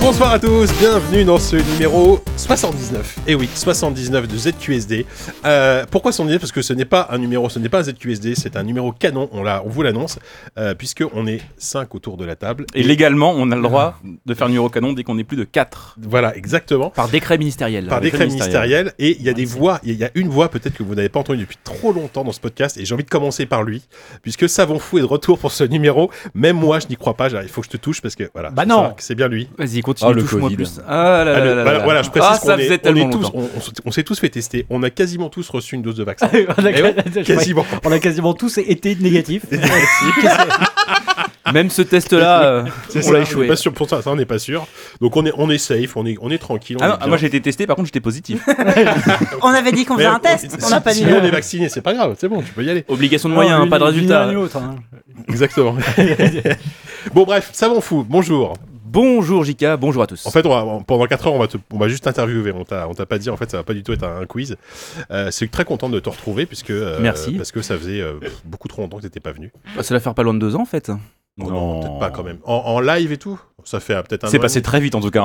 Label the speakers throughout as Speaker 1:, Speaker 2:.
Speaker 1: Bonsoir à tous, bienvenue dans ce numéro 79. Et oui, 79 de ZQSD. Euh, pourquoi 79 Parce que ce n'est pas un numéro, ce n'est pas un ZQSD, c'est un numéro canon, on, l'a- on vous l'annonce, euh, puisque on est 5 autour de la table.
Speaker 2: Et légalement, on a le droit de faire numéro canon dès qu'on est plus de 4.
Speaker 1: Voilà, exactement.
Speaker 3: Par décret ministériel.
Speaker 1: Par décret ministériel, et il y a des voix, il y a une voix peut-être que vous n'avez pas entendue depuis trop longtemps dans ce podcast, et j'ai envie de commencer par lui, puisque Savon Fou est de retour pour ce numéro. Même moi, je n'y crois pas, il faut que je te touche, parce que voilà.
Speaker 3: Bah
Speaker 1: faut
Speaker 3: non.
Speaker 1: savoir que C'est bien lui.
Speaker 3: Vas-y, continue,
Speaker 4: Ah, le
Speaker 3: touche-moi
Speaker 4: Covid.
Speaker 3: plus. Ah là
Speaker 1: Ah,
Speaker 3: là
Speaker 1: le-
Speaker 3: là là
Speaker 1: voilà,
Speaker 3: là.
Speaker 1: voilà, je précise
Speaker 3: Ah,
Speaker 1: qu'on
Speaker 3: ça
Speaker 1: est-
Speaker 3: faisait
Speaker 1: on est
Speaker 3: tellement
Speaker 1: tous,
Speaker 3: longtemps.
Speaker 1: on, on s- on s'est tous fait tester. On a quasiment tous reçu une dose de vaccin.
Speaker 5: on, a,
Speaker 1: Eh ouais,
Speaker 5: je croyais-
Speaker 1: quasiment.
Speaker 5: on a quasiment tous été négatifs.
Speaker 3: Même ce test-là, euh,
Speaker 1: C'est
Speaker 3: on
Speaker 1: ça,
Speaker 3: l'a
Speaker 1: est
Speaker 3: échoué.
Speaker 1: Pas sûr pour ça, ça, on n'est pas sûr. Donc on est, on est safe, on est, on est tranquille. on
Speaker 2: Ah
Speaker 1: est
Speaker 2: non,
Speaker 1: bien.
Speaker 2: moi j'ai été testé, par contre j'étais positif.
Speaker 6: On avait dit qu'on
Speaker 1: Mais
Speaker 6: faisait un
Speaker 1: on-
Speaker 6: test,
Speaker 1: si-
Speaker 6: on n'a pas dit.
Speaker 1: Sinon on est vacciné, c'est pas grave, c'est bon, tu peux y aller.
Speaker 2: Obligation de
Speaker 5: Non,
Speaker 1: Ah,
Speaker 2: moyens,
Speaker 3: hein,
Speaker 5: une-
Speaker 2: pas de
Speaker 5: une
Speaker 2: résultat.
Speaker 5: à l'autre, hein.
Speaker 1: Exactement. bon bref, savon fou. Bonjour.
Speaker 3: Bonjour Jika, bonjour à tous.
Speaker 1: En fait, on va- on- pendant 4 heures, on va, te- on va juste t'interviewer. On t'a, on t'a pas dit. En fait, ça va pas du tout être un, un quiz. Euh, c'est très content de te retrouver puisque euh,
Speaker 3: Merci.
Speaker 1: parce que ça faisait euh, pff, beaucoup trop longtemps que t'étais pas venu.
Speaker 3: Bah, ça va faire pas loin de deux ans en fait.
Speaker 1: Non, peut-être pas quand même. En, en live et tout, ça fait ah, peut-être un.
Speaker 2: C'est
Speaker 1: an
Speaker 2: passé
Speaker 1: et
Speaker 2: très vite en tout cas.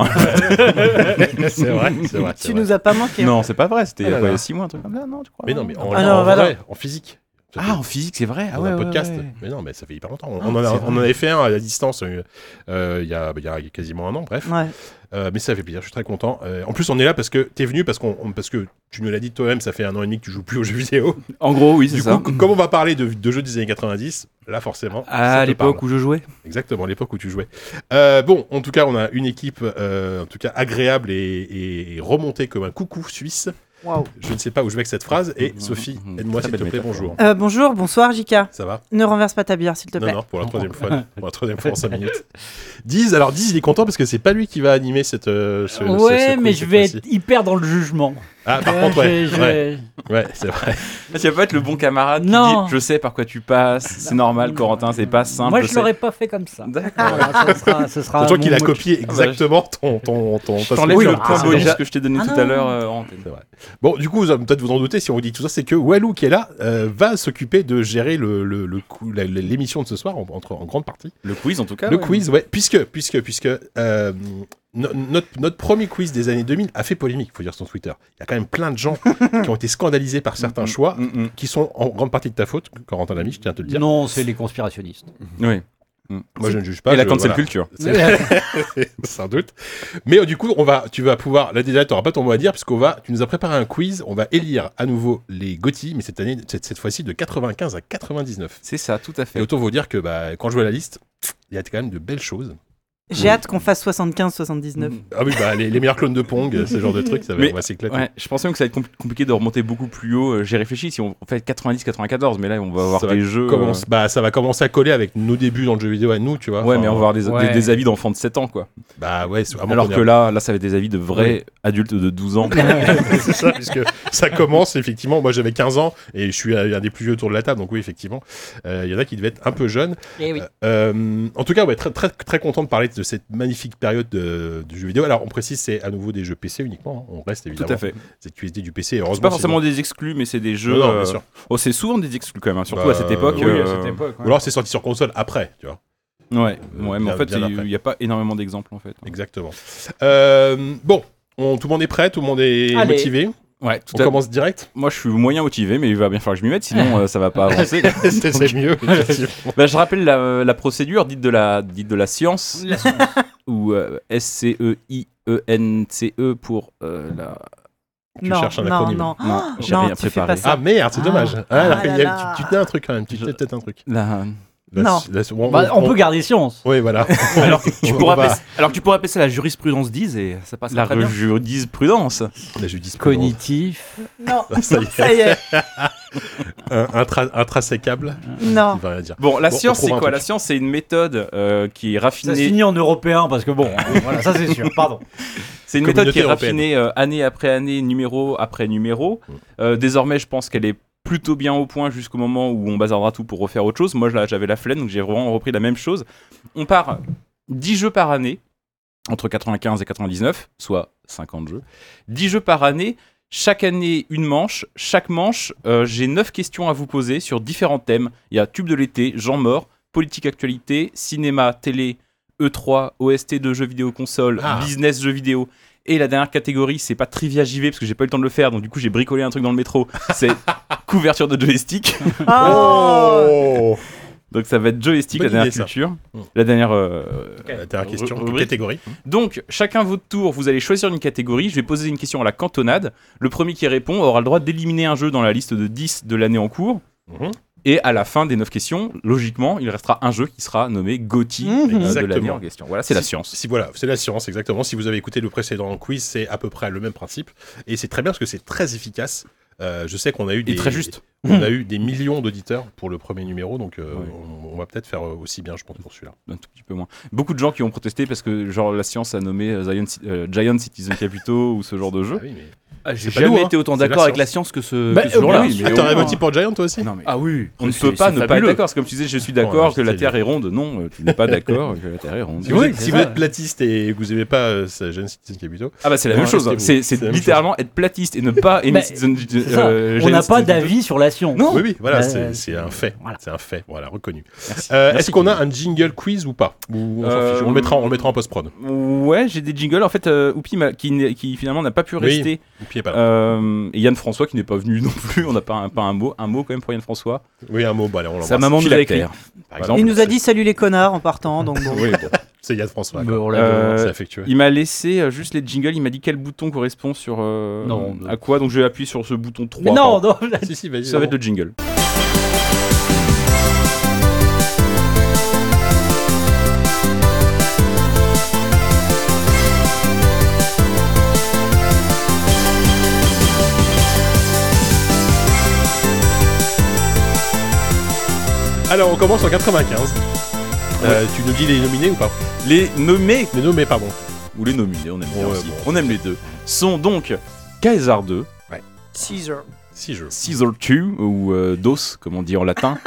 Speaker 1: demi. c'est vrai, c'est vrai. c'est
Speaker 6: Tu
Speaker 1: vrai.
Speaker 6: nous as pas manqué.
Speaker 2: non, c'est pas vrai, c'était il y
Speaker 1: Ah
Speaker 2: a
Speaker 1: là
Speaker 2: quoi,
Speaker 1: là.
Speaker 2: 6 mois, un truc comme ça, non tu crois
Speaker 1: Mais non, mais en,
Speaker 6: Ah
Speaker 1: en
Speaker 6: non, bah
Speaker 1: vrai, en physique. Ça fait-
Speaker 2: Ah, en physique, c'est vrai. Ah
Speaker 1: dans
Speaker 2: ouais,
Speaker 1: un
Speaker 2: ouais,
Speaker 1: podcast.
Speaker 2: ouais.
Speaker 1: Mais non, mais ça fait hyper longtemps. On,
Speaker 2: Ah,
Speaker 1: on en, a-
Speaker 2: c'est vrai.
Speaker 1: on en avait fait un à la distance euh, euh, il y, a, il y a quasiment un an, bref.
Speaker 6: Ouais.
Speaker 1: Euh, mais ça fait plaisir, je suis très content. Euh, en plus, on est là parce que t'es venu, parce, qu'on on- parce que tu nous l'as dit toi-même, ça fait un an et demi que tu joues plus aux jeux vidéo.
Speaker 3: En gros, oui, c'est
Speaker 1: Du
Speaker 3: ça.
Speaker 1: coup, comme on va parler de, de jeux des années 90, là forcément.
Speaker 2: Ah,
Speaker 3: à l'époque où je jouais.
Speaker 1: Exactement, l'époque où tu jouais. Euh, bon, en tout cas, on a une équipe, euh, en tout cas agréable et, et- et remontée comme un coucou suisse.
Speaker 6: Waouh.
Speaker 1: Je ne sais pas où je vais avec cette phrase. Et
Speaker 2: Mhm,
Speaker 1: Sophie,
Speaker 2: mhm,
Speaker 1: aide-moi
Speaker 2: très
Speaker 1: s'il te
Speaker 2: belle
Speaker 1: plaît,
Speaker 2: métaphore.
Speaker 1: bonjour.
Speaker 6: Euh, bonjour, bonsoir Jika.
Speaker 1: Ça va
Speaker 6: Ne renverse pas ta bière, s'il te
Speaker 1: Non,
Speaker 6: plaît.
Speaker 1: non, pour la troisième fois. Pour la troisième fois en 5 minutes. Diz, alors Diz, il est content parce que c'est pas lui qui va animer cette. euh, ce- ce- ce
Speaker 5: Ouais,
Speaker 1: quiz
Speaker 5: mais je
Speaker 1: cette
Speaker 5: vais
Speaker 1: fois-ci.
Speaker 5: être hyper dans le jugement.
Speaker 1: Ah, par
Speaker 5: Euh,
Speaker 1: contre, ouais.
Speaker 5: je- je-
Speaker 1: Ouais, ouais, c'est vrai.
Speaker 2: Ah, Tu vas pas être le bon camarade qui
Speaker 5: Non.
Speaker 2: dit, je sais par quoi tu passes, c'est normal Corentin, c'est pas simple.
Speaker 5: Moi, je
Speaker 2: sais.
Speaker 5: l'aurais pas fait comme ça.
Speaker 1: Ah.
Speaker 2: D'accord.
Speaker 5: Voilà, ce sera- ce sera
Speaker 1: Sachant
Speaker 5: Ah, mon bah,
Speaker 1: qu'il a
Speaker 5: mot-
Speaker 1: copié exactement ton. ton, ton,
Speaker 2: Je
Speaker 1: ta
Speaker 2: t'enlève
Speaker 1: solution.
Speaker 2: le point
Speaker 1: Ah,
Speaker 2: bonus
Speaker 1: déjà.
Speaker 2: que je t'ai donné
Speaker 6: Ah
Speaker 2: tout à
Speaker 6: non.
Speaker 2: l'heure euh, en antenne.
Speaker 1: Bon, du coup, vous allez peut-être vous en doutez si on vous dit tout ça, c'est que Walou qui est là euh, va s'occuper de gérer le, le, le coup- la- la- l'émission de ce soir en, entre- en grande partie.
Speaker 2: Le quiz en tout cas.
Speaker 1: le
Speaker 2: Ah ouais.
Speaker 1: quiz, ouais, puisque puisque puisque euh, no- notre, notre premier quiz des années 2000 a fait polémique, faut dire sur Twitter. Il y a quand même plein de gens qui ont été scandalisés par certains choix
Speaker 2: Mm, mm.
Speaker 1: qui sont en grande partie de ta faute, Corentin Lamy, je tiens à te le dire.
Speaker 5: Non, c'est les conspirationnistes.
Speaker 2: Oui.
Speaker 1: Moi, je ne juge pas.
Speaker 2: Et la
Speaker 1: je-
Speaker 2: cancel
Speaker 1: voilà.
Speaker 2: culture.
Speaker 5: Eh
Speaker 1: C'est- Sans doute. Mais euh, du coup, on va, tu vas pouvoir. Là, déjà, tu n'auras pas ton mot à dire, puisqu'on va. Tu nous as préparé un quiz. On va élire à nouveau les GOTY, mais cette année, cette, cette fois-ci, de 95 à 99.
Speaker 2: C'est ça, tout à
Speaker 1: Et
Speaker 2: fait.
Speaker 1: autant vous dire que bah, quand je vois la liste, il y a quand même de belles choses.
Speaker 6: J'ai hâte qu'on fasse 75-79.
Speaker 1: Ah oui, bah, les, les meilleurs clones de Pong, euh, ce genre de trucs, ça va,
Speaker 2: Mais-
Speaker 1: on va s'éclater.
Speaker 2: Ouais, je pensais même que ça allait être compli- compliqué de remonter beaucoup plus haut. Euh, J'ai réfléchi si on fait 90-94, mais là on va avoir
Speaker 1: Ça va
Speaker 2: des jeux. euh,
Speaker 1: Commence- bah, ça va commencer à coller avec nos débuts dans le jeu vidéo à nous, tu vois.
Speaker 2: Ouais,
Speaker 1: Enfin,
Speaker 2: mais on va avoir des, des-
Speaker 5: ouais.
Speaker 2: des avis d'enfants de 7 ans, quoi.
Speaker 1: Bah ouais, c'est- à moins
Speaker 2: Alors
Speaker 1: qu'on ait-
Speaker 2: que là, là, ça va être des avis de vrais adultes de 12 ans.
Speaker 1: c'est ça, puisque ça commence effectivement. Moi, j'avais 15 ans et je suis un des plus vieux autour de la table, donc oui, effectivement, euh, il y en a qui devaient être un peu jeunes. Euh, en tout cas, ouais, très, très, très content de parler de cette magnifique période de, du jeu vidéo. Alors, on précise, c'est à nouveau des jeux PC uniquement. hein. On reste
Speaker 2: tout
Speaker 1: évidemment
Speaker 2: à fait.
Speaker 1: cette QSD du PC.
Speaker 2: C'est
Speaker 1: Heureusement,
Speaker 2: pas forcément
Speaker 1: sinon-
Speaker 2: des exclus, mais c'est des jeux.
Speaker 1: Non, non, bien
Speaker 2: euh,
Speaker 1: sûr.
Speaker 2: Oh, c'est souvent des exclus quand même, hein, surtout
Speaker 1: Bah,
Speaker 2: à cette époque.
Speaker 1: oui,
Speaker 2: euh,
Speaker 1: Ou alors, c'est sorti sur console après, tu vois.
Speaker 2: Ouais,
Speaker 1: Euh,
Speaker 2: ouais, mais
Speaker 1: bien-
Speaker 2: en fait,
Speaker 1: bien après.
Speaker 2: il n'y a pas énormément d'exemples en fait.
Speaker 1: Exactement. Euh, bon, on- tout le monde est prêt, tout le monde est
Speaker 5: Allez.
Speaker 1: motivé.
Speaker 2: Ouais, tout
Speaker 1: on
Speaker 2: à-
Speaker 1: commence direct.
Speaker 2: Moi, je suis moyen motivé, mais il va bien falloir que je m'y mette, sinon euh, ça va pas avancer.
Speaker 1: c'est c'est mieux. effectivement.
Speaker 2: Bah, je rappelle la, la procédure dite de la, dite de la science, ou euh, E S-C-E-I-E-N-C-E pour euh, la.
Speaker 1: Tu
Speaker 6: non,
Speaker 1: cherches un
Speaker 6: non,
Speaker 1: acronyme.
Speaker 6: non.
Speaker 2: Non,
Speaker 6: Oh,
Speaker 2: j'ai
Speaker 6: non,
Speaker 2: rien
Speaker 6: tu fais
Speaker 2: préparé.
Speaker 6: pas ça.
Speaker 1: Ah merde, c'est
Speaker 5: Ah.
Speaker 1: dommage. Ah, là,
Speaker 6: Ah là
Speaker 1: il y a-
Speaker 6: là.
Speaker 1: Tu, tu tenais un truc quand même. Tu tenais peut-être un truc.
Speaker 2: La-
Speaker 1: Là,
Speaker 6: Non.
Speaker 1: là, on,
Speaker 5: Bah,
Speaker 1: on-
Speaker 5: on peut garder science.
Speaker 1: Oui, voilà.
Speaker 3: Alors que tu
Speaker 1: On
Speaker 3: pourras
Speaker 1: va-
Speaker 3: appeler, alors que tu pourras appeler ça la jurisprudence 10 et ça passe
Speaker 2: La
Speaker 3: très bien.
Speaker 2: jurisprudence.
Speaker 1: La judice
Speaker 5: Cognitif.
Speaker 6: Non,
Speaker 1: Ça y est,
Speaker 6: ça y est.
Speaker 1: un- intra- intrasécable.
Speaker 6: Non.
Speaker 1: Il va rien dire.
Speaker 2: Bon, la
Speaker 1: Bon, on
Speaker 2: science, c'est
Speaker 1: trouve un
Speaker 2: quoi
Speaker 1: truc.
Speaker 2: La science, c'est une méthode euh, qui est
Speaker 5: Ça se
Speaker 2: raffinée.
Speaker 5: finit en européen parce que bon, euh, voilà, ça c'est sûr. Pardon.
Speaker 2: C'est une méthode qui est
Speaker 1: Communauté Mm.
Speaker 2: raffinée euh, année après année, numéro après numéro. Euh, désormais, je pense qu'elle est plutôt bien au point jusqu'au moment où on bazardera tout pour refaire autre chose. Moi, là, j'avais la flemme, donc j'ai vraiment repris la même chose. On part 10 jeux par année, entre 95 et 99, soit 50 jeux. 10 jeux par année, chaque année une manche. Chaque manche, euh, j'ai 9 questions à vous poser sur différents thèmes. Il y a Tube de l'été, Jean Mort, Politique Actualité, Cinéma, Télé, E E3, OST de jeux vidéo console,
Speaker 1: Ah.
Speaker 2: business jeux vidéo. Et la dernière catégorie, c'est pas trivia JV parce que j'ai pas eu le temps de le faire, donc du coup j'ai bricolé un truc dans le métro. C'est couverture de joystick.
Speaker 6: Oh
Speaker 1: Oh
Speaker 2: Donc ça va être joystick,
Speaker 1: Bonne
Speaker 2: la dernière
Speaker 1: idée, ça.
Speaker 2: culture,
Speaker 1: Mm.
Speaker 2: la dernière. euh,
Speaker 1: La dernière question,
Speaker 2: Rubrique.
Speaker 1: catégorie.
Speaker 2: Donc chacun votre tour, vous allez choisir une catégorie. Je vais poser une question à la cantonade. Le premier qui répond aura le droit d'éliminer un jeu dans la liste de 10 de l'année en cours.
Speaker 1: Mhm.
Speaker 2: Et à la fin des 9 questions, logiquement, il restera un jeu qui sera nommé GOTY euh, de l'année
Speaker 1: Exactement.
Speaker 2: en question. Voilà, c'est la science.
Speaker 1: Si voilà, c'est la science exactement. Si vous avez écouté le précédent quiz, c'est à peu près le même principe et c'est très bien parce que c'est très efficace. Euh, je sais qu'on a eu des
Speaker 2: Et très juste.
Speaker 1: on a eu des millions d'auditeurs pour le premier numéro, donc euh,
Speaker 2: Ouais.
Speaker 1: on, on va peut-être faire euh, aussi bien, je pense, pour celui-là.
Speaker 2: Un tout petit peu moins. Beaucoup de gens qui ont protesté parce que, genre, la science a nommé euh, Zion Ci- euh, Giant Citizen Capito ou ce genre de jeu.
Speaker 1: Ah oui, mais-
Speaker 3: J'ai
Speaker 1: pas nous,
Speaker 3: jamais
Speaker 1: hein.
Speaker 3: été autant
Speaker 1: C'est la
Speaker 3: d'accord avec
Speaker 1: science.
Speaker 3: la science que ce,
Speaker 2: Bah,
Speaker 3: que ce jour-là.
Speaker 2: oui, mais
Speaker 1: Ah,
Speaker 2: au
Speaker 1: t'aurais
Speaker 2: moins-
Speaker 1: voté pour Giant toi aussi
Speaker 2: Non, mais
Speaker 3: Ah oui,
Speaker 2: on ne
Speaker 3: c'est-
Speaker 2: peut pas
Speaker 3: c'est
Speaker 2: ne pas être
Speaker 3: fabuleux.
Speaker 2: d'accord. C'est comme tu disais, je suis d'accord
Speaker 1: Ouais,
Speaker 2: que la
Speaker 1: c'est-
Speaker 2: Terre est ronde. Non, euh, tu n'es pas d'accord que la Terre est ronde.
Speaker 1: Si vous,
Speaker 5: Oui,
Speaker 1: êtes,
Speaker 5: c'est
Speaker 1: si vous
Speaker 5: ça.
Speaker 1: êtes platiste et que vous aimez pas euh, ce Giant Citizen Capito,
Speaker 2: Ah bah c'est la
Speaker 1: Ouais,
Speaker 2: même chose,
Speaker 1: c'est
Speaker 2: hein.
Speaker 1: bon.
Speaker 2: c'est c'est
Speaker 1: C'est la même
Speaker 2: littéralement être platiste et ne pas aimer
Speaker 5: Bah,
Speaker 2: Citizen-
Speaker 5: C'est ça.
Speaker 2: euh,
Speaker 5: on n'a
Speaker 2: Genesis
Speaker 5: pas
Speaker 2: 2.
Speaker 5: d'avis sur la science.
Speaker 2: Non.
Speaker 1: oui, oui, voilà,
Speaker 5: Bah,
Speaker 1: c'est
Speaker 5: euh,
Speaker 1: c'est un fait.
Speaker 5: voilà.
Speaker 1: C'est un fait, voilà, reconnu.
Speaker 2: Merci.
Speaker 1: Euh,
Speaker 2: Merci,
Speaker 1: Est-ce qu'on a
Speaker 2: Guillaume.
Speaker 1: un jingle quiz ou pas Ou on s'en
Speaker 2: Euh,
Speaker 1: fiche on, le mettra, en- on le mettra en post-prod.
Speaker 2: Ouais, j'ai des jingles en fait euh, Oupi m'a- qui, n'est- qui finalement n'a pas pu
Speaker 1: Oui.
Speaker 2: rester.
Speaker 1: Et puis, voilà.
Speaker 2: Euh, et Yann François qui n'est pas venu non plus, on n'a pas un, pas un mot un mot quand même pour Yann François.
Speaker 1: Oui, un mot, bah, allez, on
Speaker 3: Sa
Speaker 1: l'embrasse.
Speaker 3: maman nous a écrit.
Speaker 2: Philactère.
Speaker 1: Par
Speaker 2: Il
Speaker 1: exemple,
Speaker 6: Il nous a dit salut les connards en partant, donc bon.
Speaker 1: Oui, bon, c'est Yann François.
Speaker 5: Mais
Speaker 1: quoi.
Speaker 5: on l'a-
Speaker 2: Euh,
Speaker 1: C'est affectueux.
Speaker 2: Il m'a laissé euh, juste les jingles, il m'a dit quel bouton correspond sur euh,
Speaker 5: Non,
Speaker 2: à quoi donc je vais appuyer sur ce bouton 3.
Speaker 5: Mais non, non.
Speaker 1: Si, si, vas-y.
Speaker 2: ça va
Speaker 1: non.
Speaker 2: être le jingle.
Speaker 1: Alors, on commence en 95. Euh, tu nous dis les nominés ou pas
Speaker 2: Les nommés
Speaker 1: Les nommés, pardon.
Speaker 2: ou les nominés, on aime bien
Speaker 1: Ouais,
Speaker 2: aussi.
Speaker 1: bon.
Speaker 2: On aime les deux. Sont donc Kaiser 2
Speaker 6: Caesar.
Speaker 1: Si je.
Speaker 2: Caesar 2 ou euh, DOS, comme on dit en latin.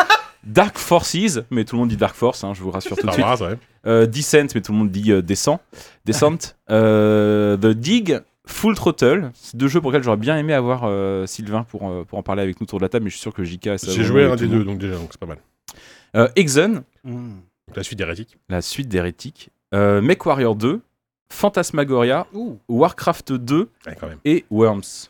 Speaker 2: Dark Forces, mais tout le monde dit Dark Force, hein, je vous rassure tout de
Speaker 1: Par
Speaker 2: suite.
Speaker 1: Braz, ouais.
Speaker 2: Euh, Descent, mais tout le monde dit euh, Descent. Descent. Euh, The Dig, Full Throttle. C'est deux jeux pour lesquels j'aurais bien aimé avoir euh, Sylvain pour, euh, pour en parler avec nous autour de la table, mais je suis sûr que JK. et Savoron
Speaker 1: J'ai joué
Speaker 2: et
Speaker 1: à un des
Speaker 2: tout le
Speaker 1: deux,
Speaker 2: monde.
Speaker 1: donc déjà, donc c'est pas mal.
Speaker 2: Euh, Exxon,
Speaker 1: Donc, la suite d'Hérétique.
Speaker 2: la suite d'Hérétique. Euh, MechWarrior 2, Phantasmagoria, Warcraft 2
Speaker 1: Ouais, quand même.
Speaker 2: et Worms.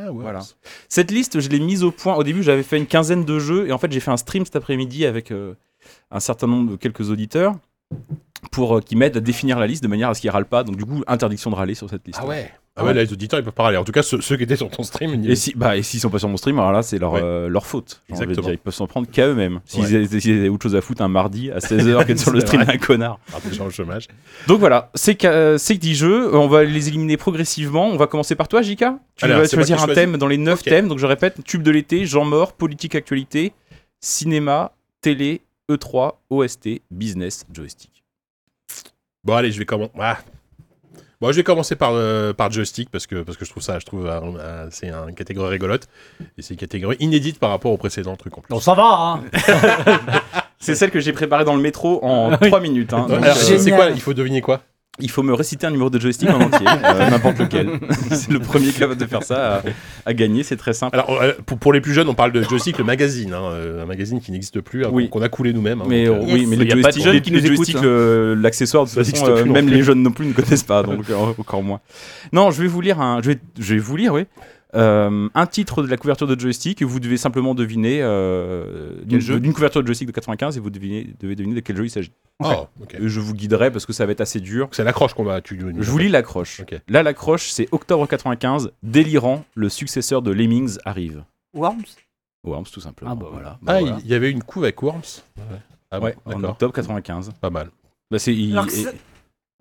Speaker 1: Ah, ouais.
Speaker 2: Voilà. Cette liste, je l'ai mise au point. Au début, j'avais fait une quinzaine de jeux et en fait, j'ai fait un stream cet après-midi avec euh, un certain nombre de quelques auditeurs pour euh, qui m'aident à définir la liste de manière à ce qu'ils râlent pas. Donc du coup, interdiction de râler sur cette liste.
Speaker 1: ouais.
Speaker 2: Ah
Speaker 1: Ah ouais,
Speaker 2: ouais.
Speaker 1: là, les auditeurs, ils peuvent parler. En tout cas, ceux, ceux qui étaient sur ton stream, ils-
Speaker 2: Et si, bah, et s'ils sont pas sur mon stream, alors là, c'est leur,
Speaker 1: Ouais.
Speaker 2: euh, leur faute. J'ai envie de
Speaker 1: Exactement.
Speaker 2: dire, ils peuvent s'en prendre qu'à eux-mêmes. S'ils
Speaker 1: Ouais.
Speaker 2: avaient- s'ils avaient autre chose à foutre un mardi à 16h qu'être sur le
Speaker 1: C'est
Speaker 2: stream d'un connard.
Speaker 1: Ah, t'es sur le chômage.
Speaker 2: Donc voilà, c'est qu'à- euh, c'est que 10 jeux. On va les éliminer progressivement. On va commencer par toi, JK. Tu
Speaker 1: Alors,
Speaker 2: vas
Speaker 1: c'est moi qui
Speaker 2: choisir un
Speaker 1: choisis.
Speaker 2: thème dans les 9
Speaker 1: Ok.
Speaker 2: thèmes. Donc je répète tube de l'été, Jean mort, politique, actualité, cinéma, télé, E E3, OST, business, joystick.
Speaker 1: Bon, allez, je vais commencer. Bon, je vais commencer par, euh, par joystick parce que, parce que je trouve ça, je trouve, euh, euh, c'est une catégorie rigolote et c'est une catégorie inédite par rapport au précédent truc en plus.
Speaker 5: Non, ça va, hein.
Speaker 2: C'est celle que j'ai préparée dans le métro en
Speaker 5: Ah oui.
Speaker 2: 3 minutes. hein. Donc,
Speaker 1: Alors,
Speaker 2: euh,
Speaker 1: c'est
Speaker 6: Génial.
Speaker 1: quoi Il faut deviner quoi
Speaker 2: Il faut me réciter un numéro de joystick en entier, euh, n'importe lequel. c'est le premier capable de faire ça à, à gagner, c'est très simple.
Speaker 1: Alors, euh, pour, pour les plus jeunes, on parle de joystick, le magazine, hein, euh, un magazine qui n'existe plus, hein,
Speaker 2: Oui.
Speaker 1: qu'on a coulé nous-mêmes. hein,
Speaker 2: Mais
Speaker 1: donc, euh,
Speaker 2: oui, mais
Speaker 3: Il
Speaker 2: les
Speaker 3: y a pas de
Speaker 2: joysticks,
Speaker 3: jeunes
Speaker 2: les-
Speaker 3: qui nous
Speaker 2: les
Speaker 3: écoutent,
Speaker 2: joysticks, euh, l'accessoire, de toute
Speaker 1: Ça
Speaker 2: façon,
Speaker 1: n'existe
Speaker 2: euh,
Speaker 1: plus non
Speaker 2: même
Speaker 1: plus.
Speaker 2: les jeunes non plus ne connaissent pas, donc euh, encore moins. Non, je vais vous lire un, je vais, je vais vous lire, oui, euh, un titre de la couverture de joystick. et Vous devez simplement deviner euh, d'une
Speaker 3: jeu
Speaker 2: d'une couverture de joystick de 95 et vous devinez- devez deviner de quel jeu il s'agit.
Speaker 1: oh, ok. Donc,
Speaker 2: Et Je vous guiderai parce que ça va être assez dur.
Speaker 1: C'est l'accroche qu'on va. Tu,
Speaker 2: Je vous lis l'accroche.
Speaker 1: Ok.
Speaker 2: Là, l'accroche, c'est octobre 95, délirant, le successeur de Lemmings arrive.
Speaker 6: Worms
Speaker 2: Worms, tout simplement.
Speaker 5: Ah bah voilà.
Speaker 1: Ah,
Speaker 2: voilà.
Speaker 1: il il y avait une couve avec Worms. Ah, bon,
Speaker 2: Ouais, en
Speaker 1: d'accord.
Speaker 2: octobre 95.
Speaker 1: Pas mal.
Speaker 2: Bah, c'est, il-
Speaker 6: Alors que
Speaker 2: et-
Speaker 6: ça-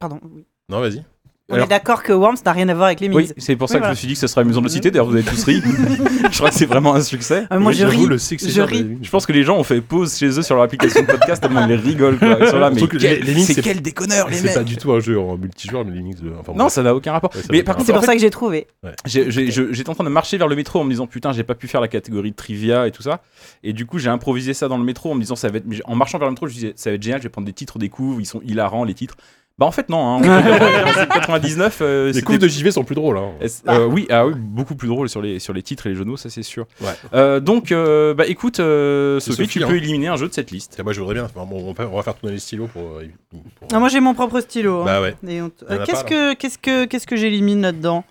Speaker 6: Pardon. oui.
Speaker 1: Non, vas-y.
Speaker 6: On
Speaker 2: Alors-
Speaker 6: est d'accord que Worms n'a rien à voir avec les
Speaker 2: Oui,
Speaker 6: mises.
Speaker 2: c'est pour ça
Speaker 6: Oui,
Speaker 2: que je
Speaker 6: voilà.
Speaker 2: me suis dit que ce serait amusant de le citer. D'ailleurs, vous avez tous ri. je crois que c'est vraiment un succès.
Speaker 6: Ah, moi,
Speaker 1: Oui,
Speaker 6: je
Speaker 1: j'avoue,
Speaker 6: ris.
Speaker 1: le successeur
Speaker 6: Je ris.
Speaker 1: de-
Speaker 2: Je pense que les gens ont fait pause chez eux sur leur application de podcast tellement ils rigolent. Quoi. Ils sont là, mais
Speaker 1: Surtout que les-
Speaker 2: quel-
Speaker 1: les Lemmings,
Speaker 2: c'est
Speaker 1: c'est-
Speaker 2: quel déconneur, les
Speaker 1: C'est pas
Speaker 2: mecs
Speaker 1: du tout un jeu en multijoueur, mais Linux. de- Enfin,
Speaker 2: Non,
Speaker 1: bref.
Speaker 2: ça n'a aucun rapport.
Speaker 1: Ouais, ça
Speaker 2: mais
Speaker 1: n'a
Speaker 2: par
Speaker 1: aucun
Speaker 2: contre,
Speaker 6: C'est
Speaker 2: en
Speaker 6: pour
Speaker 2: fait,
Speaker 6: ça que j'ai trouvé.
Speaker 2: j'ai- j'ai- je- j'étais en train de marcher vers le métro en me disant putain, j'ai pas pu faire la catégorie trivia et tout ça. Et du coup, j'ai improvisé ça dans le métro en me disant ça va être. En marchant vers le métro, je me disais ça va être génial, je vais prendre des titres des coups, ils sont hilarants les titres. Bah en fait non, hein, en 99, euh,
Speaker 1: Les
Speaker 2: c'était-
Speaker 1: coups de JV sont plus drôles. hein.
Speaker 2: Est-ce- euh, oui, ah oui, beaucoup plus drôle sur les, sur les titres et les jeux de mots, ça c'est sûr.
Speaker 1: Ouais.
Speaker 2: Euh, donc, euh, bah écoute, euh,
Speaker 1: C'est
Speaker 2: Sophie,
Speaker 1: Sophie,
Speaker 2: tu
Speaker 1: hein.
Speaker 2: peux éliminer un jeu de cette liste.
Speaker 1: Tiens, moi je voudrais bien. Enfin, bon, on, va, on va faire tourner les stylos pour. euh, pour-
Speaker 6: Ah, moi j'ai mon propre stylo. hein.
Speaker 1: bah ouais.
Speaker 6: Et on t-
Speaker 1: Il y en
Speaker 6: euh,
Speaker 1: a
Speaker 6: qu'est-ce
Speaker 1: pas,
Speaker 6: que qu'est-ce que qu'est-ce que j'élimine là-dedans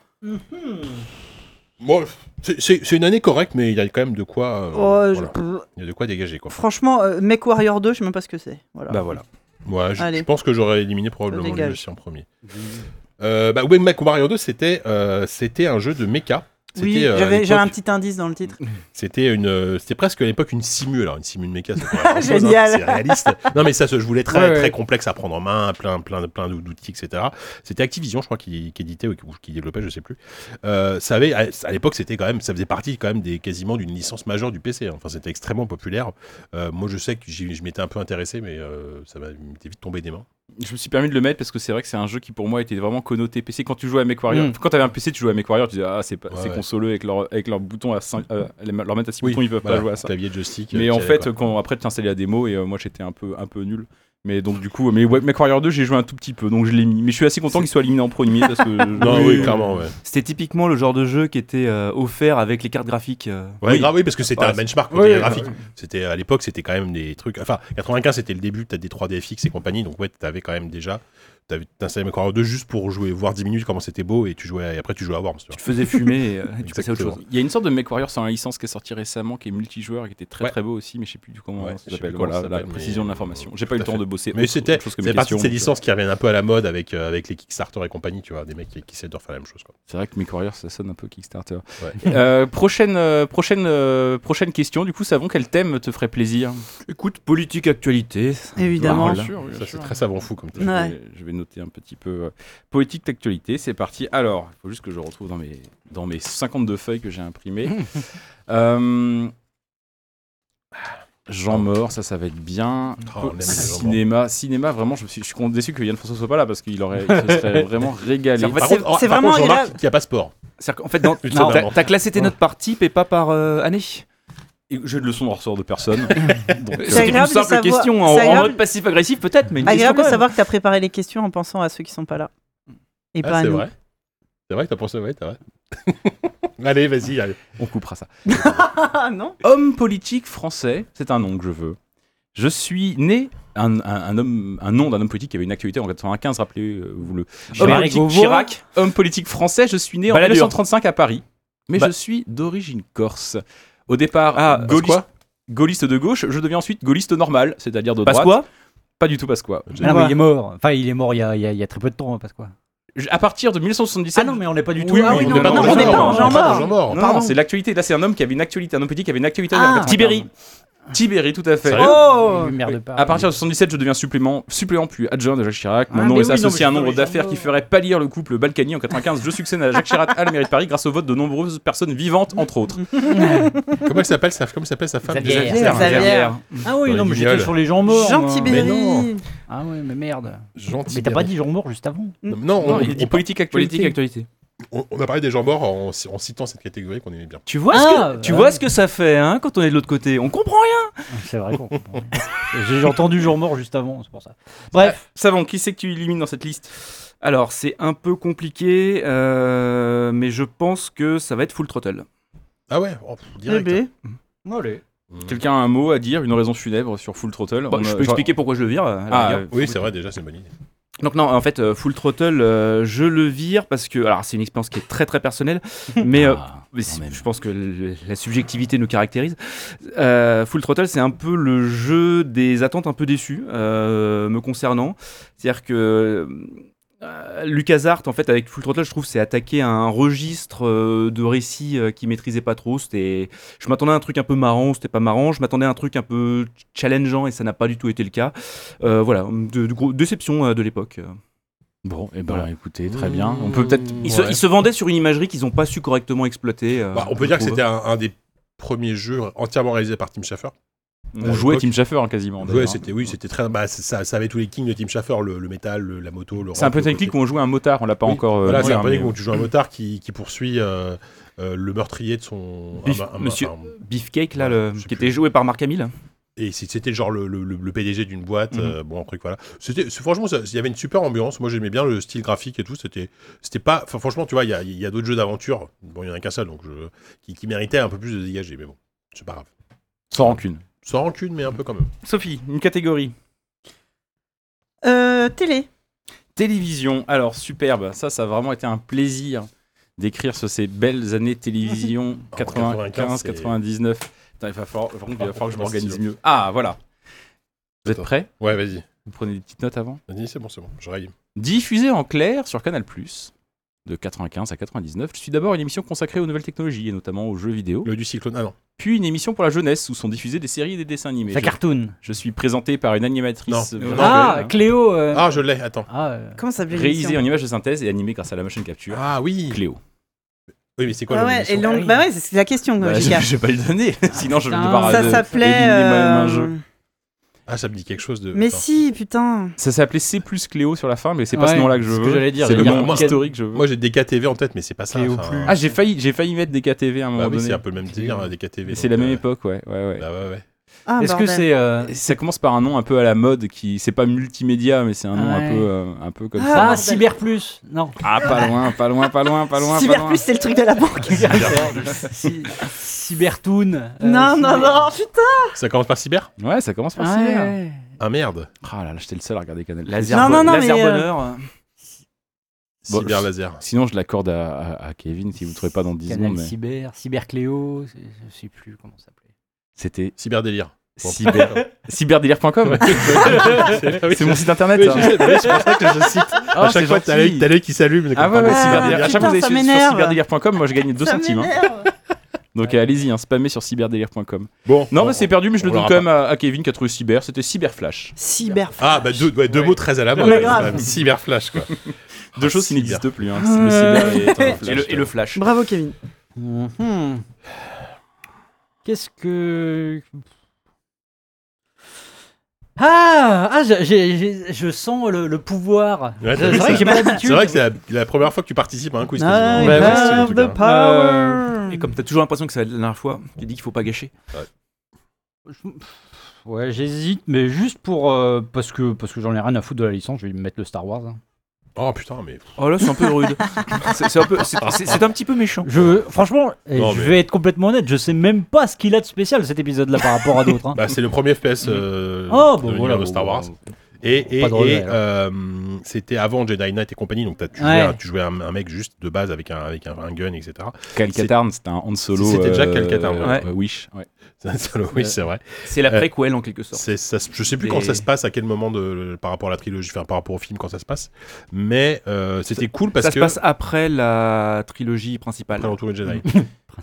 Speaker 1: Bon, c'est- c'est c'est une année correcte, mais il y a quand même de quoi. euh,
Speaker 6: Oh, je-
Speaker 1: voilà. Il y a de quoi dégager quoi.
Speaker 6: Franchement, euh, Mech Warrior 2, je sais même pas ce que c'est. Voilà.
Speaker 2: Bah voilà.
Speaker 1: Ouais, je,
Speaker 6: Allez.
Speaker 1: je pense que j'aurais éliminé probablement lui
Speaker 6: Dégage.
Speaker 1: aussi en premier. Euh, bah, Wave Mac Mario 2, c'était euh, c'était un jeu de mecha. C'était,
Speaker 6: oui,
Speaker 1: euh, à
Speaker 6: j'avais
Speaker 1: l'époque,
Speaker 6: j'avais un petit indice dans le titre.
Speaker 1: C'était une, euh, c'était presque à l'époque une simu alors une simu de méca. c'est pas grand-chose, hein,
Speaker 6: Génial.
Speaker 1: C'est réaliste. Non mais ça, se- je voulais très
Speaker 5: Ouais, ouais.
Speaker 1: très complexe à prendre en main, plein plein de- plein d'outils, etc. C'était Activision, je crois, qui, qui éditait ou qui, ou qui développait, je sais plus. Euh, ça avait, à, à l'époque, c'était quand même, ça faisait partie quand même des quasiment d'une licence majeure du PC. hein. Enfin, c'était extrêmement populaire. Euh, moi, je sais que j'y- je m'étais un peu intéressé, mais euh, ça m'a m'était vite tombé des mains.
Speaker 2: Je me suis permis de le mettre parce que c'est vrai que c'est un jeu qui pour moi était vraiment connoté PC. Quand tu jouais à MechWarrior,
Speaker 5: Mm.
Speaker 2: quand t'avais un PC, tu jouais à MechWarrior, tu disais ah c'est pas-
Speaker 1: Ouais,
Speaker 2: c'est
Speaker 1: ouais.
Speaker 2: consoleux avec leur avec leur bouton à 5 leur mettre à 6 boutons, ils peuvent
Speaker 1: voilà,
Speaker 2: pas jouer à ça.
Speaker 1: Clavier joystick. euh,
Speaker 2: Mais
Speaker 1: qui
Speaker 2: en
Speaker 1: avait,
Speaker 2: fait,
Speaker 1: quoi.
Speaker 2: quand après tu installais la démo et euh, moi j'étais un peu un peu nul. Mais donc du coup, mais ouais, MechWarrior 2, j'ai joué un tout petit peu, donc je l'ai mis. Mais je suis assez content qu'il soit éliminé en premier parce que
Speaker 1: non, oui,
Speaker 3: oui.
Speaker 1: clairement, ouais.
Speaker 3: C'était typiquement le genre de jeu qui était euh, offert avec les cartes graphiques. euh.
Speaker 1: Ouais,
Speaker 2: Oui.
Speaker 1: grave, oui, parce que c'était
Speaker 2: Ouais,
Speaker 1: un
Speaker 2: c'est-
Speaker 1: benchmark
Speaker 5: Oui,
Speaker 1: côté
Speaker 5: oui,
Speaker 1: graphique. C'était à l'époque, c'était quand même des trucs. Enfin, 95, c'était le début, t'as des 3DFX et compagnie, donc ouais, t'avais quand même déjà. T'avais installé MechWarrior 2 juste pour jouer, voir 10 minutes comment c'était beau, et tu jouais, et après tu jouais à Worms. Tu
Speaker 3: Tu
Speaker 1: vois.
Speaker 3: te faisais fumer et, euh, et tu passais à autre
Speaker 1: Exactement.
Speaker 3: chose.
Speaker 2: Il y a une sorte de MechWarrior sur la licence qui est sortie récemment, qui est multijoueur, qui était très
Speaker 1: Ouais.
Speaker 2: très beau aussi, mais je sais plus du comment
Speaker 1: Ouais, je sais
Speaker 2: ça s'appelle.
Speaker 1: plus comment
Speaker 2: Voilà,
Speaker 1: ça
Speaker 2: la
Speaker 1: s'appelle,
Speaker 2: précision
Speaker 1: mais-
Speaker 2: de l'information. J'ai pas eu le
Speaker 1: Tout à
Speaker 2: temps
Speaker 1: fait.
Speaker 2: de bosser.
Speaker 1: Mais
Speaker 2: autre-
Speaker 1: c'était
Speaker 2: autre chose que
Speaker 1: c'est
Speaker 2: mes
Speaker 1: partie de ces
Speaker 2: questions, donc, euh,
Speaker 1: licences qui reviennent un peu à la mode avec, euh, avec les Kickstarter et compagnie, tu vois, des mecs qui, qui essaient de refaire la même chose. Quoi.
Speaker 2: euh, C'est vrai que MechWarrior, ça sonne un peu Kickstarter.
Speaker 1: Ouais.
Speaker 2: Euh, prochaine, euh, prochaine, euh, prochaine question. Du coup, savons quel thème te ferait plaisir.
Speaker 3: Écoute, politique, actualité.
Speaker 6: Évidemment.
Speaker 3: Voilà.
Speaker 2: sûr, oui, bien
Speaker 1: Ça, c'est
Speaker 2: sûr.
Speaker 1: très savant fou comme
Speaker 2: Je
Speaker 1: titre.
Speaker 2: vais-
Speaker 6: Ouais.
Speaker 2: Je vais noter un petit peu euh, politique d'actualité. C'est parti. Alors, il faut juste que je retrouve dans mes, dans mes 52 feuilles que j'ai imprimées. Euh, Jean Mort, ça, ça va être bien.
Speaker 1: Oh, on aime les gens
Speaker 2: cinéma, cinéma, vraiment, je, me suis, je suis con- déçu que Yann François soit pas là parce qu'il aurait, il se serait vraiment régalé.
Speaker 3: En fait,
Speaker 1: Par
Speaker 6: c'est-
Speaker 1: contre, oh,
Speaker 6: c'est
Speaker 1: par
Speaker 6: vraiment
Speaker 1: contre, je remarque
Speaker 6: grave.
Speaker 1: qu'il n'y a pas sport.
Speaker 3: C'est-à-dire qu'en fait, dans-
Speaker 1: Putain,
Speaker 3: non, t'as
Speaker 1: maman.
Speaker 3: t'as classé tes notes par type et pas par euh, année.
Speaker 2: Et J'ai de leçons de ressort de personne. Donc, euh,
Speaker 6: C'est
Speaker 3: C'était une
Speaker 6: agréable de
Speaker 3: simple
Speaker 6: savoir-
Speaker 3: question,
Speaker 6: c'est
Speaker 3: en, en
Speaker 6: agréable-
Speaker 3: mode passif-agressif peut-être, mais une question
Speaker 6: Agréable
Speaker 3: quand
Speaker 6: de
Speaker 3: même.
Speaker 6: savoir que t'as préparé les questions en pensant à ceux qui sont pas là. Et pas
Speaker 1: Ah,
Speaker 6: à
Speaker 1: c'est
Speaker 6: nous.
Speaker 1: vrai. C'est vrai que t'as pensé, ouais, t'as vrai. allez, vas-y, allez.
Speaker 2: on coupera ça.
Speaker 6: Ah non
Speaker 2: Homme politique français, c'est un nom que je veux. Je suis né un, un- un homme, un nom d'un homme politique qui avait une actualité en 95, rappelez-vous le. Homme
Speaker 3: Chirac,
Speaker 2: politique,
Speaker 3: Gauvois.
Speaker 2: Chirac, homme politique français. Je suis né en
Speaker 3: Balladur.
Speaker 2: 1935 à Paris, mais
Speaker 3: Ba-
Speaker 2: je suis d'origine corse. Au départ,
Speaker 3: Ah,
Speaker 2: gaulliste,
Speaker 3: Pasqua
Speaker 2: gaulliste de gauche, je deviens ensuite gaulliste normal, c'est-à-dire de droite.
Speaker 3: Passe quoi
Speaker 2: Pas du tout Pasqua.
Speaker 5: Ah non,
Speaker 6: Ouais.
Speaker 5: mais il est mort. Enfin, il est mort il y a, il y a- il y a très peu de temps, hein, Pasqua.
Speaker 2: Je- À partir de 1977,
Speaker 5: Ah non, mais on n'est pas du tout.
Speaker 2: Oui,
Speaker 5: Ah
Speaker 2: oui,
Speaker 5: oui,
Speaker 2: on
Speaker 5: non,
Speaker 2: n'est pas
Speaker 5: non,
Speaker 2: dans
Speaker 5: on
Speaker 2: le
Speaker 5: n'est
Speaker 2: genre.
Speaker 5: pas
Speaker 1: On
Speaker 5: en
Speaker 1: n'est
Speaker 5: genre.
Speaker 1: pas dans
Speaker 6: mort.
Speaker 1: Jean Mort.
Speaker 2: Non,
Speaker 6: Pardon.
Speaker 2: non, Oh, c'est l'actualité. Là, c'est un homme qui avait une actualité, un homme politique qui avait une actualité. en
Speaker 6: Ah,
Speaker 2: 95.
Speaker 3: Tibéri.
Speaker 2: Tibéri, tout à fait.
Speaker 1: Sérieux
Speaker 6: Oh
Speaker 5: Merde de
Speaker 2: À partir de 77, je deviens supplément, suppléant puis adjoint de Jacques Chirac. Mon
Speaker 5: Ah,
Speaker 2: nom
Speaker 5: mais
Speaker 2: est
Speaker 5: oui, non, mais
Speaker 2: associé à un
Speaker 5: c'est
Speaker 2: nombre
Speaker 5: dans les
Speaker 2: d'affaires
Speaker 5: journaux.
Speaker 2: qui ferait pallir le couple Balkany en 95. Je succède à Jacques Chirac à la mairie de Paris grâce au vote de nombreuses personnes vivantes, entre autres.
Speaker 1: Comment elle s'appelle sa, comment s'appelle sa femme
Speaker 5: Xavier.
Speaker 1: déjà
Speaker 6: Xavier.
Speaker 5: Ah oui,
Speaker 1: Dans
Speaker 5: non,
Speaker 1: les
Speaker 5: mais j'étais
Speaker 1: guignols.
Speaker 5: sur les gens morts. moi.
Speaker 6: Gentil
Speaker 1: Mais non.
Speaker 6: Berry
Speaker 5: Ah ouais, mais merde.
Speaker 1: Gentil.
Speaker 5: Mais t'as pas dit gens morts juste avant
Speaker 1: Non, non, on,
Speaker 2: Non, il
Speaker 1: on-
Speaker 2: dit
Speaker 1: on-
Speaker 2: politique
Speaker 3: Politique,
Speaker 2: actualité.
Speaker 3: actualité.
Speaker 1: on- on a parlé des gens morts en, en citant cette catégorie qu'on aimait bien.
Speaker 3: Tu vois,
Speaker 5: Ah,
Speaker 3: ce, que, tu
Speaker 5: ouais.
Speaker 3: vois ce que ça fait hein, quand on est de l'autre côté. On comprend rien.
Speaker 5: C'est vrai qu'on. J'ai j'ai entendu gens morts juste avant, c'est pour ça. Bref,
Speaker 2: Savant, qui c'est que tu élimines dans cette liste
Speaker 3: Alors, c'est un peu compliqué, euh, mais je pense que ça va être full throttle.
Speaker 1: Ah ouais, oh, pff,
Speaker 5: Eh
Speaker 1: direct.
Speaker 5: ben.
Speaker 6: Bébé.
Speaker 5: Mmh. allez.
Speaker 1: Mm.
Speaker 2: Quelqu'un a un mot à dire, une raison funèbre sur Full Throttle
Speaker 3: Bon,
Speaker 2: On
Speaker 3: Bah, je
Speaker 2: a-
Speaker 3: peux expliquer pourquoi je le vire. euh, à la
Speaker 2: euh, Ah,
Speaker 3: rigueur.
Speaker 1: Oui, c'est vrai, déjà, c'est une bonne idée.
Speaker 3: Donc non, en fait, euh, Full Throttle, euh, je le vire parce que, alors c'est une expérience qui est très très personnelle, mais, euh, mais c'est- je pense que le- la subjectivité nous caractérise. Euh, Full Throttle, c'est un peu le jeu des attentes un peu déçues euh, me concernant. C'est-à-dire que euh, LucasArts, en fait, avec Full Throttle, je trouve, c'est attaquer à un registre euh, de récits euh, qui maîtrisait pas trop. C'était, je m'attendais à un truc un peu marrant, c'était pas marrant. Je m'attendais à un truc un peu challengeant et ça n'a pas du tout été le cas. Euh, voilà, de, de gros- déception euh, de l'époque.
Speaker 2: Bon, et ben
Speaker 3: Voilà.
Speaker 2: écoutez, très bien.
Speaker 1: Mmh.
Speaker 2: On peut peut-être.
Speaker 3: Ils, se,
Speaker 1: Ouais.
Speaker 3: ils se vendaient sur une imagerie qu'ils n'ont pas su correctement exploiter. euh,
Speaker 1: Bah, on
Speaker 3: je
Speaker 1: peut dire que
Speaker 3: trouve.
Speaker 1: c'était un, un des premiers jeux entièrement réalisés par Tim Schafer.
Speaker 2: On jouait
Speaker 1: l'époque-
Speaker 2: Tim Schafer hein, quasiment.
Speaker 1: Ouais,
Speaker 2: d'ailleurs.
Speaker 1: c'était, oui, c'était très. Bah, c'est- ça, ça avait tous les kings de Tim Schafer, le, le métal, le- la moto, le.
Speaker 2: C'est un
Speaker 1: rock, le
Speaker 2: peu
Speaker 1: côté-
Speaker 2: technique où on jouait un motard, on l'a pas
Speaker 1: Oui,
Speaker 2: encore. euh,
Speaker 1: Voilà, c'est
Speaker 2: montré,
Speaker 1: un peu
Speaker 2: mais-
Speaker 1: technique où tu joues un motard qui, qui poursuit euh, euh, le meurtrier de son.
Speaker 3: Bif-
Speaker 1: un- un- un-
Speaker 3: Monsieur-
Speaker 1: un-
Speaker 3: Beefcake, là,
Speaker 1: Ouais,
Speaker 3: le-
Speaker 1: je sais
Speaker 3: qui
Speaker 1: plus.
Speaker 3: était joué par Marc Hamill.
Speaker 1: Et si c'était genre le, le- le- le PDG d'une boîte, euh, bon, un truc, voilà. C'était, c'est- franchement, ça- il y avait une super ambiance. Moi, j'aimais bien le style graphique et tout. C'était, c'était pas, enfin, franchement, tu vois, il y a, il y a d'autres jeux d'aventure. Bon, il y en a qu'un seul, donc je- qui, qui méritait un peu plus de dégager, mais bon, c'est pas grave.
Speaker 2: Sans rancune.
Speaker 1: Sans rancune, mais un peu quand même.
Speaker 2: Sophie, une catégorie.
Speaker 6: Euh, télé.
Speaker 2: Télévision, alors superbe, ça ça a vraiment été un plaisir d'écrire sur ces belles années télévision
Speaker 1: En 95,
Speaker 2: 95,
Speaker 1: c'est-
Speaker 2: 99. Putain, il va falloir, par contre, il va
Speaker 1: Par
Speaker 2: falloir que
Speaker 1: contre,
Speaker 2: je
Speaker 1: c'est
Speaker 2: m'organise
Speaker 1: stylo.
Speaker 2: mieux. Ah voilà. Vous êtes
Speaker 1: Attends.
Speaker 2: prêts
Speaker 1: Ouais, vas-y.
Speaker 2: Vous prenez des petites notes avant
Speaker 1: Vas-y, c'est bon, c'est bon. Je raille.
Speaker 2: Diffusée en clair sur Canal+, de 95 à 99, je suis d'abord une émission consacrée aux nouvelles technologies et notamment aux jeux vidéo,
Speaker 1: Le du cyclone. Ah non.
Speaker 2: puis une émission pour la jeunesse où sont diffusées des séries et des dessins animés.
Speaker 5: Sa
Speaker 2: Je-
Speaker 5: cartoon.
Speaker 2: Je suis présenté par une animatrice
Speaker 1: Non.
Speaker 2: euh,
Speaker 1: Non.
Speaker 5: Ah,
Speaker 2: nouvelle,
Speaker 5: Cléo. euh,
Speaker 1: Ah, je l'ai. Attends.
Speaker 5: ah, euh,
Speaker 6: Comment ça s'appelle
Speaker 2: réalisée en images de synthèse et animée grâce à la machine capture.
Speaker 1: Ah oui.
Speaker 2: Cléo.
Speaker 1: Oui, mais c'est quoi
Speaker 6: ah
Speaker 1: le
Speaker 6: ouais, et l'angle-
Speaker 5: Ah oui.
Speaker 6: Bah ouais, c'est la question,
Speaker 2: Bah, je,
Speaker 6: JK.
Speaker 2: je vais pas le donner, sinon je vais
Speaker 5: putain.
Speaker 2: devoir
Speaker 6: Ça
Speaker 2: euh,
Speaker 6: s'appelait.
Speaker 2: éliminer moi-même un
Speaker 6: euh,
Speaker 2: jeu.
Speaker 1: Ah, ça me dit quelque chose de.
Speaker 6: Mais
Speaker 1: Attends.
Speaker 6: si, putain.
Speaker 2: Ça s'appelait C plus Cléo sur la fin, mais c'est pas ce
Speaker 5: Ouais,
Speaker 2: nom-là que je
Speaker 5: c'est ce
Speaker 2: veux.
Speaker 5: que j'allais dire,
Speaker 2: C'est le
Speaker 1: j'allais
Speaker 2: nom
Speaker 1: dire Ken.
Speaker 2: historique que je veux.
Speaker 1: Moi, j'ai DKTV en tête, mais c'est pas ça.
Speaker 5: Cléo
Speaker 1: enfin.
Speaker 5: plus.
Speaker 2: ah, j'ai failli, j'ai failli mettre des KTV à un moment
Speaker 1: Bah oui,
Speaker 2: donné.
Speaker 1: c'est un peu le même délire, hein, DKTV.
Speaker 2: Et c'est la
Speaker 1: donc,
Speaker 2: même
Speaker 1: euh,
Speaker 2: époque, ouais, ouais, ouais.
Speaker 1: Bah ouais, ouais.
Speaker 6: Ah,
Speaker 5: Est-ce que
Speaker 6: bordel.
Speaker 5: c'est. euh,
Speaker 2: Et Ça commence par un nom un peu à la mode, qui c'est pas multimédia, mais c'est un nom un
Speaker 5: Ouais.
Speaker 2: peu, euh, un peu comme
Speaker 6: Ah,
Speaker 2: ça.
Speaker 5: Ah,
Speaker 6: bordel.
Speaker 5: Cyber Plus Non.
Speaker 2: Ah, pas loin, pas loin, pas loin, pas loin, pas
Speaker 6: Cyber
Speaker 2: loin.
Speaker 6: Plus, c'est le truc de la banque.
Speaker 5: Cy- Cybertoon. euh,
Speaker 6: non, non,
Speaker 5: Cyber-
Speaker 6: non, putain.
Speaker 1: Ça commence par cyber
Speaker 2: Ouais, ça commence par
Speaker 5: Ouais,
Speaker 2: ça.
Speaker 5: ouais.
Speaker 1: Ah merde.
Speaker 2: Ah là là, j'étais le seul à regarder Canal.
Speaker 3: Laser,
Speaker 6: Non,
Speaker 3: Bo-
Speaker 6: non, non,
Speaker 3: Laser
Speaker 6: mais, euh,
Speaker 3: Bonheur.
Speaker 2: Bon,
Speaker 1: cyber laser.
Speaker 2: Sinon, je l'accorde à, à- à Kevin si vous le trouvez pas dans 10
Speaker 5: Canal
Speaker 2: secondes. mais
Speaker 5: Cyber, Cyber Cléo, c'est- je sais plus comment ça s'appelait.
Speaker 2: C'était
Speaker 1: Cyber délire. Bon.
Speaker 2: cyber... cyberdélire.com. C'est mon site internet.
Speaker 3: hein.
Speaker 1: Oui,
Speaker 2: ça.
Speaker 1: je sais, mais c'est pour ça que je cite.
Speaker 2: Ah,
Speaker 1: à chaque
Speaker 2: c'est
Speaker 1: fois, t'as l'œil
Speaker 2: gentil.
Speaker 1: t'as l'œil qui s'allume.
Speaker 2: Ah ouais,
Speaker 1: Pardon.
Speaker 2: ouais,
Speaker 6: Ah,
Speaker 2: cyberdélire. À chaque fois que vous
Speaker 6: putain,
Speaker 2: allez sur,
Speaker 6: ça
Speaker 2: sur
Speaker 6: m'énerve.
Speaker 2: cyberdélire.com, moi je gagne 2
Speaker 6: Ça
Speaker 2: centimes. hein.
Speaker 6: m'énerve.
Speaker 2: Donc euh, allez-y, hein, spammez sur cyberdélire.com.
Speaker 1: Bon.
Speaker 2: Non, mais
Speaker 1: on-
Speaker 2: c'est perdu, mais
Speaker 1: Oh.
Speaker 2: je
Speaker 1: on
Speaker 2: le donne
Speaker 1: l'aura
Speaker 2: quand même à, à Kevin qui a trouvé cyber. C'était cyberflash.
Speaker 6: Cyber.
Speaker 1: Ah, bah deux, ouais, deux
Speaker 5: Ouais.
Speaker 1: mots très à la mode.
Speaker 6: Mais
Speaker 1: ouais,
Speaker 6: grave.
Speaker 1: quand même. Cyber flash, quoi.
Speaker 2: Deux
Speaker 1: Ah,
Speaker 2: choses qui
Speaker 1: cyber.
Speaker 2: n'existent plus. hein.
Speaker 6: Euh.
Speaker 2: Le cyber et-
Speaker 1: Attends,
Speaker 2: et, le, et le flash.
Speaker 6: Bravo, Kevin.
Speaker 5: Mhm. Qu'est-ce que. Ah, ah j'ai- j'ai- j'ai- je sens le, le pouvoir.
Speaker 1: Ouais, t'as
Speaker 5: c'est
Speaker 1: vu,
Speaker 5: vrai que
Speaker 1: ça-
Speaker 5: j'ai pas
Speaker 1: C'est
Speaker 5: l'habitude.
Speaker 1: vrai que c'est la, la première fois que tu participes à un
Speaker 2: Ah,
Speaker 1: quiz.
Speaker 6: Ah, I
Speaker 1: quasiment.
Speaker 5: ouais,
Speaker 2: bah,
Speaker 5: ouais,
Speaker 1: c'est le
Speaker 6: have
Speaker 1: truc,
Speaker 6: the
Speaker 1: hein.
Speaker 6: power.
Speaker 3: Et comme t'as toujours l'impression que c'est la dernière fois, tu dis qu'il faut pas gâcher.
Speaker 5: Ouais, j'hésite, mais juste pour. euh, parce que, parce que j'en ai rien à foutre de la licence, je vais mettre le Star Wars. hein.
Speaker 1: Oh putain, mais.
Speaker 3: Oh là, c'est un peu rude. C'est c'est un, peu-
Speaker 1: Ah.
Speaker 3: c'est- c'est- c'est un petit peu méchant.
Speaker 5: Je, franchement, eh,
Speaker 1: Non,
Speaker 5: je
Speaker 1: mais-
Speaker 5: vais être complètement honnête, je sais même pas ce qu'il a de spécial cet épisode-là par rapport à d'autres. hein.
Speaker 1: Bah, c'est le premier FPS
Speaker 2: Mm.
Speaker 1: euh,
Speaker 5: Oh,
Speaker 1: de
Speaker 5: bon,
Speaker 1: l'univers
Speaker 5: voilà,
Speaker 1: de
Speaker 5: bon,
Speaker 1: Star Wars.
Speaker 5: bon, bon.
Speaker 1: Et, et-
Speaker 5: Pas de regret,
Speaker 1: et, euh, c'était avant Jedi Knight et compagnie, donc t'as- tu jouais,
Speaker 5: Ouais.
Speaker 1: un, tu jouais un, un mec juste de base avec un, avec un, un gun, etc.
Speaker 2: Cal
Speaker 1: C'est-
Speaker 2: Katarn, c'était un Han Solo.
Speaker 1: C'était déjà Cal Katarn,
Speaker 2: euh,
Speaker 3: ouais.
Speaker 2: euh, Wish. ouais.
Speaker 1: oui, c'est vrai.
Speaker 3: C'est la
Speaker 1: Euh,
Speaker 3: préquelle en quelque sorte.
Speaker 1: C'est, ça, se- je sais plus quand
Speaker 3: Des-
Speaker 1: ça se passe, à quel moment de, par rapport à la trilogie, enfin, par rapport au film, quand ça se passe. Mais euh, c'était cool parce
Speaker 3: Ça se
Speaker 1: que.
Speaker 3: passe après la trilogie principale.
Speaker 1: Après le retour des Jedi.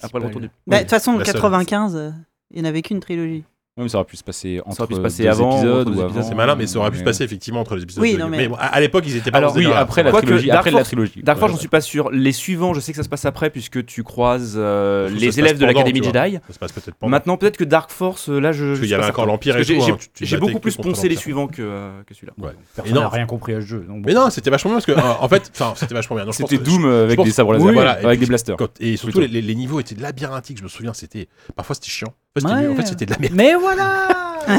Speaker 3: Après le retour du.
Speaker 6: Bah, De toute façon,
Speaker 1: La seule.
Speaker 6: 95, euh, il n'y en avait qu'une trilogie.
Speaker 2: Ouais, mais ça aurait pu se passer entre
Speaker 3: aurait pu se passer
Speaker 2: deux
Speaker 3: avant,
Speaker 2: épisodes
Speaker 3: entre deux
Speaker 2: ou
Speaker 3: épisodes,
Speaker 2: avant.
Speaker 1: c'est malin, mais ça aurait pu se passer effectivement entre les épisodes.
Speaker 6: Oui,
Speaker 1: de-
Speaker 6: non, mais-
Speaker 1: bon, à, à l'époque, ils étaient pas
Speaker 3: Alors,
Speaker 1: dans hein. ce
Speaker 2: Oui,
Speaker 1: délire-là.
Speaker 2: après la
Speaker 1: Ouais.
Speaker 3: Quoique
Speaker 2: trilogie.
Speaker 3: Dark
Speaker 2: Après la
Speaker 3: Force-
Speaker 2: trilogie.
Speaker 3: Dark Force,
Speaker 1: Ouais,
Speaker 3: j'en suis pas sûr. Les suivants, je sais que ça se passe après, puisque tu croises euh,
Speaker 1: Ça se passe
Speaker 3: les élèves de
Speaker 1: pendant,
Speaker 3: l'Académie
Speaker 1: tu vois.
Speaker 3: Jedi.
Speaker 1: Ça se passe peut-être pendant.
Speaker 3: Maintenant, peut-être que Dark Force, euh, là, je. je
Speaker 1: Parce qu'il y
Speaker 3: suis
Speaker 1: avait
Speaker 3: pas
Speaker 1: encore
Speaker 3: certain.
Speaker 1: l'Empire et
Speaker 3: Parce que
Speaker 1: tout.
Speaker 3: j'ai-
Speaker 1: hein, tu- tu
Speaker 3: J'ai
Speaker 1: battais
Speaker 3: beaucoup plus
Speaker 1: tous contre
Speaker 3: poncé les
Speaker 1: l'Empire.
Speaker 3: suivants que, euh, que celui-là.
Speaker 1: Ouais. Et
Speaker 5: Personne
Speaker 1: non,
Speaker 5: n'a rien compris à ce jeu. donc bon.
Speaker 1: mais non, c'était vachement bien parce que euh, en fait, enfin, c'était vachement bien. Non, je pense
Speaker 2: C'était
Speaker 1: que-
Speaker 2: Doom euh, avec
Speaker 1: pense-
Speaker 2: des sabres laser,
Speaker 1: Oui,
Speaker 2: voilà,
Speaker 1: et puis-
Speaker 2: avec des blasters.
Speaker 1: Quand- et surtout,
Speaker 2: Plutôt.
Speaker 1: les, les- les niveaux étaient labyrinthiques, je me souviens, c'était parfois c'était chiant. Parfois, c'était
Speaker 5: Ouais.
Speaker 1: nul. En fait, c'était de la merde.
Speaker 5: Mais voilà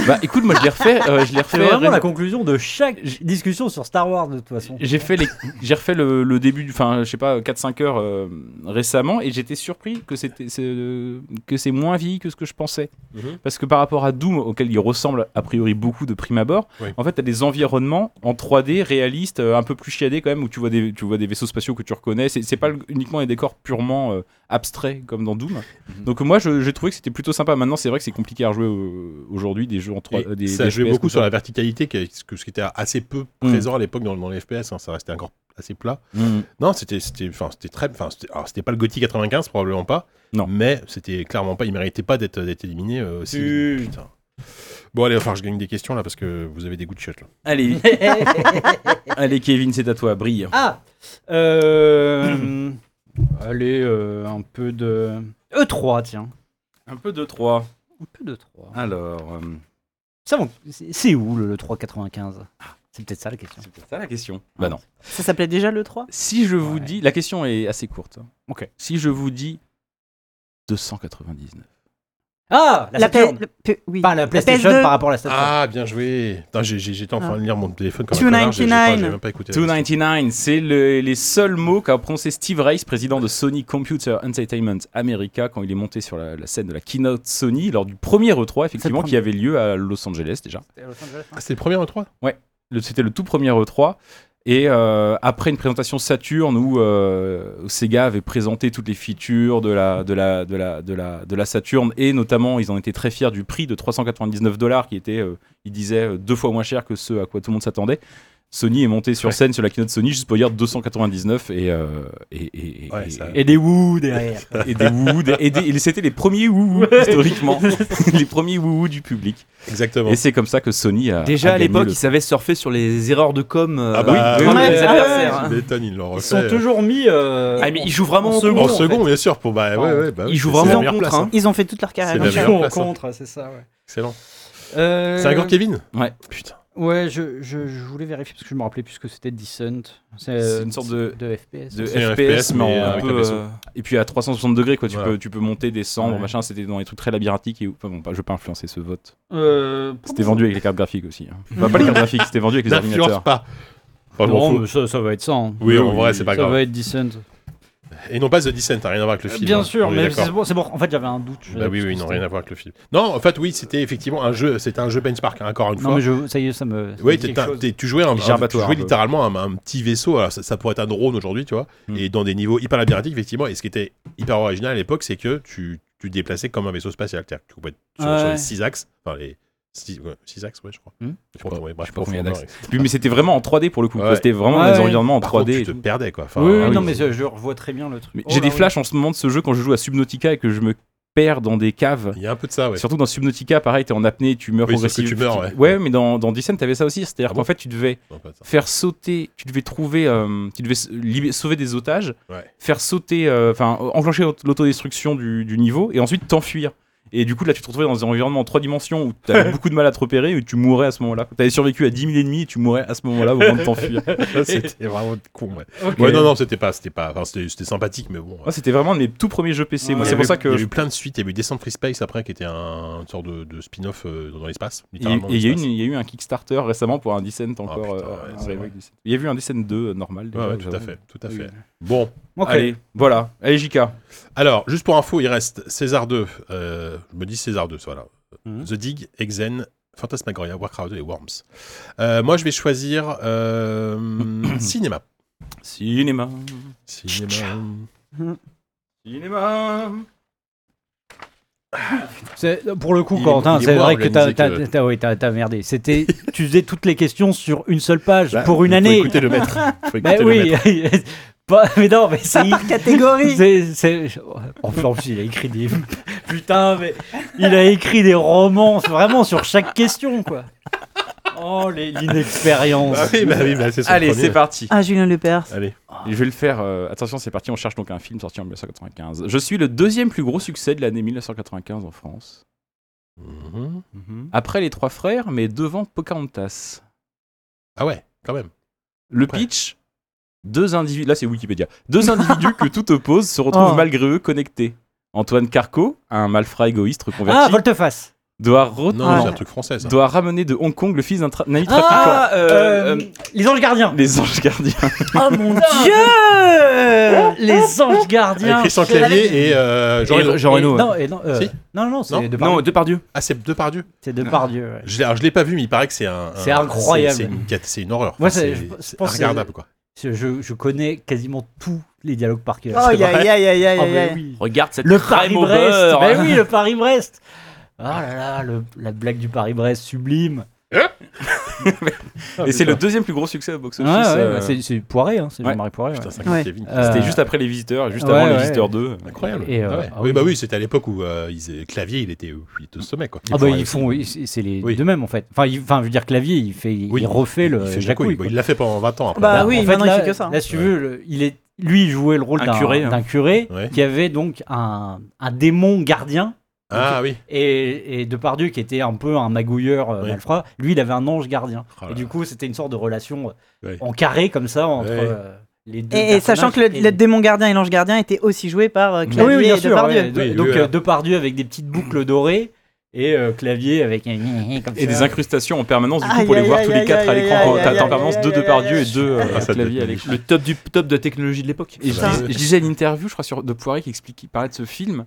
Speaker 2: Bah écoute, moi je l'ai refait, euh, je l'ai
Speaker 5: C'est
Speaker 2: refait.
Speaker 5: vraiment la
Speaker 2: ré-
Speaker 5: conclusion de chaque discussion sur Star Wars de toute façon.
Speaker 2: J'ai fait les, j'ai refait le, le début, du- enfin je sais pas, 4-5 heures euh, récemment et j'étais surpris que c'était c'est, euh, que c'est moins vieilli que ce que je pensais.
Speaker 1: Mhm.
Speaker 2: Parce que par rapport à Doom, auquel il ressemble a priori beaucoup de prime abord,
Speaker 1: Oui.
Speaker 2: en fait t'as des environnements en 3D réalistes, euh, un peu plus chiadés quand même, où tu vois des, tu vois des vaisseaux spatiaux que tu reconnais. C'est, c'est pas le- uniquement des décors purement euh, abstraits comme dans Doom.
Speaker 1: Mhm.
Speaker 2: Donc moi je- j'ai trouvé que c'était plutôt sympa. Maintenant c'est vrai que c'est compliqué à rejouer au- aujourd'hui euh, des jeux en 3
Speaker 1: Et
Speaker 2: d
Speaker 1: ça jouait beaucoup sur la verticalité, qui est- ce que- ce qui était assez peu présent à l'époque dans, dans les FPS. hein, ça restait encore assez plat. Non, c'était, c'était, enfin, c'était très, enfin, c'était, alors, c'était pas le Gothic 95 probablement pas.
Speaker 2: Non.
Speaker 1: Mais c'était clairement pas, il méritait pas d'être, d'être éliminé euh, aussi.
Speaker 2: Tu-
Speaker 1: Putain. Bon allez, enfin, je gagne des questions là parce que vous avez des goûts de chiottes là.
Speaker 2: Allez, allez Kevin, c'est à toi, brille.
Speaker 5: ah euh, Allez, euh, un peu de. E3, tiens.
Speaker 2: Un peu de 3.
Speaker 5: Un peu de 3.
Speaker 2: Alors, euh,
Speaker 5: Ça, bon, c'est c'est où le, le 395 C'est peut-être ça la question.
Speaker 2: c'est peut-être ça la question. Bah non.
Speaker 6: Ça s'appelait déjà le 3
Speaker 2: Si je vous
Speaker 5: Ouais.
Speaker 2: dis, la question est assez courte.
Speaker 5: Ok.
Speaker 2: Si je vous dis 299.
Speaker 4: Ah, la,
Speaker 6: P-
Speaker 4: Saturn.
Speaker 6: le P- oui.
Speaker 4: Enfin, la PlayStation
Speaker 6: PS2.
Speaker 4: par rapport à la Saturn.
Speaker 1: Ah, bien joué. Putain, j'ai- j'ai- J'étais en train
Speaker 6: Ah.
Speaker 1: de lire mon téléphone comme un connard, j'ai- j'ai pas-
Speaker 6: 299.
Speaker 1: j'ai même pas écouté.
Speaker 2: 299, c'est le- les seuls mots qu'a prononcé Steve Rice, président de Sony Computer Entertainment America, quand il est monté sur la, la scène de la keynote Sony lors du premier E3, effectivement, qui avait lieu à Los Angeles déjà.
Speaker 5: hein.
Speaker 1: Ah, c'est le premier en 3
Speaker 2: Le- C'était le tout premier E3. Et euh, après une présentation Saturn où euh, Sega avait présenté toutes les features de la, de, la, de, la, de, la, de la Saturn et notamment ils en étaient très fiers du prix de 399 dollars qui était, euh, ils disaient, euh, deux fois moins cher que ce à quoi tout le monde s'attendait. Sony est monté sur
Speaker 1: Ouais.
Speaker 2: scène sur la keynote Sony juste pour dire 299 et, euh, et, et, et-
Speaker 1: Ouais, ça-
Speaker 2: et-
Speaker 4: Et des Woo
Speaker 2: Ah,
Speaker 4: derrière.
Speaker 2: et des wouhou, des- et des- et c'était les premiers wouhou historiquement, les premiers wouhou du public.
Speaker 1: Exactement.
Speaker 2: Et c'est comme ça que Sony a a
Speaker 3: Déjà à
Speaker 2: gagné
Speaker 3: l'époque,
Speaker 2: le-
Speaker 3: ils savaient surfer sur les erreurs de com. euh,
Speaker 1: Ah bah,
Speaker 3: de
Speaker 1: oui,
Speaker 3: leurs
Speaker 4: oui, oui.
Speaker 3: adversaires,
Speaker 4: Ah
Speaker 3: hein.
Speaker 1: Tu m'étonnes, ils l'ont
Speaker 5: Ils
Speaker 1: refait.
Speaker 5: sont toujours mis. euh,
Speaker 3: Ah, mais ils jouent vraiment
Speaker 5: En
Speaker 3: au
Speaker 5: second,
Speaker 1: En
Speaker 3: con,
Speaker 1: second, bien sûr. Pour, bah, ouais, ouais, bah,
Speaker 3: Ils
Speaker 1: oui,
Speaker 3: jouent
Speaker 1: c'est-
Speaker 3: vraiment
Speaker 1: c'est la meilleure
Speaker 3: contre,
Speaker 1: place,
Speaker 3: hein.
Speaker 1: hein.
Speaker 6: Ils ont fait toute leur carrière.
Speaker 1: C'est la
Speaker 6: comme
Speaker 5: ils
Speaker 6: ça.
Speaker 1: meilleure
Speaker 5: jouent en
Speaker 1: place, hein.
Speaker 5: contre, c'est ça, ouais.
Speaker 1: Excellent.
Speaker 5: Euh,
Speaker 1: C'est encore Kevin
Speaker 2: Ouais.
Speaker 1: Putain.
Speaker 5: Ouais, je, je, je voulais vérifier parce que je me rappelais plus ce que c'était Descent. C'est euh,
Speaker 2: C'est une sorte de-
Speaker 5: FPS.
Speaker 2: de
Speaker 1: C'est un
Speaker 2: FPS,
Speaker 1: FPS,
Speaker 2: mais
Speaker 1: mais
Speaker 2: en un
Speaker 1: avec
Speaker 2: peu,
Speaker 1: un vaisseau.
Speaker 2: euh, et puis à 360 degrés quoi tu
Speaker 1: Voilà.
Speaker 2: peux tu peux monter descendre
Speaker 5: Ouais.
Speaker 2: machin c'était dans des trucs très labyrinthiques et enfin, bon pas- je veux pas influencer ce vote
Speaker 5: Euh,
Speaker 2: c'était vendu avec les cartes graphiques aussi hein. Enfin, pas les cartes graphiques c'était vendu avec les
Speaker 1: N'influence
Speaker 2: ordinateurs
Speaker 1: pas. Enfin, Oh, je m'en
Speaker 5: Non,
Speaker 1: fous.
Speaker 5: mais ça, ça va être ça. hein.
Speaker 1: Oui, en
Speaker 2: Oui,
Speaker 1: vrai,
Speaker 2: oui,
Speaker 1: c'est pas
Speaker 5: ça
Speaker 1: grave.
Speaker 5: va être Descent.
Speaker 1: Et non pas The Descent, hein, rien à voir avec le film.
Speaker 5: Bien
Speaker 1: hein.
Speaker 5: sûr,
Speaker 1: On est
Speaker 5: mais
Speaker 1: d'accord.
Speaker 5: c'est bon, c'est bon. En fait, j'avais un doute. je
Speaker 1: Bah
Speaker 5: savais
Speaker 1: oui,
Speaker 5: plus
Speaker 1: oui,
Speaker 5: ce
Speaker 1: non,
Speaker 5: que
Speaker 1: rien
Speaker 5: c'était.
Speaker 1: à voir avec le film. Non, en fait, oui, c'était effectivement un jeu, c'était un jeu benchmark, hein, encore une
Speaker 5: Non,
Speaker 1: fois.
Speaker 5: mais je, ça y est, ça me. ça me
Speaker 1: Oui,
Speaker 5: dit
Speaker 1: t'es-
Speaker 5: quelque
Speaker 1: t'as-
Speaker 5: chose.
Speaker 1: t'es- tu jouais, un,
Speaker 2: J'ai un
Speaker 1: un- tu
Speaker 2: bateau,
Speaker 1: jouais
Speaker 2: un peu.
Speaker 1: littéralement un, un petit vaisseau, alors ça, ça pourrait être un drone aujourd'hui, tu vois,
Speaker 5: Hmm.
Speaker 2: Mm.
Speaker 1: et dans des niveaux hyper labyrinthiques, effectivement. Et ce qui était hyper original à l'époque, c'est que tu, tu te déplaçais comme un vaisseau spatial. C'est-à-dire que Tu pouvais être sur,
Speaker 5: Ouais.
Speaker 1: sur les six axes, enfin les six, ouais, six axes, ouais, je crois.
Speaker 5: Mm.
Speaker 1: Je sais pas, ouais, bref,
Speaker 2: je sais pas combien
Speaker 1: profondeur,
Speaker 2: d'axes.
Speaker 1: etc.
Speaker 2: Puis, mais c'était vraiment en 3D pour le coup quoi.
Speaker 1: Ouais.
Speaker 2: c'était vraiment
Speaker 5: Ouais,
Speaker 2: des
Speaker 5: ouais.
Speaker 2: environnements en
Speaker 1: Par
Speaker 2: 3D
Speaker 1: contre, tu
Speaker 2: et
Speaker 1: te
Speaker 2: tout.
Speaker 1: perdais, quoi. Enfin,
Speaker 5: Oui, oui,
Speaker 1: ah oui,
Speaker 5: non, mais je, je revois très bien le truc.
Speaker 2: Mais
Speaker 5: Oh
Speaker 2: j'ai
Speaker 5: là
Speaker 2: des
Speaker 5: oui.
Speaker 2: flashs en ce moment de ce jeu quand je joue à Subnautica et que je me perds dans des caves
Speaker 1: Il y a un peu de ça, ouais.
Speaker 2: Surtout dans Subnautica, pareil, t'es en apnée, tu meurs
Speaker 1: Oui, sauf que
Speaker 2: progressivement.
Speaker 1: tu meurs, ouais.
Speaker 2: mais dans, dans Descent, t'avais ça aussi. C'est-à-dire
Speaker 1: Ah
Speaker 2: qu'en
Speaker 1: bon
Speaker 2: fait, tu devais
Speaker 1: Non, pas de ça.
Speaker 2: faire sauter, tu devais trouver, euh, tu devais s- libé- sauver des otages,
Speaker 1: Ouais.
Speaker 2: faire sauter, euh, enfin, enclencher l'aut- l'autodestruction du, du niveau et ensuite t'enfuir. Et du coup, là, tu te retrouvais dans un environnement en trois dimensions où t'avais beaucoup de mal à te repérer et tu mourais à ce moment-là. T'avais survécu à 10 000 ennemis et tu mourais à ce moment-là au moment de t'enfuir. euh,
Speaker 1: C'était vraiment con, ouais.
Speaker 5: Ok.
Speaker 1: Ouais, non, non, c'était pas, c'était pas, enfin, c'était c'était sympathique, mais bon.
Speaker 2: Moi, c'était vraiment un de mes tout premiers jeux PC.
Speaker 5: Ouais.
Speaker 2: Moi,
Speaker 1: Il y
Speaker 2: c'est
Speaker 1: a
Speaker 2: pour
Speaker 1: eu-
Speaker 2: ça
Speaker 1: Il y
Speaker 2: que.
Speaker 1: a
Speaker 2: je-
Speaker 1: eu plein de suites. Il y a eu Descent Free Space après, qui était un, une sorte de, de spin-off euh, dans l'espace.
Speaker 2: Il y a eu-
Speaker 1: littéralement,
Speaker 2: et il y, a eu
Speaker 1: l'espace.
Speaker 2: une- il y a eu un Kickstarter récemment pour un Descent encore.
Speaker 1: putain,
Speaker 2: euh,
Speaker 1: ouais,
Speaker 2: un
Speaker 1: c'est
Speaker 2: remake
Speaker 1: vrai.
Speaker 2: Descent. Il y a eu un Descent 2 normal.
Speaker 1: Ouais, ouais,
Speaker 2: déjà,
Speaker 1: tout à
Speaker 2: j'avoue.
Speaker 1: fait, tout à
Speaker 5: Oui.
Speaker 1: fait. Bon,
Speaker 5: Ok.
Speaker 2: Allez, voilà. Allez, JK.
Speaker 1: alors, juste pour info, il reste César 2, euh, je me dis César 2, voilà.
Speaker 5: Mhm.
Speaker 1: The Dig, Exen, Fantasmagoria, Warcraft 2 et Worms. Euh, moi, je vais choisir euh, cinéma.
Speaker 2: Cinéma.
Speaker 1: Cinéma.
Speaker 2: Cinéma.
Speaker 5: C'est- Pour le coup,
Speaker 1: Il est-
Speaker 5: Quentin,
Speaker 1: il est
Speaker 5: c'est
Speaker 1: moins
Speaker 5: vrai que t'as
Speaker 1: organisé
Speaker 5: t'as-
Speaker 1: que-
Speaker 5: t'as- ouais, t'as- t'as merdé. C'était, tu faisais toutes les questions sur une seule page
Speaker 1: Là,
Speaker 5: pour une
Speaker 1: il
Speaker 5: année.
Speaker 1: Bah, Faut écouter le maître. Faut
Speaker 5: Bah
Speaker 1: écouter le
Speaker 5: oui,
Speaker 1: maître.
Speaker 5: Pas- mais non, mais
Speaker 6: Ça
Speaker 5: c'est-
Speaker 6: par catégorie.
Speaker 5: C'est, c'est... En plus, il a écrit des. Putain, mais il a écrit des romans vraiment sur chaque question, quoi. Oh, les- l'inexpérience.
Speaker 1: Ah oui, bah oui, bah, c'est son
Speaker 2: Allez,
Speaker 1: premier.
Speaker 2: c'est parti.
Speaker 6: Ah, Julien Lepers.
Speaker 1: Allez.
Speaker 2: Je vais le faire. euh, attention, c'est parti. On cherche donc un film sorti en 1995. Je suis le deuxième plus gros succès de l'année 1995 en France.
Speaker 1: Mhm.
Speaker 2: Après Les Trois Frères, mais devant Pocahontas.
Speaker 1: Ah ouais, quand même.
Speaker 2: Le
Speaker 1: Ouais.
Speaker 2: pitch deux individus. Là, c'est Wikipédia. Deux individus que tout oppose se retrouvent
Speaker 6: Oh.
Speaker 2: malgré eux connectés. Antoine Carco, un malfrat égoïste
Speaker 5: Ah,
Speaker 2: reconverti,
Speaker 5: volte-face.
Speaker 2: doit,
Speaker 5: Oh,
Speaker 2: re-
Speaker 1: Non,
Speaker 6: Ah.
Speaker 1: c'est un truc français, ça.
Speaker 2: doit ramener de Hong Kong le fils d'un tra- naïf
Speaker 5: Ah,
Speaker 2: trafiquant.
Speaker 5: euh, les anges gardiens.
Speaker 2: Les anges gardiens.
Speaker 5: Oh mon
Speaker 6: Dieu
Speaker 5: Les anges
Speaker 1: Avec
Speaker 5: gardiens.
Speaker 1: Christian
Speaker 5: C'est la-
Speaker 1: Clavier et euh, Jean
Speaker 3: Et-
Speaker 1: Reno.
Speaker 3: Jean
Speaker 5: Et-
Speaker 3: Reno. ouais.
Speaker 5: Non, et non, euh,
Speaker 1: Si.
Speaker 5: non, non, c'est
Speaker 1: Non.
Speaker 5: de
Speaker 3: Non,
Speaker 5: par
Speaker 3: Depardieu.
Speaker 1: Ah, c'est Depardieu
Speaker 5: C'est de par Dieu. Ouais.
Speaker 1: Je l'ai, alors, je l'ai pas vu, mais il paraît que c'est un. un-
Speaker 5: C'est incroyable.
Speaker 1: C'est, c'est une, cat- c'est une horreur.
Speaker 5: Moi,
Speaker 1: Enfin, c'est,
Speaker 5: c'est- je pense
Speaker 1: c'est
Speaker 5: que c'est-
Speaker 1: regardable, quoi.
Speaker 5: Je, je- je connais quasiment tous les dialogues par cœur.
Speaker 6: Oh,
Speaker 1: C'est
Speaker 6: aïe, aïe, aïe, aïe,
Speaker 5: Ah,
Speaker 6: aïe,
Speaker 5: mais
Speaker 6: aïe.
Speaker 5: oui.
Speaker 3: Regarde cette
Speaker 5: Le
Speaker 3: crème au
Speaker 5: Paris-Brest.
Speaker 3: beurre.
Speaker 5: Ben oui, le Paris-Brest. Ah là là, le- la blague du Paris-Brest sublime.
Speaker 6: Ah,
Speaker 2: Et c'est le deuxième plus gros succès au
Speaker 5: Ouais,
Speaker 2: box-office.
Speaker 5: ouais,
Speaker 2: euh,
Speaker 5: bah, c'est c'est Poiré, hein, c'est
Speaker 2: ouais.
Speaker 5: Jean-Marie Poiré. ouais.
Speaker 1: Putain, c'est
Speaker 6: Ouais.
Speaker 1: Kevin.
Speaker 3: Ah.
Speaker 5: Euh,
Speaker 2: C'était juste après les visiteurs, juste
Speaker 5: ouais,
Speaker 2: avant les
Speaker 5: ouais.
Speaker 2: visiteurs 2.
Speaker 1: Incroyable.
Speaker 5: et, euh,
Speaker 1: Ah ouais.
Speaker 5: ah
Speaker 1: oui,
Speaker 5: oui.
Speaker 1: bah oui, c'était à l'époque où euh, ils- Clavier, il était, il était au sommet, quoi.
Speaker 5: Ah bah
Speaker 1: Ouais,
Speaker 5: ils font, oui, c'est c'est les
Speaker 1: Oui.
Speaker 5: deux mêmes en fait. Enfin, il- enfin, je veux dire clavier, il fait, il-
Speaker 1: Oui.
Speaker 5: il refait le
Speaker 1: il fait
Speaker 5: Jacouille.
Speaker 1: Jacouille. Bon,
Speaker 5: quoi.
Speaker 1: il l'a fait pendant 20 ans après.
Speaker 6: Bah
Speaker 5: En
Speaker 6: oui,
Speaker 5: fait, hein.
Speaker 6: maintenant, il
Speaker 5: là,
Speaker 6: fait que ça.
Speaker 5: Là, si tu
Speaker 1: Ouais.
Speaker 5: veux, le- il est, lui, il jouait le rôle
Speaker 2: Un
Speaker 5: d'un
Speaker 2: curé, hein.
Speaker 5: d'un curé
Speaker 1: Ouais.
Speaker 5: qui avait donc un, un démon gardien
Speaker 1: Ah oui.
Speaker 5: et, et Depardieu qui était un peu un magouilleur euh,
Speaker 1: Ouais.
Speaker 5: malfrat, lui il avait un ange gardien.
Speaker 1: Oh là
Speaker 5: et du
Speaker 1: là.
Speaker 5: coup c'était une sorte de relation euh,
Speaker 1: Ouais.
Speaker 5: en carré comme ça entre
Speaker 1: Ouais.
Speaker 5: euh, les deux
Speaker 6: Et, et sachant que le,
Speaker 5: personnages
Speaker 6: le
Speaker 5: et-
Speaker 6: démon gardien et l'ange gardien étaient aussi joués par euh,
Speaker 5: Ah
Speaker 6: Clavier
Speaker 5: oui, oui, bien
Speaker 6: et
Speaker 5: sûr,
Speaker 6: Depardieu.
Speaker 5: ouais, de-
Speaker 1: Oui,
Speaker 5: donc
Speaker 1: oui,
Speaker 5: euh,
Speaker 1: oui.
Speaker 5: Depardieu avec des petites boucles dorées et euh, clavier avec un comme
Speaker 2: Et
Speaker 5: ça.
Speaker 2: des incrustations en permanence, du coup,
Speaker 6: Aïe,
Speaker 2: pour les
Speaker 6: aïe,
Speaker 2: voir
Speaker 6: aïe,
Speaker 2: tous les
Speaker 6: aïe,
Speaker 2: quatre à
Speaker 6: aïe,
Speaker 2: l'écran.
Speaker 6: aïe,
Speaker 2: T'as
Speaker 6: aïe,
Speaker 2: t'as en permanence
Speaker 6: aïe,
Speaker 2: deux
Speaker 6: aïe,
Speaker 2: Depardieu
Speaker 6: aïe,
Speaker 2: et deux
Speaker 1: Ah,
Speaker 2: euh,
Speaker 1: ça doit
Speaker 2: claviers à
Speaker 1: être
Speaker 2: l'écran.
Speaker 3: Le top du top de technologie de l'époque.
Speaker 2: Et je,
Speaker 1: Ça
Speaker 2: lis-
Speaker 1: va.
Speaker 2: je lisais une interview, je crois, sur, de Poiré qui, explique, qui parlait de ce film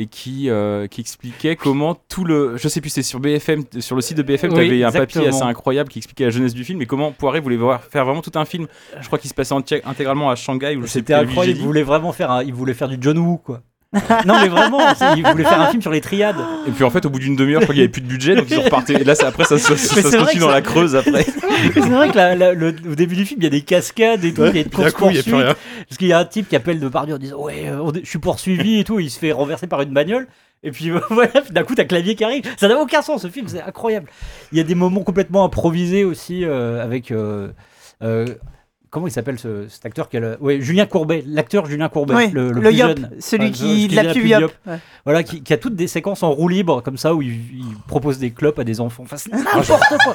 Speaker 2: et qui, euh, qui expliquait comment tout le. Je sais plus, c'est sur BFM, sur le site de BFM, tu
Speaker 5: Oui,
Speaker 2: avais un papier
Speaker 5: exactement.
Speaker 2: assez incroyable qui expliquait la jeunesse du film et comment Poiré voulait voir, faire vraiment tout un film. Je crois qu'il se passait enti- intégralement à Shanghai ou je sais plus.
Speaker 5: C'était
Speaker 2: quelle ville j'ai
Speaker 5: incroyable,
Speaker 2: dit.
Speaker 5: il voulait vraiment faire un- il voulait faire du John Woo quoi. non mais vraiment, c'est- il voulait faire un film sur les triades.
Speaker 2: Et puis en fait, au bout d'une demi-heure, je crois qu'il n'y avait plus de budget, donc ils ont reparté. Et là, ça- après, ça, se- ça
Speaker 5: Mais
Speaker 2: se
Speaker 5: c'est vrai
Speaker 2: continue
Speaker 5: que
Speaker 2: dans
Speaker 5: ça-
Speaker 2: la creuse après.
Speaker 5: c'est vrai que la- la- le- au début du film, il y a des cascades et tout, il y a des
Speaker 1: Puis d'un
Speaker 5: courses
Speaker 1: coup, il n'y a plus rien.
Speaker 5: Parce qu'il y a un type qui appelle Depardieu en disant Ouais, euh, on est- je suis poursuivi et tout, il se fait renverser par une bagnole. Et puis voilà, puis d'un coup, t'as clavier qui arrive. Ça n'a aucun sens ce film, c'est incroyable. Il y a des moments complètement improvisés aussi euh, avec. euh, euh, comment il s'appelle ce, cet acteur qui a le- ouais, Julien Courbet, l'acteur Julien Courbet,
Speaker 6: Oui,
Speaker 5: le, le
Speaker 6: le,
Speaker 5: plus
Speaker 6: Yop,
Speaker 5: jeune.
Speaker 6: celui
Speaker 5: Enfin,
Speaker 6: qui de
Speaker 5: a
Speaker 6: la pub
Speaker 5: pub
Speaker 6: Yop.
Speaker 5: Yop.
Speaker 6: Ouais.
Speaker 5: Voilà, qui, qui a toutes des séquences en roue libre comme ça où il, il propose des clopes à des enfants. Enfin, c'est n'importe quoi.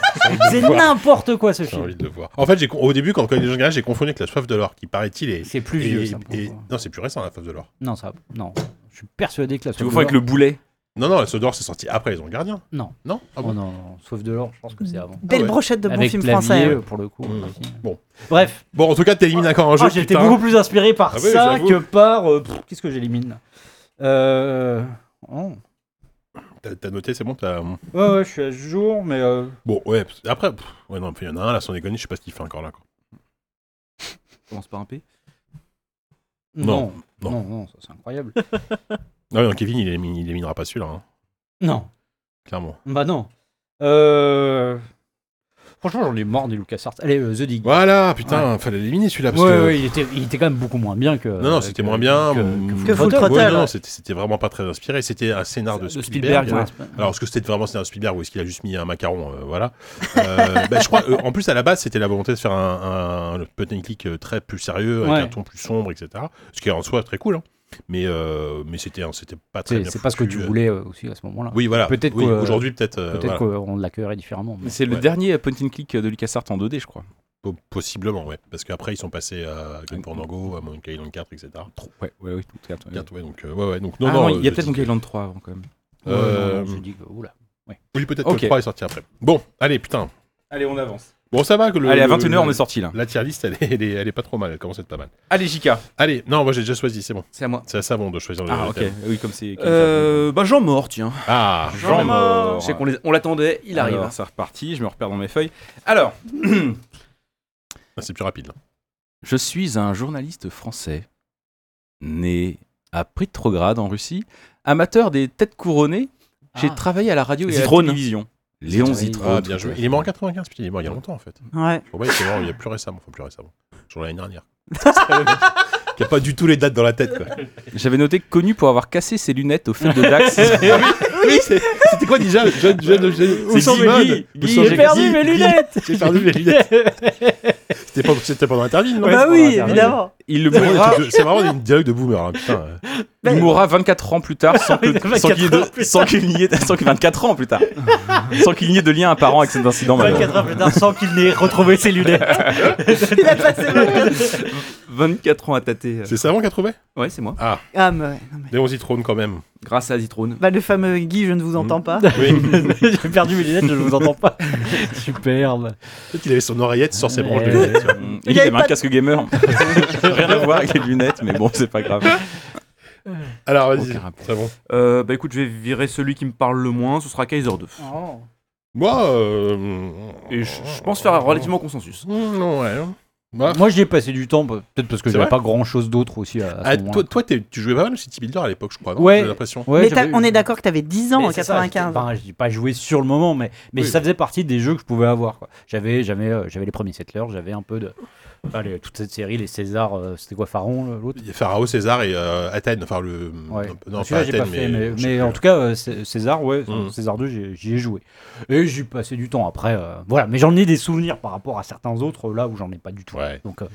Speaker 5: C'est n'importe quoi ce
Speaker 1: J'ai
Speaker 5: film.
Speaker 1: envie de le voir. En fait, j'ai con- au début, quand, quand il est jeune, j'ai confondu avec la soif de l'or, qui paraît-il est.
Speaker 5: C'est plus
Speaker 1: est-
Speaker 5: vieux. ça, pour
Speaker 1: est-
Speaker 5: le coup.
Speaker 1: non, c'est plus récent la soif de l'or.
Speaker 5: Non, ça, non. Je suis persuadé que la
Speaker 2: Tu
Speaker 5: Soif
Speaker 2: confonds
Speaker 5: de
Speaker 2: avec le boulet.
Speaker 1: Non, non, la soif de l'or, c'est sorti après, ils ont le gardien.
Speaker 5: Non.
Speaker 1: Non Ah
Speaker 5: l'or-
Speaker 1: bon
Speaker 5: Oh non, non, sauf de l'or, je pense que c'est avant.
Speaker 6: Belle
Speaker 1: Ah ouais.
Speaker 6: brochette de bons
Speaker 5: Avec
Speaker 6: films
Speaker 5: Clavier,
Speaker 6: français.
Speaker 5: euh, pour le coup.
Speaker 1: Mmh.
Speaker 5: aussi.
Speaker 1: Bon.
Speaker 5: Bref,
Speaker 1: Bon, en tout cas, t'élimines encore un jeu.
Speaker 5: Ah, j'étais
Speaker 1: putain.
Speaker 5: beaucoup plus inspiré par
Speaker 1: Ah oui,
Speaker 5: ça
Speaker 1: j'avoue.
Speaker 5: que par. euh, pff, Qu'est-ce que j'élimine là euh... oh.
Speaker 1: T'as- T'as noté, c'est bon. t'as-
Speaker 5: Ouais, ouais, je suis à ce jour, mais. euh,
Speaker 1: Bon, ouais. parce- Après, pff, ouais, non, il y en a un là, sans déconner, je sais pas ce qu'il fait encore là. quoi.
Speaker 2: Commence par un P.
Speaker 1: Non, non.
Speaker 5: Non, non, non, ça, c'est incroyable.
Speaker 1: Ah ouais, non, Kevin, il élimine- il éliminera pas celui-là, hein,
Speaker 5: non,
Speaker 1: clairement.
Speaker 5: bah non. Euh... Franchement, j'en ai marre des Lucas Arts. Allez, euh, The Dig.
Speaker 1: Voilà, putain, fallait l'éliminer celui-là.
Speaker 5: Ouais,
Speaker 1: parce que-
Speaker 5: ouais, il, était, il était quand même beaucoup moins bien que.
Speaker 1: Non, non, c'était
Speaker 5: que-
Speaker 1: moins bien. mm,
Speaker 5: Que,
Speaker 6: Que Full
Speaker 5: Throttle.
Speaker 6: Throttle,
Speaker 1: Ouais, non,
Speaker 6: ouais.
Speaker 1: non, c'était c'était vraiment pas très inspiré. C'était un scénar de,
Speaker 3: De Spielberg,
Speaker 1: Spielberg.
Speaker 3: ouais.
Speaker 1: Alors, est-ce que c'était vraiment un scénario de Spielberg ou est-ce qu'il a juste mis un macaron euh, Voilà. Euh, bah, je crois. euh, en plus, à la base, c'était la volonté de faire un, un, peut click euh, très plus sérieux, avec
Speaker 5: Ouais.
Speaker 1: un ton plus sombre, etc. Ce qui est en soi très cool. hein. Mais euh, mais c'était c'était pas très
Speaker 5: C'est
Speaker 1: bien.
Speaker 5: c'est pas ce que
Speaker 1: foutu,
Speaker 5: tu
Speaker 1: euh.
Speaker 5: voulais euh, aussi à ce moment-là.
Speaker 1: Oui, voilà.
Speaker 5: Peut-être
Speaker 1: Oui,
Speaker 5: que-
Speaker 1: aujourd'hui, peut-être. euh,
Speaker 5: Peut-être
Speaker 1: voilà.
Speaker 5: qu'on l'accueillerait différemment. mais-
Speaker 2: C'est le
Speaker 1: Ouais.
Speaker 2: dernier point and click de LucasArts en 2D, je crois.
Speaker 1: Po- Possiblement, ouais. Parce qu'après, ils sont passés à Grim Fandango, à Monkey Island 4, etc.
Speaker 2: Ouais, ouais, oui, tout à fait.
Speaker 1: Quatre, ouais, donc, euh, ouais, ouais. Donc, non,
Speaker 2: Ah
Speaker 1: non,
Speaker 2: Non, il y a
Speaker 1: euh,
Speaker 2: peut-être
Speaker 1: je-
Speaker 2: Monkey Island 3 avant quand même.
Speaker 1: Euh,
Speaker 5: Je dis que, oula.
Speaker 1: Oui, peut-être
Speaker 2: Ok.
Speaker 1: que le 3 est sorti après. Bon, allez, putain.
Speaker 2: Allez, on avance.
Speaker 1: Bon, ça va que le.
Speaker 2: Allez, à
Speaker 1: le-
Speaker 2: 21h, on
Speaker 1: le-
Speaker 2: est sorti là.
Speaker 1: La tier list, elle est, elle est- elle est pas trop mal, elle commence à être pas mal.
Speaker 2: Allez, JK,
Speaker 1: Allez, non, moi j'ai déjà choisi, c'est bon.
Speaker 3: C'est à moi.
Speaker 1: C'est à ça bon de choisir le
Speaker 2: Ah,
Speaker 1: le
Speaker 2: ok.
Speaker 1: thème.
Speaker 2: Oui, comme c'est. comme
Speaker 3: Euh, bah Jean mort, tiens.
Speaker 1: Ah, Ah,
Speaker 2: ça.
Speaker 1: Jean,
Speaker 2: Jean mort.
Speaker 3: Je sais qu'on les- on l'attendait, il arrive. hein.
Speaker 2: Alors, C'est reparti, je me repère dans mes feuilles. Alors,
Speaker 1: c'est plus rapide. là.
Speaker 2: je suis un journaliste français, né à Petrograd en Russie, amateur des têtes couronnées. J'ai
Speaker 3: Ah.
Speaker 2: travaillé à la radio et à la
Speaker 3: Zitrone.
Speaker 2: télévision. Léon
Speaker 5: Ah,
Speaker 2: Zitrone.
Speaker 1: Ah, bien joué. Il est mort en 95, putain, il est mort il y a longtemps en fait.
Speaker 6: Ouais.
Speaker 1: Je crois pas, il est mort il y a plus récemment, enfin plus récemment. Genre l'année dernière. C'est le mec Qui a pas du tout les dates dans la tête quoi.
Speaker 2: J'avais noté connu pour avoir cassé ses lunettes au film de Dax.
Speaker 1: Oui, c'est- c'était quoi déjà Jeune, jeune, jeune.
Speaker 5: Où sont mes
Speaker 1: Simone.
Speaker 5: Guy
Speaker 1: Où
Speaker 5: Guy,
Speaker 1: sont
Speaker 5: j'ai
Speaker 1: mes
Speaker 5: perdu
Speaker 1: Guy
Speaker 5: mes
Speaker 1: Guy
Speaker 5: lunettes
Speaker 1: J'ai perdu mes lunettes. C'était pendant, c'était pendant l'interview, non
Speaker 6: bah
Speaker 5: c'est
Speaker 6: oui,
Speaker 5: pour la
Speaker 6: évidemment.
Speaker 2: Il le
Speaker 1: C'est vraiment des
Speaker 2: mourra,
Speaker 1: trucs de- C'est vraiment une dialogue de boomer, hein, putain.
Speaker 2: il mourra 24 ans plus tard sans que- sans qu'il y ait de-
Speaker 5: 24 ans plus
Speaker 2: sans qu'il n'y ait sans que 24 ans plus tard. sans qu'il n'y ait de lien apparent avec cet incident malheureux.
Speaker 5: 24 heures plus tard sans qu'il n'ait retrouvé ses lunettes.
Speaker 6: Il a passé votre
Speaker 3: 24 ans à tâter. euh.
Speaker 1: C'est savant qu'a trouvé
Speaker 3: Ouais, c'est moi.
Speaker 6: Ah, mais ouais. non, mais-
Speaker 1: Léon Zitrone quand même.
Speaker 3: Grâce à Zitrone.
Speaker 6: Bah, le fameux Guy, je ne vous
Speaker 1: Mm.
Speaker 6: entends pas.
Speaker 1: Oui.
Speaker 5: J'ai perdu mes lunettes, je ne vous entends pas. Superbe.
Speaker 1: Peut-être qu'il avait son oreillette sur ses
Speaker 5: Ouais.
Speaker 1: branches de lunettes. tu vois.
Speaker 2: Mm.
Speaker 6: Il
Speaker 2: Il,
Speaker 6: y avait
Speaker 2: avait un
Speaker 6: pas de-
Speaker 2: casque gamer. Rien à voir avec les lunettes, mais bon, c'est pas grave.
Speaker 1: Alors,
Speaker 2: Aucun
Speaker 1: vas-y.
Speaker 2: rapport.
Speaker 1: C'est bon.
Speaker 3: Euh, bah écoute, je vais virer celui qui me parle le moins, ce sera Kaiser 2.
Speaker 1: Moi, euh...
Speaker 3: Et je, je pense faire relativement consensus.
Speaker 1: Mm, non, ouais. Bah,
Speaker 5: Moi, j'y ai passé du temps, peut-être parce que
Speaker 1: C'est
Speaker 5: j'avais
Speaker 1: vrai
Speaker 5: pas grand-chose d'autre aussi à, à ce
Speaker 1: ah,
Speaker 5: moment-là.
Speaker 1: toi, toi t'es- tu jouais pas mal au City Builder à l'époque, je crois. non
Speaker 5: Ouais.
Speaker 1: J'ai l'impression.
Speaker 5: Ouais,
Speaker 6: mais
Speaker 5: j'avais-
Speaker 6: t'as- on est d'accord que t'avais 10 ans
Speaker 5: Mais
Speaker 6: en
Speaker 5: c'est ça,
Speaker 6: 95.
Speaker 5: j'étais- enfin, j'ai pas joué sur le moment, mais, mais
Speaker 1: Oui.
Speaker 5: ça faisait partie des jeux que je pouvais avoir. quoi. J'avais, j'avais, euh, j'avais les premiers settlers, j'avais un peu de. enfin, les- toute cette série, les Césars, euh, c'était quoi, Pharaon, l'autre
Speaker 1: Il y a Pharaon, César et euh, Athènes. Enfin, le.
Speaker 5: Ouais. Ah,
Speaker 1: Non, pas
Speaker 5: Celui-là, j'ai
Speaker 1: Athènes,
Speaker 5: pas fait, mais,
Speaker 1: je sais
Speaker 5: mais
Speaker 1: plus.
Speaker 5: en tout cas, euh, Cé- César, ouais, enfin,
Speaker 1: Mm.
Speaker 5: César 2, j'ai- j'y ai joué. Et j'ai passé du temps après. euh, voilà, mais j'en ai des souvenirs par rapport à certains autres, là où j'en ai pas du tout.
Speaker 1: Ouais.
Speaker 5: Donc, euh,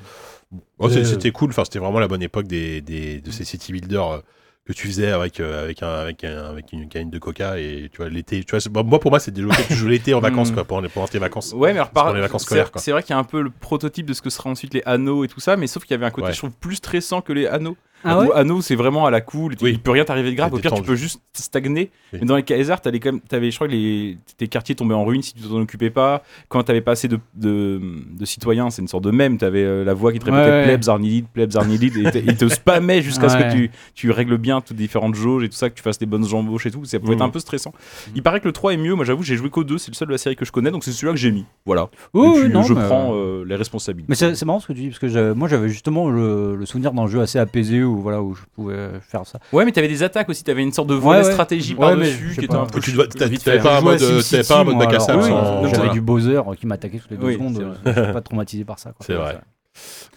Speaker 1: Oh, c'est-
Speaker 5: Euh,
Speaker 1: C'était cool, enfin, c'était vraiment la bonne époque des, des- de ces city builders euh, que tu faisais avec euh, avec un, avec, un- avec une canne de coca et tu vois l'été tu vois c'est- bah, moi pour moi c'est des jeux auxquels tu joues l'été en vacances
Speaker 5: Mm.
Speaker 2: Hmm.
Speaker 1: quoi pendant, pendant tes vacances
Speaker 2: Ouais, mais alors, par-
Speaker 1: pour les vacances scolaires,
Speaker 2: c'est-
Speaker 1: quoi.
Speaker 2: C'est vrai qu'il y a un peu le prototype de ce que sera ensuite les anneaux et tout ça, mais sauf qu'il y avait un côté,
Speaker 1: Ouais.
Speaker 2: je trouve, plus stressant que les anneaux.
Speaker 5: Ah ouais
Speaker 2: Où anneaux, c'est vraiment à la cool, tu-
Speaker 1: Oui.
Speaker 2: il peut rien t'arriver de grave,
Speaker 1: T'es
Speaker 2: au pire, tu
Speaker 1: détendu.
Speaker 2: peux juste stagner.
Speaker 1: Oui.
Speaker 2: Mais dans les Kaiser, t'allais quand même, t'avais, je crois que les, tes quartiers tombaient en ruine si tu t'en occupais pas. Quand t'avais pas assez de, de, de citoyens, c'est une sorte de même, t'avais euh, la voix qui te répétait
Speaker 5: Ouais, ouais.
Speaker 2: plebs, arnilid, plebs, arnilid, et t- ils te spammaient jusqu'à ce
Speaker 5: Ouais.
Speaker 2: que tu, tu règles bien toutes les différentes jauges et tout ça, que tu fasses des bonnes embauches et tout. Ça pouvait être
Speaker 5: Mmh.
Speaker 3: Mhm.
Speaker 2: un peu stressant. Il paraît que le 3 est mieux. Moi, j'avoue, j'ai joué qu'au 2, c'est le seul de la série que je connais, donc c'est celui-là que j'ai mis. Voilà.
Speaker 5: Oui,
Speaker 2: et
Speaker 5: oui,
Speaker 2: puis,
Speaker 5: non,
Speaker 2: je
Speaker 5: mais-
Speaker 2: prends euh, les responsabilités.
Speaker 5: Mais c'est c'est marrant ce que tu dis, parce que je- moi j'avais justement le, le souvenir d'un jeu assez apaisé où, voilà, où je pouvais euh, faire ça.
Speaker 2: Ouais, mais t'avais des attaques aussi, t'avais une sorte de volet
Speaker 5: Ouais, ouais.
Speaker 2: stratégie
Speaker 5: Ouais, mais
Speaker 2: par-dessus
Speaker 5: je sais
Speaker 2: qui était
Speaker 5: pas.
Speaker 2: un peu.
Speaker 1: tu dois t'as-
Speaker 2: vite
Speaker 1: t'avais
Speaker 2: fait.
Speaker 1: pas un
Speaker 5: Je jouais à
Speaker 1: mode euh,
Speaker 5: SimCity,
Speaker 1: t'avais pas un mode
Speaker 5: moi,
Speaker 1: bac à
Speaker 5: alors,
Speaker 1: sable
Speaker 5: oui,
Speaker 1: sans-
Speaker 2: donc
Speaker 5: J'avais
Speaker 1: voilà.
Speaker 5: du Bowser qui m'attaquait toutes les deux
Speaker 2: Oui, c'est
Speaker 5: secondes.
Speaker 2: vrai.
Speaker 5: Je suis pas traumatisé par ça. quoi.
Speaker 1: c'est vrai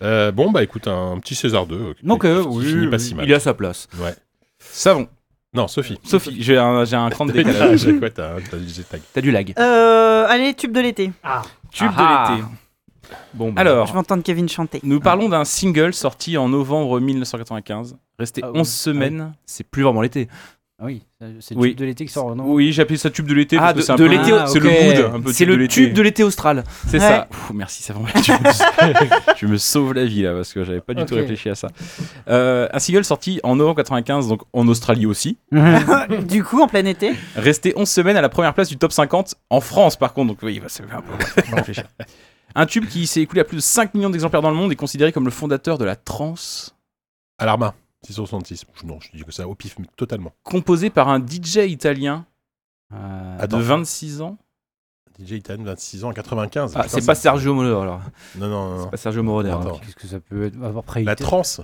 Speaker 1: Euh, bon bah écoute un petit César 2 euh,
Speaker 5: Donc,
Speaker 1: qui-
Speaker 5: euh,
Speaker 1: qui
Speaker 5: oui,
Speaker 1: finit pas si mal
Speaker 3: Il a sa place.
Speaker 2: Savon.
Speaker 1: non Sophie
Speaker 2: Sophie, j'ai un, j'ai un cran de
Speaker 1: T'as-
Speaker 2: décalage.
Speaker 1: t'as quoi, t'as- t'as du jetpack.
Speaker 5: T'as du lag.
Speaker 6: Euh, allez, tube de l'été.
Speaker 2: Tube
Speaker 3: Ah.
Speaker 2: de l'été.
Speaker 3: Bon, bah,
Speaker 2: Alors,
Speaker 6: Je vais entendre Kevin chanter.
Speaker 2: nous parlons d'un single sorti en novembre 1995. Resté
Speaker 5: Ah oui.
Speaker 2: 11 semaines.
Speaker 3: c'est plus vraiment l'été.
Speaker 5: Ah oui, c'est le
Speaker 2: Oui.
Speaker 5: tube de l'été qui sort, non
Speaker 2: Oui, j'appelle ça tube de l'été.
Speaker 3: Ah,
Speaker 2: parce que
Speaker 3: de,
Speaker 2: c'est un
Speaker 3: de
Speaker 2: peu-
Speaker 3: l'été.
Speaker 5: Ah,
Speaker 2: C'est le mood. un peu
Speaker 3: C'est le tube de l'été austral.
Speaker 2: C'est
Speaker 6: Ouais.
Speaker 2: ça. Ouh, merci, ça va. Tu me, tu me sauves la vie là parce que j'avais pas du tout
Speaker 5: Ok.
Speaker 2: réfléchi à ça. Euh, un single sorti en novembre 95, donc en Australie aussi.
Speaker 6: du coup, en plein été.
Speaker 2: Resté 11 semaines à la première place du top 50 en France par contre. Donc oui, bah, ça fait un peu faut réfléchir. Un tube qui s'est écoulé à plus de 5 millions d'exemplaires dans le monde et considéré comme le fondateur de la trance.
Speaker 1: Alarma 666 Je- non je dis que ça au pif mais totalement
Speaker 2: Composé par un DJ italien
Speaker 5: Euh,
Speaker 1: Ah,
Speaker 2: de 26 ans.
Speaker 1: DJ Itan 26 ans 95
Speaker 3: Ah,
Speaker 1: Putain,
Speaker 3: c'est
Speaker 1: ça-
Speaker 3: pas Sergio Moro alors.
Speaker 1: non non non, non.
Speaker 3: C'est pas Sergio Moro d'ailleurs.
Speaker 1: Attends.
Speaker 5: Qu'est-ce que ça peut être Après,
Speaker 1: La
Speaker 5: il-
Speaker 1: trance.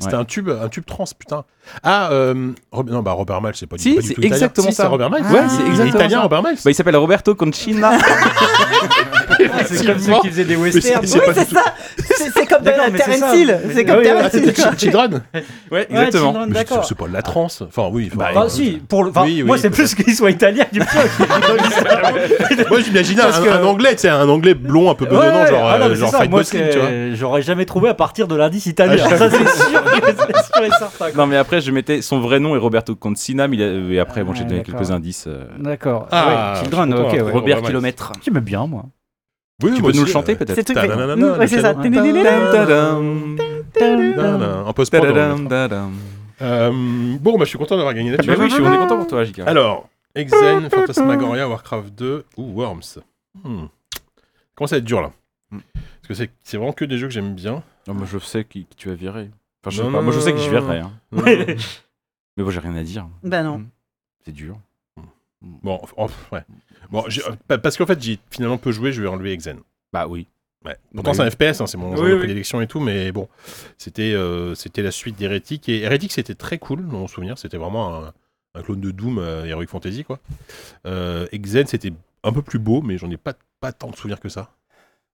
Speaker 1: C'était
Speaker 2: Ouais.
Speaker 1: un tube, un tube trans, putain. Ah, euh, Rob- non, bah Robert Miles, c'est pas, du-
Speaker 2: Si,
Speaker 1: pas du
Speaker 2: c'est
Speaker 1: tout italien.
Speaker 2: exactement
Speaker 1: Si,
Speaker 2: ça.
Speaker 1: c'est Robert Miles.
Speaker 6: Ah. Ouais, c'est
Speaker 1: Il est
Speaker 2: exactement
Speaker 1: italien,
Speaker 2: ça.
Speaker 1: Robert Miles.
Speaker 2: Bah, il s'appelle Roberto Concina.
Speaker 5: c'est comme ceux qui faisaient des westerns.
Speaker 1: c'est
Speaker 6: oui, c'est ça. C'est c'est comme
Speaker 5: D'accord,
Speaker 6: euh,
Speaker 5: mais c'est
Speaker 6: Terence
Speaker 5: ça.
Speaker 6: Hill. C'est comme
Speaker 5: Oui, oui,
Speaker 1: Ah,
Speaker 6: Terence
Speaker 1: c'était
Speaker 6: Hill.
Speaker 1: Ch- Children.
Speaker 2: ouais,
Speaker 5: Ouais,
Speaker 2: exactement.
Speaker 5: Children,
Speaker 1: Mais c'est-
Speaker 5: D'accord.
Speaker 1: C'est pas de la trance. Enfin, oui. enfin,
Speaker 5: Bah,
Speaker 1: euh,
Speaker 5: si, pour le, enfin,
Speaker 1: Oui, oui,
Speaker 5: moi c'est
Speaker 1: peut-être.
Speaker 5: plus qu'ils soient italiens du
Speaker 1: Moi, j'imaginais
Speaker 5: Parce
Speaker 1: un,
Speaker 5: que-
Speaker 1: un anglais, tu sais, un anglais blond, un peu bedonnant, genre,
Speaker 5: ah, non,
Speaker 1: euh,
Speaker 5: mais c'est
Speaker 1: genre
Speaker 5: ça,
Speaker 1: Fight
Speaker 5: moi,
Speaker 1: Muslim,
Speaker 5: c'est-
Speaker 1: tu vois. Ah,
Speaker 5: J'aurais jamais trouvé à partir de l'indice italien. ça c'est sûr, c'est sûr et certain. quoi.
Speaker 2: Non mais après je mettais son vrai nom est Roberto Concina mais il a- et après bon j'ai
Speaker 5: Ah,
Speaker 2: donné
Speaker 5: d'accord.
Speaker 2: quelques indices. euh.
Speaker 5: D'accord.
Speaker 1: Ah,
Speaker 5: ouais, Children,
Speaker 1: je comprends,
Speaker 5: Bah,
Speaker 1: après.
Speaker 5: ok, ouais.
Speaker 1: Robert
Speaker 3: Robert
Speaker 1: Miles.
Speaker 3: Kilomètre.
Speaker 5: J'aimais bien moi.
Speaker 1: Oui,
Speaker 2: Tu
Speaker 1: moi
Speaker 2: peux nous le
Speaker 6: C'est
Speaker 1: aussi,
Speaker 2: chanter
Speaker 1: euh,
Speaker 2: peut-être
Speaker 6: le truc.
Speaker 1: Tadam,
Speaker 6: Oui, ouais, c'est ça.
Speaker 1: tadam, euh, tadam, En post-prod. on le met. Euh, Bon, bah, je suis content d'avoir gagné
Speaker 2: Bah
Speaker 1: là-dessus.
Speaker 2: oui, je suis on est content pour toi Jika.
Speaker 1: Alors, Exen, Phantasmagoria, Warcraft 2 ou Worms. Hmm. Comment ça va être dur là
Speaker 2: Hmm.
Speaker 1: Parce que c'est- c'est vraiment que des jeux que j'aime bien.
Speaker 2: Non, moi, je sais qui, qui tu as viré. Enfin, je sais
Speaker 1: Non,
Speaker 2: pas.
Speaker 1: non,
Speaker 2: moi, je
Speaker 1: non,
Speaker 2: sais que
Speaker 1: non,
Speaker 2: je
Speaker 1: non,
Speaker 2: virerai. hein. Mais bon, j'ai rien à dire.
Speaker 6: Bah non.
Speaker 2: C'est dur.
Speaker 1: Bon, en- en- ouais. Bon, j'ai- euh, pa- parce qu'en fait, j'ai finalement peu joué, je vais enlever Exen.
Speaker 2: Bah oui.
Speaker 1: Ouais. Pourtant,
Speaker 2: Bah Oui.
Speaker 1: c'est un FPS, hein, c'est mon jeu
Speaker 2: Oui,
Speaker 1: de
Speaker 2: oui.
Speaker 1: prédilection et tout, mais bon, c'était euh, c'était la suite d'Hérétique. Et Hérétique, c'était très cool, dans mon souvenir. C'était vraiment un, un clone de Doom, euh, Heroic Fantasy, quoi. Euh, Exen, c'était un peu plus beau, mais j'en ai pas, pas tant de souvenirs que ça.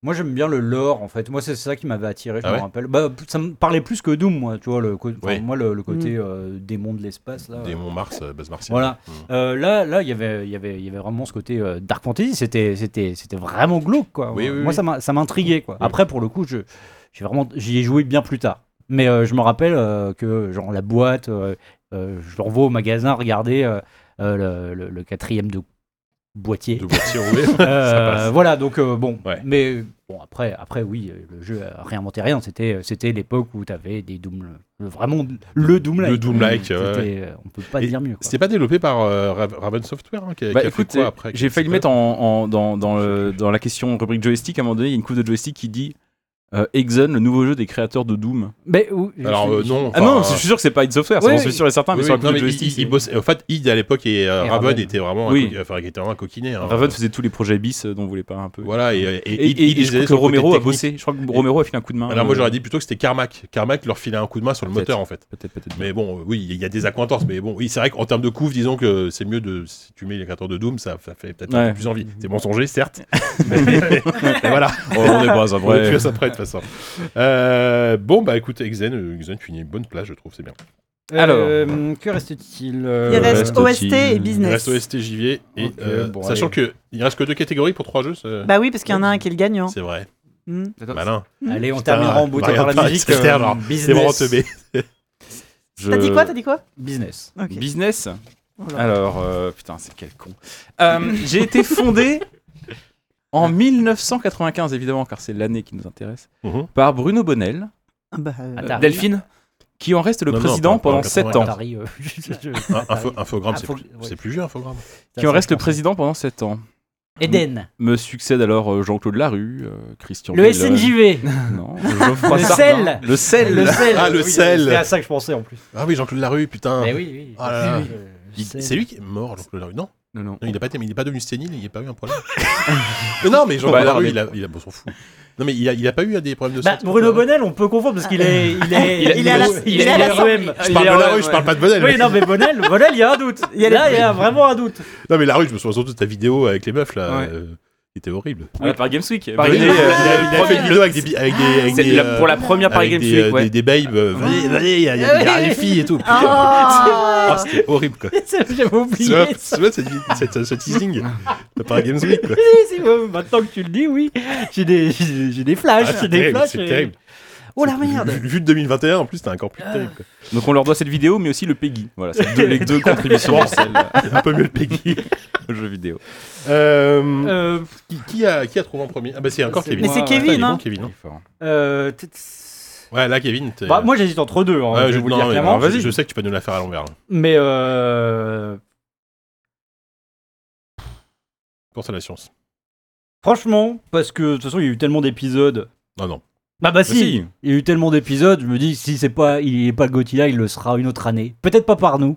Speaker 5: Moi j'aime bien le lore en fait. Moi c'est ça qui m'avait attiré, je
Speaker 1: Ah
Speaker 5: me
Speaker 1: ouais
Speaker 5: rappelle. Bah, ça me parlait plus que Doom, moi, tu vois, le, co- enfin,
Speaker 1: Oui.
Speaker 5: moi, le, le côté euh, démon de l'espace là.
Speaker 1: Démon Mars, euh, base martienne.
Speaker 5: Voilà.
Speaker 1: Mm.
Speaker 5: Euh, là, là, il y avait, il y avait, il y avait vraiment ce côté euh, dark fantasy. C'était, c'était, c'était vraiment glauque, quoi.
Speaker 1: Oui, oui,
Speaker 5: Moi,
Speaker 1: oui.
Speaker 5: ça m'a- ça m'intriguait, quoi. Après, pour le coup, je, j'ai vraiment, j'y ai joué bien plus tard. Mais euh, je me rappelle euh, que, genre, la boîte, euh, euh, je l'envoie au magasin regarder euh, euh, le, le- le quatrième de boîtier.
Speaker 1: De boîtier roulé.
Speaker 5: Euh,
Speaker 1: passe.
Speaker 5: voilà, donc euh, bon,
Speaker 1: Ouais.
Speaker 5: mais euh, bon après, après oui, euh, le jeu a réinventé rien. C'était, c'était l'époque où tu avais des Doom, le- vraiment le Doom like.
Speaker 1: Le Doom-like,
Speaker 5: C'était,
Speaker 1: ouais,
Speaker 5: euh, on peut pas
Speaker 1: Et
Speaker 5: dire mieux. quoi.
Speaker 1: C'était pas développé par euh, Ra- Raven Software hein, qui a,
Speaker 2: Bah
Speaker 1: qui a
Speaker 2: écoute,
Speaker 1: fait quoi après
Speaker 2: j'ai
Speaker 1: qu'est-ce
Speaker 2: failli
Speaker 1: que
Speaker 2: le mettre
Speaker 1: c'est
Speaker 2: en, en- dans, dans, le- dans la question rubrique joystick. À un moment donné, il y a une coupe de joystick qui dit euh, Exxon, le nouveau jeu des créateurs de Doom.
Speaker 5: Mais, ou-
Speaker 1: Alors euh, non.
Speaker 2: ah non,
Speaker 1: enfin,
Speaker 2: je suis sûr que c'est pas id Software. c'est
Speaker 5: Oui, oui.
Speaker 2: je suis sûr et certain.
Speaker 1: oui,
Speaker 2: mais
Speaker 1: oui,
Speaker 2: sur la coupe
Speaker 1: non,
Speaker 2: de
Speaker 1: mais
Speaker 2: joystick.
Speaker 1: il- il bossait- En fait, id à l'époque et, euh,
Speaker 5: Et
Speaker 1: Raven,
Speaker 5: Raven.
Speaker 1: était vraiment,
Speaker 2: Oui.
Speaker 1: un, coqui- enfin, qui était vraiment un coquinet. hein.
Speaker 2: Raven faisait tous les projets bis euh, dont on voulait pas un peu.
Speaker 1: Voilà et, euh, et,
Speaker 2: Et,
Speaker 1: id-
Speaker 2: et-
Speaker 1: id
Speaker 2: et je crois
Speaker 1: faisait
Speaker 2: que
Speaker 1: son côté
Speaker 2: Romero a
Speaker 1: technique.
Speaker 2: bossé. Je crois que Romero a filé un coup de main.
Speaker 1: Alors moi
Speaker 2: euh,
Speaker 1: j'aurais dit plutôt que c'était Carmack. Carmack leur filait un coup de main sur le
Speaker 2: Peut-être.
Speaker 1: moteur en fait.
Speaker 2: Peut-être, peut-être.
Speaker 1: Mais bon, euh, oui, il y a des accointances, mais bon, oui, c'est vrai qu'en termes de couve, disons que c'est mieux de si tu mets les créateurs de Doom, ça, ça fait peut-être un
Speaker 2: Ouais.
Speaker 1: peu plus envie. C'est mensonger, certes, mais, mais voilà.
Speaker 2: Oh, on est pas à
Speaker 1: On est plus à ça près de toute façon. Euh, bon bah écoute, Exen, euh, Exen, tu es une bonne place, je trouve, c'est bien.
Speaker 2: Alors.
Speaker 5: Euh, que reste-t-il euh,
Speaker 6: Il reste
Speaker 2: reste
Speaker 6: OST
Speaker 2: aussi-
Speaker 6: et
Speaker 1: Il reste
Speaker 6: business.
Speaker 1: OST, JV. Et
Speaker 5: Ok,
Speaker 1: euh,
Speaker 5: bon,
Speaker 1: sachant
Speaker 5: allez.
Speaker 1: que il reste que deux catégories pour trois jeux. ça-
Speaker 6: Bah oui, parce qu'il y en a un qui est le gagnant.
Speaker 1: C'est vrai.
Speaker 6: Hmm.
Speaker 1: Malin.
Speaker 5: Allez, on
Speaker 1: Putain,
Speaker 5: terminera en beauté
Speaker 1: Mario
Speaker 5: par la
Speaker 1: Party,
Speaker 5: musique.
Speaker 1: c'est
Speaker 5: euh,
Speaker 1: clair, alors. C'est
Speaker 5: business.
Speaker 1: vraiment teubé.
Speaker 2: Je-
Speaker 6: T'as dit quoi T'as dit quoi
Speaker 5: Business.
Speaker 6: Ok.
Speaker 2: Business
Speaker 6: Oh là.
Speaker 2: Alors, euh, putain, c'est quel con. Euh, J'ai été fondé en 1995, évidemment, car c'est l'année qui nous intéresse,
Speaker 1: Mhm.
Speaker 2: par Bruno Bonnel,
Speaker 6: Ah bah, euh,
Speaker 5: Attends. Atari.
Speaker 2: Delphine, qui en reste le
Speaker 1: Non, non,
Speaker 2: président
Speaker 1: pas- pas en
Speaker 2: pendant 7 ans.
Speaker 5: Atari, euh, je- je- je-
Speaker 1: Un-
Speaker 5: Atari.
Speaker 1: Hein, Ah, info-
Speaker 2: Ah
Speaker 1: infogramme, c'est
Speaker 5: Info-
Speaker 1: plus,
Speaker 5: ouais.
Speaker 1: c'est plus vieux, Infogramme.
Speaker 2: Qui en reste le président pendant 7 ans.
Speaker 5: Eden.
Speaker 2: Me succèdent alors euh, Jean-Claude Larue, euh, Christian
Speaker 5: Le
Speaker 2: Bellon.
Speaker 5: SNJV.
Speaker 2: Non, Geoffroy
Speaker 5: Le
Speaker 2: Sardin.
Speaker 5: sel.
Speaker 2: Le sel
Speaker 5: Le sel.
Speaker 1: Ah, le
Speaker 5: Oui,
Speaker 1: sel.
Speaker 5: C'est à ça que je pensais en plus.
Speaker 1: Ah oui, Jean-Claude Larue, putain.
Speaker 6: Eh
Speaker 5: Mais oui, oui.
Speaker 1: Ah là là.
Speaker 5: Oui, oui, euh,
Speaker 1: Il-
Speaker 5: sel.
Speaker 1: C'est lui qui est mort, Jean-Claude Larue. Non,
Speaker 3: Non, non.
Speaker 1: non il n'est pas, mais il est pas devenu sténile, il n'y a pas eu un problème. mais non, mais
Speaker 2: Bah,
Speaker 1: Jean-Claude
Speaker 2: alors,
Speaker 1: Larue,
Speaker 2: mais-
Speaker 1: il a, il a, bon, on s'en fout. Non, mais il a, il a pas eu euh, des problèmes de
Speaker 5: Bah,
Speaker 1: santé.
Speaker 5: Bruno Bonnel, on peut confondre parce qu'il est, il est,
Speaker 6: Il est- il est à la- il est à la-
Speaker 5: REM.
Speaker 1: Je parle de Larue, je parle pas de Bonnel.
Speaker 5: Oui, non, mais Bonnel, Bonnel, il y a un doute.
Speaker 6: Il y a
Speaker 5: Là,
Speaker 6: les-
Speaker 5: il y a vraiment un doute.
Speaker 1: Non, mais Larue, je me souviens surtout de ta vidéo avec les meufs là.
Speaker 3: Ouais.
Speaker 1: euh, qui était horrible.
Speaker 2: Ah, par Games Week.
Speaker 3: Par
Speaker 1: il,
Speaker 3: Games
Speaker 1: a, il,
Speaker 2: Venez, euh,
Speaker 1: a, il a fait une vidéo avec des. bi- Avec des, avec
Speaker 2: c'est
Speaker 1: des,
Speaker 2: la-
Speaker 1: euh,
Speaker 2: pour la première Paris
Speaker 1: avec
Speaker 2: Games
Speaker 1: des, euh,
Speaker 2: Week, ouais.
Speaker 1: des, des babes, euh, venez, venez, il y a, il y a- il y a les filles et tout.
Speaker 6: Oh,
Speaker 1: Putain,
Speaker 6: Ah
Speaker 1: Oh, c'était horrible quoi.
Speaker 5: J'avais
Speaker 1: Tu
Speaker 5: oublié
Speaker 1: vois,
Speaker 5: ça.
Speaker 1: tu vois cette, cette, ce teasing de Paris Games Week quoi.
Speaker 5: Si, euh, Maintenant que tu le dis, oui. J'ai des, j'ai j'ai des flashs,
Speaker 1: Ah,
Speaker 5: j'ai
Speaker 1: c'est
Speaker 5: des
Speaker 1: terrible,
Speaker 5: flashs.
Speaker 1: c'est
Speaker 5: et-
Speaker 1: terrible.
Speaker 5: Oh la
Speaker 1: Vu-
Speaker 5: merde.
Speaker 1: Vu, vu de 2021, en plus, t'es encore plus terrible. quoi.
Speaker 2: Donc on leur doit cette vidéo, mais aussi le PEGI. Voilà, c'est deux- les deux contributions à celle
Speaker 1: un peu mieux le Peggy.
Speaker 2: au jeu vidéo.
Speaker 1: Euh,
Speaker 5: Euh,
Speaker 1: qui, qui a, qui a trouvé en premier Ah bah c'est encore
Speaker 5: C'est
Speaker 1: Kevin.
Speaker 6: Mais c'est
Speaker 1: Ah,
Speaker 6: Kevin,
Speaker 1: il est bon,
Speaker 6: hein.
Speaker 1: Kevin. hein.
Speaker 5: euh, t- t-
Speaker 1: Ouais, là, Kevin, t'es...
Speaker 5: Bah, moi, j'hésite entre deux. hein,
Speaker 1: Ouais,
Speaker 5: je vais vous le dire
Speaker 1: non, mais
Speaker 5: clairement.
Speaker 1: alors, vas-y, je sais que tu peux nous la faire à l'envers. hein, là.
Speaker 5: Mais euh,
Speaker 1: Pense à la science.
Speaker 5: franchement, parce que de toute façon, il y a eu tellement d'épisodes.
Speaker 1: Non, non.
Speaker 5: Bah bah si,
Speaker 2: si.
Speaker 5: il y a eu tellement d'épisodes, je me dis si c'est pas il est pas Gauthier là, il le sera une autre année. Peut-être pas par nous.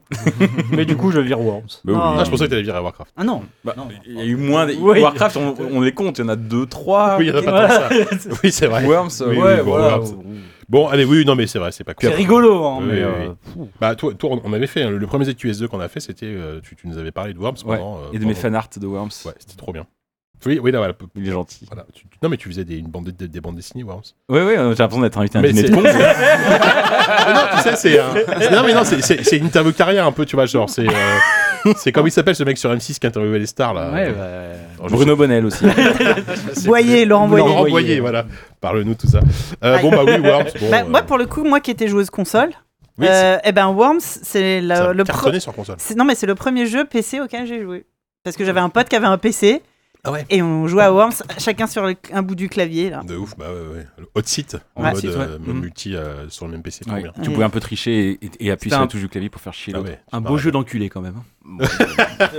Speaker 5: mais du coup, je vire Worms.
Speaker 2: Bah oui.
Speaker 6: Ah.
Speaker 1: Ah, je pensais que t'allais virer à Warcraft.
Speaker 5: Ah non.
Speaker 2: Bah,
Speaker 5: Non.
Speaker 2: Il y a eu moins. de-
Speaker 5: Oui.
Speaker 2: Warcraft, on, on les compte, il y en a 2, 3.
Speaker 1: oui, il y en a pas tant que ça. Oui, c'est vrai.
Speaker 2: Worms, euh,
Speaker 1: Oui,
Speaker 2: ouais.
Speaker 1: oui, bon, Warcraft. Bon, allez, oui, non, mais c'est vrai, c'est pas cool.
Speaker 5: C'est rigolo hein,
Speaker 1: Oui,
Speaker 5: mais
Speaker 1: oui,
Speaker 5: euh,
Speaker 1: Bah, toi, toi, on- on avait fait, hein, le, le premier ZQS2 qu'on a fait, c'était, euh, tu, tu nous avais parlé de Worms
Speaker 2: Ouais.
Speaker 1: pendant... euh,
Speaker 2: Et de mes
Speaker 1: pendant-
Speaker 2: fanarts de Worms.
Speaker 1: Ouais, c'était trop bien. Oui, oui, là, voilà.
Speaker 2: Il est gentil.
Speaker 1: voilà. Tu- tu- non, mais tu faisais des, une bande, des, des bandes dessinées, Worms.
Speaker 2: Ouais, ouais, euh, j'ai l'impression d'être invité à un
Speaker 1: Mais
Speaker 2: dîner de
Speaker 1: c'est-
Speaker 2: con.
Speaker 1: Mais non, tu sais, c'est un- c'est- Non, mais non, c'est- c'est c'est une interview carrière un peu, tu vois. Genre, c'est. euh, C'est comme il s'appelle ce mec sur M6 qui interviewait les stars là. Euh,
Speaker 5: ouais, bah,
Speaker 1: Alors, je
Speaker 2: Bruno Bonnel aussi.
Speaker 1: sais-
Speaker 6: Boyer, Laurent Boyer.
Speaker 1: Laurent Boyer, voilà. Parle-nous de tout ça. Euh, bon, bah oui, Worms. Bon,
Speaker 6: Bah,
Speaker 1: euh,
Speaker 6: Moi, pour le coup, moi qui étais joueuse console,
Speaker 1: oui, c'est-
Speaker 6: euh, eh ben Worms, c'est la-
Speaker 1: ça
Speaker 6: le pre-
Speaker 1: cartonnait sur console.
Speaker 6: c'est- Non, mais c'est le premier jeu PC auquel j'ai joué. Parce que j'avais un pote qui avait un PC.
Speaker 1: Ah ouais.
Speaker 6: Et on jouait à Worms, chacun sur le- un bout du clavier. Là.
Speaker 1: De ouf, bah ouais, ouais. Le hot site en
Speaker 6: Ouais.
Speaker 1: mode
Speaker 3: Hot site,
Speaker 1: euh,
Speaker 3: ouais.
Speaker 1: mode
Speaker 3: Mhm.
Speaker 1: multi euh, sur le même PC, trop
Speaker 2: Ouais.
Speaker 1: bien.
Speaker 2: Tu pouvais un peu tricher et, et- et appuyer
Speaker 3: C'était
Speaker 2: sur
Speaker 3: un-
Speaker 2: le touche du clavier pour faire chier
Speaker 1: Ah
Speaker 2: l'autre.
Speaker 1: ouais,
Speaker 3: Un
Speaker 1: c'est
Speaker 3: beau
Speaker 1: pareil.
Speaker 3: jeu d'enculé quand même.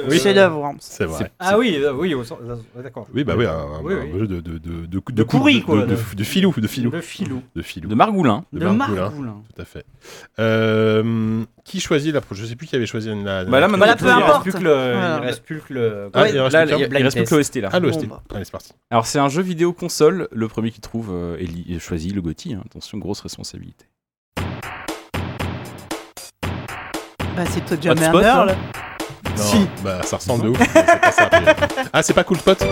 Speaker 1: Oui.
Speaker 6: Chef d'œuvre Worms.
Speaker 1: C'est vrai.
Speaker 5: Ah oui, euh, oui, au sens- d'accord.
Speaker 1: Oui, bah oui, un, un-
Speaker 5: Oui,
Speaker 1: un
Speaker 5: oui.
Speaker 1: jeu de, de, de, de, de
Speaker 5: pourri,
Speaker 1: de-
Speaker 5: quoi,
Speaker 1: De,
Speaker 5: là.
Speaker 1: de filou, de filou.
Speaker 5: Le filou.
Speaker 1: De filou.
Speaker 2: De Margoulin.
Speaker 1: De
Speaker 5: De,
Speaker 1: Marc Goulin.
Speaker 5: Marc Goulin.
Speaker 1: Tout à fait. Euh, qui choisit la pro- Je sais plus qui avait choisi la. la-
Speaker 2: Bah là, maintenant,
Speaker 6: Voilà,
Speaker 2: il
Speaker 6: peu
Speaker 2: y a-
Speaker 5: Il reste
Speaker 6: importe.
Speaker 5: plus que le.
Speaker 6: Voilà.
Speaker 5: Il reste plus que le.
Speaker 1: Ah,
Speaker 2: Ouais,
Speaker 1: il reste
Speaker 2: là,
Speaker 1: plus
Speaker 2: il
Speaker 1: que
Speaker 2: y
Speaker 1: le
Speaker 2: a- il reste plus que l'OST là.
Speaker 1: Ah, le
Speaker 6: Bon,
Speaker 1: hosting.
Speaker 6: bah.
Speaker 1: Allez, c'est parti.
Speaker 2: Alors, c'est un jeu vidéo console. Le premier qui trouve euh, est li- est choisi, le Gotti. hein. Attention, grosse responsabilité.
Speaker 6: Bah, c'est Todd John
Speaker 2: Hotspot,
Speaker 6: Werner,
Speaker 2: non
Speaker 6: là.
Speaker 1: Non,
Speaker 2: Si.
Speaker 1: Bah, ça ressemble de ouf. mais c'est pas ça, a priori. ah, c'est pas Cool Spot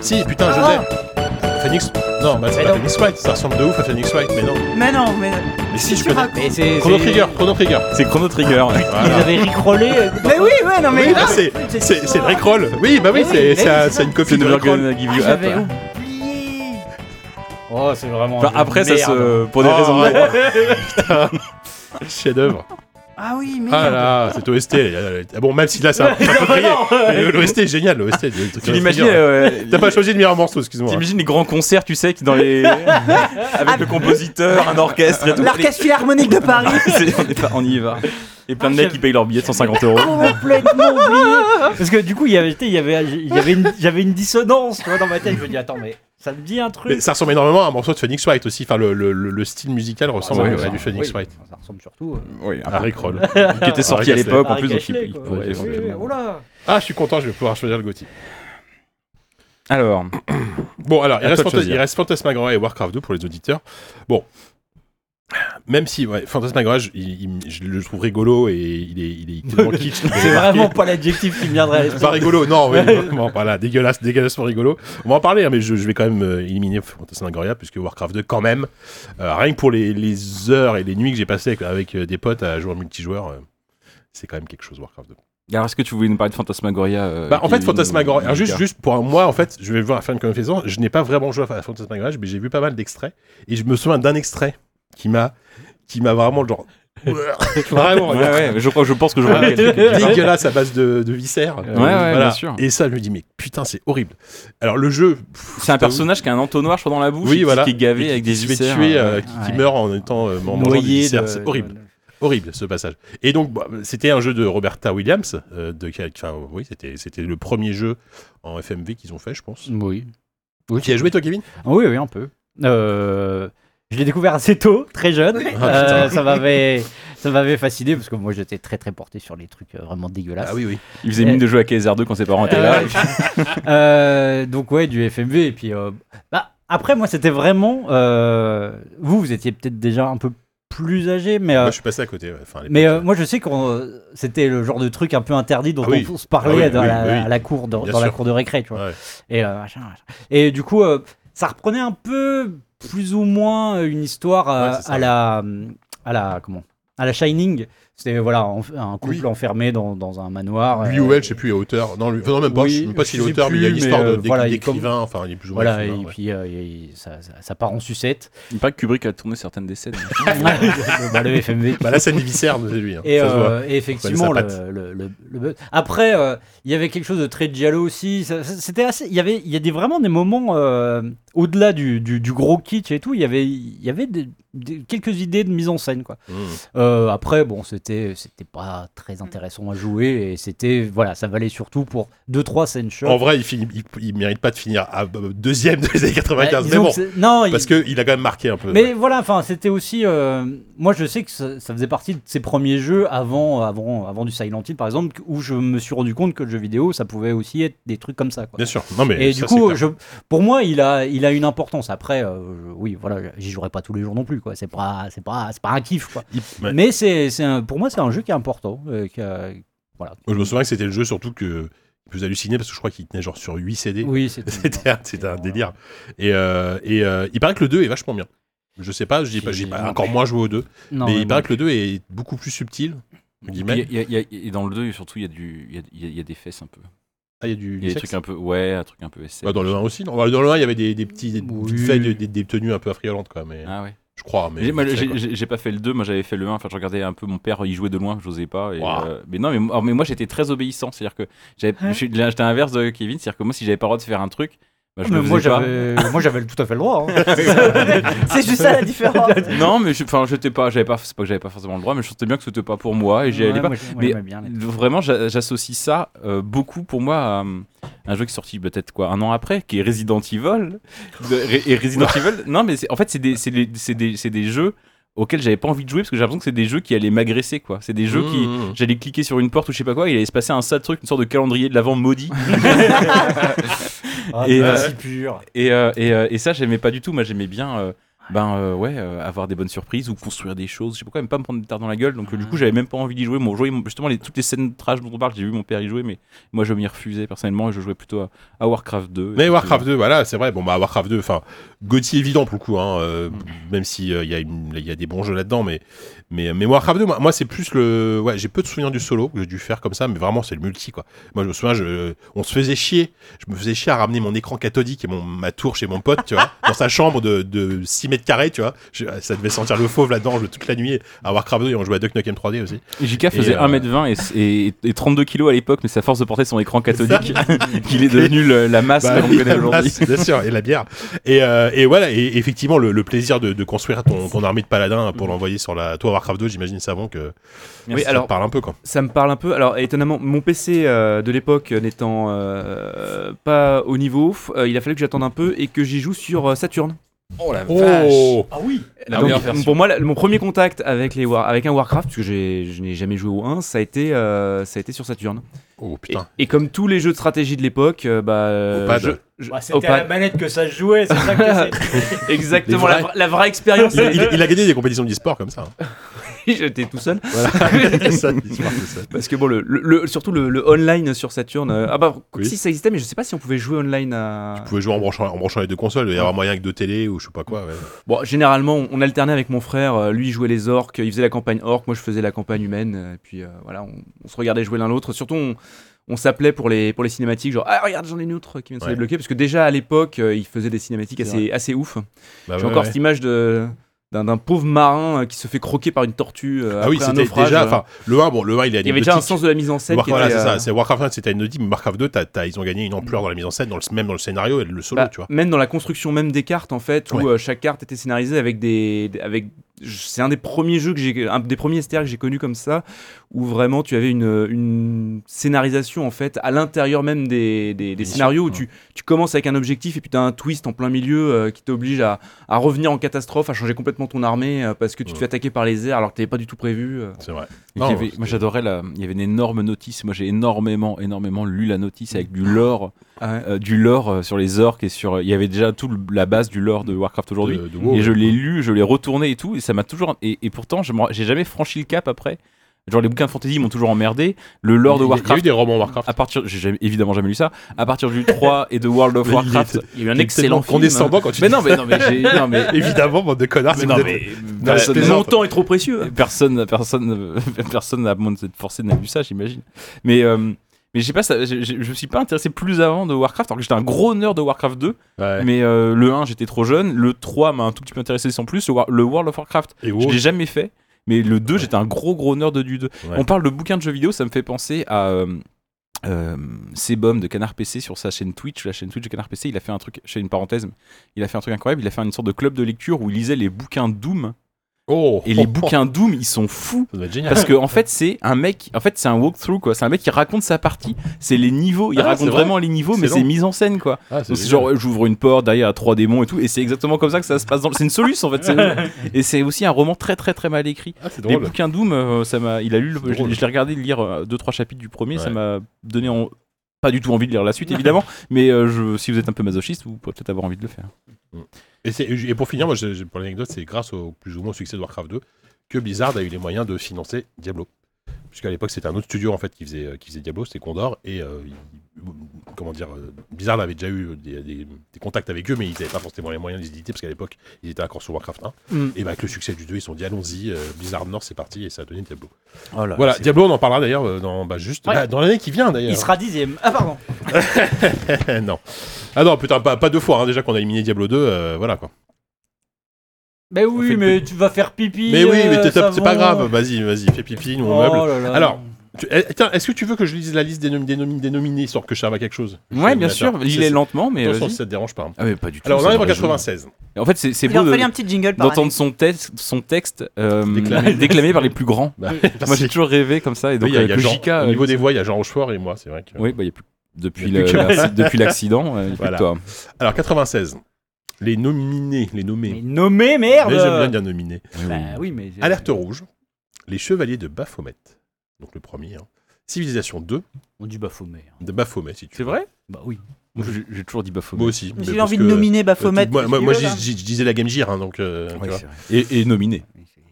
Speaker 1: Si, putain, je
Speaker 6: Ah.
Speaker 1: l'ai. Phoenix. Non, bah, c'est
Speaker 5: Mais
Speaker 1: pas
Speaker 5: non.
Speaker 1: Phoenix White. Ça ressemble de ouf à Phoenix White, mais non.
Speaker 6: Mais non, mais.
Speaker 1: Mais si, je
Speaker 6: tu
Speaker 1: connais.
Speaker 6: racontes.
Speaker 5: Mais c'est.
Speaker 1: Chrono
Speaker 5: c'est-
Speaker 1: Trigger, Chrono Trigger.
Speaker 2: C'est Chrono Trigger.
Speaker 3: Ah,
Speaker 5: Ils
Speaker 1: Voilà.
Speaker 5: avaient ricrolé. euh,
Speaker 6: Mais oui, ouais, non, mais.
Speaker 1: Oui, là, c'est c'est- c'est le Rick Roll. Oui, bah oui,
Speaker 5: Mais oui,
Speaker 1: c'est
Speaker 5: mais
Speaker 1: c'est
Speaker 5: oui,
Speaker 1: un-
Speaker 5: c'est
Speaker 1: c'est une
Speaker 2: C'est
Speaker 1: copie de
Speaker 2: Never
Speaker 1: Rick Roll.
Speaker 2: Gonna Give
Speaker 3: Ah,
Speaker 2: You Up.
Speaker 5: Oh, c'est vraiment. un
Speaker 2: Enfin,
Speaker 5: jeu de
Speaker 2: après, ça
Speaker 5: merde.
Speaker 2: se. Pour des raisons.
Speaker 1: Oh, Chef d'œuvre.
Speaker 6: Ah oui, mais.
Speaker 1: Ah là, cette OST. elle- elle- elle- Ah bon, même si là, ça a un peu crié. Mais L'OST est génial, l'OST.
Speaker 2: Tu l'imagines euh,
Speaker 1: T'as pas choisi le meilleur morceau, excuse-moi.
Speaker 2: T'imagines les grands concerts, tu sais, qui dans les avec le compositeur, un orchestre et tout.
Speaker 6: L'Orchestre Philharmonique de Paris.
Speaker 2: C'est- on, est pas- on y va. Et plein de mecs
Speaker 5: Ah, j'avais-
Speaker 2: qui payent leur billet de 150 euros.
Speaker 5: complètement oublié. Parce que du coup, il y avait, tu sais, il y avait, il y avait une, j'avais une dissonance tu vois, dans ma tête. Je me dis, attends, mais ça me dit un
Speaker 1: Mais
Speaker 5: truc.
Speaker 1: ça ressemble énormément à un morceau de Phoenix White aussi. Enfin, le, le- le- le style musical ressemble
Speaker 2: Ah,
Speaker 1: à-
Speaker 2: ouais, Ah.
Speaker 1: à
Speaker 2: ouais.
Speaker 1: du Phoenix
Speaker 5: Oui,
Speaker 1: White.
Speaker 5: Ça ressemble surtout. euh,
Speaker 2: Oui,
Speaker 1: À Rick Roll.
Speaker 2: qui était sorti à
Speaker 1: Arrête,
Speaker 2: l'époque en
Speaker 5: à
Speaker 2: plus. donc
Speaker 5: Gachelay,
Speaker 2: il-
Speaker 5: quoi.
Speaker 2: il pourrait
Speaker 5: Oui, oui, oui.
Speaker 2: éventuellement.
Speaker 5: Oh là.
Speaker 1: Ah, je suis content, je vais pouvoir choisir le Gothi.
Speaker 2: Alors,
Speaker 1: Bon, alors, il
Speaker 2: À
Speaker 1: reste, Fantas-
Speaker 2: toi de choisir.
Speaker 1: il reste Fantasmagoria et Warcraft 2 pour les auditeurs. Bon. Même si, ouais, Fantasmagoria, je, il- il- je le trouve rigolo et il est, il est tellement kitsch. qu'il
Speaker 5: C'est
Speaker 1: est marqué.
Speaker 5: vraiment pas l'adjectif qui me viendrait à l'esprit.
Speaker 1: Pas rigolo, non, oui. bon, voilà, dégueulasse, dégueulassement rigolo. On va en parler, hein, mais je, je vais quand même euh, éliminer Fantasmagoria, puisque Warcraft 2, quand même, euh, rien que pour les, les heures et les nuits que j'ai passées avec, avec, euh, des potes à jouer en multijoueur, euh, c'est quand même quelque chose, Warcraft 2.
Speaker 2: alors est-ce que tu voulais nous parler de Fantasmagoria euh,
Speaker 1: Bah, en fait,
Speaker 2: Kevin,
Speaker 1: Fantasmagoria.
Speaker 2: ou-
Speaker 1: alors juste, juste pour moi, en fait, je vais voir faire une confession. Je n'ai pas vraiment joué à Fantasmagoria, mais j'ai vu pas mal d'extraits. Et je me souviens d'un extrait qui m'a, qui m'a vraiment genre Vraiment,
Speaker 2: Ouais, ouais, je, crois- je pense que je
Speaker 5: Ouais,
Speaker 2: quelqu'un qui dit ça.
Speaker 1: dégueulasse à base de, de viscères.
Speaker 2: Ouais, ouais, bien sûr.
Speaker 1: Et ça, je me dis, mais putain, c'est horrible. Alors, le jeu, pff,
Speaker 2: C'est un personnage qui a un entonnoir, je crois, dans la bouche,
Speaker 1: Oui,
Speaker 2: et qui-
Speaker 1: voilà.
Speaker 2: qui est gavé
Speaker 1: qui-
Speaker 2: avec
Speaker 1: qui
Speaker 2: des
Speaker 1: se fait
Speaker 2: viscères,
Speaker 1: tuer,
Speaker 2: euh,
Speaker 1: euh, qui, qui
Speaker 5: ouais.
Speaker 1: meurt en étant euh, en mangeant des
Speaker 5: Noyé
Speaker 1: viscères.
Speaker 5: de-
Speaker 1: C'est horrible. Horrible ce passage. Et donc, bah, c'était un jeu de Roberta Williams. euh, de, quel- enfin, oui, c'était c'était le premier jeu en FMV qu'ils ont fait, je pense.
Speaker 5: Oui.
Speaker 1: Tu y as joué, toi, Kevin
Speaker 5: Ah Oui, oui, un peu. Euh, je l'ai découvert assez tôt, très jeune. Euh, ça m'avait, ça m'avait fasciné parce que moi j'étais très très porté sur les trucs euh, vraiment dégueulasses.
Speaker 1: Ah oui, oui.
Speaker 2: Il faisait mine de jouer à KSR 2 quand ses parents étaient là.
Speaker 5: Euh, euh, donc ouais, du FMV et puis euh, bah, après moi c'était vraiment euh, vous vous étiez peut-être déjà un peu plus âgé, mais euh,
Speaker 1: Moi, je suis passé à côté. ouais. Enfin, à l'époque,
Speaker 5: mais euh,
Speaker 1: euh,
Speaker 5: moi je sais que c'était le genre de truc un peu interdit dont
Speaker 1: Ah oui.
Speaker 5: on se parlait
Speaker 1: Ah oui,
Speaker 5: dans
Speaker 1: oui,
Speaker 5: la,
Speaker 1: oui.
Speaker 5: à la cour dans,
Speaker 1: Bien
Speaker 5: dans la
Speaker 1: sûr.
Speaker 5: cour de récré, tu vois.
Speaker 1: ouais.
Speaker 5: Et, euh, machin, machin. et du coup, euh, ça reprenait un peu plus ou moins une histoire euh,
Speaker 1: Ouais, c'est ça,
Speaker 5: à
Speaker 1: ouais.
Speaker 5: la à la comment à la Shining. C'était voilà enf- un couple
Speaker 1: Oui.
Speaker 5: enfermé dans, dans un manoir.
Speaker 1: Lui
Speaker 5: euh,
Speaker 1: ou elle, je sais plus, est auteur. Non, lui- enfin, non, même pas.
Speaker 5: Oui,
Speaker 1: je sais même pas s'il est
Speaker 5: je sais
Speaker 1: auteur, mais il y a
Speaker 5: plus,
Speaker 1: l'histoire
Speaker 5: mais,
Speaker 1: de-
Speaker 5: euh,
Speaker 1: d'écri-
Speaker 5: voilà, il est comme-
Speaker 1: d'écrivain. Enfin, il est plus ou moins
Speaker 5: Voilà, et
Speaker 1: écrivain, ouais.
Speaker 5: puis euh, il- ça, ça- ça part en sucette.
Speaker 2: Il paraît que Kubrick a tourné certaines des scènes. hein.
Speaker 5: le, bah, le FMV.
Speaker 1: Bah, la scène des viscères, c'est lui. hein.
Speaker 5: Et,
Speaker 1: Ça se voit.
Speaker 5: euh, et effectivement,
Speaker 1: Ça
Speaker 5: le,
Speaker 1: laisse la
Speaker 5: le- le- le buzz. Après, euh, il y avait quelque chose de très giallo aussi. Ça- ça- C'était assez. Il y avait, il y a des vraiment des moments euh, au-delà du, du- du gros kitsch et tout. Il y avait, il y avait des- des- quelques idées de mise en scène quoi.
Speaker 1: Mmh.
Speaker 5: Euh, après, bon, c'était, c'était pas très intéressant à jouer et c'était, voilà, ça valait surtout pour deux trois scènes shots.
Speaker 1: En vrai, il, finit- il, il mérite pas de finir à euh, deuxième des années
Speaker 5: Ouais,
Speaker 1: 95. mais
Speaker 5: disons
Speaker 1: bon,
Speaker 5: que c'est- non, il-
Speaker 1: parce qu'il a quand même marqué un peu.
Speaker 5: Mais voilà, enfin, c'était aussi. euh, moi, je sais que ça, ça faisait partie de ces premiers jeux avant, avant, avant du Silent Hill, par exemple, où je me suis rendu compte que le jeu vidéo, ça pouvait aussi être des trucs comme ça. Quoi.
Speaker 1: Bien sûr. Non, mais
Speaker 5: Et
Speaker 1: ça,
Speaker 5: du
Speaker 1: c'est
Speaker 5: coup,
Speaker 1: clair.
Speaker 5: je, pour moi, il a, il a une importance. Après, euh, je- oui, voilà, j'y jouerai pas tous les jours non plus, quoi. C'est pas, c'est pas, c'est pas un kiff, quoi.
Speaker 1: Il- ouais.
Speaker 5: Mais c'est, c'est un- pour moi, c'est un jeu qui est important. euh, qui a- voilà.
Speaker 1: Moi, je me souviens que c'était le jeu surtout que je plus halluciné parce que je crois qu'il tenait genre sur 8 CD.
Speaker 5: Oui, c'était,
Speaker 1: C'était un, c'était un délire. Et, euh, et euh, il paraît que le 2 est vachement bien. Je sais pas, j'ai pas, j'ai pas encore moins joué au 2.
Speaker 5: Non,
Speaker 1: mais
Speaker 5: mais
Speaker 1: il
Speaker 5: bon.
Speaker 1: paraît que le 2 est beaucoup plus subtil. entre
Speaker 2: Et
Speaker 1: guillemets.
Speaker 2: puis, il y a- il y a- il y a- et dans le 2, surtout, il y, a du- il y a- il y a- il y a des fesses un peu.
Speaker 1: Ah, il y a du.
Speaker 2: Il y a des
Speaker 1: sexe.
Speaker 2: trucs un peu. Ouais, un truc un peu SF.
Speaker 1: Bah, dans le 1 aussi. non Bah, Dans le 1, il y avait des, des petits des,
Speaker 5: Oui.
Speaker 1: petites faits, des, des- des tenues un peu affriolantes, quoi. Mais,
Speaker 2: Ah ouais.
Speaker 1: Je crois. Mais,
Speaker 2: J'ai- moi,
Speaker 1: vite fait,
Speaker 2: J'ai
Speaker 1: quoi.
Speaker 2: j'ai- j'ai pas fait le 2, moi j'avais fait le 1. Enfin, je regardais un peu mon père y jouer de loin, j'osais pas. et,
Speaker 1: Ouah.
Speaker 2: euh, mais non, mais, moi- mais moi j'étais très obéissant. C'est-à-dire que j'avais- je suis- j'étais l'inverse de Kevin. C'est-à-dire que moi, si j'avais pas le droit de faire un truc, bah,
Speaker 1: Ah,
Speaker 2: je
Speaker 5: Mais
Speaker 2: le
Speaker 5: moi,
Speaker 2: faisais pas.
Speaker 5: j'avais, euh, moi, j'avais tout à fait le droit. hein.
Speaker 6: C'est juste ça la différence.
Speaker 2: Non, mais je- enfin, j'étais pas, j'avais pas, c'est pas que j'avais pas forcément le droit, mais je sentais bien que c'était pas pour moi et j'y allais
Speaker 5: Ouais,
Speaker 2: pas.
Speaker 5: moi, j'ai- moi,
Speaker 2: Mais-
Speaker 5: j'aimais bien les-
Speaker 2: Vraiment, j'a- j'associe ça euh, beaucoup pour moi à euh, un jeu qui est sorti peut-être quoi un an après, qui est Resident Evil. De- Re- et Resident Evil, non mais c'est- en fait c'est des, c'est des, c'est des, c'est des jeux auxquels j'avais pas envie de jouer parce que j'ai l'impression que c'est des jeux qui allaient m'agresser quoi. C'est des jeux qui
Speaker 1: Mmh.
Speaker 2: J'allais cliquer sur une porte ou je sais pas quoi, et il allait se passer un sale truc, une sorte de calendrier de l'avant maudit.
Speaker 5: Ah,
Speaker 2: et,
Speaker 5: t'es
Speaker 2: euh,
Speaker 5: si pur.
Speaker 2: Et, euh, et, euh, et ça, j'aimais pas du tout. Moi, j'aimais bien euh, ben, euh, ouais, euh, avoir des bonnes surprises ou construire des choses. Je sais pas quoi, même pas me prendre des tartes dans la gueule. Donc, euh, du coup,
Speaker 1: Ah.
Speaker 2: j'avais même pas envie d'y jouer. Mon jouer justement, les, toutes les scènes de trash dont on parle, j'ai vu mon père y jouer, mais moi, je m'y refusais personnellement. et Je jouais plutôt à, à Warcraft 2.
Speaker 1: Mais Warcraft 2, voilà, c'est vrai. Bon, bah, Warcraft 2, enfin, Gauthier évident pour le coup, hein, euh, même s'il y, a une- il y a des bons jeux là-dedans, mais, mais, mais Warcraft 2, moi, moi, c'est plus le. Ouais, j'ai peu de souvenirs du solo que j'ai dû faire comme ça, mais vraiment, c'est le multi, quoi. Moi, je me souviens, je, on se faisait chier. Je me faisais chier à ramener mon écran cathodique et mon, ma tour chez mon pote, tu vois, dans sa chambre de, de 6 mètres carrés, tu vois. Je- ça devait sentir le fauve là-dedans je- toute la nuit à Warcraft 2 et on jouait à Duck Nukem 3D aussi.
Speaker 2: Et JK faisait
Speaker 1: Et, euh,
Speaker 2: 1m20 et, et, et 32 kilos à l'époque, mais sa force de porter son écran cathodique, qu'il est devenu le- la masse
Speaker 1: Bah
Speaker 2: qu'on
Speaker 1: oui,
Speaker 2: connaît
Speaker 1: la
Speaker 2: aujourd'hui.
Speaker 1: masse, Bien sûr, et la bière. Et, euh, et voilà, et effectivement, le, le plaisir de, de construire ton, ton armée de paladins pour l'envoyer sur la. Toi, Warcraft 2, j'imagine, savon que.
Speaker 2: Merci.
Speaker 1: ça te
Speaker 3: alors-
Speaker 1: parle un peu, quoi.
Speaker 3: Ça me parle un peu. Alors, étonnamment, mon PC euh, de l'époque n'étant euh, pas au niveau, f- euh, il a fallu que j'attende un peu et que j'y joue sur euh, Saturn.
Speaker 2: Oh la
Speaker 5: Ah oui.
Speaker 2: La
Speaker 3: Donc,
Speaker 2: meilleure version.
Speaker 3: pour moi, la- mon premier contact avec, les War- avec un Warcraft, parce que j'ai- je n'ai jamais joué au 1, ça a été, euh, ça a été sur Saturn.
Speaker 1: Oh
Speaker 3: Et,
Speaker 1: putain.
Speaker 3: et comme tous les jeux de stratégie de l'époque, euh, bah, euh,
Speaker 1: Au pad.
Speaker 3: je- je-
Speaker 5: Bah, c'était
Speaker 3: au
Speaker 5: à la
Speaker 3: pad.
Speaker 5: manette que ça se jouait, c'est ça que c'est.
Speaker 3: exactement
Speaker 1: Les
Speaker 3: la,
Speaker 1: vrais.
Speaker 3: vra- la vraie expérience.
Speaker 1: Il, il- il a gagné des compétitions d'e-sport comme ça. hein.
Speaker 3: J'étais tout seul.
Speaker 1: C'est ça, l'e-sport, c'est ça.
Speaker 3: Parce que bon, le, le- le- surtout le, le online sur Saturn. euh, ah bah
Speaker 1: Oui.
Speaker 3: si ça existait, mais je sais pas si on pouvait jouer online à.
Speaker 1: Vous pouvez jouer en branchant, en branchant les deux consoles, il doit y avoir moyen avec deux télés ou je sais pas quoi. ouais.
Speaker 3: Bon, généralement, on on alternait avec mon frère. euh, Lui, il jouait les orques, il faisait la campagne orque, moi, je faisais la campagne humaine. euh, Et puis, euh, voilà, on, on se regardait jouer l'un l'autre. Surtout, on, on s'appelait pour les, pour les cinématiques, genre, ah, regarde, j'en ai une autre qui vient de se
Speaker 1: Ouais.
Speaker 3: débloquer. Parce que déjà, à l'époque, euh, il faisait des cinématiques
Speaker 2: C'est
Speaker 3: assez, assez ouf.
Speaker 1: Bah, ouais,
Speaker 3: J'ai encore
Speaker 1: ouais.
Speaker 3: cette image de. d'un d'un pauvre marin euh, qui se fait croquer par une tortue. euh,
Speaker 1: Ah oui,
Speaker 3: après un
Speaker 1: c'était
Speaker 3: naufrage,
Speaker 1: déjà.
Speaker 3: euh.
Speaker 1: Enfin, le 1, bon, le 1, il est
Speaker 3: il y avait déjà un
Speaker 1: anecdotique.
Speaker 3: sens de la mise en scène.
Speaker 1: War-
Speaker 3: qui
Speaker 1: voilà,
Speaker 3: était,
Speaker 1: c'est
Speaker 3: euh,
Speaker 1: ça. C'est Warcraft 1, c'était anecdotique, mais Warcraft 2, t'as- t'as- ils ont gagné une ampleur dans la mise en scène, dans le, même dans le scénario et le solo,
Speaker 3: bah,
Speaker 1: tu vois.
Speaker 3: Même dans la construction même des cartes, en fait, où
Speaker 1: Ouais.
Speaker 3: euh, chaque carte était scénarisée avec des. des- avec c'est un des premiers jeux que j'ai, un des premiers STR que j'ai connu comme ça, où vraiment tu avais une, une scénarisation en fait à l'intérieur même des, des- des
Speaker 1: Bien sûr,
Speaker 3: scénarios où
Speaker 1: ouais.
Speaker 3: tu, tu commences avec un objectif et puis tu as un twist en plein milieu euh, qui t'oblige à, à revenir en catastrophe, à changer complètement ton armée euh, parce que tu te
Speaker 1: Ouais.
Speaker 3: fais attaquer par les airs alors que t'avais pas du tout prévu. euh.
Speaker 1: C'est vrai.
Speaker 2: Et
Speaker 1: Non,
Speaker 2: qu'il y avait-
Speaker 1: c'était-
Speaker 2: moi j'adorais la. Il y avait une énorme notice. Moi j'ai énormément, énormément lu la notice avec du lore, euh, du lore euh, sur les orques et sur. Il y avait déjà toute la base du lore de Warcraft aujourd'hui.
Speaker 1: De- de WoW,
Speaker 2: et je
Speaker 1: ouais.
Speaker 2: l'ai lu, je l'ai retourné et tout. Et ça m'a toujours. Et, et pourtant, je m'en- j'ai jamais franchi le cap après. Genre les bouquins de fantasy m'ont toujours emmerdé. Le lore de
Speaker 1: Il y a- Il y a eu
Speaker 2: Warcraft.
Speaker 1: des romans Warcraft.
Speaker 2: À partir, j'ai jamais- évidemment jamais lu ça. À partir du 3 et de World of
Speaker 1: Mais il
Speaker 2: Warcraft, hein.
Speaker 1: était-
Speaker 3: Il y a eu un
Speaker 1: T'es tellement
Speaker 3: excellent film.
Speaker 1: condescendant quand tu
Speaker 2: Mais
Speaker 1: dis
Speaker 2: non, mais non, mais j'ai. Non, mais.
Speaker 1: Évidemment, bande de
Speaker 3: Ah,
Speaker 1: connards.
Speaker 2: mais
Speaker 1: si
Speaker 2: non,
Speaker 1: vous êtes-
Speaker 2: mais-
Speaker 1: Non,
Speaker 2: bah,
Speaker 1: c'est
Speaker 2: non,
Speaker 1: plaisant.
Speaker 3: Mon temps est trop précieux. hein.
Speaker 2: Personne, personne, personne n'a bon, c'est forcé n'a vu ça, j'imagine. Mais, euh, mais je sais pas, ça, je, je- je me suis pas intéressé plus avant de Warcraft, alors que j'étais un gros nerd de Warcraft 2.
Speaker 1: Ouais.
Speaker 2: Mais euh, le 1, j'étais trop jeune. Le 3 m'a un tout petit peu intéressé sans plus. Le, War- le World of Warcraft,
Speaker 1: Et
Speaker 2: je
Speaker 1: WoW,
Speaker 2: l'ai jamais fait. Mais le 2, j'étais un gros gros nerd de- du 2.
Speaker 1: Ouais.
Speaker 2: On parle de bouquins de jeux vidéo, ça me fait penser à. euh, euh, Sebum de Canard PC sur sa chaîne Twitch, la chaîne Twitch de Canard PC, il a fait un truc, je fais une parenthèse, mais il a fait un truc incroyable, il a fait une sorte de club de lecture où il lisait les bouquins Doom,
Speaker 1: Oh,
Speaker 2: et
Speaker 1: oh,
Speaker 2: les
Speaker 1: oh,
Speaker 2: bouquins Doom, ils sont fous.
Speaker 1: Ça doit être génial.
Speaker 2: Parce que en fait c'est un mec, en fait c'est un walkthrough quoi, c'est un mec qui raconte sa partie, c'est les niveaux, il
Speaker 1: Ah,
Speaker 2: raconte
Speaker 1: c'est vrai.
Speaker 2: vraiment les niveaux, mais
Speaker 1: Excellent.
Speaker 2: c'est mis en scène quoi.
Speaker 1: Ah,
Speaker 2: Donc, C'est genre ouais, j'ouvre une porte derrière il y a trois démons et tout, et c'est exactement comme ça que ça se passe. Dans... le- C'est une solution en fait. c'est- Et c'est aussi un roman très très très mal écrit.
Speaker 1: Ah, c'est
Speaker 2: Les
Speaker 1: drôle.
Speaker 2: bouquins Doom, euh, ça m'a, il a lu, le-
Speaker 1: C'est drôle.
Speaker 2: je, je l'ai regardé lire euh, deux trois chapitres du premier, ça
Speaker 1: Ouais.
Speaker 2: m'a donné en- pas du tout envie de lire la suite évidemment, mais euh, je- si vous êtes un peu masochiste, vous pourrez peut-être avoir envie de le faire.
Speaker 1: Et, c'est- et pour finir, moi, j'ai- j'ai- pour l'anecdote, c'est grâce au plus ou moins au succès de Warcraft 2 que Blizzard a eu les moyens de financer Diablo. Puisqu'à l'époque, c'était un autre studio en fait qui faisait, euh, qui faisait Diablo, c'était Condor. Et euh, il- comment dire, euh, Blizzard avait déjà eu des, des- des contacts avec eux, mais ils n'avaient pas forcément les moyens de les éditer parce qu'à l'époque, ils étaient encore sur Warcraft 1.
Speaker 3: Mm.
Speaker 1: Et bah, avec le succès du 2, ils se sont dit allons-y, euh, Blizzard Nord, c'est parti, et ça a donné Diablo.
Speaker 2: Oh là,
Speaker 1: voilà, Diablo, on en parlera d'ailleurs euh, dans, bah, juste
Speaker 5: Ouais.
Speaker 1: bah, dans l'année qui vient d'ailleurs.
Speaker 5: Il sera dixième. Ah, pardon.
Speaker 1: non. Ah non, putain, pas, pas deux fois, hein, déjà qu'on a éliminé Diablo 2, euh, voilà quoi.
Speaker 5: Mais
Speaker 1: fait
Speaker 5: oui,
Speaker 1: le
Speaker 5: mais tu vas faire pipi.
Speaker 1: Mais oui, mais
Speaker 5: euh,
Speaker 1: t'es top, c'est pas
Speaker 5: savon.
Speaker 1: grave. Vas-y, vas-y, fais pipi, nous on
Speaker 5: Oh
Speaker 1: meuble.
Speaker 5: là là.
Speaker 1: Alors, Tu- eh, tiens, est-ce que tu veux que je lise la liste des, nom- des nomi- des nominés, histoire que je serve à quelque chose
Speaker 2: Ouais bien sûr, il est lentement mais
Speaker 1: Attention,
Speaker 2: vas-y.
Speaker 1: si ça te dérange pas. hein.
Speaker 2: Ah mais pas du tout.
Speaker 1: Alors, on
Speaker 2: ça
Speaker 1: arrive en
Speaker 2: me réjouit.
Speaker 1: 96.
Speaker 2: En fait c'est c'est
Speaker 6: Il
Speaker 2: beau
Speaker 6: leur
Speaker 2: de-
Speaker 6: fallait un petit jingle par année.
Speaker 2: d'entendre son texte, son texte euh,
Speaker 1: Déclamé.
Speaker 2: déclamé. par les plus grands.
Speaker 1: Bah,
Speaker 2: Ah, Moi j'ai toujours rêvé comme ça et donc
Speaker 1: Oui, il y a- il y a
Speaker 2: avec le
Speaker 1: Jean-
Speaker 2: JK, euh,
Speaker 1: au niveau des voix, il y a Jean Rochefort et moi, c'est vrai que.
Speaker 2: oui bah il y a plus depuis
Speaker 1: Il y a
Speaker 2: le-
Speaker 1: plus que-
Speaker 2: l'acc- depuis l'accident euh, il y a plus
Speaker 1: Voilà.
Speaker 2: que toi.
Speaker 1: Alors, 96. Les nominés, les
Speaker 5: Mais
Speaker 1: nommés.
Speaker 5: nommé,
Speaker 1: Mais j'aime bien
Speaker 5: merde.
Speaker 1: dire nominés.
Speaker 5: Bah oui, mais.
Speaker 1: Alerte rouge. Les chevaliers de Baphomet. Donc le premier. hein. Civilisation 2
Speaker 5: On dit bafoumé. hein.
Speaker 1: de Baphomet, si tu veux.
Speaker 2: vrai
Speaker 5: Bah oui.
Speaker 2: J'ai j'ai toujours dit Baphomet.
Speaker 1: Moi aussi. mais
Speaker 6: J'ai
Speaker 1: parce
Speaker 6: envie de
Speaker 1: que,
Speaker 6: nominer
Speaker 1: euh, tout-
Speaker 6: Baphomet.
Speaker 1: Moi, moi,
Speaker 6: tu
Speaker 1: moi,
Speaker 6: veux,
Speaker 1: je
Speaker 6: là
Speaker 1: je- je disais la Game Gear, hein, donc. euh, tu
Speaker 2: Ouais,
Speaker 1: vois.
Speaker 2: c'est vrai.
Speaker 1: et, et nominé.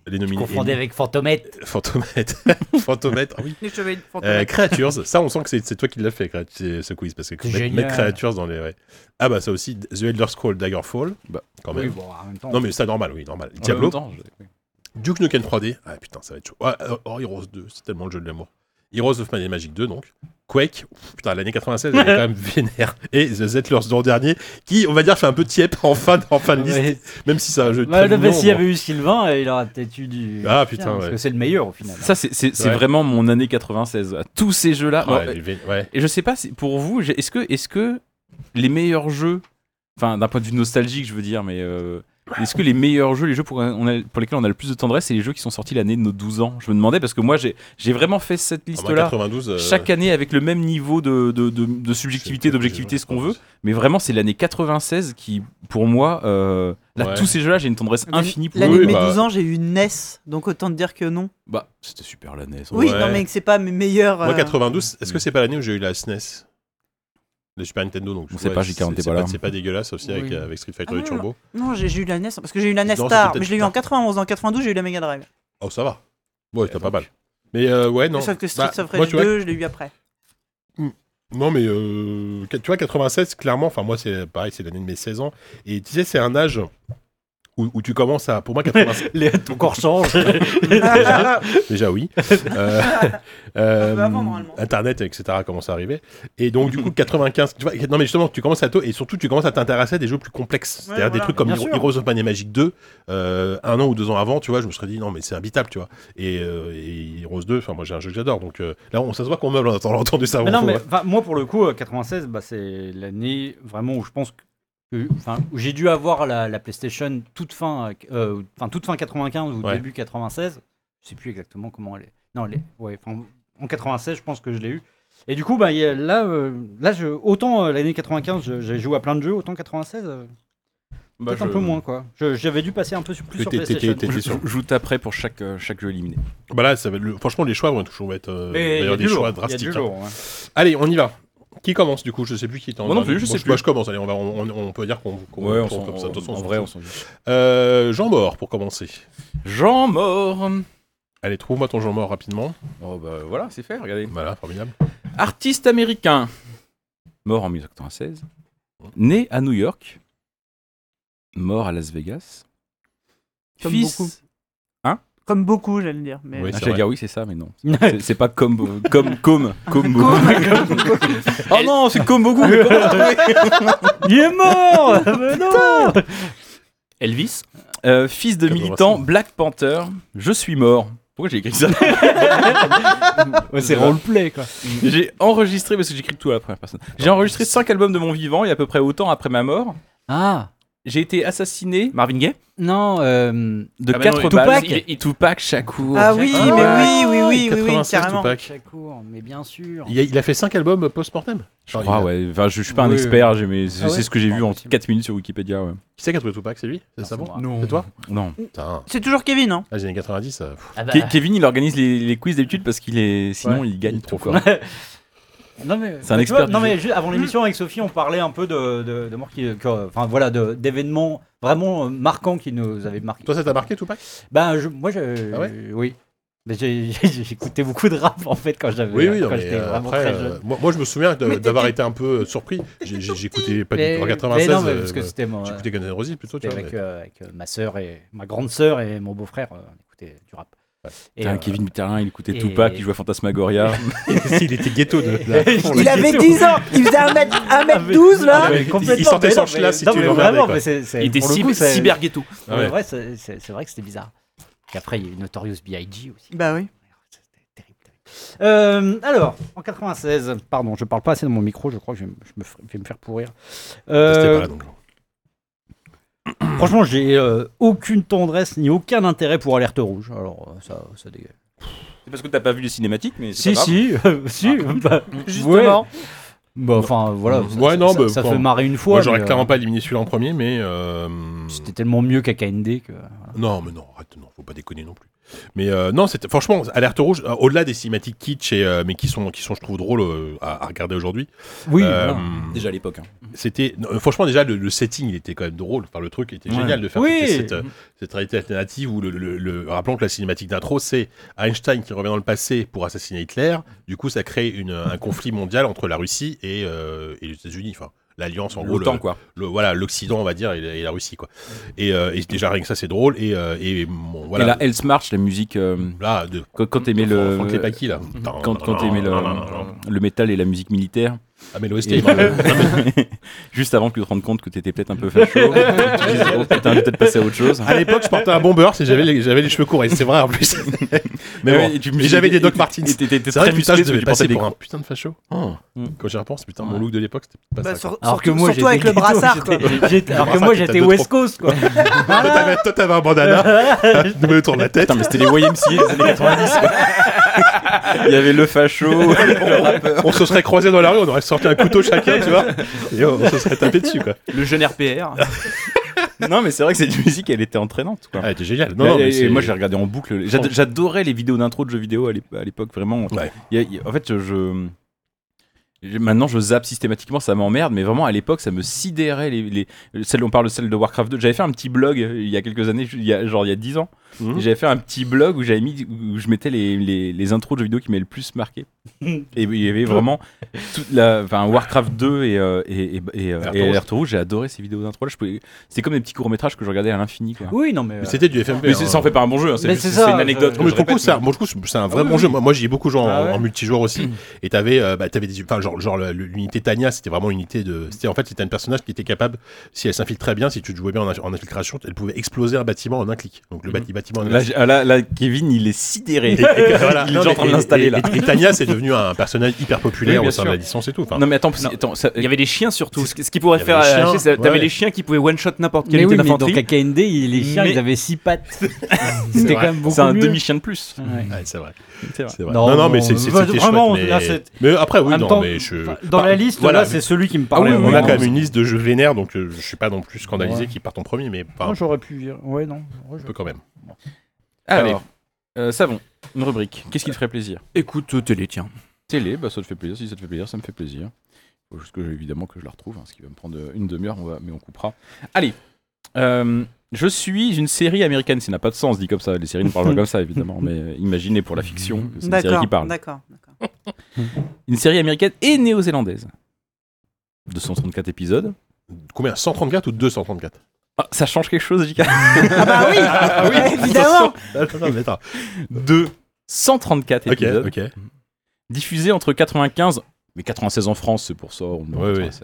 Speaker 1: Les nominés.
Speaker 5: Confondé avec Fantomette.
Speaker 1: Fantomètre. Fantomètre, ah oui.
Speaker 6: Les chevaliers de
Speaker 1: Euh,
Speaker 6: fantôme.
Speaker 1: Creatures, ça on sent que c'est c'est toi qui l'as fait, Creat- c'est- ce quiz, parce que
Speaker 5: C'est
Speaker 1: mettre,
Speaker 5: génial.
Speaker 1: mettre Creatures dans les. ouais. Ah bah ça aussi, The Elder Scrolls Daggerfall,
Speaker 2: Bah,
Speaker 1: quand même.
Speaker 5: Oui, bon, en même temps.
Speaker 1: Non Ah, mais ça normal, oui, normal.
Speaker 2: En
Speaker 1: Diablo,
Speaker 2: même temps, je-
Speaker 1: Duke Nukem 3D, ah putain, ça va être chaud. Ah, euh, oh, Heroes 2, c'est tellement le jeu de l'amour. Heroes of Might and Magic 2, donc. Quake, Ouf, putain, l'année 96, elle est quand même vénère. Et The Settlers l'an dernier, qui, on va dire, fait un peu tiep en fin, en fin de liste,
Speaker 5: Ouais.
Speaker 1: même si c'est un jeu
Speaker 5: Bah,
Speaker 1: très
Speaker 5: le
Speaker 1: mignon,
Speaker 5: Messi
Speaker 1: bon.
Speaker 5: avait eu Sylvain et il aurait peut-être eu du.
Speaker 1: Ah, putain,
Speaker 5: Parce
Speaker 1: ouais.
Speaker 5: que c'est le meilleur au final.
Speaker 2: Ça c'est- c'est c'est
Speaker 1: Ouais.
Speaker 2: vraiment mon année 96. à Tous ces jeux là.
Speaker 1: Ouais, Ah, elle est vé- ouais.
Speaker 2: Et je sais pas si pour vous, j'ai- est-ce que, est-ce que les meilleurs jeux, enfin d'un point de vue nostalgique, je veux dire, mais euh, est-ce que les meilleurs jeux, les jeux pour, on a- pour lesquels on a le plus de tendresse, c'est les jeux qui sont sortis l'année de nos 12 ans Je me demandais parce que moi j'ai j'ai vraiment fait cette
Speaker 1: En
Speaker 2: liste-là
Speaker 1: 92, Ah, euh,
Speaker 2: chaque année avec le même niveau de, de, de- de
Speaker 1: je
Speaker 2: subjectivité,
Speaker 1: sais plus,
Speaker 2: d'objectivité,
Speaker 1: je
Speaker 2: ce qu'on
Speaker 1: pense.
Speaker 2: veut, mais vraiment c'est l'année 96 qui, pour moi, euh, là
Speaker 1: Ouais.
Speaker 2: tous ces jeux-là, j'ai une tendresse infinie pour
Speaker 6: L'année
Speaker 1: Oui,
Speaker 6: de mes
Speaker 1: bah.
Speaker 6: 12 ans, j'ai eu une NES, donc autant te dire que non.
Speaker 2: Bah, c'était super l'année. ça.
Speaker 6: Oui,
Speaker 1: Ouais.
Speaker 6: non, mais que c'est pas mes meilleurs.
Speaker 1: Moi,
Speaker 6: euh,
Speaker 1: 92, est-ce que c'est pas l'année où j'ai eu la SNES La Super Nintendo, donc
Speaker 2: On sait pas, J.K., on
Speaker 1: c'est-
Speaker 2: était
Speaker 1: c'est
Speaker 2: pas là.
Speaker 1: C'est pas dégueulasse aussi avec,
Speaker 6: Oui.
Speaker 1: euh, avec Street Fighter
Speaker 6: Ah
Speaker 1: et
Speaker 6: non,
Speaker 1: Turbo.
Speaker 6: Non, j'ai j'ai eu la NES parce que j'ai eu la
Speaker 1: Non,
Speaker 6: NES
Speaker 1: c'était
Speaker 6: tard,
Speaker 1: peut-être
Speaker 6: mais je l'ai eu
Speaker 1: tard.
Speaker 6: en 91, en 92, j'ai eu la Mega Drive.
Speaker 1: Oh, ça va. Ouais, t'as pas mal. Mais euh, ouais, non.
Speaker 6: Sauf que Street
Speaker 1: Bah,
Speaker 6: of
Speaker 1: moi,
Speaker 6: Rage
Speaker 1: tu vois,
Speaker 6: 2, je l'ai eu après.
Speaker 1: Non, mais euh, tu vois, 96, clairement, enfin, moi, c'est pareil, c'est l'année de mes 16 ans. Et tu sais, c'est un âge où, où tu commences à. Pour moi, 80,
Speaker 5: Les, ton corps change.
Speaker 1: déjà, déjà, oui. Euh, euh,
Speaker 6: peu avant, normalement.
Speaker 1: Internet, etc. commence à arriver. Et donc, du coup, 95, tu vois, non, mais justement, tu commences à tôt, et surtout, tu commences à t'intéresser à des jeux plus complexes. C'est-à-dire
Speaker 6: Ouais,
Speaker 1: des
Speaker 6: voilà.
Speaker 1: trucs comme
Speaker 5: Bien
Speaker 1: Hero-
Speaker 5: sûr.
Speaker 1: Heroes of Might and Magic 2, euh, un an ou deux ans avant, tu vois, je me serais dit, non, mais c'est imbitable, tu vois. Et, euh, et Heroes 2, enfin, moi, j'ai un jeu que j'adore. Donc, euh, là, on, ça se voit qu'on meuble, on a entendu ça avant.
Speaker 5: Mais non,
Speaker 1: faut-
Speaker 5: mais enfin, moi, pour le coup, euh, 96, bah, c'est l'année vraiment où je pense que. Enfin, où j'ai dû avoir la, la PlayStation toute fin, euh, enfin toute fin 95 ou
Speaker 1: Ouais.
Speaker 5: début 96. Je sais plus exactement comment elle est. Non, elle est- ouais, enfin, en 96, je pense que je l'ai eu. Et du coup, bah, il y a- là, euh, là je, autant euh, l'année 95, je- j'ai joué à plein de jeux, autant 96, euh,
Speaker 2: Bah,
Speaker 5: peut-être un
Speaker 2: je-
Speaker 5: peu moins, quoi. Je- J'avais dû passer un peu sur- plus
Speaker 1: Que
Speaker 5: sur
Speaker 1: t'es- t'es-
Speaker 5: PlayStation.
Speaker 1: t'es-
Speaker 2: Je,
Speaker 1: t'es-
Speaker 2: je- je joue après pour chaque, euh, chaque jeu éliminé.
Speaker 1: Bah là, ça va être le- franchement, les choix vont toujours être euh,
Speaker 5: Mais il y a
Speaker 1: d'ailleurs,
Speaker 5: du
Speaker 1: des choix
Speaker 5: lourd, il y a du
Speaker 1: drastiques. hein.
Speaker 5: lourd, ouais.
Speaker 1: Allez, on y va. Qui commence du coup Je sais plus qui est en
Speaker 2: Moi non plus,
Speaker 1: dernier.
Speaker 2: je
Speaker 1: Bon,
Speaker 2: sais
Speaker 1: Moi
Speaker 2: plus.
Speaker 1: je commence, allez, on, va, on, on peut dire qu'on. qu'on- qu'on- comme ça, de toute façon, on
Speaker 2: en
Speaker 1: s'en
Speaker 2: vrai,
Speaker 1: fout.
Speaker 2: on s'en fiche.
Speaker 1: Euh, Jean Mort pour commencer.
Speaker 2: Jean mort
Speaker 1: Allez, trouve-moi ton Jean Mort rapidement.
Speaker 2: Oh bah voilà, c'est fait, regardez.
Speaker 1: Voilà, formidable.
Speaker 2: Artiste américain, mort en 1996, né à New York, mort à Las Vegas.
Speaker 6: Comme
Speaker 2: fils...
Speaker 6: beaucoup. Comme beaucoup, j'allais dire. Mais...
Speaker 1: Oui,
Speaker 2: Ah,
Speaker 1: c'est
Speaker 2: J'allais
Speaker 1: vrai.
Speaker 2: dire oui, c'est ça, mais non. C'est- C'est pas comme comme comme comme beaucoup. Oh non, c'est comme beaucoup. mais comment
Speaker 5: Il est mort Mais non
Speaker 2: Elvis, euh, fils de
Speaker 1: Comme
Speaker 2: militant
Speaker 1: Racine.
Speaker 2: Black Panther, je suis mort. Pourquoi j'ai écrit ça
Speaker 5: Ouais, C'est roleplay, quoi.
Speaker 2: J'ai enregistré parce que j'écris tout à la première personne. J'ai enregistré 5 albums de mon vivant et à peu près autant après ma mort.
Speaker 5: Ah
Speaker 2: J'ai été assassiné, Marvin Gaye,
Speaker 5: Non, euh,
Speaker 2: de
Speaker 4: Ah bah non,
Speaker 2: 4
Speaker 4: il-
Speaker 2: balles.
Speaker 4: Tupac Il- il-
Speaker 2: Tupac Shakur.
Speaker 6: Ah oui, mais oui, oui, oui, oui, oui,
Speaker 1: 96,
Speaker 6: carrément.
Speaker 1: Tupac.
Speaker 5: Shakur, mais bien sûr.
Speaker 1: Il a, il a fait 5 albums post-mortem.
Speaker 2: Je crois, Ah ouais. Enfin, je, je suis pas un
Speaker 5: Oui.
Speaker 2: expert, j'ai- mais c'est
Speaker 5: Ah ouais
Speaker 2: c'est ce que j'ai vu en
Speaker 5: Impossible.
Speaker 2: 4 minutes sur Wikipédia. Ouais.
Speaker 1: Qui c'est qui a trouvé Tupac C'est lui C'est ça bon
Speaker 5: Non.
Speaker 1: C'est toi
Speaker 2: Non.
Speaker 1: Putain, Ah,
Speaker 6: C'est toujours Kevin, hein
Speaker 1: les années 90, ça. pff.
Speaker 5: Ah bah.
Speaker 2: Ke- Kevin, il organise les, les quiz d'habitude parce qu'il est. Sinon, il gagne trop fort.
Speaker 5: Non mais
Speaker 2: C'est un
Speaker 5: tu
Speaker 2: expert
Speaker 5: vois,
Speaker 2: du
Speaker 5: non
Speaker 2: jeu.
Speaker 5: mais juste avant l'émission avec Sophie, on parlait un peu de de, de morts qui, que- enfin voilà, de- d'événements vraiment euh, marquants qui nous avaient marqué.
Speaker 1: Toi, ça t'a marqué Tupac
Speaker 5: Ben je- moi je,
Speaker 1: Ah ouais
Speaker 5: oui. Mais j'ai- j'ai- j'écoutais beaucoup de rap en fait quand j'avais
Speaker 1: Oui, oui, non,
Speaker 5: quand
Speaker 1: mais
Speaker 5: j'étais
Speaker 1: euh,
Speaker 5: vraiment
Speaker 1: après,
Speaker 5: très
Speaker 1: euh,
Speaker 5: jeune.
Speaker 1: moi, moi, je me souviens de-
Speaker 6: Mais
Speaker 1: d'avoir
Speaker 6: t'étais-
Speaker 1: été un peu euh, surpris. J'ai j'ai- j'écoutais pas du
Speaker 5: Mais-
Speaker 1: tout en
Speaker 5: mais
Speaker 1: 96.
Speaker 5: non, mais parce
Speaker 1: euh,
Speaker 5: que c'était moi.
Speaker 1: J'écoutais Guns N' Roses plutôt, tu
Speaker 5: C'était
Speaker 1: vois.
Speaker 5: avec,
Speaker 1: mais-
Speaker 5: euh, avec, euh, ma sœur et ma grande sœur et mon beau-frère, euh, on écoutait du rap. Et,
Speaker 2: Putain,
Speaker 5: euh,
Speaker 2: Kevin Mitterrand, il écoutait
Speaker 5: et-
Speaker 2: Tupac, il jouait à Fantasmagoria.
Speaker 1: Si, il était ghetto de.
Speaker 5: Il
Speaker 1: de-
Speaker 5: a- avait
Speaker 6: 10 ans Il faisait 1m12
Speaker 5: Ah, mais
Speaker 1: il- il
Speaker 5: complètement,
Speaker 1: sortait
Speaker 5: mais
Speaker 1: sans
Speaker 5: non,
Speaker 1: chlasse
Speaker 5: mais-
Speaker 1: si
Speaker 5: non,
Speaker 1: tu
Speaker 5: mais
Speaker 1: le regardais,
Speaker 5: vraiment,
Speaker 1: quoi.
Speaker 5: mais c'est- c'est-
Speaker 4: Il était
Speaker 5: pour le
Speaker 4: cyber-
Speaker 5: coup, c'est-
Speaker 4: cyber-ghetto.
Speaker 5: pour
Speaker 1: Ah ouais.
Speaker 5: le vrai, c'est- c'est c'est vrai que c'était bizarre. Et après, il y a eu Notorious B.I.G. aussi.
Speaker 6: Bah oui.
Speaker 5: C'était terrible, terrible. Euh, alors, en 96, pardon, je parle pas assez dans mon micro, je crois que je, vais me- je me, ferai- je vais me faire pourrir. Euh,
Speaker 1: C'était pas là, donc.
Speaker 5: franchement, j'ai euh, aucune tendresse ni aucun intérêt pour Alerte Rouge. Alors, euh, ça, ça dégage.
Speaker 2: C'est parce que t'as pas vu les cinématiques, mais c'est
Speaker 5: Si,
Speaker 2: pas grave.
Speaker 5: si, euh, si. bah,
Speaker 6: Justement.
Speaker 5: ouais. Bah, enfin, voilà. ça-
Speaker 1: Ouais,
Speaker 5: ça,
Speaker 1: non,
Speaker 5: ça-
Speaker 1: bah,
Speaker 5: ça
Speaker 1: enfin,
Speaker 5: fait marrer une fois.
Speaker 1: Moi, j'aurais
Speaker 5: mais, euh,
Speaker 1: clairement pas éliminé celui-là en premier, mais. euh,
Speaker 5: C'était tellement mieux qu'à KND que.
Speaker 1: Non, mais non, arrête, non, faut pas déconner non plus. Mais euh, non, c'était franchement alerte rouge. euh, Au-delà des cinématiques kitsch, et, euh, mais qui sont, qui sont, je trouve, drôles euh, à, à regarder aujourd'hui.
Speaker 5: Oui,
Speaker 1: euh,
Speaker 5: voilà.
Speaker 2: Déjà à l'époque. hein.
Speaker 1: C'était non, euh, franchement déjà le, le setting, il était quand même drôle. Enfin, le truc était
Speaker 2: Ouais.
Speaker 1: génial de faire
Speaker 5: Oui.
Speaker 1: toute cette, euh, cette réalité alternative où le, le- le- rappelons que la cinématique d'intro, c'est Einstein qui revient dans le passé pour assassiner Hitler. Du coup, ça crée une- un conflit mondial entre la Russie et, euh, et les États-Unis. Enfin, l'alliance en gros, le-
Speaker 2: L'OTAN, quoi.
Speaker 1: le- voilà l'Occident on va dire et, la- et la Russie quoi et, euh, et déjà rien que ça c'est drôle et, euh, et bon, voilà
Speaker 2: Et la Hell's March, la musique. euh,
Speaker 1: là de
Speaker 2: quand quand t'aimais le.
Speaker 1: Franck Lepaki là
Speaker 2: mm-hmm. Quand, quand t'aimais le, le métal et la musique militaire,
Speaker 1: ah mais l'OST
Speaker 2: Et-
Speaker 1: il m'en veut.
Speaker 2: juste avant que tu te rendes compte que t'étais peut-être un peu facho, et que tu te dises, oh putain, je vais peut-être passer à autre chose.
Speaker 1: à l'époque je portais un bomber si j'avais les, j'avais les cheveux courts et c'est vrai en plus mais
Speaker 2: Ouais,
Speaker 1: bon
Speaker 2: et tu me-
Speaker 1: et j'avais des Doc
Speaker 2: et-
Speaker 1: Martens
Speaker 2: et t'étais
Speaker 1: c'est vrai
Speaker 2: très
Speaker 1: que putain je
Speaker 2: musclé parce que
Speaker 1: devais
Speaker 2: tu portais
Speaker 1: passer
Speaker 2: des
Speaker 1: pour
Speaker 2: gros.
Speaker 1: un putain de facho quand j'y repense putain mon
Speaker 2: Ouais.
Speaker 1: look de l'époque c'était pas
Speaker 6: Bah,
Speaker 1: ça
Speaker 6: sur-
Speaker 1: quoi.
Speaker 5: Alors que
Speaker 6: surtout-
Speaker 5: moi,
Speaker 6: surtout avec
Speaker 5: j'étais
Speaker 6: le brassard, quoi.
Speaker 5: J'étais- Alors que
Speaker 1: brassard
Speaker 5: moi,
Speaker 1: qui t'a
Speaker 5: j'étais
Speaker 1: deux,
Speaker 5: West Coast, quoi.
Speaker 1: toi t'avais- toi, t'avais un bandana nous me tourne la tête
Speaker 2: Putain, mais c'était les YMCA des années 90. quoi. Il y avait le facho,
Speaker 1: on se serait croisés dans la rue on aurait sorti un couteau chacun tu vois et on, on se serait tapé dessus quoi
Speaker 3: Le jeune RPR.
Speaker 2: Non, mais c'est vrai que cette musique, elle était entraînante. Quoi.
Speaker 1: ah était génial
Speaker 2: Et-
Speaker 1: non, non, mais
Speaker 2: et- et
Speaker 1: c'est-
Speaker 2: moi, j'ai regardé en boucle. J'ad- J'adorais les vidéos d'intro de jeux vidéo à l'ép- à l'époque, vraiment.
Speaker 1: Ouais.
Speaker 2: Il y a- il y a- en fait, je, je- Maintenant, je zappe systématiquement, ça m'emmerde, mais vraiment à l'époque, ça me sidérait. Les, les, celle, on parle de celle de Warcraft 2. J'avais fait un petit blog euh, il y a quelques années, ju- il y a, genre il y a 10 ans,
Speaker 1: Mhm.
Speaker 2: Et J'avais fait un petit blog où j'avais mis où je mettais les, les, les intros de jeux vidéo qui m'avaient le plus marqué. et il y avait vraiment toute la, enfin Warcraft 2 et euh, et et, et, euh,
Speaker 1: Alerte
Speaker 2: et
Speaker 1: Rouge.
Speaker 2: Alerte Rouge, J'ai adoré ces vidéos d'intro. C'était comme des petits courts métrages que je regardais à l'infini. quoi.
Speaker 5: Oui, non, mais. euh,
Speaker 1: C'était du FMP.
Speaker 2: Mais c'est-
Speaker 1: hein.
Speaker 2: ça en fait pas un bon jeu. hein, C'est
Speaker 5: Mais
Speaker 2: juste-
Speaker 5: c'est
Speaker 2: c'est
Speaker 5: ça,
Speaker 2: une anecdote.
Speaker 5: je-
Speaker 2: que
Speaker 1: Non, mais
Speaker 2: je
Speaker 1: pour le coup,
Speaker 2: répète,
Speaker 1: c'est un, bon, le coup, c'est un vrai
Speaker 5: Ah oui,
Speaker 1: bon
Speaker 5: oui.
Speaker 1: jeu. Moi, moi j'y ai beaucoup joué en,
Speaker 5: Ah ouais.
Speaker 1: en multijoueur aussi. Et t'avais, euh, bah, t'avais des, enfin, genre, genre la- l'unité Tania, c'était vraiment une unité de, c'était en fait, c'était un personnage qui était capable, si elle s'infiltrait bien, si tu jouais bien en, inf- en infiltration, elle pouvait exploser un bâtiment en un clic. Donc le, bâti- bâtiment. en un
Speaker 2: Là,
Speaker 1: clic.
Speaker 2: j'ai- ah, là, là, Kevin, il est
Speaker 1: Et-
Speaker 2: sidéré.
Speaker 1: et- et- voilà.
Speaker 2: Il est
Speaker 1: Non,
Speaker 2: déjà en
Speaker 1: mais-
Speaker 2: train de
Speaker 1: et-
Speaker 2: l'installer
Speaker 1: et-
Speaker 2: là.
Speaker 1: Et, et Tania, c'est devenu un personnage hyper populaire
Speaker 2: Oui, bien
Speaker 1: au sein de la
Speaker 2: sûr.
Speaker 1: licence et tout. Enfin,
Speaker 2: Non, mais attends, parce-
Speaker 3: Non.
Speaker 2: attends ça-
Speaker 3: Il y avait des chiens surtout. Ce qui ce qui
Speaker 1: Il
Speaker 3: pourrait
Speaker 1: y avait
Speaker 3: faire
Speaker 1: les chiens,
Speaker 3: chiens, c'est, t'avais
Speaker 1: ouais.
Speaker 3: les chiens qui pouvaient one shot n'importe quelle
Speaker 5: Mais oui,
Speaker 3: unité
Speaker 5: mais dans
Speaker 3: d'infanterie.
Speaker 5: KKND, il- les chiens,
Speaker 3: Mais-
Speaker 5: ils avaient 6 pattes. C'était quand
Speaker 1: vrai.
Speaker 5: même beaucoup.
Speaker 2: c'est un
Speaker 5: mieux.
Speaker 2: demi-chien de plus.
Speaker 5: Ouais.
Speaker 1: ouais, c'est vrai.
Speaker 2: C'est vrai.
Speaker 1: C'est vrai.
Speaker 5: Non,
Speaker 1: Non, non, mais
Speaker 5: non,
Speaker 1: c'est c'est-
Speaker 5: bah,
Speaker 1: c'était
Speaker 5: vraiment,
Speaker 1: chouette, mais-
Speaker 5: là, c'est-
Speaker 1: mais... après, oui, non,
Speaker 5: en même temps, ah
Speaker 1: mais je.
Speaker 5: Dans
Speaker 1: Bah,
Speaker 5: la liste,
Speaker 1: voilà, Ah
Speaker 5: là, c'est celui qui me parlait.
Speaker 1: on a
Speaker 5: vraiment.
Speaker 1: quand même une liste de jeux vénères, donc euh, je suis pas non plus scandalisé
Speaker 5: Ouais.
Speaker 1: qu'ils partent en premier, mais pas
Speaker 6: Moi,
Speaker 1: un
Speaker 6: j'aurais pu dire. Ouais, non. ouais,
Speaker 1: peu quand même.
Speaker 2: Alors, euh, savon, une rubrique. Qu'est-ce qui te ferait plaisir
Speaker 3: Écoute, euh, télé, tiens.
Speaker 2: Télé, bah, ça te fait plaisir. Si ça te fait plaisir, ça me fait plaisir. Faut juste que, évidemment que je la retrouve, hein, ce qui va me prendre euh, une demi-heure, on va- mais on coupera. Allez, euh, je suis une série américaine. Ça n'a pas de sens dit comme ça. Les séries ne parlent pas comme ça, évidemment. Mais euh, imaginez pour la fiction, que c'est une série
Speaker 6: D'accord,
Speaker 2: qui parle.
Speaker 6: d'accord. d'accord.
Speaker 2: Une série américaine et néo-zélandaise. 234 épisodes.
Speaker 1: Combien 134 ou 234
Speaker 2: Ah, ça change quelque chose, JK
Speaker 6: Ah bah oui, évidemment.
Speaker 1: Attends, attends, attends.
Speaker 2: de 134
Speaker 1: Ok,
Speaker 2: épisodes
Speaker 1: ok.
Speaker 2: diffusés entre 95 mais 96 en France, c'est pour ça. On le met en
Speaker 1: Ouais,
Speaker 2: 96.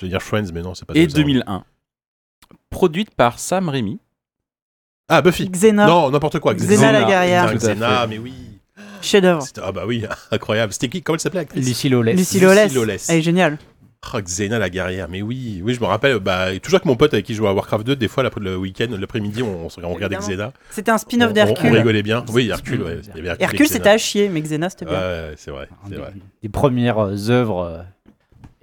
Speaker 1: Je veux dire Friends, mais non, c'est pas
Speaker 2: Et
Speaker 1: ça.
Speaker 2: 2001. Produite par Sam Raimi.
Speaker 1: Ah, Buffy
Speaker 6: Xena,
Speaker 1: Non, n'importe quoi.
Speaker 6: Xena
Speaker 2: Xena,
Speaker 6: la
Speaker 1: Putain,
Speaker 6: guerrière,
Speaker 2: Tout à
Speaker 1: Xena,
Speaker 2: fait.
Speaker 1: mais oui.
Speaker 6: chef-d'œuvre.
Speaker 1: C'était- Ah, bah oui, incroyable. C'était qui Comment elle s'appelait l'actrice
Speaker 5: Lucy Lawless.
Speaker 6: Lucy Lawless.
Speaker 1: Lucy Lawless.
Speaker 6: Elle est géniale.
Speaker 1: Oh, Xena la guerrière, mais oui. Oui, je me rappelle, bah, toujours que mon pote avec qui je jouais à Warcraft 2, des fois, la- le week-end, l'après-midi, on, on se- on regardait
Speaker 6: Évidemment.
Speaker 1: Xena.
Speaker 6: C'était un
Speaker 1: On,
Speaker 6: spin-off
Speaker 1: on- on
Speaker 6: d'Hercule.
Speaker 1: rigolait bien. Oui, Hercule, ouais. Il y avait Hercule, et
Speaker 6: Hercule,
Speaker 1: Xena.
Speaker 6: c'était à chier, mais Xena, c'était
Speaker 1: Ouais,
Speaker 6: bien.
Speaker 1: ouais, c'est vrai, c'est
Speaker 5: Des,
Speaker 1: vrai.
Speaker 5: des premières euh, œuvres euh,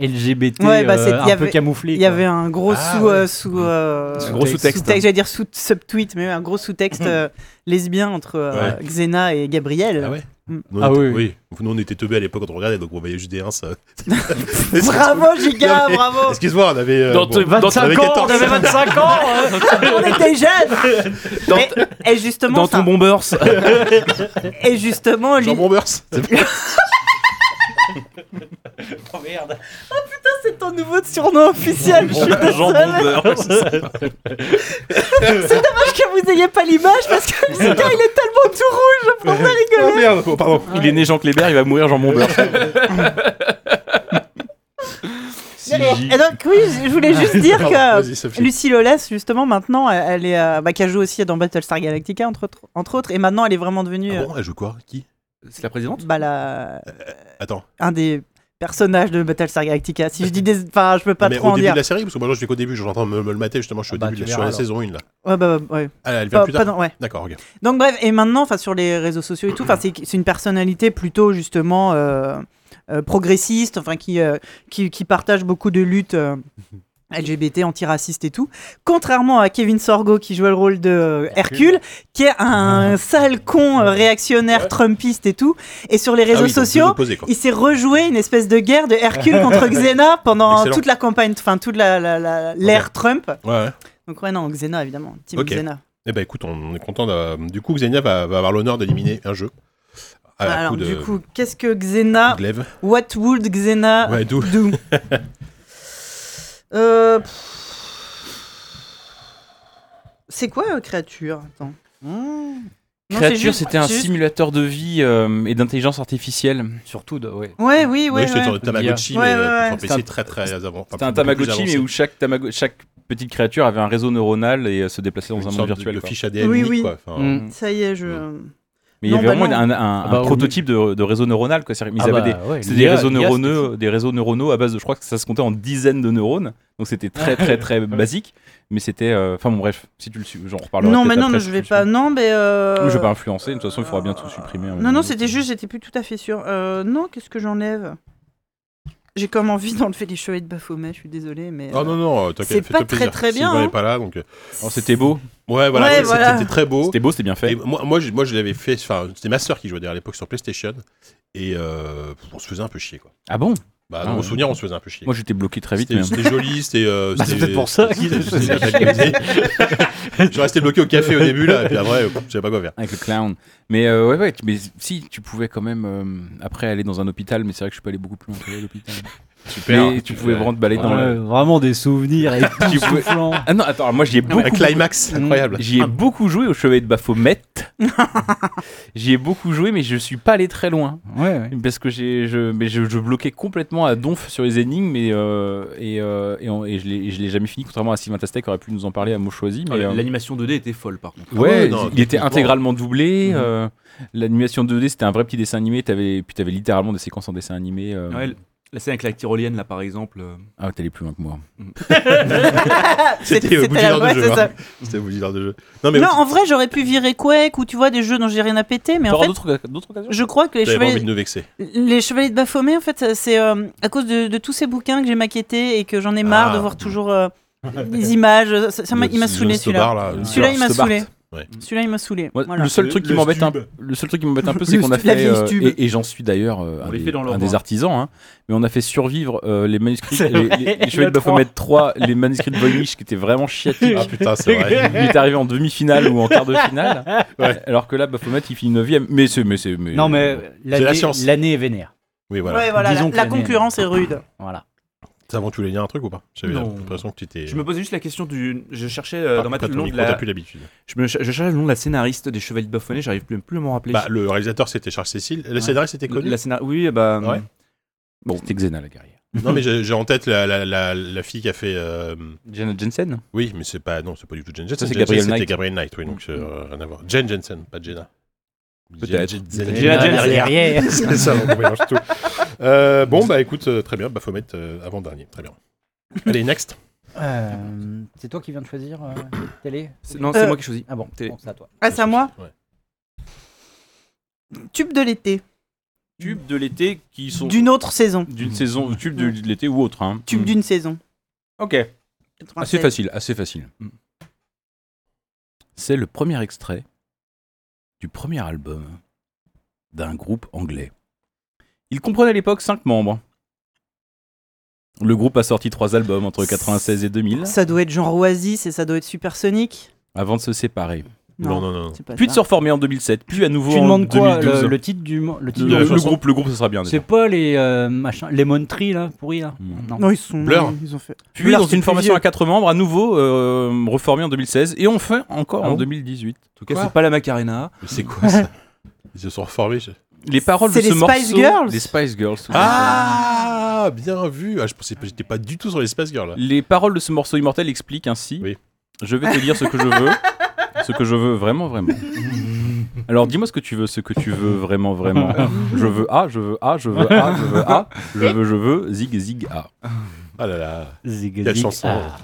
Speaker 5: LGBT
Speaker 6: Ouais, bah, c'est-
Speaker 5: euh,
Speaker 6: y
Speaker 5: un peu
Speaker 6: avait-
Speaker 5: camouflées.
Speaker 6: Il y avait un gros
Speaker 1: Ah,
Speaker 6: sous,
Speaker 1: ouais.
Speaker 6: euh, sous, euh,
Speaker 5: Un gros sous-texte.
Speaker 6: J'allais dire sous subtweet, mais un gros sous-texte euh, lesbien entre euh, Xena et Gabriel.
Speaker 1: Ah ouais
Speaker 6: Mm.
Speaker 1: Nous,
Speaker 5: Ah
Speaker 1: on était-
Speaker 5: oui, oui.
Speaker 1: Nous, on était teubés à l'époque quand on regardait, donc on voyait juste des uns. ça-
Speaker 6: Bravo, Giga,
Speaker 1: Non, mais-
Speaker 6: bravo.
Speaker 1: Excuse-moi, on avait. euh,
Speaker 2: Dans
Speaker 1: bon,
Speaker 2: tes- dans-
Speaker 5: 25 ans, on
Speaker 1: 14.
Speaker 5: avait 25 ans. hein.
Speaker 6: On était jeunes. Mais- et justement,
Speaker 3: Dans
Speaker 6: ça-
Speaker 3: ton bombers.
Speaker 6: et justement, lui-
Speaker 1: Jean Bombers c'est- Oh,
Speaker 6: c'est ton nouveau surnom officiel. Je suis désolée.
Speaker 2: Jean Bombeur.
Speaker 6: C'est dommage que vous n'ayez pas l'image parce que le Giga, il est tellement tout rouge. Je pense à rigoler.
Speaker 1: Oh merde, oh, pardon.
Speaker 2: Il est né Jean Clébert, il va mourir Jean Bombeur.
Speaker 6: Et donc, oui, je voulais juste dire
Speaker 1: Pardon,
Speaker 6: que
Speaker 1: vas-y, Sophie.
Speaker 6: Lucie Lawless, justement, maintenant, elle est, euh, bah, qui a joué aussi dans Battlestar Galactica, entre, autres- entre autres, et maintenant, elle est vraiment devenue
Speaker 1: Ah
Speaker 6: euh,
Speaker 1: bon, elle joue quoi Qui
Speaker 3: C'est la présidente
Speaker 6: bah, la-
Speaker 1: Attends.
Speaker 6: un des personnages de Battlestar Galactica. Si je dis des. Enfin, je peux
Speaker 1: Ah,
Speaker 6: pas
Speaker 1: mais
Speaker 6: trop
Speaker 1: au
Speaker 6: en
Speaker 1: début
Speaker 6: dire.
Speaker 1: de la série, parce que moi je suis qu'au début, j'entends me, me le mater, justement, je suis au
Speaker 5: Ah bah,
Speaker 1: début de
Speaker 5: tu
Speaker 1: la, sur la
Speaker 5: verras,
Speaker 1: saison 1 là.
Speaker 6: Ouais, bah, ouais.
Speaker 1: Ah, elle vient
Speaker 6: Pas-
Speaker 1: plus
Speaker 6: pas
Speaker 1: tard.
Speaker 6: dans- ouais.
Speaker 1: D'accord, ok. Ah
Speaker 6: Donc, bref, et maintenant, enfin, sur les réseaux sociaux et tout, enfin, c'est c'est une personnalité plutôt, justement, euh, euh, progressiste, enfin, qui, euh, qui, qui partage beaucoup de luttes. euh,
Speaker 1: Mhm.
Speaker 6: LGBT, antiraciste et tout. Contrairement à Kevin Sorgo qui jouait le rôle de euh, Hercule, qui est un sale con euh, réactionnaire trumpiste et tout. Et sur les
Speaker 1: Ah oui,
Speaker 6: réseaux
Speaker 1: donc, deux
Speaker 6: sociaux,
Speaker 1: opposés, quoi.
Speaker 6: il s'est rejoué une espèce de guerre de Hercule contre Xena pendant
Speaker 1: Excellent.
Speaker 6: toute la campagne, enfin toute la- la- la- l'ère Trump.
Speaker 1: Ouais. ouais.
Speaker 6: Donc ouais non, Xena évidemment, Team
Speaker 1: Ok.
Speaker 6: Xena.
Speaker 1: Eh ben écoute, on, on est content. d'a- Du coup, Xenia va, va avoir l'honneur d'éliminer un jeu. À
Speaker 6: Bah, Alors
Speaker 1: coup de,
Speaker 6: du coup, ah, qu'est-ce que
Speaker 1: coup
Speaker 6: Xena
Speaker 1: de glaive.
Speaker 6: What would Xena
Speaker 1: Ouais, d'où
Speaker 6: do Euh, C'est quoi euh, créature Attends. Mmh. Non, c'est
Speaker 2: Créature,
Speaker 6: juste-
Speaker 2: c'était un
Speaker 6: c'est juste-
Speaker 2: simulateur de vie euh, et d'intelligence artificielle.
Speaker 5: Surtout, de, ouais.
Speaker 6: Ouais, oui,
Speaker 1: Oui,
Speaker 6: ouais.
Speaker 1: j'étais
Speaker 6: ouais.
Speaker 1: sur le Tamagotchi,
Speaker 6: Ouais,
Speaker 1: mais
Speaker 6: ouais,
Speaker 1: euh,
Speaker 6: ouais.
Speaker 1: sur
Speaker 2: C'est
Speaker 1: PC
Speaker 2: un-
Speaker 1: très très avant.
Speaker 2: C'était un Tamagotchi, mais où chaque, Tamago- chaque petite créature avait un réseau neuronal et euh, se déplaçait dans un monde virtuel.
Speaker 1: Le
Speaker 2: quoi.
Speaker 1: fiche ADN,
Speaker 6: Oui,
Speaker 1: unique,
Speaker 6: oui.
Speaker 1: quoi. Enfin,
Speaker 5: Mm.
Speaker 6: Ça y est, je.
Speaker 1: Mmh.
Speaker 2: Mais
Speaker 6: Non,
Speaker 2: il y
Speaker 6: bah
Speaker 2: avait vraiment
Speaker 6: non.
Speaker 2: un, un-
Speaker 5: Ah bah,
Speaker 2: un
Speaker 5: au
Speaker 2: prototype de, de réseau neuronal. Quoi. C'est-à-dire, Ils
Speaker 5: Ah
Speaker 2: avaient
Speaker 5: bah,
Speaker 2: des,
Speaker 5: ouais,
Speaker 2: c'était des
Speaker 5: l'IA
Speaker 2: réseaux
Speaker 5: l'IA, c'était
Speaker 2: neuronaux, des réseaux neuronaux à base de, je crois que ça se comptait en dizaines de neurones. Donc c'était très très très basique. Mais c'était, euh, enfin bon bref, si tu le suis, j'en reparlerai.
Speaker 6: Non,
Speaker 2: peut-être
Speaker 6: mais non,
Speaker 2: après,
Speaker 6: mais
Speaker 2: si
Speaker 6: je
Speaker 2: tu
Speaker 6: vais
Speaker 2: le
Speaker 6: pas.
Speaker 2: suis.
Speaker 6: Non, mais. euh,
Speaker 2: Mais Je vais pas influencer. De toute façon, il faudra bien tout supprimer.
Speaker 6: Non, non, c'était juste, j'étais plus tout à fait sûre. Euh, non, qu'est-ce que j'enlève J'ai comme envie d'enlever les cheveux de Baphomet, je suis désolée, mais.
Speaker 1: Oh non, non, euh,
Speaker 6: C'est
Speaker 1: t'inquiète,
Speaker 6: pas très,
Speaker 1: fais-toi plaisir.
Speaker 6: très bien,
Speaker 1: Sylvain
Speaker 6: hein.
Speaker 1: est pas là, donc. euh,
Speaker 2: Oh, c'était beau,
Speaker 1: Ouais, voilà,
Speaker 6: Ouais,
Speaker 1: c'était-
Speaker 6: voilà.
Speaker 1: c'était très beau.
Speaker 2: c'était beau, c'était bien fait.
Speaker 1: Et moi, moi, je, moi, je l'avais fait. Enfin, c'était ma sœur qui jouait à l'époque sur PlayStation, et euh, on se faisait un peu chier, quoi.
Speaker 2: Ah bon
Speaker 1: Bah,
Speaker 2: Ah
Speaker 1: dans mon
Speaker 2: ouais.
Speaker 1: souvenir, on se faisait un peu chier.
Speaker 2: Moi j'étais bloqué très vite.
Speaker 1: C'était
Speaker 2: mais-
Speaker 1: c'était joli, c'était. euh,
Speaker 5: Bah, c'est
Speaker 1: c'était-
Speaker 5: peut-être pour ça
Speaker 1: c'était-
Speaker 5: qu'il
Speaker 1: c'était-
Speaker 5: se fait
Speaker 1: c'était attaqué. Je restais bloqué au café au début, là, et puis après, euh, je savais pas quoi faire.
Speaker 2: Avec le clown. Mais euh, ouais, ouais, tu- mais si, tu pouvais quand même euh, après aller dans un hôpital, mais c'est vrai que je suis pas allé beaucoup plus loin que l'hôpital.
Speaker 1: Super.
Speaker 2: mais tu pouvais vraiment te balader dans le.
Speaker 5: Ouais, Vraiment des souvenirs époustouflants.
Speaker 2: Ah non, attends, alors moi j'y ai
Speaker 1: Un
Speaker 2: beaucoup.
Speaker 5: Mmh.
Speaker 1: climax incroyable.
Speaker 2: J'y ai beaucoup joué au chevet de Baphomet. J'y ai beaucoup joué, mais je suis pas allé très loin.
Speaker 5: Ouais, ouais.
Speaker 2: Parce que j'ai, je, mais je, je bloquais complètement à donf sur les énigmes et, euh, et, euh, et, on- et je, l'ai, je l'ai jamais fini, contrairement à Sylvain Tastet qui aurait pu nous en parler à mot choisi.
Speaker 3: Ah,
Speaker 2: Mais, euh,
Speaker 4: L'animation 2D était folle par contre.
Speaker 2: Ouais,
Speaker 1: Ouais, non,
Speaker 2: il était
Speaker 1: techniquement.
Speaker 2: intégralement doublé.
Speaker 5: Mhm.
Speaker 2: euh, L'animation 2D, c'était un vrai petit dessin animé. Avais, puis t'avais littéralement des séquences en dessin animé. euh,
Speaker 4: Ouais, la scène avec la tyrolienne là par exemple. euh,
Speaker 2: Ah, t'allais plus loin que moi.
Speaker 1: C'était au bout d'une heure
Speaker 6: ouais,
Speaker 1: de
Speaker 6: c'est
Speaker 1: jeu. hein.
Speaker 6: ça.
Speaker 1: C'était au bout d'une heure de jeu. Non, mais
Speaker 6: Non, en vrai, j'aurais pu virer Quake ou tu vois des jeux dont j'ai rien à péter, mais en
Speaker 2: T'auras
Speaker 6: fait,
Speaker 2: d'autres, d'autres occasions
Speaker 6: je crois que les
Speaker 1: j'avais
Speaker 6: chevaliers,
Speaker 1: envie de nous vexer.
Speaker 6: les chevaliers de Baphomet, en fait, c'est euh, à cause de, de tous ces bouquins que j'ai maquettés et que j'en ai marre
Speaker 1: Ah.
Speaker 6: de voir toujours euh, des images. Ça, ça m'a- il m'a saoulé celui-là.
Speaker 1: euh,
Speaker 6: Celui-là, il m'a
Speaker 2: Stobart.
Speaker 6: saoulé.
Speaker 1: Ouais.
Speaker 6: Celui-là, il m'a saoulé.
Speaker 2: Ouais,
Speaker 6: Voilà.
Speaker 2: le, seul truc qui
Speaker 4: le
Speaker 2: m'embête un,
Speaker 4: stube.
Speaker 2: le seul truc qui m'embête un peu, c'est
Speaker 6: Le
Speaker 2: qu'on a
Speaker 6: stu- la
Speaker 2: fait.
Speaker 6: vieille
Speaker 2: euh,
Speaker 6: stube.
Speaker 2: et et j'en suis d'ailleurs euh, un,
Speaker 4: les
Speaker 2: des,
Speaker 4: fait dans leur
Speaker 2: un des
Speaker 4: bras.
Speaker 2: artisans, hein, mais on a fait survivre euh, les manuscrits,
Speaker 5: C'est
Speaker 2: les,
Speaker 5: vrai,
Speaker 2: les- les
Speaker 5: le
Speaker 2: Chevaliers de
Speaker 5: trois.
Speaker 2: Baphomet 3, les manuscrits de Voynich qui étaient vraiment chiatiques.
Speaker 1: Ah putain, c'est vrai.
Speaker 2: Il est arrivé en demi-finale ou en quart de finale,
Speaker 1: Ouais.
Speaker 2: alors que là, Baphomet il finit 9ème. Mais c'est. Mais c'est mais...
Speaker 5: Euh, Non, mais l'année-
Speaker 1: la science.
Speaker 5: l'année est vénère.
Speaker 1: Oui, voilà.
Speaker 6: Ouais, voilà, la,
Speaker 5: Disons que
Speaker 6: la
Speaker 5: l'année-
Speaker 6: concurrence est rude.
Speaker 5: Voilà.
Speaker 1: C'est avant tous les liens un truc ou pas J'avais
Speaker 4: Non.
Speaker 1: l'impression que tu étais.
Speaker 4: Je me posais juste la question du. Je cherchais euh,
Speaker 1: Par
Speaker 4: dans ma tête
Speaker 1: contre,
Speaker 4: le
Speaker 1: ton
Speaker 4: nom de
Speaker 1: micro,
Speaker 4: la.
Speaker 1: Ah, T'as plus l'habitude.
Speaker 4: Je, me cher- je cherchais le nom de la scénariste des Chevaliers de Baphomet, j'arrive plus, plus à m'en rappeler.
Speaker 1: Bah, le réalisateur c'était Charles Cécile. Le scénariste était connu.
Speaker 4: La scénar... Oui, bah.
Speaker 3: euh,
Speaker 1: Ouais.
Speaker 2: Bon, c'était Xena la guerrière.
Speaker 1: Non, mais j'ai j'ai en tête la, la, la, la fille qui a fait. euh,
Speaker 2: Janet Jensen
Speaker 1: Oui, mais c'est pas. Non, c'est pas du tout Jen Jensen.
Speaker 2: Ça, c'est
Speaker 1: Jen Jensen,
Speaker 2: Gabriel
Speaker 1: C'était
Speaker 2: Knight.
Speaker 1: Gabriel Knight, oui, donc euh, rien à voir. Jen Jensen, pas Jenna.
Speaker 2: Peut-être.
Speaker 1: Jen-
Speaker 2: Jenna
Speaker 1: Jenna
Speaker 5: Derrière.
Speaker 1: derrière. C'est ça, on mélange tout. Euh, bon, bah écoute, euh, très bien, Baphomet euh, avant-dernier, très bien. Allez, next.
Speaker 5: Euh, c'est toi qui viens de choisir euh, télé
Speaker 4: C'est- Non, c'est
Speaker 6: Euh,
Speaker 4: moi qui choisis.
Speaker 5: Ah bon,
Speaker 4: Télé.
Speaker 5: bon, c'est à toi.
Speaker 6: Ah, c'est à moi
Speaker 1: Ouais.
Speaker 6: Tube de l'été,
Speaker 2: Tube de l'été qui sont.
Speaker 6: d'une autre saison.
Speaker 2: D'une saison. Tube de de l'été ou autre. Hein.
Speaker 6: Tube
Speaker 2: Mm.
Speaker 6: d'une saison.
Speaker 2: Ok. Assez
Speaker 6: 96.
Speaker 2: Ah, facile, assez facile.
Speaker 4: Mm.
Speaker 2: C'est le premier extrait du premier album d'un groupe anglais. Il comprenait à l'époque 5 membres. Le groupe a sorti 3 albums entre 96 et 2000
Speaker 6: Ça doit être genre Oasis et ça doit être Supersonic.
Speaker 2: avant de se séparer.
Speaker 1: Non, non, non. non.
Speaker 6: c'est pas
Speaker 2: Puis de
Speaker 6: ça.
Speaker 2: se reformer en 2007, puis à nouveau
Speaker 5: Tu
Speaker 2: en
Speaker 5: demandes quoi
Speaker 2: 2012.
Speaker 5: le, le titre du mo- le titre
Speaker 2: Le-
Speaker 5: de la
Speaker 2: le
Speaker 5: chanson
Speaker 2: groupe, le groupe, ça sera bien. déjà.
Speaker 5: C'est pas les euh, machins Lemon Tree là pourri là.
Speaker 2: Mm.
Speaker 5: Non.
Speaker 6: Non, ils sont.
Speaker 1: Blur.
Speaker 6: Ils ont fait.
Speaker 2: Puis
Speaker 6: Blur,
Speaker 2: dans
Speaker 6: c'est
Speaker 2: une
Speaker 6: plus
Speaker 2: formation
Speaker 6: vieux.
Speaker 2: à 4 membres, à nouveau euh, reformé en 2016, et enfin encore
Speaker 5: Ah
Speaker 2: en
Speaker 5: bon
Speaker 2: 2018.
Speaker 4: En tout cas,
Speaker 1: Quoi
Speaker 4: c'est pas la Macarena.
Speaker 1: Mais c'est quoi ça Ils se sont reformés. je-
Speaker 2: Les paroles de
Speaker 6: C'est
Speaker 2: ce
Speaker 6: les Spice
Speaker 2: morceau,
Speaker 6: Girls
Speaker 2: les Spice Girls. tout
Speaker 1: Ah, bien vu. Ah, je pensais pas, j'étais pas du tout sur les Space Girls. là.
Speaker 2: Les paroles de ce morceau immortel expliquent ainsi
Speaker 1: Oui.
Speaker 2: Je vais te dire ce que je veux, ce que je veux vraiment, vraiment. Alors dis-moi ce que tu veux, ce que tu veux vraiment, vraiment. Je veux A, je veux A, je veux A, je veux A, je veux, je veux, zig, zig, A.
Speaker 1: Ah là là,
Speaker 5: Zig,
Speaker 1: quelle
Speaker 5: zig.
Speaker 1: chanson.
Speaker 5: Ah.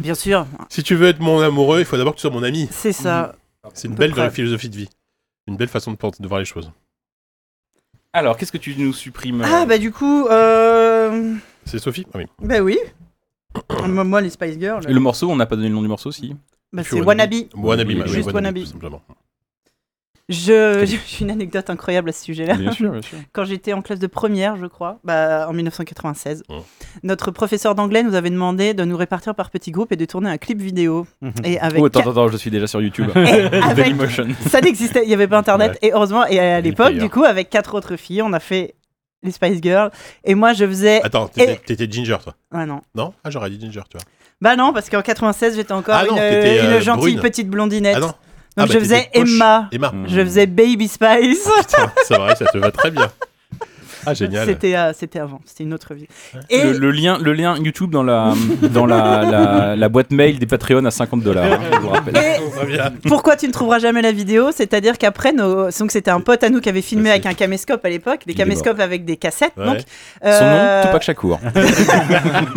Speaker 6: Bien sûr,
Speaker 1: Si tu veux être mon amoureux, il faut d'abord que tu sois mon ami.
Speaker 6: c'est ça.
Speaker 1: C'est une
Speaker 6: peu
Speaker 1: belle
Speaker 6: près.
Speaker 1: philosophie de vie. Une belle façon de, penser- de voir les choses.
Speaker 2: Alors qu'est-ce que tu nous supprimes
Speaker 6: Ah, bah du coup, euh...
Speaker 1: C'est Sophie Ah oui.
Speaker 6: bah oui. moi, moi, les Spice Girls,
Speaker 2: Et le morceau, on n'a pas donné le nom du morceau aussi
Speaker 6: bah, c'est
Speaker 1: Puis
Speaker 6: Wannabe.
Speaker 1: Wannabe, bah oui,
Speaker 6: Juste Wannabe.
Speaker 1: tout simplement.
Speaker 6: Je, j'ai une anecdote incroyable à ce sujet-là.
Speaker 2: Bien sûr, bien sûr.
Speaker 6: quand j'étais en classe de première, je crois, bah, en 1996.
Speaker 2: Hmm.
Speaker 1: Ouais.
Speaker 6: Notre professeur d'anglais nous avait demandé de nous répartir par petits groupes et de tourner un clip vidéo. et avec,
Speaker 2: Oh, attends, attends, attends, je suis déjà sur YouTube.
Speaker 6: et avec-
Speaker 2: Dailymotion.
Speaker 6: ça n'existait, il n'y avait pas internet. Et heureusement, et à
Speaker 1: Nickel.
Speaker 6: l'époque, du coup, avec quatre autres filles, on a fait les Spice Girls. Et moi, je faisais.
Speaker 1: Attends, t'étais t'étais Ginger, toi
Speaker 6: Ah non.
Speaker 1: Non Ah, j'aurais dit Ginger, tu vois.
Speaker 6: Bah non, parce qu'en 96, j'étais encore
Speaker 1: Ah non,
Speaker 6: une,
Speaker 1: t'étais, euh,
Speaker 6: une gentille
Speaker 1: brune.
Speaker 6: petite blondinette.
Speaker 1: Ah non
Speaker 6: Donc
Speaker 1: Ah, bah,
Speaker 6: je
Speaker 1: t'étais
Speaker 6: faisais
Speaker 1: poche. Mmh.
Speaker 6: Emma.
Speaker 1: Emma
Speaker 2: Mm.
Speaker 6: Je faisais Baby Spice.
Speaker 1: Putain, c'est vrai, ça te va très bien. Ah, génial.
Speaker 6: C'était euh, c'était avant, c'était une autre vie. Et
Speaker 2: Le, le lien, le lien YouTube dans la, dans la, la, la boîte mail des Patreons à 50 dollars. hein, je vous rappelle.
Speaker 6: et
Speaker 1: Très bien.
Speaker 6: Pourquoi tu ne trouveras jamais la vidéo C'est-à-dire qu'après, nos... donc c'était un pote à nous qui avait filmé
Speaker 1: Ça, Bah, c'est-
Speaker 6: avec un caméscope à l'époque, des
Speaker 2: Il est mort.
Speaker 6: caméscopes avec des cassettes,
Speaker 1: Ouais.
Speaker 6: donc,
Speaker 2: Son
Speaker 6: euh,
Speaker 2: nom, Tupac Shakur.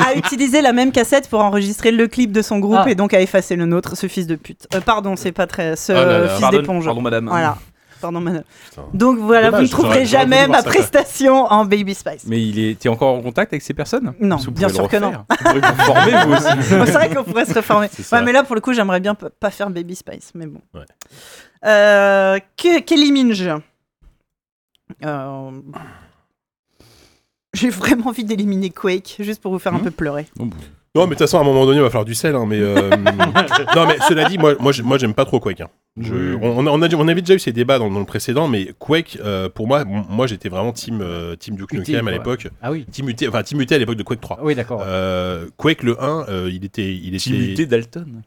Speaker 6: a utilisé la même cassette pour enregistrer le clip de son groupe
Speaker 5: Ah.
Speaker 6: et donc a effacé le nôtre, ce fils de pute. Euh, pardon, c'est pas très, ce
Speaker 1: Oh là là.
Speaker 6: fils
Speaker 4: Pardon,
Speaker 6: d'éponge.
Speaker 4: pardon, madame.
Speaker 6: Voilà. Pardon, madame.
Speaker 1: Putain.
Speaker 6: Donc voilà,
Speaker 1: Dommage,
Speaker 6: vous ne
Speaker 1: j'aurais-
Speaker 6: trouverez
Speaker 1: j'aurais
Speaker 6: jamais
Speaker 1: voulu
Speaker 6: ma
Speaker 1: voir ça, quoi.
Speaker 6: prestation en Baby Spice.
Speaker 2: Mais il est... t'es encore en contact avec ces personnes
Speaker 6: Non,
Speaker 2: Parce que Ah vous
Speaker 6: bien
Speaker 2: pouvez
Speaker 6: sûr
Speaker 2: le
Speaker 6: que non.
Speaker 2: refaire. Vous pourrez vous former, vous aussi.
Speaker 6: c'est vrai qu'on pourrait se reformer.
Speaker 1: C'est ça.
Speaker 6: Ouais, mais là, pour le coup, j'aimerais bien p- pas faire Baby Spice, mais bon.
Speaker 1: Ouais.
Speaker 6: Euh, que, Kelly Minge. Euh, J'ai vraiment envie d'éliminer Quake, juste pour vous
Speaker 1: Hmm
Speaker 6: faire un peu pleurer.
Speaker 1: Non, mais de toute façon, à un moment donné, il va falloir du sel. hein, mais euh, non, mais cela dit, moi, moi, j'ai- moi, j'aime pas trop Quake. hein. Je- on, on a, on avait déjà eu ces débats dans, dans le précédent, mais Quake, euh, pour moi, m- moi, j'étais vraiment team, euh, team Duke
Speaker 5: Team,
Speaker 1: Nukem à
Speaker 5: ouais.
Speaker 1: l'époque,
Speaker 5: Ah oui.
Speaker 1: team UT, enfin team UT à l'époque de Quake 3.
Speaker 5: Ah Oui, d'accord.
Speaker 1: Euh, Quake le 1, euh, il était, il était
Speaker 2: Timité Dalton.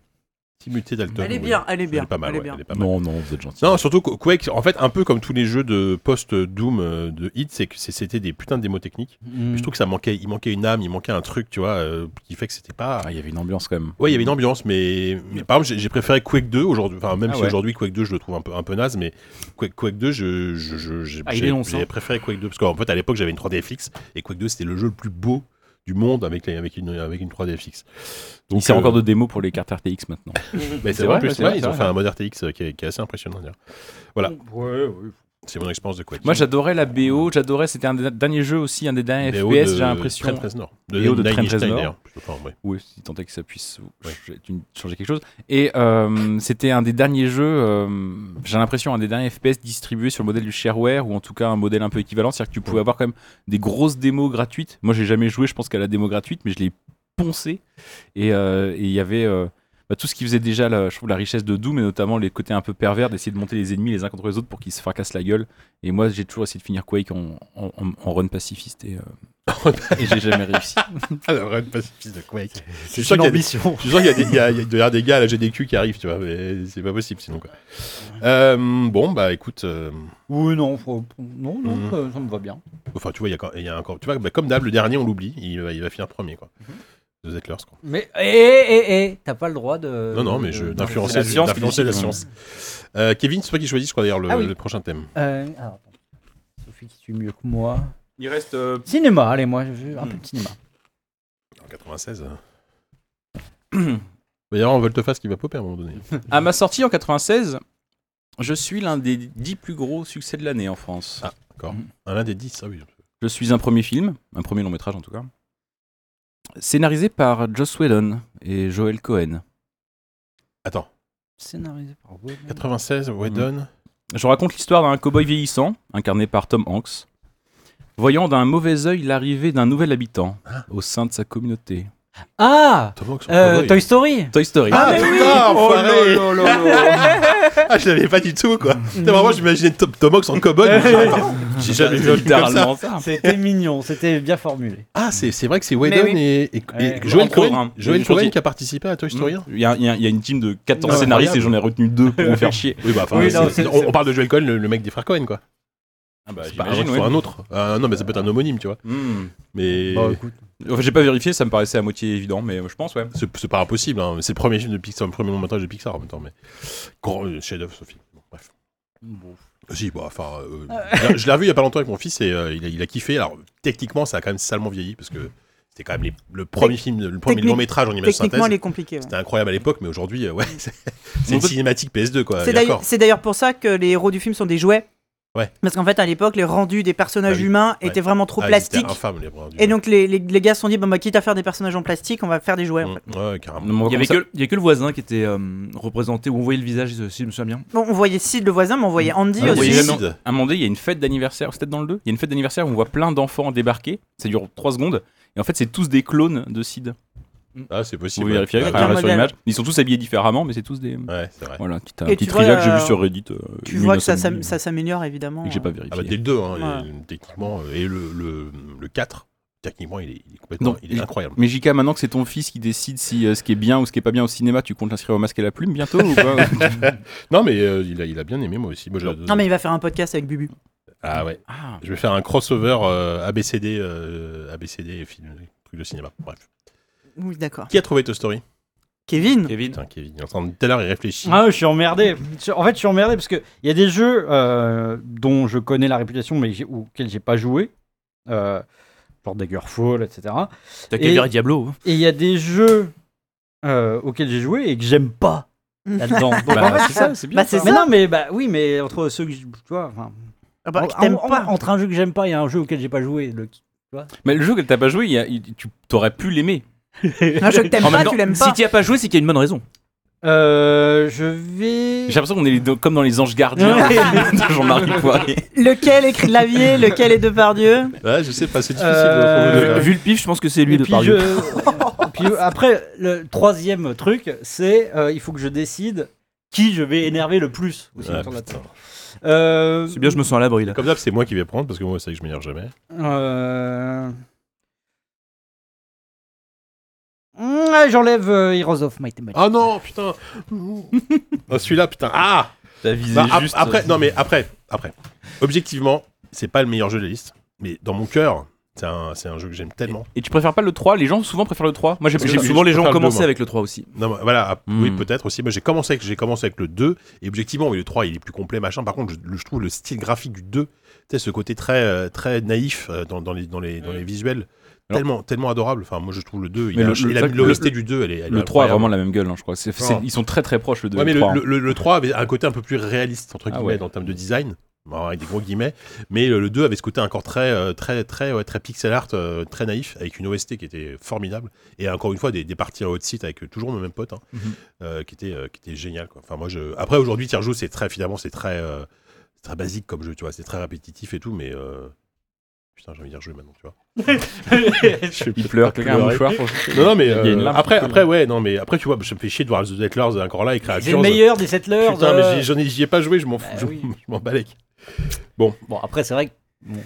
Speaker 1: Team UT Dalton.
Speaker 6: Elle est
Speaker 1: oui.
Speaker 6: bien, elle est bien.
Speaker 1: Elle est pas mal. ouais, elle est pas mal.
Speaker 2: Non, non, vous êtes gentil.
Speaker 1: Non, surtout que Quake, en fait, un peu comme tous les jeux de post-Doom euh, de Hit, c'est que c'est- c'était des putains de démos techniques.
Speaker 5: Mm.
Speaker 1: Je trouve que ça manquait, il manquait une âme, il manquait un truc, tu vois, euh, qui fait que c'était pas.
Speaker 2: Ah, il y avait une ambiance quand même.
Speaker 1: Ouais, il y avait une ambiance, mais, mais par exemple, j'ai- j'ai préféré Quake 2 aujourd'hui. Enfin, même
Speaker 2: Ah
Speaker 1: si
Speaker 2: ouais.
Speaker 1: aujourd'hui Quake 2, je le trouve un peu, un peu naze, mais Quake, Quake 2, je, je- je- j'ai,
Speaker 3: Ah, il est
Speaker 1: j'ai,
Speaker 3: long, ça.
Speaker 1: j'ai préféré Quake 2. Parce qu'en fait, à l'époque, j'avais une 3DFX et Quake 2, c'était le jeu le plus beau du monde avec, les- avec, une, avec une 3DFX.
Speaker 2: Il sert encore de démos pour les cartes RTX maintenant.
Speaker 1: euh, Mais c'est,
Speaker 2: C'est
Speaker 1: vrai,
Speaker 2: vrai,
Speaker 1: en plus,
Speaker 2: ouais, c'est
Speaker 1: ouais,
Speaker 2: vrai,
Speaker 1: ils
Speaker 2: c'est
Speaker 1: ont
Speaker 2: vrai.
Speaker 1: fait un mode RTX euh, qui est, qui est assez impressionnant d'ailleurs. Voilà. C'est mon expérience de Quake.
Speaker 2: Moi, j'adorais la BO, j'adorais, c'était un des derniers jeux aussi, un des derniers
Speaker 1: BO
Speaker 2: FPS,
Speaker 1: de
Speaker 2: j'ai l'impression.
Speaker 1: Trent Reznor. De
Speaker 2: BO de
Speaker 1: Nine
Speaker 2: Trent
Speaker 1: Inch Nails,
Speaker 2: Reznor.
Speaker 1: d'ailleurs. Enfin, ouais.
Speaker 2: Oui, si tant est que ça puisse changer, une- changer quelque chose. Et euh, c'était un des derniers jeux, euh, j'ai l'impression, un des derniers FPS distribués sur le modèle du shareware, ou en tout cas un modèle un peu équivalent. C'est-à-dire que tu pouvais avoir quand même des grosses démos gratuites. Moi, j'ai jamais joué, je pense, qu'à la démo gratuite, mais je l'ai poncé. Et euh, et il y avait. euh, bah, tout ce qui faisait déjà la, je trouve, la richesse de Doom et notamment les côtés un peu pervers d'essayer de monter les ennemis les uns contre les autres pour qu'ils se fracassent la gueule et moi j'ai toujours essayé de finir Quake en, en- en- en run pacifiste et, euh, et j'ai jamais réussi
Speaker 1: Ah, la vraie pacifiste de Quake. Je suis sûr qu'il y
Speaker 5: C'est une
Speaker 1: a des-
Speaker 5: ambition.
Speaker 1: Je suis sûr qu'il y a des, il y a- il y a des gars à la GDQ qui arrivent, tu vois, mais c'est pas possible sinon quoi. Euh, bon bah écoute, euh,
Speaker 5: Oui, non, faut- non, non,
Speaker 1: Mm.
Speaker 5: euh, ça me va bien.
Speaker 1: enfin tu vois, il y a quand- il y, a encore, tu vois, bah, comme d'hab le dernier on l'oublie, il, va- il va finir premier quoi.
Speaker 2: Mhm.
Speaker 1: De Zettlers quoi.
Speaker 5: Mais, eh, hé, hé, hé, t'as pas le droit de.
Speaker 1: Non non mais je
Speaker 5: de-
Speaker 1: d'influencer
Speaker 2: Euh, la
Speaker 1: du-
Speaker 2: science qui
Speaker 1: d'influencer la
Speaker 2: décide, hein.
Speaker 1: science. Euh, Kevin, c'est toi qui choisis, je crois d'ailleurs le,
Speaker 5: Ah oui.
Speaker 1: le prochain thème.
Speaker 5: Euh, alors, attends. Sophie qui tue mieux que moi.
Speaker 2: il reste
Speaker 5: euh, Cinéma, allez, moi, je veux un peu de cinéma.
Speaker 1: En 96. euh. Il va y avoir un volte-face qui va popper à un moment donné.
Speaker 2: À ma sortie en 96, je suis l'un des dix plus gros succès de l'année en France.
Speaker 1: Ah. Un des 10, ah oui.
Speaker 2: Je suis un premier film, un premier long métrage en tout cas, scénarisé par Joss Whedon et Joel Cohen.
Speaker 1: Attends,
Speaker 5: Scénarisé par Whedon.
Speaker 1: 96, Whedon.
Speaker 2: Je raconte l'histoire d'un cow-boy vieillissant, incarné par Tom Hanks, voyant d'un mauvais œil l'arrivée d'un nouvel habitant au sein de sa communauté.
Speaker 5: Ah
Speaker 1: Tom Hanks,
Speaker 5: euh,
Speaker 1: cowboy.
Speaker 5: Toy Story
Speaker 2: Toy Story.
Speaker 1: Ah,
Speaker 6: mais oui.
Speaker 1: putain, enfoiré
Speaker 2: Oh là là là.
Speaker 1: Ah, je l'avais pas du tout, quoi. Putain, Vraiment, j'imaginais Tom, Tom Hanks en cow-boy. mais j'ai- attends, J'ai jamais vu un truc comme ça.
Speaker 2: littéralement ça.
Speaker 5: C'était mignon, c'était bien formulé.
Speaker 1: Ah, c'est c'est vrai que c'est Whedon
Speaker 6: Mais oui.
Speaker 1: et, et-
Speaker 5: Ouais.
Speaker 1: et Joel
Speaker 2: Encore
Speaker 1: Cohen,
Speaker 2: un. Mmh.
Speaker 1: Joel
Speaker 2: Je
Speaker 1: Cohen
Speaker 2: dis-
Speaker 1: qui a participé à Toy Story 1.
Speaker 2: Il y, a, il y a- il y a une team de 14
Speaker 1: Ouais.
Speaker 2: scénaristes et j'en ai retenu deux pour vous faire chier.
Speaker 1: Oui, bah, enfin,
Speaker 5: Oui,
Speaker 1: c'est-
Speaker 5: non, c'est-
Speaker 1: on-
Speaker 5: c'est-
Speaker 1: on, parle de Joel Cohen, le, le mec des frères Cohen, quoi.
Speaker 2: Ah bah,
Speaker 1: C'est pas un, autre,
Speaker 2: ouais.
Speaker 1: faut un autre. Ah, non, mais ça peut être un homonyme, tu vois.
Speaker 2: Hmm.
Speaker 1: Mais
Speaker 5: Bah, écoute.
Speaker 2: Enfin, j'ai pas vérifié, ça me paraissait à moitié évident, mais je pense, ouais.
Speaker 1: c'est c'est pas impossible. hein. C'est le premier film de Pixar, le premier long métrage de Pixar en même temps. Mais grand euh, chef-d'œuvre, Sophie. Bon, bref. Si, bah, enfin, euh, je- je l'ai revu il y a pas longtemps avec mon fils et euh, il, a, il a kiffé. Alors, techniquement, ça a quand même salement vieilli parce que c'était quand même les- le premier film, le premier
Speaker 6: Technique-
Speaker 1: long métrage en image synthèse.
Speaker 6: Techniquement, elle est compliquée. ouais.
Speaker 1: C'était incroyable à l'époque, mais aujourd'hui, euh, ouais, c'est c'est
Speaker 2: On
Speaker 1: une
Speaker 2: peut-
Speaker 1: cinématique PS2, quoi.
Speaker 6: C'est
Speaker 1: et
Speaker 6: d'ailleurs-
Speaker 1: encore.
Speaker 6: c'est d'ailleurs pour ça que les héros du film sont des jouets.
Speaker 1: Ouais.
Speaker 6: Parce qu'en fait, à l'époque, les rendus des personnages
Speaker 1: Ah oui.
Speaker 6: humains
Speaker 1: Ouais.
Speaker 6: étaient vraiment trop
Speaker 1: Ah, ils étaient
Speaker 6: plastiques.
Speaker 1: infâmes, les bras du-
Speaker 6: Et donc, les, les, les gars se sont dit, bon, bah, quitte à faire des personnages en plastique, on va faire des jouets. en
Speaker 1: Mm,
Speaker 6: fait.
Speaker 1: Ouais, carrément.
Speaker 2: On
Speaker 3: Il y, avait
Speaker 2: commence à-
Speaker 3: que, il y a que le voisin qui était euh, représenté, où on voyait le visage, euh, si je me souviens bien.
Speaker 6: Bon, on voyait Sid le voisin, mais on voyait Andy
Speaker 2: Ah,
Speaker 1: Ouais,
Speaker 2: on voyait
Speaker 6: aussi.
Speaker 1: c'est
Speaker 2: jamais-
Speaker 1: Sid.
Speaker 2: À un moment donné, il y a une fête d'anniversaire, c'est peut-être dans le 2 Il y a une fête d'anniversaire où on voit plein d'enfants débarquer, ça dure 3 secondes, et en fait, c'est tous des clones de Sid.
Speaker 1: Ah, c'est possible.
Speaker 2: Vous vérifiez
Speaker 1: Ouais,
Speaker 6: Avec un
Speaker 2: sur
Speaker 6: modèle.
Speaker 2: l'image. Ils sont tous habillés différemment, mais c'est tous des.
Speaker 1: Ouais, c'est vrai.
Speaker 2: Voilà, petit, un
Speaker 6: Et
Speaker 2: petit
Speaker 6: tu vois,
Speaker 2: trivia que j'ai
Speaker 6: euh,
Speaker 2: vu sur Reddit. euh,
Speaker 6: Tu
Speaker 2: une
Speaker 6: vois que ça, s'am-
Speaker 2: insomnie,
Speaker 6: ça s'améliore, évidemment.
Speaker 2: Et que j'ai pas
Speaker 1: Ah bah, dès
Speaker 2: vérifié.
Speaker 1: le 2, hein,
Speaker 6: Ouais.
Speaker 1: et, techniquement, euh, et le, le, le 4, techniquement, il est, il est complètement
Speaker 2: Donc,
Speaker 1: il est
Speaker 2: il-
Speaker 1: incroyable.
Speaker 2: Mais JK, maintenant que c'est ton fils qui décide si euh, ce qui est bien ou ce qui est pas bien au cinéma, tu comptes l'inscrire au masque et la plume bientôt ou quoi
Speaker 1: Non, mais euh, il, a, il a bien aimé, moi aussi. Moi, j'ai adoré.
Speaker 6: Non, mais il va faire un podcast avec Bubu.
Speaker 1: Ah ouais,
Speaker 2: Ah,
Speaker 1: je vais faire un crossover euh, ABCD, euh, ABCD et film, truc de cinéma. Bref.
Speaker 6: Oui, d'accord.
Speaker 1: Qui a trouvé Toy Story
Speaker 6: Kevin
Speaker 1: Putain, Kevin, il est en train de- tout à l'heure, il réfléchit.
Speaker 5: Ah, je suis emmerdé. Je- En fait, je suis emmerdé parce qu'il y a des jeux euh, dont je connais la réputation mais j'ai- auxquels j'ai pas joué. Euh, genre Daggerfall, etc.
Speaker 3: T'as
Speaker 5: Et-
Speaker 3: qu'à dire Diablo. hein.
Speaker 5: Et il y a des jeux euh, auxquels j'ai joué et que j'aime pas là-dedans. Donc, en fait,
Speaker 2: c'est ça, c'est bien.
Speaker 6: Bah, c'est
Speaker 5: mais
Speaker 6: ça.
Speaker 5: non, mais bah oui, mais entre ceux que je- tu vois, enfin,
Speaker 6: Ah bah,
Speaker 5: en-
Speaker 6: que t'aimes
Speaker 5: en-
Speaker 6: pas.
Speaker 5: entre un jeu que j'aime pas et un jeu auquel j'ai pas joué. le-
Speaker 2: Mais le jeu que t'as pas joué, il y a- il- tu t'aurais pu l'aimer.
Speaker 6: Un jeu que t'aimes
Speaker 3: En même
Speaker 6: pas,
Speaker 3: temps,
Speaker 6: Ah, tu l'aimes
Speaker 3: Si
Speaker 6: pas.
Speaker 3: t'y as pas joué, c'est qu'il y a une bonne raison.
Speaker 5: Euh, je vais.
Speaker 2: J'ai l'impression qu'on est les deux- comme dans Les Anges Gardiens de Jean-Marie Poiré.
Speaker 6: Lequel est Clavier, lequel est Depardieu
Speaker 1: Ouais, je sais pas, c'est difficile.
Speaker 5: Euh,
Speaker 1: de- de- de-
Speaker 3: Vu le pif, je pense que c'est
Speaker 5: Et
Speaker 3: lui de
Speaker 5: puis,
Speaker 3: Pardieu.
Speaker 5: je- puis, euh, après, le troisième truc, c'est euh, il faut que je décide qui je vais énerver le plus. aussi
Speaker 1: Ah,
Speaker 5: autour de la
Speaker 1: putain.
Speaker 5: table. Euh,
Speaker 3: C'est bien, je me sens à l'abri là.
Speaker 1: Comme d'hab, c'est moi qui vais prendre parce que moi, c'est que je m'énerve jamais.
Speaker 5: euh, mm, ah, J'enlève euh, Heroes of Might and Magic.
Speaker 1: Ah non, putain. Ah, Celui-là, putain. Ah
Speaker 2: T'as visé
Speaker 1: Bah, ap-
Speaker 2: juste. euh,
Speaker 1: Après, non mais après, après. Objectivement, c'est pas le meilleur jeu de la liste, mais dans mon cœur, c'est un, c'est un jeu que j'aime tellement.
Speaker 2: Et tu préfères pas le 3 Les gens souvent préfèrent le 3. Moi, j'ai
Speaker 1: Parce que
Speaker 2: j'ai-
Speaker 1: je-
Speaker 2: souvent
Speaker 1: je
Speaker 2: les gens
Speaker 1: préfère le
Speaker 2: commencé
Speaker 1: deux, moi.
Speaker 2: avec le 3 aussi.
Speaker 1: Non, mais voilà, ah,
Speaker 2: Hmm.
Speaker 1: oui, peut-être aussi. Moi, j'ai commencé, avec- j'ai commencé avec le 2, et objectivement, oui, le 3, il est plus complet, machin. Par contre, je, le- je trouve le style graphique du 2, tu sais, ce côté très, euh, très naïf euh, dans, dans les, dans, les, dans les visuels,
Speaker 2: Alors-
Speaker 1: tellement, tellement adorable. Enfin, moi, je trouve le 2, il
Speaker 2: Mais
Speaker 1: a-
Speaker 2: le-
Speaker 1: il
Speaker 2: le-
Speaker 1: a-
Speaker 2: ça-
Speaker 1: l'OST
Speaker 2: le-
Speaker 1: du 2, elle est. elle est
Speaker 2: Le 3 a
Speaker 1: incroyable.
Speaker 2: vraiment la même gueule, hein, je crois. C'est- c'est-
Speaker 1: Ah.
Speaker 2: ils sont très très proches le 2
Speaker 1: Ouais,
Speaker 2: et
Speaker 1: mais
Speaker 2: le
Speaker 1: le,
Speaker 2: 3. hein.
Speaker 1: le- le- le 3 avait un côté un peu plus réaliste, entre
Speaker 2: Ah
Speaker 1: guillemets,
Speaker 2: ouais.
Speaker 1: en termes de design, Bon, avec des gros guillemets. Mais euh, le, le 2 avait ce côté encore très, euh, très, très, ouais, très pixel art, euh, très naïf, avec une OST qui était formidable. Et encore une fois, des, des parties en hot site avec euh, toujours nos mêmes potes, hein,
Speaker 2: Mhm.
Speaker 1: euh, qui était, euh, qui était génial. Quoi. Enfin, moi, je... Après, aujourd'hui, Tierjo, c'est très, finalement, c'est très, euh, c'est très basique comme jeu, tu vois. C'est très répétitif et tout, mais. euh, Putain, j'ai envie de dire jeu maintenant, tu vois. Je vais
Speaker 2: Il
Speaker 1: peut-être
Speaker 2: pleure,
Speaker 1: pas
Speaker 2: quelqu'un a un
Speaker 1: pleurer.
Speaker 2: mouchoir. pour-
Speaker 1: Non, non, mais
Speaker 2: Il y a une
Speaker 1: euh,
Speaker 2: larme.
Speaker 1: après, après, ouais, non, mais après, tu vois, je me fais chier de voir The Settlers encore là et
Speaker 5: C'est
Speaker 1: Créatures.
Speaker 5: le meilleur des settlers.
Speaker 1: Putain,
Speaker 5: euh.
Speaker 1: mais j'y- j'en ai- j'y ai pas joué, je m'en fous.
Speaker 5: Bah
Speaker 1: je
Speaker 5: oui.
Speaker 1: je m'en balèque.
Speaker 5: euh, Bon, après, c'est vrai que. Bon.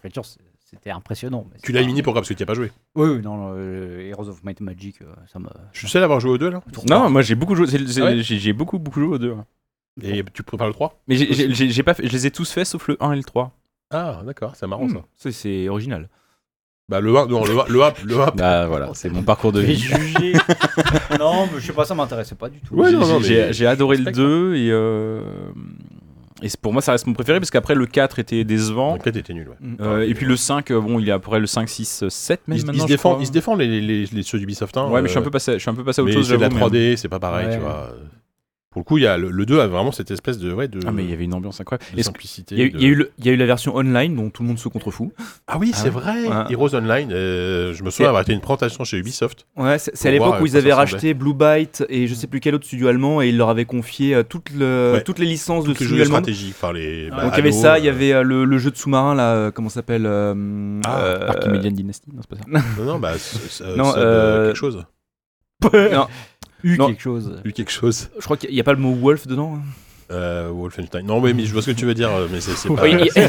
Speaker 5: Creatures, c'est- C'était impressionnant. mais
Speaker 1: Tu
Speaker 5: c'est
Speaker 1: l'as
Speaker 5: pas-
Speaker 1: éliminé pourquoi Parce que tu n'y as pas joué.
Speaker 5: Oui, oui, non, euh, Heroes of Might and Magic, euh, ça me.
Speaker 1: Je suis seul à avoir joué aux deux là.
Speaker 2: Non, moi j'ai beaucoup joué. c'est- c'est-
Speaker 1: Ah ouais
Speaker 2: J'ai j'ai beaucoup beaucoup joué aux deux. hein.
Speaker 1: Et tu prépares le 3
Speaker 2: Mais j'ai- j'ai j'ai- j'ai pas, fait- je les ai tous faits sauf le 1 et le 3.
Speaker 1: Ah, d'accord, c'est
Speaker 2: Hmm.
Speaker 1: marrant ça.
Speaker 3: Ça, C'est original.
Speaker 1: Bah, le 1, non, le 1, le 1, le 1.
Speaker 2: Ah voilà, c'est mon parcours de
Speaker 5: Mais
Speaker 2: vie.
Speaker 5: juger. non, mais je sais pas, ça m'intéressait pas du tout.
Speaker 1: Ouais,
Speaker 2: J'ai-
Speaker 1: non, non,
Speaker 2: j'ai- J'ai
Speaker 1: mais-
Speaker 2: j'ai adoré le
Speaker 1: respecte,
Speaker 2: 2 et, euh, et c'est- pour moi ça reste mon préféré parce qu'après le 4 était décevant.
Speaker 1: En fait, était nul, ouais.
Speaker 2: Euh, et puis le 5, euh, bon, il est à peu près le 5, 6, 7 même
Speaker 1: Ils
Speaker 2: maintenant.
Speaker 1: ils se
Speaker 2: je
Speaker 1: défendent,
Speaker 2: crois.
Speaker 1: ils
Speaker 3: hein.
Speaker 1: se défendent les, les, les ceux d'Ubisoft 1.
Speaker 2: Ouais, mais je suis un
Speaker 1: euh,
Speaker 2: peu passé, je suis un peu passé à autre
Speaker 1: mais
Speaker 2: chose.
Speaker 1: c'est de la
Speaker 2: j'avoue, mais-
Speaker 1: 3D, c'est pas pareil, tu
Speaker 5: Ouais.
Speaker 1: vois. Pour le coup, il y a le, le 2 a vraiment cette espèce de, ouais, de,
Speaker 2: Ah mais il y avait une ambiance incroyable.
Speaker 1: de
Speaker 2: Est-ce que-
Speaker 1: simplicité.
Speaker 3: Il y, a eu-
Speaker 1: de-
Speaker 3: il y a eu le- il y a eu la version online dont tout le monde se contrefout.
Speaker 1: Ah oui,
Speaker 3: Ah
Speaker 1: c'est
Speaker 3: ouais.
Speaker 1: vrai.
Speaker 3: Ouais.
Speaker 1: Heroes Online, euh, je me souviens avoir été une présentation chez Ubisoft.
Speaker 3: Ouais, c'est c'est à
Speaker 1: Pour voir
Speaker 3: l'époque
Speaker 1: à
Speaker 3: où ils
Speaker 1: quoi
Speaker 3: avaient
Speaker 1: ça ressemblait.
Speaker 3: racheté Blue Byte et je sais plus quel autre studio allemand et ils leur avaient confié euh, toutes, le-
Speaker 1: Ouais.
Speaker 3: toutes les licences de
Speaker 1: Tous les jeux
Speaker 3: studio
Speaker 1: de
Speaker 3: allemand.
Speaker 1: stratégie, enfin les. bah,
Speaker 3: Donc il y avait
Speaker 1: Halo,
Speaker 3: ça, il y
Speaker 1: euh,
Speaker 3: avait euh, le, le jeu de sous-marin là, euh, comment ça s'appelle euh,
Speaker 1: Ah,
Speaker 3: euh,
Speaker 2: Archimedean Dynasty, non c'est pas ça.
Speaker 1: Non, non, bah, c'est- c'est-
Speaker 3: Non,
Speaker 1: c'est, euh,
Speaker 3: euh,
Speaker 1: quelque chose.
Speaker 5: eu
Speaker 3: Non.
Speaker 5: quelque chose.
Speaker 1: Eu quelque chose.
Speaker 3: Je crois qu'il n'y a pas le mot wolf dedans. hein.
Speaker 1: Euh, Wolfenstein. Non, mais, mais je vois ce que tu veux dire, mais c'est c'est pas.
Speaker 3: Oui, il y a-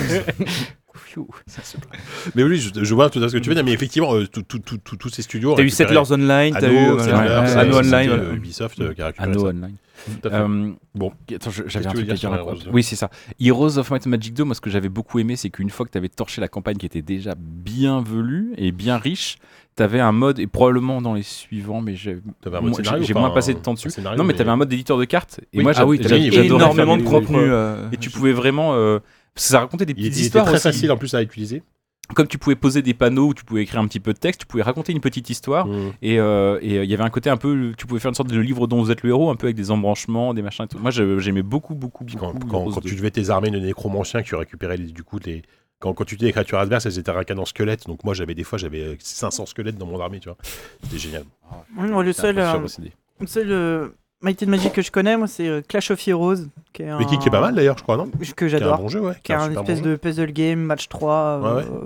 Speaker 1: Mais oui, je, je vois tout à fait ce que tu veux dire, mais effectivement, euh, tout- tout- tout- tout- tous ces studios. ont
Speaker 3: T'as eu
Speaker 1: récupéré
Speaker 3: Settlers Online, t'as
Speaker 1: Anno,
Speaker 3: eu
Speaker 1: Settlers,
Speaker 3: voilà,
Speaker 1: c'est-
Speaker 3: Anno
Speaker 1: c'était,
Speaker 3: Online.
Speaker 1: euh,
Speaker 3: voilà.
Speaker 1: Ubisoft euh, qui a récupéré
Speaker 2: Anno
Speaker 1: ça.
Speaker 2: Online.
Speaker 1: Tout à fait.
Speaker 2: Euh, bon, attends, je- j'avais
Speaker 1: que
Speaker 2: un
Speaker 1: tu veux
Speaker 2: truc
Speaker 1: dire
Speaker 2: à dire.
Speaker 1: sur
Speaker 2: là,
Speaker 1: Heroes
Speaker 2: quoi. Oui, c'est ça. Heroes of Might and Magic 2, moi, ce que j'avais beaucoup aimé, c'est qu'une fois que t'avais torché la campagne qui était déjà bien velue et bien riche, t'avais un mode, et probablement dans les suivants, mais j'ai
Speaker 1: T'avais un
Speaker 2: moi,
Speaker 1: mode scénario,
Speaker 2: j'ai- j'ai
Speaker 1: enfin,
Speaker 2: moins passé
Speaker 1: un-
Speaker 2: de temps dessus.
Speaker 1: un scénario,
Speaker 2: Non, mais t'avais un mode d'éditeur de cartes, et
Speaker 1: Oui,
Speaker 2: moi,
Speaker 1: ah
Speaker 2: j'a-
Speaker 1: oui, t'avais-
Speaker 2: j'a-
Speaker 1: il y avait
Speaker 2: j'adorais
Speaker 3: Énormément de
Speaker 2: faire des-
Speaker 3: contenu.
Speaker 2: des-
Speaker 3: euh,
Speaker 2: Et tu pouvais vraiment. euh, parce que ça racontait des
Speaker 1: Il,
Speaker 2: petites
Speaker 1: il était
Speaker 2: histoires
Speaker 1: très
Speaker 2: aussi.
Speaker 1: facile en plus à utiliser.
Speaker 2: Comme tu pouvais poser des panneaux où tu pouvais écrire un petit peu de texte, tu pouvais raconter une petite histoire.
Speaker 1: Mm.
Speaker 2: Et euh, et, euh, il y avait un côté un peu, tu pouvais faire une sorte de livre dont vous êtes le héros, un peu avec des embranchements, des machins et tout. Moi, je- j'aimais beaucoup, beaucoup,
Speaker 1: Puis
Speaker 2: beaucoup.
Speaker 1: Quand,
Speaker 2: Heroes
Speaker 1: quand- quand
Speaker 2: 2.
Speaker 1: tu devais tes armées de nécromanciens, que tu récupérais les- du coup les. Quand, quand tu tuais les créatures adverses, elles étaient racanes en squelettes. Donc moi, j'avais des fois, j'avais euh, 500 squelettes dans mon armée, tu vois. C'était génial.
Speaker 6: Moi, Le seul, euh, le seul euh, Might and Magic que je connais, moi, c'est euh, Clash of Heroes. Qui est
Speaker 1: Mais qui,
Speaker 6: un-
Speaker 1: qui est pas mal d'ailleurs, je crois, non
Speaker 6: Que
Speaker 1: Qui est un
Speaker 6: j'adore.
Speaker 1: bon jeu, ouais.
Speaker 6: Qui est un
Speaker 1: super
Speaker 6: espèce
Speaker 1: bon jeu.
Speaker 6: de puzzle game, match 3.
Speaker 1: Ouais,
Speaker 6: euh,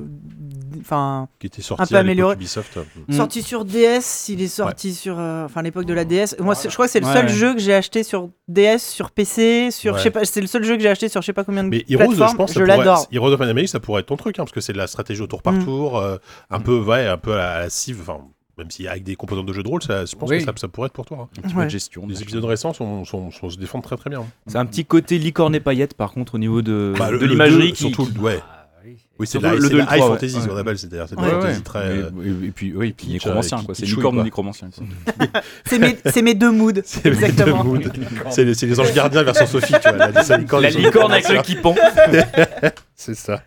Speaker 6: Enfin,
Speaker 1: Qui était sorti
Speaker 6: un peu
Speaker 1: à l'époque
Speaker 6: amélioré.
Speaker 1: Ubisoft. Mm.
Speaker 6: sorti sur DS, il est sorti sur. euh, Enfin, l'époque de la DS. Moi, c'est- je crois que c'est le
Speaker 3: Ouais,
Speaker 6: seul
Speaker 3: ouais.
Speaker 6: jeu que j'ai acheté sur DS, sur PC, sur.
Speaker 1: Ouais.
Speaker 6: je sais pas, C'est le seul jeu que j'ai acheté sur je sais pas combien de
Speaker 1: Mais Heroes,
Speaker 6: plateformes.
Speaker 1: je pense, ça pourrait-
Speaker 6: l'adore.
Speaker 1: Heroes of Anime, ça pourrait être ton truc, hein, parce que c'est de la stratégie au tour par
Speaker 6: Mm.
Speaker 1: tour, euh, un peu, ouais, un peu à la, à la cive, enfin, même si avec des composantes de jeu de rôle, ça, je pense
Speaker 3: Oui.
Speaker 1: que ça, ça pourrait être pour toi. hein.
Speaker 2: Un peu de
Speaker 6: Ouais.
Speaker 2: gestion.
Speaker 1: Les épisodes récents sont, sont- sont- se défendent très très bien.
Speaker 3: C'est un petit côté licorne et paillettes par contre au niveau de,
Speaker 1: Bah, le-
Speaker 3: de
Speaker 1: le
Speaker 3: l'imagerie.
Speaker 1: deux,
Speaker 3: qui-
Speaker 1: surtout,
Speaker 3: qui- Ah,
Speaker 1: ouais. Oui, c'est de la,
Speaker 3: Surtout le
Speaker 1: c'est de
Speaker 3: deux,
Speaker 1: la
Speaker 3: le
Speaker 1: high
Speaker 3: trois, ouais.
Speaker 1: fantasy, ce qu'on appelle, c'est-à-dire, c'est de la
Speaker 6: Ouais,
Speaker 1: fantasy très. euh,
Speaker 2: Et, et puis, oui, et puis
Speaker 1: Pitch,
Speaker 2: nécromancien,
Speaker 1: euh,
Speaker 2: quoi. C'est
Speaker 1: pitchouille,
Speaker 2: licorne
Speaker 1: quoi.
Speaker 2: ou nécromancien. quoi.
Speaker 6: C'est mes, c'est mes deux moods.
Speaker 1: c'est les
Speaker 6: Exactement.
Speaker 1: deux moods. C'est les, c'est les anges gardiens version Sophie, tu vois. La, la licorne,
Speaker 3: La
Speaker 1: ils sont-
Speaker 3: licorne avec le qui pend.
Speaker 1: C'est ça.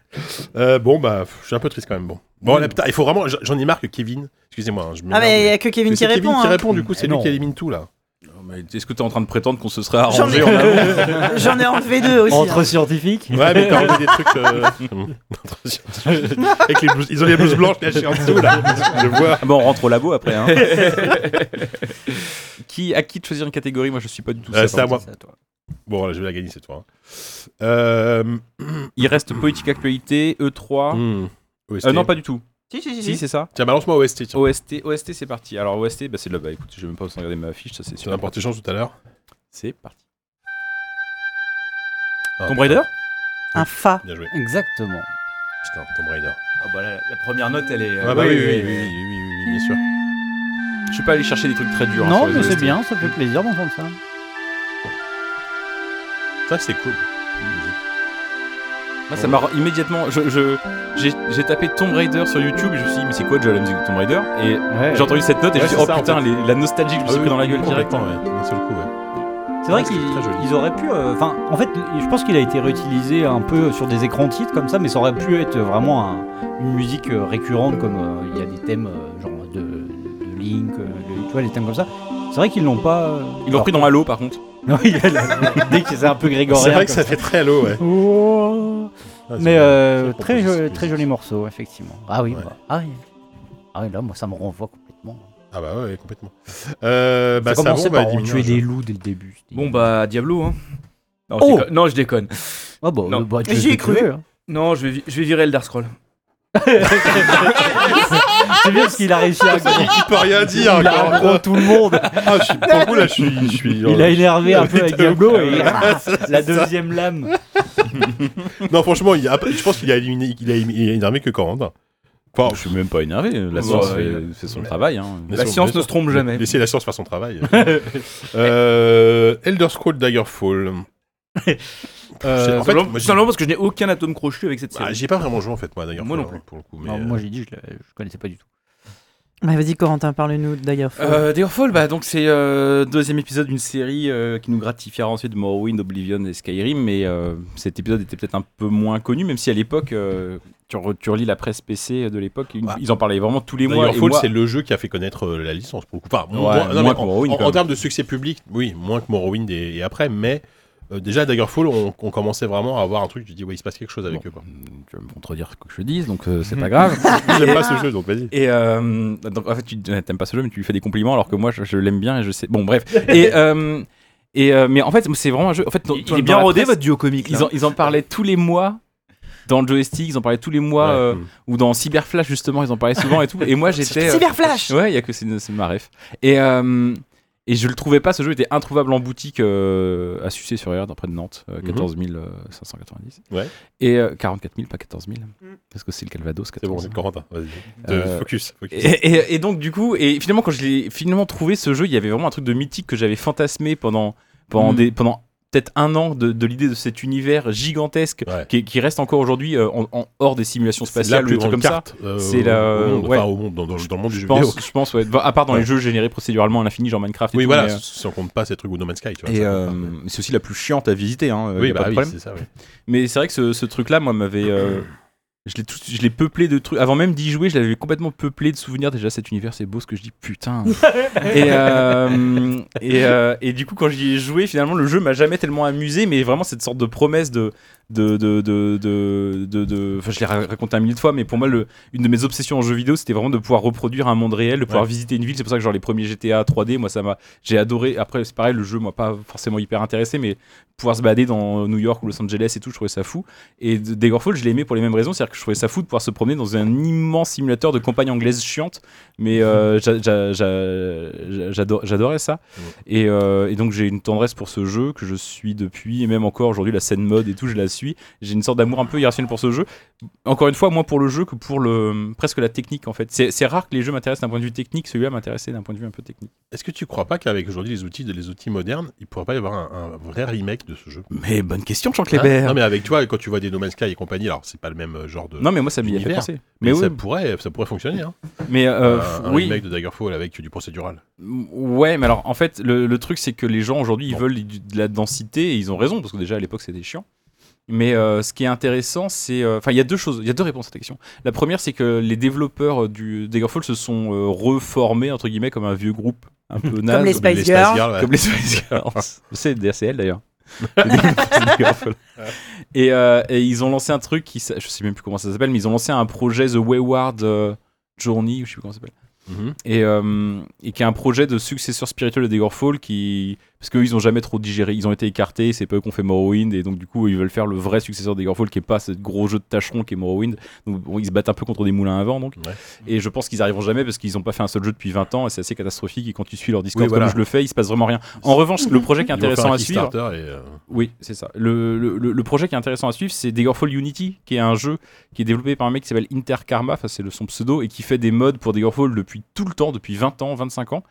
Speaker 1: Euh, bon, bah, pff, je suis un peu triste quand même. Bon, bon là, putain, il faut vraiment. j'en- J'en ai marre que Kevin. Excusez-moi, hein, je
Speaker 6: Ah,
Speaker 1: m'énerve,
Speaker 6: mais il n'y
Speaker 1: mais-
Speaker 6: a que Kevin qui
Speaker 1: mais c'est
Speaker 6: répond.
Speaker 1: Kevin qui
Speaker 6: hein.
Speaker 1: répond, du coup, c'est
Speaker 5: Mais
Speaker 1: lui
Speaker 5: non.
Speaker 1: qui élimine tout, là.
Speaker 2: Non, mais Est-ce que tu es en train de prétendre qu'on se serait
Speaker 6: J'en
Speaker 2: arrangé
Speaker 6: ai-
Speaker 2: en amont
Speaker 6: J'en ai enlevé deux aussi.
Speaker 5: Entre
Speaker 6: hein.
Speaker 5: scientifiques.
Speaker 1: Ouais, mais t'as enlevé des trucs. euh, Avec les blouses- ils ont les blouses
Speaker 2: Ah
Speaker 1: blanches cachées en dessous, là. Je vois.
Speaker 2: Bon, on rentre au labo après. hein. qui, à qui de choisir une catégorie Moi, je suis pas du tout
Speaker 1: Euh,
Speaker 2: ça.
Speaker 1: c'est à
Speaker 2: par
Speaker 1: moi.
Speaker 2: contre. à toi.
Speaker 1: Bon, voilà, je vais la gagner, c'est toi. hein. Euh...
Speaker 2: Il reste politique actualité, E3.
Speaker 1: hmm, OST.
Speaker 2: Euh, non, pas du tout.
Speaker 6: Si, si, si.
Speaker 2: Si,
Speaker 6: si.
Speaker 2: c'est ça.
Speaker 1: Tiens, balance-moi OST. Tiens.
Speaker 2: OST, OST, c'est parti. Alors OST, bah, c'est là-bas. Écoute, je vais même pas besoin de regarder ma fiche, ça c'est
Speaker 1: Sur
Speaker 2: sûr.
Speaker 1: n'importe quelle chance tout à l'heure.
Speaker 2: C'est parti.
Speaker 1: Ah,
Speaker 2: Tomb Raider
Speaker 6: Un fa.
Speaker 1: Bien joué.
Speaker 5: Exactement.
Speaker 1: Putain, Tomb Raider.
Speaker 3: Ah bah, la, la première note, elle est. euh,
Speaker 1: Ah bah
Speaker 3: ouais,
Speaker 1: oui, oui,
Speaker 3: ouais,
Speaker 1: oui, oui,
Speaker 3: ouais.
Speaker 1: oui, oui, oui, bien sûr.
Speaker 2: Je suis pas allé chercher des trucs très durs. hein,
Speaker 5: non,
Speaker 2: sur les
Speaker 5: mais c'est
Speaker 2: OST.
Speaker 5: bien, ça fait plaisir d'entendre ça.
Speaker 1: Ça, c'est cool.
Speaker 2: Moi, ça m'a re- immédiatement. Je, je- j'ai, j'ai tapé Tomb Raider sur YouTube. et Je me suis dit, mais c'est quoi déjà la musique de Tomb Raider Et j'ai entendu cette note et je
Speaker 1: Ouais,
Speaker 2: me suis
Speaker 1: c'est
Speaker 2: dit, oh
Speaker 1: ça, en fait.
Speaker 2: putain,
Speaker 1: Ah
Speaker 2: les- la nostalgie, je me suis pris dans la gueule direct.
Speaker 1: Complètement, ouais, d'un seul coup, ouais.
Speaker 5: C'est vrai
Speaker 1: C'est
Speaker 5: qu'ils
Speaker 1: très joli.
Speaker 5: ils auraient pu. euh, Enfin, en fait, je pense qu'il a été réutilisé un peu sur des écrans titres comme ça, mais ça aurait pu être vraiment un- une musique euh, récurrente, comme euh, il y a des thèmes euh, genre de, de Link, euh, de- tu vois, les thèmes comme ça. C'est vrai qu'ils l'ont pas. euh,
Speaker 2: Ils l'ont pris dans Halo par contre.
Speaker 5: Non, il a la- dès que c'est un peu grégorien.
Speaker 1: C'est vrai que
Speaker 5: comme
Speaker 1: ça fait très l'eau, ouais.
Speaker 5: Oh.
Speaker 1: Ah, c'est
Speaker 5: Mais
Speaker 1: vrai.
Speaker 5: euh,
Speaker 1: c'est
Speaker 5: très,
Speaker 1: proposition
Speaker 5: jo-
Speaker 1: plaisir.
Speaker 5: très joli morceau, effectivement. Ah oui,
Speaker 1: Ouais.
Speaker 5: bah, ah oui. Ah oui, là, moi, ça me renvoie complètement.
Speaker 1: Ah bah ouais, complètement. Euh, bah,
Speaker 5: Faut
Speaker 1: ça,
Speaker 5: commencer
Speaker 1: bon, bah,
Speaker 5: par en
Speaker 1: éliminer un
Speaker 5: tuer
Speaker 1: jeu.
Speaker 5: des loups dès le début.
Speaker 3: Bon bah Diablo hein. Non,
Speaker 5: Oh
Speaker 3: je déconne. Non, je déconne.
Speaker 5: ah bah,
Speaker 3: non.
Speaker 5: bah, tu
Speaker 6: J'y
Speaker 5: fais
Speaker 6: ai
Speaker 5: ce que tu
Speaker 6: cru.
Speaker 5: veux, hein.
Speaker 3: Non, je vais, vi- je vais virer Elder Scroll.
Speaker 5: C'est bien parce qu'il a réussi à.
Speaker 1: Il peut rien dire.
Speaker 5: Il a
Speaker 1: encore.
Speaker 5: raconté tout le monde.
Speaker 1: Ah, je suis, pour le coup, là, je suis. Je suis euh,
Speaker 5: Il a énervé un peu avec Diablo et
Speaker 1: Ah, c'est ça.
Speaker 5: la deuxième lame.
Speaker 1: Non, franchement, il a, je pense qu'il a éliminé, il a énervé que Coranda. Enfin,
Speaker 2: Je suis même pas énervé. La
Speaker 3: science
Speaker 2: science
Speaker 3: fait-
Speaker 2: fait son travail. hein.
Speaker 1: Bien
Speaker 3: La
Speaker 1: sûr,
Speaker 3: science
Speaker 1: bien
Speaker 3: ne se trompe jamais.
Speaker 1: Laissez la science faire son travail. euh, Elder Scrolls Daggerfall.
Speaker 3: Euh,
Speaker 1: en fait,
Speaker 3: simplement-
Speaker 1: moi, j'ai-
Speaker 3: simplement parce que je n'ai aucun atome crochu avec cette
Speaker 2: Bah,
Speaker 1: Ah,
Speaker 3: série.
Speaker 1: J'y ai pas vraiment joué en fait, moi d'ailleurs.
Speaker 3: Moi non
Speaker 1: pour-
Speaker 3: plus.
Speaker 1: Pour le coup, mais,
Speaker 5: Non,
Speaker 1: euh,
Speaker 5: Moi j'ai dit, je, la- je connaissais pas du tout.
Speaker 6: Bah, Vas-y, Corentin, parle-nous de Daggerfall.
Speaker 2: Euh, Daggerfall, bah, donc c'est euh, deuxième épisode d'une série euh, qui nous gratifiera ensuite de Morrowind, Oblivion et Skyrim, mais euh, cet épisode était peut-être un peu moins connu, même si à l'époque, euh, tu, re- tu relis la presse PC de l'époque, une-
Speaker 1: Ah.
Speaker 2: ils en parlaient vraiment tous les mois. et
Speaker 1: Daggerfall,
Speaker 2: moi-
Speaker 1: c'est le jeu qui a fait connaître euh, la licence pour le coup. Enfin,
Speaker 2: Ouais,
Speaker 1: moins, non, mais
Speaker 2: moins
Speaker 1: en-
Speaker 2: que Morrowind,
Speaker 1: en,
Speaker 2: quand
Speaker 1: en
Speaker 2: même.
Speaker 1: termes de succès public, oui, moins que Morrowind et, et après, mais euh, déjà Daggerfall, on, on commençait vraiment à avoir un truc. Je dis, ouais, il se passe quelque chose avec eux.
Speaker 2: Bon, tu vas me contredire ce que je dise, donc euh, c'est pas grave.
Speaker 1: J'aime pas ce jeu, donc vas-y.
Speaker 2: Et euh, donc en fait, tu t'aimes pas ce jeu, mais tu lui fais des compliments, alors que moi, je, je l'aime bien et je sais. Bon, bref. Et, euh, et euh, mais en fait, c'est vraiment un jeu. En fait, dans-
Speaker 3: Il, il
Speaker 2: dans
Speaker 3: est bien
Speaker 2: la
Speaker 3: rodé
Speaker 2: presse,
Speaker 3: votre duo comique.
Speaker 2: Ils en, ils en parlaient tous les mois dans le joystick, ils en parlaient tous les mois, euh,
Speaker 1: hmm,
Speaker 2: ou dans Cyberflash justement, ils en parlaient souvent et tout. Et moi j'étais. euh,
Speaker 6: Cyberflash
Speaker 2: Ouais, il y a que c'est c'est ma ref. Et, euh, et je le trouvais pas, ce jeu était introuvable en boutique euh, à Sucé sur Yard, près de Nantes, euh,
Speaker 1: Mhm.
Speaker 2: 14 590.
Speaker 1: Ouais.
Speaker 2: Et euh, 44 000, pas 14 000. Parce que c'est le Calvados,
Speaker 1: C'est bon, hmm.
Speaker 2: 14
Speaker 1: c'est
Speaker 2: 000.
Speaker 1: Corentin, vas-y. De-
Speaker 2: Euh,
Speaker 1: Focus. focus.
Speaker 2: Et, et- et donc du coup, et finalement quand je l'ai finalement trouvé ce jeu, il y avait vraiment un truc de mythique que j'avais fantasmé pendant pendant
Speaker 3: Mm.
Speaker 2: des pendant peut-être un an de, de l'idée de cet univers gigantesque
Speaker 1: Ouais.
Speaker 2: qui, qui reste encore aujourd'hui euh, en, en- hors des simulations
Speaker 1: la
Speaker 2: spatiales ou
Speaker 1: plus
Speaker 2: des trucs
Speaker 1: grande
Speaker 2: comme ça.
Speaker 1: carte, euh,
Speaker 2: C'est
Speaker 1: au-
Speaker 2: la-
Speaker 1: au monde,
Speaker 2: ouais.
Speaker 1: enfin, au monde, dans, dans- dans le monde du
Speaker 2: Je
Speaker 1: jeu vidéo.
Speaker 2: pense, je pense, ouais. Bah, à part dans
Speaker 1: Ouais.
Speaker 2: les jeux générés procéduralement à l'infini, genre Minecraft. Et
Speaker 1: Oui,
Speaker 2: tout,
Speaker 1: voilà,
Speaker 2: mais, euh,
Speaker 1: si on compte pas ces trucs ou No Man's Sky, tu vois.
Speaker 2: et
Speaker 1: ça
Speaker 2: euh,
Speaker 1: compte pas.
Speaker 2: mais c'est aussi la plus chiante à visiter. Hein, euh, y
Speaker 1: oui,
Speaker 2: a
Speaker 1: bah
Speaker 2: pas de
Speaker 1: oui,
Speaker 2: problème.
Speaker 1: c'est ça, oui.
Speaker 2: Mais c'est vrai que ce, ce truc-là, moi, m'avait. euh, je l'ai tout- je l'ai peuplé de trucs. Avant même d'y jouer, je l'avais complètement peuplé de souvenirs. Déjà, cet univers, c'est beau ce que je dis, putain. et, euh, et, euh, et du coup, quand j'y ai joué, finalement, le jeu m'a jamais tellement amusé, mais vraiment, cette sorte de promesse de. de, de, de, de, de- de- Enfin, je l'ai ra- raconté un millier de fois, mais pour moi, le, une de mes obsessions en jeu vidéo, c'était vraiment de pouvoir reproduire un monde réel, de pouvoir
Speaker 1: Ouais.
Speaker 2: visiter une ville. C'est pour ça que, genre, les premiers GTA 3D, moi, ça m'a. J'ai adoré. Après, c'est pareil, le jeu, moi, pas forcément hyper intéressé, mais pouvoir se balader dans New York ou Los Angeles et tout, je trouvais ça fou. Et de- Daggerfall, je l'ai aimé pour les mêmes raisons, c'est-à-dire que je trouvais ça fou de pouvoir se promener dans un immense simulateur de campagne anglaise chiante, mais euh, j'a- j'a- j'a- j'adore- j'adorais ça.
Speaker 1: Ouais.
Speaker 2: Et, euh, et donc j'ai une tendresse pour ce jeu que je suis depuis, et même encore aujourd'hui, la scène mode et tout, je la suis. J'ai une sorte d'amour un peu irrationnel pour ce jeu. Encore une fois, moins pour le jeu que pour le, presque la technique en fait. C'est c'est rare que les jeux m'intéressent d'un point de vue technique, celui-là m'intéressait d'un point de vue un peu technique.
Speaker 1: Est-ce que tu crois pas qu'avec aujourd'hui les outils, les outils modernes, il pourrait pas y avoir un, un vrai remake de ce jeu
Speaker 2: Mais bonne question, Jean
Speaker 3: Ah,
Speaker 1: Hein Non, mais avec, tu vois, quand tu vois des No Man's Sky et compagnie, alors c'est pas le même euh, genre de.
Speaker 2: Non, mais moi ça m'y a fait
Speaker 1: L'univers.
Speaker 2: penser.
Speaker 1: mais
Speaker 2: Mais,
Speaker 1: ça,
Speaker 2: oui,
Speaker 1: pourrait, ça pourrait fonctionner. Hein.
Speaker 2: mais euh,
Speaker 1: un un
Speaker 2: oui.
Speaker 1: remake de Daggerfall avec du procédural.
Speaker 2: Ouais, mais alors en fait, le, le truc c'est que les gens aujourd'hui ils
Speaker 1: Bon.
Speaker 2: veulent du- de la densité et ils ont raison parce que déjà à l'époque c'était chiant. Mais euh, ce qui est intéressant, c'est. euh, Enfin, il y a deux choses, il y a deux réponses à cette question. La première, c'est que les développeurs euh, du Daggerfall se sont euh, reformés, entre guillemets, comme un vieux groupe un peu naze.
Speaker 6: les Spice Girls.
Speaker 1: ouais.
Speaker 2: Comme les Spice Girls. C'est DCL d'ailleurs. C'est des- c'est des Girlfall. et, euh, et ils ont lancé un truc qui, s'a- je sais même plus comment ça s'appelle, mais ils ont lancé un projet The Wayward euh, Journey, ou je sais plus comment ça s'appelle,
Speaker 1: Mhm.
Speaker 2: et, euh, et qui est un projet de successeur spirituel de Daggerfall qui parce qu'eux ils ont jamais trop digéré ils ont été écartés c'est pas eux qu'on fait Morrowind et donc du coup ils veulent faire le vrai successeur de Daggerfall qui est pas ce gros jeu de tâcheron qui est Morrowind donc bon, ils se battent un peu contre des moulins à vent donc
Speaker 1: Ouais.
Speaker 2: et je pense qu'ils arriveront jamais parce qu'ils ont pas fait un seul jeu depuis 20 ans et c'est assez catastrophique et quand tu suis leur Discord
Speaker 1: Oui, voilà.
Speaker 2: comme je le fais il se passe vraiment rien en revanche le projet qui est
Speaker 1: Ils vont faire
Speaker 2: intéressant
Speaker 1: un
Speaker 2: à suivre
Speaker 1: Kickstarter et, euh,
Speaker 2: oui, c'est ça. Le, le- le- le projet qui est intéressant à suivre, c'est Daggerfall Unity, qui est un jeu qui est développé par un mec qui s'appelle Interkarma, enfin c'est le- son pseudo, et qui fait des mods pour Daggerfall depuis tout le temps, depuis 20 ans, 25 ans.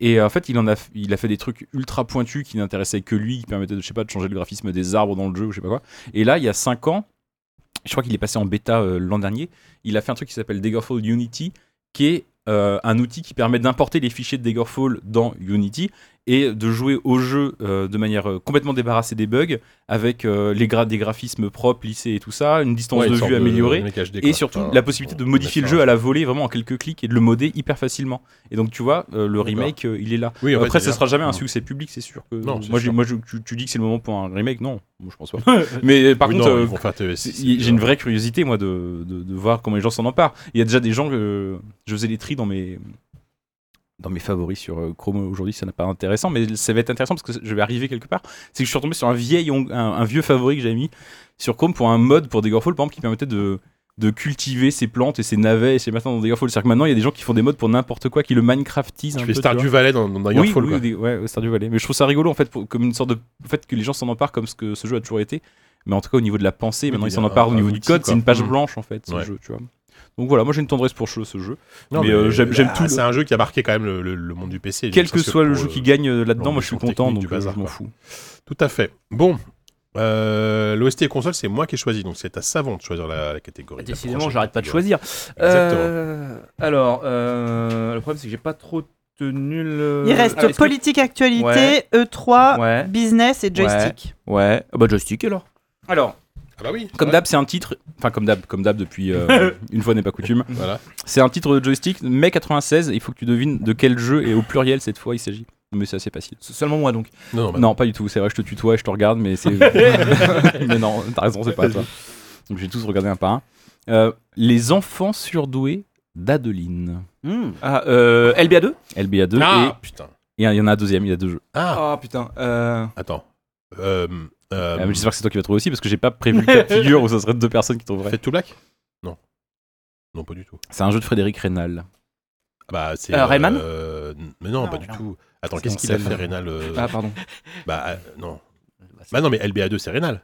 Speaker 2: Et euh, en fait, il, en a, f- il a fait des trucs ultra pointus qui n'intéressaient que lui, qui permettaient, de, je sais pas, de changer le graphisme des arbres dans le jeu, ou je sais pas quoi. Et là, il y a 5 ans, je crois qu'il est passé en bêta euh, l'an dernier, il a fait un truc qui s'appelle Daggerfall Unity, qui est euh, un outil qui permet d'importer les fichiers de Daggerfall dans Unity et de jouer au jeu euh, de manière euh, complètement débarrassée des bugs, avec euh, les grades des graphismes propres, lissés et tout ça, une distance
Speaker 1: ouais, une
Speaker 2: de
Speaker 1: sorte
Speaker 2: vue améliorée.
Speaker 1: mec HD,
Speaker 2: Et
Speaker 1: quoi.
Speaker 2: surtout,
Speaker 1: Enfin,
Speaker 2: la possibilité de
Speaker 1: on- on
Speaker 2: modifier
Speaker 1: met
Speaker 2: le
Speaker 1: ça.
Speaker 2: jeu à la volée, vraiment en quelques clics, et de le modder hyper facilement. Et donc, tu vois, euh, le remake, euh, il est là.
Speaker 1: Oui, en fait,
Speaker 2: Après, ce
Speaker 1: il y a-
Speaker 2: sera jamais un
Speaker 1: Non.
Speaker 2: succès public, c'est sûr. que-
Speaker 1: Non, c'est
Speaker 2: moi, j'ai-
Speaker 1: sûr.
Speaker 2: moi je- tu, tu dis que c'est le moment pour un remake Non, moi, je pense pas. Mais euh, par
Speaker 1: Oui,
Speaker 2: contre,
Speaker 1: non,
Speaker 2: euh,
Speaker 1: ils vont faire TES,
Speaker 2: c'est-
Speaker 1: c'est
Speaker 2: j'ai
Speaker 1: sûr.
Speaker 2: une vraie curiosité, moi, de, de- de voir comment les gens s'en emparent. Il y a déjà des gens que je faisais les tri dans mes dans mes favoris sur euh, Chrome aujourd'hui, ça n'a pas intéressant, mais ça va être intéressant parce que je vais arriver quelque part. C'est que je suis retombé sur un vieil ong- un, un vieux favori que j'avais mis sur Chrome pour un mode pour Daggerfall, par exemple, qui permettait de de cultiver ses plantes et ses navets et ses machins dans Daggerfall. C'est-à-dire que maintenant, il y a des gens qui font des modes pour n'importe quoi, qui le Minecraftisent un
Speaker 1: Tu
Speaker 2: peu.
Speaker 1: fais
Speaker 2: tu
Speaker 1: Star
Speaker 2: vois.
Speaker 1: du Valais dans, dans
Speaker 2: Oui,
Speaker 1: Daggerfall,
Speaker 2: oui,
Speaker 1: quoi.
Speaker 2: des- ouais, au Stardew Valley. Mais je trouve ça rigolo en fait, pour- comme une sorte de en fait que les gens s'en emparent comme ce que ce jeu a toujours été. Mais en tout cas au niveau de la pensée,
Speaker 1: Oui,
Speaker 2: maintenant
Speaker 1: il
Speaker 2: ils
Speaker 1: y a
Speaker 2: s'en emparent au
Speaker 1: un-
Speaker 2: niveau
Speaker 1: un
Speaker 2: du
Speaker 1: outil,
Speaker 2: code, c'est
Speaker 1: quoi.
Speaker 2: une page
Speaker 1: Mm.
Speaker 2: blanche en fait, ce
Speaker 1: Ouais.
Speaker 2: jeu, tu vois. Donc voilà, moi j'ai une tendresse pour ce ce jeu.
Speaker 1: Non,
Speaker 2: mais, euh, j'aime- j'aime
Speaker 1: ah,
Speaker 2: tout le-
Speaker 1: C'est un jeu qui a marqué quand même le, le- le monde du PC.
Speaker 2: Quel
Speaker 1: ne
Speaker 2: que
Speaker 1: serait-ce
Speaker 2: soit le
Speaker 1: pour,
Speaker 2: jeu
Speaker 1: euh,
Speaker 2: qui gagne euh, là-dedans, moi je suis
Speaker 1: l'ambition
Speaker 2: content,
Speaker 1: technique
Speaker 2: donc
Speaker 1: du
Speaker 2: euh,
Speaker 1: bazar,
Speaker 2: je m'en
Speaker 1: quoi.
Speaker 2: fous.
Speaker 1: Tout à fait. Bon. Euh, L'OST et console, c'est moi qui ai choisi, donc c'est à savant de choisir la, la catégorie. la
Speaker 3: Décidément,
Speaker 1: prochaine
Speaker 3: j'arrête pas de
Speaker 1: catégorie.
Speaker 3: choisir.
Speaker 1: Exactement.
Speaker 3: Euh, alors, euh, le problème, c'est que j'ai pas trop tenu le.
Speaker 6: Il reste
Speaker 3: Ah, est-ce que-
Speaker 6: politique, actualité,
Speaker 3: Ouais.
Speaker 6: E3,
Speaker 3: Ouais.
Speaker 6: business et joystick.
Speaker 3: Ouais. Ah Bah, joystick alors.
Speaker 2: Alors,
Speaker 1: Ah bah oui.
Speaker 2: comme
Speaker 1: ouais,
Speaker 2: d'hab, c'est un titre, enfin comme d'hab, comme d'hab depuis euh, une fois n'est pas coutume.
Speaker 1: Voilà.
Speaker 2: C'est un titre de joystick mai 96, il faut que tu devines de quel jeu et au pluriel cette fois il s'agit. Mais c'est assez facile.
Speaker 3: C'est Seulement moi donc.
Speaker 1: Non, non, bah,
Speaker 2: Non, pas du tout. C'est vrai, je te tutoie et je te regarde, mais c'est. mais non, t'as raison, c'est pas à toi. Donc, je vais tous regarder un par un. Euh, les enfants surdoués d'Adeline.
Speaker 5: Hmm.
Speaker 3: Ah, euh, LBA2
Speaker 2: LBA 2
Speaker 1: Ah putain.
Speaker 2: et et il y en a un deuxième, il y a deux jeux.
Speaker 1: Ah
Speaker 3: Ah putain. Euh...
Speaker 1: attends. Euh, euh,
Speaker 2: Ah, mais J'espère que c'est toi qui vas trouver aussi parce que j'ai pas prévu le cas de figure où ça serait deux personnes qui trouveraient.
Speaker 1: Faites tout black Non. Non, pas du tout.
Speaker 2: C'est un jeu de Frédéric Rénal.
Speaker 1: Ah Bah, c'est.
Speaker 3: Euh, Rayman
Speaker 1: euh, Mais non,
Speaker 6: Non,
Speaker 1: pas du
Speaker 6: non.
Speaker 1: tout. Attends,
Speaker 2: C'est
Speaker 1: qu'est-ce
Speaker 2: un
Speaker 1: qu'il a
Speaker 2: seul.
Speaker 1: fait Rénal euh,
Speaker 3: Ah, pardon.
Speaker 1: Bah euh, non. Bah non, mais LBA2 c'est Rénal.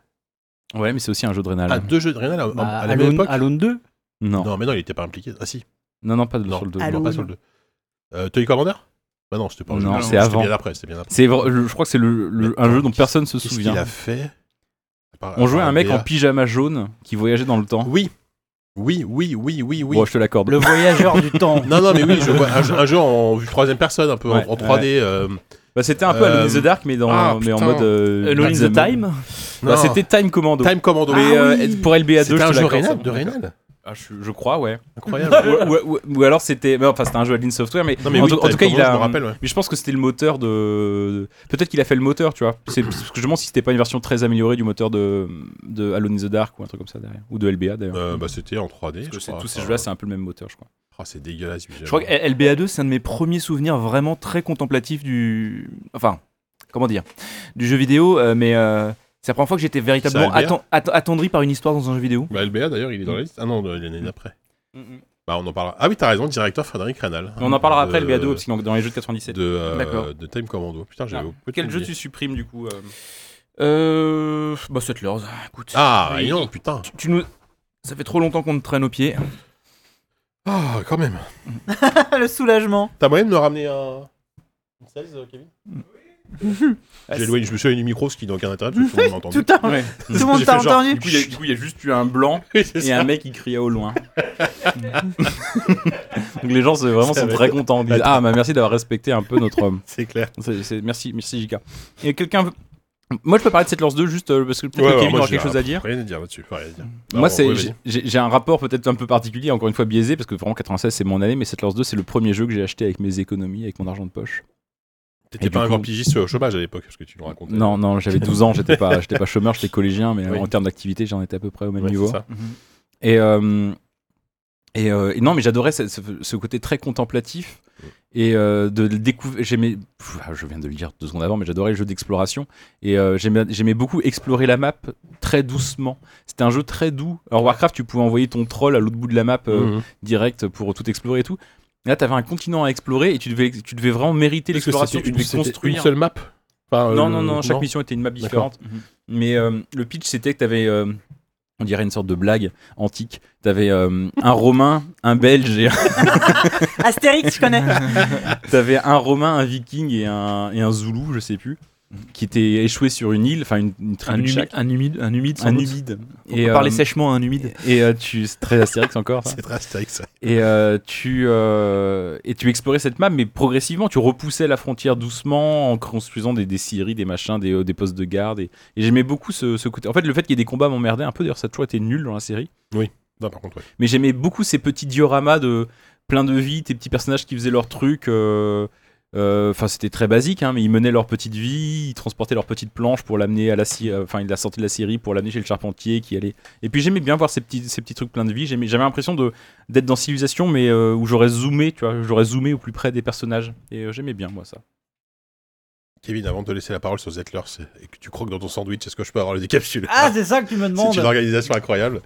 Speaker 2: Ouais, mais c'est aussi un jeu de Rénal.
Speaker 1: Ah, deux jeux de Rénal à,
Speaker 5: Bah,
Speaker 1: à la même
Speaker 5: Alone,
Speaker 1: époque
Speaker 5: Alone 2
Speaker 2: non. non,
Speaker 1: Non, mais non, il était pas impliqué. Ah si.
Speaker 2: non, pas de,
Speaker 1: Non.
Speaker 2: sur le deux.
Speaker 6: Allô
Speaker 1: Non, pas sur le 2. Euh, Toy Commander Bah non, c'était pas un jeu.
Speaker 2: Non,
Speaker 1: de-
Speaker 2: c'est
Speaker 1: c'était
Speaker 2: avant.
Speaker 1: bien après, c'était bien après.
Speaker 2: C'est vra- le- je crois que c'est le, le- un
Speaker 1: Attends,
Speaker 2: jeu dont
Speaker 1: qu'est-ce-
Speaker 2: personne se
Speaker 1: Qu'est-ce qu'il
Speaker 2: souvient.
Speaker 1: a fait Ah, À part-
Speaker 2: On
Speaker 1: à
Speaker 2: jouait
Speaker 1: part
Speaker 2: un mec en hein.
Speaker 1: LBA.
Speaker 2: pyjama jaune qui voyageait dans le temps.
Speaker 1: Oui. Oui, oui, oui, oui, oui.
Speaker 2: Bon, je te l'accorde.
Speaker 5: Le voyageur du temps.
Speaker 1: Non, non, mais oui, je vois un, jeu- un jeu en vue troisième personne, un peu en-
Speaker 2: Ouais,
Speaker 1: en, 3D. euh,
Speaker 2: Bah, c'était un peu
Speaker 1: Euh,
Speaker 2: Alone in the Dark, mais, dans,
Speaker 1: ah,
Speaker 2: mais en
Speaker 1: putain.
Speaker 2: mode. euh,
Speaker 3: Alone in the
Speaker 2: Batman.
Speaker 3: Time
Speaker 2: Bah,
Speaker 1: non,
Speaker 2: C'était Time Commando.
Speaker 1: Time Commando. Ah
Speaker 2: Mais euh, pour LBA2,
Speaker 1: C'était
Speaker 2: je
Speaker 1: un
Speaker 2: te
Speaker 1: jeu
Speaker 2: l'accorde, ça.
Speaker 1: Rénal, de Rénal.
Speaker 2: Ah, je, je crois, ouais.
Speaker 1: Incroyable.
Speaker 2: ou, ou- ou- ou alors c'était. mais Enfin, c'était un jeu Alien Software, mais,
Speaker 1: Non, mais
Speaker 2: en,
Speaker 1: oui,
Speaker 2: tout- en
Speaker 1: Time
Speaker 2: tout cas, il
Speaker 1: Commando,
Speaker 2: a.
Speaker 1: je me rappelle, ouais.
Speaker 2: Mais je pense que c'était le moteur de. Peut-être qu'il a fait le moteur, tu vois. C'est parce que je me demande si c'était pas une version très améliorée du moteur de, de Alone in the Dark ou un truc comme ça derrière. Ou de LBA d'ailleurs.
Speaker 1: Euh, bah, c'était en 3D.
Speaker 2: Parce que
Speaker 1: je
Speaker 2: c'est-
Speaker 1: crois.
Speaker 2: tous ces
Speaker 1: Enfin,
Speaker 2: jeux-là, c'est un peu le même moteur, je crois.
Speaker 1: oh, c'est dégueulasse.
Speaker 3: Je crois que LBA2, c'est un de mes premiers souvenirs vraiment très contemplatifs du. Enfin, comment dire Du jeu vidéo, euh, mais euh, c'est la première fois que j'étais véritablement
Speaker 1: C'est un LBA?
Speaker 3: atten- atten- attendri par une histoire dans un jeu vidéo.
Speaker 1: Bah, LBA d'ailleurs, il est dans
Speaker 2: Mm.
Speaker 1: la liste. Ah non, il est né d'après. Bah, on en parlera. Ah oui, t'as raison, directeur Frédéric Rénal.
Speaker 2: Mais Mm, on en parlera après,
Speaker 1: De-
Speaker 2: LBA2, parce qu'il est dans les jeux de 97.
Speaker 1: De, euh,
Speaker 3: D'accord.
Speaker 1: de Time Commando. Putain, j'avais
Speaker 2: Ah.
Speaker 1: complètement
Speaker 2: Quel jeu
Speaker 1: oublié.
Speaker 2: tu supprimes du coup euh
Speaker 3: Euh. Bah, Settlers, écoute.
Speaker 1: Ah,
Speaker 3: Il-
Speaker 1: et non, putain.
Speaker 3: Tu nous. Ça fait trop longtemps qu'on te traîne aux pieds.
Speaker 1: Ah, quand même.
Speaker 6: le soulagement.
Speaker 1: T'as moyen de me ramener un. Une 16, euh, Kevin J'ai éloigné, je me suis éloigné du micro, ce qui n'a aucun intérêt, parce que tout le monde m'a entendu.
Speaker 6: Tout, à- tout le monde
Speaker 1: J'ai
Speaker 6: t'a
Speaker 1: fait genre,
Speaker 6: entendu.
Speaker 2: Du coup, il y a- du coup, il y a juste eu un blanc
Speaker 1: Oui, c'est
Speaker 2: et
Speaker 1: ça.
Speaker 2: un mec qui criait au loin. Donc les gens c'est vraiment
Speaker 1: Ça
Speaker 2: sont
Speaker 1: va
Speaker 2: très
Speaker 1: être-
Speaker 2: contents. Ils disent, ah, bah, merci d'avoir respecté un peu notre homme.
Speaker 1: C'est clair.
Speaker 2: C'est- c'est- merci, merci JK. Et quelqu'un veut- Moi, je peux parler de cette lance 2 juste euh, parce que peut-être
Speaker 1: Ouais,
Speaker 2: que
Speaker 1: ouais,
Speaker 2: Kevin
Speaker 1: moi,
Speaker 2: aura
Speaker 1: j'ai
Speaker 2: quelque
Speaker 1: un-
Speaker 2: chose à dire.
Speaker 1: Rien à dire là-dessus. faut Rien à dire.
Speaker 2: moi,
Speaker 1: Bah,
Speaker 2: c'est-
Speaker 1: ouais,
Speaker 2: j'ai-
Speaker 1: vas-y.
Speaker 2: j'ai j'ai un rapport peut-être un peu particulier, encore une fois biaisé, parce que vraiment 96 c'est mon année, mais cette lance 2 c'est le premier jeu que j'ai acheté avec mes économies, avec mon argent de poche. Et
Speaker 1: T'étais
Speaker 2: du
Speaker 1: pas encore
Speaker 2: coup-
Speaker 1: pigiste au chômage à l'époque, parce que tu nous racontais.
Speaker 2: Non, non, j'avais 12 ans, j'étais pas, j'étais pas chômeur, j'étais collégien, mais
Speaker 1: Oui.
Speaker 2: en termes d'activité, j'en étais à peu près au même
Speaker 1: Ouais,
Speaker 2: niveau.
Speaker 1: c'est ça.
Speaker 2: Et, euh, Et, euh, et non, mais j'adorais ce, ce- ce côté très contemplatif.
Speaker 1: Mm.
Speaker 2: Et euh, de le découvrir, j'aimais, pff, ah, je viens de le dire deux secondes avant, mais j'adorais le jeu d'exploration. Et euh, j'aimais j'aimais beaucoup explorer la map très doucement. C'était un jeu très doux. Alors, Warcraft, tu pouvais envoyer ton troll à l'autre bout de la map euh,
Speaker 1: Mhm.
Speaker 2: direct pour tout explorer et tout. Là, t'avais un continent à explorer et tu devais, tu devais vraiment mériter
Speaker 1: Parce que
Speaker 2: l'exploration.
Speaker 1: c'était
Speaker 2: Tu
Speaker 1: une,
Speaker 2: devais
Speaker 1: c'était
Speaker 2: construire.
Speaker 1: une seule map Enfin,
Speaker 2: Non,
Speaker 1: euh,
Speaker 2: non, non, chaque mission était une map différente.
Speaker 3: D'accord.
Speaker 2: Mais euh, le pitch, c'était que tu avais, on dirait une sorte de blague antique. Tu avais un Romain, un Belge, et un-
Speaker 6: Astérix, je connais.
Speaker 2: t'avais un Romain, un Viking et un, et un Zoulou, je sais plus, qui étaient échoués sur une île, enfin une, une tribu
Speaker 3: Un,
Speaker 2: de
Speaker 3: humide,
Speaker 2: chaque.
Speaker 3: un humide, un humide, sans
Speaker 2: Un
Speaker 3: doute.
Speaker 2: humide.
Speaker 3: On
Speaker 2: Et,
Speaker 3: peut parler
Speaker 2: euh,
Speaker 3: sèchement à un humide.
Speaker 2: Et euh, tu, c'est très Astérix encore. ça.
Speaker 1: C'est très Astérix, ça.
Speaker 2: Et euh, tu euh, et tu explorais cette map, mais progressivement, tu repoussais la frontière doucement en construisant des, des scieries, des machins, des, euh, des postes de garde. Et, et j'aimais beaucoup ce, ce côté. En fait, le fait qu'il y ait des combats m'emmerdait un peu. D'ailleurs, ça a toujours été nul dans la série.
Speaker 1: Non, par contre, ouais.
Speaker 2: Mais j'aimais beaucoup ces petits dioramas de plein de vie, tes petits personnages qui faisaient leur truc. euh, euh, Enfin, c'était très basique, hein, mais ils menaient leur petite vie, ils transportaient leur petite planche pour l'amener à la, scie- euh, enfin, ils la sortie de la série pour l'amener chez le charpentier qui allait. Et puis j'aimais bien voir ces petits, ces petits trucs plein de vie. J'aimais- J'avais l'impression de d'être dans civilisation, mais euh, où j'aurais zoomé, tu vois, j'aurais zoomé au plus près des personnages. Et euh, j'aimais bien moi ça.
Speaker 1: Kevin, avant de te laisser la parole sur Zettler, c'est- et que tu croques dans ton sandwich, est-ce que je peux avoir le décapsulé
Speaker 5: Ah, c'est ça que tu me demandes.
Speaker 1: C'est une organisation incroyable.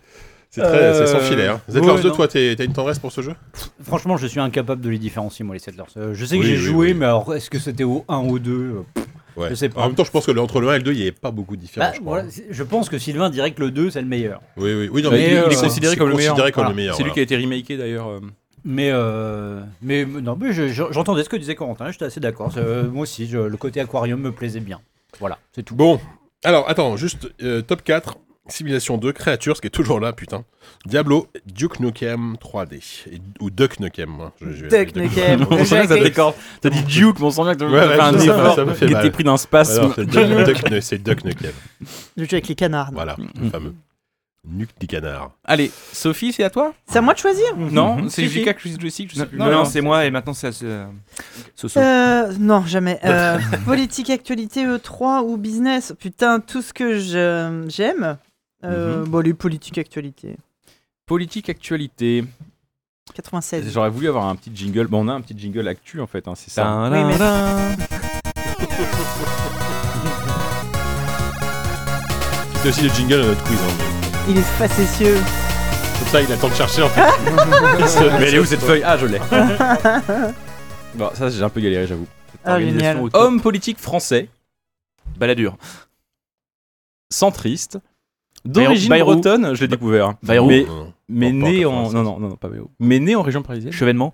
Speaker 1: C'est très,
Speaker 5: Euh,
Speaker 1: c'est sans filet. Hein. Zettler
Speaker 5: ouais,
Speaker 1: 2,
Speaker 5: non.
Speaker 1: toi, t'es- t'as une tendresse pour ce jeu
Speaker 5: Franchement, je suis incapable de les différencier, moi, les Settlers. Euh, je sais que
Speaker 1: Oui,
Speaker 5: j'ai
Speaker 1: oui,
Speaker 5: joué,
Speaker 1: oui.
Speaker 5: mais alors, est-ce que c'était au 1 ou au 2 euh,
Speaker 1: Ouais.
Speaker 5: Je sais pas.
Speaker 1: En même temps, je pense que le- entre le 1 et le 2, il n'y avait pas beaucoup de différence.
Speaker 5: bah,
Speaker 1: je crois.
Speaker 5: voilà, c'est- je pense que Sylvain dirait que le 2, c'est le meilleur.
Speaker 1: Oui, oui, oui. Non,
Speaker 5: Mais
Speaker 1: mais
Speaker 5: il- il est
Speaker 1: c'est-
Speaker 2: considéré
Speaker 1: c'est
Speaker 2: comme le meilleur.
Speaker 1: considéré comme le
Speaker 5: Voilà.
Speaker 1: meilleur.
Speaker 2: C'est lui
Speaker 1: voilà.
Speaker 2: qui a été remaké d'ailleurs. euh.
Speaker 5: Mais, euh, mais non, mais je- je- j'entendais ce que disait Corentin, j'étais assez d'accord. Euh, moi aussi, je- le côté aquarium me plaisait bien. Voilà, c'est tout.
Speaker 1: Bon, alors attends, juste euh, top 4, Simulation 2, Créatures, ce qui est toujours là, putain. Diablo, Duke Nukem 3D. Et- ou Duck Nukem, moi. Je- je-
Speaker 6: Duck Nukem.
Speaker 2: On sent bien que ça décorde. T'as dit Duke, mais on sent bien que t'as
Speaker 1: Ouais, ouais,
Speaker 2: fait un
Speaker 1: je sais,
Speaker 2: effort,
Speaker 1: ça me fait
Speaker 2: que
Speaker 1: mal.
Speaker 2: t'es pris d'un
Speaker 1: Alors,
Speaker 2: spasme.
Speaker 1: c'est Duck- Duck Nu- C'est Duck Nukem.
Speaker 6: Le jeu avec les canards. non
Speaker 1: Voilà, le fameux. Nuque des canards.
Speaker 2: Allez, Sophie, c'est à toi
Speaker 6: C'est à moi de choisir
Speaker 2: Non, c'est
Speaker 5: Si, si.
Speaker 2: JK que je sais plus.
Speaker 3: Non, non, non, c'est moi et maintenant c'est à ce- Soso.
Speaker 6: euh, Non, jamais. Euh, politique, actualité, E3 ou business Putain, tout ce que je- j'aime. Euh,
Speaker 1: Mhm.
Speaker 6: Bon, les politiques, actualité.
Speaker 2: Politique actualité.
Speaker 6: 96.
Speaker 2: J'aurais voulu avoir un petit jingle. Bon, on a un petit jingle actu en fait, hein, c'est ça.
Speaker 3: Tin,
Speaker 6: Oui, mais-
Speaker 3: tin.
Speaker 1: C'est aussi le jingle de notre quiz. hein.
Speaker 6: Il est facétieux.
Speaker 1: Comme ça, il attend de chercher en fait. Il se-
Speaker 2: Mais elle est où cette feuille Ah, je l'ai. bon, ça j'ai un peu galéré, j'avoue.
Speaker 6: Ah, génial.
Speaker 3: Organisation au-
Speaker 2: Homme politique français,
Speaker 3: Balladur.
Speaker 2: centriste,
Speaker 3: Bayrou-
Speaker 2: d'origine
Speaker 3: Bayrou.
Speaker 2: bretonne, je l'ai découvert.
Speaker 3: Bayrou.
Speaker 2: Mais, mais
Speaker 1: Non, pas en
Speaker 2: né en.
Speaker 1: 96.
Speaker 2: Non, non, non, non, pas Bayrou. Mais né en région parisienne.
Speaker 3: Chevènement.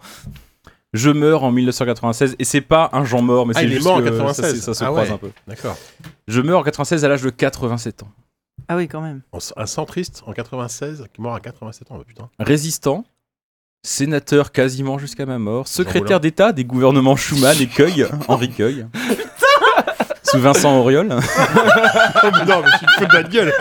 Speaker 2: Je meurs en 1996 et c'est pas un Jean mort, mais
Speaker 1: Ah,
Speaker 2: c'est
Speaker 1: il est
Speaker 2: juste
Speaker 1: mort en
Speaker 2: que ça-
Speaker 1: 96.
Speaker 2: Ça, se
Speaker 1: Ah
Speaker 2: croise
Speaker 1: ouais.
Speaker 2: un peu.
Speaker 1: D'accord.
Speaker 2: Je meurs en 96 à l'âge de 87 ans.
Speaker 6: Ah oui, quand même.
Speaker 1: En- Un centriste en 96, qui est mort à 87 ans, bah, putain.
Speaker 2: Résistant, sénateur quasiment jusqu'à ma mort,
Speaker 1: Jean Rollin.
Speaker 2: secrétaire
Speaker 3: hein.
Speaker 2: d'État des gouvernements Schuman et Cueil, Henri Cueil. Sous Vincent Auriol.
Speaker 1: Oh, mais non, mais tu te fous de la gueule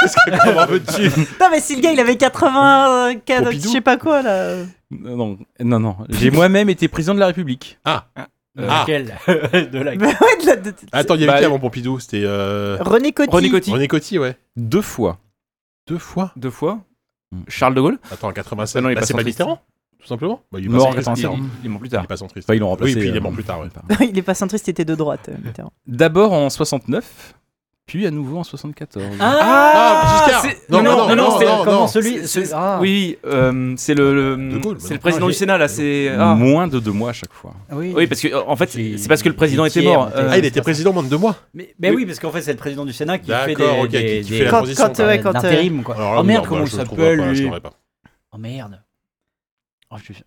Speaker 1: Qu'est-ce que comment veux-tu
Speaker 6: Non, mais si le gars, il avait 84, je
Speaker 1: Pompidou.
Speaker 6: sais pas quoi, là.
Speaker 2: Euh, Non, non, non. J'ai moi-même été président de la République.
Speaker 3: Euh,
Speaker 5: De
Speaker 1: Ah.
Speaker 5: laquelle Euh, De laquelle
Speaker 6: Bah ouais, de la- de-
Speaker 1: Attends, il y avait
Speaker 2: Bah,
Speaker 1: qui
Speaker 2: les-
Speaker 1: avant Pompidou C'était euh...
Speaker 6: René Coty.
Speaker 3: René Coty.
Speaker 1: René Coty, ouais.
Speaker 2: Deux fois.
Speaker 1: Deux fois
Speaker 3: Deux fois.
Speaker 2: Mm.
Speaker 3: Charles de Gaulle.
Speaker 1: Attends, en 96.
Speaker 3: Ah non, il est
Speaker 1: Bah,
Speaker 3: pas
Speaker 1: c'est pas
Speaker 3: centriste.
Speaker 1: Mitterrand Tout simplement bah, il est pas
Speaker 2: Mort en
Speaker 1: centriste,
Speaker 2: 96.
Speaker 1: il est-
Speaker 3: Il est mort plus
Speaker 1: Il
Speaker 3: tard.
Speaker 1: est pas centriste.
Speaker 2: Enfin, ils l'ont remplacé.
Speaker 1: Oui, puis il est
Speaker 2: euh,
Speaker 1: mort plus tard, ouais.
Speaker 6: il est pas centriste, il était de droite, euh, Mitterrand.
Speaker 2: D'abord en 69, puis à nouveau en 74.
Speaker 1: Ah, Giscard
Speaker 3: c'est-
Speaker 1: Non, non, non, non,
Speaker 3: c'est-
Speaker 1: non,
Speaker 5: Comment
Speaker 1: non.
Speaker 5: celui
Speaker 3: C'est- c'est-
Speaker 5: ah.
Speaker 3: Oui, euh, c'est le,
Speaker 1: De
Speaker 3: le-
Speaker 1: Gaulle, bah
Speaker 3: c'est
Speaker 1: non.
Speaker 3: le président
Speaker 5: Ah,
Speaker 3: du
Speaker 5: j'ai-
Speaker 3: Sénat là. C'est ah.
Speaker 2: Moins de deux mois à chaque fois.
Speaker 5: oui.
Speaker 3: oui parce que en fait
Speaker 5: J'ai-
Speaker 3: c'est parce que le président
Speaker 5: j'ai
Speaker 3: était mort. euh.
Speaker 5: tiers,
Speaker 1: Ah, il était président moins de deux mois
Speaker 5: Mais, mais oui, parce qu'en fait, c'est le président du Sénat qui fait des,
Speaker 1: D'accord, ok,
Speaker 5: des-
Speaker 1: qui- qui
Speaker 5: des-
Speaker 1: fait la
Speaker 6: Quand,
Speaker 1: transition,
Speaker 6: quand,
Speaker 1: quoi.
Speaker 6: ouais, quand, euh,
Speaker 5: d'intérim, quoi.
Speaker 1: Alors là,
Speaker 5: oh merde,
Speaker 1: non,
Speaker 5: comment
Speaker 1: bah,
Speaker 5: il
Speaker 1: je le trouverai
Speaker 5: s'appelle
Speaker 1: pas, là, je
Speaker 5: lui
Speaker 1: l'aurai pas.
Speaker 5: Oh merde. Oh, je- je-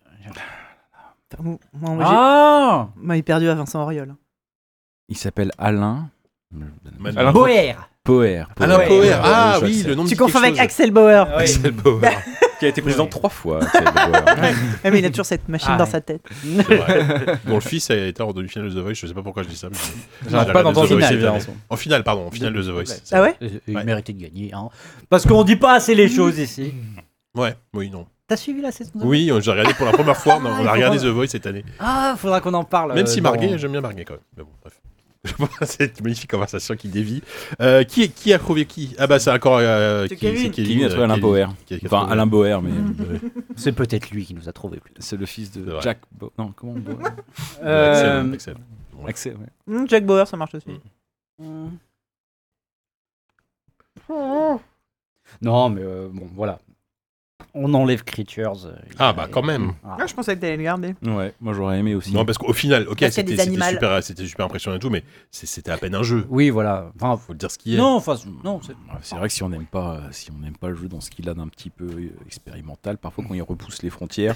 Speaker 6: moi, moi, j'ai-
Speaker 5: Ah
Speaker 6: moi, j'ai perdu à Vincent Auriol.
Speaker 2: Il s'appelle Alain.
Speaker 1: Man-
Speaker 3: Alain-
Speaker 5: Boer
Speaker 2: Poher.
Speaker 1: Alain
Speaker 5: Poher.
Speaker 1: Poher. Ah oui,
Speaker 2: Axel.
Speaker 1: le nom de
Speaker 6: Tu confonds avec
Speaker 1: Axel
Speaker 6: Axel Bauer.
Speaker 5: Ah oui.
Speaker 1: Poher.
Speaker 2: Qui a été président trois fois. Axel Bauer.
Speaker 6: Ah, mais il a toujours cette machine
Speaker 5: Ah,
Speaker 6: dans
Speaker 5: ouais.
Speaker 6: sa tête.
Speaker 1: C'est vrai. Bon, le fils a été en demi-finale de The Voice, je sais pas pourquoi je dis ça. mais-
Speaker 2: J'arrive
Speaker 1: Non,
Speaker 2: pas
Speaker 1: la-
Speaker 2: d'entendre
Speaker 1: The Voice,
Speaker 2: ces
Speaker 1: c'est
Speaker 2: vilains.
Speaker 1: année. En finale, pardon, en finale de The Voice.
Speaker 6: Ah ouais
Speaker 5: Euh, Il
Speaker 1: Ouais.
Speaker 5: méritait de gagner. Hein. Parce qu'on dit pas assez les choses ici.
Speaker 1: Ouais, oui, non.
Speaker 5: T'as suivi la saison deux
Speaker 1: Oui, j'ai regardé pour la
Speaker 6: Ah,
Speaker 1: première fois, on a- on a regardé The Voice cette année.
Speaker 5: Ah, faudra qu'on en parle.
Speaker 1: Même
Speaker 5: euh,
Speaker 6: Bah,
Speaker 1: si
Speaker 5: dans-
Speaker 1: Marguerite, j'aime bien Marguerite quand même. Mais bon, bref. Cette magnifique conversation qui dévie. Euh, qui, qui a trouvé qui Ah bah c'est encore euh,
Speaker 6: C'est
Speaker 1: qui- c'est
Speaker 6: Kevin.
Speaker 2: Kevin a trouvé Alain
Speaker 1: Kevin,
Speaker 2: Bauer.
Speaker 1: qui a- qui a
Speaker 2: Enfin,
Speaker 1: trouvé-
Speaker 2: Alain Bauer, mais
Speaker 5: C'est peut-être lui qui nous a trouvés. plutôt.
Speaker 2: c'est le fils
Speaker 1: C'est
Speaker 2: de
Speaker 1: vrai.
Speaker 2: Jack. Bauer. non, comment Bauer
Speaker 1: Excellent,
Speaker 5: Euh,
Speaker 1: excellent.
Speaker 2: Axel, ouais.
Speaker 6: Hmm, Jack Bauer, ça marche
Speaker 1: Mm.
Speaker 6: aussi.
Speaker 5: Non, mais euh, bon, voilà. On enlève Creatures. euh,
Speaker 1: Ah bah quand même.
Speaker 5: Ah.
Speaker 6: Ah, je pensais que t'allais le garder.
Speaker 2: Ouais, moi j'aurais aimé aussi.
Speaker 1: Non parce qu'au final, ok,
Speaker 6: qu'il y a des
Speaker 1: c'était c'était
Speaker 6: animaux.
Speaker 1: super, c'était super impressionnant et tout, mais c'est- c'était à peine un jeu.
Speaker 5: Oui, voilà. Enfin,
Speaker 1: Faut le dire ce qu'il est.
Speaker 5: Non, enfin, non, c'est-
Speaker 2: Ouais, C'est vrai que si on n'aime pas, euh, si on n'aime pas le jeu dans ce qu'il a d'un petit peu euh, expérimental, parfois quand il repousse les frontières.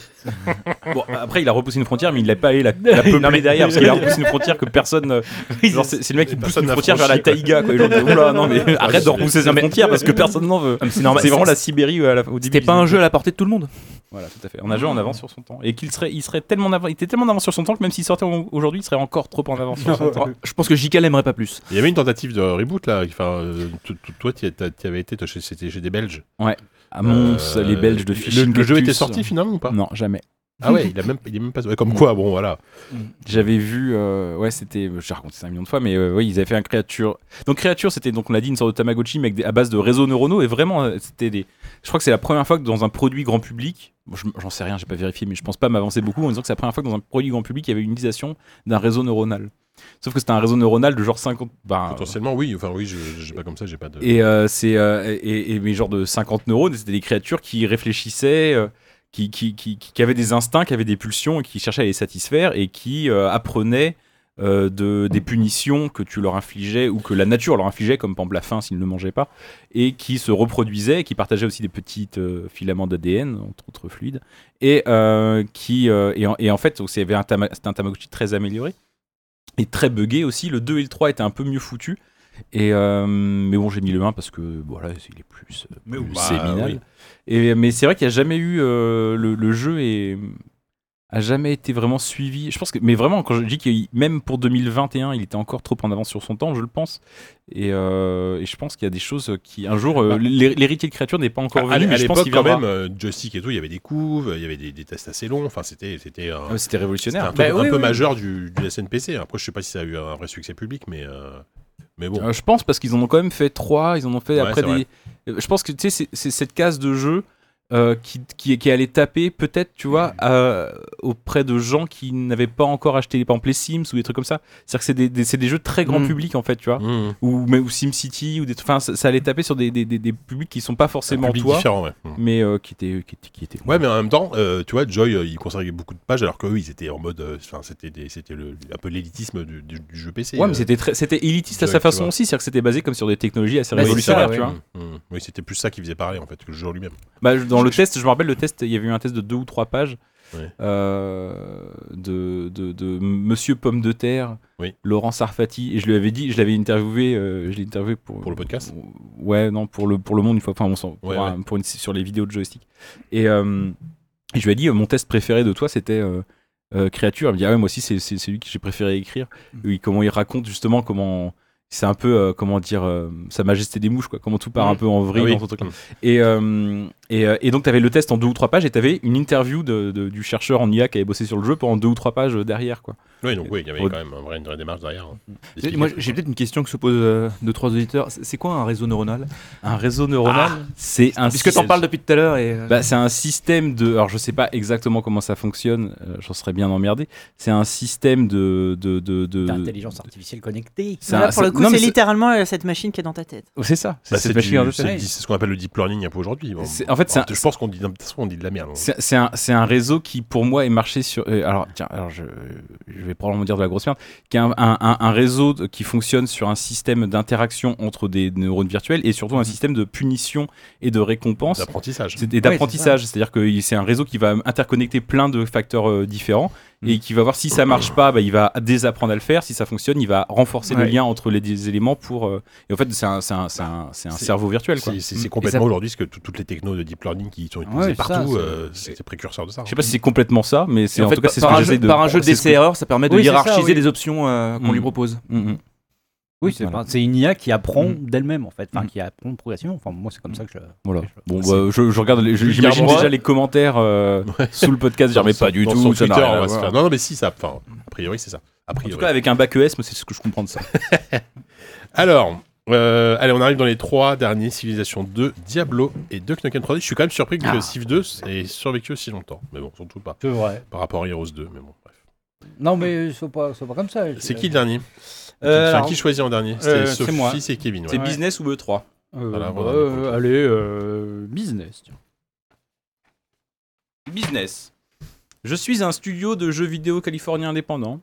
Speaker 2: bon, après il a repoussé une frontière, mais il n'a pas allé la, la peupler derrière parce qu'il a repoussé une frontière que personne. euh, genre, c'est c'est le mec qui pousse
Speaker 1: Personne
Speaker 2: une
Speaker 1: n'a
Speaker 2: frontière vers la
Speaker 1: franchi, quoi.
Speaker 2: taïga. Quoi. Et genre, Oula, non mais arrête de
Speaker 1: c'est-
Speaker 2: repousser ces frontières parce que personne n'en veut. C'est
Speaker 3: normal.
Speaker 2: vraiment la Sibérie euh, à la- au début.
Speaker 3: C'était pas
Speaker 2: du-
Speaker 3: un jeu à la portée de tout le monde.
Speaker 2: Voilà, tout à fait. On a joué en avance sur son temps et qu'il serait, il serait tellement, en avant- il était tellement en avance sur son temps que même s'il sortait au- aujourd'hui, il serait encore trop en avance sur son temps.
Speaker 3: Je pense que JK l'aimerait pas plus.
Speaker 1: Il y avait une tentative de reboot là. Enfin, euh, t- t- toi, tu avais été, toi, chez- c'était chez des Belges.
Speaker 2: À Mons,
Speaker 1: Euh,
Speaker 2: Ah les Belges
Speaker 1: le,
Speaker 2: de Mm. Film
Speaker 1: le jeu était sorti finalement ou pas
Speaker 2: Non, jamais.
Speaker 1: Ah ouais, il a même, il est même pas. ouais, comme quoi, bon voilà.
Speaker 2: Ah J'avais vu, euh, ouais, c'était, j'ai raconté ça un million de fois, mais euh, oui, ils avaient fait un créature. Donc créature, c'était donc on l'a dit une sorte de Tamagotchi, mais avec des- à base de réseaux neuronaux et vraiment, euh, c'était des. Je crois que c'est la première fois que dans un produit grand public, bon, je- j'en sais rien, j'ai pas vérifié, mais je pense pas m'avancer beaucoup en disant que c'est la première fois que dans un produit grand public, il y avait une utilisation d'un réseau neuronal. Sauf que c'était un réseau neuronal de genre 50. Ben, euh,
Speaker 1: Potentiellement, oui. Enfin, oui, je, je sais pas comme ça, j'ai pas de.
Speaker 2: et euh, c'est euh, et, et mes genres de 50 neurones, c'était des créatures qui réfléchissaient, euh, qui, qui, qui, qui- qui avaient des instincts, qui avaient des pulsions et qui cherchaient à les satisfaire et qui euh, apprenaient euh, de, des punitions que tu leur infligeais ou que la nature leur infligeait, comme par exemple la faim s'ils ne mangeaient pas, et qui se reproduisaient, qui partageaient aussi des petits filaments d'ADN, entre autres fluides, et euh, qui euh, et, en, et en fait, donc, c'était un, tama- c'était un Tamagotchi très amélioré et très buggé aussi. Le 2 et le 3 étaient un peu mieux foutus. Et euh, mais bon, j'ai mis le 1 parce que voilà, il est plus, euh,
Speaker 1: Mais
Speaker 2: plus
Speaker 1: bah,
Speaker 2: séminal.
Speaker 1: oui.
Speaker 2: Et, euh, mais c'est vrai qu'il n'y a jamais eu euh, le, le jeu et a jamais été vraiment suivi. Je pense que, mais vraiment, quand je dis que même pour 2021, il était encore trop en avance sur son temps, je le pense. Et, euh, et je pense qu'il y a des choses qui, un jour, euh,
Speaker 1: Bah.
Speaker 2: l'hé- l'héritier de créature n'est pas
Speaker 1: À,
Speaker 2: encore
Speaker 1: à
Speaker 2: venu, mais je pense
Speaker 1: l'époque,
Speaker 2: qu'il
Speaker 1: quand
Speaker 2: viendra.
Speaker 1: même, euh, joystick et tout, il y avait des couves, il y avait des, des tests assez longs. Enfin, c'était, euh, c'était un,
Speaker 2: Ah, C'était
Speaker 1: c'était un
Speaker 2: révolutionnaire.
Speaker 1: peu,
Speaker 6: Bah,
Speaker 1: un
Speaker 6: oui,
Speaker 1: peu
Speaker 6: oui.
Speaker 1: majeur du, du SNPC. Après, je sais pas si ça a eu un vrai succès public, mais euh, mais bon.
Speaker 2: Euh, je pense parce qu'ils en ont quand même fait trois, ils en ont fait
Speaker 1: Ouais,
Speaker 2: après
Speaker 1: c'est
Speaker 2: des.
Speaker 1: vrai.
Speaker 2: Euh, Je pense que tu sais, c'est- c'est cette case de jeu euh, qui, qui, qui allait taper peut-être, tu
Speaker 1: Mm.
Speaker 2: vois, euh, auprès de gens qui n'avaient pas encore acheté par exemple, les Sims ou des trucs comme ça. C'est-à-dire que c'est des, des- c'est des jeux très grand
Speaker 3: Mm.
Speaker 2: public en fait, tu vois.
Speaker 1: Mmh.
Speaker 2: Ou, mais, ou SimCity, ou des trucs. Enfin, ça, ça allait taper sur des, des, des, des publics qui sont pas
Speaker 1: Un
Speaker 2: forcément
Speaker 1: public
Speaker 2: toi,
Speaker 1: différent, ouais. Mmh.
Speaker 2: mais euh, qui étaient. Qui étaient, qui étaient
Speaker 1: Ouais, mais en même temps, euh, tu vois, Joy, euh, il conservait beaucoup de pages, alors qu'eux, ils étaient en mode. euh, Enfin, c'était des- c'était le- un peu l'élitisme du, du- du jeu PC.
Speaker 2: Ouais, mais
Speaker 1: euh.
Speaker 2: c'était très- c'était élitiste à
Speaker 1: Direct,
Speaker 2: sa
Speaker 1: tu
Speaker 2: façon
Speaker 1: vois.
Speaker 2: aussi, c'est-à-dire que c'était basé comme sur des technologies assez
Speaker 5: Bah, c'est
Speaker 2: révolutionnaires,
Speaker 5: ça,
Speaker 2: tu
Speaker 5: ouais.
Speaker 2: vois.
Speaker 1: Mm, mm. Oui, c'était plus ça qui faisait parler en fait que le jeu en lui-même.
Speaker 2: Bah, je- dans le test, je me rappelle le test, il y avait eu un test de deux ou trois pages
Speaker 1: Ouais.
Speaker 2: euh, de, de, de Monsieur Pomme de Terre,
Speaker 1: Oui.
Speaker 2: Laurent Sarfati, et je lui avais dit, je l'avais interviewé, euh, je l'ai interviewé pour,
Speaker 1: Pour le podcast
Speaker 2: pour- ouais, non, pour le, pour le monde une fois, enfin, on s'en- pour,
Speaker 1: Ouais,
Speaker 2: un- pour une, sur les vidéos de joystick. Et euh, et je lui ai dit, euh, mon test préféré de toi, c'était euh, euh, Créature. Elle me dit, ah ouais, moi aussi, c'est c'est celui que j'ai préféré écrire.
Speaker 1: Mm.
Speaker 2: Oui, comment il raconte justement comment. C'est un peu, euh, comment dire, euh, Sa Majesté des Mouches, quoi. Comment tout part un peu en vrille
Speaker 1: Ah oui.
Speaker 2: dans son truc. hein. Et, euh, et, euh, et donc, tu avais le test en deux ou trois pages et tu avais une interview de- de- du chercheur en IA qui avait bossé sur le jeu pendant deux ou trois pages euh, derrière. Quoi.
Speaker 1: Oui, donc oui, il y avait
Speaker 2: Au-
Speaker 1: quand même un vrai- une vraie démarche derrière. hein. Expliquer
Speaker 3: Moi,
Speaker 1: tout
Speaker 3: j'ai
Speaker 1: ça.
Speaker 3: peut-être une question que se posent euh, deux trois auditeurs. C'est c'est quoi un réseau neuronal Ah,
Speaker 2: Un réseau neuronal, c'est un
Speaker 3: Puisque t'en
Speaker 2: système-
Speaker 3: parles depuis tout à l'heure et euh,
Speaker 2: Bah, c'est un système de. Alors, je sais pas exactement comment ça fonctionne, euh, j'en serais bien emmerdé. C'est un système de. de, de, de-
Speaker 5: Intelligence artificielle connectée.
Speaker 2: c'est
Speaker 6: Mais là,
Speaker 2: un-
Speaker 6: pour le
Speaker 2: c'est-
Speaker 6: coup,
Speaker 2: non, mais
Speaker 6: c'est littéralement euh, cette machine qui est dans ta tête.
Speaker 2: C'est ça.
Speaker 1: Bah,
Speaker 2: c'est
Speaker 1: c'est
Speaker 2: pas
Speaker 1: du-
Speaker 2: chiant de
Speaker 1: c'est
Speaker 2: faire.
Speaker 1: du- c'est ce qu'on appelle le deep learning un peu aujourd'hui. Bon,
Speaker 2: C'est- en fait, c'est
Speaker 1: alors,
Speaker 2: un-
Speaker 1: je pense qu'on dit, de toute façon, on dit de la merde. hein.
Speaker 2: C'est c'est un, c'est un réseau qui, pour moi, est marché sur. euh, alors, tiens, alors je, je vais probablement dire de la grosse merde. Qui est un, un- un- un réseau de- qui fonctionne sur un système d'interaction entre des neurones virtuels et
Speaker 3: Mhm.
Speaker 2: surtout un système de punition et de récompense
Speaker 1: D'apprentissage.
Speaker 2: c'est- et d'apprentissage. C'est-à-dire que il- c'est un réseau qui va interconnecter plein de facteurs euh, différents
Speaker 3: Mhm.
Speaker 2: et qui va voir si ça marche pas, bah, il va désapprendre à le faire. Si ça fonctionne, il va renforcer le
Speaker 3: Ouais.
Speaker 2: lien entre les, des éléments pour. euh, et en fait, c'est un, c'est un- c'est un- c'est un
Speaker 1: C'est-
Speaker 2: cerveau virtuel. Quoi.
Speaker 1: C'est c'est- c'est
Speaker 2: Et
Speaker 1: complètement
Speaker 2: ça-
Speaker 1: aujourd'hui ce que tout- toutes les technos de deep learning qui sont utilisées
Speaker 5: Ouais, ça,
Speaker 1: partout,
Speaker 5: c'est-
Speaker 1: euh, c'était précurseur de ça.
Speaker 2: Je sais pas si c'est complètement ça, mais c'est
Speaker 3: et
Speaker 2: en,
Speaker 3: fait,
Speaker 2: tout cas
Speaker 3: par-
Speaker 2: c'est ce
Speaker 3: par
Speaker 2: que
Speaker 3: un jeu-
Speaker 2: j'essaie de.
Speaker 3: par un jeu de
Speaker 2: c'est ce que-
Speaker 3: DCRR, ça permet de
Speaker 5: Oui, c'est ça,
Speaker 3: hiérarchiser
Speaker 5: oui.
Speaker 3: les options euh, qu'on
Speaker 2: Mm.
Speaker 3: lui propose.
Speaker 2: Mm, mm.
Speaker 5: Oui, c'est
Speaker 2: Voilà.
Speaker 5: pas- c'est une IA qui apprend
Speaker 2: Mm.
Speaker 5: d'elle-même, en fait. Enfin,
Speaker 2: Mm.
Speaker 5: qui apprend de progression. Enfin, moi, c'est comme ça que je.
Speaker 2: Voilà.
Speaker 5: je-
Speaker 2: Bon, bah, je, je regarde, les- je- j'imagine
Speaker 1: Vulgairement.
Speaker 2: déjà les commentaires euh, sous le podcast, dire mais
Speaker 1: Dans
Speaker 2: pas
Speaker 1: son-
Speaker 2: du
Speaker 1: dans
Speaker 2: tout,
Speaker 1: son
Speaker 2: ça n'a
Speaker 1: Twitter,
Speaker 2: rien
Speaker 1: on
Speaker 2: à
Speaker 1: va se
Speaker 2: voir.
Speaker 1: faire- Non, non, mais si, ça. Enfin, a priori, c'est ça. A
Speaker 2: En
Speaker 1: priori.
Speaker 2: tout cas, avec un bac ES, moi, c'est ce que je comprends de ça.
Speaker 1: Alors, euh, allez, on arrive dans les trois derniers Civilization 2, Diablo et Duck Nukem 3D. Je suis quand même surpris que Civ 2 ait survécu aussi longtemps. Mais bon, surtout pas
Speaker 5: Ah. C'est vrai.
Speaker 1: par rapport à Heroes 2. Mais bon, bref.
Speaker 5: Non, mais c'est pas, c'est pas comme ça.
Speaker 1: C'est qui le dernier
Speaker 5: Euh,
Speaker 1: Enfin,
Speaker 5: alors,
Speaker 1: Qui choisit en dernier C'est
Speaker 5: euh, c'est
Speaker 1: Sophie,
Speaker 5: moi.
Speaker 1: c'est Kevin. ouais.
Speaker 2: C'est business ou E E3
Speaker 5: euh,
Speaker 1: Voilà,
Speaker 5: bah,
Speaker 1: voilà.
Speaker 5: euh, Allez, euh, business. tiens.
Speaker 2: Business. Je suis un studio de jeux vidéo californien indépendant,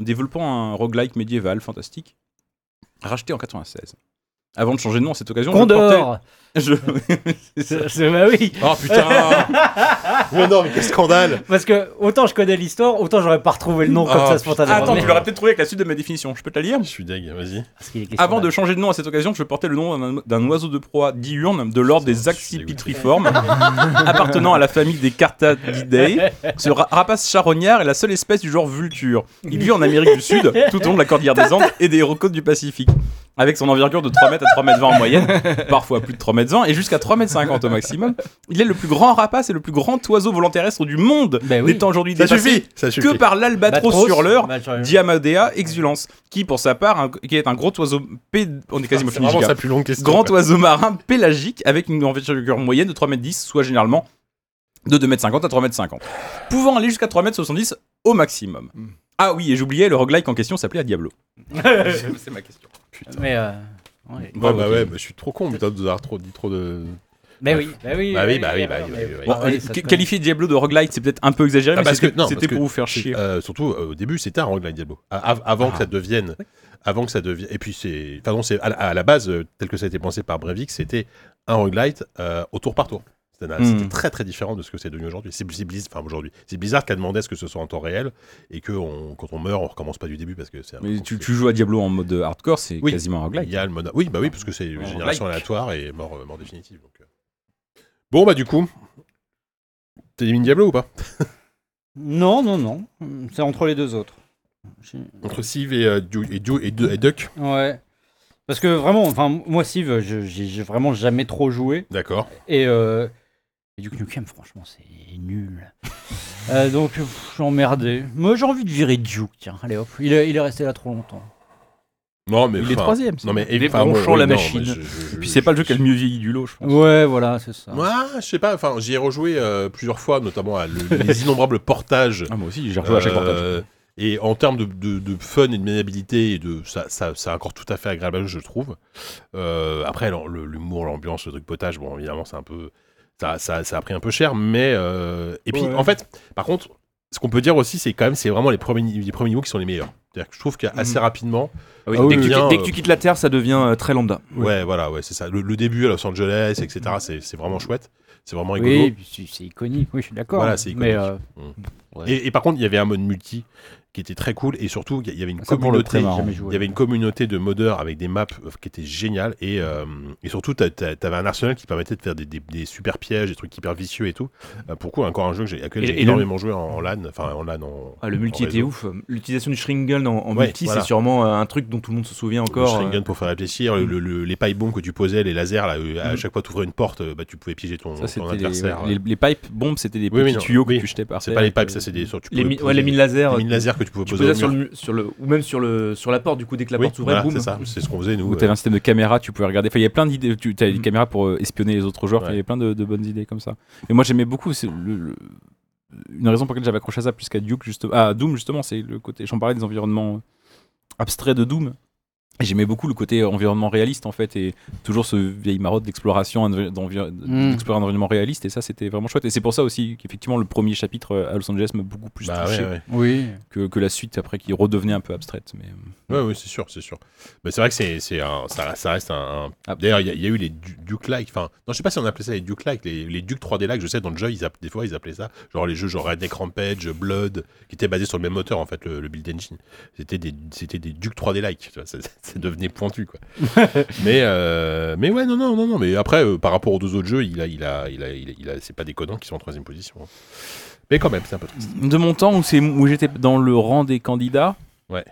Speaker 2: développant un roguelike médiéval fantastique, racheté en 96. Avant de changer de nom à cette occasion,
Speaker 5: Condor
Speaker 2: je portais... je- C'est ça.
Speaker 5: C'est- c'est- Bah oui
Speaker 1: Oh putain Mais Oh non, mais quel scandale
Speaker 5: Parce que autant je connais l'histoire, autant j'aurais pas retrouvé le nom comme
Speaker 1: Ah,
Speaker 5: ça spontanément.
Speaker 2: Ah, attends,
Speaker 5: Mais-
Speaker 2: tu l'aurais peut-être trouvé avec la suite de ma définition, je peux te la lire
Speaker 1: Je suis deg, vas-y.
Speaker 5: Parce qu'il est question
Speaker 2: Avant
Speaker 5: d'un-
Speaker 2: de changer de nom à cette occasion, je portais le nom d'un- d'un oiseau de proie diurne de l'ordre des
Speaker 1: Putain, je suis dégoûté.
Speaker 2: accipitriformes, appartenant à la famille des Cartadidae. Ce ra- rapace charognard est la seule espèce du genre Vulture. Il vit en Amérique du Sud, tout au long de la cordillère des Andes et des côtes du Pacifique. Avec son envergure de 3 mètres à 3 mètres 20 en moyenne, parfois plus de 3 mètres 20 et jusqu'à 3 mètres 50 au maximum, il est le plus grand rapace et le plus grand oiseau volant terrestre du monde,
Speaker 5: Bah oui.
Speaker 2: n'étant aujourd'hui
Speaker 1: Eh Ça
Speaker 2: dépassé
Speaker 1: suffit Ça suffit
Speaker 2: que par l'albatros sur l'heure
Speaker 5: Bah, sur-
Speaker 2: Mmh. Diamadea exulans, qui pour sa part, un- qui est un gros oiseau, pé- on est quasiment
Speaker 1: Ah, C'est
Speaker 2: fini,
Speaker 1: vraiment
Speaker 2: Giga.
Speaker 1: sa plus longue question.
Speaker 2: grand
Speaker 1: quoi.
Speaker 2: oiseau marin pélagique avec une envergure moyenne de 3m10, soit généralement de 2m50 à 3m50, pouvant aller jusqu'à 3m70 au maximum. Ah oui, et j'oubliais, le roguelike en question s'appelait à Diablo. C'est ma question.
Speaker 5: Mais, euh, ouais.
Speaker 1: Ouais, bah ouais, bah, je suis trop con, putain, de d'avoir trop, dit trop de.
Speaker 5: Mais oui, bah oui.
Speaker 1: Bah oui, bah oui, bah oui,
Speaker 5: mais-
Speaker 1: bah oui, bah oui.
Speaker 2: Bon,
Speaker 5: Ouais,
Speaker 2: euh,
Speaker 5: ça se
Speaker 2: qu-
Speaker 5: connaît.
Speaker 2: qualifier Diablo de roguelike, c'est peut-être un peu exagéré,
Speaker 1: Ah,
Speaker 2: mais
Speaker 1: parce
Speaker 2: c'était
Speaker 1: que- non,
Speaker 2: c'était
Speaker 1: parce
Speaker 2: pour
Speaker 1: que
Speaker 2: vous faire chier.
Speaker 1: Euh, surtout euh, au début, c'était un roguelike Diablo. A- av- avant que ça devienne, avant que ça devienne, et puis c'est, pardon, c'est à, la- à la base euh, tel que ça a été pensé par Breivik, c'était un roguelite euh, au tour par tour. C'était un-
Speaker 2: Mm.
Speaker 1: c'était très très différent de ce que c'est devenu aujourd'hui. C'est c'est Blizz, enfin aujourd'hui, c'est Blizzard qui a demandé à ce que ce soit en temps réel et que on- quand on meurt, on recommence pas du début parce que c'est. un-
Speaker 2: Mais tu, tu joues à Diablo en mode euh, hardcore, c'est
Speaker 1: Oui.
Speaker 2: quasiment un
Speaker 1: Il
Speaker 2: roguelike.
Speaker 1: y a le mode- Oui, bah oui, parce que c'est une
Speaker 2: Roguelike.
Speaker 1: génération aléatoire et mort, euh, mort définitive. donc, euh. Bon bah du coup, t'élimines Diablo ou pas
Speaker 5: Non, non, non. C'est entre les deux autres. J'ai-
Speaker 1: Entre Civ et, euh, Du- et, Du- et Du- et Duck,
Speaker 5: Ouais. Parce que vraiment, enfin, moi, Civ, je- j'ai j'ai vraiment jamais trop joué.
Speaker 1: d'accord.
Speaker 5: Et, euh, et Duke Nukem, franchement, c'est nul. Euh, donc, pff, je suis emmerdé. Moi, j'ai envie de virer Duke, tiens. Allez hop, il est, il est resté là trop longtemps.
Speaker 1: Non mais
Speaker 2: Il est
Speaker 1: enfin,
Speaker 2: troisième.
Speaker 1: Non mais
Speaker 3: Des
Speaker 1: enfin, moi,
Speaker 3: bronchons,
Speaker 1: oui,
Speaker 3: la
Speaker 1: non,
Speaker 3: machine.
Speaker 1: mais je- je-
Speaker 2: Et puis c'est pas le jeu qui a
Speaker 1: je-
Speaker 2: le mieux vieilli du lot, je pense.
Speaker 5: Ouais, voilà, c'est ça.
Speaker 1: Moi, je sais pas. Enfin, j'y ai rejoué euh, plusieurs fois, notamment à le- les innombrables portages.
Speaker 2: Ah, moi aussi, j'ai rejoué à chaque
Speaker 1: Euh,
Speaker 2: portage.
Speaker 1: Et en termes de, de- de fun et de maniabilité, et de ça, ça, c'est encore tout à fait agréable, à jouer, je trouve. Euh, après, l'en- le- l'humour, l'ambiance, le truc potage, bon, évidemment, c'est un peu, ça, ça, ça a pris un peu cher, mais euh, et puis
Speaker 5: Ouais.
Speaker 1: en fait, par contre, ce qu'on peut dire aussi, c'est quand même, c'est vraiment les premiers, les premiers niveaux qui sont les meilleurs. C'est-à-dire que je trouve
Speaker 2: Mm.
Speaker 1: qu'assez rapidement,
Speaker 3: Ah oui,
Speaker 1: Ah oui,
Speaker 3: dès, que tu,
Speaker 1: bien,
Speaker 3: quittes- dès que
Speaker 1: euh,
Speaker 3: tu quittes la Terre, ça devient euh, très lambda.
Speaker 1: ouais, voilà, ouais, c'est ça. Le, le début à Los Angeles, etc., c'est- c'est vraiment chouette, c'est vraiment rigolo.
Speaker 5: Oui, puis c'est- c'est iconique, oui, je suis d'accord.
Speaker 1: Voilà, c'est iconique.
Speaker 5: Mais euh,
Speaker 1: Et, et par contre, il y avait un mode multi qui était très cool et surtout il y avait une
Speaker 5: ça, pour le coup,
Speaker 1: communauté.
Speaker 5: j'ai jamais
Speaker 1: Il
Speaker 5: joué.
Speaker 1: y avait une communauté de modeurs avec des maps euh, qui étaient géniales et, euh, et surtout t'a- t'a- t'avais un arsenal qui permettait de faire des, des- des super pièges, des trucs hyper vicieux et tout. Euh, Pour coup, encore un jeu que j'ai, à quel
Speaker 3: Et-
Speaker 1: j'ai
Speaker 3: et le-
Speaker 1: énormément joué en, en LAN, enfin en LAN en.
Speaker 3: Ah, le multi
Speaker 1: en
Speaker 3: était
Speaker 1: réseau.
Speaker 3: ouf. L'utilisation du Shringle en, en
Speaker 1: Ouais,
Speaker 3: multi,
Speaker 1: voilà.
Speaker 3: c'est sûrement euh, un truc dont tout le monde se souvient
Speaker 1: Le
Speaker 3: encore.
Speaker 1: Shringun pour faire réfléchir, le- le- le- les pailles bombes que tu posais, les lasers, là, euh, à
Speaker 3: Mhm.
Speaker 1: chaque fois tu ouvrais une porte, euh, bah, tu pouvais piéger ton,
Speaker 2: Ça,
Speaker 1: ton
Speaker 2: c'était les,
Speaker 1: adversaire. euh,
Speaker 2: les- les pipes bombes, c'était des
Speaker 1: Oui, oui,
Speaker 2: petits
Speaker 1: non,
Speaker 2: tuyaux
Speaker 1: oui.
Speaker 2: que tu jetais par
Speaker 1: C'est
Speaker 2: terre
Speaker 1: pas les
Speaker 2: et que-
Speaker 1: pipes, ça c'est des. sur- tu
Speaker 3: Les,
Speaker 1: pouvais
Speaker 3: mi- ouais,
Speaker 1: poser-
Speaker 3: les mines laser. euh,
Speaker 1: les mines laser que tu pouvais
Speaker 3: Tu
Speaker 1: poser.
Speaker 3: posais
Speaker 1: au
Speaker 3: sur
Speaker 1: mur.
Speaker 3: le, mu- sur le, ou même sur, le, sur la porte, du coup, dès que la
Speaker 1: Oui,
Speaker 3: porte s'ouvrait,
Speaker 1: voilà,
Speaker 3: boum.
Speaker 1: c'est ça, c'est ce qu'on faisait nous.
Speaker 2: Où
Speaker 1: euh,
Speaker 2: t'avais un système de caméra, tu pouvais regarder. Enfin, il y avait plein d'idées. Tu avais des caméras pour euh, espionner les autres joueurs.
Speaker 1: Ouais.
Speaker 2: Il y avait plein de, de bonnes idées comme ça. Et moi, j'aimais beaucoup. c'est le- le- Une raison pour laquelle j'avais accroché à ça plus qu'à Duke, justement, à Doom, justement, c'est le côté. J'en parlais des environnements abstraits de Doom. Et J'aimais beaucoup le côté environnement réaliste en fait et toujours ce vieil marotte d'exploration, envi- d'envi-
Speaker 5: Mm.
Speaker 2: d'explorer un environnement réaliste et ça c'était vraiment chouette et c'est pour ça aussi qu'effectivement le premier chapitre euh, à Los Angeles m'a beaucoup plus
Speaker 1: bah,
Speaker 2: touché
Speaker 1: ouais, ouais.
Speaker 5: Oui.
Speaker 2: Que, que la suite après qui redevenait un peu abstraite. Mais...
Speaker 1: Ouais, oui, c'est sûr, c'est sûr. Mais c'est vrai que c'est, c'est un- ça, ça reste un. un-
Speaker 2: Ah.
Speaker 1: D'ailleurs, il y, a- il y a eu les du- Duke Like. Enfin, non, je sais pas si on appelait ça les Duke Like, les, les Duke 3D Like. Je sais, dans le jeu, ils app- des fois, ils appelaient ça. Genre les jeux genre Redneck Rampage, Blood, qui étaient basés sur le même moteur, en fait, le, le build engine. C'était des, c'était des Duke 3D Like. Tu vois, ça, ça devenait pointu, quoi. mais, euh, mais ouais, non, non, non, non. Mais après, euh, par rapport aux deux autres jeux, il a, il a, il a, il a, il a- c'est pas déconnant qu'ils sont en troisième position. hein. Mais quand même, c'est un peu triste.
Speaker 2: de mon temps où, c'est- où j'étais dans le rang des candidats,
Speaker 1: Ouais.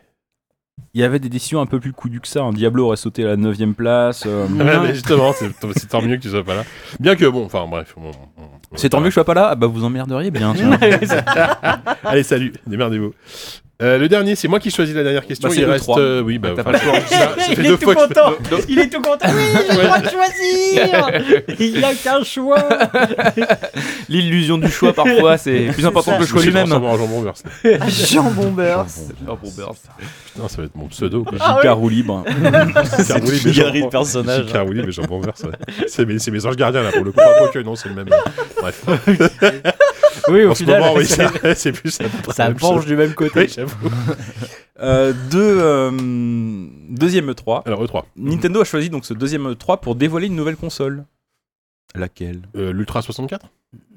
Speaker 2: il y avait des décisions un peu plus coudues que ça. hein. Diablo aurait sauté à la 9 place. euh,
Speaker 1: Ouais, mais justement, c'est, c'est tant mieux que tu sois pas là. Bien que, bon, enfin, bref. on- on- on-
Speaker 2: c'est tant mieux que je sois pas là. Ah bah vous emmerderiez bien. tiens.
Speaker 1: Allez, salut, démerdez-vous. Euh, le dernier, c'est moi qui choisis la dernière question.
Speaker 2: Bah, c'est
Speaker 1: il
Speaker 2: le
Speaker 1: reste.
Speaker 2: trois.
Speaker 1: euh, oui, bah,
Speaker 2: t'as
Speaker 1: enfin,
Speaker 2: pas le choix.
Speaker 1: ça, ça fait
Speaker 5: Il
Speaker 1: deux
Speaker 5: est tout
Speaker 1: fois. que-
Speaker 5: content. Il est tout content. Oui, j'ai le droit de choisir. Il n'y a qu'un choix.
Speaker 3: L'illusion du choix, parfois, c'est plus important
Speaker 5: ça.
Speaker 3: que le
Speaker 1: Je me
Speaker 3: choix
Speaker 1: suis
Speaker 3: lui-même.
Speaker 1: transformé en jambon beurre.
Speaker 6: Jambon Burst.
Speaker 3: Oh, bon, merde.
Speaker 1: Putain, ça va être mon pseudo. quoi.
Speaker 3: Ah
Speaker 2: Jika roue libre.
Speaker 1: J'ai
Speaker 7: C'est une galerie de personnages.
Speaker 1: J'ai Carouli, mais jambon beurre. ça. C'est mes, c'est mes anges gardiens là pour le coup. Pas que non, c'est le même. Bref.
Speaker 5: Oui,
Speaker 1: en ce moment, oui, ça- c'est plus ça.
Speaker 5: ça
Speaker 1: même
Speaker 5: penche
Speaker 1: chose.
Speaker 5: du même côté.
Speaker 1: Oui, j'avoue.
Speaker 2: Euh, deux, euh, deuxième E3.
Speaker 1: Alors, E E3.
Speaker 2: Nintendo a choisi donc ce deuxième E3 pour dévoiler une nouvelle console. Laquelle
Speaker 1: Euh, L'Ultra 64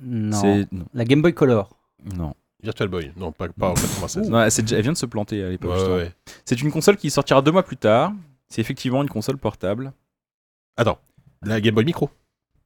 Speaker 5: Non.
Speaker 2: C'est non.
Speaker 5: La Game Boy Color.
Speaker 2: Non.
Speaker 1: Virtual Boy. Non, pas, pas en 96.
Speaker 2: Non, c'est déjà- elle vient de se planter à l'époque.
Speaker 1: Ouais,
Speaker 2: justement.
Speaker 1: ouais.
Speaker 2: C'est une console qui sortira deux mois plus tard. C'est effectivement une console portable.
Speaker 1: Attends. La Game Boy Micro.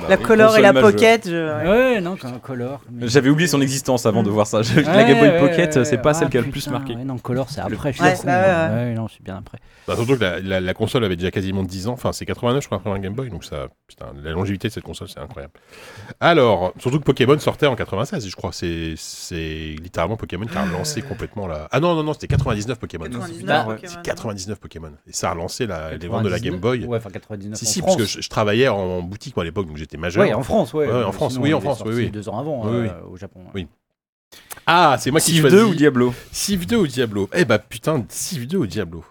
Speaker 2: Bah
Speaker 6: La Color et la
Speaker 2: Console
Speaker 6: Pocket. je-
Speaker 5: Ouais, non, quand- Color. mais-
Speaker 2: euh, J'avais oublié son existence avant de voir ça. la
Speaker 5: Ouais,
Speaker 2: Game Boy
Speaker 5: ouais,
Speaker 2: Pocket,
Speaker 5: ouais,
Speaker 2: c'est pas
Speaker 5: ouais.
Speaker 2: celle qui a le
Speaker 5: Ah,
Speaker 2: plus
Speaker 5: putain,
Speaker 2: marqué.
Speaker 5: ouais, non, Color, c'est après. je suis
Speaker 6: Ouais,
Speaker 5: d'accord.
Speaker 6: bah, ouais,
Speaker 5: ouais, non, c'est bien après.
Speaker 1: Bah, surtout que la, la- la console avait déjà quasiment 10 ans, enfin c'est 89 je crois la première Game Boy, donc ça, putain, la longévité de cette console c'est incroyable. Alors, surtout que Pokémon sortait en 96 je crois, c'est c'est littéralement Pokémon qui a relancé complètement la... Ah non non non c'était 99 Pokémon.
Speaker 6: 99,
Speaker 5: ouais.
Speaker 6: Pokémon.
Speaker 1: Bah, C'est 99 Pokémon. Et ça a relancé la, les ventes de la
Speaker 5: 99.
Speaker 1: Game Boy.
Speaker 5: Ouais, enfin 99.
Speaker 1: si
Speaker 5: en
Speaker 1: si,
Speaker 5: France.
Speaker 1: parce que je, je travaillais en, en boutique moi, à l'époque, donc j'étais majeur.
Speaker 5: Ouais, en France, ouais.
Speaker 1: Ouais, en
Speaker 5: Sinon,
Speaker 1: France,
Speaker 5: on
Speaker 1: oui, en
Speaker 5: avait
Speaker 1: France, oui,
Speaker 5: sorti
Speaker 1: oui.
Speaker 5: deux ans avant,
Speaker 1: Oui,
Speaker 5: euh,
Speaker 1: oui.
Speaker 5: au Japon.
Speaker 1: Oui. Ah, c'est moi qui
Speaker 2: Civ
Speaker 1: choisis.
Speaker 2: 2 ou Diablo
Speaker 1: Civ 2 ou Diablo Eh bah putain, Civ 2 ou Diablo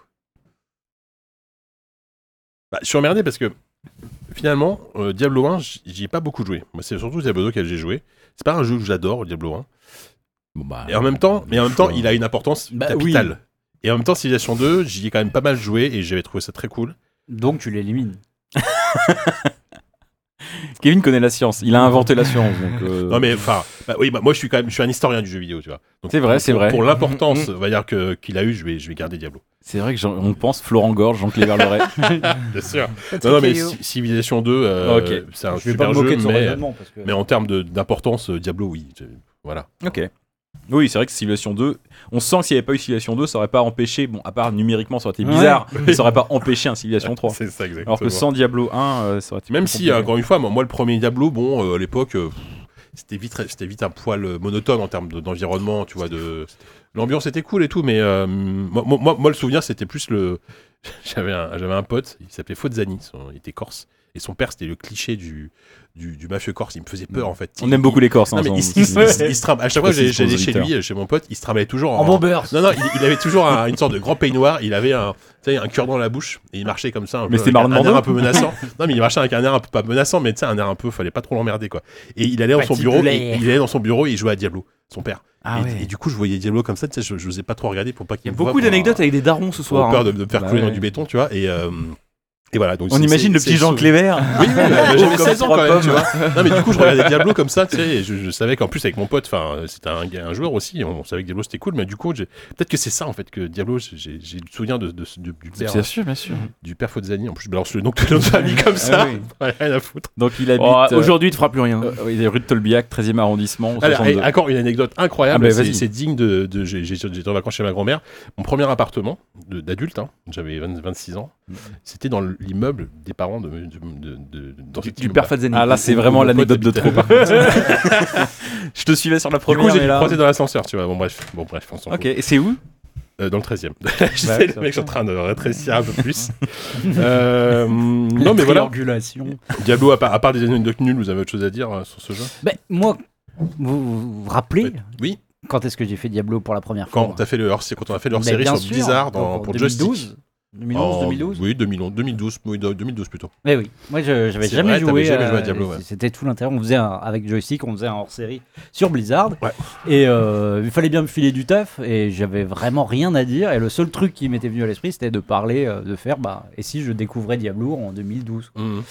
Speaker 1: bah, Je suis emmerdé parce que finalement, euh, Diablo 1, j- j'y ai pas beaucoup joué. Moi, c'est surtout Diablo 2 que j'ai joué. C'est pas un jeu que j'adore, Diablo 1.
Speaker 2: bah.
Speaker 1: Et en même
Speaker 2: Ah,
Speaker 1: temps, mais en même temps, il a une importance
Speaker 5: Bah oui.
Speaker 1: capitale. Et en même temps, Civilization 2, j'y ai quand même pas mal joué et j'avais trouvé ça très cool.
Speaker 5: Donc tu l'élimines.
Speaker 2: Kevin connaît la science. Il a inventé la science. donc, euh,
Speaker 1: Non mais enfin, bah oui, bah, moi je suis quand même, je suis un historien du jeu vidéo, tu vois. Donc,
Speaker 2: C'est vrai,
Speaker 1: pour-
Speaker 2: c'est vrai.
Speaker 1: Pour l'importance, on va dire que qu'il a eu, je vais, je vais garder Diablo.
Speaker 2: C'est vrai que j'en- on pense Florent Gorge, Jean Cléver Loret.
Speaker 1: Bien sûr. Non, non, mais
Speaker 6: Caillot.
Speaker 1: Ci- Civilization 2, euh,
Speaker 2: Ok.
Speaker 1: c'est un
Speaker 5: je vais pas
Speaker 1: super
Speaker 5: me moquer
Speaker 1: jeu,
Speaker 5: de son
Speaker 1: mais
Speaker 5: raisonnement parce que.
Speaker 1: Mais en termes de- d'importance, euh, Diablo, oui. Je- Voilà.
Speaker 2: ok. Oui, c'est vrai que Civilization 2, on sent que s'il n'y avait pas eu Civilization 2, ça aurait pas empêché, bon, à part numériquement, ça aurait été
Speaker 5: Ouais.
Speaker 2: bizarre, mais ça aurait pas empêché un Civilization 3.
Speaker 1: C'est ça, exactement.
Speaker 2: Alors que sans Diablo 1, euh, ça aurait été
Speaker 1: Même
Speaker 2: plus
Speaker 1: si,
Speaker 2: compliqué.
Speaker 1: encore une fois, moi, moi, le premier Diablo, bon, euh, à l'époque, euh, pff, c'était vite, c'était vite un poil euh, monotone en termes de- d'environnement, tu vois. De... L'ambiance était cool et tout, mais euh, moi, moi- moi- moi, le souvenir, c'était plus le. J'avais un, j'avais un pote, il s'appelait Fozzani, son- il était corse. Et son père, c'était le cliché du, du, du mafieux corse. Il me faisait peur, en fait.
Speaker 2: Mm. on aime beaucoup les Corses. hein,
Speaker 1: Non, mais
Speaker 2: sans-
Speaker 1: il, il- il- il- il se trimbe. À chaque fois que
Speaker 2: Précise pour
Speaker 1: j'allais
Speaker 2: les Ah
Speaker 1: chez lui, chez mon pote, il se travaillait toujours en,
Speaker 5: En bombeur.
Speaker 1: Non, non, il, il avait toujours un- une sorte de grand peignoir. Il avait un, tu sais, un cure dans la bouche et il marchait comme ça. Un
Speaker 2: Mais
Speaker 1: peu, avec
Speaker 2: c'était
Speaker 1: un,
Speaker 2: Marlon
Speaker 1: un air
Speaker 2: Brando
Speaker 1: un peu menaçant. non, mais il marchait avec un air un peu pas menaçant, mais tu sais, un air un peu, fallait pas trop l'emmerder quoi. Et il allait dans son
Speaker 5: Petit
Speaker 1: bureau,
Speaker 5: poulet.
Speaker 1: et, il allait dans son bureau et il jouait à Diablo, son père.
Speaker 3: Ah
Speaker 1: et,
Speaker 3: ouais.
Speaker 1: et du coup, je voyais Diablo comme ça, tu sais, je, je n'osais pas trop regarder pour pas qu'il
Speaker 3: Il y a
Speaker 1: me voie
Speaker 3: beaucoup
Speaker 1: pour-
Speaker 3: d'anecdotes avec des darons ce
Speaker 1: pour
Speaker 3: soir.
Speaker 1: peur
Speaker 3: hein.
Speaker 1: de, de me faire
Speaker 3: Bah
Speaker 1: couler dans
Speaker 3: ouais.
Speaker 1: du béton, tu vois. Et, euh, et voilà. Donc
Speaker 2: On
Speaker 1: c'est-
Speaker 2: imagine
Speaker 1: c'est-
Speaker 2: le
Speaker 1: c'est
Speaker 2: petit Jean
Speaker 1: sou-
Speaker 2: Clévert.
Speaker 1: oui, oui, bah,
Speaker 2: Oh,
Speaker 1: j'avais
Speaker 2: comme
Speaker 1: 16 ans
Speaker 2: trois
Speaker 1: quand même,
Speaker 2: pommes.
Speaker 1: tu vois. Non, mais du coup, je regardais Diablo comme ça, tu sais, et je, je savais qu'en plus, avec mon pote, enfin, euh, c'était un, gars- un joueur aussi, on savait que Diablo c'était cool, mais du coup, j'ai- peut-être que c'est ça en fait que Diablo, j'ai j'ai le souvenir de, de- de- du père,
Speaker 2: sûr, bien sûr.
Speaker 1: du père Fozzani. En plus, je balance le nom de notre famille
Speaker 2: Ah
Speaker 1: comme ça, Ouais, rien à foutre.
Speaker 2: Donc il habite.
Speaker 3: Oh,
Speaker 2: euh,
Speaker 3: Aujourd'hui, il te fera plus rien.
Speaker 2: euh, oui, il est rue de Tolbiac, 13e arrondissement. au
Speaker 1: Alors,
Speaker 2: 62.
Speaker 1: et encore une anecdote incroyable,
Speaker 2: Ah, bah,
Speaker 1: c'est-
Speaker 2: vas-y.
Speaker 1: c'est digne de. de- j'ai- j'ai- J'étais en vacances chez ma grand-mère, mon premier appartement de- d'adulte, hein, j'avais 20 26 ans, c'était dans l'immeuble des parents de. de, de- de- dans cet
Speaker 3: Du
Speaker 1: immeuble.
Speaker 3: père Fadzani.
Speaker 2: ah là, c'est vraiment
Speaker 1: Mon pote
Speaker 2: l'anecdote de trop.
Speaker 1: habitait-
Speaker 2: par contre. Je te suivais sur la
Speaker 1: Du
Speaker 2: première.
Speaker 1: coup, j'ai
Speaker 2: mais
Speaker 1: dû
Speaker 2: là-
Speaker 1: croiser dans l'ascenseur, tu vois. Bon, bref, bon, bref on s'en fout.
Speaker 2: Ok, et c'est où
Speaker 1: Euh, dans le 13 e le mec, je suis en train de rétrécir un peu plus. Euh, non, mais voilà.
Speaker 5: Triangulation.
Speaker 1: Diablo, à part, à part des anecdotes nulles, vous avez autre chose à dire euh, sur ce jeu
Speaker 5: Ben, moi, vous vous vous rappelez
Speaker 1: Euh, Oui.
Speaker 5: quand est-ce que j'ai fait Diablo pour la première fois
Speaker 1: Quand, t'as fait le hors, quand on a fait leur
Speaker 5: Ben,
Speaker 1: série
Speaker 5: bien
Speaker 1: sur
Speaker 5: sûr.
Speaker 1: Blizzard dans-
Speaker 5: Donc, en
Speaker 1: pour Justice.
Speaker 5: 2012 2011,
Speaker 1: En-
Speaker 5: 2012
Speaker 1: Oh, Oui, 2011, 2012, oui, de- 2012 plutôt.
Speaker 5: Mais oui, moi je j'avais
Speaker 1: C'est
Speaker 5: jamais
Speaker 1: vrai,
Speaker 5: joué.
Speaker 1: t'avais jamais
Speaker 5: à-
Speaker 1: joué à Diablo, ouais.
Speaker 5: C'était tout l'intérêt. On faisait un- avec joystick, on faisait un hors série sur Blizzard.
Speaker 1: Ouais.
Speaker 5: Et euh, il fallait bien me filer du taf et j'avais vraiment rien à dire. Et le seul truc qui m'était venu à l'esprit, c'était de parler, euh, de faire. Bah, et si je découvrais Diablo en 2012 quoi.
Speaker 2: Mmh.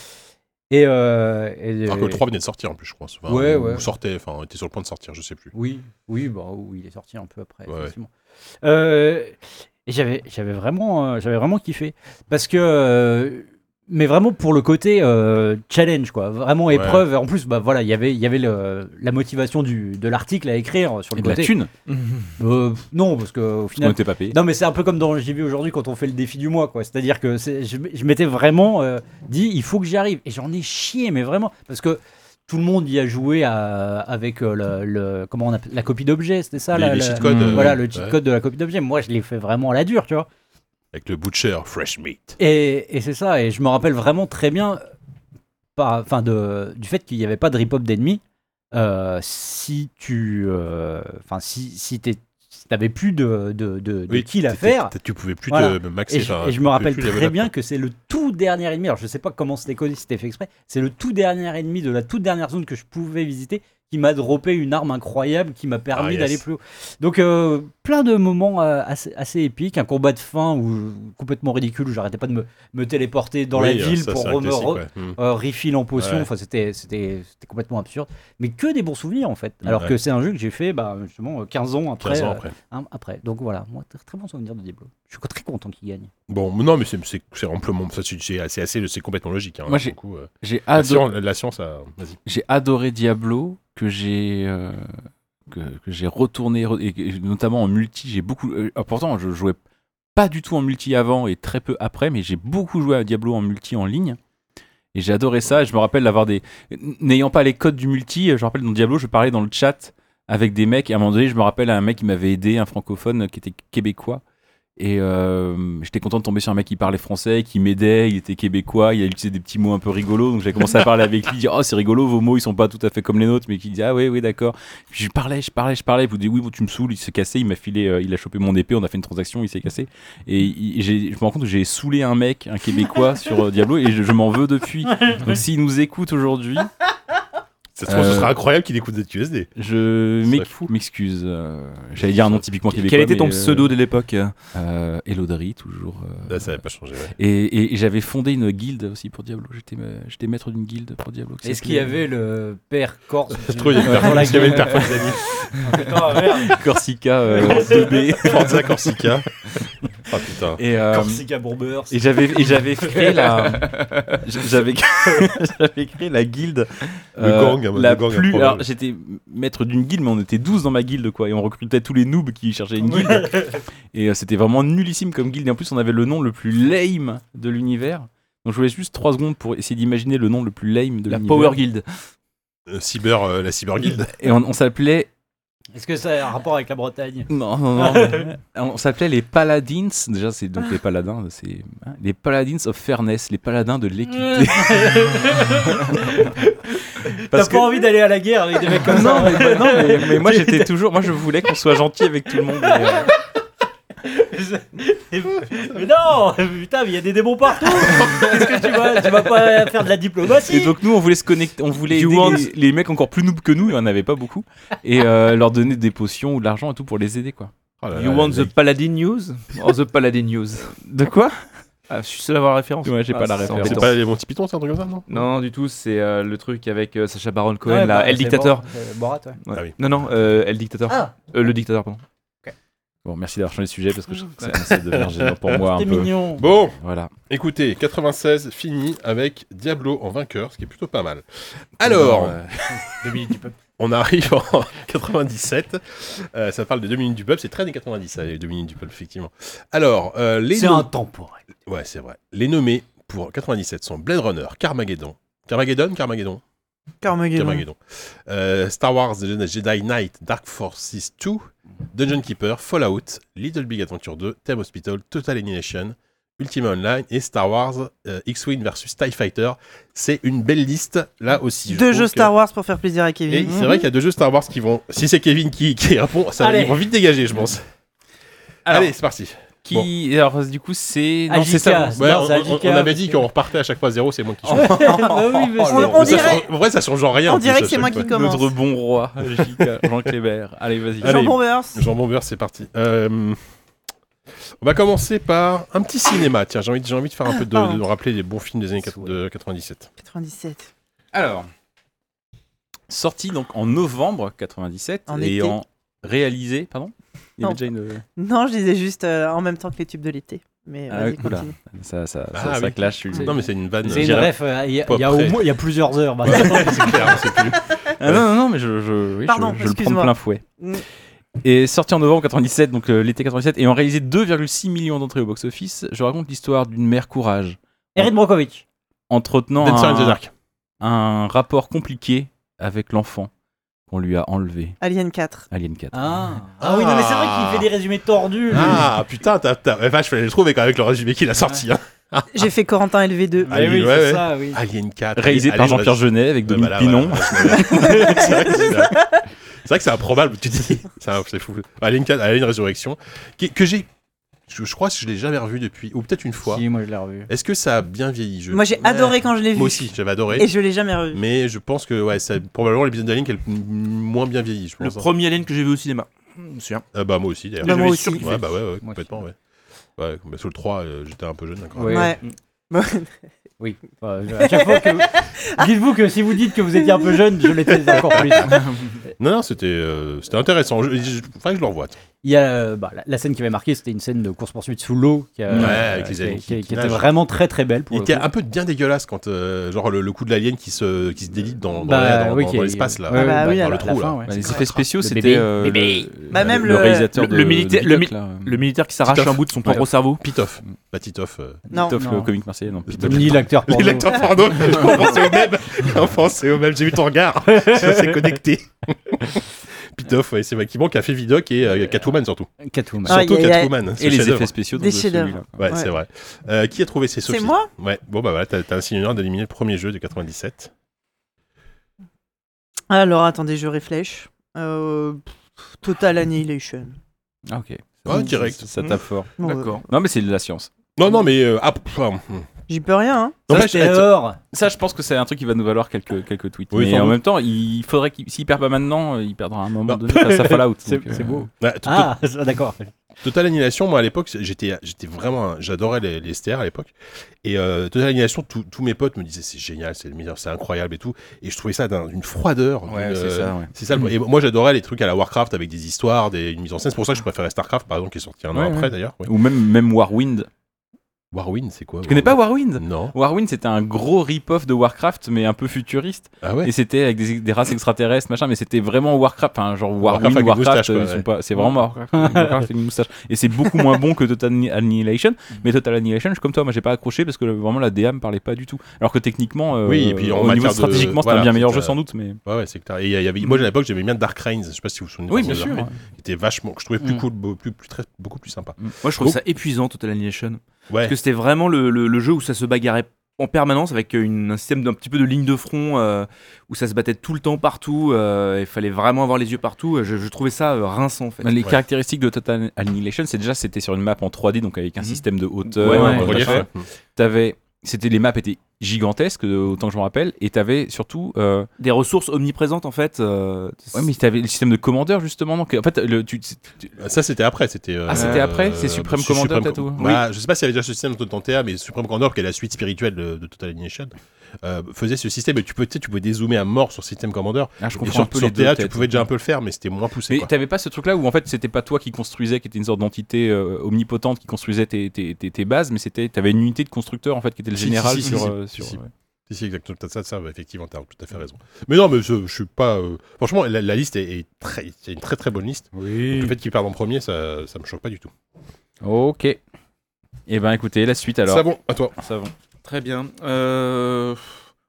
Speaker 5: Et, euh, et-
Speaker 1: Alors que le 3 venait de sortir en plus, je crois. Enfin,
Speaker 5: Ouais,
Speaker 1: ou-
Speaker 5: ouais.
Speaker 1: ou sortait, enfin, était sur le point de sortir, je sais plus.
Speaker 5: Oui, oui, bah, oui, il est sorti un peu après.
Speaker 1: Ouais, ouais.
Speaker 5: effectivement. Euh, et j'avais, j'avais vraiment, euh, j'avais vraiment kiffé parce que euh, mais vraiment pour le côté euh, challenge quoi vraiment épreuve en plus bah voilà il y avait il y avait le- la motivation du de l'article à écrire sur le
Speaker 8: Et de la
Speaker 5: côté
Speaker 8: thune.
Speaker 5: Euh, non parce que au
Speaker 8: On
Speaker 5: final
Speaker 8: n'était pas payé.
Speaker 5: non mais c'est un peu comme dans le JV aujourd'hui quand on fait le défi du mois quoi c'est à dire que c'est- je, je m'étais vraiment euh, dit il faut que j'y arrive et j'en ai chié mais vraiment parce que tout le monde y a joué à- avec euh, le, le- comment on appelle la copie d'objet c'était ça
Speaker 1: les,
Speaker 5: la-
Speaker 1: les
Speaker 5: la-
Speaker 1: cheat codes. euh,
Speaker 5: voilà le cheat
Speaker 1: ouais,
Speaker 5: code de la copie d'objet moi je l'ai fait vraiment à la dure tu vois
Speaker 1: Avec le butcher, fresh meat.
Speaker 5: et, et c'est ça, et je me rappelle vraiment très bien par, enfin de, du fait qu'il n'y avait pas de rip-up d'ennemis. Euh, si tu. euh, Enfin, si, si t'es- si t'avais plus de, de, de, de kill à
Speaker 1: t'étais-
Speaker 5: faire.
Speaker 1: t'étais- Tu pouvais plus
Speaker 5: Voilà.
Speaker 1: te maxer.
Speaker 5: Et je,
Speaker 1: enfin,
Speaker 5: et je
Speaker 1: tu
Speaker 5: me
Speaker 1: pouvais
Speaker 5: rappelle
Speaker 1: plus level
Speaker 5: très
Speaker 1: up,
Speaker 5: bien
Speaker 1: quoi.
Speaker 5: que c'est le tout dernier ennemi. Alors, je sais pas comment c'était codé, si c'était fait exprès. C'est le tout dernier ennemi de la toute dernière zone que je pouvais visiter qui m'a droppé une arme incroyable qui m'a permis
Speaker 1: Ah, yes.
Speaker 5: d'aller plus haut. Donc, euh, plein de moments euh, assez, assez épiques. Un combat de fin où, complètement ridicule où j'arrêtais pas de me, me téléporter dans
Speaker 1: Oui,
Speaker 5: la
Speaker 1: euh,
Speaker 5: ville
Speaker 1: ça,
Speaker 5: pour
Speaker 1: c'est un
Speaker 5: re- me
Speaker 1: classique,
Speaker 5: re-
Speaker 1: ouais. Mm.
Speaker 5: euh, refill en potion.
Speaker 1: Ouais.
Speaker 5: Enfin, c'était, c'était, c'était complètement absurde. Mais que des bons souvenirs en fait. Alors
Speaker 1: Ouais.
Speaker 5: que c'est un jeu que j'ai fait bah, justement euh, 15 ans après.
Speaker 1: 15 ans
Speaker 5: euh,
Speaker 1: après.
Speaker 5: hein, après. Donc voilà, moi, très, très bon souvenir de Diablo. Je suis très content qu'il gagne.
Speaker 1: Bon, mais non, mais c'est- c'est c'est amplement. ça, C'est c'est assez, assez- c'est complètement logique. hein,
Speaker 2: Moi,
Speaker 1: pour
Speaker 2: j'ai-
Speaker 1: le coup, euh,
Speaker 2: J'ai
Speaker 1: la,
Speaker 2: adoré.
Speaker 1: science, la science a. Vas-y.
Speaker 2: j'ai adoré Diablo, que j'ai euh, que, que j'ai retourné, re- et, que- notamment en multi. J'ai beaucoup. euh, ah, pourtant, je jouais pas du tout en multi avant et très peu après, mais j'ai beaucoup joué à Diablo en multi en ligne. Et j'ai adoré ça. Et je me rappelle d'avoir des. N'ayant pas les codes du multi, euh, je me rappelle dans Diablo, je parlais dans le chat avec des mecs. Et à un moment donné, je me rappelle à un mec qui m'avait aidé, un francophone qui était québécois. Et euh, j'étais content de tomber sur un mec qui parlait français, qui m'aidait, il était québécois, il a utilisé des petits mots un peu rigolos, donc j'ai commencé à parler avec lui, dire oh c'est rigolo, vos mots ils sont pas tout à fait comme les nôtres, mais qui disait ah oui oui d'accord. Puis je parlais, je parlais, je parlais, puis il dit oui bon, tu me saoules, il s'est cassé, il m'a filé, euh, il a chopé mon épée, on a fait une transaction, il s'est cassé. Et il- j'ai- je me rends compte que j'ai saoulé un mec, un québécois sur euh, Diablo et je, je m'en veux depuis. Donc s'il nous écoute aujourd'hui,
Speaker 1: Ça se trouve, ce
Speaker 2: Euh,
Speaker 1: sera incroyable qu'il écoute des USD.
Speaker 2: je
Speaker 1: Ça
Speaker 2: m'ex-
Speaker 1: serait fou.
Speaker 2: m'excuse. euh, J'allais dire un nom typiquement québécois.
Speaker 3: Quel était ton
Speaker 2: mais, euh,
Speaker 3: pseudo de l'époque
Speaker 2: euh, Elodry toujours. euh,
Speaker 1: Là, ça n'avait pas changé. ouais.
Speaker 2: Et, et- et j'avais fondé une guilde aussi pour Diablo. J'étais, euh, j'étais maître d'une guilde pour Diablo. qui
Speaker 5: Est-ce qu'il y
Speaker 2: s'appelait,
Speaker 5: avait le père corse
Speaker 1: Ça se trouve, il y a une
Speaker 5: Ouais,
Speaker 1: personne-
Speaker 5: dans la
Speaker 1: parce qu'il y avait une
Speaker 5: gueule.
Speaker 1: personne d'amis.
Speaker 2: euh, Corsica euh, 2B.
Speaker 1: Forza Corsica. Ah putain.
Speaker 2: Et, euh,
Speaker 5: Corsica Bourbers.
Speaker 2: et j'avais, et j'avais créé la, j'avais, j'avais créé la guilde. euh,
Speaker 1: Le gang, hein,
Speaker 2: la
Speaker 1: le gang
Speaker 2: plus.
Speaker 1: improbable.
Speaker 2: Alors, j'étais maître d'une guilde, mais on était 12 dans ma guilde, quoi. Et on recrutait tous les noobs qui cherchaient une guilde. et euh, c'était vraiment nullissime comme guilde. Et en plus, on avait le nom le plus lame de l'univers. Donc, je voulais juste 3 secondes pour essayer d'imaginer le nom le plus lame de
Speaker 3: La
Speaker 2: l'univers.
Speaker 3: Power Guild.
Speaker 1: Euh, cyber, euh, la Cyber Guild.
Speaker 2: Et on- on s'appelait
Speaker 5: Est-ce que ça a un rapport avec la Bretagne
Speaker 2: Non, non, non. mais- on s'appelait les Paladins. Déjà, c'est donc les Paladins. C'est hein, les Paladins of Fairness, les Paladins de l'équité.
Speaker 5: T'as
Speaker 2: Parce
Speaker 5: pas envie d'aller à la guerre avec des mecs comme
Speaker 2: non,
Speaker 5: ça
Speaker 2: mais, bah, non, mais- mais moi, j'étais toujours. Moi, je voulais qu'on soit gentil avec tout le monde. et, euh,
Speaker 5: Mais non Putain, mais il y a des démons partout Qu'est-ce que tu vas Tu vas pas faire de la diplomatie
Speaker 2: Et donc nous, on voulait se connecter, on voulait
Speaker 3: You
Speaker 2: aider
Speaker 3: want-
Speaker 2: les, les mecs encore plus noobs que nous, il n'y en avait pas beaucoup, et euh, leur donner des potions ou de l'argent et tout pour les aider quoi.
Speaker 1: Oh là
Speaker 3: You
Speaker 1: là,
Speaker 3: want
Speaker 1: les-
Speaker 3: the Paladin News Or the Paladin News
Speaker 2: De quoi
Speaker 3: Ah, Je suis seul à avoir la référence.
Speaker 2: Ouais, j'ai pas la
Speaker 3: c'est
Speaker 2: référence.
Speaker 1: C'est
Speaker 3: embêtant.
Speaker 1: pas les Monty Python, c'est un truc comme ça, non
Speaker 3: Non, du tout, c'est euh, le truc avec euh, Sacha Baron
Speaker 2: Ah
Speaker 3: Cohen,
Speaker 5: Ouais,
Speaker 3: là,
Speaker 5: bah,
Speaker 3: El
Speaker 5: c'est
Speaker 3: Dictateur.
Speaker 5: Bor- c'est Borat, ouais.
Speaker 3: Ouais.
Speaker 1: Ah oui.
Speaker 3: Non, non, euh, El Dictator.
Speaker 5: Ah.
Speaker 3: Euh, le Dictator, pardon.
Speaker 2: Bon, merci d'avoir changé de sujet parce que je- ça commence à devenir gênant pour moi un
Speaker 5: T'es
Speaker 2: peu.
Speaker 5: mignon
Speaker 1: Bon,
Speaker 2: Voilà.
Speaker 1: écoutez, 96 fini avec Diablo en vainqueur, ce qui est plutôt pas mal. Alors,
Speaker 2: Euh,
Speaker 1: on arrive en 97. Euh, ça parle de 2 minutes du peuple. C'est très des 90, ça, les 2 minutes du peuple, effectivement. Alors, euh, les
Speaker 5: C'est
Speaker 1: nom-
Speaker 5: intemporel.
Speaker 1: Ouais, c'est vrai. Les nommés pour 97 sont Blade Runner, Carmageddon. Carmageddon Carmageddon
Speaker 6: Carmageddon.
Speaker 1: Carmageddon. Euh, Star Wars The Jedi Knight, Dark Forces 2, Dungeon Keeper, Fallout, Little Big Adventure 2, Theme Hospital, Total Annihilation, Ultima Online et Star Wars euh, X-Wing versus TIE Fighter. C'est une belle liste, là aussi.
Speaker 6: Deux jeux Star
Speaker 1: Wars.
Speaker 6: Wars pour faire plaisir à
Speaker 1: Et
Speaker 6: Kevin.
Speaker 1: c'est vrai qu'il y a deux jeux Star Wars qui vont. Si c'est Kevin qui, qui répond, ça,
Speaker 5: Allez.
Speaker 1: ils vont vite dégager, je pense.
Speaker 2: Alors,
Speaker 1: Allez, c'est parti.
Speaker 2: qui alors du coup c'est non
Speaker 5: AJK.
Speaker 2: c'est ça.
Speaker 1: Ouais,
Speaker 5: Non,
Speaker 1: on,
Speaker 5: c'est
Speaker 1: on-
Speaker 5: Ajika,
Speaker 1: on avait
Speaker 5: parce
Speaker 1: dit
Speaker 5: que-
Speaker 1: qu'on repartait à chaque fois à zéro, c'est moi qui change.
Speaker 5: Bah oui, mais c'est-
Speaker 6: On- on
Speaker 1: Mais ça
Speaker 6: dirait-
Speaker 1: change- En vrai, ça change en rien.
Speaker 6: On
Speaker 1: en plus,
Speaker 6: dirait
Speaker 1: à
Speaker 6: que c'est
Speaker 1: chaque
Speaker 6: moi
Speaker 1: fois.
Speaker 6: qui commence.
Speaker 2: Notre bon roi, JK, Jean Clébert. Allez, vas-y.
Speaker 1: Allez.
Speaker 6: Jean Bombers.
Speaker 1: Jean Bombeur, c'est parti. Euh, on va commencer par un petit cinéma. Tiens, j'ai envie, de- j'ai envie de faire un peu de,
Speaker 6: pardon.
Speaker 1: de rappeler les bons films des années quatre- de 97.
Speaker 6: 97.
Speaker 2: Alors, sorti donc en novembre 97
Speaker 6: En
Speaker 2: et
Speaker 6: été.
Speaker 2: en réalisé, pardon. Il y
Speaker 6: Non.
Speaker 2: avait déjà une.
Speaker 6: Non, je disais juste euh, en même temps que les tubes de l'été. Mais
Speaker 2: Ah,
Speaker 6: vas-y,
Speaker 2: oula.
Speaker 6: continue.
Speaker 2: Ça, ça,
Speaker 1: Ah,
Speaker 2: ça, ça
Speaker 1: oui.
Speaker 2: clash. je suis désolé.
Speaker 1: Non, mais c'est une vanne.
Speaker 5: C'est une
Speaker 1: euh,
Speaker 5: ref, euh, il y, a-
Speaker 1: Pas
Speaker 5: il y a
Speaker 1: prêt.
Speaker 5: au moins- il y a plusieurs heures. bah. maintenant.
Speaker 1: Ouais, c'est clair, on sait plus.
Speaker 2: Ah non, non, non, mais je, je, oui,
Speaker 6: Pardon,
Speaker 2: je- je le prends de
Speaker 6: excuse-moi.
Speaker 2: plein fouet.
Speaker 6: Mm.
Speaker 2: Et sorti en novembre 97, donc euh, l'été 97, et en réalisé 2,6 millions d'entrées au box-office, je raconte l'histoire d'une mère courage
Speaker 5: Erin Brockovich.
Speaker 2: entretenant
Speaker 1: Dancer in the
Speaker 2: un,
Speaker 1: Dark.
Speaker 2: un rapport compliqué avec l'enfant qu'on lui a enlevé,
Speaker 6: Alien 4.
Speaker 2: Alien 4.
Speaker 5: Ah. oui, non, mais c'est vrai qu'il fait des résumés tordus.
Speaker 1: Ah putain, t'as, t'as... ouais, vache, fallait le trouver quand même avec le résumé qu'il a sorti. hein.
Speaker 6: J'ai fait Corentin LV2.
Speaker 1: Ah oui,
Speaker 5: Eh oui,
Speaker 1: ouais,
Speaker 5: c'est
Speaker 1: ouais.
Speaker 5: ça, oui.
Speaker 1: Alien 4.
Speaker 2: Réalisé
Speaker 1: Allez,
Speaker 2: par
Speaker 1: allez,
Speaker 2: Jean-Pierre
Speaker 1: je-
Speaker 2: Jeunet avec
Speaker 1: Ouais,
Speaker 2: Dominique
Speaker 1: bah là,
Speaker 2: Pinon.
Speaker 1: voilà, voilà, je- c'est, vrai que c'est- c'est vrai que c'est improbable, tu dis. C'est, un- c'est fou. Alien 4, Alien Résurrection, qui- que j'ai. Je, je crois que je l'ai jamais revu depuis, ou peut-être une fois.
Speaker 5: Si, moi je l'ai revu.
Speaker 1: Est-ce que ça a bien vieilli je-
Speaker 6: Moi, j'ai
Speaker 1: Ouais.
Speaker 6: adoré quand je l'ai vu.
Speaker 1: Moi aussi, j'avais adoré.
Speaker 6: Et je l'ai jamais revu.
Speaker 1: Mais je pense que ouais, c'est probablement l'épisode d'Alien qui est le m- moins bien vieilli, je
Speaker 3: Le
Speaker 1: pense. hein.
Speaker 3: premier Alien que j'ai vu au cinéma. Je me souviens.
Speaker 1: Ah bah moi aussi d'ailleurs.
Speaker 6: Bah, moi aussi.
Speaker 1: Ouais, bah ouais, ouais,
Speaker 5: Moi
Speaker 1: complètement, ouais. Ouais, bah, sur le 3, euh, j'étais un peu jeune, d'accord.
Speaker 5: Ouais.
Speaker 6: Ouais.
Speaker 5: Oui. Enfin, je- à chaque fois que. Dites-vous que si vous dites que vous étiez un peu jeune, je l'étais encore plus.
Speaker 1: Non, non, c'était, euh, c'était intéressant. Je, je, faudrait que je le revoie.
Speaker 5: Il y a euh, bah, la, la scène qui m'avait marqué, c'était une scène de course-poursuite sous l'eau qui, a-
Speaker 1: Ouais, avec les
Speaker 5: qui-
Speaker 1: aliens qui-
Speaker 5: qui- qui
Speaker 1: qui
Speaker 5: était
Speaker 1: nagent.
Speaker 5: vraiment très très belle pour
Speaker 1: Il
Speaker 5: le
Speaker 1: était
Speaker 5: coup.
Speaker 1: un peu bien dégueulasse quand, euh, genre, le, le coup de l'alien qui se, qui se délite dans, dans,
Speaker 5: Bah,
Speaker 1: l'air, dans-
Speaker 5: oui,
Speaker 1: dans-
Speaker 5: qui-
Speaker 1: dans l'espace, là.
Speaker 5: Ouais,
Speaker 6: Ah bah
Speaker 5: ouais,
Speaker 6: oui,
Speaker 5: dans
Speaker 1: à
Speaker 5: le
Speaker 1: la-
Speaker 5: trou,
Speaker 1: la
Speaker 5: là.
Speaker 1: fin,
Speaker 5: Ouais.
Speaker 2: Bah, les effets spéciaux,
Speaker 5: Le
Speaker 2: c'était
Speaker 5: bébé,
Speaker 2: euh,
Speaker 5: bébé.
Speaker 2: le-
Speaker 6: Bah, même
Speaker 2: le
Speaker 6: le-
Speaker 2: réalisateur
Speaker 3: Le-
Speaker 2: de
Speaker 3: le militaire-
Speaker 2: de Hitler,
Speaker 3: le mi-
Speaker 2: là. euh,
Speaker 3: Le militaire qui s'arrache
Speaker 1: Titoff.
Speaker 3: un bout de son propre
Speaker 2: Ouais.
Speaker 3: cerveau.
Speaker 1: Pitoff. Pas Titoff. euh,
Speaker 6: Non.
Speaker 2: Pitoff,
Speaker 5: Non.
Speaker 2: le comique marseillais, non. Pitoff.
Speaker 5: Mm. Ni l'acteur porno.
Speaker 1: L'acteur porno, je comprends, c'est au même. Enfin, c'est au même. J'ai vu ton regard. Ça s'est connecté. Pitoff, ouais, c'est qui manque a fait Vidocq et euh, Catwoman surtout.
Speaker 5: Catwoman.
Speaker 6: Ah,
Speaker 1: surtout
Speaker 6: y a- y a-
Speaker 1: Catwoman. ce
Speaker 2: Et les
Speaker 1: chef-d'œuvre.
Speaker 2: effets spéciaux donc,
Speaker 6: Des
Speaker 2: de celui-là.
Speaker 6: chefs-d'œuvre.
Speaker 1: Ouais,
Speaker 6: Ouais.
Speaker 1: c'est vrai. Euh, qui a trouvé C'est Sophie.
Speaker 6: C'est moi
Speaker 1: Ouais. Bon, bah voilà, t'as t'as un signeur d'éliminer le premier jeu de 97.
Speaker 6: Alors, attendez, je réfléchis. Euh, pff, Total Annihilation.
Speaker 2: Ah, ok.
Speaker 1: Ouais,
Speaker 6: Oh,
Speaker 1: direct.
Speaker 2: Ça tape fort.
Speaker 6: Bon,
Speaker 2: Non, mais c'est de la science.
Speaker 1: Non, non, mais. euh, ah, pff, hum.
Speaker 6: euh, J'y peux rien. hein.
Speaker 1: Non,
Speaker 5: Ça,
Speaker 1: mais
Speaker 5: c'était hors.
Speaker 2: Ça, je pense que c'est un truc qui va nous valoir quelques, quelques tweets.
Speaker 1: Oui,
Speaker 2: mais
Speaker 1: sans
Speaker 2: en
Speaker 1: doute.
Speaker 2: même temps, il faudrait qu'il s'il perd pas maintenant, il perdra à un moment
Speaker 1: Non.
Speaker 2: donné face à Fallout.
Speaker 5: C'est
Speaker 2: donc, euh,
Speaker 5: c'est beau.
Speaker 1: ouais, to-
Speaker 5: Ah, ça, d'accord.
Speaker 1: Total Annihilation, moi à l'époque, j'étais, j'étais vraiment, un- j'adorais les, les STR à l'époque. Et euh, Total Annihilation, tous tous mes potes me disaient c'est génial, c'est le meilleur, c'est incroyable et tout. Et je trouvais ça d'un- d'une froideur.
Speaker 2: Ouais,
Speaker 1: d'une,
Speaker 2: c'est
Speaker 1: euh,
Speaker 2: ça, ouais. Mm.
Speaker 1: C'est ça. le- Et moi j'adorais les trucs à la Warcraft avec des histoires, des, une mise en scène. C'est pour ça que je préférais Starcraft, par exemple, qui est sorti un
Speaker 2: Ouais,
Speaker 1: an après
Speaker 2: ouais.
Speaker 1: d'ailleurs. ouais.
Speaker 2: Ou même, même Warwind.
Speaker 1: Warwind, c'est quoi
Speaker 2: Tu connais pas Warwind
Speaker 1: Non.
Speaker 2: Warwind, c'était un gros rip-off de Warcraft, mais un peu futuriste.
Speaker 1: Ah ouais.
Speaker 2: Et c'était avec des, des races extraterrestres, machin, mais c'était vraiment Warcraft. Enfin, genre
Speaker 1: Warcraft
Speaker 2: Warwind,
Speaker 1: avec
Speaker 2: Warcraft,
Speaker 1: moustache, quoi,
Speaker 2: euh, ils sont
Speaker 1: ouais.
Speaker 2: pas- c'est vraiment Warcraft, euh, Warcraft avec une moustache. Et c'est beaucoup moins bon que Total Annihilation. Mais Total Annihilation, je suis comme toi, moi j'ai pas accroché parce que le- vraiment la DA me parlait pas du tout. Alors que techniquement, euh,
Speaker 1: Oui, et puis en
Speaker 2: au niveau
Speaker 1: matière de-
Speaker 2: stratégiquement, c'était euh,
Speaker 1: voilà,
Speaker 2: un bien meilleur
Speaker 1: c'était-
Speaker 2: jeu sans doute, mais.
Speaker 1: Ouais, ouais, c'est clair. Et il y a- il y avait, moi à l'époque j'aimais bien Dark Reigns. Je sais pas si vous vous souvenez.
Speaker 2: Oui,
Speaker 1: de
Speaker 2: bien
Speaker 1: Dark
Speaker 2: sûr.
Speaker 1: Reigns, Qui était vachement, que je trouvais plus
Speaker 5: Mm.
Speaker 1: cool, be- plus, plus très- beaucoup plus sympa.
Speaker 3: Moi, je trouve
Speaker 1: Oh.
Speaker 3: ça épuisant, Total Annihilation.
Speaker 1: Ouais.
Speaker 3: Parce que c'était vraiment le, le- le jeu où ça se bagarrait en permanence avec euh, une, un système d'un petit peu de ligne de front euh, où ça se battait tout le temps partout. euh, Il fallait vraiment avoir les yeux partout. Je, je trouvais ça euh, rinçant en fait.
Speaker 2: Bah, les
Speaker 1: Ouais.
Speaker 2: caractéristiques de Total Annihilation, c'est déjà c'était sur une map en 3D, donc avec un
Speaker 3: Mhm.
Speaker 2: système de hauteur.
Speaker 3: Ouais, ouais,
Speaker 2: machin.
Speaker 1: En relief, Mm. ouais.
Speaker 2: T'avais- c'était les maps étaient gigantesques, euh, autant que je me rappelle, et t'avais surtout. euh,
Speaker 3: Des ressources omniprésentes en fait. euh,
Speaker 2: ouais, mais t'avais le système de commandeur justement. Donc, en fait, le, tu, tu-
Speaker 1: Ça, c'était après. C'était, euh,
Speaker 2: Ah, c'était après C'est Supreme
Speaker 1: Su-
Speaker 2: Commander,
Speaker 1: Supreme
Speaker 2: peut-être,
Speaker 1: Com-
Speaker 2: ou-
Speaker 1: Bah, Je sais pas s'il y avait déjà ce système dans TA, mais Supreme Commander, qui est la suite spirituelle de, de Total Annihilation, euh, faisait ce système. Et tu peux, tu sais, tu pouvais dézoomer à mort sur System Commander.
Speaker 2: Ah, je
Speaker 1: Et
Speaker 2: comprends
Speaker 1: sur,
Speaker 2: un peu
Speaker 1: sur
Speaker 2: les deux
Speaker 1: TA,
Speaker 2: têtes.
Speaker 1: tu pouvais déjà un peu le faire, mais c'était moins poussé.
Speaker 2: Mais
Speaker 1: quoi.
Speaker 2: t'avais pas ce truc-là où en fait c'était pas toi qui construisais, qui était une sorte d'entité euh, omnipotente qui construisait tes, tes, tes, tes bases, mais c'était t'avais une unité de constructeur en fait qui était le
Speaker 1: Si,
Speaker 2: général
Speaker 1: si, si,
Speaker 2: sur.
Speaker 1: si,
Speaker 2: euh,
Speaker 1: si,
Speaker 2: sur-
Speaker 1: si. Si, si, exactement. Ça, ça, ouais, effectivement, t'as tout à fait raison. Mais non, mais je, je suis pas. euh, Franchement, la, la liste est, est très, c'est une très très bonne liste.
Speaker 2: Oui.
Speaker 1: Donc, le fait qu'il perde en premier, ça, ça me choque pas du tout.
Speaker 2: Ok. Et ben écoutez la suite alors.
Speaker 1: Ça bon, à toi.
Speaker 2: Ça va.
Speaker 3: Très bien. Euh,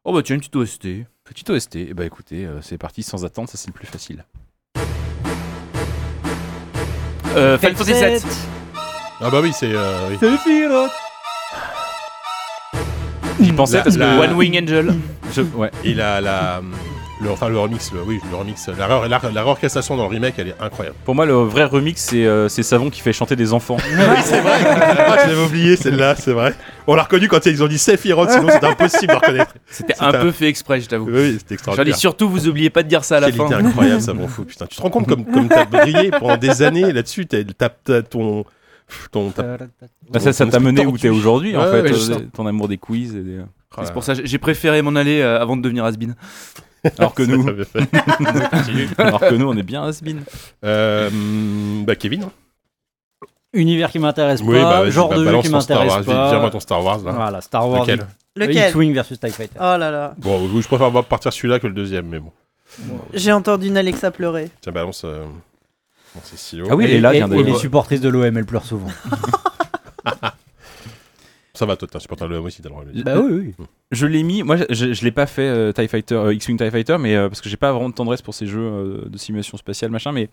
Speaker 3: Oh bah tiens, une petite OST.
Speaker 2: Petit OST. Et ben écoutez euh, c'est parti sans attendre, ça c'est le plus facile.
Speaker 3: Euh, Final Fantasy VII.
Speaker 1: Ah bah oui, c'est. euh, oui.
Speaker 2: J'y pensais
Speaker 1: La-
Speaker 2: parce que
Speaker 1: la-
Speaker 3: One Wing Angel.
Speaker 2: Je- ouais.
Speaker 1: Et la. la le, enfin, le remix, le- oui, le remix. La, la, la, la réorchestration dans le remake, elle est incroyable.
Speaker 2: Pour moi le vrai remix c'est euh, c'est Savon qui fait chanter des enfants.
Speaker 1: Ah, je l'avais oublié celle-là, c'est vrai. On l'a reconnu quand ils ont dit Sephiroth, sinon c'était impossible de reconnaître.
Speaker 3: C'était
Speaker 1: C'est
Speaker 3: un
Speaker 1: un-
Speaker 3: peu fait exprès, je t'avoue.
Speaker 1: Oui, c'était
Speaker 6: Oh,
Speaker 3: J'allais
Speaker 1: extraordinaire.
Speaker 3: surtout, vous oubliez pas de dire ça à la
Speaker 1: Quelle
Speaker 3: fin.
Speaker 1: idée incroyable, ça m'en fout. Putain, tu te rends compte comme, comme t'as brillé pendant des années là-dessus, t'as, t'as, t'as ton. ton ta-
Speaker 2: Bah, ça ça
Speaker 1: Ton
Speaker 2: t'a mené
Speaker 1: esprit
Speaker 2: où t'es
Speaker 1: tordu.
Speaker 2: aujourd'hui en
Speaker 1: Ouais,
Speaker 2: fait.
Speaker 1: ouais,
Speaker 2: euh,
Speaker 1: je sens.
Speaker 2: ton amour des quiz. Et des-
Speaker 3: C'est pour ça que j'ai préféré m'en aller euh, avant de devenir Asbin.
Speaker 2: Alors que
Speaker 1: Ça,
Speaker 2: nous
Speaker 1: ça me fait-
Speaker 2: alors que nous on est bien has
Speaker 1: Euh, bah, Kevin. hein.
Speaker 5: univers qui m'intéresse
Speaker 1: Oui,
Speaker 5: pas,
Speaker 1: bah, vas-y,
Speaker 5: genre
Speaker 1: bah,
Speaker 5: de jeu
Speaker 1: balance
Speaker 5: qui
Speaker 1: ton Star Wars.
Speaker 5: m'intéresse
Speaker 1: Viens, Viens-moi
Speaker 5: pas.
Speaker 1: ton Star Wars, là.
Speaker 5: Voilà, Star Wars.
Speaker 1: Lequel
Speaker 6: Lequel
Speaker 5: X-Wing versus TIE Fighter.
Speaker 6: Oh là là,
Speaker 1: Bon, je préfère avoir partir celui-là que le deuxième, mais bon.
Speaker 6: j'ai entendu une Alexa pleurer.
Speaker 1: Tiens, balance. euh, bon, c'est Silo.
Speaker 4: Ah oui,
Speaker 5: et,
Speaker 4: Leila
Speaker 5: et-
Speaker 4: vient de
Speaker 5: et
Speaker 4: le
Speaker 5: les
Speaker 4: voir.
Speaker 5: supportrices de l'OM, elles pleurent souvent.
Speaker 1: Ça va, toi, t'es un supporter de l'OM aussi, t'as le droit de le dire.
Speaker 5: bah oui, oui.
Speaker 2: Je l'ai mis, moi je, je l'ai pas fait euh, TIE Fighter, euh, X-Wing TIE Fighter, mais euh, parce que j'ai pas vraiment de tendresse pour ces jeux euh, de simulation spatiale, machin, mais,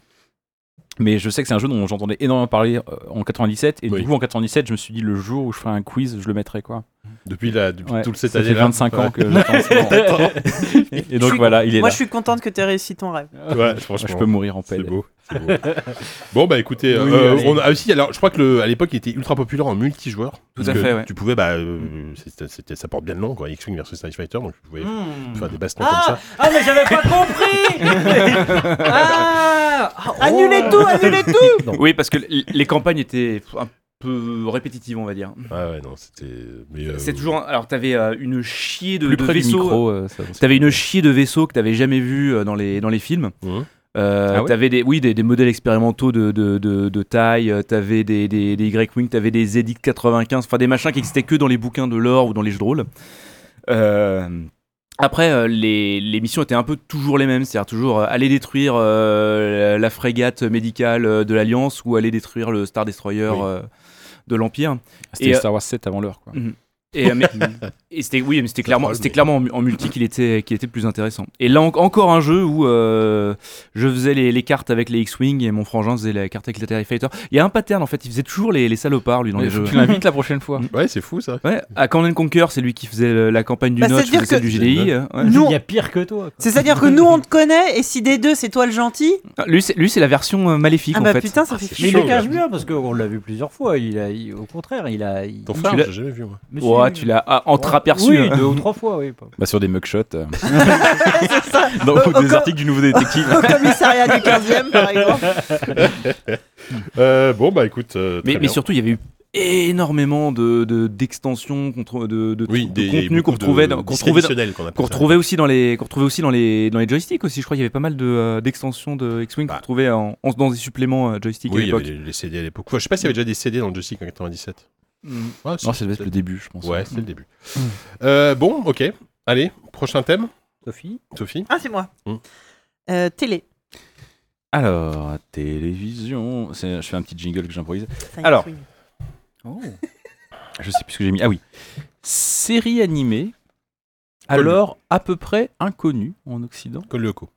Speaker 2: mais je sais que c'est un jeu dont j'entendais énormément parler euh, en 97, et
Speaker 1: Oui.
Speaker 2: du coup en 97, je me suis dit le jour où je ferai un quiz, je le mettrai quoi.
Speaker 1: Depuis, la, depuis
Speaker 2: Ouais,
Speaker 1: tout le cette
Speaker 2: Ça fait
Speaker 1: année-là.
Speaker 2: 25 ans
Speaker 1: Ouais.
Speaker 2: que j'attends ce moment. Et
Speaker 6: Je
Speaker 2: donc
Speaker 6: suis-
Speaker 2: voilà, il est
Speaker 6: Moi,
Speaker 2: là.
Speaker 6: je suis contente que tu aies réussi ton rêve.
Speaker 1: Ouais,
Speaker 2: Moi,
Speaker 1: franchement.
Speaker 2: je peux mourir en paix.
Speaker 1: C'est beau. c'est beau. bon bah écoutez,
Speaker 2: Oui,
Speaker 1: euh,
Speaker 2: allez.
Speaker 1: on a aussi alors je crois que le- à l'époque il était ultra populaire en multijoueur. Parce
Speaker 2: à
Speaker 1: que
Speaker 2: fait, ouais.
Speaker 1: Tu pouvais bah euh, c'était- c'était- ça porte bien le nom quoi, X-wing versus Street Fighter donc tu pouvais faire des bastons comme
Speaker 5: Ah,
Speaker 1: ça.
Speaker 5: ah, mais j'avais pas compris Ah
Speaker 6: Annulez tout, annulez tout
Speaker 3: Oui, parce que l- les campagnes étaient un peu répétitives, on va dire.
Speaker 1: Ouais ouais non c'était mais euh,
Speaker 3: C'est toujours. un- Alors, t'avais euh, une chier de,
Speaker 2: Plus
Speaker 3: de
Speaker 2: près du
Speaker 3: vaisseaux.
Speaker 2: micro, euh, ça-
Speaker 3: T'avais une chier de vaisseaux que t'avais jamais vu euh, dans les, dans les films.
Speaker 1: Mhm.
Speaker 3: Euh,
Speaker 2: Ah ouais
Speaker 3: t'avais des, oui, des, des modèles expérimentaux de, de, de, de taille, euh, t'avais des, des, des Y-Wing, t'avais des ZX95, enfin des machins qui existaient que dans les bouquins de lore ou dans les jeux de rôle. Euh, après, euh, les, les missions étaient un peu toujours les mêmes, c'est-à-dire toujours euh, aller détruire euh, la frégate médicale euh, de l'Alliance ou aller détruire le Star Destroyer
Speaker 1: Oui.
Speaker 3: euh, de l'Empire.
Speaker 2: C'était
Speaker 3: Et, euh,
Speaker 2: Star Wars 7 avant l'heure quoi.
Speaker 3: Et, euh, mais- et c'était oui, mais c'était clairement,
Speaker 1: troll,
Speaker 3: c'était
Speaker 1: mais-
Speaker 3: clairement en, en multi qu'il était, qu'il était plus intéressant. Et là en- encore un jeu où euh, je faisais les, les cartes avec les X-wing et mon frangin faisait la carte avec les TIE Fighter. Il y a un pattern en fait, il faisait toujours les, les salopards lui dans les
Speaker 4: Faut
Speaker 3: jeux.
Speaker 4: que Tu l'invites la prochaine fois.
Speaker 1: Ouais, c'est fou ça.
Speaker 3: Ouais, à Command Conquer, c'est lui qui faisait le- la campagne du
Speaker 6: Bah,
Speaker 3: Notch, je
Speaker 6: c'est-à-dire
Speaker 3: faisais celle
Speaker 6: que-
Speaker 3: du GDI. euh, ouais.
Speaker 6: Nous,
Speaker 5: Il y a pire que toi. quoi.
Speaker 6: C'est-à-dire que nous, on te connaît, et si des deux, c'est toi le gentil,
Speaker 3: Ah, Lui, c'est lui, c'est la version euh, maléfique
Speaker 6: ah
Speaker 3: en
Speaker 6: bah
Speaker 3: fait.
Speaker 6: putain, ça fait
Speaker 1: c'est
Speaker 5: Mais il
Speaker 1: chaud,
Speaker 5: le cache
Speaker 1: là.
Speaker 5: bien parce qu'on l'a vu plusieurs fois. Il a, il- au contraire, il a. il-
Speaker 1: Ton
Speaker 5: il-
Speaker 1: frère,
Speaker 3: tu l'as-
Speaker 1: j'ai jamais vu moi.
Speaker 5: Mais
Speaker 3: Ouais,
Speaker 5: si,
Speaker 3: tu l'as ah, entreaperçu.
Speaker 5: Oui,
Speaker 3: hein.
Speaker 5: deux ou trois fois, oui. pas-
Speaker 4: Bah, sur des mugshots. euh.
Speaker 2: Dans
Speaker 6: au- au-
Speaker 2: des articles du Nouveau Détective.
Speaker 6: au commissariat du 15e, par exemple.
Speaker 1: Euh, bon bah écoute euh, très
Speaker 3: Mais, mais
Speaker 1: bien.
Speaker 3: surtout, il y avait eu énormément de de- d'extensions contre de, de,
Speaker 1: oui,
Speaker 3: de
Speaker 1: des
Speaker 3: contenus qu'on
Speaker 1: beaucoup de-
Speaker 3: trouvait dans- qu'on trouvait dans-
Speaker 1: traditionnels qu'on appelle
Speaker 3: Qu'on
Speaker 1: ça.
Speaker 3: retrouvait aussi dans les, qu'on retrouvait aussi dans les, dans les joysticks aussi. Je crois qu'il y avait pas mal de, euh, d'extensions de X-wing
Speaker 1: Bah.
Speaker 3: qu'on retrouvait en, en- dans des suppléments euh, joystick
Speaker 1: Oui,
Speaker 3: à
Speaker 1: il y
Speaker 3: l'époque.
Speaker 1: avait les, les CD à l'époque. Enfin, je sais pas s'il y avait déjà des CD dans le joystick en 97.
Speaker 5: Mmh.
Speaker 3: Mm.
Speaker 1: Ouais,
Speaker 4: Non, ça devait être le début, je pense.
Speaker 1: Ouais, c'est
Speaker 3: Mmh.
Speaker 1: le début. Euh, bon, OK. Allez, prochain thème,
Speaker 5: Sophie
Speaker 1: Sophie.
Speaker 6: Ah, c'est moi.
Speaker 1: Hmm.
Speaker 6: Euh, télé.
Speaker 4: Alors, télévision. C'est- Je fais un petit jingle que j'improvise.
Speaker 6: Ça,
Speaker 4: Alors.
Speaker 6: X-Wing.
Speaker 3: Oh.
Speaker 4: Je sais plus ce que j'ai mis. Ah oui. Série animée. Alors, à peu près inconnue en Occident.
Speaker 1: Colle le coup.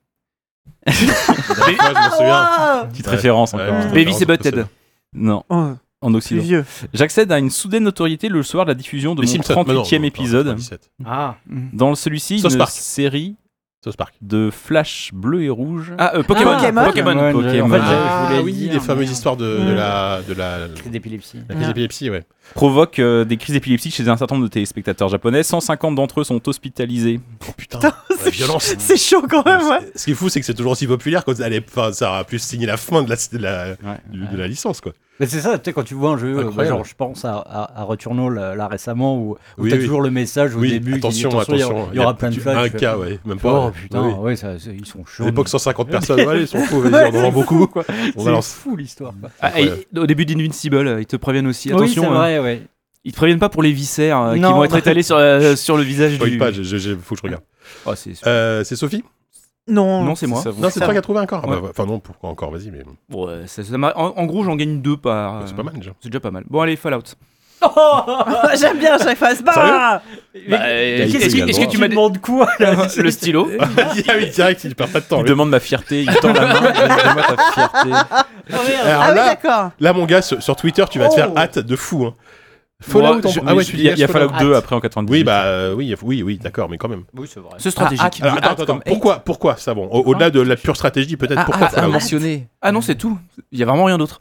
Speaker 1: je me souviens.
Speaker 6: Ah,
Speaker 2: Petite
Speaker 1: Ouais.
Speaker 2: référence
Speaker 1: Ouais,
Speaker 2: encore.
Speaker 1: petite
Speaker 3: Baby
Speaker 1: référence
Speaker 3: c'est
Speaker 1: de
Speaker 3: Butthead.
Speaker 4: Non,
Speaker 6: wow. Oh,
Speaker 4: en
Speaker 6: plus
Speaker 4: Occident.
Speaker 6: vieux.
Speaker 4: J'accède à une soudaine notoriété le soir de la diffusion de
Speaker 1: Les
Speaker 4: mon
Speaker 1: Simpsons.
Speaker 4: 38e
Speaker 1: mais non, non,
Speaker 4: épisode.
Speaker 1: 97.
Speaker 5: Ah
Speaker 4: Dans celui-ci,
Speaker 1: South
Speaker 4: une
Speaker 1: Park.
Speaker 4: série
Speaker 1: South Park.
Speaker 4: de flash bleu et rouge.
Speaker 3: Ah, euh, Pokémon.
Speaker 6: Pokémon.
Speaker 5: Pokémon. En fait,
Speaker 1: Ah
Speaker 5: je voulais
Speaker 1: oui,
Speaker 5: dire,
Speaker 1: les fameuses
Speaker 5: merde. Ah.
Speaker 1: histoires de, de
Speaker 6: Mm.
Speaker 1: la de la,
Speaker 5: Crise d'épilepsie.
Speaker 1: la crise d'épilepsie, ouais.
Speaker 4: provoque euh, des crises épileptiques chez un certain nombre de téléspectateurs japonais. 150 d'entre eux sont hospitalisés.
Speaker 1: Oh putain, la
Speaker 3: Ah.
Speaker 6: c'est
Speaker 1: violence.
Speaker 6: C'est chaud quand même, ouais.
Speaker 1: Ce qui est fou, c'est que c'est toujours aussi populaire quand elle est, enfin, ça a plus signé la fin de la, de la,
Speaker 4: Ouais.
Speaker 1: de la licence, quoi.
Speaker 5: Mais c'est ça, tu sais, quand tu vois un jeu, euh,
Speaker 1: Incroyable.
Speaker 5: genre je pense à, à, à Returnal euh, là récemment, où, où
Speaker 1: Oui,
Speaker 5: t'as
Speaker 1: oui.
Speaker 5: toujours le message au
Speaker 1: oui,
Speaker 5: début qui dit,
Speaker 1: attention,
Speaker 5: il y
Speaker 1: attention.
Speaker 5: aura- il y, aura plein de
Speaker 1: tu-
Speaker 5: flashs.
Speaker 1: Un
Speaker 5: tu fais,
Speaker 1: cas, ouais, même pas.
Speaker 5: Oh
Speaker 1: ouais.
Speaker 5: putain,
Speaker 1: Oui.
Speaker 5: ouais, ça, c'est- ils sont chauds.
Speaker 1: À l'époque, 150 personnes, ouais, ils sont fous,
Speaker 6: Ouais,
Speaker 1: vas-y, on en
Speaker 6: c'est
Speaker 1: vend beaucoup. On
Speaker 5: c'est
Speaker 1: balance.
Speaker 5: fou l'histoire. quoi.
Speaker 3: Ah, et au début d'Invincible, euh, ils te préviennent aussi. Attention,
Speaker 5: oui, c'est
Speaker 3: euh,
Speaker 5: vrai, ouais.
Speaker 3: ils te préviennent pas pour les viscères euh, qui
Speaker 5: Non.
Speaker 3: vont être étalés sur, euh, sur le visage
Speaker 1: Spoil
Speaker 3: du.
Speaker 1: pas, je- je- je- faut que je regarde.
Speaker 3: Oh, c'est-
Speaker 1: Euh, c'est Sophie
Speaker 6: Non.
Speaker 3: Non, c'est moi.
Speaker 4: Ça vaut-
Speaker 1: Non, c'est
Speaker 6: Ça
Speaker 1: toi
Speaker 6: va.
Speaker 1: qui as trouvé encore. Ah bah,
Speaker 3: Ouais.
Speaker 1: ouais. Enfin, non, pourquoi encore Vas-y, mais
Speaker 3: Bon, euh, ça- ça m'a- en, en gros, j'en gagne deux par. euh,
Speaker 1: c'est pas mal déjà.
Speaker 3: C'est déjà pas mal. Bon, allez, Fallout.
Speaker 6: J'aime bien à chaque fois. Bah,
Speaker 3: Bah,
Speaker 1: il
Speaker 3: Est-ce
Speaker 1: peut y
Speaker 3: que- est-ce que
Speaker 5: hein.
Speaker 1: avoir.
Speaker 3: tu m'as
Speaker 5: demandes quoi là
Speaker 3: le stylo
Speaker 1: ah oui, direct, il perd pas de temps.
Speaker 4: Il
Speaker 1: lui.
Speaker 4: demande ma fierté, il tend la main, il dit, donne-moi ta fierté.
Speaker 1: Alors
Speaker 6: ah oui,
Speaker 1: là,
Speaker 6: d'accord.
Speaker 1: là, mon gars, sur, sur Twitter, tu vas te faire
Speaker 6: Oh.
Speaker 1: hâte de fou.
Speaker 4: Moi,
Speaker 1: Hein. Fallout, en-
Speaker 4: je-
Speaker 1: ah ouais,
Speaker 4: je-
Speaker 1: tu
Speaker 4: il y a, il y a
Speaker 1: dégages Fallout.
Speaker 4: Fallout 2 après en 98.
Speaker 1: Oui, bah euh, oui, oui, oui, d'accord, mais quand même.
Speaker 5: Oui, c'est vrai.
Speaker 3: Ce
Speaker 2: Ah,
Speaker 3: stratégique.
Speaker 1: Alors, attends, attends, attends. Pourquoi, pourquoi ça bon au-
Speaker 2: Hein
Speaker 1: Au-delà de la pure stratégie,
Speaker 3: ah,
Speaker 1: peut-être pourquoi Fallout
Speaker 3: mentionné. Ah non, c'est tout. Il y a vraiment rien d'autre.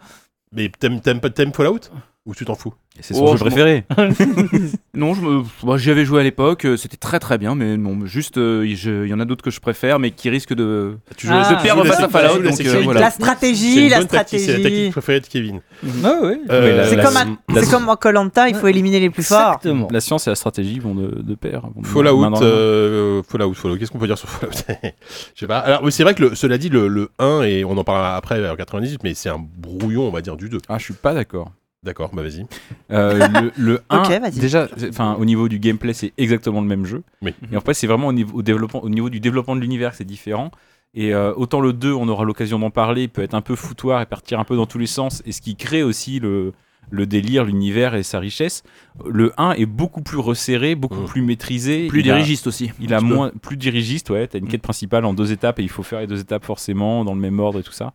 Speaker 1: Mais t'aimes, t'aimes, pas- t'aimes Fallout Ou tu t'en fous
Speaker 2: C'est son
Speaker 3: Oh,
Speaker 2: jeu
Speaker 3: je m'en-
Speaker 2: préféré.
Speaker 3: Non, je me- pff, moi, j'y avais joué à l'époque, euh, c'était très très bien, mais non, mais juste, euh, je- il y en a d'autres que je préfère, mais qui risquent de,
Speaker 1: Tu
Speaker 6: Ah.
Speaker 1: tu
Speaker 6: Je
Speaker 3: perdre
Speaker 1: la
Speaker 3: face à
Speaker 1: sec- tu
Speaker 3: Fallout,
Speaker 1: joues la
Speaker 3: donc euh,
Speaker 1: sexualité.
Speaker 3: voilà.
Speaker 6: La
Speaker 1: C'est une
Speaker 6: stratégie, la
Speaker 1: bonne tactique, C'est la
Speaker 6: stratégie.
Speaker 1: technique préférée de Kevin.
Speaker 5: Ah ouais.
Speaker 1: Euh,
Speaker 2: la-
Speaker 6: C'est
Speaker 2: la-
Speaker 6: comme,
Speaker 2: la-
Speaker 6: un- c'est comme en Colanta, il faut éliminer les plus forts.
Speaker 5: Exactement.
Speaker 2: La science et la stratégie vont de, de pair. hein, vont de main dans
Speaker 1: Fallout,
Speaker 2: la main.
Speaker 1: euh, Fallout, Fallout. Qu'est-ce qu'on peut dire sur Fallout Je sais pas. Alors, oui, c'est vrai que le- cela dit, le, le 1, et on en parlera après en 98, mais c'est un brouillon, on va dire, du 2.
Speaker 2: Ah, je suis pas d'accord.
Speaker 1: D'accord, bah vas-y.
Speaker 2: Euh, le, le 1,
Speaker 6: Ok, vas-y.
Speaker 2: déjà, c'est- enfin, au niveau du gameplay, c'est exactement le même jeu.
Speaker 1: Oui.
Speaker 2: Et en fait, c'est vraiment au niveau, au développement, au niveau du développement de l'univers que c'est différent. Et euh, autant le 2, on aura l'occasion d'en parler, il peut être un peu foutoir et partir un peu dans tous les sens, et ce qui crée aussi le, le délire, l'univers et sa richesse. Le 1 est beaucoup plus resserré, beaucoup
Speaker 1: Mm.
Speaker 2: plus maîtrisé.
Speaker 3: plus
Speaker 2: il a-
Speaker 3: dirigiste aussi.
Speaker 2: Il a moins, plus dirigiste, ouais. T'as une quête principale en deux étapes et il faut faire les deux étapes forcément dans le même ordre et tout ça.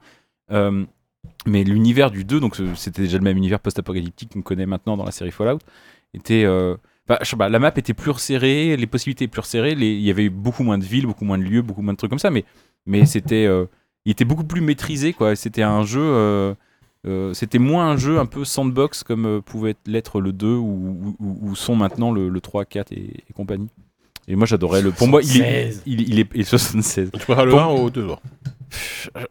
Speaker 2: Euh, mais l'univers du 2, donc ce- c'était déjà le même univers post-apocalyptique qu'on connaît maintenant dans la série Fallout, était. euh, bah, je sais pas, la map était plus resserrée, les possibilités plus resserrées, les- il y avait eu beaucoup moins de villes, beaucoup moins de lieux, beaucoup moins de trucs comme ça, mais, mais c'était. euh, il était beaucoup plus maîtrisé, quoi. C'était un jeu. euh, euh, c'était moins un jeu un peu sandbox comme euh, pouvait l'être le 2 ou, ou- ou sont maintenant le, le 3, 4 et, et compagnie. Et moi j'adorais le. Pour moi, il est.
Speaker 5: 76.
Speaker 2: Il, il est et 76.
Speaker 1: Tu préfères le
Speaker 2: Bon.
Speaker 1: 1 au 2 alors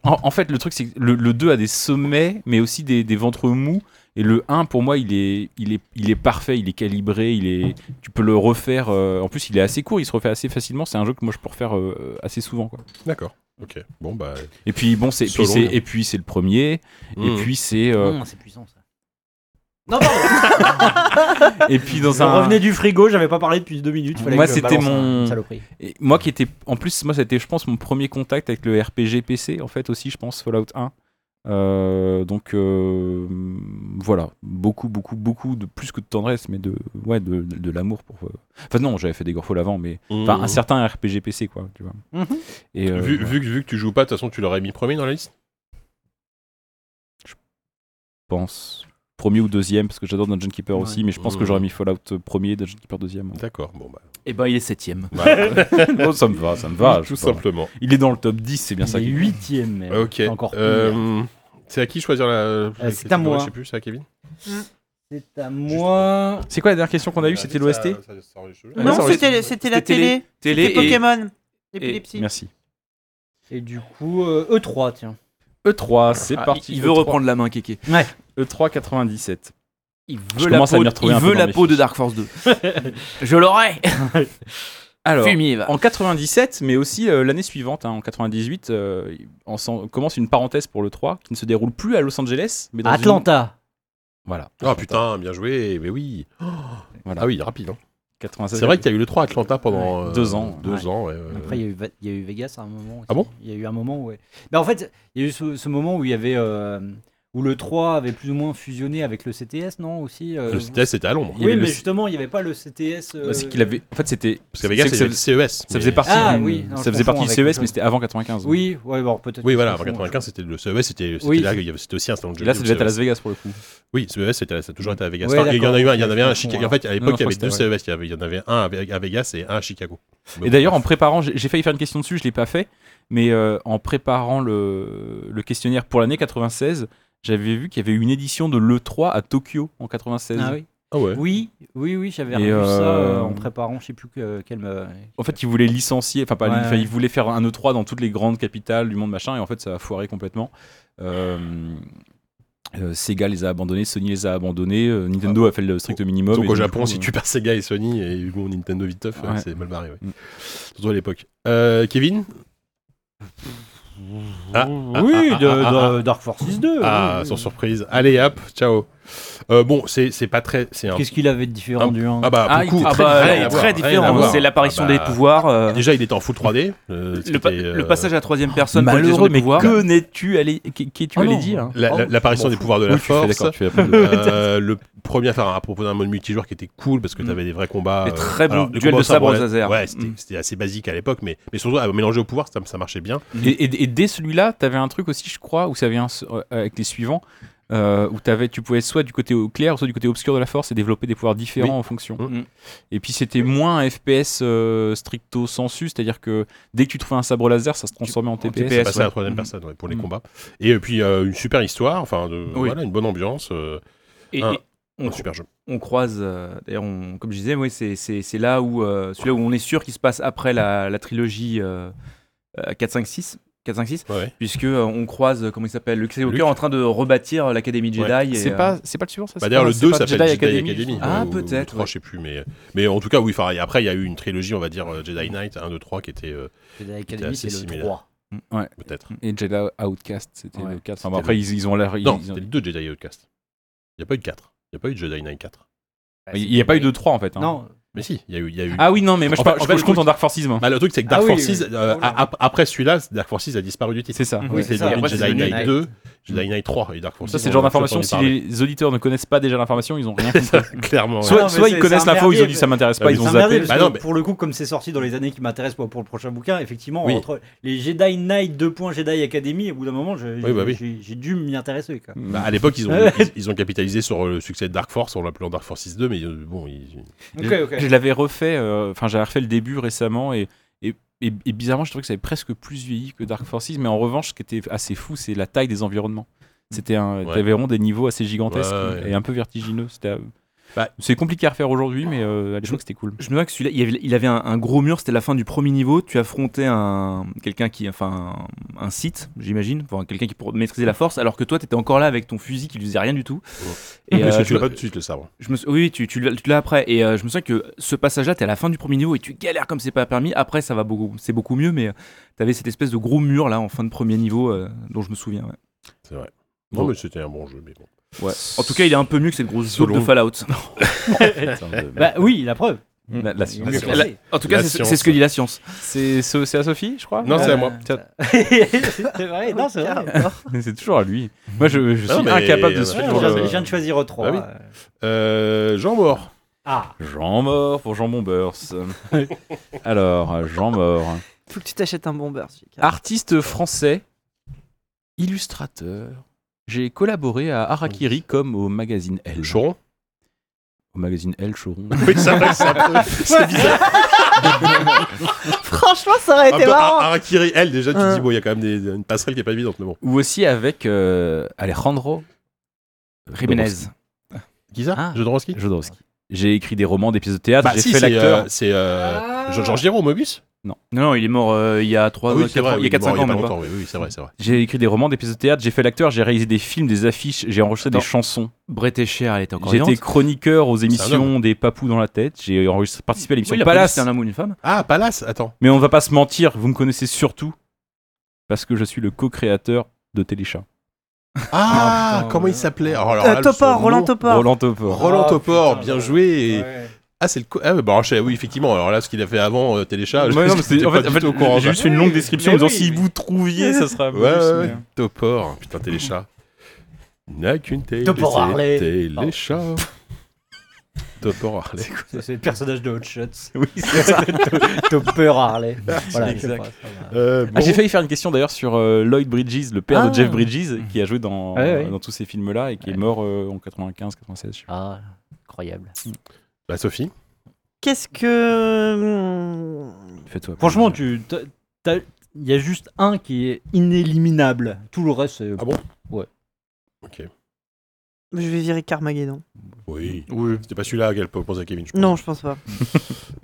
Speaker 2: En, en fait, le truc, c'est que le, le 2 a des sommets, mais aussi des, des ventres mous. Et le 1, pour moi, il est, il est, il est parfait, il est calibré, il est, tu peux le refaire. euh, en plus, il est assez court, il se refait assez facilement. C'est un jeu que moi, je peux refaire euh, assez souvent. Quoi.
Speaker 1: D'accord. Ok. Bon, bah.
Speaker 2: Et puis, bon, c'est, puis
Speaker 1: Selon
Speaker 2: c'est,
Speaker 1: le-
Speaker 2: et puis, c'est le premier.
Speaker 1: hmm.
Speaker 2: Et puis, c'est. euh,
Speaker 5: Non, c'est puissant ça. Non, pardon.
Speaker 2: et puis, dans
Speaker 5: Je
Speaker 2: un.
Speaker 5: revenais du frigo, j'avais pas parlé depuis deux minutes. fallait
Speaker 2: Moi,
Speaker 5: que je
Speaker 2: c'était
Speaker 5: balance
Speaker 2: mon-
Speaker 5: un Saloperie.
Speaker 2: Et moi qui était en plus moi c'était je pense mon premier contact avec le RPG PC en fait aussi je pense Fallout 1 Euh, donc euh, voilà beaucoup beaucoup beaucoup de plus que de tendresse mais de ouais de, de- de l'amour pour euh, enfin non j'avais fait des Gorefall avant mais enfin
Speaker 1: Hmm.
Speaker 2: un certain RPG PC quoi tu vois
Speaker 5: Mhm.
Speaker 2: et euh,
Speaker 1: Vu,
Speaker 2: voilà,
Speaker 1: vu que, vu que tu joues pas, de toute façon, tu l'aurais mis premier dans la liste
Speaker 2: je pense premier ou deuxième parce que j'adore Dungeon Keeper
Speaker 5: Ouais.
Speaker 2: aussi mais je pense que
Speaker 1: Mhm.
Speaker 2: j'aurais mis Fallout euh, premier Dungeon Keeper deuxième
Speaker 1: D'accord. Bon, bah.
Speaker 3: Et ben, il est septième.
Speaker 1: Voilà.
Speaker 2: Oh, ça me va ça me va
Speaker 1: Tout
Speaker 2: je sais pas.
Speaker 1: simplement.
Speaker 2: il est dans le top 10 c'est bien
Speaker 5: Il
Speaker 2: ça
Speaker 5: est
Speaker 2: qui-
Speaker 5: huitième, mais
Speaker 1: Ok.
Speaker 5: c'est encore pire.
Speaker 1: Euh, C'est à qui choisir la. la
Speaker 5: c'est à
Speaker 1: catégorie,
Speaker 5: moi.
Speaker 1: Je sais plus, c'est à Kevin
Speaker 5: C'est à
Speaker 3: Ah,
Speaker 5: moi.
Speaker 2: c'est quoi la dernière question qu'on a eue c'était l'OST
Speaker 1: C'était
Speaker 2: Ouais,
Speaker 6: Non,
Speaker 2: ça, ouais.
Speaker 6: c'était c'était la
Speaker 3: C'était
Speaker 6: télé.
Speaker 3: télé
Speaker 6: C'était
Speaker 3: et-
Speaker 6: Pokémon.
Speaker 3: et-
Speaker 6: L'épilepsie.
Speaker 2: merci
Speaker 5: Et du coup, euh, E3, tiens. E
Speaker 2: E3, c'est
Speaker 3: Ah,
Speaker 2: parti.
Speaker 3: il- Il veut
Speaker 2: E3.
Speaker 3: reprendre la main, Kéké.
Speaker 2: E3 97.
Speaker 3: Il
Speaker 2: Je
Speaker 3: veut la
Speaker 2: commence à
Speaker 3: peau,
Speaker 2: m'y
Speaker 3: de-
Speaker 2: retrouver
Speaker 3: il
Speaker 2: un peu
Speaker 3: veut
Speaker 2: dans
Speaker 3: la
Speaker 2: mes
Speaker 3: peau de
Speaker 2: fiches.
Speaker 3: Dark Force 2. Je l'aurai.
Speaker 2: Alors,
Speaker 3: Fumier, va.
Speaker 2: Ah. en 97, mais aussi euh, l'année suivante, hein, en 98, euh, on s'en- commence une parenthèse pour le 3 qui ne se déroule plus à Los Angeles, mais dans une-
Speaker 5: Atlanta.
Speaker 2: Voilà.
Speaker 1: Ah putain, bien joué, mais oui.
Speaker 2: Voilà.
Speaker 1: Ah oui, rapide. hein.
Speaker 2: 96.
Speaker 1: C'est vrai qu'il y a eu le 3 Atlanta pendant
Speaker 2: Ouais,
Speaker 1: euh,
Speaker 2: deux ans.
Speaker 1: Deux
Speaker 5: Ouais.
Speaker 1: ans, ouais, ouais.
Speaker 5: Après, il y, a eu, Ve- il y a eu Vegas à un moment. aussi.
Speaker 1: Ah bon
Speaker 5: Il y a eu un moment, ouais. Mais en fait, il y a eu ce, ce moment où il y avait. euh, où le 3 avait plus ou moins fusionné avec le CTS, non Aussi euh,
Speaker 1: Le CTS était à Londres.
Speaker 2: il y
Speaker 5: Oui,
Speaker 2: avait
Speaker 5: mais
Speaker 2: le-
Speaker 5: justement, il n'y avait pas le CTS. euh,
Speaker 2: Bah, c'est qu'il avait. En fait, c'était.
Speaker 1: Parce qu'à
Speaker 2: c'est
Speaker 1: Vegas,
Speaker 2: que
Speaker 1: c'était
Speaker 2: ça,
Speaker 1: le CES.
Speaker 2: ça
Speaker 1: mais-
Speaker 2: faisait partie.
Speaker 5: Ah,
Speaker 2: du-
Speaker 5: oui, non, je
Speaker 2: ça faisait partie du
Speaker 5: confonds avec
Speaker 2: CES,
Speaker 5: autre
Speaker 2: mais
Speaker 5: chose.
Speaker 2: c'était avant 95.
Speaker 5: Oui, ouais, bon, peut-être.
Speaker 1: Oui,
Speaker 5: que
Speaker 1: voilà,
Speaker 5: je
Speaker 1: en
Speaker 5: confonds,
Speaker 1: 95, c'était le CES, c'était c'était
Speaker 5: Oui.
Speaker 1: là qu'il y avait- c'était aussi un stand de
Speaker 2: Et
Speaker 1: jeu
Speaker 2: là,
Speaker 1: vidéo,
Speaker 2: ça
Speaker 1: le
Speaker 2: devait être à
Speaker 1: CES.
Speaker 2: Las Vegas pour le coup.
Speaker 1: Oui, CES, c'était- ça a toujours été à Vegas.
Speaker 5: Ouais,
Speaker 1: Enfin, il y en a eu un, il y en avait un à
Speaker 5: d'accord,
Speaker 1: Chicago.
Speaker 5: ouais.
Speaker 1: En fait, à
Speaker 2: Non,
Speaker 1: l'époque, il y avait
Speaker 2: je crois
Speaker 1: deux
Speaker 2: que
Speaker 1: CES, il y avait- il y en avait un à Ve- à Vegas et un à Chicago.
Speaker 2: Et d'ailleurs, en préparant, j'ai j'ai failli faire une question dessus, je l'ai pas fait, mais euh, en préparant le, le questionnaire pour l'année 96, j'avais vu qu'il y avait eu une édition de l'E3 à Tokyo en 96.
Speaker 5: Ah oui.
Speaker 1: Ah ouais.
Speaker 5: Oui, oui, oui, j'avais
Speaker 2: Et,
Speaker 5: revu ça
Speaker 2: euh,
Speaker 5: euh, en préparant, je sais plus que, quel euh, me.
Speaker 2: En fait, ils voulaient licencier, enfin, pas,
Speaker 5: Ouais,
Speaker 2: enfin,
Speaker 5: ouais.
Speaker 2: ils voulaient faire un E3 dans toutes les grandes capitales du monde, machin, et en fait, ça a foiré complètement. Euh, euh, Sega les a abandonnés, Sony les a abandonnés, euh, Nintendo a fait le strict minimum.
Speaker 1: Ah. Donc
Speaker 2: et
Speaker 1: au
Speaker 2: du
Speaker 1: Japon,
Speaker 2: coup,
Speaker 1: si
Speaker 2: euh,
Speaker 1: tu perds Sega et Sony et bon, Nintendo vite tough, euh,
Speaker 2: Ouais.
Speaker 1: c'est mal barré. ouais.
Speaker 2: Mm.
Speaker 1: Surtout à l'époque. Euh, Kevin Ah, ah,
Speaker 5: oui,
Speaker 1: ah,
Speaker 5: de,
Speaker 1: ah, ah,
Speaker 5: de- Dark Forces 2.
Speaker 1: Ah,
Speaker 5: oui, oui.
Speaker 1: sans surprise. Allez, hop, ciao. Euh, bon, c'est c'est pas très. C'est un.
Speaker 5: Qu'est-ce qu'il avait de différent
Speaker 1: Ah,
Speaker 5: du 1
Speaker 1: Ah bah,
Speaker 3: Ah, il
Speaker 1: beaucoup.
Speaker 3: ah
Speaker 1: très
Speaker 3: bah,
Speaker 1: rien
Speaker 3: là,
Speaker 1: à
Speaker 3: il est
Speaker 1: voir,
Speaker 3: très
Speaker 1: rien à
Speaker 3: différent.
Speaker 1: voir.
Speaker 3: C'est l'apparition
Speaker 1: Ah bah,
Speaker 3: des pouvoirs. euh,
Speaker 1: Déjà, il était en full 3D. euh,
Speaker 3: le, pa-
Speaker 1: c'était, euh,
Speaker 3: le passage à la troisième personne. pour
Speaker 2: malheureux,
Speaker 3: les
Speaker 2: mais
Speaker 3: pouvoirs.
Speaker 2: connais-tu, allé- qui, qui es-tu
Speaker 5: Oh
Speaker 2: allé
Speaker 5: non.
Speaker 2: dire
Speaker 1: la- la- L'apparition des pouvoirs de la
Speaker 2: Oui, tu fais-
Speaker 1: force.
Speaker 2: d'accord, tu fais la peine de-
Speaker 1: Euh, le premier, enfin, à propos d'un mode multijoueur qui était cool
Speaker 2: Mm.
Speaker 1: parce que t'avais des vrais combats.
Speaker 3: Des
Speaker 1: euh,
Speaker 3: très bons
Speaker 1: le
Speaker 3: duels
Speaker 1: combat
Speaker 3: de
Speaker 1: au
Speaker 3: sabre
Speaker 1: là-
Speaker 3: laser.
Speaker 1: Ouais, c'était
Speaker 3: Mm.
Speaker 1: c'était assez basique à l'époque, mais, mais surtout à mélanger au pouvoir, ça, ça marchait bien.
Speaker 2: Et, et- et dès celui-là, t'avais un truc aussi, je crois, où ça vient s- euh, avec les suivants, euh, où t'avais, tu pouvais soit du côté au- clair, soit du côté obscur de la force et développer des pouvoirs différents en fonction.
Speaker 1: Mm.
Speaker 2: Et puis c'était moins un FPS euh, stricto sensu, c'est-à-dire que dès que tu trouvais un sabre laser, ça se transformait en TPS.
Speaker 1: C'est
Speaker 3: PS,
Speaker 1: passé à la
Speaker 3: ouais.
Speaker 1: troisième
Speaker 3: Mhm.
Speaker 1: personne ouais, pour les
Speaker 2: Mhm.
Speaker 1: combats. Et puis euh, une super histoire, enfin de-
Speaker 3: Oui.
Speaker 1: voilà, une bonne ambiance. euh,
Speaker 3: Et,
Speaker 1: Un.
Speaker 3: et- on,
Speaker 1: super jeu.
Speaker 3: on croise. euh, D'ailleurs, on- comme je disais, oui, c'est- c'est c'est là où euh, celui-là où on est sûr qu'il se passe après la, la trilogie euh, euh, 4, 5, 6. 4, 5, 6,
Speaker 1: Ouais.
Speaker 3: puisque euh, on croise, euh, comment il s'appelle, Luke Skywalker
Speaker 1: Luke.
Speaker 3: en train de rebâtir l'Académie Jedi. et,
Speaker 2: C'est
Speaker 3: euh,
Speaker 2: pas, c'est pas le suivant, ça
Speaker 1: Bah
Speaker 2: c'est
Speaker 1: d'ailleurs,
Speaker 2: pas-
Speaker 1: le
Speaker 2: c'est
Speaker 1: 2
Speaker 2: pas
Speaker 1: s'appelle Jedi Academy.
Speaker 2: je
Speaker 1: je
Speaker 2: crois.
Speaker 1: crois,
Speaker 3: Ah,
Speaker 1: ou- ou le
Speaker 3: peut-être,
Speaker 1: 3,
Speaker 3: ouais.
Speaker 1: Je sais plus, mais, mais en tout cas, oui, enfin, après, il y a eu une trilogie, on va dire euh, Jedi Knight 1, 2, 3, qui était euh,
Speaker 5: L'Académie,
Speaker 1: assez
Speaker 5: c'est le
Speaker 1: similaire.
Speaker 5: 3.
Speaker 1: peut-être.
Speaker 2: Mm. Et Jedi Outcast, c'était
Speaker 5: Ouais.
Speaker 2: le 4. Enfin, bon, après, ils, ils ont l'air. ils-
Speaker 1: Non,
Speaker 2: ils ont-
Speaker 1: c'était le 2 Jedi Outcast. Il n'y a pas eu de 4. Il n'y a pas eu de Jedi Knight 4.
Speaker 2: Il n'y a pas eu de 3 en fait. hein.
Speaker 5: Non,
Speaker 1: Mais si, il y a eu. il Y a eu...
Speaker 2: Ah oui, non, mais moi je,
Speaker 1: En fait-
Speaker 2: par-
Speaker 1: en
Speaker 2: je-
Speaker 1: fait,
Speaker 2: je
Speaker 1: le
Speaker 2: compte
Speaker 1: truc-
Speaker 2: en Dark Forces. moi.
Speaker 1: Bah, le truc, c'est que Dark
Speaker 5: Ah oui,
Speaker 1: Forces, euh, a- a- après celui-là, Dark Forces a disparu du titre.
Speaker 2: C'est ça.
Speaker 1: Oui,
Speaker 5: Oui,
Speaker 1: c'est
Speaker 5: c'est ça.
Speaker 1: devenu
Speaker 5: Après, c'est
Speaker 1: Jedi
Speaker 5: devenu
Speaker 1: Knight
Speaker 5: Knight.
Speaker 1: 2, Jedi Knight 3 et Dark Forces.
Speaker 2: Ça, c'est
Speaker 1: on-
Speaker 2: le genre
Speaker 1: on- on
Speaker 2: d'information.
Speaker 1: en
Speaker 2: Si
Speaker 1: parlait.
Speaker 2: les auditeurs ne connaissent pas déjà l'information, ils n'ont rien compris.
Speaker 1: Clairement. ouais.
Speaker 2: Soit,
Speaker 5: mais
Speaker 2: soit ils
Speaker 5: c'est-
Speaker 2: connaissent
Speaker 5: c'est un
Speaker 2: l'info, ils ont
Speaker 5: merdier,
Speaker 2: dit ça m'intéresse pas,
Speaker 1: mais
Speaker 2: ils
Speaker 1: c'est
Speaker 2: ont
Speaker 5: Ça
Speaker 1: un
Speaker 5: m'a
Speaker 2: zappé.
Speaker 5: parce
Speaker 1: Bah
Speaker 5: que
Speaker 1: non, mais-
Speaker 5: pour le coup, comme c'est sorti dans les années qui m'intéressent moi, pour le prochain bouquin, effectivement,
Speaker 1: Oui.
Speaker 5: entre les Jedi Knight 2. Jedi Academy, au bout d'un moment, je-
Speaker 1: Oui, bah oui.
Speaker 5: j'ai j'ai dû m'y intéresser. Quoi.
Speaker 1: Bah, à l'époque, ils ont,
Speaker 5: Ouais.
Speaker 1: ils, ils ont capitalisé sur euh, le succès de Dark Force en l'appelant Dark Forces 2, mais euh, bon, ils-
Speaker 5: Ok, ok.
Speaker 2: Je l'avais refait, euh, enfin j'avais refait le début récemment et, et, et- et bizarrement je trouvais que ça avait presque plus vieilli que Dark Forces, mais en revanche ce qui était assez fou c'est la taille des environnements. C'était un,
Speaker 1: Ouais.
Speaker 2: t'avais vraiment des niveaux assez gigantesques
Speaker 1: Ouais, ouais.
Speaker 2: et un peu vertigineux. C'était, euh,
Speaker 1: Bah,
Speaker 2: c'est compliqué à refaire aujourd'hui, mais euh, à l'époque c'était cool.
Speaker 3: Je me souviens que celui-là, il avait, il avait un, un gros mur, c'était la fin du premier niveau. Tu affrontais un quelqu'un qui, enfin, un, un site, j'imagine, enfin, quelqu'un qui pour- maîtrisait la force, alors que toi, t'étais encore là avec ton fusil qui lui faisait rien du tout.
Speaker 1: Mais
Speaker 3: euh,
Speaker 1: parce que tu
Speaker 3: je,
Speaker 1: l'as pas tout de suite le sabre.
Speaker 3: je me, sou- oui, oui, tu, tu l'as tu l'as après. Et euh, je me souviens que ce passage-là, t'es à la fin du premier niveau et tu galères comme c'est pas permis. Après, ça va beaucoup, c'est beaucoup mieux, mais euh, t'avais cette espèce de gros mur là en fin de premier niveau, euh, dont je me souviens. ouais.
Speaker 1: C'est vrai. Non,
Speaker 2: Bon.
Speaker 1: mais c'était un bon jeu, mais bon.
Speaker 3: En tout cas, il est un peu mieux que cette grosse zone de
Speaker 1: Selon-
Speaker 3: Fallout.
Speaker 5: Bah oui, la preuve.
Speaker 2: La-
Speaker 1: Mmh.
Speaker 2: la-
Speaker 5: Il est mieux
Speaker 1: science.
Speaker 5: classé.
Speaker 3: en tout cas,
Speaker 1: La
Speaker 3: c'est
Speaker 1: science.
Speaker 3: c'est ce que dit la science.
Speaker 2: c'est, c'est- c'est à Sophie, je crois.
Speaker 1: Non, c'est à moi. Ah
Speaker 5: c'est vrai, non,
Speaker 6: Ah,
Speaker 5: c'est vrai.
Speaker 2: c'est toujours à lui. Moi je, je
Speaker 1: Ah,
Speaker 2: suis
Speaker 1: mais-
Speaker 2: incapable
Speaker 1: Ouais,
Speaker 2: de
Speaker 5: Ouais,
Speaker 2: suivre.
Speaker 5: je, viens,
Speaker 2: le-
Speaker 5: je viens de choisir 3.
Speaker 1: Bah oui. Euh, Jean Mort.
Speaker 5: Ah,
Speaker 2: Jean mort pour Jean Bombers. Alors Jean mort.
Speaker 6: Faut que tu t'achètes un bomber. Jika.
Speaker 2: Artiste français, illustrateur. J'ai collaboré à Harakiri comme au magazine Elle.
Speaker 1: Choron.
Speaker 2: Au magazine Elle, Choron.
Speaker 1: Oui, ça va, c'est un peu- c'est bizarre.
Speaker 6: Franchement, ça aurait
Speaker 1: En
Speaker 6: été
Speaker 1: même temps, Ar-
Speaker 6: marrant.
Speaker 1: Harakiri, elle, déjà, tu te
Speaker 6: Hein.
Speaker 1: dis, bon, il y a quand même des- une passerelle qui est pas évidente, mais bon.
Speaker 2: Ou aussi avec euh, Alejandro
Speaker 3: Jiménez.
Speaker 1: Qui ça
Speaker 2: Ah.
Speaker 1: Jodorowsky
Speaker 2: Jodorowsky. J'ai écrit des romans, des pièces de théâtre,
Speaker 1: Bah,
Speaker 2: j'ai
Speaker 1: si,
Speaker 2: fait
Speaker 1: c'est
Speaker 2: l'acteur.
Speaker 1: euh, c'est,
Speaker 2: Ah.
Speaker 1: euh, Jean- Jean Giraud, Mobius
Speaker 3: Non, non, il est mort euh, il y a 3
Speaker 1: Ah c'est vrai,
Speaker 3: il y a
Speaker 1: est
Speaker 3: 4
Speaker 1: mort
Speaker 3: 5 ans
Speaker 1: Il y a
Speaker 3: même
Speaker 1: pas
Speaker 3: pas.
Speaker 1: longtemps, oui, oui, c'est vrai, c'est vrai.
Speaker 2: J'ai écrit des romans, des pièces de théâtre, j'ai fait l'acteur, j'ai réalisé des films, des affiches, j'ai enregistré des
Speaker 3: Attends.
Speaker 2: chansons.
Speaker 3: Brett Escher, elle était encore
Speaker 2: J'étais
Speaker 3: vivante.
Speaker 2: chroniqueur aux
Speaker 1: homme.
Speaker 2: émissions des Papous dans la tête, j'ai enregistré- participé à l'émission
Speaker 3: Oui, la police,
Speaker 2: Palace.
Speaker 3: C'est un homme ou une femme
Speaker 1: Ah, Palace, attends.
Speaker 2: Mais on va pas se mentir, vous me connaissez surtout parce que je suis le co-créateur de Téléchat.
Speaker 1: Ah,
Speaker 3: putain,
Speaker 1: comment
Speaker 3: ouais.
Speaker 1: il s'appelait Alors, alors
Speaker 6: Euh,
Speaker 1: là,
Speaker 6: Topor,
Speaker 1: son
Speaker 6: Roland
Speaker 1: nom-
Speaker 6: Topor.
Speaker 2: Roland Topor.
Speaker 1: Roland
Speaker 5: Ah,
Speaker 1: Topor,
Speaker 5: putain,
Speaker 1: bien
Speaker 5: ouais.
Speaker 1: joué. et-
Speaker 5: ouais.
Speaker 1: Ah, c'est le. co- Ah, bah, alors, je sais- oui, effectivement. Alors là, ce qu'il a fait avant euh, Téléchat, je
Speaker 2: Ouais, non, mais
Speaker 1: j'étais
Speaker 2: c'est- en
Speaker 1: pas
Speaker 2: fait,
Speaker 1: du
Speaker 2: en fait,
Speaker 1: tout au courant.
Speaker 2: j'ai
Speaker 1: ça.
Speaker 2: juste fait une longue description
Speaker 5: Mais
Speaker 2: en disant
Speaker 5: oui,
Speaker 2: si
Speaker 5: mais-
Speaker 2: vous trouviez, ça sera
Speaker 1: Ouais,
Speaker 2: bonus,
Speaker 1: ouais,
Speaker 2: mais-
Speaker 1: Topor, putain, Téléchat. N'a qu'une télé.
Speaker 5: Topor
Speaker 1: c'est
Speaker 5: Harley.
Speaker 1: Téléchat. Topor Harley.
Speaker 5: C'est c'est le personnage de Hot Shots.
Speaker 2: Oui, c'est ça.
Speaker 5: Topper Harley. Voilà,
Speaker 2: exact.
Speaker 5: c'est pas- ça va.
Speaker 1: Euh, bon.
Speaker 2: Ah, j'ai failli faire une question d'ailleurs sur euh, Lloyd Bridges, le père
Speaker 5: Ah.
Speaker 2: de Jeff Bridges, qui a joué dans,
Speaker 5: Ouais, ouais.
Speaker 2: dans tous ces films-là et qui est mort euh, en 95-96.
Speaker 5: Ah, incroyable.
Speaker 1: Bah, Sophie.
Speaker 6: Qu'est-ce hmm, que.
Speaker 2: Fais-toi.
Speaker 5: Franchement, tu, t'as- t'as- il y a juste un qui est inéliminable. Tout le reste, c'est.
Speaker 1: Ah bon
Speaker 5: Ouais.
Speaker 1: Ok.
Speaker 6: Je vais virer Carmageddon.
Speaker 1: Oui. C'était pas celui-là qu'elle posait Kevin. Je pense.
Speaker 6: Non, je pense pas.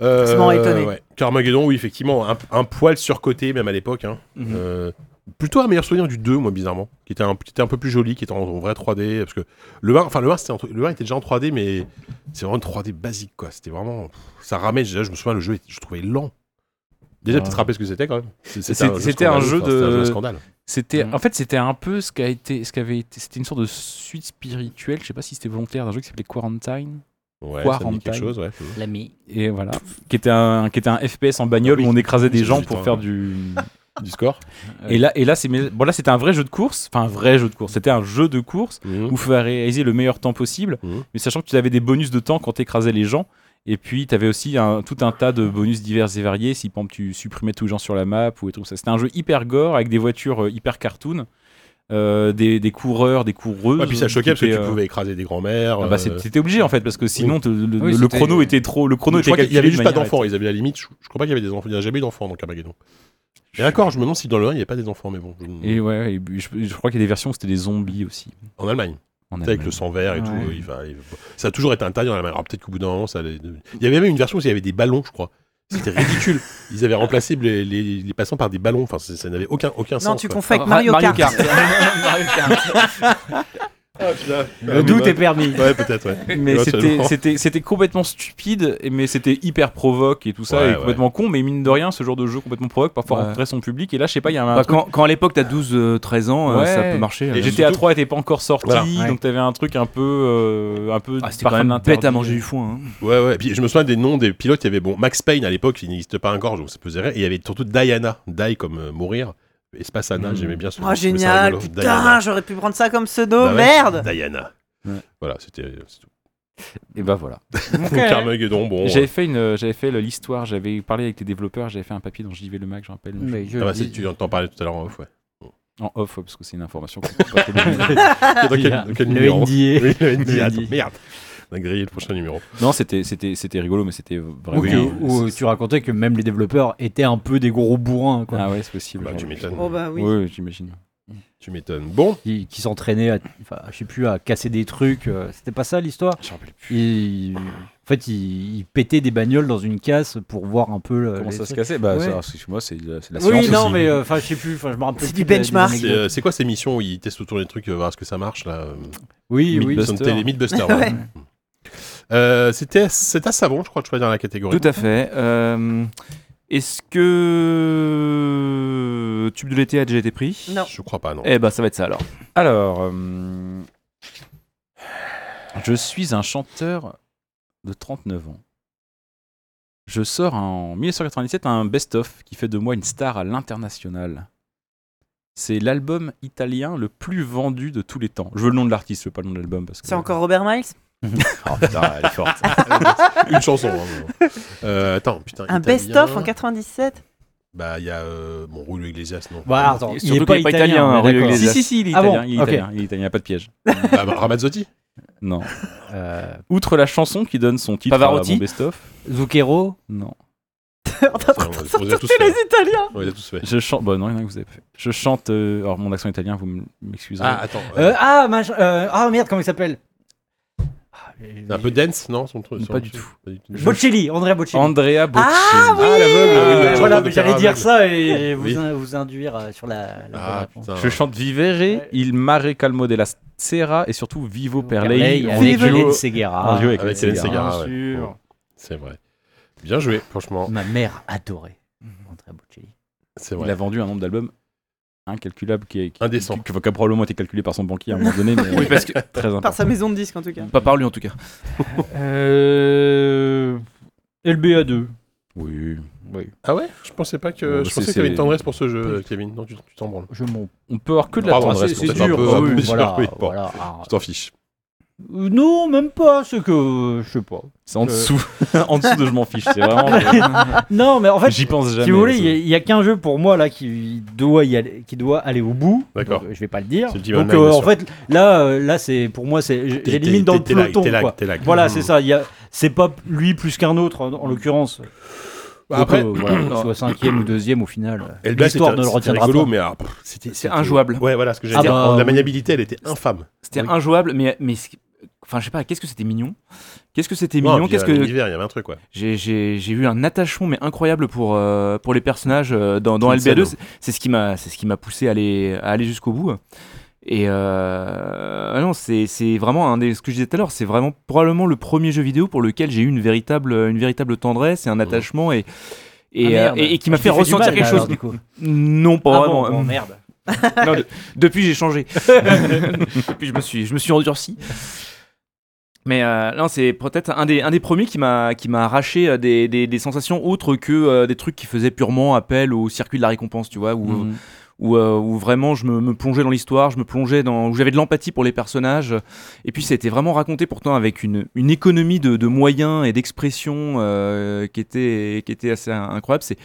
Speaker 1: Euh,
Speaker 6: Ça m'aurait étonné.
Speaker 1: ouais. Carmageddon, oui, effectivement, un, un poil surcoté, même à l'époque. hein.
Speaker 2: Mm.
Speaker 3: Mhm.
Speaker 1: Euh, plutôt un meilleur souvenir du 2, moi, bizarrement, qui était un, qui était un peu plus joli, qui était en, en vrai 3D. Parce que le 1, enfin, le 1, c'était en- le 1 était déjà en 3D, mais c'est vraiment une 3D basique, quoi. C'était vraiment. pff, ça ramait, déjà, je me souviens, le jeu, était- je le trouvais lent. Déjà,
Speaker 2: Ah.
Speaker 1: peut-être rappeler ce que c'était quand même. C'est-
Speaker 2: C'est- c'était un
Speaker 1: scandaleux,
Speaker 2: jeu
Speaker 1: enfin, c'était un
Speaker 2: de-
Speaker 1: scandale.
Speaker 2: C'était,
Speaker 3: Mm.
Speaker 2: en fait, c'était un peu ce qu'a été, ce qu'avait été, c'était une sorte de suite spirituelle. Je sais pas si c'était volontaire d'un jeu qui s'appelait Quarantine.
Speaker 1: Ouais,
Speaker 2: Quoi,
Speaker 1: ça me dit quelque
Speaker 2: Ramtime
Speaker 1: chose, ouais.
Speaker 5: L'ami.
Speaker 2: Et voilà, qui était un, qui était un FPS en bagnole
Speaker 1: Ah oui.
Speaker 2: où on écrasait des
Speaker 1: C'est
Speaker 2: gens
Speaker 1: juste
Speaker 2: pour
Speaker 1: un-
Speaker 2: faire du.
Speaker 1: Du score.
Speaker 2: Et là, et là, c'est mes- bon là, c'était un vrai jeu de course, enfin un vrai jeu de course. C'était un jeu de course
Speaker 1: Mhm.
Speaker 2: où il fallait réaliser le meilleur temps possible,
Speaker 1: Mhm.
Speaker 2: mais sachant que tu avais des bonus de temps quand tu écrasais les gens. Et puis, tu avais aussi un- tout un tas de bonus divers et variés, si par exemple, tu supprimais tous les gens sur la map ou et tout ça. C'était un jeu hyper gore avec des voitures euh, hyper cartoon, euh, des, des coureurs, des coureuses.
Speaker 1: Ouais, puis ça choquait parce que
Speaker 2: qui
Speaker 1: tu
Speaker 2: étaient, euh,
Speaker 1: pouvais écraser des grands-mères.
Speaker 2: ah bah,
Speaker 1: euh,
Speaker 2: c'est- t'étais obligé en fait, parce que sinon, te- le,
Speaker 3: Oui,
Speaker 2: le
Speaker 3: c'était-
Speaker 2: chrono était trop. Le chrono
Speaker 1: je
Speaker 2: était
Speaker 1: crois qu'il y avait
Speaker 2: calculé de
Speaker 1: juste pas
Speaker 2: manière
Speaker 1: d'enfants. Ils avaient la limite. Je, je crois pas qu'il y avait des enfants. Il n'y a jamais eu d'enfants dans Carmageddon. Et encore, je me demande si dans le 1 il n'y avait pas des enfants, mais bon. je-
Speaker 2: Et ouais, et je, je crois qu'il y a des versions où c'était des zombies aussi.
Speaker 1: En Allemagne.
Speaker 4: en
Speaker 1: Tu sais, avec
Speaker 4: Allemagne.
Speaker 1: le sang vert et tout,
Speaker 4: Ouais.
Speaker 1: il va- il va- ça a toujours été interdit dans la mer. Alors peut-être qu'au bout d'un moment, ça allait devenir- Il y avait même une version où il y avait des ballons, je crois. C'était ridicule. Ils avaient remplacé les, les, les passants par des ballons. Enfin, ça, ça Ah, n'avait aucun, aucun sens.
Speaker 6: Non, tu
Speaker 1: quoi.
Speaker 6: confonds avec
Speaker 4: Ra-
Speaker 6: Mario Kart. Oh,
Speaker 4: Mario Kart.
Speaker 1: ah
Speaker 5: Le
Speaker 1: bah
Speaker 5: doute est permis.
Speaker 1: Euh, Ouais, peut-être, ouais.
Speaker 2: Mais
Speaker 1: Ouais,
Speaker 2: c'était-
Speaker 1: absolument.
Speaker 2: c'était c'était complètement stupide, et- mais c'était hyper provoque et tout ça,
Speaker 1: Ouais,
Speaker 2: et
Speaker 1: ouais.
Speaker 2: complètement con. Mais mine de rien, ce genre de jeu complètement provoque, parfois
Speaker 4: Ouais.
Speaker 2: rencontrer son public. Et là, je sais pas, il y a un.
Speaker 3: Bah,
Speaker 2: truc-
Speaker 3: quand, quand à l'époque t'as 12-13 ans, euh,
Speaker 2: Ouais.
Speaker 3: ça peut marcher.
Speaker 2: et
Speaker 3: euh.
Speaker 2: GTA 3 était pas encore sorti,
Speaker 1: Voilà.
Speaker 2: donc t'avais un truc un peu. euh, un peu
Speaker 3: Ah, c'était quand même
Speaker 2: interdit.
Speaker 3: bête à manger du foin. hein.
Speaker 1: Ouais, ouais. Et puis je me souviens des noms des pilotes. Il y avait bon, Max Payne à l'époque, il n'existe pas encore, donc ça pesait rien. Et il y avait surtout Diana. Die comme euh, mourir. Espace Anna,
Speaker 2: Hmm.
Speaker 4: Mm.
Speaker 1: j'aimais bien ce
Speaker 6: Oh,
Speaker 1: je trouvais ça
Speaker 6: génial,
Speaker 1: rigolo.
Speaker 6: putain,
Speaker 1: Diana.
Speaker 6: j'aurais pu prendre ça comme pseudo,
Speaker 1: Bah ouais,
Speaker 6: Oh, merde
Speaker 1: Diana.
Speaker 4: Ouais.
Speaker 1: Voilà, c'était c'est tout.
Speaker 4: Et bah voilà.
Speaker 1: Carmageddon, bon. euh,
Speaker 4: J'avais fait une, j'avais fait le- l'histoire, j'avais parlé avec les développeurs, j'avais fait un papier dans JV Le Mac, je rappelle, mais
Speaker 5: Mais je
Speaker 1: Ah bah,
Speaker 5: dis-
Speaker 1: c'est- tu en t'en parlais tout à l'heure en off, ouais.
Speaker 4: je- en off ouais, parce que c'est une information. qu'on peut pas trop donner.
Speaker 6: Ah,
Speaker 1: Dans quel, dans quel
Speaker 5: le
Speaker 1: numéro
Speaker 5: NDA.
Speaker 1: Oui, le NDA,
Speaker 5: Le
Speaker 1: attends,
Speaker 5: NDA.
Speaker 1: merde. On a grillé le prochain numéro.
Speaker 4: non, c'était, c'était, c'était rigolo, mais c'était vraiment.
Speaker 5: Ou, que- ou euh, tu racontais que même les développeurs étaient un peu des gros bourrins quoi,
Speaker 4: Ah ouais, c'est possible.
Speaker 1: Bah, tu m'étonnes.
Speaker 6: Oh bah oui.
Speaker 4: Oui, j'imagine.
Speaker 1: Tu m'étonnes. Bon,
Speaker 5: qui, qui s'entraînaient, à, enfin, je sais plus, à casser des trucs. euh, C'était pas ça l'histoire
Speaker 4: Je me rappelle plus.
Speaker 5: Ils- En fait, ils, ils pétaient des bagnoles dans une casse pour voir un peu. le-
Speaker 4: Comment
Speaker 5: les
Speaker 4: ça se
Speaker 5: trucs.
Speaker 4: cassait Bah,
Speaker 5: Ouais.
Speaker 4: ça, excuse-moi, c'est de la c'est de la science.
Speaker 5: Oui, non,
Speaker 4: aussi.
Speaker 5: mais euh, enfin, je sais plus. Enfin, je me rappelle.
Speaker 6: C'est
Speaker 5: plus
Speaker 6: du
Speaker 5: de la- des
Speaker 6: benchmark.
Speaker 1: c'est
Speaker 5: anecdotes.
Speaker 1: euh, c'est quoi ces missions où ils testent autour des trucs, euh, voir ce que ça marche là euh,
Speaker 5: Oui, oui.
Speaker 1: Ils sont
Speaker 4: Mythbusters.
Speaker 1: des Mythbusters. voilà. Mm. Euh, C'était c'est à savon, je crois, je crois, dans la catégorie.
Speaker 2: Tout à fait. Euh, Est-ce que euh, Tube de l'été a déjà été pris
Speaker 6: Non.
Speaker 1: Je crois pas, non.
Speaker 2: Eh ben, ça va être ça alors.
Speaker 4: Alors, euh, je suis un chanteur de 39 ans. Je sors en 1997 un best-of qui fait de moi une star à l'international. C'est l'album italien le plus vendu de tous les temps. Je veux le nom de l'artiste, je veux pas le nom de l'album parce que.
Speaker 6: C'est encore Robert Miles
Speaker 4: Oh putain, elle est forte.
Speaker 1: Une chanson. hein, mais bon. Euh, attends, putain.
Speaker 6: Un
Speaker 1: italien.
Speaker 6: best-of en 97
Speaker 1: Bah, il y a euh, mon Rulio Iglesias, non.
Speaker 5: Bah, attends,
Speaker 4: Et
Speaker 5: il
Speaker 4: surtout
Speaker 5: est pas
Speaker 4: qu'il est pas
Speaker 5: italien.
Speaker 4: italien,
Speaker 5: on est
Speaker 4: Aurelio
Speaker 5: d'accord.
Speaker 4: Iglesias.
Speaker 2: Si, si, si, il est
Speaker 5: Ah bon,
Speaker 2: italien. il est
Speaker 5: ok.
Speaker 2: italien, il est italien, pas de piège.
Speaker 1: Bah, Ramazzotti.
Speaker 4: Non.
Speaker 5: Euh,
Speaker 2: Outre la chanson qui donne son titre
Speaker 4: Pavarotti
Speaker 2: à mon best-of.
Speaker 5: Zucchero.
Speaker 4: Non.
Speaker 6: On a
Speaker 1: Ça, on-
Speaker 6: tous
Speaker 1: on les a tous
Speaker 6: fait les
Speaker 1: fait.
Speaker 6: Italiens
Speaker 1: On les a tous fait.
Speaker 4: Je chante. Bon, non, il y en a que vous avez pas fait. Je chante. euh, Alors, mon accent italien, vous m'excuserez.
Speaker 1: Ah, attends.
Speaker 5: Euh,
Speaker 1: euh,
Speaker 5: ah, machin- euh, ah merde, comment il s'appelle Ah,
Speaker 1: euh, un peu dance, non son truc,
Speaker 4: Pas
Speaker 1: son-
Speaker 4: du tout.
Speaker 1: pas du tout.
Speaker 5: Bocelli, Andrea Bocelli.
Speaker 4: Andrea Bocelli.
Speaker 1: Ah, l'aveugle, oui,
Speaker 5: Euh,
Speaker 1: le
Speaker 5: voilà,
Speaker 1: chanteur
Speaker 5: mais
Speaker 1: de
Speaker 5: j'allais
Speaker 1: Caravane.
Speaker 5: dire ça et vous,
Speaker 1: Oui.
Speaker 5: in- vous induire euh, sur la. la bonne
Speaker 1: Ah,
Speaker 5: réponse.
Speaker 1: putain.
Speaker 4: Je chante Vivere,
Speaker 5: Ouais.
Speaker 4: il mare calmo della sera et surtout Vivo per lei.
Speaker 5: Perley
Speaker 4: en
Speaker 5: avec
Speaker 4: duo- Ah,
Speaker 5: Hélène
Speaker 4: en
Speaker 5: Seguera.
Speaker 4: duo avec
Speaker 1: Ah, Avec
Speaker 4: Hélène
Speaker 1: Hélène
Speaker 4: Segarra.
Speaker 1: Segarra,
Speaker 5: Bien
Speaker 1: ouais.
Speaker 5: sûr.
Speaker 1: Ouais, C'est vrai. Bien joué, franchement.
Speaker 5: Ma mère adorait Andrea Bocelli.
Speaker 1: C'est
Speaker 4: Il
Speaker 1: vrai.
Speaker 4: a vendu un nombre d'albums incalculable qui est qui,
Speaker 1: Indécent.
Speaker 4: qui- qui a probablement été calculé par son banquier à un moment donné, mais
Speaker 3: Oui, parce que.
Speaker 4: très important.
Speaker 6: Par
Speaker 1: Bah,
Speaker 6: sa maison de disques en tout cas.
Speaker 3: Pas par lui en tout cas.
Speaker 5: Euh, LBA2.
Speaker 4: Oui.
Speaker 1: Ah ouais Je pensais pas que.
Speaker 4: Bon,
Speaker 1: je
Speaker 4: c'est-
Speaker 1: pensais qu'il y avait
Speaker 4: c'est-
Speaker 1: une tendresse pour ce jeu, Kevin. Non, tu tu t'en branles.
Speaker 5: Je m'en.
Speaker 4: On peut avoir que de la
Speaker 1: Pardon,
Speaker 4: tendresse.
Speaker 1: c'est-
Speaker 4: pour
Speaker 1: c'est
Speaker 4: cette
Speaker 1: dur.
Speaker 4: chanson.
Speaker 1: Ah
Speaker 5: euh,
Speaker 1: oui,
Speaker 5: voilà,
Speaker 1: oui, bon.
Speaker 5: voilà. Ah,
Speaker 1: Tu t'en fiches.
Speaker 5: euh, non, même pas, c'est que. euh, Je sais pas.
Speaker 4: C'est en dessous. en dessous de je m'en fiche. C'est vraiment. euh,
Speaker 1: Ah.
Speaker 5: Non, mais en fait,
Speaker 4: J'y pense jamais.
Speaker 5: si vous voulez,
Speaker 4: ça.
Speaker 5: il y a- il y a, qu'un jeu pour moi là qui doit, y aller, qui doit aller au bout.
Speaker 1: D'accord.
Speaker 5: Donc, euh, je vais pas le dire.
Speaker 1: C'est le petit Van
Speaker 5: Donc
Speaker 1: Dyne,
Speaker 5: euh,
Speaker 1: bien
Speaker 5: en
Speaker 1: sûr.
Speaker 5: fait, là, euh, là c'est pour moi, c'est j-
Speaker 1: T'es-
Speaker 5: j'élimine
Speaker 1: t'es-
Speaker 5: dans le
Speaker 1: t'es lag,
Speaker 5: peloton.
Speaker 1: t'es lag,
Speaker 5: quoi.
Speaker 1: t'es lag.
Speaker 5: Voilà,
Speaker 1: Mm.
Speaker 5: c'est ça. il y a- C'est pas lui plus qu'un autre en, en l'occurrence.
Speaker 1: Bah,
Speaker 5: Donc,
Speaker 1: après,
Speaker 5: euh, voilà, qu'on soit cinquième ou deuxième au final. euh,
Speaker 1: Elbaz,
Speaker 5: L'histoire
Speaker 1: c'était-
Speaker 5: ne le
Speaker 1: c'était
Speaker 5: retiendra
Speaker 1: rigolo,
Speaker 5: pas.
Speaker 1: mais alors, pff, c'était-
Speaker 3: C'est
Speaker 1: c'était-
Speaker 3: injouable.
Speaker 1: Ouais, voilà ce que j'allais
Speaker 5: Ah
Speaker 1: dire.
Speaker 5: bah,
Speaker 1: la
Speaker 5: oui.
Speaker 1: maniabilité, elle était infâme.
Speaker 3: C'était
Speaker 1: Oui.
Speaker 3: injouable, mais. mais c'est- Enfin, je sais pas, qu'est-ce que c'était mignon Qu'est-ce que c'était
Speaker 1: Non,
Speaker 3: mignon
Speaker 1: puis,
Speaker 3: Qu'est-ce
Speaker 1: euh,
Speaker 3: que.
Speaker 1: l'univers, il y avait un truc, ouais.
Speaker 3: J'ai- J'ai j'ai eu un attachement, mais incroyable pour, euh, pour les personnages euh, dans, dans
Speaker 1: C'est une
Speaker 3: LBA2.
Speaker 1: scène,
Speaker 3: C'est-
Speaker 5: hein.
Speaker 3: C'est ce qui m'a c'est ce qui m'a poussé à aller, à aller jusqu'au bout. Et euh, ah non, c'est c'est vraiment un des, ce que je disais tout à l'heure, c'est vraiment probablement le premier jeu vidéo pour lequel j'ai eu une véritable, une véritable tendresse et un attachement et,
Speaker 5: Mmh. Ah,
Speaker 3: et, euh,
Speaker 5: merde.
Speaker 3: et, et qui m'a
Speaker 5: Je
Speaker 3: fait
Speaker 5: t'ai du
Speaker 3: ressentir
Speaker 5: mal,
Speaker 3: quelque
Speaker 5: là,
Speaker 3: chose.
Speaker 5: alors, du coup.
Speaker 3: Non,
Speaker 1: Oh,
Speaker 3: pas
Speaker 5: Ah bon,
Speaker 3: vraiment.
Speaker 1: euh,
Speaker 5: bon, merde.
Speaker 3: Non, de- depuis, j'ai changé. depuis, je me suis, je me suis endurci. Mais euh, non, c'est peut-être un des, un des premiers qui m'a, qui m'a arraché euh, des, des- des sensations autres que euh, des trucs qui faisaient purement appel au circuit de la récompense, tu vois, où,
Speaker 4: Mhm.
Speaker 3: où, euh, où vraiment je me, me plongeais dans l'histoire, je me plongeais dans, où j'avais de l'empathie pour les personnages. Et puis ça a été vraiment raconté pourtant avec une, une économie de, de moyens et d'expression euh, qui, était, qui était assez incroyable. C'est,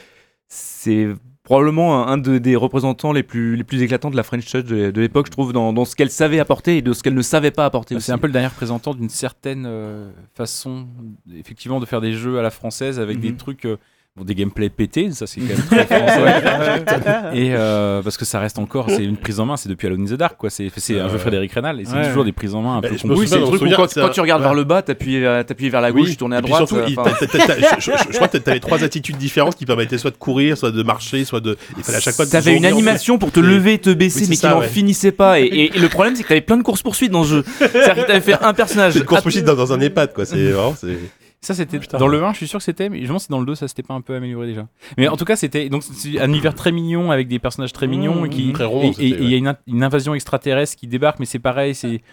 Speaker 3: c'est probablement un, un de- des représentants les plus, les plus éclatants de la French Touch de, de l'époque, je trouve, dans, dans ce qu'elle savait apporter et de ce qu'elle ne savait pas apporter.
Speaker 2: Bah,
Speaker 3: aussi.
Speaker 4: C'est un peu le dernier représentant d'une certaine euh, façon, effectivement, de faire des jeux à la française avec des
Speaker 3: Mhm.
Speaker 4: trucs. euh,
Speaker 2: Bon, des gameplays pétés, ça c'est quand même très français. et euh, parce que ça reste encore, c'est une prise en main, c'est depuis Alone in the Dark, quoi. C'est c'est un jeu Frédéric Rénal et c'est
Speaker 3: Euh, Ouais,
Speaker 2: toujours des prises en main un peu
Speaker 1: Bah, je me
Speaker 2: compliquées.
Speaker 3: Oui, c'est le
Speaker 1: on se
Speaker 3: truc où
Speaker 1: souvient
Speaker 3: quand,
Speaker 1: que c'est
Speaker 3: quand
Speaker 1: un-
Speaker 3: tu regardes
Speaker 1: ouais.
Speaker 3: vers le bas, t'appuies euh, t'appuies vers la gauche, tu tournes à
Speaker 1: Et puis
Speaker 3: droite.
Speaker 1: surtout,
Speaker 3: euh,
Speaker 1: il-
Speaker 3: enfin,
Speaker 1: t'as- t'as- t'as- t'as- je, je- je crois que t'avais trois attitudes différentes qui permettaient soit de courir, soit de marcher, soit de. Il fallait à chaque fois. te
Speaker 3: T'avais une
Speaker 1: jongler entre-
Speaker 3: animation pour te
Speaker 1: Et-
Speaker 3: lever et te baisser,
Speaker 1: Oui, c'est
Speaker 3: mais qui
Speaker 1: ça,
Speaker 3: n'en
Speaker 1: ouais.
Speaker 3: finissait pas. Et, et- et le problème, c'est que t'avais plein de courses poursuites dans le jeu. C'est-à-dire que t'avais fait un personnage.
Speaker 1: C'est une course
Speaker 3: à-
Speaker 1: poursuite dans, dans un EHPAD, quoi. C'est vraiment. c'est-
Speaker 2: Ça c'était
Speaker 3: Oh,
Speaker 2: dans le 1, je suis sûr que c'était, mais je pense que dans le 2 ça s'était pas un peu amélioré déjà. Mais en tout cas, c'était donc c'est un univers très mignon avec des personnages très
Speaker 3: Mmh.
Speaker 2: mignons et qui
Speaker 1: Très rond,
Speaker 2: et-
Speaker 1: c'était,
Speaker 2: et il y a une, in- une invasion extraterrestre qui débarque mais c'est pareil, c'est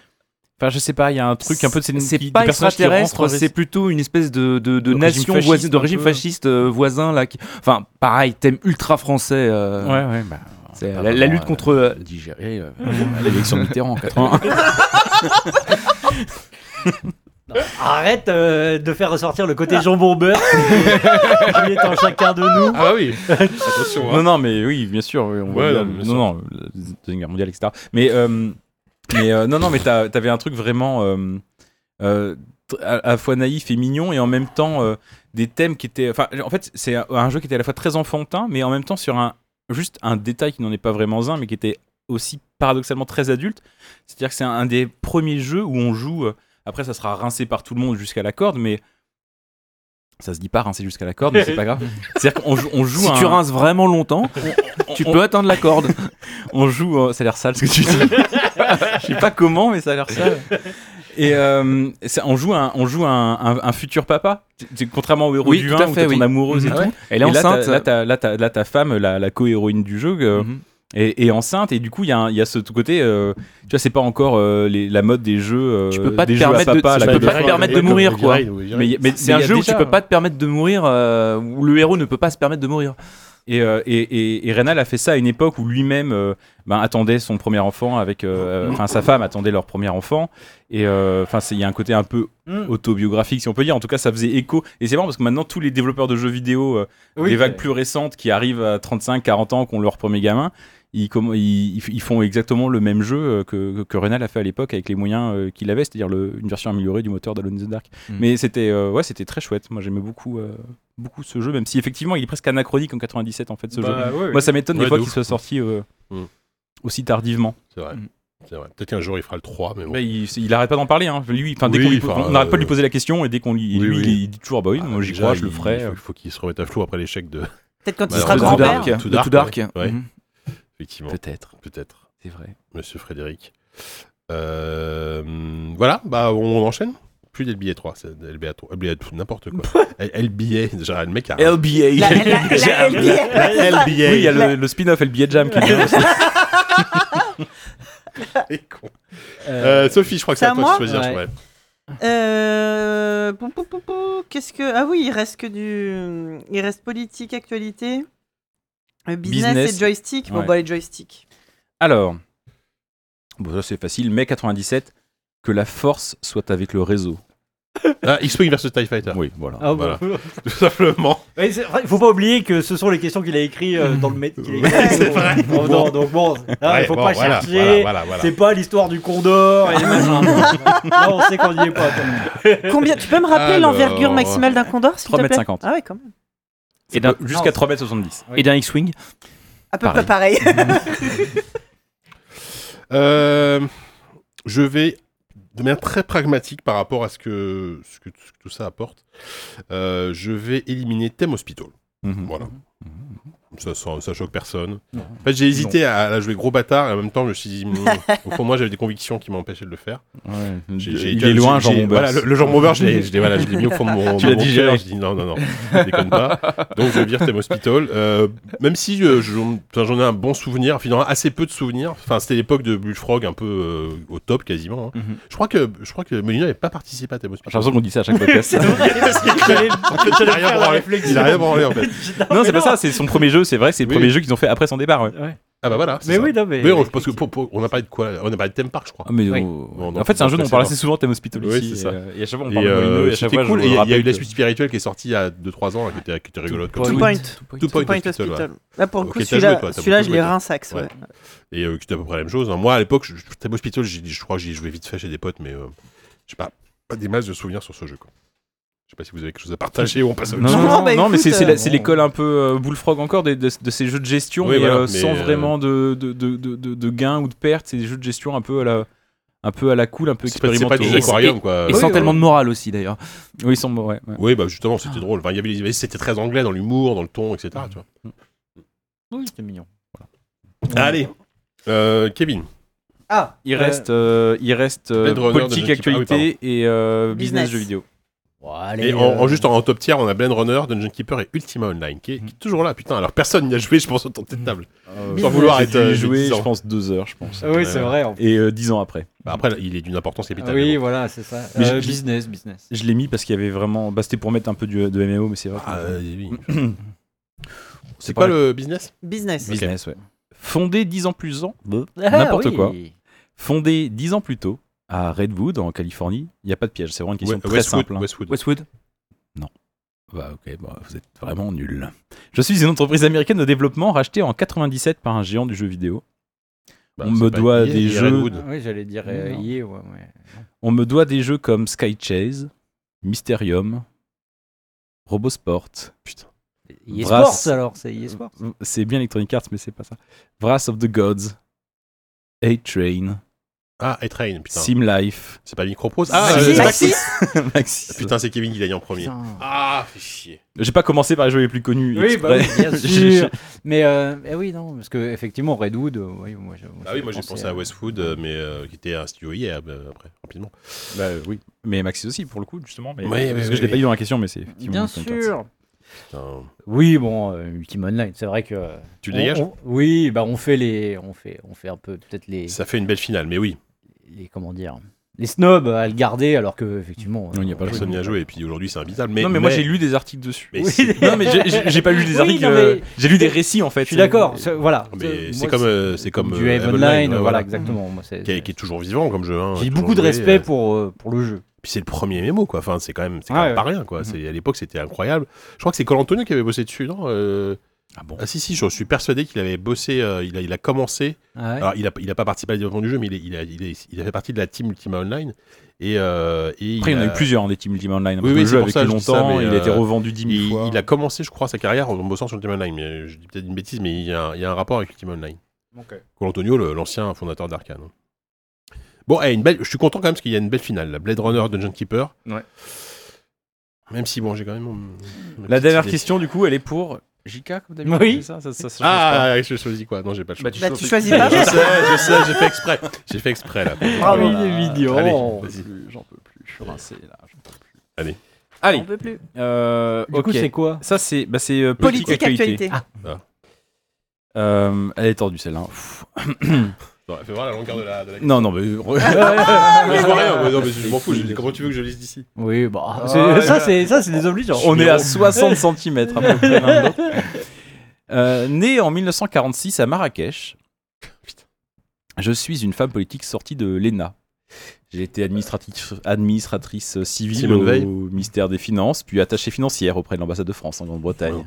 Speaker 2: enfin je sais pas, il y a un truc un peu de ces
Speaker 3: C'est
Speaker 2: qui-
Speaker 3: pas
Speaker 2: des personnages qui
Speaker 3: extraterrestre,
Speaker 2: rentrent-
Speaker 3: c'est plutôt une espèce de, de, de
Speaker 2: De régime
Speaker 3: nation
Speaker 2: fasciste,
Speaker 3: voisine, de
Speaker 2: un
Speaker 3: régime
Speaker 2: peu.
Speaker 3: fasciste euh, voisin là. qui- Enfin, pareil, thème ultra français. euh,
Speaker 2: Ouais ouais, bah,
Speaker 3: c'est, euh,
Speaker 2: pas
Speaker 3: la, la
Speaker 2: vraiment,
Speaker 3: lutte
Speaker 2: euh,
Speaker 3: contre euh, digérer euh, à l'élection de Mitterrand en 81.
Speaker 5: Arrête euh, de faire ressortir le côté jambon beurre qui est en chacun de nous.
Speaker 1: Ah bah oui. Attention. hein.
Speaker 2: Non, non, mais oui, bien sûr. oui, on voit
Speaker 1: Ouais,
Speaker 2: bien.
Speaker 1: non, bien
Speaker 2: non,
Speaker 1: sûr.
Speaker 2: non, la Deuxième Guerre mondiale, etc. Mais, euh, mais euh, non, non, mais t'as- t'avais un truc vraiment euh, euh, tr- à, à la fois naïf et mignon, et en même temps euh, des thèmes qui étaient. Enfin, en fait, c'est un, un jeu qui était à la fois très enfantin, mais en même temps sur un juste un détail qui n'en est pas vraiment un, mais qui était aussi paradoxalement très adulte. C'est-à-dire que c'est un, un des premiers jeux où on joue. euh, après, ça sera rincé par tout le monde jusqu'à la corde, mais ça se dit pas rincé jusqu'à la corde, mais c'est pas grave. C'est-à-dire qu'on joue, on joue
Speaker 3: si
Speaker 2: un-
Speaker 3: tu rinces vraiment longtemps, tu
Speaker 2: on-
Speaker 3: peux atteindre la corde.
Speaker 2: on joue, euh, ça a l'air sale ce que tu dis. Je sais pas comment, mais ça a l'air sale. Et euh, ça- on joue un, on joue un, un- un futur papa. C'est- Contrairement au héros
Speaker 3: Oui,
Speaker 2: du
Speaker 3: tout
Speaker 2: 1
Speaker 3: à
Speaker 2: où
Speaker 3: fait,
Speaker 2: t'as ton
Speaker 3: oui.
Speaker 2: amoureuse et
Speaker 3: Mhm.
Speaker 2: tout.
Speaker 3: Elle est
Speaker 2: Et là,
Speaker 3: enceinte.
Speaker 2: t'as- Là, t'as- là, t'as- là, ta femme, la, la co-héroïne du jeu, euh,
Speaker 3: Mhm.
Speaker 2: est, est enceinte. Et du coup, il y, a un- il y a ce côté. euh, tu vois, c'est pas encore euh, les- la mode des jeux. euh,
Speaker 3: Tu peux pas te
Speaker 2: des jeux à
Speaker 3: permettre de-
Speaker 2: papa, à
Speaker 1: Bah,
Speaker 3: tu
Speaker 2: la
Speaker 3: peux pas te
Speaker 2: Codex.
Speaker 3: permettre de mourir, quoi.
Speaker 2: Mais, mais
Speaker 3: C'est un
Speaker 2: il y a
Speaker 3: jeu où
Speaker 2: déjà-
Speaker 3: tu peux pas te permettre de mourir, euh, où le héros ne peut pas se permettre de mourir.
Speaker 2: Et, euh, et, et, et Reynal a fait ça à une époque où lui-même euh, ben, attendait son premier enfant avec. euh, euh, Enfin, sa femme attendait leur premier enfant. Et euh, enfin, c'est- il y a un côté un peu autobiographique, si on peut dire. En tout cas, ça faisait écho. Et c'est marrant parce que maintenant, tous les développeurs de jeux vidéo, euh, les vagues
Speaker 5: Bah,
Speaker 2: plus récentes qui arrivent à 35, 40 ans, qui ont leur premier gamin, ils, comm- ils, ils f- ils font exactement le même jeu euh, que, que Reynal a fait à l'époque avec les moyens euh, qu'il avait, c'est-à-dire le- une version améliorée du moteur d'Alone in the Dark.
Speaker 1: Hmm.
Speaker 3: Mm.
Speaker 2: Mais c'était euh, ouais, c'était très chouette. Moi, j'aimais beaucoup. euh, beaucoup ce jeu même si effectivement il est presque anachronique en 97 en fait ce jeu moi, ça m'étonne
Speaker 1: Bah, Ouais,
Speaker 2: des fois
Speaker 1: de
Speaker 2: qu'il
Speaker 1: ouf.
Speaker 2: soit sorti euh,
Speaker 1: Mm.
Speaker 2: aussi tardivement.
Speaker 1: C'est vrai.
Speaker 3: Mm.
Speaker 1: C'est vrai. Peut-être qu'un jour il fera le 3, mais bon.
Speaker 2: Bah, il, il arrête pas d'en parler. Hein. Lui, enfin, dès
Speaker 1: Oui,
Speaker 2: qu'on lui-
Speaker 1: enfin,
Speaker 2: on n'arrête pas de
Speaker 1: euh,
Speaker 2: lui poser la question et dès qu'on lui,
Speaker 1: oui,
Speaker 2: lui,
Speaker 1: oui.
Speaker 2: il- il dit toujours ah bah oui,
Speaker 1: Ah,
Speaker 2: moi j'y
Speaker 1: déjà,
Speaker 2: crois, je
Speaker 1: il-
Speaker 2: le ferai. euh,
Speaker 1: Il faut, il faut qu'il se remette à flot après l'échec de.
Speaker 6: Peut-être quand
Speaker 1: Bah,
Speaker 6: il sera
Speaker 1: alors,
Speaker 3: Tout
Speaker 6: grand-père.
Speaker 1: Dark.
Speaker 3: de Tout Dark.
Speaker 1: Ouais.
Speaker 3: Mhm.
Speaker 1: Effectivement.
Speaker 2: Peut-être,
Speaker 1: Peut-être.
Speaker 2: c'est vrai.
Speaker 1: Monsieur Frédéric. Euh, voilà, bah on enchaîne. Plus d'LBA 3, c'est LBA 3, LBA tout, n'importe quoi. LBA, déjà le mec a. bah,
Speaker 3: LBA.
Speaker 6: La- la- la- la- la- la- la-
Speaker 2: Oui, il y a le, le spin-off et le billet de jam qui vient aussi.
Speaker 1: Euh, Sophie, je crois que c'est
Speaker 6: c'est
Speaker 1: à
Speaker 6: à
Speaker 1: toi de
Speaker 6: moi
Speaker 1: choisir.
Speaker 5: Ouais.
Speaker 1: ouais.
Speaker 6: Euh, pou, pou, pou, pou, Qu'est-ce que. Ah oui, il reste que du. Il reste politique, actualité, euh, business,
Speaker 2: Business.
Speaker 6: et joystick. Bon,
Speaker 2: Ouais.
Speaker 6: bah, les joysticks.
Speaker 2: Alors, bon, ça c'est facile. Mai 97, que la force soit avec le réseau.
Speaker 1: Ah, X-Wing versus TIE Fighter.
Speaker 2: Oui, voilà.
Speaker 5: Ah, bon.
Speaker 1: Voilà. Tout simplement.
Speaker 5: Ouais, c'est vrai, faut pas oublier que ce sont les questions qu'il a écrites euh, dans le mé- qu'il a écrit.
Speaker 1: C'est vrai.
Speaker 5: Oh, non, donc bon, hein,
Speaker 1: Ouais,
Speaker 5: faut
Speaker 1: bon,
Speaker 5: pas
Speaker 1: voilà,
Speaker 5: chercher.
Speaker 1: Voilà, voilà, voilà.
Speaker 5: C'est pas l'histoire du Condor et des machins. Là, on sait qu'on y est pas. quoi.
Speaker 6: Combien Tu peux me rappeler
Speaker 1: Alors.
Speaker 6: l'envergure maximale d'un condor, s'il te
Speaker 2: 3
Speaker 6: plaît
Speaker 2: mètres 50.
Speaker 6: Ah ouais, quand même.
Speaker 2: Et d'un- Euh, Jusqu'à 3m70.
Speaker 3: Et d'un X-Wing.
Speaker 6: À peu près pareil.
Speaker 1: Euh, je vais de manière très pragmatique par rapport à ce que, ce que, ce que tout ça apporte. Euh, je vais éliminer Thème Hospital.
Speaker 2: Mhm.
Speaker 1: Voilà. Ça, ça, ça choque personne. En fait, j'ai hésité à la jouer gros bâtard et en même temps, je me suis dit, mm, au fond, de moi, j'avais des convictions qui m'empêchaient de le faire. J'ai- j'ai-
Speaker 2: Il
Speaker 1: j'ai-
Speaker 2: est loin,
Speaker 1: j'ai-
Speaker 2: Jean
Speaker 1: j'ai-
Speaker 2: Bombers.
Speaker 1: Voilà, le, le jambon beurre, je l'ai je l'ai- voilà, je l'ai mis au fond de mon.
Speaker 2: Tu
Speaker 1: de
Speaker 2: l'as
Speaker 1: mon
Speaker 2: digéré.
Speaker 1: cœur, Je dis non, non, non, je déconne pas. Donc je vire Thème Hospital. Euh, même si euh, je- enfin, j'en ai un bon souvenir, enfin, j'en ai assez peu de souvenirs. Enfin, c'était l'époque de Bullfrog un peu euh, au top quasiment. hein.
Speaker 2: Mhm.
Speaker 1: Je crois que je crois que Molina n'avait pas participé à Thème
Speaker 2: J'ai
Speaker 1: Hospital.
Speaker 2: l'impression qu'on dit ça à chaque podcast.
Speaker 1: Il
Speaker 5: J'allais-
Speaker 1: a
Speaker 5: j'allais
Speaker 1: rien
Speaker 5: faire la
Speaker 1: branlé.
Speaker 5: réflexion.
Speaker 1: Il a rien branlé en fait.
Speaker 2: non, c'est pas ça, c'est son premier jeu, c'est vrai, c'est le
Speaker 1: Oui,
Speaker 2: premier
Speaker 1: oui.
Speaker 2: jeu qu'ils ont fait après son départ. ouais.
Speaker 1: Ah bah voilà. c'est
Speaker 5: Mais
Speaker 1: ça.
Speaker 5: oui, non, mais.
Speaker 1: Mais on, je pense que pour- pour- on a parlé de quoi là On a parlé de Theme Park, je crois.
Speaker 2: Ah, mais
Speaker 5: Oui.
Speaker 2: on-
Speaker 1: Bon,
Speaker 2: en
Speaker 1: donc,
Speaker 2: fait, c'est un jeu dont on
Speaker 1: c'est
Speaker 2: parle
Speaker 1: bon.
Speaker 2: assez souvent, Thème Hospital
Speaker 1: Oui,
Speaker 2: ici.
Speaker 1: c'est ça.
Speaker 2: Et, euh, et à chaque fois, on
Speaker 1: Et
Speaker 2: parle de
Speaker 1: euh,
Speaker 2: Molyneux, et à chaque
Speaker 1: c'était
Speaker 2: fois,
Speaker 1: cool.
Speaker 2: je
Speaker 1: Et il y a- il y a eu
Speaker 2: rappelle
Speaker 1: la
Speaker 2: que-
Speaker 1: suite spirituelle qui est sortie il y a 2-3 ans, là, qui était, qui était rigolote. comme
Speaker 6: Two
Speaker 1: ça.
Speaker 6: point.
Speaker 1: Two Point
Speaker 6: Two point
Speaker 1: Hospital,
Speaker 6: hospital.
Speaker 1: ouais.
Speaker 6: Là, pour le
Speaker 1: Ok,
Speaker 6: coup,
Speaker 1: t'as joué,
Speaker 6: celui-là,
Speaker 1: toi, t'as
Speaker 6: celui-là,
Speaker 1: beaucoup
Speaker 6: je l'ai
Speaker 1: joué.
Speaker 6: rinsax. ouais.
Speaker 1: Ouais. Et euh, qui était à peu près la même chose. hein. Moi, à l'époque, je- je- Thème Hospital, j'ai- je crois que j'y jouais vite fait chez des potes, mais euh, je sais pas. Pas des masses de souvenirs sur ce jeu. Quoi. Je sais pas si vous avez quelque chose à partager ou on passe à autre
Speaker 2: Non,
Speaker 1: chose.
Speaker 2: non,
Speaker 6: Non,
Speaker 2: non,
Speaker 6: bah,
Speaker 2: non,
Speaker 6: écoute,
Speaker 2: mais c'est c'est
Speaker 6: euh,
Speaker 2: la- c'est l'école un peu euh, bullfrog encore des- de, de ces jeux de gestion,
Speaker 1: Oui,
Speaker 2: mais,
Speaker 1: voilà,
Speaker 2: euh,
Speaker 1: mais,
Speaker 2: sans
Speaker 1: euh,
Speaker 2: vraiment de, de, de, de, de- de gains ou de pertes. C'est des jeux de gestion un peu à la, un peu à la cool, un peu
Speaker 1: C'est pas, c'est
Speaker 2: expérimentaux.
Speaker 1: pas du jeu
Speaker 2: Et-
Speaker 1: aquarium, quoi.
Speaker 3: Et
Speaker 1: Oui,
Speaker 3: sans
Speaker 1: oui.
Speaker 3: tellement de morale aussi d'ailleurs.
Speaker 2: Oui, sans ouais, ouais.
Speaker 1: Oui, bah justement, c'était drôle. Enfin, il y avait les- C'était très anglais dans l'humour, dans le ton, etc. tu vois.
Speaker 5: Oui, c'était mignon.
Speaker 1: Allez, Euh, Kevin.
Speaker 5: Ah,
Speaker 2: Il
Speaker 5: euh,
Speaker 2: reste, euh, il reste euh,
Speaker 1: Blade Runner de
Speaker 2: politique,
Speaker 1: John Kipper. Ah oui,
Speaker 2: actualité et euh, business,
Speaker 6: Business.
Speaker 2: jeux vidéo.
Speaker 5: bon, allez,
Speaker 1: Et en, en-
Speaker 5: euh,
Speaker 1: juste en, en top tier, on a Blade Runner, Dungeon Keeper et Ultima Online, qui est, qui est toujours là. Putain, alors personne n'y a joué, je pense, autant de table. Sans vouloir
Speaker 2: J'ai
Speaker 1: être,
Speaker 2: dû
Speaker 1: euh,
Speaker 2: y jouer,
Speaker 1: dix ans.
Speaker 2: je pense, deux heures, je pense.
Speaker 5: Ah Oui, c'est vrai. en fait.
Speaker 2: Et euh, dix ans après.
Speaker 1: Bah, après, il est d'une importance capitale.
Speaker 5: Ah Oui,
Speaker 1: mais bon.
Speaker 5: voilà, c'est ça.
Speaker 2: Mais
Speaker 5: Euh,
Speaker 2: j'ai-
Speaker 5: business, business.
Speaker 2: Je l'ai mis parce qu'il y avait vraiment. Bah, c'était pour mettre un peu du- de MMO, mais c'est vrai. que-
Speaker 1: Ah, euh, oui. C'est
Speaker 2: C'est
Speaker 1: quoi
Speaker 2: pas-
Speaker 1: le business
Speaker 6: Business.
Speaker 2: Business, ouais. Fondé dix ans plus ans.
Speaker 5: N'importe
Speaker 2: quoi. Fondé dix ans plus tôt à Redwood, en Californie, il n'y a pas de piège. C'est vraiment une question
Speaker 1: Ouais,
Speaker 2: très
Speaker 1: Westwood,
Speaker 2: simple. hein.
Speaker 1: Westwood.
Speaker 3: Westwood
Speaker 2: Bah, ok, bah, vous êtes vraiment nul. Je suis une entreprise américaine de développement rachetée en 97 par un géant du jeu vidéo.
Speaker 1: Bah,
Speaker 2: On
Speaker 1: c'est
Speaker 2: me
Speaker 1: pas
Speaker 2: doit
Speaker 1: EA,
Speaker 2: des
Speaker 1: il y a
Speaker 2: jeux-
Speaker 1: Redwood.
Speaker 5: Oui, j'allais dire euh,
Speaker 2: Non.
Speaker 5: EA, ouais, ouais.
Speaker 2: On me doit des jeux comme Sky Chase, Mysterium, Robosport. Putain.
Speaker 5: EA
Speaker 2: Brass. Euh,
Speaker 5: Sports, alors, c'est EA Sports.
Speaker 2: C'est bien Electronic Arts, mais c'est pas ça. Wrath of the Gods, A-Train,
Speaker 1: Ah, et Train, putain.
Speaker 2: Sim Life,
Speaker 1: C'est pas Microprose. Ah,
Speaker 6: Ah,
Speaker 1: euh,
Speaker 6: Maxis.
Speaker 2: Maxis.
Speaker 1: Putain, c'est Kevin qui gagne en premier. Ah, fais chier.
Speaker 2: J'ai pas commencé par les jeux les plus connus.
Speaker 5: Oui, bah oui,
Speaker 2: exprès.
Speaker 5: bien sûr. mais euh, eh oui, non, parce que effectivement, Redwood, euh, oui, moi, j'ai-
Speaker 1: Ah oui, moi j'ai pensé à
Speaker 5: Westwood.
Speaker 1: Westwood, euh, mais euh, qui était un studio hier, euh, après, rapidement.
Speaker 2: Bah, euh, oui. Mais Maxis aussi, pour le coup, justement. Mais...
Speaker 1: Oui, oui,
Speaker 2: parce que
Speaker 1: oui,
Speaker 2: je l'ai
Speaker 1: oui.
Speaker 2: pas eu dans la question, mais c'est effectivement
Speaker 6: Bien
Speaker 2: Electronic Arts.
Speaker 6: sûr.
Speaker 1: Putain.
Speaker 5: Oui, bon, euh, Ultima Online, c'est vrai que. euh,
Speaker 1: Tu
Speaker 5: on-
Speaker 1: dégages
Speaker 5: on- Oui, bah on fait les, on fait, on fait un peu peut-être les,
Speaker 1: Ça fait une belle finale, mais oui,
Speaker 5: les, comment dire, les snobs à le garder, alors que effectivement.
Speaker 2: Non, il y a pas
Speaker 5: euh,
Speaker 1: personne n'y a joué, et puis aujourd'hui c'est invitable. Mais,
Speaker 2: non, mais moi j'ai lu des articles dessus.
Speaker 1: mais
Speaker 5: Oui.
Speaker 1: c'est-
Speaker 2: non, mais j'ai- j'ai j'ai pas lu des
Speaker 5: Oui,
Speaker 2: articles.
Speaker 5: non, mais-
Speaker 2: euh, J'ai lu des récits en fait.
Speaker 5: Je suis d'accord, c'est- voilà.
Speaker 1: mais
Speaker 5: Euh,
Speaker 1: c'est
Speaker 5: moi,
Speaker 1: comme, euh, c'est comme
Speaker 5: du
Speaker 1: euh,
Speaker 5: Eve
Speaker 1: Eve
Speaker 5: Online,
Speaker 1: ouais,
Speaker 5: voilà, exactement. moi, c'est-
Speaker 1: Qui est, qui est toujours vivant comme jeu. hein,
Speaker 5: J'ai
Speaker 1: toujours
Speaker 5: beaucoup de
Speaker 1: joué,
Speaker 5: respect
Speaker 1: euh,
Speaker 5: pour, euh, pour le jeu.
Speaker 1: Puis c'est le premier MMO, quoi. Enfin, c'est quand même, c'est quand
Speaker 5: Ah,
Speaker 1: même
Speaker 5: ouais.
Speaker 1: pas rien,
Speaker 2: Mm-hmm.
Speaker 1: quoi. C'est- À l'époque, c'était incroyable. Je crois que c'est Colantonio qui avait bossé dessus, non Euh,
Speaker 2: Ah bon
Speaker 1: Ah, si, si, je suis persuadé qu'il avait bossé, euh, il, a, il a commencé.
Speaker 2: Ah
Speaker 1: Alors, il a, il a pas participé à la développement du jeu, mais il, est- il a, il, est- il a fait partie de la team Ultima Online. Et, euh, et
Speaker 2: Après, il y en a eu
Speaker 1: a-
Speaker 2: plusieurs, hein, des Team Ultima Online.
Speaker 1: Oui,
Speaker 2: Oui,
Speaker 1: oui,
Speaker 2: le
Speaker 1: c'est
Speaker 2: jeu
Speaker 1: pour
Speaker 2: a vécu
Speaker 1: ça, je dis ça,
Speaker 2: longtemps,
Speaker 1: mais,
Speaker 2: il a été
Speaker 1: euh,
Speaker 2: revendu 10 000
Speaker 1: Il,
Speaker 2: fois.
Speaker 1: il a commencé, je crois, sa carrière en bossant sur Ultima Online. Mais je dis peut-être une bêtise, mais il y a, un- il y a un rapport avec Ultima Online. Colantonio, le- l'ancien fondateur d'Arkane. hein. Bon, eh, une belle, je suis content quand même parce qu'il y a une belle finale. La Blade Runner Dungeon Keeper.
Speaker 3: Ouais.
Speaker 1: Même si, bon, j'ai quand même. mon- ma
Speaker 2: La
Speaker 1: petite
Speaker 2: dernière
Speaker 1: idée.
Speaker 2: question, du coup, elle est pour JK, comme d'habitude
Speaker 5: Oui.
Speaker 2: c'est Ça, ça, ça, ça change pas.
Speaker 1: Ah, je choisis quoi Non, j'ai pas le choix.
Speaker 2: Bah,
Speaker 6: Bah, tu choisis
Speaker 1: je
Speaker 6: pas.
Speaker 1: sais, je sais, j'ai fait exprès. J'ai fait exprès là.
Speaker 5: Bravo,
Speaker 1: Allez,
Speaker 5: il est mignon.
Speaker 1: Allez,
Speaker 2: J'en
Speaker 1: vas-y.
Speaker 2: peux plus, J'en peux plus, je suis rincé là. j'en peux plus.
Speaker 1: Allez.
Speaker 2: Allez,
Speaker 6: On peut plus.
Speaker 2: euh,
Speaker 5: Du coup,
Speaker 2: ok.
Speaker 5: c'est quoi
Speaker 2: Ça, c'est bah, c'est, euh, politique,
Speaker 6: Politique
Speaker 2: actualité.
Speaker 6: actualité.
Speaker 2: Euh, elle est tordue celle-là. Pff.
Speaker 1: Attends, Fais voir la longueur de la. de la-
Speaker 2: Non, non, mais.
Speaker 1: Moi, je vois rien. moi, Non, mais je m'en fous. je dis, Comment tu veux que je lise d'ici
Speaker 5: Oui, bah,
Speaker 2: Ah,
Speaker 5: c'est-
Speaker 2: là,
Speaker 5: ça,
Speaker 2: là.
Speaker 5: c'est ça, c'est des obligeants.
Speaker 2: On est à 60 cm à peu près l'un de l'autre. Euh, né en 1946 à Marrakech, je suis une femme politique sortie de l'ENA. J'ai été administratif- administratrice civile
Speaker 1: Simone
Speaker 2: au
Speaker 1: Veil.
Speaker 2: ministère des Finances, puis attachée financière auprès de l'ambassade de France en Grande-Bretagne.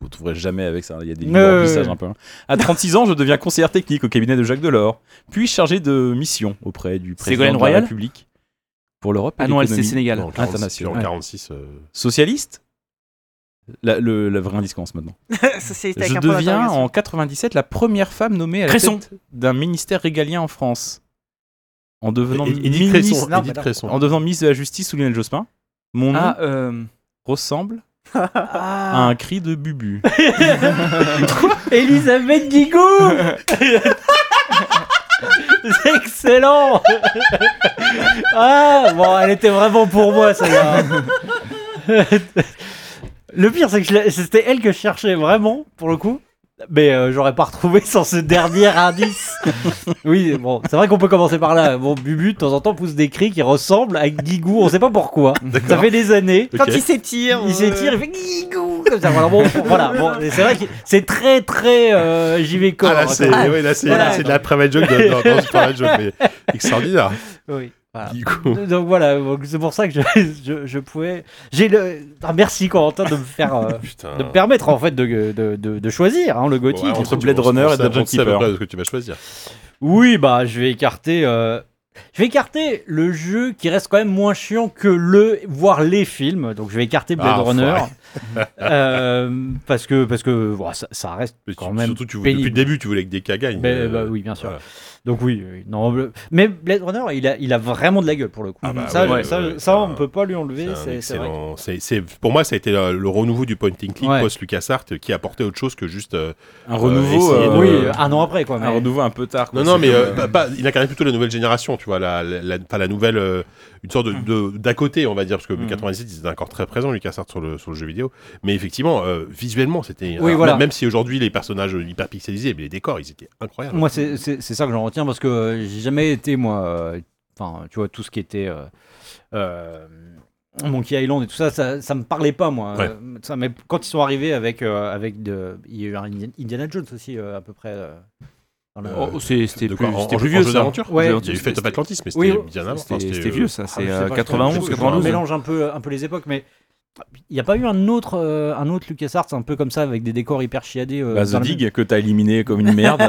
Speaker 2: Vous ne trouverez jamais avec ça, il y a des
Speaker 5: Ouais, ouais,
Speaker 2: visages
Speaker 5: ouais.
Speaker 2: un peu. hein. À 36 ans, je deviens conseillère technique au cabinet de Jacques Delors, puis chargée de mission auprès du président
Speaker 3: Ségolène
Speaker 2: de la
Speaker 3: Royal
Speaker 2: République pour l'Europe. et
Speaker 3: Ah non, elle c'est
Speaker 2: l'économie.
Speaker 3: Sénégal.
Speaker 1: Non, 46,
Speaker 2: international.
Speaker 1: En 46. euh,
Speaker 2: Socialiste la, le, la vraie indiscence maintenant.
Speaker 6: Société avec
Speaker 2: Je
Speaker 6: un point
Speaker 2: deviens
Speaker 6: d'interrogation.
Speaker 2: en 97 la première femme nommée à la
Speaker 3: Cresson.
Speaker 2: tête d'un ministère régalien en France. En devenant,
Speaker 1: Édith
Speaker 2: ministre,
Speaker 1: Cresson,
Speaker 5: non,
Speaker 1: Édith
Speaker 5: mais non.
Speaker 1: Cresson.
Speaker 2: en devenant ministre de la Justice sous Lionel Jospin, mon nom
Speaker 3: Ah, euh,
Speaker 2: ressemble à
Speaker 6: Ah.
Speaker 2: un cri de bubu.
Speaker 5: Elisabeth Guigou C'est excellent Ah, bon, elle était vraiment pour moi, celle-là. Le pire, c'est que je l'ai- c'était elle que je cherchais vraiment, pour le coup. Mais euh, j'aurais pas retrouvé sans ce dernier indice. Oui, bon, c'est vrai qu'on peut commencer par là. Bon, Bubu, de temps en temps, pousse des cris qui ressemblent à Guigou, on sait pas pourquoi. Ça fait des années.
Speaker 1: Ok.
Speaker 6: Quand il s'étire.
Speaker 5: Il
Speaker 6: euh,
Speaker 5: s'étire, il fait guigou comme ça. Voilà, bon, voilà, bon, c'est vrai que c'est très très euh, JV
Speaker 1: Ah,
Speaker 5: corps.
Speaker 1: là, c'est
Speaker 6: Ah,
Speaker 1: ouais, là, c'est-
Speaker 6: voilà.
Speaker 1: là, c'est de la private joke de, non, non, c'est pas private joke, mais extraordinaire.
Speaker 5: Oui, voilà.
Speaker 1: Du coup,
Speaker 5: Donc voilà, donc c'est pour ça que je, je, je pouvais. J'ai le. Ah, merci Corentin de me faire. euh,
Speaker 1: putain.
Speaker 5: de me permettre en fait de, de, de, de choisir hein, le
Speaker 1: Bon,
Speaker 5: Gotti.
Speaker 1: alors,
Speaker 2: entre
Speaker 1: on sait-
Speaker 2: Blade
Speaker 1: on sait-
Speaker 2: Runner
Speaker 1: on
Speaker 2: et
Speaker 1: sait à peu
Speaker 2: Dungeon
Speaker 1: près
Speaker 2: Keeper.
Speaker 1: ce que tu vas choisir.
Speaker 5: Oui, bah je vais écarter. euh, Je vais écarter le jeu qui reste quand même moins chiant que le, voire les films. Donc je vais écarter Blade
Speaker 1: Ah,
Speaker 5: Runner.
Speaker 1: enfoiré.
Speaker 5: Euh, parce que, parce que voilà, ça, ça reste
Speaker 1: Mais
Speaker 5: quand
Speaker 1: tu-
Speaker 5: même.
Speaker 1: surtout, tu, voulais-
Speaker 5: pénible.
Speaker 1: depuis le début, tu voulais que des cas gagnent.
Speaker 5: Mais,
Speaker 1: euh,
Speaker 5: bah oui, bien sûr.
Speaker 1: voilà.
Speaker 5: Donc oui, oui, non. bleu- Mais Blade Runner, il a, il a vraiment de la gueule pour le coup.
Speaker 1: Ah bah
Speaker 5: ça,
Speaker 1: ouais,
Speaker 5: ça,
Speaker 1: ouais, ouais, c'est
Speaker 5: ça,
Speaker 1: un-
Speaker 5: on peut pas lui enlever.
Speaker 1: C'est un
Speaker 5: C'est c'est vrai.
Speaker 1: excellent- c'est- c'est- pour moi, ça a été le, le renouveau du point and click
Speaker 5: Ouais.
Speaker 1: post LucasArts qui apportait autre chose que juste. euh,
Speaker 2: Un renouveau.
Speaker 1: essayer de-
Speaker 2: euh,
Speaker 5: Oui,
Speaker 1: euh,
Speaker 5: un an après quoi.
Speaker 2: un
Speaker 5: mais-
Speaker 2: renouveau un peu tard. quoi.
Speaker 1: Non, non,
Speaker 2: C'est
Speaker 1: mais
Speaker 2: comme,
Speaker 1: euh,
Speaker 2: euh,
Speaker 1: pas- pas- il incarnait plutôt la nouvelle génération, tu vois, la, la, la- enfin, la nouvelle, euh, une sorte
Speaker 5: Mm.
Speaker 1: de de- d'à côté, on va dire, parce que
Speaker 2: Mm.
Speaker 1: 97, ils étaient encore très présents, LucasArts sur le sur le jeu vidéo. Mais effectivement, euh, visuellement, c'était
Speaker 5: Oui,
Speaker 1: alors,
Speaker 5: voilà.
Speaker 1: même si aujourd'hui les personnages hyper pixelisés, mais les décors, ils étaient incroyables.
Speaker 5: Moi, c'est c'est- c'est ça que j'en retiens parce que euh, j'ai jamais été, moi, euh, enfin, tu vois, tout ce qui était euh, euh, Monkey Island et tout ça, ça, ça me parlait pas, moi.
Speaker 1: Ouais.
Speaker 5: Euh, Ça, mais quand ils sont arrivés avec, euh, avec de, il y a eu un Indi- Indiana Jones aussi, euh, à peu près. euh, dans le-
Speaker 1: Euh,
Speaker 4: Oh, c'est- C'était
Speaker 1: de
Speaker 4: plus,
Speaker 1: quoi En- en
Speaker 4: c'était
Speaker 1: jeu-
Speaker 4: plus
Speaker 1: en
Speaker 4: vieux
Speaker 1: jeu
Speaker 4: ça.
Speaker 1: d'aventure
Speaker 5: Ouais.
Speaker 1: Il y a eu
Speaker 4: C'était-
Speaker 1: Fête of Atlantis, mais c'était
Speaker 5: Oui, oui,
Speaker 1: bien avant.
Speaker 4: C'était
Speaker 1: Enfin,
Speaker 4: c'était
Speaker 1: euh,
Speaker 4: vieux ça,
Speaker 5: Ah,
Speaker 4: c'est
Speaker 5: je sais
Speaker 4: euh,
Speaker 5: pas, je
Speaker 4: 91,
Speaker 5: mélange- je
Speaker 4: 92.
Speaker 5: mélange un peu, un peu les époques, mais il n'y a pas eu un autre, euh, un autre LucasArts un peu comme ça avec des décors hyper chiadés. euh,
Speaker 2: bah, The
Speaker 5: dans le-
Speaker 2: Dig que t'as éliminé comme une merde.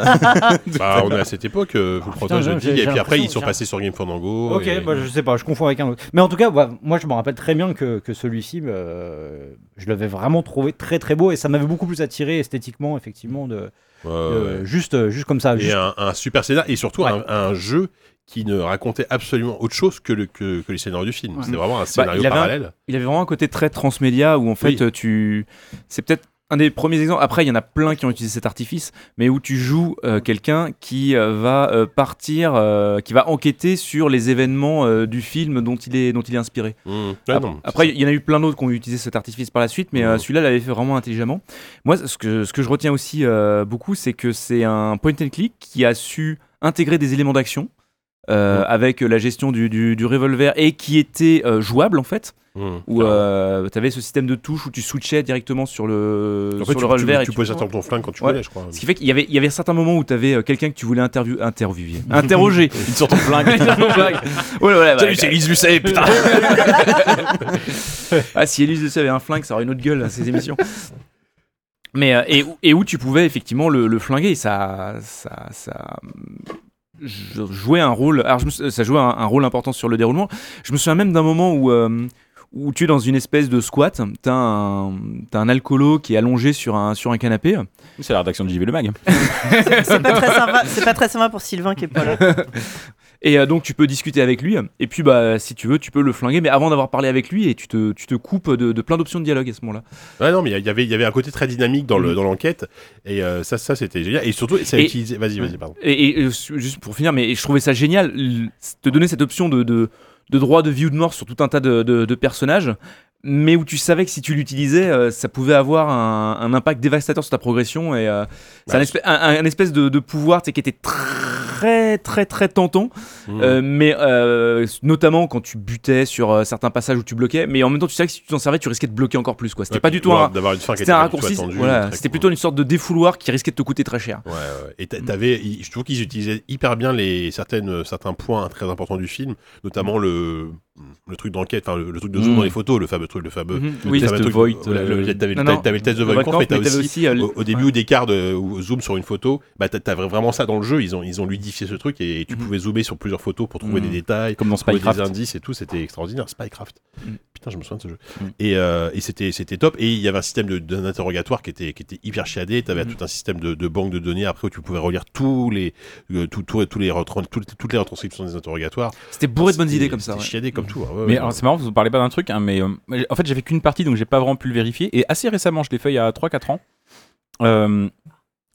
Speaker 1: Bah, on est à cette époque, euh, vous le
Speaker 5: Ah, putain,
Speaker 1: protège
Speaker 5: j'ai-
Speaker 1: de Dig,
Speaker 5: j'ai
Speaker 1: et puis après, ils
Speaker 5: l'impression-
Speaker 1: sont passés sur Game Fandango.
Speaker 5: Ok,
Speaker 1: et-
Speaker 5: bah, je sais pas, je confonds avec un autre. Mais en tout cas, bah, moi je me rappelle très bien que, que celui-ci, euh, je l'avais vraiment trouvé très très beau et ça m'avait beaucoup plus attiré esthétiquement, effectivement, de,
Speaker 1: Ouais,
Speaker 5: euh,
Speaker 1: ouais.
Speaker 5: juste, euh, juste comme ça.
Speaker 1: Et
Speaker 5: juste-
Speaker 1: un, un super scénar, et surtout un, un jeu qui ne racontait absolument autre chose que, le, que, que les scénarios du film.
Speaker 3: Ouais.
Speaker 1: C'était
Speaker 5: Bah,
Speaker 1: vraiment un scénario
Speaker 3: il avait un-
Speaker 1: parallèle.
Speaker 3: Il avait vraiment un côté très transmédia où en fait
Speaker 1: Oui.
Speaker 3: euh, tu. C'est peut-être un des premiers exemples. Après, il y en a plein qui ont utilisé cet artifice, mais où tu joues euh, quelqu'un qui euh, va euh, partir, euh, qui va enquêter sur les événements euh, du film dont il est, dont il est inspiré.
Speaker 1: Mm. Ouais,
Speaker 3: Ap-
Speaker 1: non,
Speaker 3: Après,
Speaker 1: c'est
Speaker 3: il y en a eu plein d'autres qui ont utilisé cet artifice par la suite, mais euh,
Speaker 1: Mhm.
Speaker 3: celui-là l'avait fait vraiment intelligemment. Moi, ce que, ce que je retiens aussi euh, beaucoup, c'est que c'est un point and click qui a su intégrer des éléments d'action. euh, Avec la gestion du, du- du revolver et qui était euh, jouable en fait
Speaker 1: ça. Mm.
Speaker 3: où
Speaker 1: Alors,
Speaker 3: tu avais ce système de touche où tu switchais directement sur le,
Speaker 1: en fait,
Speaker 3: sur
Speaker 1: tu,
Speaker 3: le
Speaker 1: tu-
Speaker 3: revers.
Speaker 1: tu
Speaker 3: et
Speaker 1: pouvais attendre ton flingue quand tu
Speaker 3: Ouais.
Speaker 1: voulais, je
Speaker 2: Euh,
Speaker 1: crois.
Speaker 3: Ce qui fait qu'il y avait, il y avait certains moments où tu avais quelqu'un que tu voulais interview... interviewer, interroger. sur ton flingue. Ouais, ouais, ouais, ouais.
Speaker 2: Elise Lucet, putain.
Speaker 3: Ah, si Elise Lucet avait un flingue, ça aurait une autre gueule à ces émissions. Mais, euh, et, où- et où tu pouvais effectivement le, le flinguer, ça, ça, ça euh, jou- jouait un rôle. Alors je me sou- ça jouait un, un rôle important sur le déroulement. Je me souviens même d'un moment où euh, où tu es dans une espèce de squat, t'as un, t'as un alcoolo qui est allongé sur un, sur un canapé.
Speaker 2: C'est la rédaction de JV Le Mag.
Speaker 6: C'est pas très sympa. C'est pas très sympa pour Sylvain qui est pas là.
Speaker 3: Et euh, donc tu peux discuter avec lui, et puis bah, si tu veux, tu peux le flinguer, mais avant d'avoir parlé avec lui, et tu te, tu te coupes de, de plein d'options de dialogue à ce moment-là.
Speaker 1: Ouais, non, mais il y avait- il y avait un côté très dynamique dans le- dans l'enquête, et euh, ça, ça c'était génial. Et surtout, ça
Speaker 3: Mmh. Et-
Speaker 1: utilisait. Vas-y, vas-y, pardon.
Speaker 3: Et, et, euh, su- juste pour finir, mais je trouvais ça génial, l- te donner cette option de, de, de droit de vie ou de mort sur tout un tas de, de- de personnages, mais où tu savais que si tu l'utilisais, euh, ça pouvait avoir un, un impact dévastateur sur ta progression, et euh, c'est
Speaker 1: Bah,
Speaker 3: un espèce, un, un- un espèce de, de pouvoir tu sais, qui était très très très tentant,
Speaker 1: Mm.
Speaker 3: euh, mais euh, notamment quand tu butais sur euh, certains passages où tu bloquais, mais en même temps tu savais que si tu t'en servais, tu risquais de bloquer encore plus, quoi. C'était
Speaker 1: Ouais,
Speaker 3: pas
Speaker 1: puis
Speaker 3: du tout
Speaker 1: pouvoir
Speaker 3: un...
Speaker 1: d'avoir une fin qui
Speaker 3: C'était un
Speaker 1: était pas du tout
Speaker 3: raccourci,
Speaker 1: attendue,
Speaker 3: voilà,
Speaker 1: très
Speaker 3: c'était
Speaker 1: cool.
Speaker 3: plutôt une sorte de défouloir qui risquait de te coûter très cher.
Speaker 1: Ouais, ouais. Et t'a- t'avais, ils- je trouve qu'ils utilisaient hyper bien les certaines certains points très importants du film,
Speaker 3: Mmh.
Speaker 1: notamment le le truc d'enquête, enfin le, le truc de zoom
Speaker 2: Mm.
Speaker 1: dans les photos, le fameux truc, le fameux.
Speaker 3: Mhm.
Speaker 1: le
Speaker 3: Mmh. Oui,
Speaker 1: fameux
Speaker 2: test
Speaker 1: truc-
Speaker 2: Voight,
Speaker 1: le- le-
Speaker 2: euh,
Speaker 1: T'avais
Speaker 3: non,
Speaker 1: t'avais-
Speaker 3: non.
Speaker 1: t'avais le test de
Speaker 3: Le
Speaker 1: Voight, Corp,
Speaker 3: Voight
Speaker 1: mais
Speaker 3: Corp, mais
Speaker 1: t'avais
Speaker 3: t'avais
Speaker 1: aussi
Speaker 3: aussi, euh,
Speaker 1: au, au début des quarts de ou zoom sur une photo, bah t'as- t'avais vraiment ça dans le jeu. Ils ont ils ont ludifié ce truc et tu
Speaker 3: Mhm.
Speaker 1: pouvais zoomer sur plusieurs photos pour trouver des
Speaker 2: Mhm.
Speaker 1: détails,
Speaker 2: Comme dans
Speaker 1: trouver des
Speaker 2: Spycraft.
Speaker 1: indices et tout. C'était extraordinaire. Spycraft.
Speaker 3: Mhm.
Speaker 1: Putain, je me souviens de ce jeu.
Speaker 2: Mhm.
Speaker 1: Et, euh, et c'était c'était top. Et il y avait un système de- d'un interrogatoire qui était qui était hyper chiadé. T'avais
Speaker 3: Mhm.
Speaker 1: tout un système de, de banque de données après où tu pouvais relire tous les euh, tout- tout- tous les retran- toutes, toutes les retranscriptions des interrogatoires.
Speaker 3: C'était bourré de bonnes
Speaker 1: C'était-
Speaker 3: idées comme ça.
Speaker 1: c'était
Speaker 3: ouais.
Speaker 1: Chiadé comme tout. hein. Ouais,
Speaker 2: Mais
Speaker 1: ouais.
Speaker 2: alors, c'est marrant, vous ne parlez pas d'un truc, hein, mais euh, en fait, j'avais qu'une partie, donc j'ai pas vraiment pu le vérifier. Et assez récemment, je l'ai fait il y a 3-4 ans. Euh,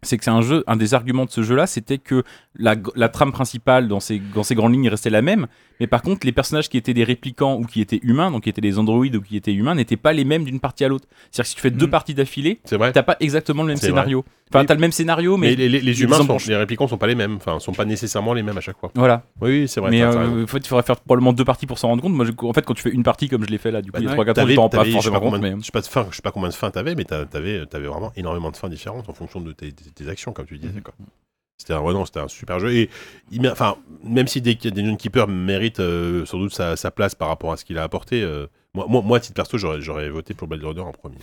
Speaker 2: c'est que c'est un jeu, un des arguments de ce jeu-là, c'était que la, gr- la trame principale dans ses, dans ses grandes lignes restait la même, mais par contre, les personnages qui étaient des réplicants ou qui étaient humains, donc qui étaient des androïdes ou qui étaient humains, n'étaient pas les mêmes d'une partie à l'autre. C'est-à-dire que si tu fais deux
Speaker 3: Mm.
Speaker 2: parties d'affilée,
Speaker 1: c'est vrai.
Speaker 2: t'as pas exactement le même
Speaker 1: C'est
Speaker 2: scénario. Enfin,
Speaker 1: Mais-
Speaker 2: t'as le même scénario, mais,
Speaker 1: Mais, les, les- les
Speaker 2: ils
Speaker 1: humains, sont,
Speaker 2: embranchent.
Speaker 1: les réplicants sont pas les mêmes, enfin, sont pas nécessairement les mêmes à chaque fois.
Speaker 2: voilà.
Speaker 1: Oui, oui, c'est vrai.
Speaker 2: mais
Speaker 1: t'as-
Speaker 2: euh,
Speaker 1: t'as raison.
Speaker 2: en fait, il faudrait faire probablement deux parties pour s'en rendre compte. Moi, je- en fait, quand tu fais une partie comme je l'ai fait là, du coup,
Speaker 1: Bah,
Speaker 2: il y a
Speaker 1: ouais.
Speaker 2: 3 4 ans,
Speaker 1: T'avais-
Speaker 2: tu t'en rends
Speaker 1: t'avais-
Speaker 2: pas
Speaker 1: je sais pas
Speaker 2: forcément compte.
Speaker 1: combien de-
Speaker 2: mais-
Speaker 1: Je sais pas de fins- je sais pas combien de fins t'avais, mais t'as- t'avais, euh, t'avais vraiment énormément de fins différentes en fonction de tes, tes- tes actions, comme tu disais.
Speaker 2: Mhm.
Speaker 1: quoi. C'était un, ouais, non, c'était un super jeu. Et il mé- enfin, même si des, des Dune Keeper mérite euh, sans doute sa, sa place par rapport à ce qu'il a apporté, euh, moi, moi, moi, à titre perso, j'aurais, j'aurais voté pour Blade Runner en premier.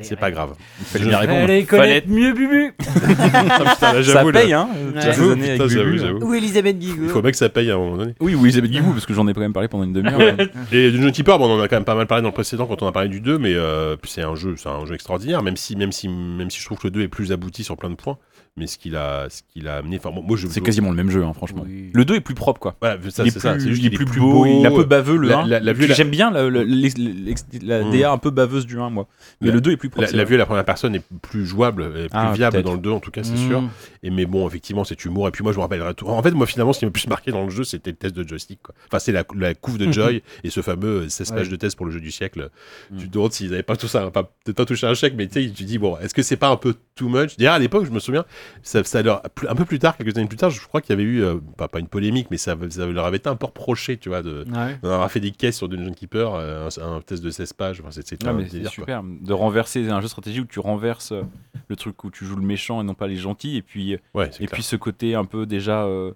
Speaker 1: C'est pas grave.
Speaker 2: Fallait bien répondre.
Speaker 5: Allez, connaître mieux Bubu
Speaker 1: Putain, là,
Speaker 2: Ça
Speaker 1: Bah, j'avoue, là.
Speaker 2: paye, hein
Speaker 6: Ouais.
Speaker 2: ces
Speaker 1: J'avoue,
Speaker 2: années
Speaker 1: putain,
Speaker 2: avec
Speaker 1: j'avoue,
Speaker 2: Bubu,
Speaker 1: j'avoue.
Speaker 6: Ou Elisabeth
Speaker 1: Il
Speaker 6: Guigou.
Speaker 1: faut bien que ça paye à un moment donné.
Speaker 2: Oui, oui, Elisabeth Guigou, parce que j'en ai quand même parlé pendant une demi-heure.
Speaker 1: Et du Keeper, bon, on en a quand même pas mal parlé dans le précédent quand on a parlé du 2, mais euh, c'est un jeu, c'est un jeu extraordinaire, même si, même si, même si je trouve que le 2 est plus abouti sur plein de points, mais ce qu'il a, ce qu'il a amené, enfin, bon, moi je.
Speaker 2: C'est quasiment le même jeu, hein, franchement. Le 2 est plus propre, quoi.
Speaker 1: Voilà, ça,
Speaker 2: il est,
Speaker 1: c'est ça,
Speaker 2: plus,
Speaker 1: c'est juste
Speaker 2: il est
Speaker 1: qu'il
Speaker 2: plus beau, il est un peu baveux le
Speaker 1: La-
Speaker 2: 1.
Speaker 1: la- la
Speaker 2: Puis
Speaker 1: vue, la-
Speaker 2: J'aime bien la, la- l'ex- l'ex- la
Speaker 1: Hmm.
Speaker 2: DA un peu baveuse du 1, moi. Mais
Speaker 1: La-
Speaker 2: le 2 est plus propre.
Speaker 1: La,
Speaker 2: c'est
Speaker 1: la
Speaker 2: vrai.
Speaker 1: vue à la première personne est plus jouable, est plus
Speaker 2: Ah,
Speaker 1: viable
Speaker 2: peut-être.
Speaker 1: dans le 2 en tout cas, c'est
Speaker 2: Hmm.
Speaker 1: sûr. Et mais bon, effectivement, cet humour. Et puis moi, je me rappellerai tout. En fait, moi, finalement, ce qui m'a le plus marqué dans le jeu, c'était le test de joystick. Quoi. Enfin, c'est la, la couve
Speaker 2: Mm-hmm.
Speaker 1: de Joy et ce fameux euh, 16 pages de test pour le jeu du siècle.
Speaker 2: Mm.
Speaker 1: Tu te demandes s'ils n'avaient pas tout ça, pas, peut-être pas touché un chèque, mais tu sais, tu dis, bon, est-ce que c'est pas un peu too much D'ailleurs, à l'époque, je me souviens, ça, ça leur, plus- un peu plus tard, quelques années plus tard, je crois qu'il y avait eu, euh, pas, pas une polémique, mais ça, ça leur avait été un peu reproché, tu vois, de. On fait des caisses sur Dungeon Keeper, euh, un, un test de 16 pages. Enfin, c'est- c'était
Speaker 2: Ah,
Speaker 1: un
Speaker 2: mais c'est
Speaker 1: délire, quoi.
Speaker 2: super de renverser un jeu de stratégie où tu renverses euh, le truc où tu joues le méchant et non pas les gentils et puis euh,
Speaker 1: Ouais, c'est
Speaker 2: et
Speaker 1: clair.
Speaker 2: puis ce côté un peu déjà euh,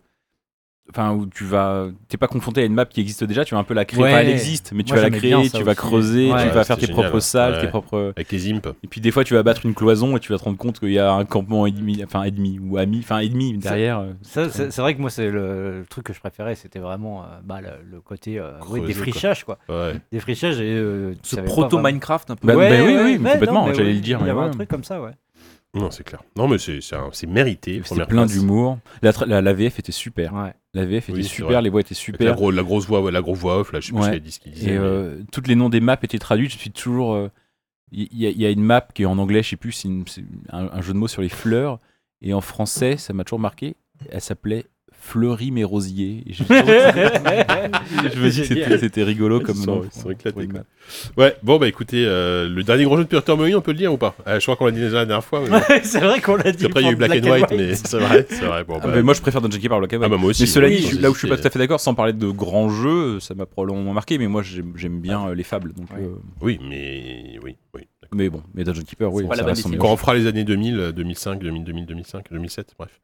Speaker 2: enfin où tu vas t'es pas confronté à une map qui existe déjà tu vas un peu la créer
Speaker 5: Ouais.
Speaker 2: Enfin, elle existe mais tu vas
Speaker 5: Moi,
Speaker 2: la
Speaker 5: j'aimais
Speaker 2: créer
Speaker 5: bien
Speaker 2: tu
Speaker 5: ça
Speaker 2: vas
Speaker 5: aussi.
Speaker 2: creuser
Speaker 5: Ouais.
Speaker 2: tu
Speaker 1: Ouais,
Speaker 2: vas faire tes
Speaker 1: c'était génial. hein.
Speaker 2: propres salles
Speaker 1: Ouais.
Speaker 2: tes propres
Speaker 1: Avec les imps.
Speaker 2: et puis des fois tu vas battre une cloison et tu vas te rendre compte qu'il y a un campement ennemi enfin ennemi ou ami enfin ennemi derrière euh,
Speaker 5: Ça, c'est c'est vrai que moi, c'est le, le truc que je préférais. C'était vraiment euh, bah, le, le côté euh, oui,
Speaker 1: Creuser,
Speaker 5: défrichage, quoi.
Speaker 1: Ouais.
Speaker 5: Défrichage et. euh, tu
Speaker 3: Ce
Speaker 5: savais pas
Speaker 3: proto
Speaker 5: vraiment-
Speaker 3: Minecraft un peu.
Speaker 2: Bah,
Speaker 5: Ouais,
Speaker 2: bah oui,
Speaker 5: ouais,
Speaker 2: oui,
Speaker 5: ouais,
Speaker 2: mais complètement,
Speaker 5: non, mais
Speaker 2: j'allais
Speaker 5: oui,
Speaker 2: le dire,
Speaker 5: Il y
Speaker 2: mais
Speaker 5: avait un
Speaker 2: ouais.
Speaker 5: truc comme ça, ouais.
Speaker 1: Non, c'est clair. Non, mais c'est c'est un- c'est mérité.
Speaker 2: c'était
Speaker 1: première
Speaker 2: plein
Speaker 1: place.
Speaker 2: d'humour la, tra- la, la VF était super
Speaker 5: Ouais.
Speaker 2: la VF était
Speaker 1: Oui, c'est
Speaker 2: super
Speaker 1: vrai.
Speaker 2: les voix étaient
Speaker 1: Avec La,
Speaker 2: super
Speaker 1: gros- la grosse voix, ouais, la grosse voix off, là, je sais pas
Speaker 2: Ouais.
Speaker 1: ce qu'il a dit, ce qu'il disait.
Speaker 2: Et
Speaker 1: mais-
Speaker 2: euh, toutes les noms des maps étaient traduits. Je suis toujours. euh, Il y, a- y a une map qui est en anglais, je sais plus, c'est une- c'est un, un jeu de mots sur les fleurs. Et en français, ça m'a toujours marqué. Elle s'appelait Fleury mes rosiers. Et je je me dis que c'était- c'était rigolo
Speaker 1: Ils
Speaker 2: comme
Speaker 1: sont-
Speaker 2: nom.
Speaker 1: ils sont éclatés,
Speaker 2: pour une
Speaker 1: quoi.
Speaker 2: map.
Speaker 1: Ouais, bon, bah écoutez, euh, le dernier gros jeu de Peter Moy, on peut le dire ou pas Euh, Je crois qu'on l'a dit déjà la dernière fois. Mais... Parce
Speaker 5: c'est vrai qu'on l'a dit.
Speaker 1: qu'après, il y a eu
Speaker 5: pour
Speaker 1: Black, and White, mais c'est vrai, c'est vrai. Bon,
Speaker 2: Ah,
Speaker 1: bah,
Speaker 2: mais moi, je préfère Dungeon Keeper Black and
Speaker 1: ah,
Speaker 2: White.
Speaker 1: bah, moi aussi.
Speaker 2: mais cela
Speaker 1: oui,
Speaker 2: dit,
Speaker 1: sans
Speaker 2: là où je suis pas
Speaker 1: hésiter.
Speaker 2: tout à fait d'accord, sans parler de grands jeux, ça m'a probablement marqué, mais moi j'aime j'aime bien euh, les fables. Donc,
Speaker 3: Ouais.
Speaker 2: euh,
Speaker 1: Oui, mais. Oui, oui.
Speaker 2: mais bon, mais Dungeon Keeper, oui,
Speaker 3: C'est pas
Speaker 2: ça
Speaker 3: la bonne
Speaker 2: reste son
Speaker 3: décision.
Speaker 1: Quand
Speaker 2: meilleur.
Speaker 1: on fera les années 2000, euh, 2005, 2000, 2000, 2005, 2007, bref.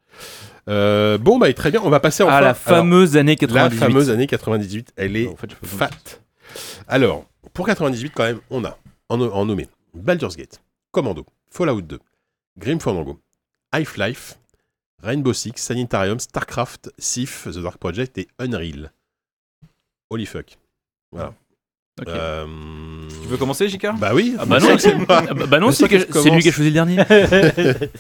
Speaker 1: Euh, bon, bah très bien, on va passer enfin
Speaker 3: à Ah, la
Speaker 1: alors,
Speaker 3: fameuse année
Speaker 1: la
Speaker 3: 98.
Speaker 1: fameuse année 98. Elle est
Speaker 2: En fait, je peux pas-
Speaker 1: Fat. Alors, pour 98, quand même, on a en, en nommé Baldur's Gate, Commando, Fallout 2, Grim Fandango, Half-Life, Rainbow Six, Sanitarium, StarCraft, Sif, The Dark Project et Unreal. Holy fuck. Voilà.
Speaker 2: Ok.
Speaker 1: Euh,
Speaker 2: Tu veux commencer, JK
Speaker 1: Bah oui,
Speaker 3: Ah bah non, c'est ah bah- bah non,
Speaker 1: Mais
Speaker 3: c'est
Speaker 1: toi,
Speaker 3: que-
Speaker 1: qu'est-ce que
Speaker 3: c'est lui
Speaker 1: commence
Speaker 3: qui a choisi le dernier.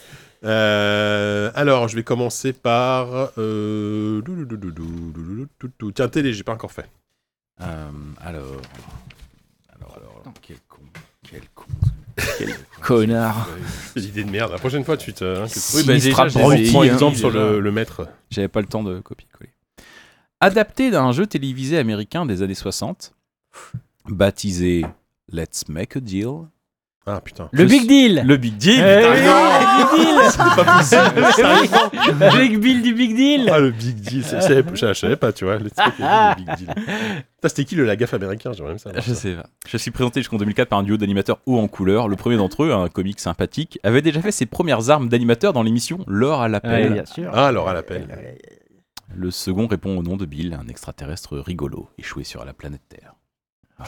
Speaker 1: Euh, alors, je vais commencer par. Euh... dou- dou- dou- dou- dou- dou- dou- dou- dou- Tiens, télé, j'ai pas encore fait.
Speaker 2: Euh, alors. Alors, alors, quel con. Quel con.
Speaker 3: Connard.
Speaker 1: J'ai l'idée de merde. La prochaine fois, tu te. hein, que-
Speaker 2: Oui, bah, déjà, j'ai
Speaker 1: Prends-
Speaker 2: essayé,
Speaker 1: prends
Speaker 2: hein,
Speaker 1: exemple sur
Speaker 2: déjà.
Speaker 1: le, le maître.
Speaker 2: J'avais pas le temps de copier-coller. Adapté d'un jeu télévisé américain des années 60, baptisé Let's Make a Deal.
Speaker 1: Ah putain.
Speaker 5: Le Big Deal
Speaker 2: Le Big Deal
Speaker 5: Eh
Speaker 2: putain.
Speaker 5: oui, le Big Deal Big Bill du Big Deal
Speaker 1: Ah le big deal, c'est- c'est- je je savais pas, tu vois. Let's make a deal, le big deal. Putain, C'était qui le lagaffe américain J'aimerais même ça.
Speaker 2: Je sais pas. Je suis présenté jusqu'en 2004 par un duo d'animateurs haut en couleur. Le premier d'entre eux, un comique sympathique, avait déjà fait ses premières armes d'animateur dans l'émission L'or à l'appel.
Speaker 5: sûr.
Speaker 1: Ah alors à l'appel.
Speaker 2: Le second répond au nom de Bill, un extraterrestre rigolo, échoué sur la planète Terre.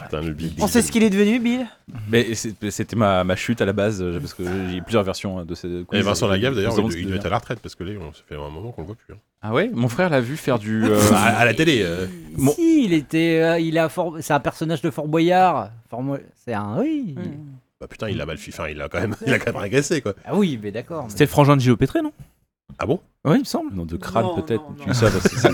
Speaker 1: Putain le big deal.
Speaker 6: On sait ce qu'il est devenu, Bill
Speaker 2: Mais c'est- c'était ma, ma chute à la base, euh, parce que j'ai plusieurs versions hein, de ces
Speaker 1: Et Eh, Vincent Lagaffe
Speaker 2: Lagave
Speaker 1: d'ailleurs, il, il doit être à la retraite parce que là, on, ça fait un moment qu'on le voit plus. hein.
Speaker 2: Ah ouais Mon frère l'a vu faire du. euh,
Speaker 1: À, à la télé. euh.
Speaker 2: Bon.
Speaker 5: Si, il était, euh, il a Fort- c'est un personnage de Fort Boyard. Fort Mo- C'est un oui.
Speaker 1: Bah putain, il a mal fi- enfin, il a quand même, il a quand même agacé quoi.
Speaker 5: Ah oui, mais d'accord.
Speaker 3: C'était le frangin de Géo Pétré, non
Speaker 1: Ah bon
Speaker 3: Oui, il me semble.
Speaker 2: Non, de crâne
Speaker 6: Non,
Speaker 2: peut-être.
Speaker 6: non,
Speaker 2: tu
Speaker 6: non.
Speaker 2: sais, parce que-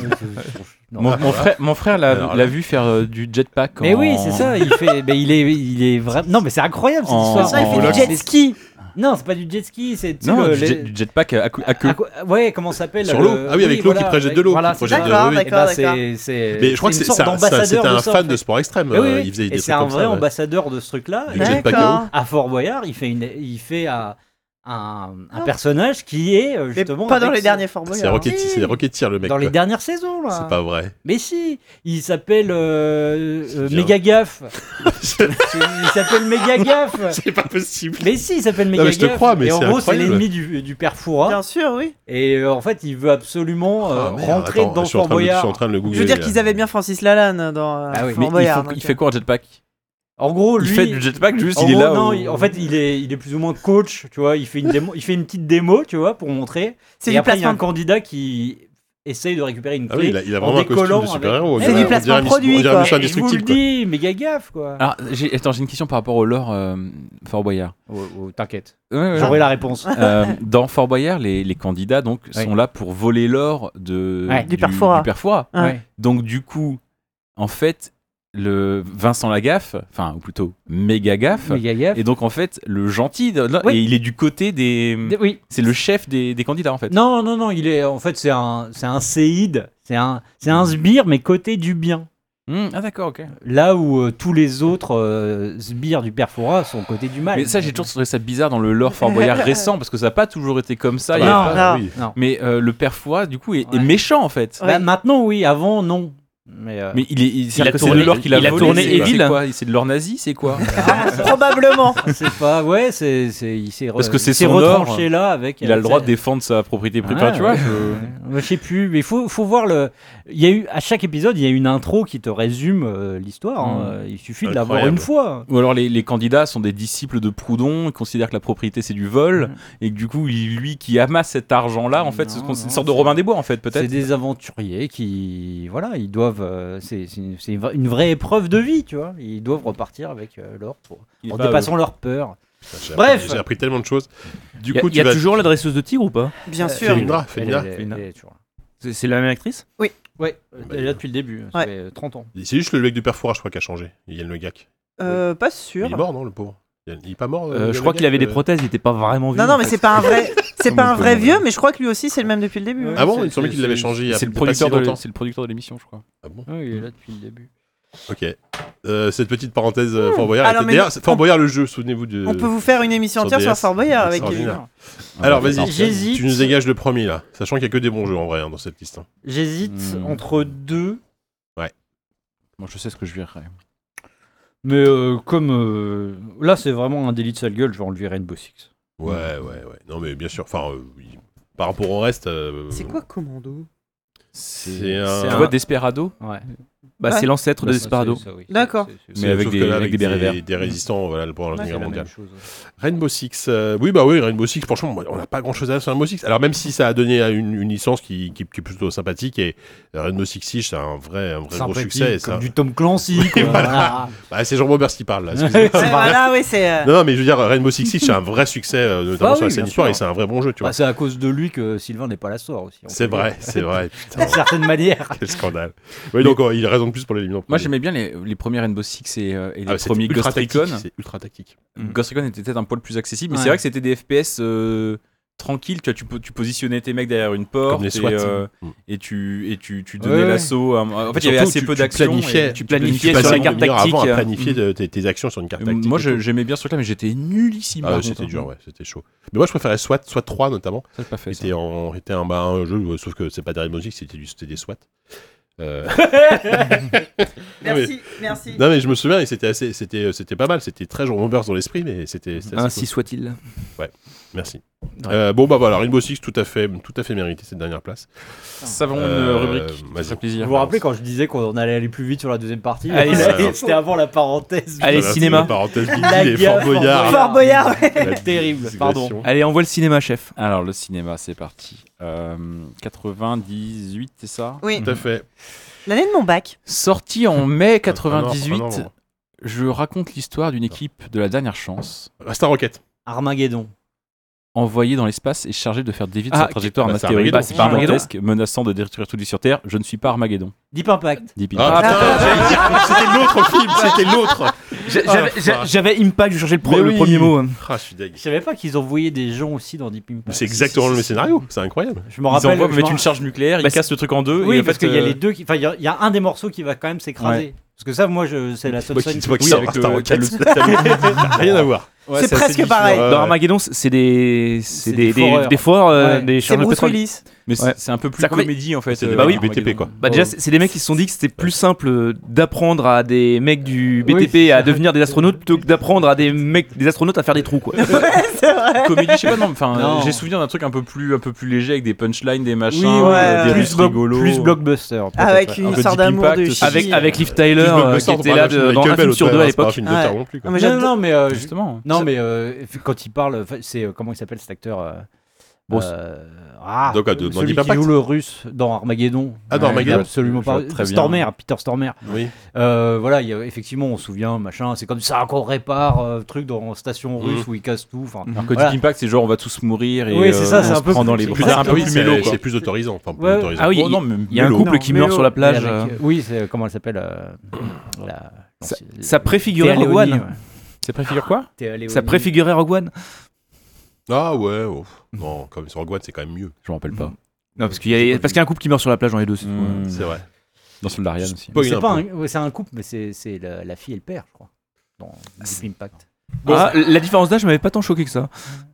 Speaker 5: Non.
Speaker 2: Mon, mon frère, mon frère l'a
Speaker 1: Alors
Speaker 2: l'a
Speaker 1: là.
Speaker 2: vu faire euh, du jetpack.
Speaker 5: Mais
Speaker 2: en-
Speaker 5: oui, c'est ça. Il fait, mais il est, il est vraiment. Non, mais c'est incroyable cette
Speaker 2: En-
Speaker 5: histoire.
Speaker 2: Ça, il fait du
Speaker 5: En-
Speaker 6: jet ski.
Speaker 5: Non, c'est pas du jet ski, c'est tu sais,
Speaker 2: Non,
Speaker 5: le-
Speaker 2: du,
Speaker 5: les-
Speaker 2: jet- du jetpack euh, à, cou- à queue.
Speaker 5: à quoi- Ouais, comment ça s'appelle
Speaker 1: Sur
Speaker 5: le-
Speaker 1: l'eau. Ah oui, avec l'eau qui
Speaker 5: voilà,
Speaker 1: projette de
Speaker 5: avec-
Speaker 1: l'eau,
Speaker 5: Voilà,
Speaker 1: qui
Speaker 5: c'est
Speaker 1: projette
Speaker 5: ça.
Speaker 1: de l'eau, oui.
Speaker 5: Eh ben,
Speaker 6: D'accord,
Speaker 5: c'est-
Speaker 6: d'accord.
Speaker 5: c'est-
Speaker 1: Mais je crois que
Speaker 5: c'est
Speaker 1: c'est
Speaker 5: une sorte
Speaker 1: c'est un, c'est un- c'était
Speaker 5: d'ambassadeur
Speaker 1: un
Speaker 5: de
Speaker 1: fan
Speaker 5: surf.
Speaker 1: de sport extrême.
Speaker 5: Ah oui,
Speaker 1: euh,
Speaker 5: oui.
Speaker 1: Il faisait
Speaker 5: Et
Speaker 1: des
Speaker 5: c'est
Speaker 1: trucs
Speaker 5: un
Speaker 1: comme
Speaker 5: vrai
Speaker 1: ça. ouais.
Speaker 5: ambassadeur de ce truc-là.
Speaker 1: Du
Speaker 5: Et
Speaker 1: jet- jetpack
Speaker 6: D'accord.
Speaker 5: À Fort Boyard, il fait, une, il fait un, un, un
Speaker 6: Ah.
Speaker 5: personnage qui est euh,
Speaker 6: Mais
Speaker 5: justement.
Speaker 6: pas dans
Speaker 5: avec
Speaker 6: les
Speaker 5: ce-
Speaker 6: derniers Fort
Speaker 1: C'est
Speaker 6: Boyard. hein.
Speaker 1: Rocket,
Speaker 5: Si.
Speaker 1: c'est Rocket Tier le mec.
Speaker 5: Dans les
Speaker 1: quoi.
Speaker 5: dernières saisons, là.
Speaker 1: C'est pas vrai.
Speaker 5: Mais si, il s'appelle euh,
Speaker 1: C'est
Speaker 5: euh,
Speaker 1: bien.
Speaker 5: Méga Gaffe. il s'appelle Méga Gaffe.
Speaker 1: C'est pas possible.
Speaker 5: Mais si, il s'appelle Méga
Speaker 1: mais je te crois, mais
Speaker 5: Et en
Speaker 1: c'est
Speaker 5: gros, c'est
Speaker 1: incroyable.
Speaker 5: l'ennemi du, du père Foura.
Speaker 6: Bien sûr, oui.
Speaker 5: Et euh, en fait, il veut absolument euh,
Speaker 1: Ah, merde,
Speaker 5: rentrer
Speaker 1: attends,
Speaker 5: dans
Speaker 1: je suis en
Speaker 5: Fort
Speaker 1: train de le- Je suis en
Speaker 5: Boyard.
Speaker 1: train de le googler.
Speaker 6: Je veux dire
Speaker 1: là.
Speaker 6: qu'ils avaient bien Francis Lalanne dans euh,
Speaker 5: Ah oui,
Speaker 6: Fort
Speaker 2: Mais il,
Speaker 6: Boyard.
Speaker 2: faut- il
Speaker 6: donc,
Speaker 2: fait quoi un jetpack
Speaker 5: En gros,
Speaker 9: Il
Speaker 5: lui.
Speaker 9: fait du jetpack, juste
Speaker 5: en
Speaker 9: il est
Speaker 5: gros,
Speaker 9: là.
Speaker 5: non,
Speaker 9: au-
Speaker 5: il- en fait, il est, il est plus ou moins coach, tu vois. Il fait une, démo, il fait une petite démo, tu vois, pour montrer.
Speaker 6: C'est
Speaker 5: et
Speaker 6: du
Speaker 5: après, il y a
Speaker 6: placement
Speaker 5: un candidat qui essaye de récupérer une
Speaker 1: Ah
Speaker 5: clé.
Speaker 1: oui, il a, il a
Speaker 5: en
Speaker 1: vraiment un costume
Speaker 5: décollant
Speaker 1: de
Speaker 5: avec-
Speaker 1: super-héros.
Speaker 5: C'est
Speaker 1: On
Speaker 5: du
Speaker 1: dirait- on
Speaker 6: placement
Speaker 1: dirait Miss-
Speaker 6: produit,
Speaker 1: On dirait
Speaker 6: quoi.
Speaker 1: Mission
Speaker 5: Et je vous le
Speaker 1: Indestructible, quoi.
Speaker 5: dis, méga gaffe, quoi.
Speaker 2: Alors, ah, j'ai- attends, j'ai une question par rapport au lore euh, Fort Boyard.
Speaker 5: Oh, oh, T'inquiète,
Speaker 2: Ouais, ouais, ouais.
Speaker 5: j'aurai la réponse.
Speaker 2: Euh, dans Fort Boyard, les, les candidats donc sont là pour voler l'or de
Speaker 5: Ouais.
Speaker 6: Du père Fora.
Speaker 2: père Fora.
Speaker 6: Ouais.
Speaker 5: Ouais.
Speaker 2: Donc du coup, en fait, le Vincent Lagaffe, enfin ou plutôt méga gaffe,
Speaker 5: Méga gaffe.
Speaker 2: et donc en fait le gentil, de-
Speaker 5: Oui.
Speaker 2: et il est du côté des,
Speaker 5: D- Oui,
Speaker 2: c'est le chef des, des candidats en fait.
Speaker 5: Non, non, non, il est en fait c'est un c'est un séide, c'est un c'est un sbire mais côté du bien.
Speaker 2: Hmm, ah d'accord, ok.
Speaker 5: Là où euh, tous les autres euh, sbires du Perfora sont côté du mal.
Speaker 2: Mais ça j'ai toujours trouvé ça bizarre dans le lore Fort Boyard récent parce que ça n'a pas toujours été comme ça. il y a
Speaker 5: Non.
Speaker 2: pas-
Speaker 1: Ah,
Speaker 6: Non.
Speaker 1: oui.
Speaker 2: Mais euh, le père Fora du coup est, est
Speaker 5: Ouais.
Speaker 2: méchant en fait.
Speaker 5: Bah, maintenant oui, avant non. Mais, euh,
Speaker 2: Mais il est, il, c'est-à-dire
Speaker 9: a
Speaker 2: que c'est
Speaker 9: tourné-
Speaker 2: de l'or qu'il a,
Speaker 9: il a
Speaker 2: volé,
Speaker 9: tourné
Speaker 2: c'est-
Speaker 9: Evil.
Speaker 2: c'est quoi C'est de l'or nazi, c'est quoi
Speaker 6: Probablement.
Speaker 5: ah, c'est pas ouais, c'est c'est il s'est re-
Speaker 2: Parce que c'est
Speaker 5: il s'est
Speaker 2: son or.
Speaker 5: retranché là avec euh,
Speaker 2: Il a le droit de
Speaker 5: de
Speaker 2: défendre sa propriété privée.
Speaker 5: Ouais,
Speaker 2: Enfin, tu vois,
Speaker 5: ouais.
Speaker 2: je-
Speaker 5: Je sais plus, mais faut faut voir le il y a eu à chaque épisode, il y a une intro qui te résume euh, l'histoire,
Speaker 2: Mm.
Speaker 5: hein. il suffit de l'avoir
Speaker 1: Incroyable.
Speaker 5: une fois.
Speaker 2: Ou alors les, les candidats sont des disciples de Proudhon, ils considèrent que la propriété c'est du vol, et que du coup il- lui qui amasse cet argent-là, Ah, en fait, c'est ce
Speaker 5: Non,
Speaker 2: qu'on- c'est une
Speaker 5: non,
Speaker 2: sorte de
Speaker 5: c'est-
Speaker 2: Robin des Bois en fait, peut-être.
Speaker 5: C'est des aventuriers qui, voilà, ils doivent, euh, c'est c'est une, c'est une vra- une vraie épreuve de vie, tu vois. Ils doivent repartir avec euh, l'or pour-
Speaker 2: Il est
Speaker 5: en
Speaker 2: pas,
Speaker 5: dépassant leur peur.
Speaker 1: J'ai
Speaker 5: Bref.
Speaker 1: appris- J'ai appris tellement de choses. Du
Speaker 3: Il y a,
Speaker 1: coup,
Speaker 3: y a
Speaker 1: tu vas.
Speaker 3: toujours la dresseuse de tigre ou pas
Speaker 6: Bien sûr.
Speaker 1: Fémina, Fémina.
Speaker 5: Elle est-
Speaker 3: Fémina.
Speaker 5: elle est toujours là.
Speaker 3: C'est c'est la même actrice
Speaker 5: Ouais, euh,
Speaker 1: Bah,
Speaker 5: elle est là depuis le début, ça
Speaker 6: Ouais.
Speaker 5: fait euh, 30 ans.
Speaker 1: C'est juste le mec du père Fouras, je crois, qui a changé. Yann Le Gac.
Speaker 6: Euh, pas
Speaker 1: Mais
Speaker 6: sûr.
Speaker 1: Il est mort, non, le pauvre Yann- Il est pas mort
Speaker 3: Euh,
Speaker 1: euh, Yann
Speaker 3: Je
Speaker 1: Le
Speaker 3: crois
Speaker 1: Gac,
Speaker 3: qu'il avait des
Speaker 1: euh,
Speaker 3: prothèses, il était pas vraiment vu.
Speaker 6: Non, non,
Speaker 3: en
Speaker 6: mais
Speaker 3: fait.
Speaker 6: c'est pas un vrai, c'est pas un vrai
Speaker 1: Comment il
Speaker 6: vieux, mais je crois que lui aussi c'est le même depuis le début. hein.
Speaker 1: Ah bon Il me semblait qu'il l'avait changé il y a
Speaker 2: c'est le
Speaker 1: pas si
Speaker 2: producteur de
Speaker 1: longtemps.
Speaker 2: c'est le producteur de l'émission, je crois.
Speaker 1: Ah bon
Speaker 5: il est là depuis le début.
Speaker 1: Ok. Euh, cette petite parenthèse euh, Fort Boyard.
Speaker 6: Alors,
Speaker 1: était-
Speaker 6: mais
Speaker 1: D'ailleurs,
Speaker 6: non,
Speaker 1: c'est Fort
Speaker 6: on-
Speaker 1: Boyard, le jeu, souvenez-vous de.
Speaker 6: On peut vous faire une émission
Speaker 1: Ah, euh, Sur
Speaker 6: entière sur
Speaker 1: DS,
Speaker 6: Fort Boyard avec.
Speaker 1: extraordinaire.
Speaker 6: Kevin.
Speaker 1: Alors vas-y,
Speaker 5: J'hésite.
Speaker 1: tu nous dégages le premier là, sachant qu'il n'y a que des bons jeux en vrai hein, dans cette liste. hein.
Speaker 5: J'hésite
Speaker 2: Hmm.
Speaker 5: entre deux,
Speaker 2: Moi je sais ce que je verrai.
Speaker 5: mais euh, comme euh, là c'est vraiment un délit de sale gueule, je vais enlever Rainbow Six.
Speaker 1: Ouais, ouais, ouais. Non mais bien sûr. Enfin, euh, oui. par rapport au reste. euh,
Speaker 6: C'est quoi Commando
Speaker 1: C'est un.
Speaker 2: Tu
Speaker 5: un-
Speaker 2: vois Desperado
Speaker 5: Ouais.
Speaker 2: Ah.
Speaker 3: Bah,
Speaker 6: Ouais.
Speaker 3: c'est l'ancêtre de
Speaker 5: Bah,
Speaker 3: Desperado.
Speaker 5: c'est ça, oui.
Speaker 6: D'accord.
Speaker 5: C'est- c'est-
Speaker 1: c'est-
Speaker 2: mais avec
Speaker 1: sauf que
Speaker 2: des-
Speaker 1: là,
Speaker 2: avec des bérets verts.
Speaker 1: des résistants, voilà, le pendant la
Speaker 6: Ouais,
Speaker 5: c'est
Speaker 1: Première
Speaker 5: la même
Speaker 1: mondiale.
Speaker 5: chose.
Speaker 1: Rainbow Six, euh, oui, bah oui, Rainbow Six, franchement, on n'a pas grand chose à dire sur Rainbow Six. Alors, même si ça a donné à une, une licence qui, qui- qui est plutôt sympathique, et euh, Rainbow Six Siege, c'est un vrai, un vrai gros
Speaker 5: Sympathique,
Speaker 1: succès. et
Speaker 5: comme
Speaker 1: ça-
Speaker 5: du Tom Clancy. quoi, voilà.
Speaker 1: Bah, c'est Jean-Robert qui parle là. excusez-moi.
Speaker 6: Ouais, Voilà, oui, c'est. euh,
Speaker 1: non, non, mais je veux dire, Rainbow Six Siege, c'est un vrai succès, euh, notamment
Speaker 5: Ah
Speaker 1: sur la
Speaker 5: oui,
Speaker 1: scène
Speaker 5: bien
Speaker 1: histoire,
Speaker 5: sûr.
Speaker 1: et c'est un vrai bon jeu, tu
Speaker 5: Bah,
Speaker 1: vois.
Speaker 5: c'est à cause de lui que Sylvain n'est pas la soir aussi. on
Speaker 1: c'est
Speaker 5: peut le
Speaker 1: vrai,
Speaker 5: dire.
Speaker 1: c'est vrai, putain,
Speaker 5: D'une certaine manière.
Speaker 1: quel scandale. Oui, donc, euh, il a raison de plus pour les éliminants.
Speaker 2: Moi j'aimais bien les, les premiers Rainbow Six et, euh, et les
Speaker 1: Ah, c'est
Speaker 2: premiers
Speaker 1: ultra
Speaker 2: Ghost
Speaker 1: tactique,
Speaker 2: Recon.
Speaker 1: C'est ultra tactique.
Speaker 2: Mm. Ghost Recon était peut-être un poil plus accessible, mais
Speaker 6: Ouais.
Speaker 2: c'est vrai que c'était des FPS euh, tranquilles. Tu, vois, tu, po- tu positionnais tes mecs derrière une porte
Speaker 1: Comme les
Speaker 2: et,
Speaker 1: SWAT.
Speaker 2: euh,
Speaker 1: Mm.
Speaker 2: et tu, et tu, tu donnais
Speaker 5: Ouais, ouais.
Speaker 2: l'assaut. à- En fait, il y avait
Speaker 1: Surtout,
Speaker 2: assez
Speaker 1: tu-
Speaker 2: peu
Speaker 1: tu
Speaker 2: d'action.
Speaker 1: planifiais-
Speaker 2: et Tu
Speaker 1: tu
Speaker 2: planifiais
Speaker 1: Tu
Speaker 2: sur
Speaker 1: passais
Speaker 2: la
Speaker 1: une
Speaker 2: carte
Speaker 1: demi-heure
Speaker 2: tactique.
Speaker 1: Bah,
Speaker 2: hein.
Speaker 1: avant à planifier de- tes, tes actions sur une carte tactique.
Speaker 2: Euh, Moi,
Speaker 1: et
Speaker 2: je-
Speaker 1: tout.
Speaker 2: j'aimais bien ce truc-là, mais j'étais nullissime.
Speaker 1: Ah,
Speaker 2: par
Speaker 1: ouais,
Speaker 2: contre,
Speaker 1: c'était
Speaker 2: hein.
Speaker 1: dur, ouais, c'était chaud. Mais moi, je préférais SWAT, SWAT 3 notamment.
Speaker 2: Ça, j'ai pas fait. ça.
Speaker 1: C'était en- était un, bah, un jeu, euh, sauf que c'est pas des Rainbow Six, c'était du- c'était des SWAT. Euh,
Speaker 6: Merci, merci.
Speaker 1: non mais je me souviens, et c'était assez, c'était, euh, c'était pas mal, c'était très Jean Roberts dans l'esprit, mais c'était, c'était assez
Speaker 3: Ainsi soit-il.
Speaker 1: cool. Merci. Euh, bon bah voilà, Rainbow Six tout à fait, tout à fait mérité cette dernière place.
Speaker 2: Ça va, on,
Speaker 1: Euh,
Speaker 2: euh, rubrique.
Speaker 1: vas-y.
Speaker 2: Ça fait plaisir.
Speaker 5: Vous vous rappelez quand je disais qu'on allait aller plus vite sur la deuxième partie
Speaker 3: Allez,
Speaker 5: Voilà.
Speaker 1: c'est-
Speaker 5: C'était avant la parenthèse.
Speaker 3: Allez,
Speaker 1: Voilà,
Speaker 3: cinéma.
Speaker 1: c'est une Parenthèse
Speaker 5: La
Speaker 1: Bibi et
Speaker 5: gueule,
Speaker 1: Fort Boyard.
Speaker 6: Fort Boyard, ouais.
Speaker 1: La
Speaker 5: Terrible,
Speaker 1: digression.
Speaker 5: pardon.
Speaker 3: Allez, envoie le cinéma, chef.
Speaker 2: Alors, le cinéma, c'est parti. Euh, 98, c'est ça
Speaker 6: Oui,
Speaker 1: Tout à fait.
Speaker 6: l'année de mon bac.
Speaker 2: Sorti en mai
Speaker 1: Ah
Speaker 2: 98,
Speaker 1: non, ah non.
Speaker 2: je raconte l'histoire d'une équipe de la dernière chance
Speaker 1: Ah, Star Rocket.
Speaker 5: Armageddon.
Speaker 2: envoyé dans l'espace et chargé de faire dévier de
Speaker 3: Ah,
Speaker 2: sa trajectoire
Speaker 1: bah,
Speaker 2: un
Speaker 1: c'est
Speaker 2: astéroïde
Speaker 1: Armageddon.
Speaker 2: bah, c'est pas
Speaker 3: Armageddon.
Speaker 2: gigantesque, menaçant de détruire tout vie sur Terre. Je ne suis pas Armageddon.
Speaker 5: Deep Impact.
Speaker 2: Deep Impact.
Speaker 1: Ah, putain, j'allais dire, c'était l'autre film, c'était l'autre.
Speaker 5: Ah,
Speaker 3: J'avais- j'a- J'avais Impact, j'ai changé le, pro-
Speaker 1: Mais
Speaker 3: le
Speaker 1: oui.
Speaker 3: premier mot. hein.
Speaker 1: Ah, je suis deg.
Speaker 5: Je savais pas qu'ils envoyaient des gens aussi dans Deep Impact.
Speaker 1: Bah, C'est exactement le même scénario, c'est incroyable.
Speaker 5: Je me
Speaker 2: Ils
Speaker 5: rappelle.
Speaker 2: envoient
Speaker 5: je
Speaker 2: mettre
Speaker 5: me-
Speaker 2: une charge nucléaire,
Speaker 3: Bah,
Speaker 2: ils cassent le truc en deux.
Speaker 5: Oui,
Speaker 2: et en
Speaker 5: parce
Speaker 2: fait,
Speaker 5: qu'il y a
Speaker 2: euh,
Speaker 5: les deux qui. Enfin, il y a- il y, a un des morceaux qui va quand même s'écraser. Parce que ça, moi, je... c'est la seule
Speaker 1: Moi
Speaker 5: scène
Speaker 1: qui
Speaker 5: qui-
Speaker 1: moi qui
Speaker 2: Oui,
Speaker 1: sors
Speaker 2: avec
Speaker 1: Star
Speaker 2: le-
Speaker 1: Rocket,
Speaker 2: le-
Speaker 1: ça n'a rien à voir. Euh,
Speaker 6: c'est
Speaker 2: assez
Speaker 6: presque
Speaker 2: diffus,
Speaker 6: pareil.
Speaker 2: ouais,
Speaker 3: Dans
Speaker 2: ouais.
Speaker 3: Armageddon, c'est des, c'est
Speaker 5: C'est des
Speaker 3: des,
Speaker 5: foreurs.
Speaker 3: des, des foreurs, euh,
Speaker 6: Ouais.
Speaker 3: des
Speaker 6: C'est
Speaker 3: chargeurs de
Speaker 6: Bruce
Speaker 3: pétrole.
Speaker 6: Willis.
Speaker 2: Mais
Speaker 3: Ouais.
Speaker 2: c'est c'est un peu plus
Speaker 3: Ça commet-
Speaker 2: comédie en fait.
Speaker 1: C'est des
Speaker 2: euh,
Speaker 1: bah oui.
Speaker 2: Armageddon.
Speaker 1: BTP, quoi.
Speaker 3: Bah déjà, c'est c'est des mecs qui se sont dit que c'était plus simple euh, d'apprendre à des mecs du
Speaker 5: Oui,
Speaker 3: BTP
Speaker 5: c'est
Speaker 3: à
Speaker 5: ça.
Speaker 3: devenir des astronautes plutôt que d'apprendre à des mecs, des astronautes à faire des trous quoi.
Speaker 2: comédie, je sais pas, non, mais enfin,
Speaker 5: Non.
Speaker 2: euh, j'ai souvenir d'un truc un peu plus, un peu plus léger avec des punchlines, des machins,
Speaker 5: Oui,
Speaker 6: ouais,
Speaker 2: euh, des
Speaker 6: ouais.
Speaker 5: plus,
Speaker 2: riffs rigolos.
Speaker 5: plus blockbuster. peut-être,
Speaker 6: Avec
Speaker 5: Ah ouais.
Speaker 6: une
Speaker 2: Un peu
Speaker 6: histoire
Speaker 2: Deep
Speaker 6: d'amour
Speaker 2: Impact
Speaker 6: de
Speaker 2: aussi.
Speaker 6: chien.
Speaker 3: Avec avec Liv
Speaker 1: Plus
Speaker 3: Tyler euh, qui
Speaker 1: blockbuster,
Speaker 3: était
Speaker 1: on
Speaker 3: là
Speaker 1: parle
Speaker 3: de,
Speaker 1: de
Speaker 3: dans
Speaker 1: Michael
Speaker 3: un
Speaker 1: Bell,
Speaker 3: film sur
Speaker 1: autant,
Speaker 3: deux à
Speaker 1: hein, c'est pas un
Speaker 3: l'époque.
Speaker 1: film
Speaker 6: Ouais.
Speaker 1: d'auteur non plus. quoi.
Speaker 6: Non, mais
Speaker 5: Non,
Speaker 6: j'aime-
Speaker 5: non, mais euh, je-
Speaker 2: Justement.
Speaker 5: Non, mais euh, quand il parle, enfin, c'est euh, comment il s'appelle cet acteur euh,
Speaker 3: Bruce.
Speaker 5: euh, ah,
Speaker 1: Donc, euh, de- dans
Speaker 5: celui
Speaker 1: Deep
Speaker 5: qui
Speaker 1: Impact.
Speaker 5: joue le russe dans Armageddon.
Speaker 1: Ah, dans
Speaker 5: Ouais,
Speaker 1: Armageddon.
Speaker 5: Absolument
Speaker 2: Je
Speaker 5: pas.
Speaker 2: vois très bien.
Speaker 5: Stormer, Peter Stormer.
Speaker 1: Oui.
Speaker 5: Euh, voilà, il y a- effectivement, on se souvient, machin, c'est comme ça qu'on répare euh, truc dans Station russe où il casse tout. enfin.
Speaker 2: Alors que
Speaker 5: Voilà.
Speaker 2: Deep Impact, c'est genre on va tous mourir et
Speaker 5: Oui, c'est ça,
Speaker 2: euh,
Speaker 5: c'est
Speaker 2: on
Speaker 5: un
Speaker 2: se
Speaker 5: peu
Speaker 2: prend dans
Speaker 5: plus-
Speaker 2: les
Speaker 5: plus-
Speaker 2: bras.
Speaker 1: C'est
Speaker 5: un peu
Speaker 1: plus-
Speaker 5: plus
Speaker 1: c'est-
Speaker 5: mélo, quoi.
Speaker 1: C'est plus autorisant. Enfin, plus
Speaker 5: Ouais.
Speaker 1: autorisant.
Speaker 3: Ah oui,
Speaker 2: Oh, non, mais
Speaker 3: Il y a un
Speaker 2: mélo.
Speaker 3: couple qui
Speaker 6: Non,
Speaker 3: meurt
Speaker 6: mais
Speaker 3: sur la plage.
Speaker 5: Et
Speaker 3: euh,
Speaker 5: avec, euh, oui, c'est comment elle s'appelle euh, la- non,
Speaker 3: Ça-
Speaker 5: c'est-
Speaker 3: Ça préfigurait
Speaker 5: Théa
Speaker 3: Rogue
Speaker 5: Léonie,
Speaker 3: One.
Speaker 5: ouais.
Speaker 3: Ça préfigure quoi
Speaker 5: Théa Léonie.
Speaker 3: Ça préfigurait Rogue One
Speaker 1: Ah ouais, oh. non, comme sur Rogue One, c'est quand même mieux.
Speaker 4: Je me rappelle pas.
Speaker 3: Non, parce qu'il y, a- parce qu'il y a un couple qui meurt sur la plage dans les deux. c'est tout. hein.
Speaker 4: Mmh.
Speaker 1: C'est vrai.
Speaker 4: Dans Soldat d'Ariane aussi.
Speaker 1: Spoil
Speaker 5: C'est
Speaker 1: un
Speaker 5: pas
Speaker 1: peu.
Speaker 5: un- ouais, c'est un couple, mais c'est c'est la, la fille et le père, je crois. Dans Deep Impact.
Speaker 3: Ah, la différence d'âge m'avait pas tant choqué que ça.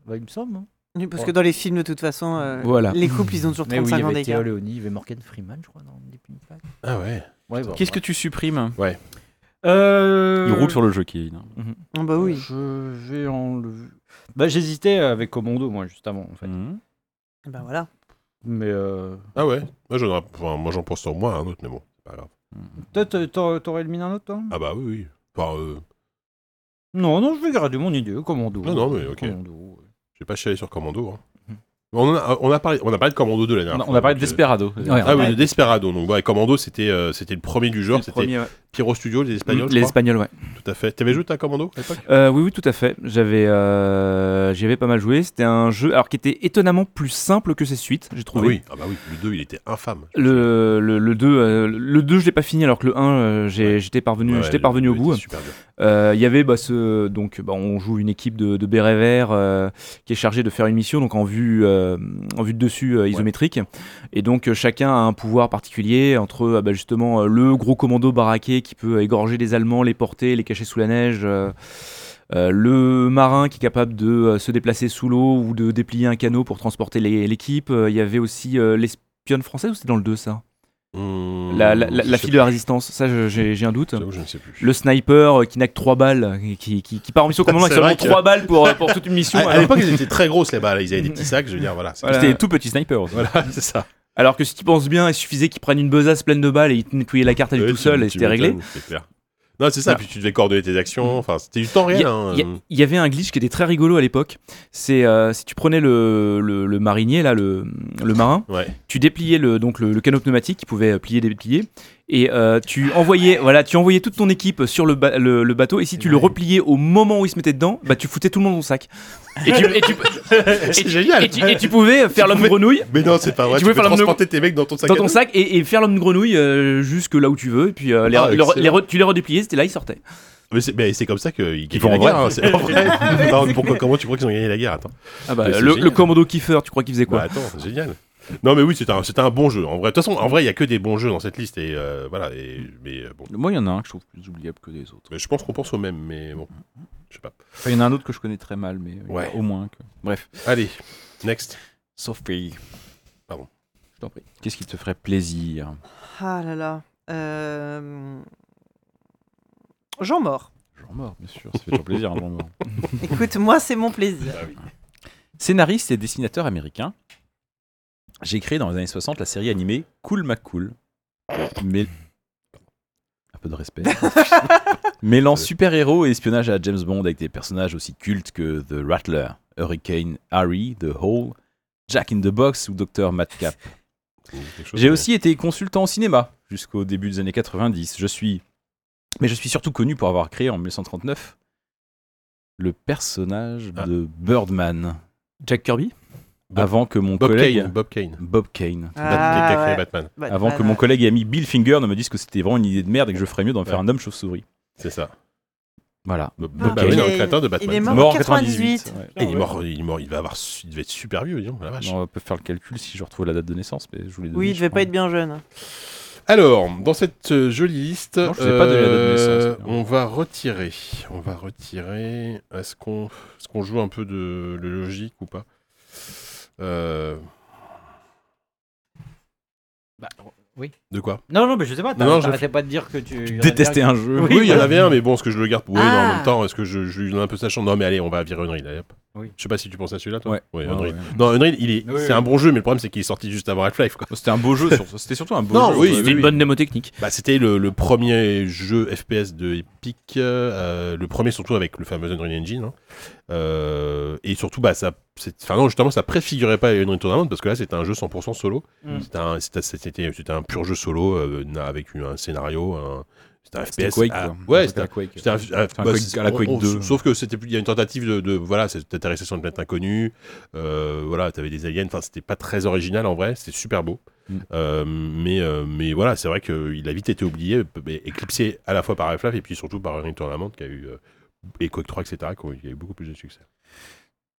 Speaker 5: Bah, il me semble. hein.
Speaker 6: Oui, Parce que dans les films, de toute façon, euh,
Speaker 3: Voilà.
Speaker 6: les couples, ils ont toujours
Speaker 5: Mais oui,
Speaker 6: 35
Speaker 5: il y
Speaker 6: ans
Speaker 5: avait Théa
Speaker 6: d'écart.
Speaker 5: Léonie, il y avait Morgan Freeman, je crois, dans Deep Impact.
Speaker 1: Ah ouais.
Speaker 5: Ouais, bon,
Speaker 3: Qu'est-ce que tu supprimes
Speaker 5: ouais. Euh,
Speaker 4: Il roule sur le jeu, Kevin. hein.
Speaker 6: Ah bah oui.
Speaker 5: Je vais enlever. Bah, j'hésitais avec Commando, moi, juste avant, en fait.
Speaker 4: Mhm.
Speaker 6: Bah voilà.
Speaker 5: Mais euh,
Speaker 1: Ah ouais. Moi, j'en, aurais- enfin, moi, j'en pense sur moi un autre, mais bon, c'est pas grave.
Speaker 5: toi,
Speaker 7: euh,
Speaker 5: t'a- t'a- t'aurais éliminé un autre, toi
Speaker 7: hein.
Speaker 1: Ah bah oui, oui. Enfin, euh,
Speaker 5: Non, non, je vais garder mon idée, Commando.
Speaker 1: Non, non, mais ok.
Speaker 5: Commando, ouais.
Speaker 1: j'ai pas chialé sur Commando. hein. On, en a, on, a parlé, on a parlé de Commando 2 la dernière
Speaker 2: On a-
Speaker 1: fois.
Speaker 2: On a parlé de
Speaker 1: donc, euh,
Speaker 2: Desperado.
Speaker 1: Ah oui, de Desperado. Donc, ouais, Commando, c'était, euh, c'était le premier du genre.
Speaker 3: Le
Speaker 1: C'était
Speaker 3: premier, ouais.
Speaker 1: Pyro Studio, les Espagnols.
Speaker 3: Les
Speaker 1: je crois.
Speaker 3: Espagnols, ouais.
Speaker 1: Tout à fait. T'avais joué à Commando à l'époque
Speaker 3: Euh, oui, oui, tout à fait. J'avais, euh, j'y avais pas mal joué. C'était un jeu, alors qui était étonnamment plus simple que ses suites, j'ai
Speaker 1: Ah
Speaker 3: trouvé.
Speaker 1: oui. Ah bah oui, le 2, il était infâme.
Speaker 3: Le, le, le 2, euh, le 2 je l'ai pas fini alors que le 1 euh, j'ai-
Speaker 1: Ouais.
Speaker 3: j'étais parvenu,
Speaker 1: Ouais,
Speaker 3: j'étais
Speaker 1: le
Speaker 3: parvenu
Speaker 1: 2
Speaker 3: au
Speaker 1: était
Speaker 3: bout. hein.
Speaker 1: super dur.
Speaker 3: Euh, Il y avait bah, ce donc bah, on joue une équipe de, de bérets verts euh, qui est chargée de faire une mission donc en vue euh, en vue de dessus euh, isométrique et donc euh, chacun a un pouvoir particulier entre euh, bah, justement euh, le gros commando baraqué qui peut égorger les Allemands, les porter, les cacher sous la neige. euh, euh, le marin qui est capable de euh, se déplacer sous l'eau ou de déplier un canot pour transporter les- l'équipe. Euh, Il y avait aussi euh, l'espionne française ou c'était dans le 2 ça
Speaker 1: Hum,
Speaker 3: La, la- la-
Speaker 1: je
Speaker 3: la
Speaker 1: sais
Speaker 3: fille de la résistance, ça je- j'ai j'ai un doute.
Speaker 1: plus. J'avoue, Je ne sais plus.
Speaker 3: Le sniper euh, qui n'a que 3 balles, et qui, qui, qui part en mission commando avec
Speaker 1: C'est
Speaker 3: seulement
Speaker 1: vrai que-
Speaker 3: 3 balles pour, euh, pour toute une mission.
Speaker 1: Ah, À, à
Speaker 3: alors-
Speaker 1: l'époque, ils étaient très grosses, les balles. Ils avaient des petits sacs, je veux dire, voilà. c'est-
Speaker 3: Voilà.
Speaker 4: C'était tout petit sniper aussi.
Speaker 1: Voilà, c'est ça.
Speaker 3: Alors que si tu penses bien, il suffisait qu'ils prennent une besace pleine de balles et ils te nettoyaient la carte à lui
Speaker 1: Ouais,
Speaker 3: tout
Speaker 1: tu-
Speaker 3: seul et
Speaker 1: tu
Speaker 3: c'était réglé.
Speaker 1: m'étonnes, C'est clair. Non, c'est ça.
Speaker 3: Voilà.
Speaker 1: Puis tu devais coordonner tes actions. Enfin, c'était du temps réel. hein.
Speaker 3: Il y, a- il y avait un glitch qui était très rigolo à l'époque. C'est euh, si tu prenais le, le, le marinier, là, le, le marin,
Speaker 1: Ouais.
Speaker 3: tu dépliais le, donc le, le canot pneumatique qui pouvait euh, plier, déplier, et euh, tu envoyais, voilà, tu envoyais toute ton équipe sur le, ba- le, le bateau. Et si tu le repliais au moment où il se mettait dedans, bah tu foutais tout le monde dans le sac. Et tu, et tu- et tu-
Speaker 1: génial.
Speaker 3: et tu- et tu pouvais faire l'homme grenouille.
Speaker 1: Mais non, c'est pas vrai.
Speaker 3: tu
Speaker 1: Tu,
Speaker 3: pouvais
Speaker 1: peux
Speaker 3: faire la
Speaker 1: transporter tes mecs dans ton sac.
Speaker 3: dans
Speaker 1: à
Speaker 3: ton
Speaker 1: dos.
Speaker 3: sac et, et faire l'homme grenouille euh, jusque là où tu veux et puis euh, les-
Speaker 1: Ah,
Speaker 3: le-
Speaker 1: excellent.
Speaker 3: les re- tu les redépliais c'était là ils sortaient
Speaker 1: Mais c'est, mais c'est comme ça qu'ils
Speaker 4: font en
Speaker 1: gagnent la
Speaker 4: vrai.
Speaker 1: guerre. hein, c'est en vrai. Non, pourquoi, comment tu crois qu'ils ont gagné la guerre Attends.
Speaker 4: Ah
Speaker 1: bah, c'est
Speaker 3: Euh, le,
Speaker 1: génial.
Speaker 3: le commando kiffer tu crois qu'il faisait
Speaker 1: Bah,
Speaker 3: quoi
Speaker 1: attends, c'est génial. Non, mais oui, c'était un, c'était un bon jeu. En vrai, de toute façon, en vrai, il y a que des bons jeux dans cette liste. Et euh, voilà. Et, mais euh, bon,
Speaker 4: Bah, Moi, il y en a un que je trouve plus oubliable que les autres.
Speaker 1: Mais je pense qu'on pense au même. Mais bon, je sais pas.
Speaker 4: Enfin, il y en a un autre que je connais très mal, mais euh, il y en a
Speaker 1: Ouais.
Speaker 4: au moins que. Bref.
Speaker 1: Allez, next.
Speaker 4: Sauf pays.
Speaker 1: Pardon.
Speaker 4: Je t'en prie. Qu'est-ce qui te ferait plaisir
Speaker 6: Ah là là. Euh, Jean mort.
Speaker 4: Genre mort, bien sûr. Ça fait toujours plaisir, un mort.
Speaker 6: Écoute, moi, c'est mon plaisir.
Speaker 4: Scénariste et dessinateur américain, j'ai créé dans les années 60 la série animée Cool McCool. Mais... Un peu de respect. Mêlant super-héros et espionnage à James Bond avec des personnages aussi cultes que The Rattler, Hurricane Harry, The Hole, Jack in the Box ou Dr. Madcap.
Speaker 1: Quelque chose,
Speaker 4: J'ai
Speaker 1: mais-
Speaker 4: aussi été consultant au cinéma jusqu'au début des années 90. Je suis. Mais je suis surtout connu pour avoir créé en 1939 le personnage
Speaker 1: Ah.
Speaker 4: de Birdman. Bah,
Speaker 3: Jack Kirby
Speaker 1: Bob-
Speaker 4: avant que mon
Speaker 1: Bob
Speaker 4: collègue.
Speaker 1: Kane. Bob Kane.
Speaker 4: Bob Kane.
Speaker 1: Bat- qui a créé
Speaker 6: Ah, ouais.
Speaker 1: Batman.
Speaker 6: Bah,
Speaker 4: avant
Speaker 6: bah,
Speaker 4: que mon
Speaker 6: bah.
Speaker 4: collègue et ami Bill Finger ne me dise que c'était vraiment une idée de merde et que je ferais mieux d'en faire
Speaker 1: Ouais.
Speaker 4: un homme chauve-souris.
Speaker 1: C'est ça.
Speaker 4: Voilà.
Speaker 1: Bob,
Speaker 6: Ah,
Speaker 1: Bob Kane,
Speaker 6: il
Speaker 1: le
Speaker 6: est-
Speaker 1: créateur de Batman.
Speaker 6: il est mort. Ah, en 98.
Speaker 4: ouais.
Speaker 1: Et il, est mort, il, est mort, il va avoir, su- il devait être super vieux, dis donc, la vache.
Speaker 4: Non, on peut faire le calcul si je retrouve la date de naissance, mais je vous l'ai
Speaker 6: Oui, il devait pas être bien jeune.
Speaker 1: Alors, dans cette euh, jolie liste,
Speaker 2: Non, je vous ai pas donné hein, la date de
Speaker 1: euh,
Speaker 2: naissance.
Speaker 1: on va retirer. On va retirer. Est-ce qu'on est-ce qu'on joue un peu de, de logique ou pas Euh,
Speaker 5: Bah, oui.
Speaker 1: De quoi
Speaker 5: Non, non, mais je sais pas.
Speaker 1: Non, non,
Speaker 5: t'as-
Speaker 1: je-
Speaker 5: T'arrêtais pas de dire que tu.
Speaker 2: Détester un jeu.
Speaker 5: Oui,
Speaker 1: Oui, il y en
Speaker 5: voilà.
Speaker 1: avait un, mais bon, est-ce que je le garde pour. Oui, non, en
Speaker 6: Ah.
Speaker 1: même temps, est-ce que je, je lui donne un peu sa chance Non, mais allez, on va virer Unreal. allez, hop.
Speaker 5: Oui.
Speaker 1: Je sais pas si tu penses à celui-là, toi.
Speaker 2: Ouais.
Speaker 1: Ouais,
Speaker 2: Ouais,
Speaker 1: Unreal.
Speaker 2: ouais.
Speaker 1: Non, Unreal, il est,
Speaker 5: Oui,
Speaker 1: c'est
Speaker 5: oui.
Speaker 1: un bon jeu, mais le problème, c'est qu'il est sorti juste avant Half-Life. quoi.
Speaker 2: Oh, C'était un beau jeu, sur- c'était surtout un beau
Speaker 1: Non,
Speaker 2: jeu.
Speaker 1: oui,
Speaker 2: Ouais,
Speaker 1: c'était
Speaker 3: une bonne mnémotechnique.
Speaker 1: Bah, c'était le, le premier jeu FPS de Epic, euh, le premier surtout avec le fameux Unreal Engine. hein. Euh, et surtout, bah, ça, c'est- enfin non, justement, ça préfigurait pas Unreal Tournament parce que là, c'était un jeu 100% solo.
Speaker 5: Mm.
Speaker 1: C'était un, c'était- c'était c'était un pur jeu solo euh, na- avec une- un scénario, un, c'était un FPS.
Speaker 2: C'était Quake,
Speaker 1: à-
Speaker 2: quoi.
Speaker 1: ouais,
Speaker 2: c'était
Speaker 1: c'était
Speaker 2: la Quake.
Speaker 1: c'était un, un-
Speaker 2: Enfin,
Speaker 1: bah,
Speaker 2: Quake-
Speaker 1: c'est-
Speaker 2: à la
Speaker 1: on-
Speaker 2: Quake
Speaker 1: on-
Speaker 2: 2.
Speaker 1: Sauf que c'était plus- il y a une tentative de, de- voilà, c'est intéressé sur une planète inconnue. euh, voilà, t'avais des aliens. Enfin, c'était pas très original en vrai. C'était super beau.
Speaker 2: Mm.
Speaker 1: Euh, mais euh, mais voilà, c'est vrai qu'il a vite été oublié, mais éclipsé à la fois par Half-Life et puis surtout par Unreal Tournament qui a eu euh, et Quake 3 etc. qui ont eu, qui a eu beaucoup plus de succès.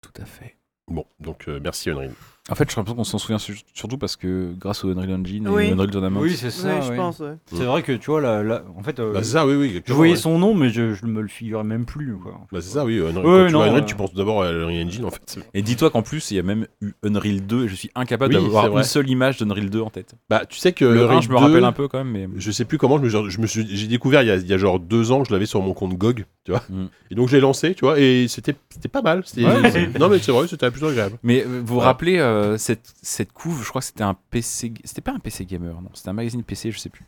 Speaker 2: Tout à fait.
Speaker 1: Bon, donc euh, merci Unreal.
Speaker 2: En fait, je pense qu'on s'en souvient sur- surtout parce que grâce au Unreal Engine
Speaker 6: Oui.
Speaker 2: et au Unreal Tournament,
Speaker 5: Oui, c'est ça.
Speaker 6: Ouais, je pense, ouais.
Speaker 5: C'est vrai que tu vois, là, là, en fait, euh,
Speaker 1: Bah, c'est ça, oui, oui.
Speaker 5: je voyais
Speaker 1: ouais.
Speaker 5: son nom, mais je, je me le figurais même plus. Quoi.
Speaker 1: Bah, c'est ça, oui. Unreal, quand
Speaker 5: Ouais,
Speaker 1: tu vois
Speaker 5: non,
Speaker 1: Unreal,
Speaker 5: euh.
Speaker 1: tu penses d'abord à Unreal Engine en fait.
Speaker 2: Et dis-toi qu'en plus, il y a même eu Unreal 2 et je suis incapable
Speaker 1: Oui, c'est
Speaker 2: d'avoir
Speaker 1: vrai.
Speaker 2: une seule image d'Unreal 2 en tête.
Speaker 1: Bah, tu sais que
Speaker 2: Le, 1,
Speaker 1: Unreal
Speaker 2: je me rappelle
Speaker 1: 2,
Speaker 2: un peu quand même, mais.
Speaker 1: Je sais plus comment, je me, genre, je me suis, j'ai découvert il y, a, il y a genre deux ans, je l'avais sur mon compte GOG, tu vois.
Speaker 2: Mm.
Speaker 1: Et donc je l'ai lancé, tu vois, et c'était, c'était pas mal. C'était-
Speaker 2: Ouais.
Speaker 1: c'est- non mais c'est vrai, c'était plutôt agréable.
Speaker 2: Mais euh, vous vous
Speaker 1: Ouais.
Speaker 2: rappelez euh, cette, cette couve, je crois que c'était un PC. C'était pas un PC Gamer, non, c'était un magazine PC, je sais plus.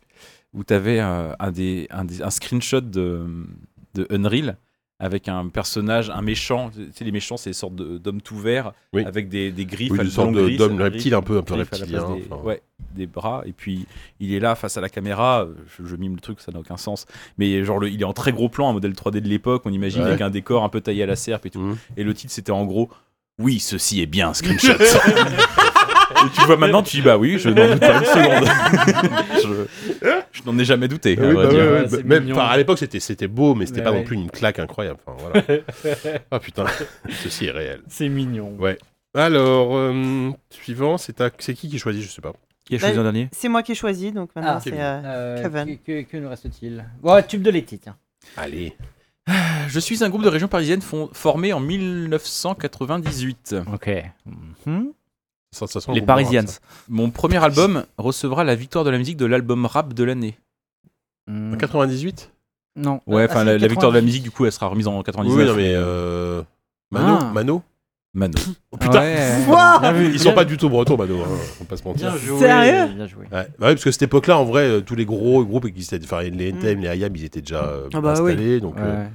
Speaker 2: Où t'avais euh, un, des, un, des- un screenshot de, de Unreal avec un personnage, un méchant. Tu sais, les méchants, c'est des sortes de- d'hommes tout verts
Speaker 1: Oui.
Speaker 2: avec des, des griffes.
Speaker 1: Oui,
Speaker 2: à
Speaker 1: une sorte
Speaker 2: longue
Speaker 1: de-
Speaker 2: griffe,
Speaker 1: d'homme
Speaker 2: griffes,
Speaker 1: reptile, un peu- un peu
Speaker 2: griffes à la place
Speaker 1: reptilien,
Speaker 2: Des,
Speaker 1: enfin.
Speaker 2: ouais, des bras. Et puis il est là face à la caméra. euh, Je, je mime le truc, ça n'a aucun sens. Mais genre, le- il est en très gros plan, un modèle 3D de l'époque, on imagine,
Speaker 1: Ouais.
Speaker 2: avec un décor un peu taillé à la serpe et tout.
Speaker 1: Mm.
Speaker 2: Et le titre, c'était en gros Oui, ceci est bien un screenshot. Et tu vois maintenant, tu dis bah oui, je n'en doute pas une seconde. je je n'en ai jamais douté. à
Speaker 1: Oui,
Speaker 2: vrai
Speaker 1: bah
Speaker 2: dire.
Speaker 1: ouais,
Speaker 5: ouais,
Speaker 1: ouais,
Speaker 5: c'est
Speaker 1: bah, même
Speaker 5: mignon.
Speaker 1: enfin, à l'époque c'était, c'était beau, mais c'était
Speaker 5: Mais
Speaker 1: pas
Speaker 5: ouais.
Speaker 1: non plus une claque incroyable. Enfin, voilà. ah putain, ceci est réel.
Speaker 5: C'est mignon.
Speaker 1: Ouais. Alors euh, suivant, c'est, à- c'est qui qui choisit, je sais pas.
Speaker 3: Qui a
Speaker 6: choisi
Speaker 3: choisi
Speaker 6: en
Speaker 3: en dernier
Speaker 6: C'est moi qui ai choisi, donc maintenant
Speaker 5: Ah,
Speaker 6: c'est.
Speaker 1: Kevin.
Speaker 6: euh, Kevin.
Speaker 5: que, que- que nous reste-t-il Ouais, Tube de l'été, tiens.
Speaker 1: Allez.
Speaker 2: Je suis un groupe de régions parisiennes fon- formé en 1998.
Speaker 5: Ok.
Speaker 1: Ça, ça sent le
Speaker 3: Les
Speaker 1: groupe
Speaker 3: Parisians.
Speaker 1: Morat,
Speaker 2: Mon premier album recevra la victoire de la musique de l'album rap de l'année.
Speaker 1: ça. 98
Speaker 5: Non.
Speaker 2: Ouais,
Speaker 5: Ah,
Speaker 2: enfin
Speaker 5: c'est
Speaker 2: la, la victoire de la
Speaker 5: 90.
Speaker 2: musique du coup, elle sera remise en
Speaker 1: Oui,
Speaker 2: 99.
Speaker 1: non mais euh, Mano,
Speaker 5: Ah.
Speaker 1: Mano.
Speaker 2: Mano.
Speaker 1: Oh, putain.
Speaker 3: Ouais.
Speaker 6: Wouah
Speaker 5: Bien vu,
Speaker 1: Ils sont
Speaker 5: bien-
Speaker 1: pas du tout bretons, Mano. hein, on va pas se mentir.
Speaker 5: Bien joué.
Speaker 6: Sérieux
Speaker 5: Bien joué.
Speaker 1: Ouais, bah ouais, parce que cette époque-là, en vrai, euh, tous les gros groupes qui étaient, enfin, les NTM,
Speaker 5: Mm.
Speaker 1: les IAM, ils étaient déjà euh,
Speaker 6: Ah bah oui.
Speaker 1: installés. Donc, euh,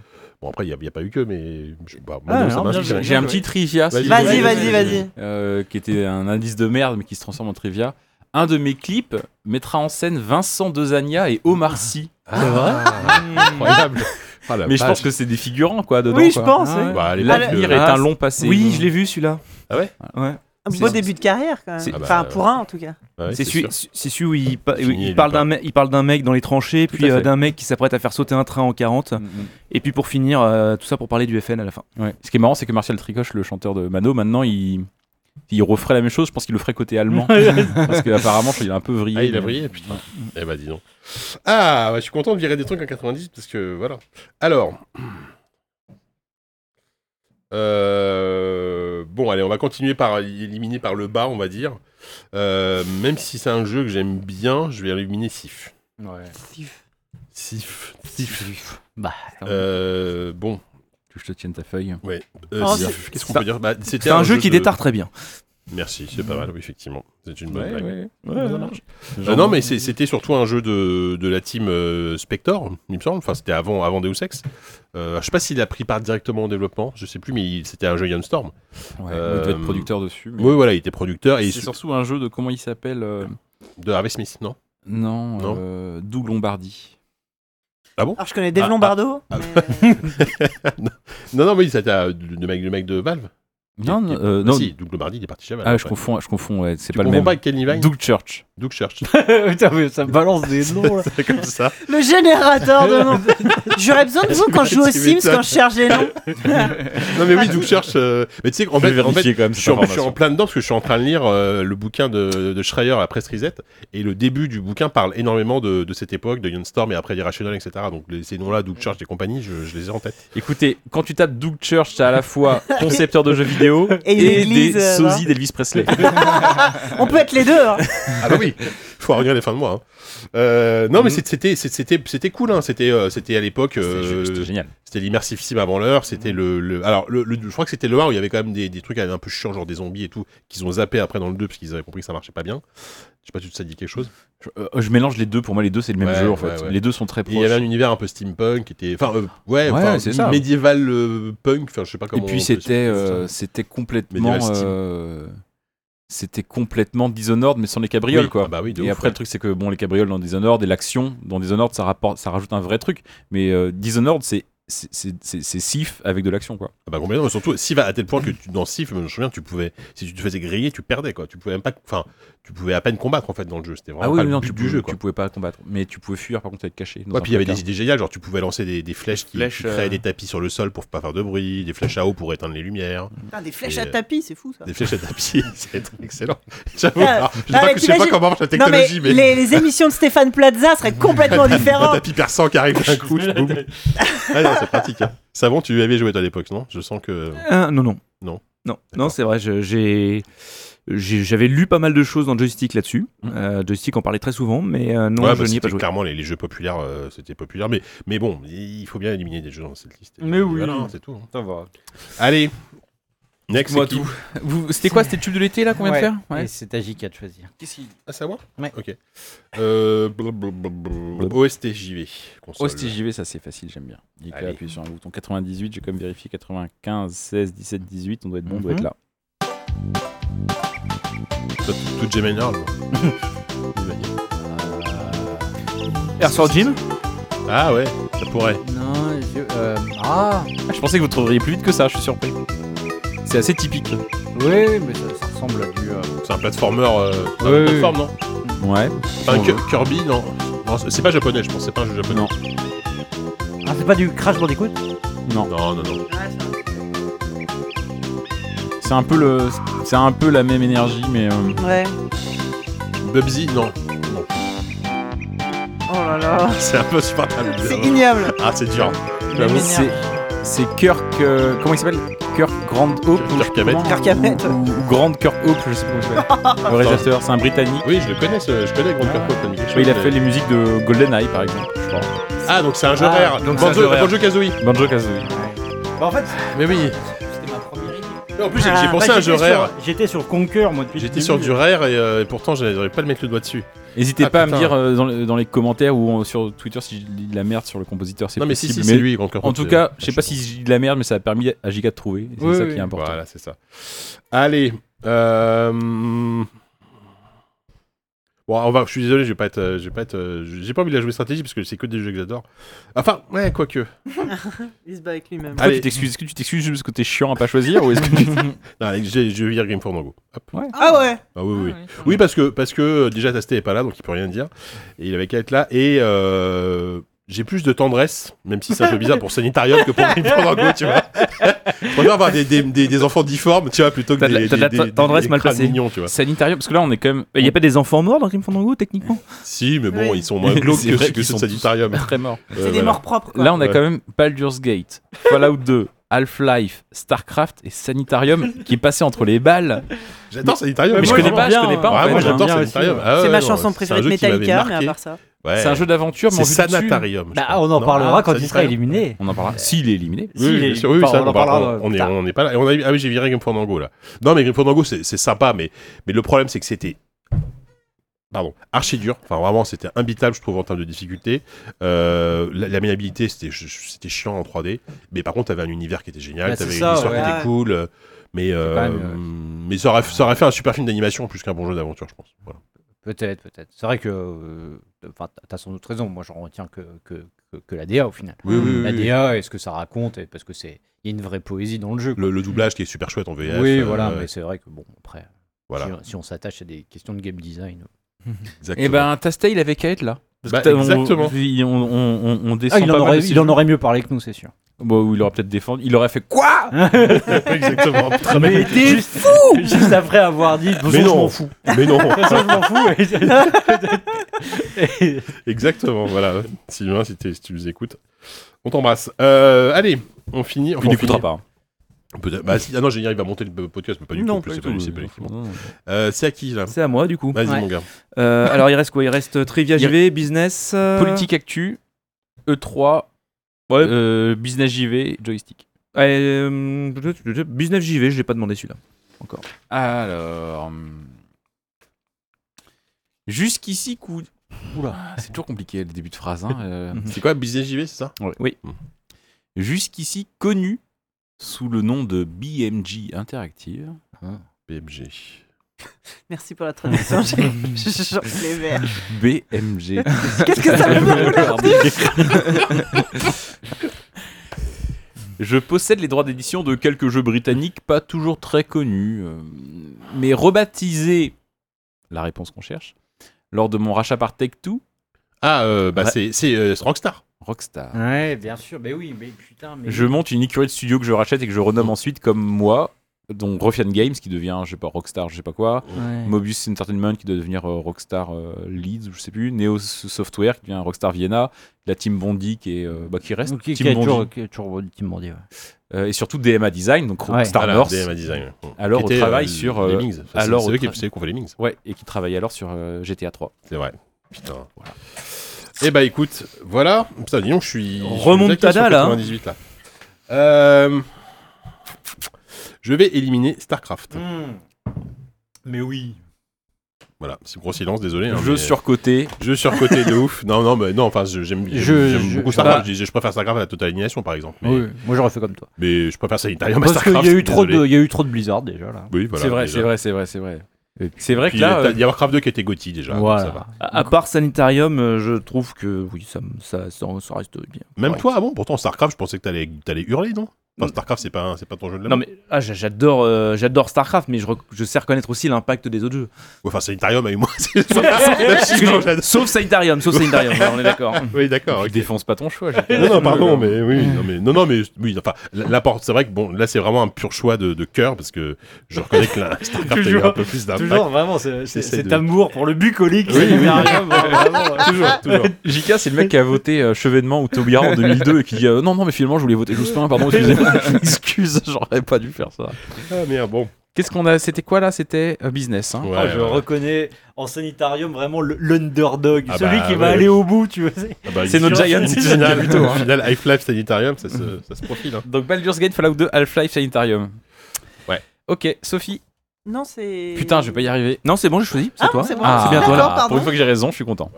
Speaker 1: bon, après, il n'y a, pas eu que, mais je- bah,
Speaker 5: Ah,
Speaker 1: bon, ça
Speaker 5: non, bien
Speaker 1: m'inspire.
Speaker 5: joué.
Speaker 2: J'ai un petit trivia. si
Speaker 1: Vas-y,
Speaker 2: vous
Speaker 6: Vas-y, vas-y,
Speaker 2: voulez.
Speaker 6: vas-y.
Speaker 2: euh, qui était un indice de merde mais qui se transforme en trivia. Un de mes clips mettra en scène Vincent Dezania et Omar Sy.
Speaker 1: Incroyable. Ah, la
Speaker 2: mais je
Speaker 1: vache.
Speaker 2: pense que c'est des figurants quoi dedans.
Speaker 6: Oui, je
Speaker 2: quoi.
Speaker 6: pense.
Speaker 3: Ah
Speaker 6: oui.
Speaker 1: Bah, à l'époque,
Speaker 2: L'avenir
Speaker 1: euh,
Speaker 2: est
Speaker 3: Ah,
Speaker 2: un long passé.
Speaker 3: Oui, je l'ai vu celui-là.
Speaker 1: Ah ouais
Speaker 3: Ouais.
Speaker 6: Un
Speaker 2: c'est-
Speaker 6: beau début de carrière quand
Speaker 2: c'est-
Speaker 6: même.
Speaker 1: Ah bah,
Speaker 6: Enfin, pour un en tout cas.
Speaker 1: ouais,
Speaker 3: c'est
Speaker 1: c'est
Speaker 3: celui,
Speaker 1: sûr.
Speaker 3: c'est celui où il, pa-
Speaker 1: Fini,
Speaker 3: où
Speaker 1: il est
Speaker 3: il parle
Speaker 1: pas.
Speaker 3: d'un mec- il parle d'un mec dans les tranchées, puis
Speaker 2: à
Speaker 3: euh,
Speaker 2: fait.
Speaker 3: d'un mec qui s'apprête à faire sauter un train en 40,
Speaker 2: Mm, mm.
Speaker 3: et puis pour finir, euh, tout ça pour parler du FN à la fin.
Speaker 2: Ouais. Ce qui est marrant, c'est que Martial Tricoche, le chanteur de Mano, maintenant il, il referait la même chose. Je pense qu'il le ferait côté allemand parce qu'apparemment il a un peu vrillé.
Speaker 1: Ah, il a
Speaker 2: mais-
Speaker 1: brillé, putain. Eh bah, dis donc. Ah, bah, je suis content de virer des trucs en 98 parce que voilà. Alors. Euh, bon, allez, on va continuer par éliminer par le bas, on va dire. Euh, même si c'est un jeu que j'aime bien, je vais éliminer Sif. Sif. Sif.
Speaker 5: Bah,
Speaker 1: Euh, bon.
Speaker 2: Que je te tienne ta feuille.
Speaker 1: euh,
Speaker 6: Oh,
Speaker 1: Sif,
Speaker 6: c'est-
Speaker 1: Qu'est-ce qu'on
Speaker 3: c'est
Speaker 1: peut dire Bah, C'était
Speaker 3: C'est un, jeu qui
Speaker 1: de-
Speaker 3: détarre très bien.
Speaker 1: Merci, c'est pas mal, oui, effectivement. C'est une bonne
Speaker 2: Ouais,
Speaker 1: blague.
Speaker 2: ouais.
Speaker 1: Euh, non, mais c'est- c'était surtout un jeu de, de la team euh, Spector, il me semble. Enfin, c'était avant, avant Deus Ex. Euh, je sais pas s'il a pris part directement au développement, je sais plus, mais il- c'était un jeu Ion Storm.
Speaker 2: Ouais,
Speaker 1: Euh,
Speaker 2: Il devait être producteur dessus. mais-
Speaker 1: Oui, voilà, il était producteur et
Speaker 2: c'est
Speaker 1: il-
Speaker 2: surtout un jeu de comment il s'appelle euh,
Speaker 1: de Harvey Smith, non
Speaker 2: Non,
Speaker 1: Non.
Speaker 2: euh, Doug Lombardi.
Speaker 6: Alors, je connais Dave
Speaker 1: Ah,
Speaker 6: Lombardo.
Speaker 1: ah,
Speaker 6: mais, euh,
Speaker 1: Non, non, oui, c'était euh, le mec, le mec de Valve.
Speaker 2: Non,
Speaker 1: Qui-
Speaker 2: non,
Speaker 1: qui-
Speaker 2: euh,
Speaker 1: bah
Speaker 2: non.
Speaker 1: si, Doug Lombardi, il est parti chez Valve.
Speaker 2: Ah, je
Speaker 1: après.
Speaker 2: confonds, je confonds, ouais, c'est
Speaker 1: Tu
Speaker 2: pas le
Speaker 1: confonds
Speaker 2: même.
Speaker 1: pas avec Ken Levine
Speaker 2: Doug Church.
Speaker 1: D'où que je cherche.
Speaker 7: Putain, mais ça balance des noms là.
Speaker 1: C'est comme ça.
Speaker 6: Le générateur de noms. J'aurais besoin de vous quand je joue aux
Speaker 1: Tu
Speaker 6: Sims,
Speaker 1: m'étonnes.
Speaker 6: quand je cherche les noms.
Speaker 1: Non, mais oui, d'où que je cherche. euh, Mais tu sais, en
Speaker 10: Je vais
Speaker 1: fait, en fait,
Speaker 10: vérifier quand même
Speaker 1: je
Speaker 10: cette
Speaker 1: suis, en, je suis en
Speaker 10: information.
Speaker 1: plein dedans parce que je suis en train de lire euh, le bouquin de, de Schreier à la presse Risette et le début du bouquin parle énormément de, de cette époque, de Storm et après Irrational, etc. Donc les- ces noms-là, Doug Church et compagnie, je, je les ai en tête.
Speaker 10: Écoutez, quand tu tapes Doug Church, t'as à la fois concepteur de jeux vidéo
Speaker 6: Et une
Speaker 10: et,
Speaker 6: église,
Speaker 10: des
Speaker 6: euh,
Speaker 10: sosies d'Elvis Presley.
Speaker 6: On peut être les deux. hein.
Speaker 1: Ah bah oui, faut revenir les fins de mois. hein. Euh, non, mais c'est- c'était c'est- c'était c'était cool. Hein. C'était euh, c'était Mm. à l'époque.
Speaker 10: C'est
Speaker 1: euh,
Speaker 10: juste génial.
Speaker 1: C'était l'immersifissime avant l'heure, c'était le, le- Alors, le, le- je crois que c'était le 1 où il y avait quand même des, des trucs un peu chiants, genre des zombies et tout, qu'ils ont zappé après dans le 2 parce qu'ils avaient compris que ça marchait pas bien. Je sais pas si ça te dit quelque chose.
Speaker 2: Je, euh, je mélange les deux, pour moi les deux c'est le même
Speaker 1: Ouais,
Speaker 2: jeu en
Speaker 1: ouais,
Speaker 2: fait.
Speaker 1: ouais.
Speaker 2: Les deux sont très
Speaker 1: Et il y
Speaker 2: proches.
Speaker 1: avait un univers un peu steampunk qui était. Enfin, euh, ouais,
Speaker 2: Ouais,
Speaker 1: enfin,
Speaker 2: c'est ça.
Speaker 1: médiéval euh, punk, enfin, je sais pas
Speaker 2: Et
Speaker 1: comment.
Speaker 2: puis
Speaker 1: on peut-
Speaker 2: c'était euh, c'était complètement
Speaker 1: Medieval Steam.
Speaker 2: euh, c'était complètement Dishonored mais sans les cabrioles
Speaker 1: Oui,
Speaker 2: quoi.
Speaker 1: ah bah oui, de
Speaker 2: et
Speaker 1: ouf,
Speaker 2: après
Speaker 1: ouais.
Speaker 2: le truc c'est que bon les cabrioles dans Dishonored et l'action dans Dishonored ça rapporte ça rajoute un vrai truc mais euh, Dishonored c'est c'est- c'est c'est- c'est Sif avec de l'action quoi.
Speaker 1: Ah bah complètement, mais surtout, si va à tel point que tu, dans Sif, je me souviens, tu pouvais. Si tu te faisais griller, tu perdais, quoi. Tu pouvais même pas. Enfin, tu pouvais à peine combattre, en fait, dans le jeu. C'était vraiment pas le
Speaker 2: Ah non,
Speaker 1: but
Speaker 2: tu,
Speaker 1: du
Speaker 2: pouvais-
Speaker 1: jeu, quoi.
Speaker 2: tu pouvais pas combattre mais tu pouvais fuir par contre être caché. dans
Speaker 1: Ouais,
Speaker 2: un
Speaker 1: puis il y avait des
Speaker 2: placard.
Speaker 1: idées géniales, genre tu pouvais lancer des, des flèches qui,
Speaker 10: Flèches,
Speaker 1: qui créaient
Speaker 10: euh,
Speaker 1: des tapis sur le sol pour pas faire de bruit, des flèches à eau pour éteindre les lumières,
Speaker 6: Putain, des flèches
Speaker 1: Et,
Speaker 6: à
Speaker 1: euh,
Speaker 6: tapis, c'est fou ça.
Speaker 1: des flèches à tapis, c'est excellent. J'avoue,
Speaker 6: Euh,
Speaker 1: alors, je sais
Speaker 6: ah,
Speaker 1: pas
Speaker 6: mais
Speaker 1: que- je sais pas
Speaker 6: t'imagines-
Speaker 1: comment marche la
Speaker 6: Non, mais,
Speaker 1: technologie, mais,
Speaker 6: Les, les émissions de Stéphane Plaza seraient complètement
Speaker 1: un
Speaker 6: différentes.
Speaker 1: tapis persan qui arrive d'un coup, boum. Ah non, c'est pratique. hein. Savon, tu avais joué toi à l'époque, non Je sens que.
Speaker 3: Euh, non, non.
Speaker 1: Non.
Speaker 3: Non,
Speaker 1: D'accord.
Speaker 3: non, c'est vrai, je- j'ai. j'ai- J'avais lu pas mal de choses dans Joystick là-dessus. Euh, Joystick en parlait très souvent, mais euh, non,
Speaker 1: Mhm. Ouais,
Speaker 3: je
Speaker 1: bah,
Speaker 3: n'y ai pas
Speaker 1: c'était
Speaker 3: joué.
Speaker 1: clairement les, les jeux populaires, euh, c'était populaire, mais, mais bon, il faut bien éliminer des jeux dans cette liste.
Speaker 7: Mais oui.
Speaker 1: Voilà, hein, c'est tout. hein.
Speaker 10: Ça va.
Speaker 1: Allez, next.
Speaker 2: Moi,
Speaker 1: c'est qui
Speaker 2: tout. Vous- C'était quoi c'était le tube de l'été là qu'on vient de faire Ouais.
Speaker 7: Et c'est à JK de choisir.
Speaker 1: Ah, c'est à moi
Speaker 7: Ouais.
Speaker 1: Ok. Euh, blablabla. OST, j'y vais. Console.
Speaker 2: OSTJV, ça c'est facile, j'aime bien. Il
Speaker 1: Allez.
Speaker 2: appuie sur un bouton 98, j'ai quand même vérifié 95, 16, 17, 18, on doit être bon, on doit
Speaker 7: Mhm.
Speaker 2: être là.
Speaker 1: Toi, tout- Tout Gemini Earl, moi.
Speaker 3: Air Sword Jim
Speaker 1: Ah ouais, ça pourrait.
Speaker 7: Non, je. euh, Ah
Speaker 2: Ah, je pensais que vous trouveriez plus vite que ça, je suis surpris. C'est assez typique.
Speaker 7: Oui, mais ça, ça ressemble à du. euh,
Speaker 1: C'est un platformer. euh, c'est un
Speaker 7: Ouais,
Speaker 1: plateforme, non
Speaker 2: Ouais.
Speaker 1: Enfin, Ki- Kirby, non. Non, c'est c'est pas japonais, je pense. C'est pas un jeu japonais.
Speaker 2: Non.
Speaker 7: Ah, c'est pas du Crash Bandicoot
Speaker 1: Non, non, non.
Speaker 2: C'est un peu le, c'est un peu la même énergie, mais euh,
Speaker 6: Ouais.
Speaker 1: Bubsy, non.
Speaker 6: Oh là là.
Speaker 1: C'est un peu supportable.
Speaker 6: C'est ignoble.
Speaker 1: Ah, c'est dur.
Speaker 6: Même
Speaker 1: J'avoue.
Speaker 2: c'est, c'est Kirk, euh, comment il s'appelle Kirk Grand Hope. ou je sais
Speaker 1: Kirk Hammett.
Speaker 2: comment,
Speaker 6: Kirk Hammett.
Speaker 2: Ou, ou Grand Kirk Hope, je sais pas comment il s'appelle. le réalisateur, c'est un Britannique.
Speaker 1: Oui, je le connais, ce- je connais Grand Kirk Hope, t'as mis quelque
Speaker 2: Ouais, Ah. il a
Speaker 1: chose,
Speaker 2: fait
Speaker 1: mais-
Speaker 2: les musiques de GoldenEye par exemple, je crois.
Speaker 1: Ah, donc c'est un jeu
Speaker 7: Ah,
Speaker 1: rare.
Speaker 7: donc c'est un
Speaker 1: Banjo
Speaker 7: jeu rare.
Speaker 1: Banjo Kazooie.
Speaker 2: Banjo Kazooie.
Speaker 7: Bah, en fait,
Speaker 1: Mais oui.
Speaker 7: c'était ma première idée.
Speaker 1: Mais En plus, j'ai
Speaker 6: Ah,
Speaker 1: j'ai pensé à un jeu rare.
Speaker 7: bah, J'étais sur Conquer, moi, depuis le
Speaker 1: J'étais sur
Speaker 7: début.
Speaker 1: du rare et, euh, et pourtant, j'arrive pas à le mettre le doigt dessus.
Speaker 2: N'hésitez
Speaker 1: Ah,
Speaker 2: pas à
Speaker 1: putain.
Speaker 2: me dire euh, dans, le- dans les commentaires ou en- sur Twitter si je dis de la merde sur le compositeur, c'est
Speaker 1: Non, mais si,
Speaker 2: possible.
Speaker 1: si, c'est lui, Grand Kirk
Speaker 2: En
Speaker 1: Hope,
Speaker 2: tout
Speaker 1: c'est-
Speaker 2: cas, je sais pas si je dis de la merde, mais ça a permis à Giga de trouver. et C'est
Speaker 7: Oui,
Speaker 2: ça
Speaker 7: oui.
Speaker 2: qui est important.
Speaker 1: Voilà, c'est ça. Allez. euh, Bon, on va, je suis désolé, je vais pas être, euh, je vais pas être, euh, j'ai pas envie de la jouer stratégie parce que c'est que des jeux que j'adore. Enfin, ouais, quoique.
Speaker 6: Il se bat avec lui-même.
Speaker 2: Pourquoi
Speaker 1: Allez.
Speaker 2: tu t'excuses Est-ce que tu t'excuses juste parce que t'es chiant à pas choisir ou est-ce que tu...
Speaker 1: Non, allez, je, je vais dire Grim Fandango. Hop.
Speaker 6: Ah ouais.
Speaker 1: Ah oui, oui. Oui, parce que, parce que euh, déjà Tasté est pas là, donc il peut rien dire. Et il avait qu'à être là. Et euh, j'ai plus de tendresse, même si c'est un peu bizarre pour Sanitarium que pour Grim Fandango, tu vois. Je préfère avoir des, des, des- des enfants difformes, tu vois, plutôt que
Speaker 3: T'as de la-
Speaker 1: des,
Speaker 3: t'as de la
Speaker 1: des- des-
Speaker 3: tendresse
Speaker 1: des
Speaker 3: mal
Speaker 1: crânes
Speaker 3: placée.
Speaker 1: mignons, tu vois.
Speaker 2: Sanitarium Parce que là, on est quand même
Speaker 3: Il n'y a pas des enfants morts dans Grim Fandango, techniquement
Speaker 1: Si, mais bon,
Speaker 6: Oui.
Speaker 1: ils sont moins glauques
Speaker 2: C'est
Speaker 1: que,
Speaker 2: vrai
Speaker 1: que
Speaker 2: qu'ils
Speaker 1: ceux
Speaker 2: sont
Speaker 1: de
Speaker 2: tous-
Speaker 1: Sanitarium.
Speaker 2: très mort.
Speaker 6: C'est des morts propres quoi.
Speaker 2: Là, on a
Speaker 1: Ouais.
Speaker 2: quand même Baldur's Gate, Fallout 2, Half-Life, StarCraft et Sanitarium qui est passé entre les balles.
Speaker 1: J'adore Sanitarium.
Speaker 2: Mais je
Speaker 1: moi,
Speaker 2: connais
Speaker 1: j'aime
Speaker 2: pas, je
Speaker 7: bien,
Speaker 2: connais
Speaker 1: bien.
Speaker 2: pas. en
Speaker 1: Ouais,
Speaker 2: fait,
Speaker 1: moi,
Speaker 2: hein.
Speaker 1: j'adore
Speaker 7: bien
Speaker 1: Sanitarium.
Speaker 7: aussi,
Speaker 1: Ah ouais,
Speaker 6: c'est ma
Speaker 1: non,
Speaker 6: chanson
Speaker 1: c'est
Speaker 6: préférée
Speaker 1: un
Speaker 6: de
Speaker 1: jeu qui m'avait
Speaker 6: Metallica, mais à
Speaker 1: marqué.
Speaker 6: part ça.
Speaker 1: Ouais.
Speaker 2: C'est un jeu d'aventure, mais en
Speaker 1: C'est
Speaker 2: vue de dessus.
Speaker 1: Sanatarium. je
Speaker 7: Bah,
Speaker 1: crois.
Speaker 7: on en
Speaker 1: Non,
Speaker 7: parlera
Speaker 1: ah,
Speaker 7: quand il sera
Speaker 1: Sanitarium.
Speaker 7: éliminé.
Speaker 2: On en parlera. S'il est éliminé.
Speaker 7: Si,
Speaker 1: Oui,
Speaker 7: il
Speaker 1: bien
Speaker 7: est-
Speaker 1: sûr, oui,
Speaker 7: enfin,
Speaker 1: ça,
Speaker 7: on
Speaker 1: on,
Speaker 7: en
Speaker 1: parlera,
Speaker 7: parlera
Speaker 1: on,
Speaker 7: plus
Speaker 1: est,
Speaker 7: tard.
Speaker 1: on n'est pas là. Et on a, ah oui, j'ai viré Grim Fandango là. Non, mais Grim Fandango, c'est c'est sympa, mais, mais le problème, c'est que c'était. Pardon, archi dur. Enfin, vraiment, c'était imbitable, je trouve, en termes de difficulté. Euh, la, la maniabilité, c'était ch- ch- c'était chiant en 3D. Mais par contre, t'avais un univers qui était génial,
Speaker 7: Bah, c'est
Speaker 1: t'avais une
Speaker 7: ça,
Speaker 1: histoire
Speaker 7: ouais.
Speaker 1: qui était cool. euh, Mais, euh,
Speaker 2: pas, mais, ouais.
Speaker 1: mais ça, aurait, ça aurait fait un super film d'animation plus qu'un bon jeu d'aventure, je pense. Voilà.
Speaker 7: Peut-être, peut-être. C'est vrai que. euh, Enfin, t'as sans doute raison. Moi, j'en retiens que, que, que, que la DA au final.
Speaker 1: Oui, oui,
Speaker 7: La
Speaker 1: oui, oui.
Speaker 7: DA et ce que ça raconte, et parce que c'est. Il y a une vraie poésie dans le jeu. quoi.
Speaker 1: Le, le doublage qui est super chouette en VF.
Speaker 7: oui,
Speaker 1: euh,
Speaker 7: voilà, mais c'est vrai que bon, après,
Speaker 1: voilà.
Speaker 7: si, si on s'attache à des questions de game design,
Speaker 1: Exactement. Eh
Speaker 7: Eh
Speaker 2: Et ben, Tasta, il avait qu'à être là.
Speaker 1: Bah,
Speaker 2: T'as- on-
Speaker 1: exactement.
Speaker 2: il- On, on, on, on
Speaker 5: Ah,
Speaker 2: descend
Speaker 5: il,
Speaker 2: pas
Speaker 5: en
Speaker 2: mal
Speaker 5: aurait,
Speaker 2: de ses
Speaker 5: il en
Speaker 2: jeux.
Speaker 5: aurait mieux parlé que nous, c'est sûr.
Speaker 2: Bon, ou il aurait peut-être défendu. Il aurait fait quoi
Speaker 1: Exactement. Très
Speaker 5: Mais
Speaker 1: bien.
Speaker 5: t'es fou Juste après avoir dit, de toute
Speaker 1: Mais
Speaker 5: façon, je
Speaker 1: non.
Speaker 5: m'en fous.
Speaker 1: Mais non.
Speaker 5: De toute façon, je m'en fous. Et-
Speaker 1: Exactement. Voilà. Sylvain, si, t'es- si tu nous écoutes, on t'embrasse. Euh, allez, on finit. enfin,
Speaker 11: Il
Speaker 1: on
Speaker 11: n'écoutera
Speaker 1: finit.
Speaker 11: pas.
Speaker 1: Peut-être- Bah, si- ah non, Génial, il va monter le podcast, mais pas du
Speaker 6: Non,
Speaker 1: tout. en plus,
Speaker 6: pas
Speaker 1: c'est
Speaker 6: du
Speaker 1: pas lui, c'est pas lui qui monte. Euh, C'est à qui là
Speaker 3: C'est à moi du coup.
Speaker 1: Vas-y
Speaker 6: Ouais.
Speaker 1: mon gars.
Speaker 3: Euh, alors il reste quoi Il reste euh, Trivia
Speaker 2: Il y a-
Speaker 3: JV, business. euh,
Speaker 2: Politique Actu, E3,
Speaker 3: Ouais.
Speaker 2: euh, Business JV, Joystick.
Speaker 3: euh, business JV, je l'ai pas demandé celui-là.
Speaker 2: Alors. hum, Jusqu'ici, coup.
Speaker 5: Oula.
Speaker 2: C'est toujours compliqué le début de phrase. hein, euh.
Speaker 1: C'est quoi Business JV, c'est ça
Speaker 2: Jusqu'ici connu sous le nom de BMG Interactive.
Speaker 1: BMG.
Speaker 6: Merci pour la traduction. J'ai j'ai changé les verres.
Speaker 2: BMG.
Speaker 6: Qu'est-ce que ça veut vouloir dire
Speaker 2: Je possède les droits d'édition de quelques jeux britanniques pas toujours très connus, euh, mais rebaptisés, la réponse qu'on cherche, lors de mon rachat par Tech2,
Speaker 1: Ah, euh, bah
Speaker 2: Ouais.
Speaker 1: c'est- c'est euh, Rockstar.
Speaker 2: Rockstar.
Speaker 5: Ouais, bien sûr, mais oui, mais putain, mais.
Speaker 2: Je monte une écurie de studio que je rachète et que je renomme ensuite comme moi, donc Ruffian Games qui devient, je sais pas, Rockstar, je sais pas quoi,
Speaker 5: Ouais.
Speaker 2: Mobius Entertainment qui doit devenir euh, Rockstar euh, Leeds, ou je sais plus, Neo Software qui devient Rockstar Vienna, la Team Bondi qui, est, euh, bah, qui reste,
Speaker 5: Ok, qui
Speaker 2: Team
Speaker 5: a
Speaker 2: Bondi,
Speaker 5: toujours- qui a toujours Team Bondi, ouais.
Speaker 2: euh, et surtout DMA Design, donc
Speaker 5: Ouais.
Speaker 2: Rockstar
Speaker 1: Voilà,
Speaker 2: Ah, North.
Speaker 1: DMA Design. ouais.
Speaker 2: Alors,
Speaker 1: Qui
Speaker 2: au
Speaker 1: était,
Speaker 2: travail
Speaker 1: euh,
Speaker 2: sur,
Speaker 1: les
Speaker 2: euh,
Speaker 1: Lemmings. Enfin,
Speaker 2: alors,
Speaker 1: c'est
Speaker 2: au
Speaker 1: eux qui c'est
Speaker 2: tra-
Speaker 1: eux qui ont fait les Lemmings.
Speaker 2: Ouais, et qui travaille alors sur euh, GTA 3.
Speaker 1: C'est vrai. Putain. Et bah écoute, voilà. Putain, dis donc, je suis. je suis
Speaker 3: Remontada,
Speaker 1: taqué sur
Speaker 3: là, hein.
Speaker 1: 98 là. Euh, Je vais éliminer
Speaker 5: Mm.
Speaker 1: Starcraft.
Speaker 7: Hmm.
Speaker 5: Mais oui.
Speaker 1: Voilà, c'est gros silence, désolé. hein,
Speaker 2: Jeu
Speaker 1: mais-
Speaker 2: surcoté.
Speaker 1: Jeu surcoté de ouf. Non, non, mais non, enfin, je- j'aime j'aime-
Speaker 5: Je-
Speaker 1: j'aime
Speaker 5: je-
Speaker 1: beaucoup
Speaker 5: je-
Speaker 1: Starcraft.
Speaker 5: bah-
Speaker 1: Je, je préfère Starcraft à la Total Annihilation, par exemple. Mais,
Speaker 5: Oui, moi j'aurais fait comme toi.
Speaker 1: mais je préfère Sanitarium à
Speaker 5: Parce qu'il
Speaker 1: Starcraft.
Speaker 5: y a eu trop de,
Speaker 1: désolé.
Speaker 5: il y a eu trop de Blizzard déjà là.
Speaker 1: Oui, voilà.
Speaker 2: c'est vrai,
Speaker 1: déjà.
Speaker 2: c'est vrai, c'est vrai, c'est vrai. C'est vrai
Speaker 1: Puis,
Speaker 2: que là,
Speaker 1: euh,
Speaker 2: euh,
Speaker 1: t'as- il y a Warcraft 2 qui était Gotti déjà. donc
Speaker 5: Voilà.
Speaker 1: ça va.
Speaker 3: À, à part Sanitarium, euh, je trouve que oui, ça, me- ça, ça, ça reste bien.
Speaker 1: Même
Speaker 3: correct.
Speaker 1: toi, ah bon, pourtant Starcraft, je pensais que t'allais allais hurler, non
Speaker 2: Mm.
Speaker 1: Enfin, Starcraft, c'est pas, un- c'est pas ton jeu de la
Speaker 3: Non mais ah, j'a- j'adore, euh, j'adore Starcraft, mais je, rec- je sais reconnaître aussi l'impact des autres jeux.
Speaker 1: Enfin, Sanitarium a eu moins. c'est- Même si je- j'adore.
Speaker 3: Sauf Sanitarium, sauf Sanitarium, là, on est d'accord.
Speaker 1: oui, d'accord.
Speaker 2: tu
Speaker 1: ok.
Speaker 2: défonces pas ton choix.
Speaker 1: Non, non, pardon, mais oui, non, mais non, non, mais oui, enfin, la- la porte, c'est vrai que bon, là, c'est vraiment un pur choix de, de cœur parce que je reconnais que la Starcraft a eu un
Speaker 5: Toujours.
Speaker 1: peu plus d'impact.
Speaker 5: Toujours vraiment c'est- c'est-
Speaker 1: J'essaie
Speaker 5: cet
Speaker 1: de-
Speaker 5: amour pour le bucolique.
Speaker 1: Oui, oui.
Speaker 5: toujours,
Speaker 1: toujours.
Speaker 2: JK, c'est le mec qui a voté euh, Chevènement ou Taubira en 2002 et qui dit euh, Non, non, mais finalement, je voulais voter Jospin, pardon, excusez-moi. Excuse, j'aurais pas dû faire ça.
Speaker 1: Ah, merde, bon.
Speaker 2: Qu'est-ce qu'on a C'était quoi là C'était euh, business. Hein
Speaker 1: Ouais,
Speaker 5: Oh, Ah, je
Speaker 1: ouais.
Speaker 5: reconnais en sanitarium vraiment le- l'underdog,
Speaker 1: Ah
Speaker 5: celui
Speaker 1: bah,
Speaker 5: qui
Speaker 1: ouais.
Speaker 5: va aller au bout, tu vois.
Speaker 1: Ah bah,
Speaker 2: C'est
Speaker 1: une-
Speaker 2: notre
Speaker 1: une-
Speaker 2: Giant
Speaker 1: une
Speaker 2: Citizen
Speaker 1: finale,
Speaker 2: plutôt, hein.
Speaker 1: Au final, Half Life Sanitarium, ça se, ça se profile. hein.
Speaker 2: Donc Baldur's Gate, Fallout 2, Half-Life, Sanitarium.
Speaker 1: Ouais.
Speaker 2: Ok, Sophie.
Speaker 6: Non, c'est.
Speaker 2: Putain, je vais pas y arriver.
Speaker 3: Non, c'est bon, j'ai choisi. C'est
Speaker 6: Ah,
Speaker 3: toi.
Speaker 6: c'est bon.
Speaker 2: Ah,
Speaker 3: bien toi.
Speaker 6: D'accord,
Speaker 2: Ah, Pour une
Speaker 6: pardon.
Speaker 2: fois que j'ai raison, je suis content.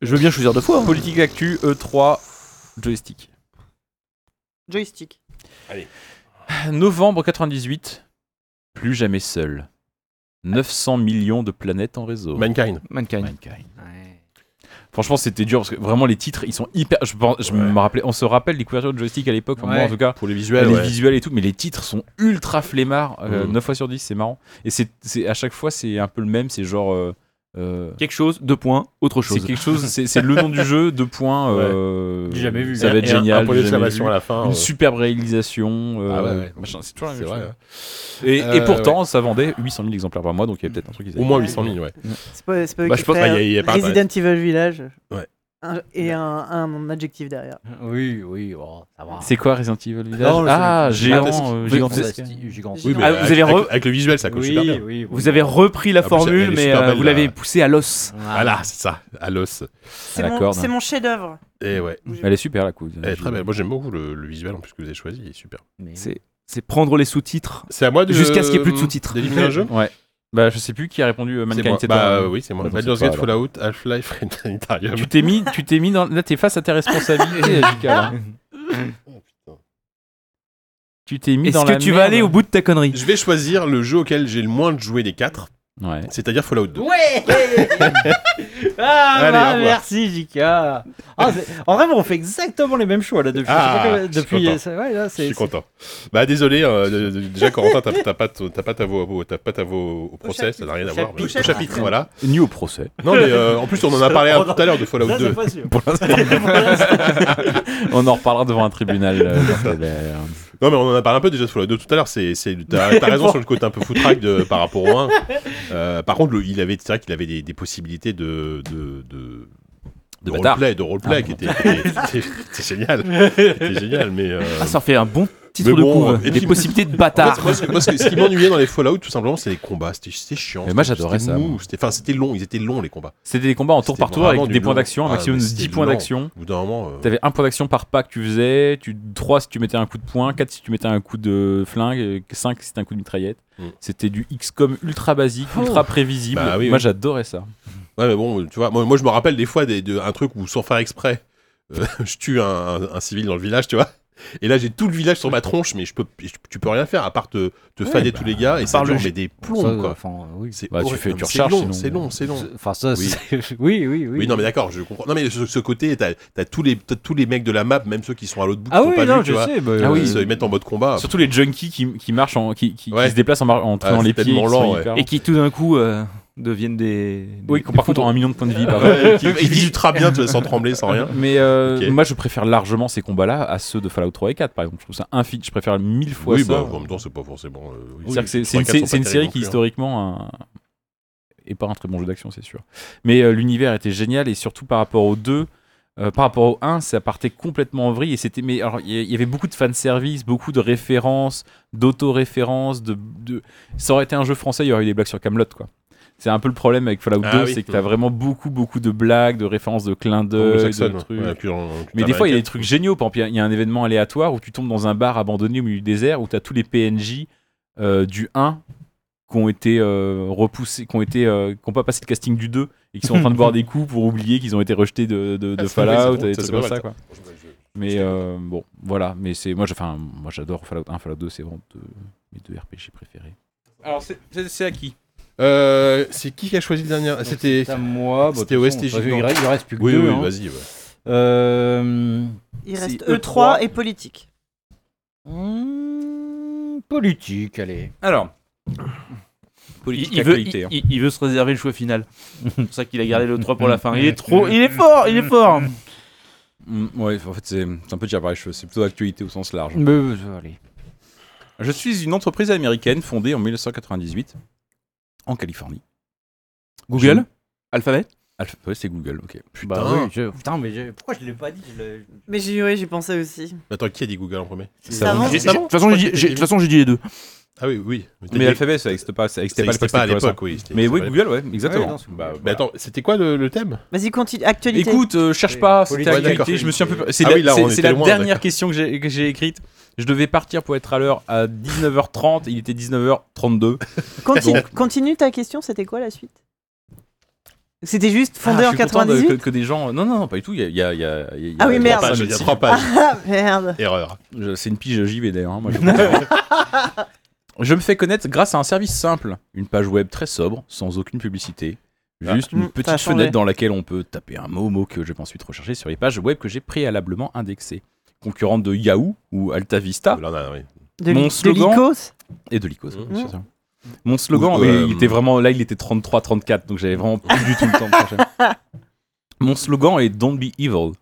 Speaker 3: Je veux bien choisir deux fois. hein.
Speaker 2: Politique Actu, E3, joystick.
Speaker 6: Joystick.
Speaker 2: Novembre 98, plus jamais seul. 900 millions de planètes en réseau.
Speaker 1: Mankind.
Speaker 3: Mankind.
Speaker 2: Mankind. Franchement, c'était dur parce que vraiment les titres, ils sont hyper. Je, pense- je
Speaker 1: Ouais.
Speaker 2: me rappelais, on se rappelle les couvertures de joystick à l'époque, enfin, moi
Speaker 5: Ouais.
Speaker 2: en tout cas.
Speaker 1: Pour les visuels,
Speaker 2: les
Speaker 1: ouais.
Speaker 2: visuels et tout, mais les titres sont ultra flemmards. euh,
Speaker 1: Mm.
Speaker 2: 9 fois sur 10, c'est marrant. Et c'est c'est- à chaque fois, c'est un peu le même. C'est genre. euh, euh,
Speaker 3: Quelque chose, deux points, autre
Speaker 2: c'est
Speaker 3: chose.
Speaker 2: quelque chose, c'est c'est le nom du jeu, deux points. euh,
Speaker 5: Du jamais vu.
Speaker 2: Ça va être
Speaker 1: Et un-
Speaker 2: génial.
Speaker 1: Un point
Speaker 2: du jamais
Speaker 1: d'exclamation
Speaker 2: vu.
Speaker 1: à la fin.
Speaker 2: Une
Speaker 1: euh,
Speaker 2: superbe réalisation. euh,
Speaker 1: Ah ouais, ouais.
Speaker 2: machin, C'est toujours la
Speaker 1: C'est
Speaker 2: même
Speaker 1: vrai.
Speaker 2: chose.
Speaker 1: ouais.
Speaker 2: Et, et
Speaker 1: Euh,
Speaker 2: pourtant, ça vendait 800 000 exemplaires par mois, donc il y avait peut-être un truc qui
Speaker 1: Au moins 800 000, ouais.
Speaker 6: C'est pas, c'est pas eux
Speaker 1: Bah,
Speaker 6: qui
Speaker 1: je pense
Speaker 6: créent,
Speaker 1: qu'il y a- il y a
Speaker 6: euh,
Speaker 1: pas-
Speaker 6: Resident Evil Village.
Speaker 1: Ouais.
Speaker 6: Un- et un, un adjectif derrière.
Speaker 5: Oui, oui, bon, ça va.
Speaker 2: C'est quoi Resident Evil Village
Speaker 5: Non, je-
Speaker 2: Ah, géant.
Speaker 1: Fantastique.
Speaker 2: euh,
Speaker 5: Gigantesque.
Speaker 2: gigantesque.
Speaker 5: Gigantesque.
Speaker 1: Oui,
Speaker 6: Ah,
Speaker 1: mais
Speaker 3: vous
Speaker 1: avec,
Speaker 3: avez re-
Speaker 1: avec- avec le visuel, ça colle
Speaker 5: Oui,
Speaker 1: super bien.
Speaker 5: oui, oui.
Speaker 3: Vous avez repris la
Speaker 1: Ah,
Speaker 3: formule,
Speaker 1: elle est
Speaker 3: mais
Speaker 1: super
Speaker 3: euh,
Speaker 1: belle,
Speaker 3: vous
Speaker 1: là.
Speaker 3: l'avez poussé à l'os.
Speaker 1: Voilà, Ah c'est ça, à l'os.
Speaker 6: C'est
Speaker 2: la
Speaker 6: mon,
Speaker 2: corde.
Speaker 6: c'est mon chef-d'œuvre.
Speaker 1: Et ouais.
Speaker 2: Elle est super la coupe.
Speaker 1: Elle est Eh, très belle. Moi, j'aime beaucoup le, le visuel en plus que vous avez choisi. Il est super.
Speaker 5: Mais-
Speaker 3: C'est c'est prendre les sous-titres.
Speaker 1: C'est à moi de.
Speaker 3: Jusqu'à ce qu'il y ait plus de sous-titres.
Speaker 1: D'éliminer un jeu
Speaker 2: Ouais. Bah, je sais plus qui a répondu euh,
Speaker 1: C'est
Speaker 2: Mankind.
Speaker 1: moi.
Speaker 2: c'est
Speaker 1: Bah
Speaker 2: toi.
Speaker 1: euh, oui, c'est moi.
Speaker 2: Bah, donc,
Speaker 1: Baldur's
Speaker 2: c'est pas
Speaker 1: Gate, Fallout, Half-Life, Red Sanitarium.
Speaker 2: Tu t'es mis, tu t'es mis dans. Là, t'es face à tes responsabilités, Jika, là. Tu t'es mis
Speaker 3: Est-ce
Speaker 2: dans
Speaker 3: que
Speaker 2: la
Speaker 3: tu vas
Speaker 2: merde.
Speaker 3: aller au bout de ta connerie
Speaker 1: Je vais choisir le jeu auquel j'ai le moins de joué des quatre
Speaker 2: Ouais.
Speaker 1: C'est-à-dire Fallout 2.
Speaker 5: Ouais Ah
Speaker 1: Allez,
Speaker 5: bah,
Speaker 1: au revoir.
Speaker 5: merci JK Ah, c'est- En vrai on fait exactement les mêmes choix là depuis.
Speaker 1: Ah,
Speaker 5: je sais pas comment-
Speaker 1: je suis
Speaker 5: depuis
Speaker 1: content.
Speaker 5: ça- ouais, là,
Speaker 1: Je
Speaker 5: c'est-
Speaker 1: suis content. Bah désolé, euh, de- de- déjà Corentin, t'as t'as pas, t- t'as pas ta voix au, t'as pas ta voix au au procès, ça n'a rien à
Speaker 6: au
Speaker 1: voir. mais-
Speaker 6: chapitre.
Speaker 1: Au chapitre, voilà.
Speaker 2: Ni au procès.
Speaker 1: Non mais euh, en plus on en a parlé un- tout à l'heure de Fallout
Speaker 5: Ça, c'est
Speaker 1: 2.
Speaker 5: pas sûr.
Speaker 2: Pour l'instant, on en reparlera devant un tribunal. euh, parce que, euh,
Speaker 1: Non mais on en a parlé un peu déjà de Fallout 2 tout à l'heure. C'est, c'est, t'as, t'as raison sur le côté un peu foutraque de, par rapport au 1. Euh, par contre, le- il avait, c'est vrai qu'il avait des, des possibilités de, de, de de
Speaker 2: bâtard. Ah,
Speaker 1: roleplay, de roleplay qui était, qui était- qui était- qui était génial, Qui était génial, mais euh,
Speaker 2: Ah, ça en fait un bon titre
Speaker 1: Mais
Speaker 2: de
Speaker 1: bon,
Speaker 2: cours.
Speaker 1: euh, et
Speaker 2: Des
Speaker 1: puis-
Speaker 2: possibilités de
Speaker 1: En
Speaker 2: bâtard.
Speaker 1: fait, moi, ce, moi, ce- ce qui m'ennuyait dans les Fallout, tout simplement, c'est les combats. C'était, c'était chiant.
Speaker 2: Mais moi,
Speaker 1: c'était-
Speaker 2: j'adorais
Speaker 1: c'était
Speaker 2: ça,
Speaker 1: mou,
Speaker 2: moi.
Speaker 1: C'était, enfin, c'était long. Ils étaient longs les combats.
Speaker 2: C'était des combats en tour
Speaker 1: C'était
Speaker 2: par tour avec
Speaker 1: vraiment
Speaker 2: des
Speaker 1: du
Speaker 2: points
Speaker 1: long.
Speaker 2: d'action, un
Speaker 1: Ah,
Speaker 2: maximum
Speaker 1: mais
Speaker 2: de
Speaker 1: c'était
Speaker 2: 10 points
Speaker 1: long.
Speaker 2: d'action.
Speaker 1: Au bout d'un moment. euh,
Speaker 2: T'avais un point d'action par pas que tu faisais, tu, 3 si tu mettais un coup de poing, 4 si tu mettais un coup de flingue, euh, 5 si c'était un coup de mitraillette.
Speaker 1: Mm.
Speaker 2: C'était du XCOM ultra basique, ultra prévisible.
Speaker 1: Bah oui,
Speaker 2: Moi
Speaker 1: oui.
Speaker 2: j'adorais ça.
Speaker 1: Ouais, mais bon, tu vois, moi, moi, je me rappelle des fois des, de, un truc où, sans faire exprès, euh, je tue un, un- un civil dans le village, tu vois. Et là, j'ai tout le village sur ma tronche, mais je peux, je- tu peux rien faire à part te, te fader tous les gars et ça
Speaker 3: par le
Speaker 1: dure
Speaker 3: jeu.
Speaker 1: mais des
Speaker 5: Ça,
Speaker 1: plombs, quoi.
Speaker 5: Enfin euh, oui.
Speaker 1: C'est
Speaker 2: Bah, tu
Speaker 1: horrible.
Speaker 2: fais-
Speaker 1: Non,
Speaker 2: tu
Speaker 1: mais c'est
Speaker 2: recharges,
Speaker 1: long,
Speaker 2: sinon.
Speaker 1: C'est long, c'est long.
Speaker 5: Enfin ça
Speaker 1: Oui.
Speaker 5: c'est- oui oui oui.
Speaker 1: Oui, non, mais d'accord, je comprends. Non, mais ce, ce côté, t'as as tous, les- t'as tous les mecs de la map, même ceux qui sont à l'autre bout, qui
Speaker 5: Ah
Speaker 1: sont
Speaker 5: oui
Speaker 1: pas
Speaker 5: non
Speaker 1: vus, tu
Speaker 5: je
Speaker 2: hein.
Speaker 1: vois.
Speaker 5: sais. bah,
Speaker 1: Ah
Speaker 5: euh,
Speaker 1: oui, ils se mettent en mode combat.
Speaker 2: Surtout les junkies qui, qui marchent, en, qui, qui- qui
Speaker 1: Ah. Ouais. Ah,
Speaker 2: se déplacent en, mar- en traînant
Speaker 1: c'est
Speaker 2: les pieds.
Speaker 1: tellement
Speaker 2: qui sont
Speaker 1: lent, ouais.
Speaker 2: hyper-
Speaker 3: Et qui tout d'un coup euh, deviennent des. des-
Speaker 2: Oui, qui, par contre ont un million de points de vie. par contre.
Speaker 1: Ouais, qui, qui discutera bien, tu vois, sans trembler, sans rien.
Speaker 2: Mais euh,
Speaker 1: Ok.
Speaker 2: moi je préfère largement ces combats-là à ceux de Fallout 3 et 4 par exemple. Je trouve ça infini, je préfère mille fois
Speaker 1: Oui,
Speaker 2: ça.
Speaker 1: bah, en même temps, c'est pas forcément. euh, oui,
Speaker 2: C'est-à-dire que c'est-
Speaker 1: les
Speaker 2: c'est une,
Speaker 1: trois, quatre
Speaker 2: sé-
Speaker 1: sont
Speaker 2: c'est une
Speaker 1: pas
Speaker 2: série
Speaker 1: terribles
Speaker 2: qui
Speaker 1: non plus, hein.
Speaker 2: historiquement n'est pas un très bon jeu d'action, c'est sûr. Mais euh, l'univers était génial et surtout par rapport aux deux, euh, par rapport au 1, ça partait complètement en vrille. Et c'était, mais alors, il y, il y avait beaucoup de fanservice, beaucoup de références, d'auto-références. De, de- Ça aurait été un jeu français, il y aurait eu des blagues sur Camelot, quoi. C'est un peu le problème avec Fallout
Speaker 1: Ah
Speaker 2: 2,
Speaker 1: oui.
Speaker 2: c'est que t'as vraiment beaucoup, beaucoup de blagues, de références, euh, de clins d'œil, de
Speaker 1: Anglo-saxonne,
Speaker 2: trucs.
Speaker 1: ouais, puis en- en-
Speaker 2: Mais des fois, il y a des
Speaker 1: américaine.
Speaker 2: trucs géniaux. Par exemple, il y a- il y, a un événement aléatoire où tu tombes dans un bar abandonné au milieu du désert où tu as tous les PNJ euh, du 1 qui ont été euh, repoussés, qui ont été, euh, qui ont pas passé le casting du 2 et qui sont en train de boire des coups pour oublier qu'ils ont été rejetés de, de, de
Speaker 1: Ah, c'est vrai,
Speaker 2: Fallout
Speaker 1: c'est bon,
Speaker 2: et
Speaker 1: ça,
Speaker 2: tout
Speaker 1: c'est
Speaker 2: comme
Speaker 1: pas
Speaker 2: ça.
Speaker 1: mal,
Speaker 2: Quoi.
Speaker 1: ça.
Speaker 2: Mais euh, bon, voilà. Mais c'est moi, je- enfin, moi, j'adore Fallout 1, Fallout 2, c'est vraiment deux- mes deux RPG préférés.
Speaker 3: Alors c'est- c'est c'est à qui
Speaker 1: Euh, c'est qui qui a choisi le dernier
Speaker 5: donc,
Speaker 1: C'était.
Speaker 5: c'est à moi. bah, de
Speaker 1: c'était
Speaker 5: toute façon,
Speaker 1: OSTJ,
Speaker 5: on va-
Speaker 1: non.
Speaker 5: Il reste- il reste plus que
Speaker 1: Oui,
Speaker 5: deux.
Speaker 1: oui, bah.
Speaker 5: hein.
Speaker 1: vas-y. ouais.
Speaker 5: Euh,
Speaker 6: Il
Speaker 5: C'est
Speaker 6: reste
Speaker 5: E3
Speaker 6: E3 et politique.
Speaker 5: hmm, Politique allez.
Speaker 3: Alors.
Speaker 2: Politique
Speaker 3: il, il veut,
Speaker 2: actualité,
Speaker 3: il-
Speaker 2: hein.
Speaker 3: il- il veut se réserver le choix final. C'est pour ça qu'il a gardé le 3 pour la fin. Il est trop, il est fort, il est fort.
Speaker 2: Mm, ouais, en fait, c'est un peu déjà pareil. C'est plutôt actualité au sens large.
Speaker 5: Mais, euh, allez.
Speaker 2: Je suis une entreprise américaine fondée en 1998 en Californie.
Speaker 3: Google Alphabet
Speaker 2: Alpha- ouais, c'est Google, ok.
Speaker 5: Bah oui, je- putain, mais je- pourquoi je l'ai pas dit je l'ai-
Speaker 6: Mais j'y ouais, j'y pensais aussi.
Speaker 1: Attends, qui a dit Google en premier
Speaker 6: Savant.
Speaker 1: J'ai-
Speaker 3: J'ai- j'ai- De toute façon, j'ai dit- j'ai- de toute façon, j'ai dit les deux.
Speaker 1: Ah oui, oui. t'as
Speaker 2: Mais
Speaker 1: dit-
Speaker 2: Alphabet, ça n'existait pas, ça
Speaker 1: ça
Speaker 2: n'existait pas,
Speaker 1: existait pas à l'époque, oui. c'était-
Speaker 2: Mais
Speaker 1: c'était
Speaker 2: oui,
Speaker 1: pas à l'époque.
Speaker 2: Google, ouais, exactement.
Speaker 5: Ouais, non, c'est Google.
Speaker 2: Bah,
Speaker 1: Mais attends, c'était quoi le, le thème
Speaker 6: Vas-y, continue. Actualité.
Speaker 2: Écoute, euh, cherche pas, c'était
Speaker 5: politique.
Speaker 2: actualité, je me suis un peu... C'est
Speaker 1: Ah
Speaker 2: la,
Speaker 1: oui, là, on
Speaker 2: c'est-
Speaker 1: était
Speaker 2: c'est la
Speaker 1: loin,
Speaker 2: dernière
Speaker 1: d'accord.
Speaker 2: question que j'ai- que j'ai écrite. Je devais partir pour être à l'heure à 19h30, il était 19h32.
Speaker 6: continue,
Speaker 2: donc-
Speaker 6: continue ta question, c'était quoi la suite C'était juste fondé
Speaker 2: Ah,
Speaker 6: en
Speaker 2: je suis content de-
Speaker 6: 98
Speaker 2: que, que des gens... Non, non, non, pas du tout, il y a... il y a- il y a- il y a-
Speaker 6: Ah oui,
Speaker 2: il y a
Speaker 1: Trois
Speaker 6: merde.
Speaker 1: pages,
Speaker 2: personne
Speaker 1: il y a
Speaker 2: ici.
Speaker 1: trois pages.
Speaker 6: Ah merde
Speaker 1: Erreur.
Speaker 2: Je- C'est une pige j'y vais d'ailleurs. hein, moi, je- je me fais connaître grâce à un service simple, une page web très sobre, sans aucune publicité. Juste
Speaker 6: Mm,
Speaker 2: une
Speaker 6: ça a
Speaker 2: petite
Speaker 6: changé.
Speaker 2: fenêtre dans laquelle on peut taper un mot, mot que je vais ensuite rechercher sur les pages web que j'ai préalablement indexées. Concurrente de Yahoo ou AltaVista
Speaker 1: Là, on Ah. a- oui.
Speaker 6: De,
Speaker 2: Mon
Speaker 6: de
Speaker 2: slogan-
Speaker 6: l'icos
Speaker 2: et de l'ICOS.
Speaker 1: Mm.
Speaker 2: c'est ça. Mon slogan,
Speaker 1: Ou,
Speaker 2: mais
Speaker 1: euh,
Speaker 2: il était vraiment là, il était 33-34, donc j'avais vraiment plus du tout le temps de chercher. Mon slogan est Don't be evil.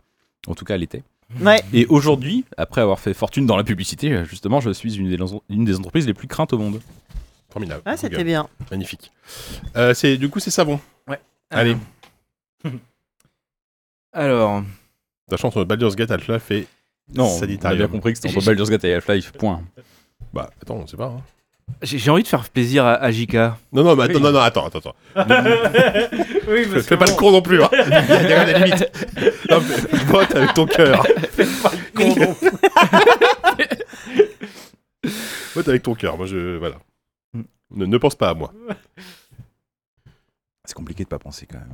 Speaker 2: En tout cas, elle était.
Speaker 6: Ouais,
Speaker 2: Et aujourd'hui, après avoir fait fortune dans la publicité, euh, justement, je suis une des, une des entreprises les plus craintes au monde.
Speaker 1: Formidable.
Speaker 6: ouais Ah, c'était
Speaker 1: Google.
Speaker 6: bien.
Speaker 1: Magnifique. Euh, c'est- Du coup, c'est savon. Allez.
Speaker 3: Alors.
Speaker 6: Ah.
Speaker 1: La chance, notre Baldur's Gate Alpha fait.
Speaker 2: Non, on a
Speaker 1: Sanitarium.
Speaker 2: bien compris que c'était entre Baldur's Gate et Half-Life, point.
Speaker 1: Bah, attends, on sait pas. hein.
Speaker 3: J'ai j'ai envie de faire plaisir à, à JK.
Speaker 1: Non, non, mais attends, non, non, attends, attends. attends.
Speaker 5: Oui,
Speaker 1: Fais fais pas le con non plus. hein. Il y a il y a des limites. Non, mais- Vote avec ton cœur. Vote avec ton cœur. Moi, je. Voilà. Ne, ne pense pas à moi.
Speaker 2: C'est compliqué de pas penser quand même.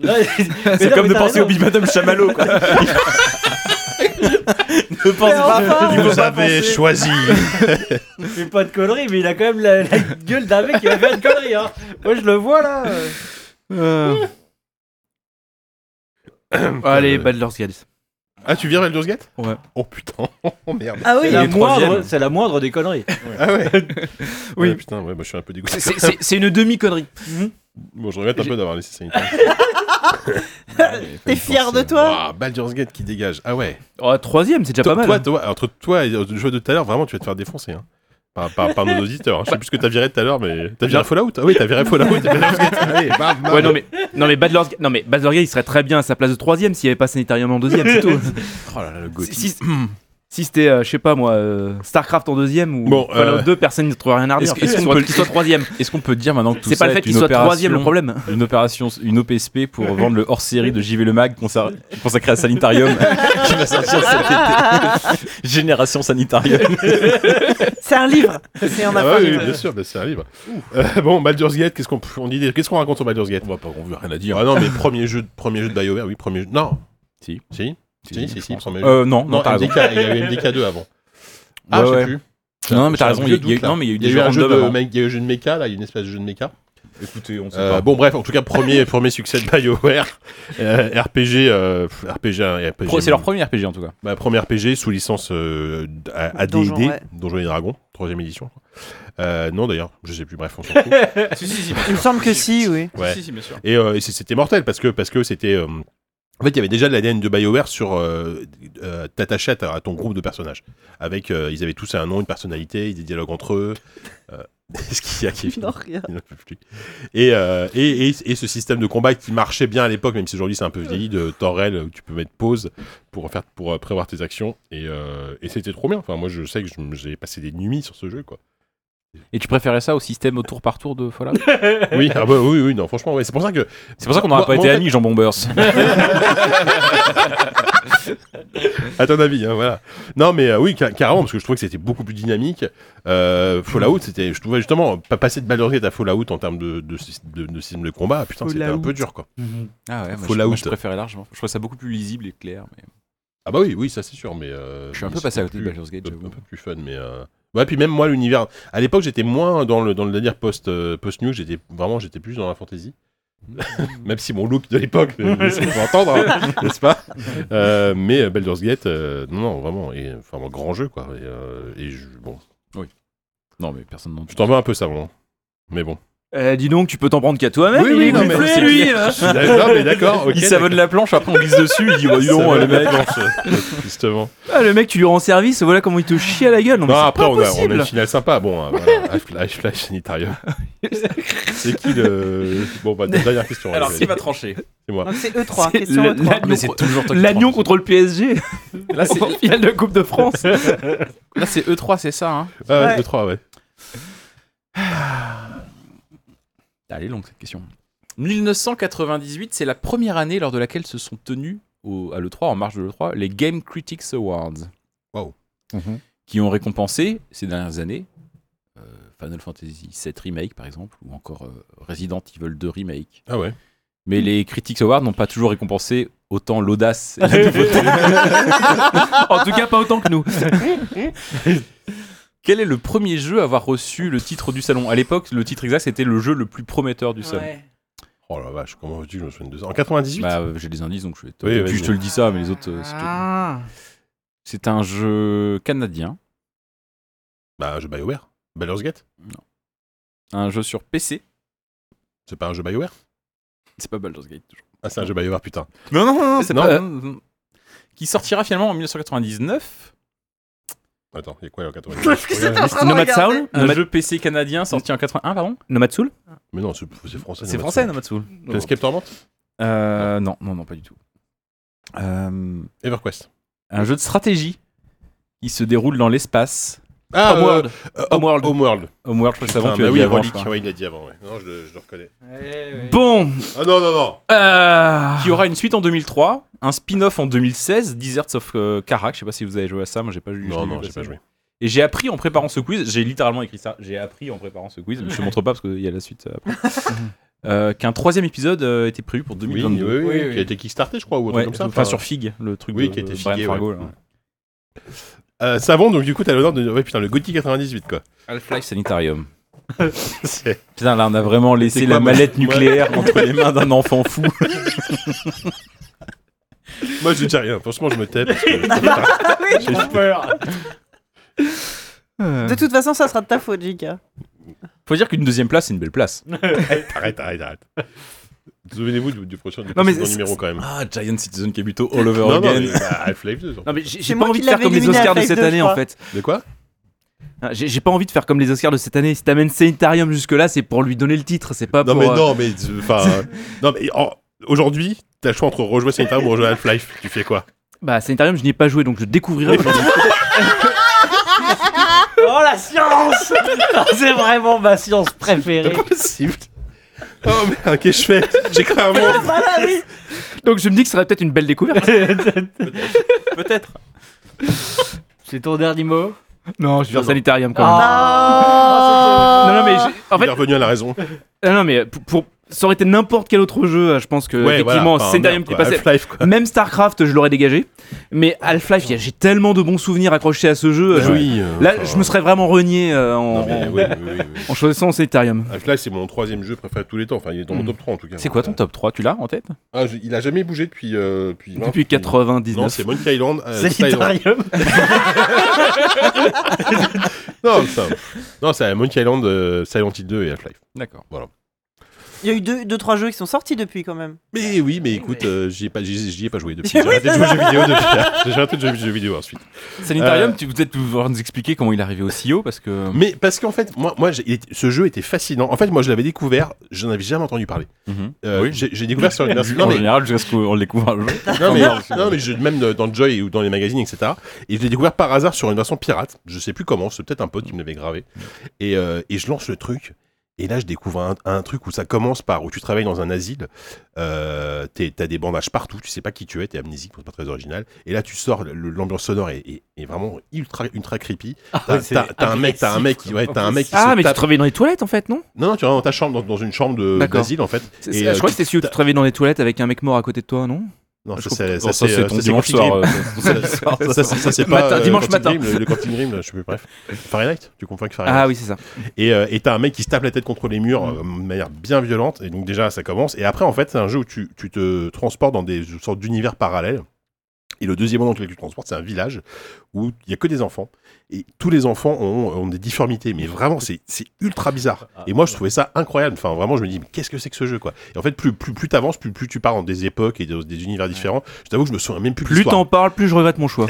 Speaker 5: C'est
Speaker 3: C'est comme de penser au Big Madame Chamallow, quoi.
Speaker 5: ne pense pas.
Speaker 1: Vous avez choisi.
Speaker 5: Je fais pas de conneries, mais il a quand même la, la gueule d'un mec qui va faire une connerie. Hein. Moi, je le vois là. euh.
Speaker 3: Allez, Bad Lord's Gate.
Speaker 1: Ah, tu vires Baldur's Gate
Speaker 3: Ouais.
Speaker 1: Oh putain, oh merde.
Speaker 6: Ah oui,
Speaker 5: C'est la, moindre, c'est la moindre des conneries.
Speaker 1: Ah ouais
Speaker 3: Oui.
Speaker 1: Ouais, putain, ouais, bah, je suis un peu dégoûté. Mm-hmm.
Speaker 3: C'est- C'est c'est une demi-connerie.
Speaker 1: Bon, je regrette un peu d'avoir laissé ça.
Speaker 6: t'es fier de toi
Speaker 1: Ah, Baldur's Gate qui dégage. Ah ouais.
Speaker 3: Oh, troisième, c'est déjà
Speaker 1: Toi-
Speaker 3: pas mal.
Speaker 1: Toi,
Speaker 3: hein.
Speaker 1: toi, entre toi et le jeu de tout à l'heure, vraiment, tu vas te faire défoncer. Hein. Par, par, par nos auditeurs. hein. Je sais plus ce que t'as viré tout à l'heure, mais. T'as viré Fallout Ah oui, t'as viré Fallout. et Baldur's Gate. Allez, bam, bam.
Speaker 3: Ouais, non mais, non, mais Bad Lord's Gate, non, mais Bad Lord's Gate, il serait très bien à sa place de troisième s'il n'y avait pas Sanitarium en deuxième, c'est tout.
Speaker 1: Oh là là, le
Speaker 3: si
Speaker 1: Gothic.
Speaker 3: si- si c'était, euh, je sais pas moi, euh, StarCraft en deuxième ou
Speaker 1: Bon,
Speaker 3: Fallout
Speaker 1: euh,
Speaker 3: 2, personne ne trouverait rien à redire.
Speaker 2: est-ce- est-ce
Speaker 3: Qu'il
Speaker 2: qu'on
Speaker 3: soit,
Speaker 2: peut le-
Speaker 3: qu'il soit troisième.
Speaker 2: Est-ce qu'on peut dire maintenant que tout
Speaker 3: C'est
Speaker 2: ça
Speaker 3: pas le fait
Speaker 2: est
Speaker 3: qu'il
Speaker 2: une
Speaker 3: soit
Speaker 2: opération-
Speaker 3: troisième le problème.
Speaker 2: Une opération, une OPSP pour vendre le hors-série de JV Le Mag consa- consacré à Sanitarium qui va sortir cet été. Génération Sanitarium.
Speaker 6: C'est un livre. C'est en
Speaker 1: Ah ouais,
Speaker 6: affaire.
Speaker 1: oui, bien sûr, bah, c'est un livre. Euh, bon, Baldur's Gate, qu'est-ce qu'on on dit Qu'est-ce qu'on raconte sur Baldur's Gate On va pas, on veut rien à dire. Ah non, mais premier jeu, de- premier jeu de BioWare, oui, premier jeu. Non.
Speaker 2: Si.
Speaker 1: Si. Si, si, si, premier jeu.
Speaker 2: Euh, non, non,
Speaker 1: non,
Speaker 2: t'as raison.
Speaker 1: MDK, il y a eu MDK2 avant. Ah,
Speaker 2: Ouais,
Speaker 1: je sais
Speaker 2: ouais.
Speaker 1: plus.
Speaker 2: Non, mais
Speaker 1: J'ai un
Speaker 2: t'as raison.
Speaker 1: vieux
Speaker 2: Il y a eu-
Speaker 1: doute, là.
Speaker 2: non, mais il y a eu
Speaker 1: Il y
Speaker 2: des
Speaker 1: a eu
Speaker 2: jeux
Speaker 1: un jeu
Speaker 2: random
Speaker 1: de,
Speaker 2: avant.
Speaker 1: mec- il y a eu un jeu de méca, là, il y a une espèce de jeu de méca.
Speaker 2: Écoutez, on sait
Speaker 1: Euh,
Speaker 2: pas.
Speaker 1: bon, bref, en tout cas, premier, premier succès de BioWare. Euh, RPG, euh, pff, RPG, euh, RPG.
Speaker 2: Pro- C'est leur premier RPG en tout cas.
Speaker 1: Bah, premier RPG sous licence euh, d- à- AD&D, Donjons
Speaker 6: Donjon, ouais.
Speaker 1: et Dragons, troisième édition. je crois. Euh, non, d'ailleurs, je sais plus, bref, on s'en fout.
Speaker 2: Si, si, si.
Speaker 6: Il me semble que si, oui.
Speaker 1: Ouais.
Speaker 2: si, bien sûr.
Speaker 1: Et, euh, et c'est- c'était mortel parce que parce que c'était. euh, En fait, il y avait déjà de l'ADN de BioWare sur euh, euh, t'attacher à, ta- à ton groupe de personnages. Avec, euh, ils avaient tous un nom, une personnalité, ils des dialogues entre eux. Euh, Est-ce qu'il y a Kevin
Speaker 6: Non, rien.
Speaker 1: Il n'en peut plus. Et, euh, et, et- et ce système de combat qui marchait bien à l'époque, même si aujourd'hui c'est un peu vieilli, de Torrel, où tu peux mettre pause pour, faire, pour euh, prévoir tes actions. Et, euh, et c'était trop bien. Enfin, moi, je sais que je me- j'ai passé des nuits sur ce jeu. Quoi.
Speaker 2: Et tu préférais ça au système au tour par tour de Fallout
Speaker 1: Oui, ah bah oui, oui, non, franchement, ouais. c'est pour ça que.
Speaker 2: C'est pour ça qu'on n'aurait
Speaker 1: Moi-
Speaker 2: pas
Speaker 1: moi,
Speaker 2: été
Speaker 1: en fait-
Speaker 2: amis, Jean Bombers.
Speaker 1: À ton avis, hein, voilà. Non, mais euh, oui, ca- carrément, parce que je trouvais que c'était beaucoup plus dynamique. Euh, Fallout, c'était, je trouvais justement, pas passer de Baldur's Gate à Fallout en termes de, de, sy- de- de système de combat, putain, c'était un
Speaker 6: Fallout.
Speaker 1: peu dur, quoi.
Speaker 2: Ah
Speaker 1: moi,
Speaker 2: ouais, Fallout.
Speaker 1: je-
Speaker 2: Je,
Speaker 1: moi, je
Speaker 2: préférais largement. Je trouvais ça beaucoup plus lisible et clair. Mais...
Speaker 1: Ah bah oui, oui, ça c'est sûr, mais. euh,
Speaker 2: Je suis un
Speaker 1: mais
Speaker 2: peu passé à côté de
Speaker 1: c'était
Speaker 2: Baldur's Gate,
Speaker 1: plus- Un
Speaker 2: j'avoue.
Speaker 1: peu plus fun, mais. euh, Ouais, puis même moi, l'univers. À l'époque, j'étais moins dans le, dans le délire post, euh, post-news, j'étais vraiment, j'étais plus dans la fantasy. même si mon look de l'époque, euh, laisse- on peut entendre, hein, n'est-ce pas Euh, Mais euh, Baldur's Gate, euh, non, non, vraiment, et, enfin, un grand jeu, quoi. Et, euh, et je- bon,
Speaker 2: Non, mais personne n'en
Speaker 1: Je t'en veux un peu ça, vraiment. Mais bon.
Speaker 3: Euh, dis donc, tu peux t'en prendre qu'à toi-même.
Speaker 1: Oui,
Speaker 3: il
Speaker 1: oui,
Speaker 3: est
Speaker 1: non,
Speaker 3: plus
Speaker 1: mais-
Speaker 3: doué,
Speaker 1: c'est
Speaker 3: lui. hein.
Speaker 1: non, mais d'accord, ok.
Speaker 2: Il savonne la planche, après on glisse dessus, il dit bah, dis donc,
Speaker 1: d'accord.
Speaker 2: le mec.
Speaker 1: Justement.
Speaker 3: Ah, le mec, tu lui rends service, voilà comment il te chie à la gueule. Non, mais
Speaker 2: Ah,
Speaker 1: Non,
Speaker 3: c'est
Speaker 1: après,
Speaker 3: pas
Speaker 1: on a, on a
Speaker 3: possible.
Speaker 1: une finale sympa. Bon, hein, voilà. Flash, Flash, Sanitarium. c'est qui le. Bon, bah, dernière question.
Speaker 2: Alors,
Speaker 1: allez,
Speaker 2: qui va
Speaker 1: allez.
Speaker 2: trancher
Speaker 1: C'est moi.
Speaker 6: Donc c'est E3,
Speaker 3: C'est
Speaker 6: question E
Speaker 3: le-
Speaker 6: E3.
Speaker 3: la-
Speaker 2: Mais c'est toujours toi qui
Speaker 3: L'agneau
Speaker 2: tranches.
Speaker 3: contre le PSG. Là, c'est finale de Coupe de France.
Speaker 2: Là, c'est E3, c'est ça. Hein.
Speaker 1: Ah,
Speaker 6: Ouais.
Speaker 1: le 3, ouais.
Speaker 2: Ah, Elle est longue cette question. 1998, c'est la première année lors de laquelle se sont tenus au- à l'E3, en marge de l'E3, les Game Critics Awards.
Speaker 1: Wow.
Speaker 2: Mhm. Qui ont récompensé ces dernières années euh, Final Fantasy VII Remake, par exemple, ou encore euh, Resident Evil 2 Remake.
Speaker 1: Ah ouais.
Speaker 2: Mais les Critics Awards n'ont pas toujours récompensé autant l'audace et la nouveauté.
Speaker 3: en tout cas, pas autant que nous.
Speaker 2: Quel est le premier jeu à avoir reçu le titre du salon À l'époque, le titre exact, c'était le jeu le plus prometteur du salon.
Speaker 1: Oh la vache, comment veux-tu que je me souvienne de ça En 98
Speaker 2: Bah, euh, j'ai des indices, donc je, vais te...
Speaker 1: Oui,
Speaker 2: et puis
Speaker 1: vas-y.
Speaker 2: je te le dis ça, mais les autres... euh, c'est
Speaker 6: Ah.
Speaker 2: tout. C'est un jeu canadien,
Speaker 1: Bah, un jeu BioWare. Baldur's Gate
Speaker 2: un jeu sur PC.
Speaker 1: C'est pas un jeu BioWare
Speaker 2: C'est pas Baldur's Gate, toujours.
Speaker 1: Ah, c'est un jeu BioWare, putain.
Speaker 2: Non, non, non,
Speaker 1: non,
Speaker 2: Qui sortira finalement en 1999.
Speaker 1: Attends, il y a quoi en 98
Speaker 3: Nomad Soul
Speaker 2: Un jeu PC canadien sorti en 81, pardon
Speaker 3: Nomad Soul
Speaker 1: Mais non, c'est c'est français.
Speaker 2: C'est
Speaker 1: Nomad
Speaker 2: français,
Speaker 1: Soul.
Speaker 2: Nomad Soul.
Speaker 1: Planescape Torment
Speaker 2: Euh, non, non, non, pas du tout. Euh,
Speaker 1: EverQuest.
Speaker 2: un jeu de stratégie qui se déroule dans l'espace.
Speaker 1: Ah,
Speaker 3: Homeworld.
Speaker 1: euh, euh,
Speaker 3: Homeworld.
Speaker 1: Homeworld.
Speaker 2: Homeworld, je crois que c'est avant,
Speaker 1: Putain,
Speaker 2: tu
Speaker 1: bah
Speaker 2: l'as
Speaker 1: oui,
Speaker 2: dit avant, je
Speaker 1: Relic,
Speaker 2: crois.
Speaker 1: ouais, il l'a dit avant, ouais. Non, je, le- je le reconnais.
Speaker 3: Bon,
Speaker 1: Ah non, non, non
Speaker 3: euh,
Speaker 2: Qui aura une suite en 2003, un spin-off en 2016, Deserts of euh, Karak. Je sais pas si vous avez joué à ça, moi j'ai pas joué. je l'ai
Speaker 1: Non,
Speaker 2: vu
Speaker 1: non, j'ai
Speaker 2: passer.
Speaker 1: pas joué.
Speaker 2: Et j'ai appris en préparant ce quiz, j'ai littéralement écrit ça, j'ai appris en préparant ce quiz, mais je te montre pas parce qu'il y a la suite euh, après, euh, qu'un troisième épisode euh, était prévu pour
Speaker 1: Oui,
Speaker 2: 2022.
Speaker 1: oui, oui,
Speaker 2: Ouais,
Speaker 1: qui a été kickstarté, je crois, ou un truc comme ça.
Speaker 2: enfin, sur Fig, le truc
Speaker 1: Oui,
Speaker 2: de
Speaker 1: qui a été
Speaker 2: Brian
Speaker 1: figué,
Speaker 2: Fargo,
Speaker 1: ouais.
Speaker 2: là, ouais.
Speaker 1: Euh, Savon, donc du coup, t'as l'honneur de. Ouais, putain, le Gothic 98, quoi.
Speaker 12: Half-Life Sanitarium.
Speaker 1: C'est-
Speaker 12: Putain, là, on a vraiment laissé
Speaker 1: C'est
Speaker 12: la
Speaker 1: quoi,
Speaker 12: mallette
Speaker 1: moi
Speaker 12: nucléaire entre les mains d'un enfant fou.
Speaker 1: Moi, je dis rien. Franchement, je me tais. parce que-
Speaker 13: J'ai peur.
Speaker 6: De toute façon, ça sera de ta faute, Jika.
Speaker 12: Faut dire qu'une deuxième place, c'est une belle place.
Speaker 1: Arrête, arrête, arrête. Souvenez-vous du, du prochain du
Speaker 3: Non, mais
Speaker 1: précédent
Speaker 3: c'est-
Speaker 1: numéro quand même.
Speaker 12: Ah, Giant Citizen Kabuto all over
Speaker 1: Non, non,
Speaker 12: again.
Speaker 1: mais, bah, Half-Life 2. genre.
Speaker 3: Non, mais j'ai
Speaker 6: C'est
Speaker 3: j'ai pas
Speaker 6: moi qui
Speaker 3: envie de faire
Speaker 6: l'avais
Speaker 3: comme les
Speaker 6: éliminé à
Speaker 3: Oscars de
Speaker 6: Half-Life
Speaker 3: cette
Speaker 6: 2,
Speaker 3: année
Speaker 6: je
Speaker 3: en
Speaker 6: crois.
Speaker 3: fait.
Speaker 1: De quoi
Speaker 3: Ah, J'ai j'ai pas envie de faire comme les Oscars de cette année. Si t'amènes Sanitarium jusque-là, c'est pour lui donner le titre, c'est pas
Speaker 1: Non,
Speaker 3: pour.
Speaker 1: mais
Speaker 3: euh,
Speaker 1: non, mais. euh, Enfin. euh, non, mais en- aujourd'hui, t'as le choix entre rejouer Sanitarium ou rejouer Half-Life. Tu fais quoi
Speaker 3: Bah, Sanitarium, je n'y ai pas joué donc je découvrirai. aujourd'hui.
Speaker 13: Oh la science C'est vraiment ma science préférée.
Speaker 1: possible. Oh merde, qu'est-ce que je fais J'ai créé un monde.
Speaker 3: donc je me dis que ce serait peut-être une belle découverte. hein,
Speaker 12: Peut-être.
Speaker 13: C'est ton dernier mot
Speaker 3: Non, je vais faire Sanitarium quand même.
Speaker 5: Oh.
Speaker 13: Ah.
Speaker 3: Non, non, mais j'ai- en
Speaker 1: Il
Speaker 3: fait,
Speaker 1: est revenu à la raison.
Speaker 3: ah, non, mais pour, pour- ça aurait été n'importe quel autre jeu, hein, je pense que effectivement,
Speaker 1: voilà, enfin,
Speaker 3: Sanitarium
Speaker 1: merde,
Speaker 3: qui est
Speaker 1: quoi, Ah.
Speaker 3: passé.
Speaker 1: Half-Life, quoi.
Speaker 3: Même StarCraft, je l'aurais dégagé. Mais Half-Life, y a- j'ai tellement de bons souvenirs accrochés à ce jeu. je-
Speaker 1: Oui. euh,
Speaker 3: Là,
Speaker 1: enfin,
Speaker 3: je me serais vraiment renié euh, en,
Speaker 1: non, mais oui, oui, oui, oui.
Speaker 3: en choisissant Sanitarium.
Speaker 1: Half-Life, c'est mon troisième jeu préféré de tous les temps. Enfin, il est dans mon top 3 en tout cas.
Speaker 2: C'est quoi ton top 3 Tu l'as en tête
Speaker 1: Ah, je- Il a jamais bougé depuis. euh, depuis,
Speaker 3: Depuis
Speaker 1: 80 Non,
Speaker 3: 99.
Speaker 1: c'est Monkey Island. euh, Silent-
Speaker 13: Sanitarium
Speaker 1: Non, ça- non, c'est Monkey Island, euh, Silent Hill 2 et Half-Life.
Speaker 2: D'accord.
Speaker 6: Il y a eu deux, deux, trois jeux qui sont sortis depuis quand même.
Speaker 1: Mais oui, mais écoute, euh, j'y ai pas, j'y, j'y ai pas joué depuis. J'ai
Speaker 6: Bah, Oui,
Speaker 1: arrêté de
Speaker 6: c'est
Speaker 1: jouer aux
Speaker 6: ça.
Speaker 1: jeux vidéo depuis. hein. J'ai arrêté de jouer aux jeux vidéo ensuite.
Speaker 2: Sanitarium,
Speaker 1: Euh,
Speaker 2: tu peut-être pouvoir nous expliquer comment il est arrivé aussi haut parce que.
Speaker 1: Mais parce qu'en fait, moi, moi, j'ai- il était- ce jeu était fascinant. En fait, moi, je l'avais découvert. Je n'avais jamais entendu parler.
Speaker 2: Mhm.
Speaker 1: Euh,
Speaker 2: Oui.
Speaker 1: j'ai, j'ai découvert sur une version.
Speaker 2: en
Speaker 1: Non, mais-
Speaker 2: général, jusqu'à ce qu'on le découvre un jour.
Speaker 1: Non mais, non, mais je- même de- dans Joy ou dans les magazines, etc. Et je l'ai découvert par hasard sur une version pirate. Je sais plus comment, c'est peut-être un pote qui me l'avait gravé. Et, euh, et je lance le truc. Et là, je découvre un, un truc où ça commence par où tu travailles dans un asile, euh, t'es- t'as des bandages partout, tu sais pas qui tu es, t'es amnésique, c'est pas très original. Et là, tu sors, le- l'ambiance sonore est, est- est vraiment ultra, ultra creepy. T'as t'as- t'as un mec, t'as un mec qui, ouais, t'as un mec qui se
Speaker 3: Ah, mais tu
Speaker 1: tape.
Speaker 3: travaillais dans les toilettes en fait, non
Speaker 1: Non, non, tu es dans ta chambre, dans, dans une chambre de-
Speaker 3: D'accord.
Speaker 1: d'asile en fait.
Speaker 3: C'est-
Speaker 1: Et,
Speaker 3: c'est-
Speaker 1: euh,
Speaker 3: Je crois que
Speaker 1: tu-
Speaker 3: c'est celui où tu travaillais dans les toilettes avec un mec mort à côté de toi, non
Speaker 1: Non,
Speaker 2: Je
Speaker 1: ça,
Speaker 2: comprends-
Speaker 1: c'est
Speaker 2: Non,
Speaker 1: ça, c'est euh,
Speaker 2: ton
Speaker 1: ça, c'est
Speaker 2: dimanche
Speaker 1: Quantic
Speaker 2: soir.
Speaker 1: Dream. ça,
Speaker 2: euh,
Speaker 1: ça, ça, ça, c'est pas
Speaker 3: Matin,
Speaker 1: euh,
Speaker 3: dimanche
Speaker 1: Quantic
Speaker 3: matin.
Speaker 1: Dream, le, le Quantic Dream, là, je sais plus, bref. Fahrenheit, tu confonds avec Fahrenheit.
Speaker 3: Ah oui, c'est ça.
Speaker 1: Et euh, et t'as un mec qui se tape la tête contre les murs euh, de manière bien violente. Et donc déjà ça commence. Et après en fait c'est un jeu où tu, tu te transportes dans des sortes d'univers parallèles. Et le deuxième endroit dans lequel tu te transportes, c'est un village où il n'y a que des enfants. Et tous les enfants ont, ont des difformités. Mais vraiment, c'est c'est ultra bizarre. Et moi, je trouvais ça incroyable. Enfin, vraiment, je me dis, mais qu'est-ce que c'est que ce jeu, quoi Et en fait, plus, plus, plus t'avances, plus, plus tu pars dans des époques et dans des univers différents. Je t'avoue que je me souviens même plus de
Speaker 3: Plus
Speaker 1: l'histoire.
Speaker 3: t'en parles, plus je regrette mon choix.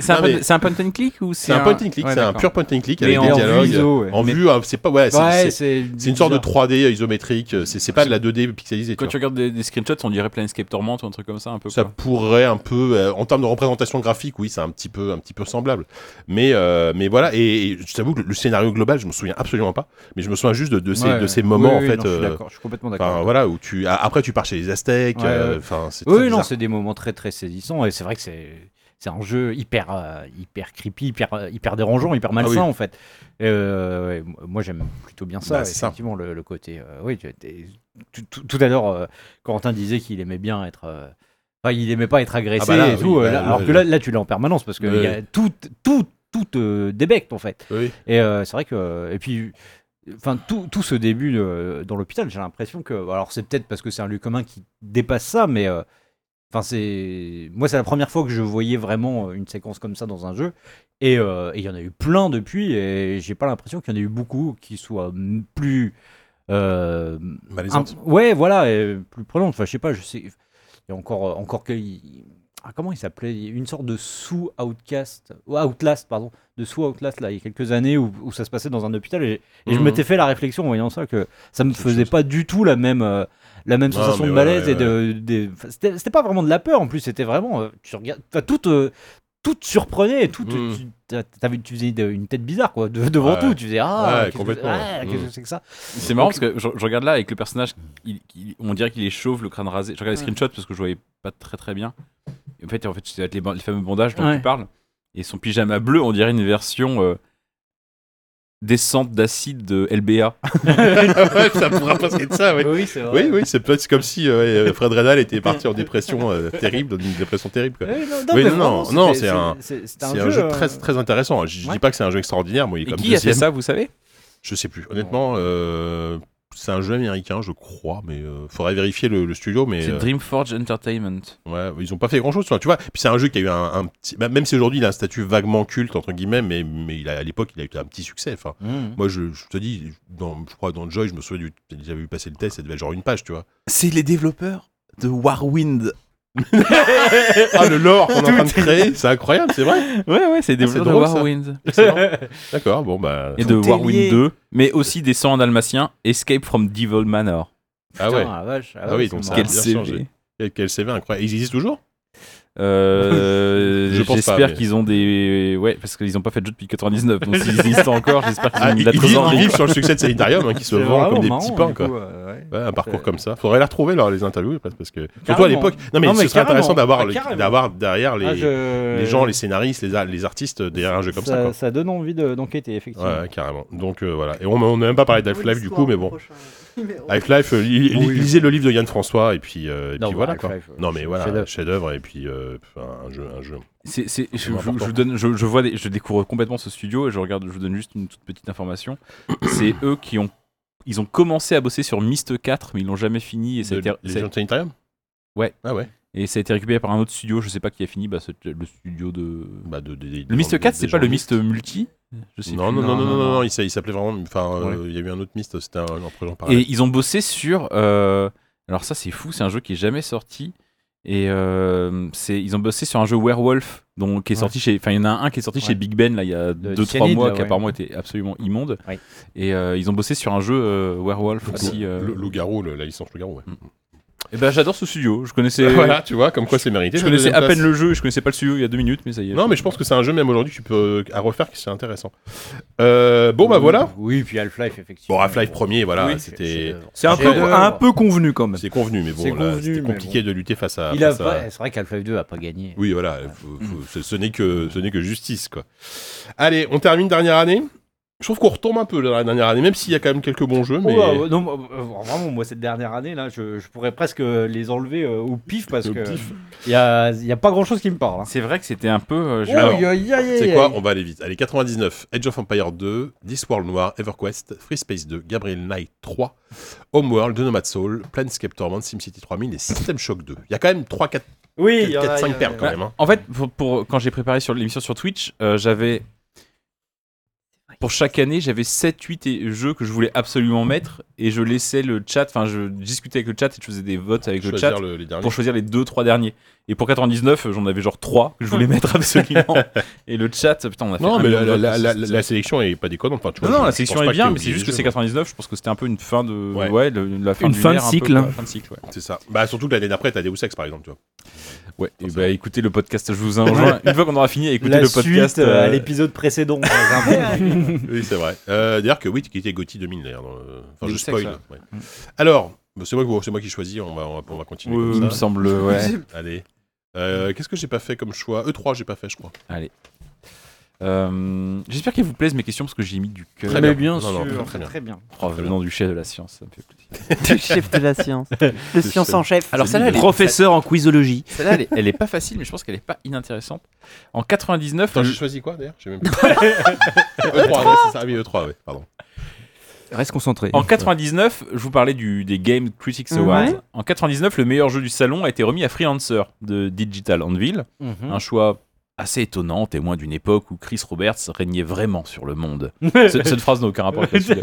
Speaker 2: c'est un,
Speaker 1: Non,
Speaker 2: point-
Speaker 1: mais-
Speaker 2: c'est un point and click ou
Speaker 1: C'est un point and click,
Speaker 2: Ouais,
Speaker 1: c'est un
Speaker 2: d'accord.
Speaker 1: pur point and click
Speaker 2: Mais
Speaker 1: avec
Speaker 2: en
Speaker 1: des
Speaker 2: vue
Speaker 1: dialogues.
Speaker 2: ISO, ouais.
Speaker 1: En
Speaker 2: Mais-
Speaker 1: vue, hein, c'est pas ouais, c'est- c'est-
Speaker 13: c'est
Speaker 1: c'est une sorte de 3D isométrique, euh, c'est c'est pas de la 2D pixelisée.
Speaker 2: Quand
Speaker 1: tu
Speaker 2: tu regardes des, des screenshots, on dirait Planescape Torment ou un truc comme ça, un peu.
Speaker 1: vois. Ça
Speaker 2: quoi.
Speaker 1: pourrait un peu, euh, en termes de représentation graphique, oui, c'est un petit peu, un petit peu semblable. Mais, euh, mais voilà, et, et je t'avoue que le scénario global, je me souviens absolument pas, mais je me souviens juste de, de ces, de ces moments en fait.
Speaker 5: je suis
Speaker 1: euh,
Speaker 5: d'accord, je suis complètement
Speaker 1: Enfin
Speaker 5: d'accord.
Speaker 1: voilà où tu a- après tu pars chez les Aztèques.
Speaker 5: Ouais,
Speaker 1: euh,
Speaker 5: ouais.
Speaker 1: Enfin c'est très
Speaker 5: Oui, non,
Speaker 1: bizarre.
Speaker 5: c'est des moments très très saisissants et c'est vrai que c'est c'est un jeu hyper euh, hyper creepy, hyper euh, hyper dérangeant,
Speaker 1: Ah
Speaker 5: hyper malsain en fait. Euh, ouais, m- moi j'aime plutôt bien ça,
Speaker 1: Bah, c'est ça.
Speaker 5: effectivement le, le côté. euh, oui, tu- t'es- tout, tout- tout à l'heure euh, Corentin disait qu'il aimait bien être. euh, Enfin, il aimait pas être agressé
Speaker 1: Ah bah là,
Speaker 5: et tout.
Speaker 1: oui, bah,
Speaker 5: euh, là-
Speaker 1: le-
Speaker 5: alors que là, là, tu l'as en permanence parce que
Speaker 1: Oui.
Speaker 5: il y a tout, tout, tout euh, débecte en fait.
Speaker 1: Oui.
Speaker 5: Et euh, c'est vrai que. Et puis. Enfin, tout, tout ce début euh, dans l'hôpital, j'ai l'impression que. Alors, c'est peut-être parce que c'est un lieu commun qui dépasse ça, mais. euh, Enfin, c'est. Moi, c'est la première fois que je voyais vraiment euh, une séquence comme ça dans un jeu. Et euh, et il y en a eu plein depuis, et j'ai pas l'impression qu'il y en ait eu beaucoup qui soient mm, plus. euh,
Speaker 1: Malaisante.
Speaker 5: un- ouais, voilà, et plus prenante. Enfin, je sais pas, je sais. Il y a encore, euh, encore que. il- ah, comment il s'appelait Une sorte de sous-outcast. ou Outlast, pardon. De sous-outlast, là, il y a quelques années où, où ça se passait dans un hôpital. Et, et je
Speaker 1: Mhm.
Speaker 5: m'étais fait la réflexion en voyant ça que ça me
Speaker 1: Quelque
Speaker 5: faisait
Speaker 1: chose.
Speaker 5: pas du tout la même. euh, la même
Speaker 1: Ouais,
Speaker 5: sensation
Speaker 1: mais
Speaker 5: de
Speaker 1: ouais,
Speaker 5: malaise
Speaker 1: ouais,
Speaker 5: et de, des- enfin, c'était c'était pas vraiment de la peur en plus c'était vraiment euh, tu regardes enfin, tout te- tout te surprenait tout te-
Speaker 1: Mm.
Speaker 5: tu, t'as- t'avais- tu faisais de- une tête bizarre quoi de- devant
Speaker 1: Ouais.
Speaker 5: tout tu faisais ah
Speaker 1: Ouais,
Speaker 5: qu'est-ce que-
Speaker 1: complètement.
Speaker 5: ah, qu'est-ce
Speaker 1: Mm.
Speaker 5: que c'est que ça
Speaker 2: C'est marrant parce que je, je regarde là avec le personnage, il- il- on dirait qu'il est chauve, le crâne rasé. Je regarde les
Speaker 6: Ouais.
Speaker 2: screenshots parce que je voyais pas très très bien. Et en fait, en fait c'est les, ban- les fameux bandages dont
Speaker 3: Ouais.
Speaker 2: tu parles. Et son pyjama bleu, on dirait une version euh,
Speaker 14: descente d'acide de LBA.
Speaker 1: Ah, ça pourra pas être ça, oui.
Speaker 15: Oui, c'est
Speaker 1: Oui,
Speaker 15: vrai.
Speaker 1: oui, c'est peut-être comme si euh, ouais, Fred Renal était parti en dépression euh, terrible, dans une dépression terrible. Quoi.
Speaker 15: Oui, non, mais
Speaker 1: Oui, non,
Speaker 15: vraiment,
Speaker 1: non, non,
Speaker 15: c'était-
Speaker 1: c'est un-
Speaker 15: c'est- c'est
Speaker 1: C'est un jeu
Speaker 5: hein,
Speaker 15: euh,
Speaker 1: très, très intéressant. hein. Je je
Speaker 15: ouais.
Speaker 1: dis pas que c'est un jeu extraordinaire, moi, il est
Speaker 14: Et
Speaker 1: comme
Speaker 14: qui a fait
Speaker 1: deuxième.
Speaker 14: ça, vous savez
Speaker 1: Je sais plus. Honnêtement, euh, c'est un jeu américain, je crois, mais euh, faudrait vérifier le, le studio. Mais
Speaker 2: C'est
Speaker 1: euh,
Speaker 2: Dreamforge Entertainment.
Speaker 1: ouais, ils ont pas fait grand chose, tu vois. Puis c'est un jeu qui a eu un, un petit, bah, même si aujourd'hui il a un statut vaguement culte entre guillemets, mais, mais il a, à l'époque il a eu un petit succès. Enfin, moi je, je te dis, dans, je crois dans Joy, je me souviens du, j'avais vu passer le test, ça devait être genre une page, tu vois.
Speaker 2: C'est les développeurs de Warwind.
Speaker 1: Ah le lore qu'on est en train de créer, c'est incroyable, c'est vrai.
Speaker 2: Ouais, ouais, Ah, c'est les
Speaker 1: c'est
Speaker 2: développeurs
Speaker 1: drôle,
Speaker 2: de
Speaker 1: ça.
Speaker 2: Warwind.
Speaker 1: D'accord, bon bah.
Speaker 2: Et de
Speaker 6: Tout est lié.
Speaker 2: Warwind 2, mais aussi des 100 dalmatiens, Escape from Devil Manor.
Speaker 1: Ah ouais.
Speaker 5: Ah, vache.
Speaker 1: Ah oui, donc ça a
Speaker 2: Quel
Speaker 1: bien
Speaker 2: CV.
Speaker 1: changé. Quel- Quel CV incroyable. Ils existent toujours
Speaker 2: Euh,
Speaker 1: Je pense pas,
Speaker 2: J'espère
Speaker 1: mais-
Speaker 2: qu'ils ont des. Ouais, parce qu'ils n'ont pas fait de jeu depuis 99, donc s'ils existent encore, j'espère qu'ils ont
Speaker 1: Ah,
Speaker 2: mis
Speaker 1: ils,
Speaker 2: de
Speaker 1: ils
Speaker 2: la
Speaker 1: vivent, ils
Speaker 2: trésorerie.
Speaker 1: vivent sur le succès de Sanitarium, hein, qui se
Speaker 5: C'est
Speaker 1: vend comme
Speaker 5: vraiment
Speaker 1: des
Speaker 5: marrant,
Speaker 1: petits pains,
Speaker 5: du
Speaker 1: quoi.
Speaker 5: coup, euh, ouais.
Speaker 1: Ouais, un parcours
Speaker 5: Euh,
Speaker 1: comme ça. Faudrait la retrouver, alors, les interviews, parce parce que. Surtout
Speaker 5: Carrément.
Speaker 1: à l'époque. Non, mais,
Speaker 5: Non, mais
Speaker 1: ce serait
Speaker 5: carrément.
Speaker 1: intéressant d'avoir
Speaker 5: Ah,
Speaker 1: le-
Speaker 5: carrément.
Speaker 1: d'avoir derrière les,
Speaker 5: Ah, je-
Speaker 1: les gens, les scénaristes, les, a- les artistes derrière un jeu comme ça, quoi.
Speaker 5: Ça donne envie de- d'enquêter, effectivement.
Speaker 1: Ouais, carrément. Donc euh, voilà. Et on on n'a même pas parlé d'Half-Life du coup, mais bon. Half-Life, euh, li- li-
Speaker 5: Oui.
Speaker 1: lisez le livre de Yann François, et puis, euh, et
Speaker 5: Non,
Speaker 1: puis
Speaker 5: bah,
Speaker 1: voilà quoi.
Speaker 5: Half-Life, euh,
Speaker 1: Non, mais voilà,
Speaker 5: chef-d'œuvre.
Speaker 1: chef-d'œuvre, et puis euh, un jeu. Un jeu.
Speaker 2: C'est- c'est- je,
Speaker 1: moins
Speaker 2: je- je
Speaker 1: important.
Speaker 2: vous donne, je, je vois, des- je découvre complètement ce studio et je regarde, je vous donne juste une toute petite information. C'est eux qui ont, ils ont commencé à bosser sur Myst 4, mais ils l'ont jamais fini et ça a
Speaker 1: De-
Speaker 2: été-
Speaker 1: les
Speaker 2: ça-
Speaker 1: gens de Sanitarium
Speaker 2: Ouais.
Speaker 1: Ah ouais
Speaker 2: et ça a été récupéré par un autre studio. Je sais pas qui a fini, bah, c'est le studio de.
Speaker 1: Bah, de- de- des
Speaker 2: Le Myst
Speaker 1: gens-
Speaker 2: 4,
Speaker 1: des
Speaker 2: c'est pas
Speaker 1: gens
Speaker 2: le
Speaker 1: de-
Speaker 2: Myst multi. Je sais
Speaker 1: Non,
Speaker 2: plus.
Speaker 1: non, non, non, non, non, non, il s'a- il s'appelait vraiment. Enfin, euh, il y a eu un autre mist, c'était un, un projet en parallèle.
Speaker 2: Et ils ont bossé sur. euh, alors ça, c'est fou, c'est un jeu qui est jamais sorti. Et euh, c'est, ils ont bossé sur un jeu Werewolf, donc, qui est sorti chez. Enfin, il y en a un qui est sorti chez Big Ben là il y a 2-3
Speaker 5: Cyanide,
Speaker 2: mois,
Speaker 5: là,
Speaker 2: qui
Speaker 5: ouais.
Speaker 2: apparemment était absolument immonde.
Speaker 5: Ouais.
Speaker 2: Et euh, ils ont bossé sur un jeu euh, Werewolf
Speaker 1: Le-
Speaker 2: aussi. euh.
Speaker 1: le loup-garou, le- la licence loup-garou, ouais.
Speaker 2: Et ben j'adore ce studio. Je connaissais.
Speaker 1: Voilà, tu vois, comme quoi c'est mérité.
Speaker 2: Je
Speaker 1: la
Speaker 2: connaissais
Speaker 1: deuxième
Speaker 2: à peine
Speaker 1: place.
Speaker 2: le jeu, et je connaissais pas le studio il y a deux minutes, mais ça y est.
Speaker 1: Non, mais je pense que c'est un jeu, même aujourd'hui, que tu peux à refaire, que c'est intéressant. Euh, bon, bah voilà.
Speaker 5: Oui, puis Half-Life, effectivement.
Speaker 1: Bon, Half-Life premier, voilà,
Speaker 5: Oui, euh,
Speaker 1: c'était. Ah,
Speaker 3: C'est un,
Speaker 1: J'ai-
Speaker 3: peu, un peu convenu quand même.
Speaker 1: C'est convenu, mais
Speaker 5: C'est
Speaker 1: bon, là,
Speaker 5: convenu,
Speaker 1: c'était
Speaker 5: mais
Speaker 1: compliqué de lutter face à.
Speaker 5: Il a
Speaker 1: face à-
Speaker 5: pas- C'est vrai Mmh. qu'Half-Life 2 a pas gagné.
Speaker 1: Oui, voilà, faut- faut- ce- ce n'est que, ce n'est que justice, quoi. Allez, on termine dernière année. Je trouve qu'on retombe un peu dans la dernière année, même s'il y a quand même quelques bons jeux, mais.
Speaker 5: Oh, ouais, ouais, non, moi, euh, vraiment, moi, cette dernière année, là, je, je pourrais presque les enlever euh, au pif parce
Speaker 1: Au
Speaker 5: que
Speaker 1: pif.
Speaker 5: il y a, il y a pas grand chose qui me parle. hein.
Speaker 2: C'est vrai que c'était un peu. euh, je-
Speaker 5: Oh,
Speaker 1: alors,
Speaker 5: aïe, aïe, aïe,
Speaker 1: C'est
Speaker 5: aïe.
Speaker 1: quoi On va aller vite. Allez, 99, Edge of Empire 2, Discworld Noir, EverQuest, Free Space 2, Gabriel Knight 3, Homeworld, The Nomad Soul, Planescape Torment, SimCity 3000 et System Shock 2. Il y a quand même 3-4-5
Speaker 5: Oui, il y en a- il y en a-
Speaker 1: perles quand
Speaker 2: Ouais.
Speaker 1: même. hein.
Speaker 2: En fait, pour, pour- quand j'ai préparé sur l'émission sur Twitch, euh, j'avais pour chaque année, j'avais 7 8 et- jeux que je voulais absolument mettre et je laissais le chat, enfin je discutais avec le chat et je faisais des votes avec le
Speaker 1: Choisir
Speaker 2: chat
Speaker 1: le- les derniers.
Speaker 2: pour choisir les deux trois derniers. Et pour 99, j'en avais genre 3 que je voulais mettre absolument. Et le chat, putain, on a fait
Speaker 1: Non,
Speaker 2: un
Speaker 1: mais la,
Speaker 2: million de
Speaker 1: la-
Speaker 2: votes,
Speaker 1: la-
Speaker 2: c'est-
Speaker 1: la-
Speaker 2: c'est-
Speaker 1: la sélection est pas déconnante. Enfin, tu vois,
Speaker 2: non, non,
Speaker 1: je-
Speaker 2: la
Speaker 1: je
Speaker 2: sélection
Speaker 1: pense
Speaker 2: est
Speaker 1: pas
Speaker 2: bien,
Speaker 1: que
Speaker 2: mais c'est
Speaker 1: t'aies
Speaker 2: juste que
Speaker 1: oublié
Speaker 2: c'est
Speaker 1: les jeux,
Speaker 2: 99. Je pense que c'était un peu une fin de,
Speaker 1: Ouais.
Speaker 2: ouais, le- la fin
Speaker 3: Une
Speaker 2: d'une
Speaker 3: fin de
Speaker 2: ère un peu,
Speaker 3: cycle.
Speaker 2: quoi, la fin de cycle. Ouais.
Speaker 1: quoi. C'est ça. Bah, surtout que l'année d'après, t'as Deus Ex par exemple. Tu vois.
Speaker 2: Ouais, et bah écoutez le podcast, je vous enjoins. Une fois qu'on aura fini, écoutez
Speaker 5: La
Speaker 2: le podcast.
Speaker 5: suite euh, à
Speaker 2: euh,
Speaker 5: l'épisode précédent. quoi, c'est un peu-
Speaker 1: oui, c'est vrai. Euh, d'ailleurs, que oui, qui était Gotti 2000 d'ailleurs. dans le- Enfin, je
Speaker 2: Deus Ex,
Speaker 1: spoil.
Speaker 2: ouais.
Speaker 1: ouais. Alors, bah, c'est moi, qui- c'est moi qui choisis, on va, on va, on va continuer. comme
Speaker 2: il me
Speaker 1: ça.
Speaker 2: semble, ouais.
Speaker 1: Allez. Euh, Qu'est-ce que j'ai pas fait comme choix E3, j'ai pas fait, je crois.
Speaker 2: Euh, J'espère qu'elles vous plaisent mes questions parce que j'ai mis du cœur.
Speaker 1: Très
Speaker 5: Mais
Speaker 1: bien.
Speaker 5: bien
Speaker 1: Non, non, très,
Speaker 5: sûr,
Speaker 1: très bien.
Speaker 5: très bien.
Speaker 2: Oh, venant du chef de la science, ça me fait plaisir.
Speaker 6: Le chef de la science. Le science en chef.
Speaker 2: Alors celle-là, elle, est-
Speaker 3: Professeur en quizologie.
Speaker 2: celle-là, elle, est- elle est pas facile, mais je pense qu'elle est pas inintéressante. En 99,
Speaker 1: Attends,
Speaker 2: le-
Speaker 1: j'ai choisi quoi d'ailleurs J'ai même plus. E3, ouais, c'est ça. Ah oui, E3, ouais, pardon.
Speaker 3: Reste concentré.
Speaker 2: en 99, je vous parlais du, des Game Critics
Speaker 6: Ouais.
Speaker 2: Awards. En 99, le meilleur jeu du salon a été remis à Freelancer de Digital Anvil,
Speaker 5: Mhm.
Speaker 2: un choix assez étonnant, témoin d'une époque où Chris Roberts régnait vraiment sur le monde. cette, cette phrase n'a aucun rapport avec le sujet.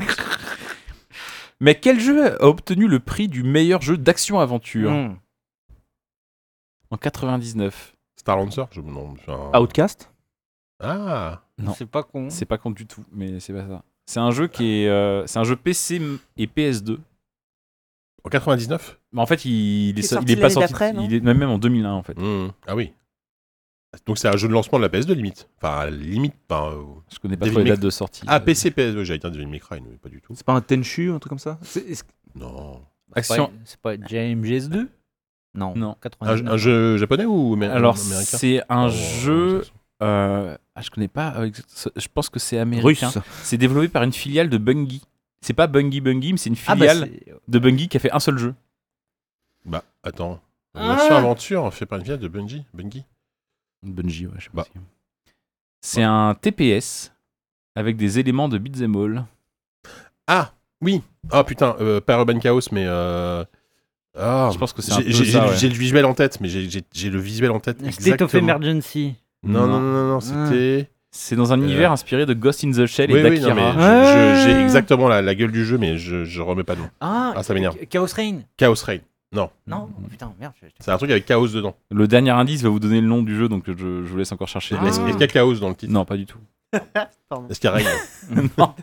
Speaker 2: Mais quel jeu a obtenu le prix du meilleur jeu d'action-aventure
Speaker 5: Mm.
Speaker 2: en 99
Speaker 1: Star Lancer Je me demande. enfin,
Speaker 3: Outcast
Speaker 1: Ah
Speaker 2: Non.
Speaker 5: C'est pas con.
Speaker 2: C'est pas con du tout, mais c'est pas ça. C'est un jeu qui est, euh, c'est un jeu PC m- et PS2.
Speaker 1: En 99
Speaker 2: Mais en fait, il, il est,
Speaker 6: est
Speaker 2: so- il
Speaker 6: sorti
Speaker 2: est pas
Speaker 6: l'année
Speaker 2: sorti.
Speaker 6: d'après, non
Speaker 2: il est même même en 2001 en fait.
Speaker 1: Hmm, Ah oui. Donc c'est un jeu de lancement de la PS2 limite. Enfin, limite. Enfin, euh,
Speaker 2: Je connais pas
Speaker 1: David
Speaker 2: trop les
Speaker 1: Mc-
Speaker 2: dates de sortie.
Speaker 1: Ah, PC, PS2, j'allais dire Devil May Cry, mais pas du tout.
Speaker 3: C'est pas un Tenchu, un truc comme ça C'est- est-ce-
Speaker 1: Non.
Speaker 2: Action.
Speaker 5: C'est pas JMGS2 Non.
Speaker 2: Non.
Speaker 1: Un,
Speaker 5: 99.
Speaker 1: un jeu japonais ou amé-
Speaker 2: Alors
Speaker 1: américain
Speaker 2: c'est un
Speaker 1: Oh,
Speaker 2: jeu. euh, Ah, je connais pas. euh, exact- ce- je pense que c'est américain. C'est développé par une filiale de Bungie. C'est pas Bungie Bungie, mais c'est une
Speaker 5: Ah bah,
Speaker 2: filiale de Bungie qui a fait un seul jeu.
Speaker 1: Bah, attends.
Speaker 16: Ah.
Speaker 1: Version aventure fait par une fille de Bungie. Bungie.
Speaker 2: Bungie, ouais, je sais pas.
Speaker 1: Bah.
Speaker 2: si- C'est un TPS avec des éléments de beat'em all.
Speaker 1: Ah oui. Ah putain, euh, pas Urban Chaos, mais. euh, Ah,
Speaker 2: Je pense que c'est un
Speaker 1: j'ai-
Speaker 2: peu
Speaker 1: j'ai j'ai
Speaker 2: ça,
Speaker 1: le-
Speaker 2: ouais.
Speaker 1: j'ai le visuel en tête, mais j'ai- j'ai j'ai le visuel en tête.
Speaker 16: State of
Speaker 1: exactement.
Speaker 16: Emergency.
Speaker 1: Non, non, non, non, non, c'était.
Speaker 2: C'est dans un
Speaker 1: Euh.
Speaker 2: univers inspiré de Ghost in the Shell
Speaker 1: Oui,
Speaker 2: et
Speaker 1: oui, non,
Speaker 2: d'Akira.
Speaker 1: mais
Speaker 16: Ah.
Speaker 1: je- je- j'ai exactement la, la gueule du jeu, mais je, je remets pas de nom.
Speaker 5: Ah,
Speaker 1: Ah, ça m'énerve.
Speaker 5: Chaos Reign.
Speaker 1: Chaos Rain.
Speaker 5: Non, oh, putain, merde. je-
Speaker 1: C'est un truc avec Chaos dedans.
Speaker 2: Le dernier indice va vous donner le nom du jeu, donc je, je vous laisse encore chercher.
Speaker 1: Est-ce est-ce qu'il y a Chaos dans le titre
Speaker 2: Non, pas du tout.
Speaker 1: Est-ce qu'il y a Rain
Speaker 2: Non.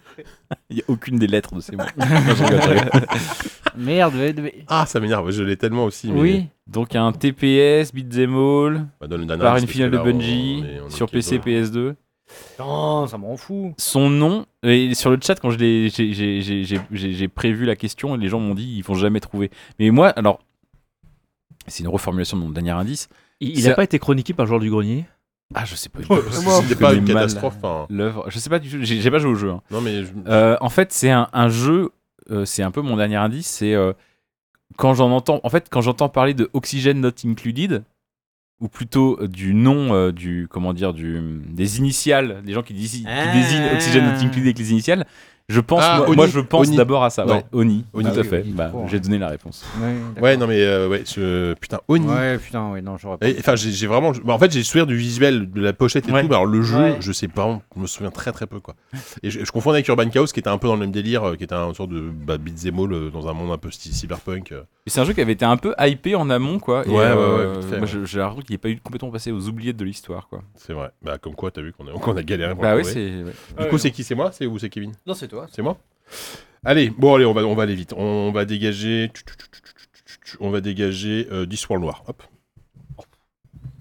Speaker 2: Il n'y a aucune des lettres de ces mots.
Speaker 16: Merde, mais- mais-
Speaker 1: Ah, ça m'énerve, je l'ai tellement aussi. Mais...
Speaker 16: oui.
Speaker 2: Donc un TPS, beat'em all,
Speaker 1: Bah, donne le dernier
Speaker 2: par
Speaker 1: indice,
Speaker 2: une
Speaker 1: parce
Speaker 2: filiale
Speaker 1: que
Speaker 2: de
Speaker 1: là,
Speaker 2: Bungie,
Speaker 1: on est- on est
Speaker 2: sur
Speaker 1: quel
Speaker 2: PC,
Speaker 1: bon.
Speaker 2: PS2.
Speaker 5: Putain, ça m'en fout.
Speaker 2: Son nom, et sur le chat, quand je l'ai- j'ai- j'ai- j'ai j'ai- j'ai- j'ai prévu la question, les gens m'ont dit ils vont jamais trouver. Mais moi, alors, c'est une reformulation de mon dernier indice.
Speaker 7: Il
Speaker 2: il
Speaker 7: n'a
Speaker 2: a
Speaker 7: pas été chroniqué par Joueur du Grenier
Speaker 2: Ah, je sais pas.
Speaker 1: C'était pas une catastrophe. hein.
Speaker 2: L'œuvre, je sais pas du tout, j'ai j'ai pas joué au jeu. hein.
Speaker 1: Non, mais je-
Speaker 2: Euh, en fait, c'est un, un jeu, euh, c'est un peu mon dernier indice, c'est euh, quand j'en entends, en fait, quand j'entends parler de Oxygen Not Included, ou plutôt euh, du nom euh, du, comment dire, du, des initiales, des gens qui, disi- qui
Speaker 5: Ah.
Speaker 2: désignent Oxygen Not Included avec les initiales, je pense,
Speaker 1: Ah,
Speaker 2: moi,
Speaker 1: Oni.
Speaker 2: moi, je pense
Speaker 1: Oni.
Speaker 2: d'abord à ça,
Speaker 1: Non.
Speaker 2: ouais, Oni,
Speaker 1: Oni.
Speaker 2: tout
Speaker 1: Ah
Speaker 2: à
Speaker 1: oui,
Speaker 2: fait,
Speaker 5: Oni,
Speaker 2: Bah,
Speaker 5: pour,
Speaker 2: j'ai
Speaker 5: hein.
Speaker 2: donné la réponse.
Speaker 5: Ouais,
Speaker 1: Ouais, non, mais euh, ouais, ce- putain, Oni.
Speaker 5: Ouais, putain, ouais, non, j'aurais pas.
Speaker 1: Et- Enfin, j'ai j'ai vraiment. bah, en fait, j'ai le souvenir du visuel, de la pochette et
Speaker 2: Ouais.
Speaker 1: tout. Mais alors, le jeu,
Speaker 16: Ouais.
Speaker 1: je sais pas, on- je me souviens très très peu quoi. Et je, je confondais avec Urban Chaos, qui était un peu dans le même délire, euh, qui était un sorte de bah, beat'em all euh, dans un monde un peu style cyberpunk. euh.
Speaker 2: Et c'est un jeu qui avait été un peu hypé en amont, quoi. et,
Speaker 1: Ouais, ouais, ouais,
Speaker 2: euh,
Speaker 1: vite fait,
Speaker 2: moi,
Speaker 1: ouais.
Speaker 2: je- j'ai l'impression qu'il n'est pas eu complètement passé aux oubliettes de l'histoire, quoi.
Speaker 1: C'est vrai. Bah, comme quoi, t'as vu qu'on a, qu'on a galéré. Pour
Speaker 2: Bah
Speaker 1: le
Speaker 2: oui,
Speaker 1: trouver.
Speaker 2: c'est. ouais.
Speaker 1: Du coup, c'est qui C'est moi C'est ou c'est Kevin
Speaker 5: Non, c'est toi.
Speaker 1: C'est moi Allez, bon, allez, on va, on va aller vite. On va dégager. On va dégager euh, Discworld noir. Hop.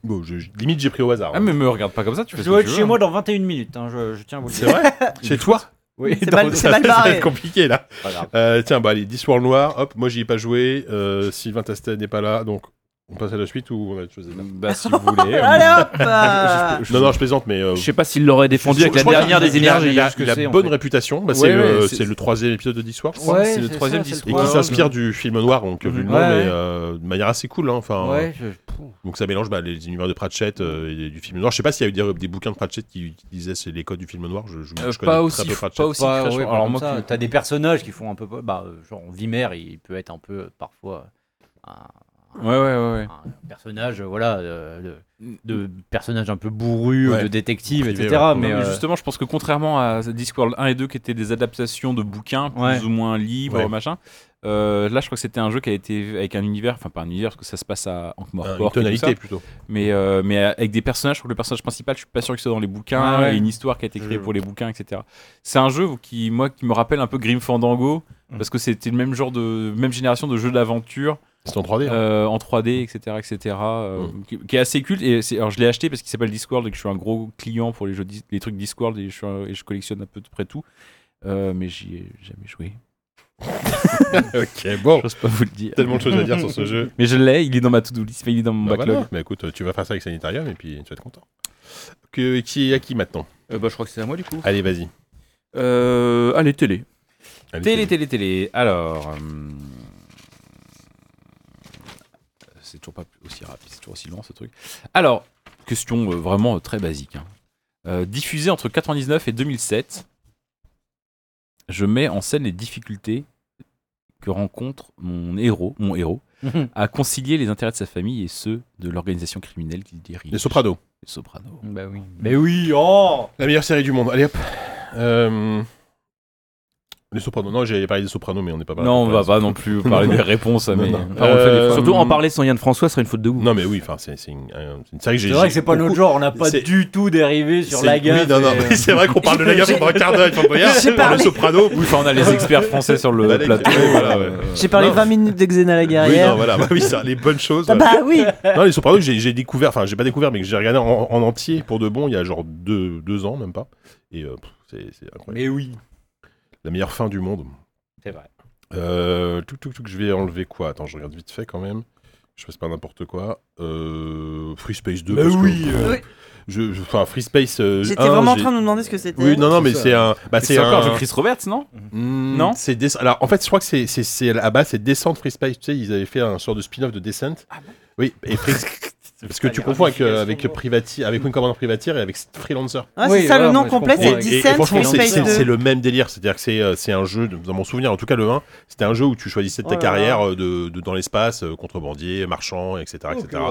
Speaker 1: Bon, je- je- limite, j'ai pris au hasard. hein.
Speaker 2: Ah, mais me regarde pas comme ça, tu fais
Speaker 16: Je
Speaker 2: ce que
Speaker 16: dois
Speaker 2: tu
Speaker 16: être
Speaker 2: veux.
Speaker 16: chez moi dans 21 minutes, hein, je, je tiens à vous le
Speaker 1: C'est
Speaker 16: dire.
Speaker 1: vrai Chez toi
Speaker 5: Oui,
Speaker 6: C'est
Speaker 5: non,
Speaker 6: mal- c'est mal
Speaker 1: Ça va
Speaker 6: barré.
Speaker 1: être compliqué là.
Speaker 5: pas grave.
Speaker 1: Euh, tiens, bah allez, Discworld noir, hop, moi j'y ai pas joué, euh, Sylvain Tastet n'est pas là, donc on passe à la suite ou on a autre chose à dire
Speaker 2: Bah, si vous
Speaker 1: hein.
Speaker 2: voulez. euh,
Speaker 6: Allez hop euh,
Speaker 1: Non, non, je plaisante, mais... euh,
Speaker 7: Je sais pas s'il l'aurait défendu
Speaker 1: je-
Speaker 7: avec
Speaker 1: je
Speaker 7: la
Speaker 1: crois
Speaker 7: dernière
Speaker 1: qu'il a-
Speaker 7: des énergies.
Speaker 1: Il a,
Speaker 5: ce que
Speaker 1: il a
Speaker 5: c'est, en
Speaker 1: bonne
Speaker 5: fait.
Speaker 1: réputation, bah,
Speaker 2: Ouais,
Speaker 1: c'est le-
Speaker 2: ouais,
Speaker 1: c'est
Speaker 2: c'est-
Speaker 1: le troisième épisode de Discworld, je crois.
Speaker 5: Ouais,
Speaker 2: c'est le
Speaker 5: c'est
Speaker 2: troisième
Speaker 5: ça, c'est
Speaker 1: Et
Speaker 5: le
Speaker 2: discours.
Speaker 1: qui
Speaker 5: troisième.
Speaker 1: s'inspire du film noir, donc vu le nom,
Speaker 2: Ouais,
Speaker 1: mais
Speaker 5: ouais.
Speaker 1: euh, de manière assez cool. hein, Enfin,
Speaker 5: Ouais, je-
Speaker 1: donc ça mélange bah, les univers de Pratchett euh, et du film noir. Je sais pas s'il y a eu des, des bouquins de Pratchett qui utilisaient ces- les codes du film noir. Je, je,
Speaker 2: Euh,
Speaker 1: je connais
Speaker 2: pas
Speaker 1: très
Speaker 2: aussi,
Speaker 1: peu
Speaker 2: pas
Speaker 1: Pratchett.
Speaker 2: aussi
Speaker 5: Ouais,
Speaker 2: fraîche.
Speaker 5: ouais, par
Speaker 2: Alors
Speaker 5: contre,
Speaker 2: moi,
Speaker 5: ça,
Speaker 2: qui-
Speaker 5: t'as des personnages qui font un peu, bah, euh, genre Vimer, il peut être un peu euh, parfois un,
Speaker 2: ouais, ouais, ouais, ouais.
Speaker 5: un personnage, euh, voilà, euh, de, de personnage un peu bourru, euh,
Speaker 1: Ouais.
Speaker 5: de détective,
Speaker 1: Privé,
Speaker 5: etc.
Speaker 1: ouais.
Speaker 5: Mais,
Speaker 2: Non, mais
Speaker 5: euh,
Speaker 2: justement, je pense que contrairement à Discworld 1 et 2, qui étaient des adaptations de bouquins plus
Speaker 5: Ouais.
Speaker 2: ou moins libres,
Speaker 1: Ouais.
Speaker 2: machin, euh, là, je crois que c'était un jeu qui a été avec un univers, enfin pas un univers, parce que ça se passe à
Speaker 1: Euh,
Speaker 2: Ankh-Morpork,
Speaker 1: Une
Speaker 2: et tout ça,
Speaker 1: tonalité plutôt.
Speaker 2: mais euh, mais avec des personnages. Je crois que le personnage principal, je suis pas sûr qu'il soit dans les bouquins,
Speaker 7: Ah ouais.
Speaker 2: et une histoire qui a été créée pour les bouquins, etc. C'est un jeu qui, moi, qui me rappelle un peu Grim Fandango, parce que c'était le même genre de même génération de jeux d'aventure.
Speaker 1: C'est en 3D. hein.
Speaker 2: Euh, en 3D, etc., etc., euh,
Speaker 7: Mm.
Speaker 2: qui, qui est assez culte. Et c'est- alors je l'ai acheté parce qu'il s'appelle Discworld et que je suis un gros client pour les jeux, Dis- les trucs Discworld et je, suis un- et je collectionne à peu près tout. Euh, mais j'y ai jamais joué.
Speaker 1: ok, bon.
Speaker 2: J'ose pas vous le dire.
Speaker 1: Tellement de choses à dire sur ce jeu.
Speaker 2: Mais je l'ai, il est dans ma to-do list, enfin, il est dans mon
Speaker 1: Bah
Speaker 2: backlog.
Speaker 1: voilà. Mais écoute, tu vas faire ça avec Sanitarium et puis tu vas être content. Que, qui est à qui maintenant
Speaker 7: Euh, bah, je crois que c'est à moi du coup.
Speaker 1: Allez, vas-y.
Speaker 7: Euh, allez, télé.
Speaker 1: Allez,
Speaker 2: Télé,
Speaker 1: vas-y.
Speaker 2: télé, télé. Alors. hum, C'est toujours pas aussi rapide, c'est toujours aussi lent ce truc. Alors, question euh, vraiment euh, très basique. hein. Euh, diffusé entre 99 et 2007, je mets en scène les difficultés que rencontre mon héros, mon héros,
Speaker 5: euh,
Speaker 2: à concilier les intérêts de sa famille et ceux de l'organisation criminelle qu'il dirige.
Speaker 1: Les Sopranos.
Speaker 2: Les Sopranos.
Speaker 5: bah oui.
Speaker 16: Mais oui, oh
Speaker 1: La meilleure série du monde. Allez hop. Euh, Les Sopranos. Non, j'allais parler des Sopranos, mais on n'est pas parlé.
Speaker 2: non, on va pas non plus parler des réponses, mais
Speaker 1: non.
Speaker 2: Enfin, on le fait des
Speaker 1: Euh,
Speaker 2: fois.
Speaker 7: Surtout en parler sans Yann François serait une faute de goût.
Speaker 1: Non, mais oui, enfin, c'est c'est une, euh, c'est une série que j'ai.
Speaker 16: C'est vrai que
Speaker 1: j'ai
Speaker 16: c'est pas
Speaker 1: beaucoup-
Speaker 16: notre genre, on n'a pas
Speaker 1: c'est-
Speaker 16: du tout dérivé sur
Speaker 1: c'est-
Speaker 16: la gueule. euh,
Speaker 1: Oui, non, non, mais c'est vrai qu'on parle de la gaffe pendant un quart d'heure avec Fanboyard,
Speaker 6: J'ai
Speaker 1: pour les
Speaker 6: parlé.
Speaker 1: Sopranos.
Speaker 2: Oui, enfin, on a les experts français sur le
Speaker 1: Bah, les-
Speaker 2: plateau.
Speaker 1: oui, voilà,
Speaker 2: euh,
Speaker 1: ouais.
Speaker 6: J'ai parlé
Speaker 1: Non.
Speaker 6: 20 minutes de Xena la
Speaker 1: Oui,
Speaker 6: guerrière.
Speaker 1: non, voilà, bah oui, ça, les bonnes choses.
Speaker 6: Ah bah oui
Speaker 1: Non, les Sopranos, j'ai j'ai découvert, enfin, j'ai pas découvert, mais que j'ai regardé en, en entier pour de bon il y a genre deux, deux ans, même pas. Et euh, pff, c'est c'est incroyable.
Speaker 5: Mais oui.
Speaker 1: La meilleure fin du monde.
Speaker 5: C'est vrai.
Speaker 1: Euh, tout, tout, tout, je vais enlever quoi Attends, je regarde vite fait quand même. Je fasse pas n'importe quoi. Euh, Free Space 2. parce que- je, je- enfin, Free Space. euh,
Speaker 6: J'étais
Speaker 1: un,
Speaker 6: vraiment en
Speaker 1: j'ai-
Speaker 6: train de me demander euh, ce que c'était.
Speaker 1: Oui, non, non, mais
Speaker 5: ça.
Speaker 1: c'est un. Bah,
Speaker 3: Ah, C'est encore
Speaker 1: un-
Speaker 3: un jeu Chris Roberts, non
Speaker 1: Hmm,
Speaker 3: Non
Speaker 1: c'est Desc- Alors, en fait, je crois que c'est, c'est, c'est à base, c'est Descent Free Space. Tu sais, ils avaient fait un sort de spin-off de Descent.
Speaker 6: Ah
Speaker 1: oui, et Free- parce que tu confonds avec, euh, avec, Privati- avec Wing Commander Privateer et avec Freelancer.
Speaker 6: Ah,
Speaker 5: Oui,
Speaker 6: c'est ça
Speaker 5: voilà,
Speaker 6: le nom
Speaker 5: moi, je
Speaker 6: complet,
Speaker 5: comprends.
Speaker 6: c'est
Speaker 1: Et, et- et
Speaker 6: Descent
Speaker 1: franchement,
Speaker 6: Free
Speaker 1: c'est,
Speaker 6: Space
Speaker 1: c'est- c'est
Speaker 6: 2.
Speaker 1: le même délire. C'est-à-dire que c'est, euh, c'est un jeu, dans mon souvenir, en tout cas le 1, c'était un jeu où tu choisissais ta
Speaker 6: Oh là là.
Speaker 1: carrière euh, de, de- dans l'espace, euh, contrebandier, marchand, etc. etc.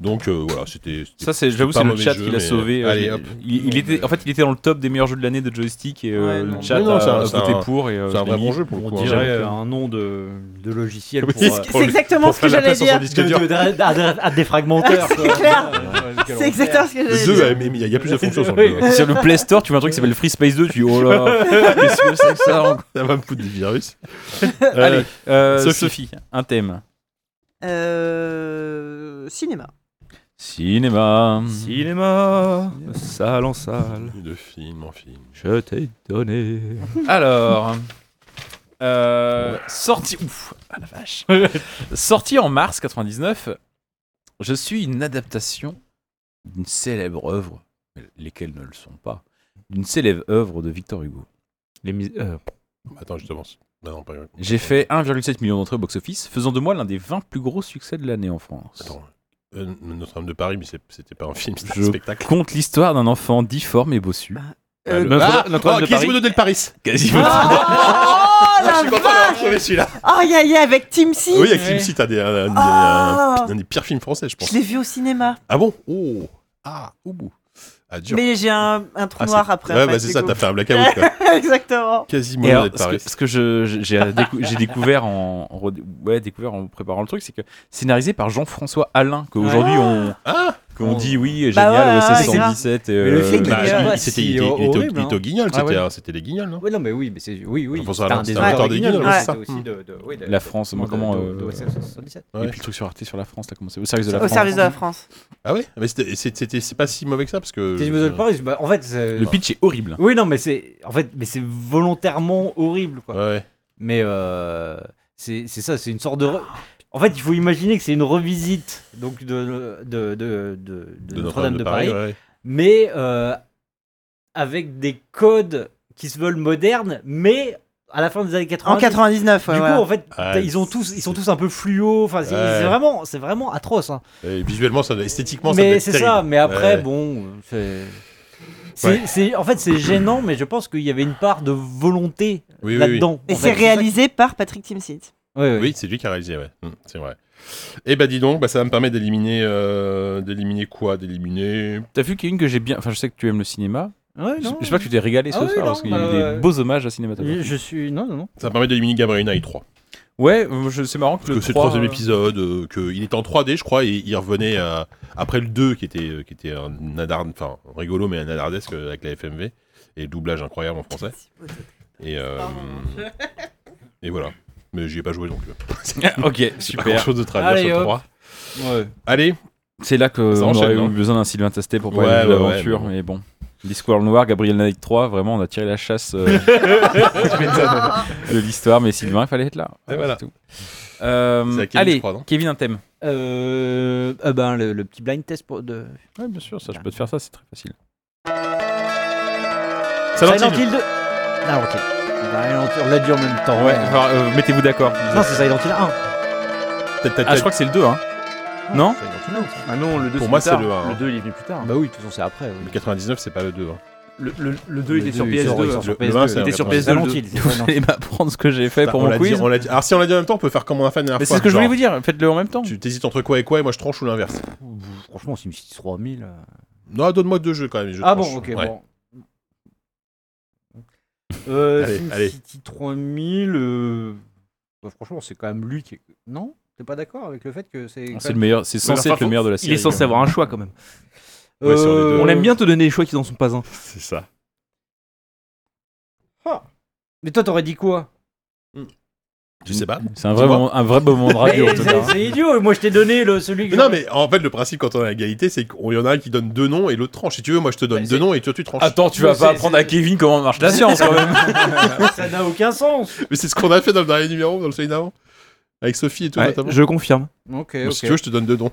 Speaker 1: Donc euh, voilà, c'était. c'était-
Speaker 3: Ça, c'est, j'avoue,
Speaker 1: pas
Speaker 3: c'est
Speaker 1: un
Speaker 3: le
Speaker 1: mauvais
Speaker 3: chat
Speaker 1: jeu,
Speaker 3: qui l'a
Speaker 1: mais-
Speaker 3: sauvé. euh,
Speaker 1: Allez,
Speaker 3: je-
Speaker 1: hop.
Speaker 3: Il, il était, en fait, il était dans le top des meilleurs jeux de l'année de joystick et
Speaker 6: Ouais,
Speaker 3: euh,
Speaker 6: non.
Speaker 3: le chat
Speaker 1: Non, non, c'est un-
Speaker 3: a
Speaker 1: c'est
Speaker 3: voté
Speaker 1: un-
Speaker 3: pour. Et, euh,
Speaker 1: c'est un
Speaker 3: je
Speaker 1: vrai
Speaker 3: l'ai
Speaker 1: bon
Speaker 3: mis.
Speaker 1: jeu pour le
Speaker 5: On
Speaker 1: coup. hein.
Speaker 5: dirait euh, un nom de, de logiciel
Speaker 1: Oui,
Speaker 5: pour. euh,
Speaker 6: C'est exactement
Speaker 1: Pour
Speaker 6: ce que
Speaker 1: faire de la
Speaker 6: j'allais
Speaker 1: place sur son
Speaker 6: dire.
Speaker 1: disque
Speaker 17: De,
Speaker 1: dur.
Speaker 17: de, de- à, à- à des fragmenteurs. quoi.
Speaker 6: C'est clair.
Speaker 5: euh, lequel on
Speaker 6: C'est exactement ce que
Speaker 1: Le
Speaker 6: j'allais
Speaker 1: 2,
Speaker 6: dire.
Speaker 1: euh, mais il y a- il y a plusieurs fonctions sur le jeu. hein.
Speaker 3: Sur le Play Store, tu vois un truc qui s'appelle Free Space 2, tu dis oh là, qu'est-ce que c'est que ça encore
Speaker 1: Ça va me foutre des virus.
Speaker 3: Allez, euh,
Speaker 1: Sophie.
Speaker 3: Sophie. un thème.
Speaker 6: Euh, Cinéma.
Speaker 2: Cinéma.
Speaker 3: Cinéma, salle en salle,
Speaker 1: De film en film.
Speaker 3: je t'ai donné. Alors, euh, sorti. Ouf, ah la vache.
Speaker 2: Sorti en mars 99, je suis une adaptation d'une célèbre œuvre, lesquelles ne le sont pas, d'une célèbre œuvre de Victor Hugo.
Speaker 3: Les mis- euh,
Speaker 1: Attends, je te lance. Non, non, pas
Speaker 2: J'ai fait 1,7 million d'entrées au box-office, faisant de moi l'un des 20 plus gros succès de l'année en France.
Speaker 1: Attends. Euh, Notre-Dame de Paris, mais c'est- c'était pas un film, c'était un
Speaker 2: Je-
Speaker 1: spectacle.
Speaker 2: Conte l'histoire d'un enfant difforme et bossu.
Speaker 6: Euh,
Speaker 2: le- Notre-
Speaker 1: ah,
Speaker 2: Notre-Dame
Speaker 1: oh,
Speaker 2: de Paris.
Speaker 1: Quasimodo del Paris.
Speaker 2: Quasiment.
Speaker 6: Ah, Oh
Speaker 1: Ah,
Speaker 6: la
Speaker 1: je suis
Speaker 6: vache
Speaker 1: content d'avoir trouvé celui-là.
Speaker 6: Oh ya ya avec Tim C.
Speaker 1: Oui, avec Tim Seat, un des, un, des-
Speaker 6: Ah.
Speaker 1: un- un des pires films français, je pense.
Speaker 6: Je l'ai vu au cinéma.
Speaker 1: Ah bon Oh Ah, ouh Ah, dur.
Speaker 6: Mais j'ai un, un trou
Speaker 1: Ah,
Speaker 6: noir
Speaker 1: c'est-
Speaker 6: après.
Speaker 1: Ouais,
Speaker 6: en fait,
Speaker 1: bah c'est
Speaker 6: du
Speaker 1: ça,
Speaker 6: coup.
Speaker 1: t'as fait un blackout quoi.
Speaker 6: Exactement.
Speaker 1: Quasimodo
Speaker 2: Et alors,
Speaker 1: del
Speaker 2: ce que,
Speaker 1: Paris.
Speaker 2: ce que je- je- j'ai décou- j'ai découvert en, en redé- ouais, découvert en préparant le truc, c'est que scénarisé par Jean-François Alain, qu'aujourd'hui on,
Speaker 1: Ah
Speaker 2: qu'on dit oui, et
Speaker 6: Bah ouais,
Speaker 2: génial,
Speaker 6: ouais,
Speaker 2: OSS
Speaker 6: ouais, grave.
Speaker 2: 117. et,
Speaker 5: Mais le
Speaker 2: euh,
Speaker 5: film,
Speaker 1: bah,
Speaker 5: il est
Speaker 1: il-
Speaker 5: pas
Speaker 1: c'était-
Speaker 5: si
Speaker 1: il était- il était au-
Speaker 5: horrible,
Speaker 1: il était au guignol,
Speaker 2: Ah ouais.
Speaker 1: c'était un- c'était les guignols, non
Speaker 5: Ouais, non, mais oui, mais c'est oui, oui.
Speaker 1: Alphonse
Speaker 5: c'était
Speaker 1: Alain,
Speaker 5: un
Speaker 1: c'était
Speaker 5: des
Speaker 1: un
Speaker 5: auteurs
Speaker 1: auteur
Speaker 5: des
Speaker 1: des Guignols,
Speaker 5: Guignols,
Speaker 6: ouais.
Speaker 5: c'était
Speaker 1: c'est ça.
Speaker 5: aussi de, de- oui, de-
Speaker 2: La France,
Speaker 5: de-
Speaker 2: moi, comment,
Speaker 5: de-
Speaker 2: euh,
Speaker 5: de OSS 77.
Speaker 1: Ouais.
Speaker 2: Et puis le truc sur Arte sur la France, là, comment c'est Au service de la
Speaker 6: Au
Speaker 2: France.
Speaker 6: service de la France.
Speaker 1: Ah ouais Mais c'était- c'était c'est pas si mauvais que ça parce que.
Speaker 5: Quasimodo de Paris, bah, en fait, c'est-
Speaker 2: Le pitch est horrible.
Speaker 5: oui, non, mais c'est en fait, mais c'est volontairement horrible, quoi.
Speaker 1: Ouais.
Speaker 5: Mais euh, c'est c'est ça, c'est une sorte de. re- En fait, il faut imaginer que c'est une revisite donc de, de, de, de- de
Speaker 1: De
Speaker 5: Notre-Dame de Paris,
Speaker 1: ouais.
Speaker 5: mais euh, avec des codes qui se veulent modernes, mais à la fin des années 80.
Speaker 6: En 99,
Speaker 5: Du
Speaker 6: ouais.
Speaker 5: coup,
Speaker 6: voilà.
Speaker 5: en fait,
Speaker 1: Ah,
Speaker 5: t'as- ils ont tous, ils sont tous un peu fluo. Enfin, c'est
Speaker 1: Ouais.
Speaker 5: c'est vraiment, c'est vraiment atroce. hein.
Speaker 1: Et visuellement, ça, esthétiquement, ça devait
Speaker 5: mais
Speaker 1: être
Speaker 5: c'est
Speaker 1: terrible.
Speaker 5: ça. Mais après,
Speaker 1: Ouais.
Speaker 5: bon, c'est.
Speaker 1: Ouais.
Speaker 5: c'est- c'est- en fait, c'est gênant, mais je pense qu'il y avait une part de volonté
Speaker 1: Oui, oui, oui.
Speaker 5: là-dedans.
Speaker 6: Et
Speaker 5: en
Speaker 6: c'est
Speaker 5: fait.
Speaker 6: réalisé par Patrick Timsit.
Speaker 5: Ouais, ouais.
Speaker 1: Oui, c'est lui qui a réalisé, ouais. Mm, c'est vrai. Et bah dis donc, bah, ça va me permettre d'éliminer, euh, d'éliminer quoi D'éliminer.
Speaker 2: T'as vu qu'il y a une que j'ai bien. Enfin, je sais que tu aimes le cinéma.
Speaker 5: Ouais,
Speaker 2: Je
Speaker 5: non.
Speaker 2: je sais pas que tu t'es régalé ce
Speaker 5: Ah oui,
Speaker 2: soir
Speaker 5: non,
Speaker 2: parce qu'il y a eu
Speaker 5: bah,
Speaker 2: des
Speaker 5: ouais.
Speaker 2: beaux hommages à la cinématographie.
Speaker 5: Je je suis. Non, non, non.
Speaker 1: Ça me permet d'éliminer Gabrielina et 3.
Speaker 2: Ouais, euh, je- c'est marrant que
Speaker 1: Parce que
Speaker 2: le
Speaker 1: c'est le
Speaker 2: 3,
Speaker 1: troisième
Speaker 2: euh,
Speaker 1: épisode, euh, que il était en 3D, je crois, et il revenait à- après le 2 qui était, euh, qui était un nadar, enfin rigolo, mais un nadardesque euh, avec la FMV et le doublage incroyable en français. Et, euh, et voilà. Mais j'y ai pas joué donc. euh,
Speaker 2: ok,
Speaker 1: J'ai pas grand
Speaker 2: super.
Speaker 1: chose de traduire
Speaker 5: Allez,
Speaker 1: sur
Speaker 5: hop.
Speaker 1: 3. Allez,
Speaker 2: C'est là qu'on
Speaker 1: Ça enchaîne,
Speaker 2: aurait
Speaker 1: non
Speaker 2: eu besoin d'un Sylvain Testé pour parler
Speaker 1: Ouais, ouais,
Speaker 2: de
Speaker 1: ouais,
Speaker 2: l'aventure,
Speaker 1: mais bon.
Speaker 2: mais bon. Discord Noir, Gabriel Knight 3, vraiment, on a tiré la chasse euh, de l'histoire, mais Sylvain, il fallait être là.
Speaker 1: Et voilà.
Speaker 2: c'est tout. Euh,
Speaker 1: C'est à Kevin, je
Speaker 2: allez,
Speaker 1: crois, non
Speaker 2: Kevin, un thème.
Speaker 5: Euh, ah ben, le, le petit blind test pour de.
Speaker 2: Ouais, bien sûr, ça, je peux te faire ça, c'est très facile.
Speaker 1: Silent Hill.
Speaker 5: Hill 2. Ah, ok. Silent Hill, on l'a dit en même temps.
Speaker 2: Ouais, enfin, euh, mettez-vous d'accord.
Speaker 5: Non, c'est Silent Hill 1.
Speaker 1: Tête, tête,
Speaker 2: Ah, je
Speaker 1: tête.
Speaker 2: crois que c'est le 2, hein. Non
Speaker 3: Ah non, le 2
Speaker 1: Pour moi, c'est le 1.
Speaker 3: 2 il est venu plus tard.
Speaker 5: Bah oui, de toute façon, c'est après. oui.
Speaker 1: Le 99, c'est pas le 2. hein.
Speaker 3: Le, le, le 2 il
Speaker 5: Le
Speaker 3: est sur
Speaker 5: deux, il sort- il
Speaker 3: PS2.
Speaker 5: sort
Speaker 3: hein.
Speaker 5: sur
Speaker 1: Le- le un,
Speaker 5: PS2.
Speaker 1: c'est
Speaker 3: Il était sur PS2.
Speaker 5: Silent Hill, c'est vrai, non.
Speaker 2: Vous allez m'apprendre ce que j'ai fait pour
Speaker 1: on
Speaker 2: mon
Speaker 1: l'a dit-
Speaker 2: quiz.
Speaker 1: on l'a dit- Alors si on l'a dit en même temps, on peut faire comme on a fait la dernière
Speaker 2: Mais
Speaker 1: fois.
Speaker 2: c'est ce que je voulais
Speaker 1: genre,
Speaker 2: vous dire, faites-le en même temps.
Speaker 1: Tu t'hésites entre quoi et quoi et moi je tranche ou l'inverse.
Speaker 5: Franchement, c'est une 3000. euh.
Speaker 1: Non, donne-moi deux jeux quand même. je
Speaker 5: Ah
Speaker 1: tranche.
Speaker 5: bon, ok,
Speaker 1: Ouais.
Speaker 5: bon. Euh,
Speaker 1: Allez,
Speaker 5: Sim
Speaker 1: allez.
Speaker 5: City 3000. euh, bah, franchement, c'est quand même lui qui. est- Non T'es pas d'accord avec le fait que Ah, c'est. quand
Speaker 2: C'est le
Speaker 5: même-
Speaker 2: meilleur, c'est
Speaker 3: Ouais,
Speaker 2: censé
Speaker 3: enfin,
Speaker 2: être le meilleur de la série.
Speaker 3: Il est censé avoir un choix quand même.
Speaker 1: Ouais, sur les deux.
Speaker 3: Euh, On aime bien te donner les choix qui n'en sont pas un.
Speaker 1: C'est ça.
Speaker 5: Mais toi, t'aurais dit quoi
Speaker 1: Je sais pas.
Speaker 2: C'est un vrai
Speaker 1: Dis-moi.
Speaker 2: moment, un vrai moment de radio.
Speaker 5: Mais
Speaker 2: en tout cas.
Speaker 5: C'est c'est idiot, moi je t'ai donné le, celui que.
Speaker 1: Mais non, mais en fait, le principe quand on a égalité, c'est qu'il y en a un qui donne deux noms et l'autre tranche. Si tu veux, moi je te donne
Speaker 5: Bah,
Speaker 1: deux
Speaker 5: c'est-
Speaker 1: noms et toi tu tranches.
Speaker 2: Attends, tu
Speaker 5: Mais
Speaker 2: vas
Speaker 5: c'est-
Speaker 2: pas apprendre à
Speaker 5: c'est-
Speaker 2: Kevin comment marche la science quand même.
Speaker 5: Ça n'a aucun sens.
Speaker 1: Mais c'est ce qu'on a fait dans le dernier numéro, dans le celui d'avant. Avec Sophie et tout
Speaker 3: Ouais,
Speaker 1: notamment.
Speaker 3: je confirme.
Speaker 5: Ok,
Speaker 1: Bon, Si tu veux, je te donne deux noms.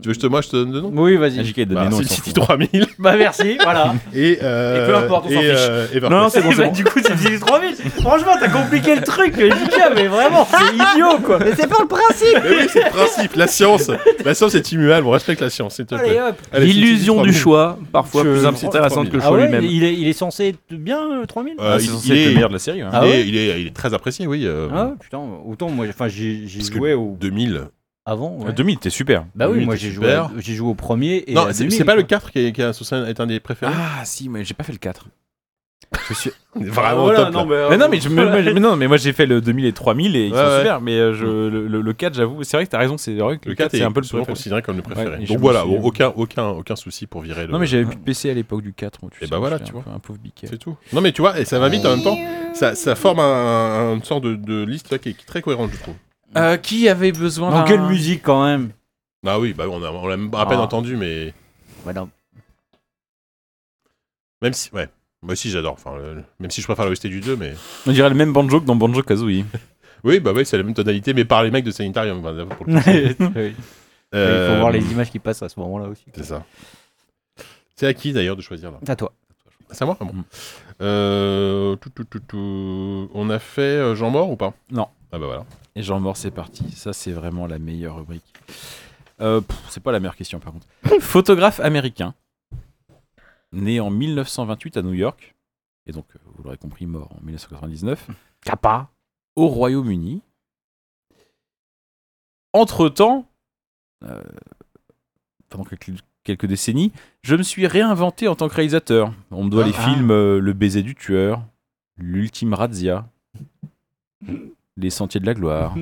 Speaker 1: Tu veux que je te, moi, je te donne le nom
Speaker 7: Oui, vas-y.
Speaker 2: JK donne
Speaker 1: Bah,
Speaker 2: les
Speaker 1: C'est
Speaker 2: noms, on
Speaker 1: le
Speaker 2: s'en
Speaker 1: City
Speaker 2: fout.
Speaker 1: 3000
Speaker 5: Bah merci, voilà.
Speaker 1: et, euh,
Speaker 7: Et peu importe, on s'en
Speaker 1: et,
Speaker 7: fiche.
Speaker 1: euh, Everquest.
Speaker 2: Non, non, c'est bon,
Speaker 5: Bah,
Speaker 2: c'est bon.
Speaker 5: Du coup, c'est City 3000. Franchement, t'as compliqué le truc, mais JK, mais vraiment, c'est idiot quoi.
Speaker 6: Mais c'est pas le principe
Speaker 1: Mais oui, c'est le principe, la science. La science est immuable, on respecte la science, s'il te plaît.
Speaker 5: Allez hop.
Speaker 1: Allez, City
Speaker 2: L'illusion du
Speaker 1: 3000.
Speaker 2: choix, parfois
Speaker 7: Je-
Speaker 2: plus intéressante que le
Speaker 7: Ah
Speaker 2: choix
Speaker 7: ouais,
Speaker 2: lui-même.
Speaker 7: il, est, il est censé être bien euh, 3000
Speaker 1: Euh,
Speaker 2: Ah, c'est
Speaker 1: il-
Speaker 2: censé
Speaker 1: il
Speaker 2: être
Speaker 1: est-
Speaker 2: le meilleur de la série. hein.
Speaker 7: Ah
Speaker 1: il,
Speaker 7: ouais
Speaker 1: est, il, est, il est très apprécié, oui. euh,
Speaker 7: Ah ouais, putain, autant moi, enfin j'ai j'ai
Speaker 1: Parce que-
Speaker 7: joué au
Speaker 1: 2000.
Speaker 7: avant. ouais.
Speaker 2: 2000, t'es super.
Speaker 7: Bah oui,
Speaker 1: Demi,
Speaker 7: moi
Speaker 1: t'es
Speaker 7: j'ai joué,
Speaker 1: super.
Speaker 7: j'ai joué au premier et
Speaker 1: non,
Speaker 7: à
Speaker 1: c'est
Speaker 7: 2000,
Speaker 1: c'est pas le
Speaker 7: quoi.
Speaker 1: 4 qui est, qui est associé- est un des préférés.
Speaker 2: Ah si, mais j'ai pas fait le 4.
Speaker 1: On est Vraiment
Speaker 7: Voilà,
Speaker 1: top. là.
Speaker 7: non, mais, euh,
Speaker 2: Mais non mais, je- mais- mais- mais non, mais moi j'ai fait le 2000 et 3000 et ils
Speaker 1: Ouais,
Speaker 2: sont
Speaker 1: ouais.
Speaker 2: super. Mais euh, je, le, le- le 4, j'avoue, c'est vrai que t'as raison, c'est vrai que
Speaker 1: Le 4 est
Speaker 2: c'est un peu le
Speaker 1: souvent
Speaker 2: préféré.
Speaker 1: considéré comme le préféré.
Speaker 2: Ouais, et je
Speaker 1: Donc
Speaker 2: me
Speaker 1: voilà,
Speaker 2: suis-
Speaker 1: aucun, aucun, aucun souci pour virer le.
Speaker 2: Non mais j'avais plus de PC à l'époque du 4. moi, tu
Speaker 1: Eh
Speaker 2: sais,
Speaker 1: bah voilà,
Speaker 2: j'étais
Speaker 1: tu
Speaker 2: un peu Un pauvre biquet.
Speaker 1: C'est tout. Non mais tu vois, et ça va vite en même temps. Ça, ça forme un, un- une sorte de, de liste là, qui, est, qui est très cohérente, je trouve.
Speaker 2: Euh, qui avait besoin
Speaker 7: Dans
Speaker 2: d'un-
Speaker 7: quelle musique quand même
Speaker 1: Ah oui, bah on a- on l'a même à peine
Speaker 7: Ah.
Speaker 1: entendu, mais
Speaker 7: Bah non.
Speaker 1: même si, ouais, moi aussi j'adore. Enfin, le- même si je préfère l'OST du 2, mais
Speaker 2: On dirait le même banjo que dans Banjo Kazooie.
Speaker 1: oui, bah oui, c'est la même tonalité, mais par les mecs de Sanitarium. bah, là, pour le coup.
Speaker 7: Oui. Il faut
Speaker 1: Euh,
Speaker 7: voir les images qui passent à ce moment-là aussi.
Speaker 1: C'est ça. C'est à qui d'ailleurs de choisir là
Speaker 7: À toi.
Speaker 1: Ah, C'est à moi Ah, bon.
Speaker 2: Mm.
Speaker 1: Euh, tout, tout, tout, tout. On a fait euh, Jean Mort ou pas
Speaker 2: Non.
Speaker 1: Ah bah voilà.
Speaker 2: Et Jean Mort, c'est parti. Ça, c'est vraiment la meilleure rubrique. Euh, pff, c'est pas la meilleure question, par contre. Photographe américain, né en 1928 à New York, et donc, euh, vous l'aurez compris, mort en 1999,
Speaker 18: Kappa.
Speaker 2: au Royaume-Uni. Entre-temps, euh, pendant quelques, quelques décennies, je me suis réinventé en tant que réalisateur. On me doit les films euh, Le baiser du tueur, L'ultime razzia, Les sentiers de la gloire.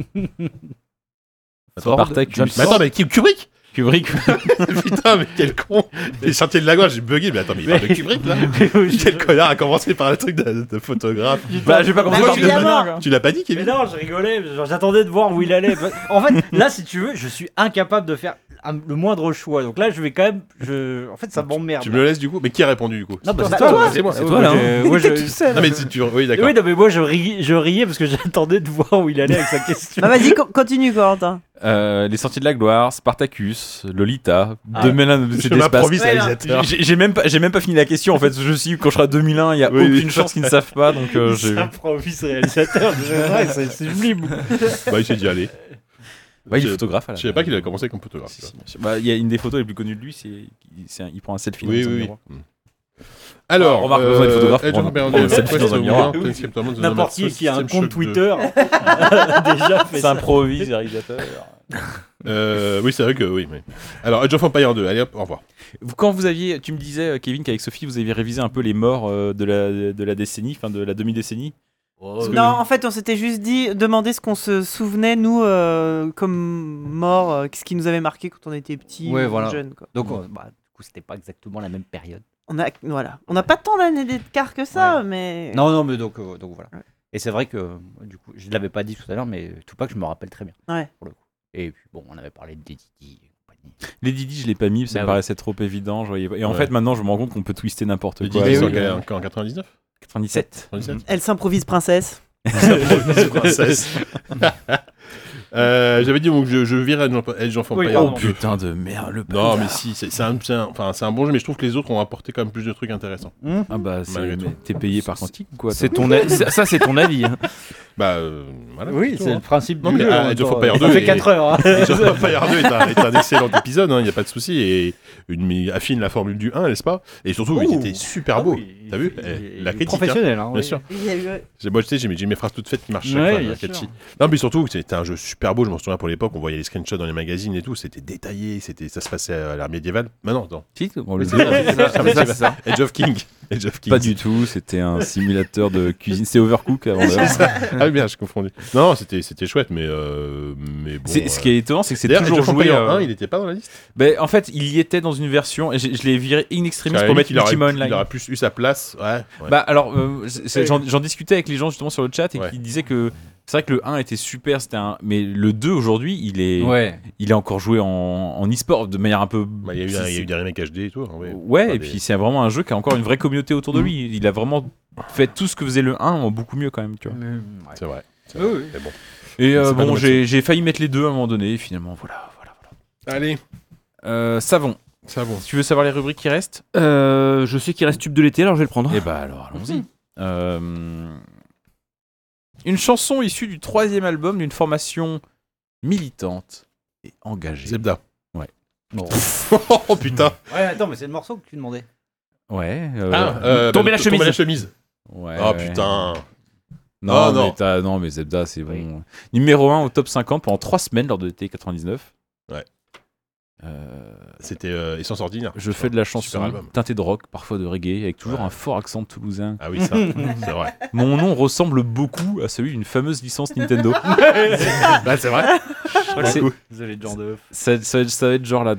Speaker 2: Spartak,
Speaker 1: Mais attends, mais qui Kubrick
Speaker 2: Kubrick.
Speaker 1: Putain, mais quel con Les chantiers de la gauche, j'ai bugué, mais attends, mais il parle de Kubrick là Quel connard a commencé par le truc de, de photographe
Speaker 2: bah, j'ai pas
Speaker 1: Pourquoi
Speaker 2: compris.
Speaker 1: tu l'as
Speaker 5: évidemment.
Speaker 1: pas- Tu l'as pas dit,
Speaker 5: Hein Mais
Speaker 1: Kevin
Speaker 5: non, je rigolais, genre, j'attendais de voir où il allait. Bah, En fait, là, si tu veux, je suis incapable de faire un- le moindre choix. Donc là, je vais quand même. Je... En fait, ça m'emmerde.
Speaker 1: Tu me le laisses du coup Mais qui a répondu du coup
Speaker 5: Non, bah, c'est
Speaker 1: Bah,
Speaker 5: toi.
Speaker 1: c'est moi.
Speaker 2: C'est toi, là, hein.
Speaker 7: Euh, moi, je-
Speaker 6: T'es tout seul.
Speaker 1: Non, mais si tu. Oui, d'accord.
Speaker 5: Oui, non, mais moi, je, ri- je riais parce que j'attendais de voir où il allait avec sa question.
Speaker 6: Bah vas-y, co- continue Corentin.
Speaker 2: Euh, les Sentiers de la Gloire, Spartacus, Lolita,
Speaker 5: Ah.
Speaker 2: 2001 de
Speaker 1: Je
Speaker 2: cet espace.
Speaker 1: m'improvise
Speaker 6: Ouais,
Speaker 1: réalisateur.
Speaker 2: J'ai j'ai même pas, j'ai même pas fini la question en fait. Je suis quand je serai à 2001, il y a
Speaker 1: Oui, oui.
Speaker 2: aucune chance qu'ils ne savent pas. Donc euh, j'ai-
Speaker 5: S'improvise réalisateur, c'est vrai, c'est sublime.
Speaker 1: Bah, il s'est dit, allez.
Speaker 2: Ouais, Bah, il est
Speaker 1: Je-
Speaker 2: photographe. à la
Speaker 1: Je savais
Speaker 2: base.
Speaker 1: pas qu'il avait commencé comme photographe.
Speaker 2: Si,
Speaker 1: tu vois.
Speaker 2: si, bien sûr. Bah, il y a une des photos les plus connues de lui, c'est c'est un- il prend un selfie.
Speaker 1: Oui,
Speaker 2: dans un
Speaker 1: oui,
Speaker 2: miroir.
Speaker 1: oui. Alors, euh,
Speaker 2: On remarque qu'on besoin de photographe
Speaker 1: Edge
Speaker 2: pour
Speaker 1: of
Speaker 2: prendre-
Speaker 1: Empire,
Speaker 2: prendre une selfie dans un
Speaker 1: Quest,
Speaker 2: miroir.
Speaker 1: Warhammer, Planescape Torment, The
Speaker 5: N'importe
Speaker 1: Nomad
Speaker 5: qui qui a un
Speaker 1: System
Speaker 5: compte
Speaker 1: Shock 2.
Speaker 5: Twitter a déjà fait
Speaker 2: C'est
Speaker 5: ça.
Speaker 2: improvise, réalisateur.
Speaker 1: Euh, oui, c'est vrai que oui. Mais... Alors, Edge of Empire 2, allez hop, au revoir.
Speaker 2: Vous- Quand vous aviez, tu me disais euh, Kevin qu'avec Sophie vous aviez révisé un peu les morts euh, de la de la décennie, enfin de la demi décennie.
Speaker 6: Non, en fait, on s'était juste dit, demander ce qu'on se souvenait, nous, euh, comme mort, euh, ce qui nous avait marqué quand on était petits
Speaker 7: Ouais,
Speaker 6: ou
Speaker 7: voilà.
Speaker 6: jeunes. quoi.
Speaker 7: Donc, euh, bah, du coup, c'était pas exactement la même période.
Speaker 6: On a, voilà. on n'a pas tant d'années d'écart que ça, mais.
Speaker 7: Non, non, mais donc, euh, donc voilà.
Speaker 6: Ouais.
Speaker 7: Et c'est vrai que, euh, du coup, je l'avais pas dit tout à l'heure, mais Tupac, je me rappelle très bien.
Speaker 6: Ouais.
Speaker 7: Pour le coup. Et puis, bon, on avait parlé de Diddy et compagnie.
Speaker 2: Les Didi, je l'ai pas mis, ça
Speaker 7: Bah
Speaker 2: me
Speaker 7: ouais.
Speaker 2: paraissait trop évident. Je voyais... pas. Et en
Speaker 1: Ouais.
Speaker 2: fait, maintenant, je me rends compte qu'on peut twister n'importe
Speaker 1: Il
Speaker 2: quoi.
Speaker 1: disait
Speaker 2: Euh,
Speaker 1: ça qu'elle est en 99
Speaker 2: 97.
Speaker 1: 97
Speaker 6: Elle s'improvise princesse.
Speaker 1: Princesse. Euh, J'avais dit donc je, je virais Edge of- Edge of
Speaker 5: Oui,
Speaker 1: Empire.
Speaker 5: pardon.
Speaker 2: Oh putain de merde, le
Speaker 1: Non,
Speaker 2: bâtard.
Speaker 1: mais si, c'est c'est un, c'est un- enfin, c'est un bon jeu, mais je trouve que les autres ont apporté quand même plus de trucs intéressants.
Speaker 2: Ah bah, c'est-
Speaker 1: Malgré tout.
Speaker 2: mais t'es payé par quantique ou quoi
Speaker 18: C'est
Speaker 2: toi
Speaker 18: ton a- ça, ça, c'est ton avis. hein.
Speaker 1: Bah, euh, voilà.
Speaker 7: Oui,
Speaker 1: plutôt,
Speaker 7: c'est
Speaker 1: hein.
Speaker 7: le principe
Speaker 1: Non,
Speaker 7: du
Speaker 1: mais,
Speaker 7: jeu.
Speaker 1: ah,
Speaker 7: en
Speaker 1: Age
Speaker 7: même
Speaker 1: of
Speaker 7: temps,
Speaker 1: Empire
Speaker 7: euh,
Speaker 1: deux
Speaker 7: ça
Speaker 1: et-
Speaker 7: fait 4 heures. hein.
Speaker 1: Age of Empire 2 est un, est un excellent épisode, hein, il n'y a pas de souci, et une, mais affine la formule du 1, n'est-ce pas Et surtout, il
Speaker 7: Ouh. Ah
Speaker 1: était super beau. T'as vu Eh, La critique. hein.
Speaker 7: Professionnel, hein,
Speaker 1: Bien
Speaker 7: oui.
Speaker 1: sûr.
Speaker 6: Il y a eu-
Speaker 1: J'ai- Moi, tu sais, j'ai mes, j'ai mes phrases toutes faites qui marchent chaque
Speaker 7: Ouais,
Speaker 1: fois,
Speaker 7: bien
Speaker 1: la catchy.
Speaker 7: sûr.
Speaker 1: Non, mais surtout, c'était un jeu super beau. Je m'en souviens pour l'époque, on voyait les screenshots dans les magazines et tout. C'était détaillé, c'était, ça se passait à l'ère médiévale. Maintenant, non.
Speaker 2: Si, on le
Speaker 1: Mais
Speaker 2: dit.
Speaker 1: c'est-
Speaker 2: Ça,
Speaker 1: c'est-
Speaker 2: ça, c'est ça.
Speaker 1: Edge of King. Edge of King.
Speaker 2: Pas du tout, c'était un simulateur de cuisine. C'est Overcook avant
Speaker 1: C'est
Speaker 2: d'ailleurs.
Speaker 1: ça. Ah, bien, je confondu. Non, c'était, c'était chouette, mais, euh, mais bon.
Speaker 2: C'est-
Speaker 1: euh,
Speaker 2: Ce qui est étonnant, c'est que c'est
Speaker 1: D'ailleurs,
Speaker 2: toujours
Speaker 1: Age of
Speaker 2: joué.
Speaker 1: Empire
Speaker 2: euh,
Speaker 1: 1, il n'était pas dans la liste.
Speaker 2: ben, en fait, il y était dans une version. et Je, je l'ai viré in extremis
Speaker 1: Parce qu'à
Speaker 2: pour
Speaker 1: la limite,
Speaker 2: mettre
Speaker 1: il aurait,
Speaker 2: Ultima
Speaker 1: pu- il aurait
Speaker 2: Online.
Speaker 1: plus eu sa place. Ouais. ouais.
Speaker 2: Bah alors, euh, c'est- c'est- j'en j'en discutais avec les gens justement sur le chat et
Speaker 1: Ouais.
Speaker 2: qui disaient que c'est vrai que le 1 était super, c'était un, mais le 2 aujourd'hui, il est,
Speaker 7: Ouais.
Speaker 2: il est encore joué en, en e-sport de manière un peu.
Speaker 1: Bah, il y a eu, un- il y a eu des remakes HD et tout. hein, ouais.
Speaker 2: Ouais,
Speaker 1: Enfin,
Speaker 2: et
Speaker 1: des-
Speaker 2: puis c'est vraiment un jeu qui a encore une vraie communauté autour de
Speaker 3: Mm.
Speaker 2: lui. Il a vraiment fait tout ce que faisait le 1 en beaucoup mieux quand même, tu vois.
Speaker 1: C'est vrai. c'est
Speaker 7: Ah, Oui,
Speaker 1: vrai.
Speaker 7: oui.
Speaker 1: Mais bon.
Speaker 2: Et euh,
Speaker 1: C'est pas
Speaker 2: bon,
Speaker 1: dommage,
Speaker 2: j'ai j'ai failli mettre les deux à un moment donné, et finalement, voilà. voilà, voilà.
Speaker 1: Allez.
Speaker 2: Euh, savon.
Speaker 1: Ça bon.
Speaker 2: Si tu veux savoir les rubriques qui restent,
Speaker 3: Euh, je sais qu'il reste tube de l'été, alors je vais le prendre.
Speaker 2: eh bah alors allons-y. Euh, Une chanson issue du troisième album d'une formation militante et engagée.
Speaker 1: Zebda.
Speaker 2: Ouais.
Speaker 1: oh putain.
Speaker 5: Ouais, attends, mais c'est le morceau que tu demandais.
Speaker 2: Ouais.
Speaker 1: Euh,
Speaker 3: Tomber
Speaker 1: bah,
Speaker 3: Ah, la chemise.
Speaker 1: Tomber la chemise.
Speaker 2: ouais,
Speaker 1: Ah
Speaker 2: ouais.
Speaker 1: putain.
Speaker 2: Non,
Speaker 1: Ah, non.
Speaker 2: mais t'as- non. mais Zebda, c'est bon. Numéro 1 au top 50 pendant 3 semaines lors de l'été 99.
Speaker 1: Ouais.
Speaker 2: Euh,
Speaker 1: C'était euh, Essence Ordinaire.
Speaker 2: je fais de la
Speaker 1: Super
Speaker 2: chanson
Speaker 1: album.
Speaker 2: teintée de rock, parfois de reggae, avec toujours
Speaker 1: Ouais.
Speaker 2: un fort accent toulousain.
Speaker 1: Ah oui, ça. c'est vrai.
Speaker 2: Mon nom ressemble beaucoup à celui d'une fameuse licence Nintendo.
Speaker 1: Bah, c'est vrai.
Speaker 2: C'est-
Speaker 5: Désolé, John de
Speaker 2: ça, ça va être- ça va être genre la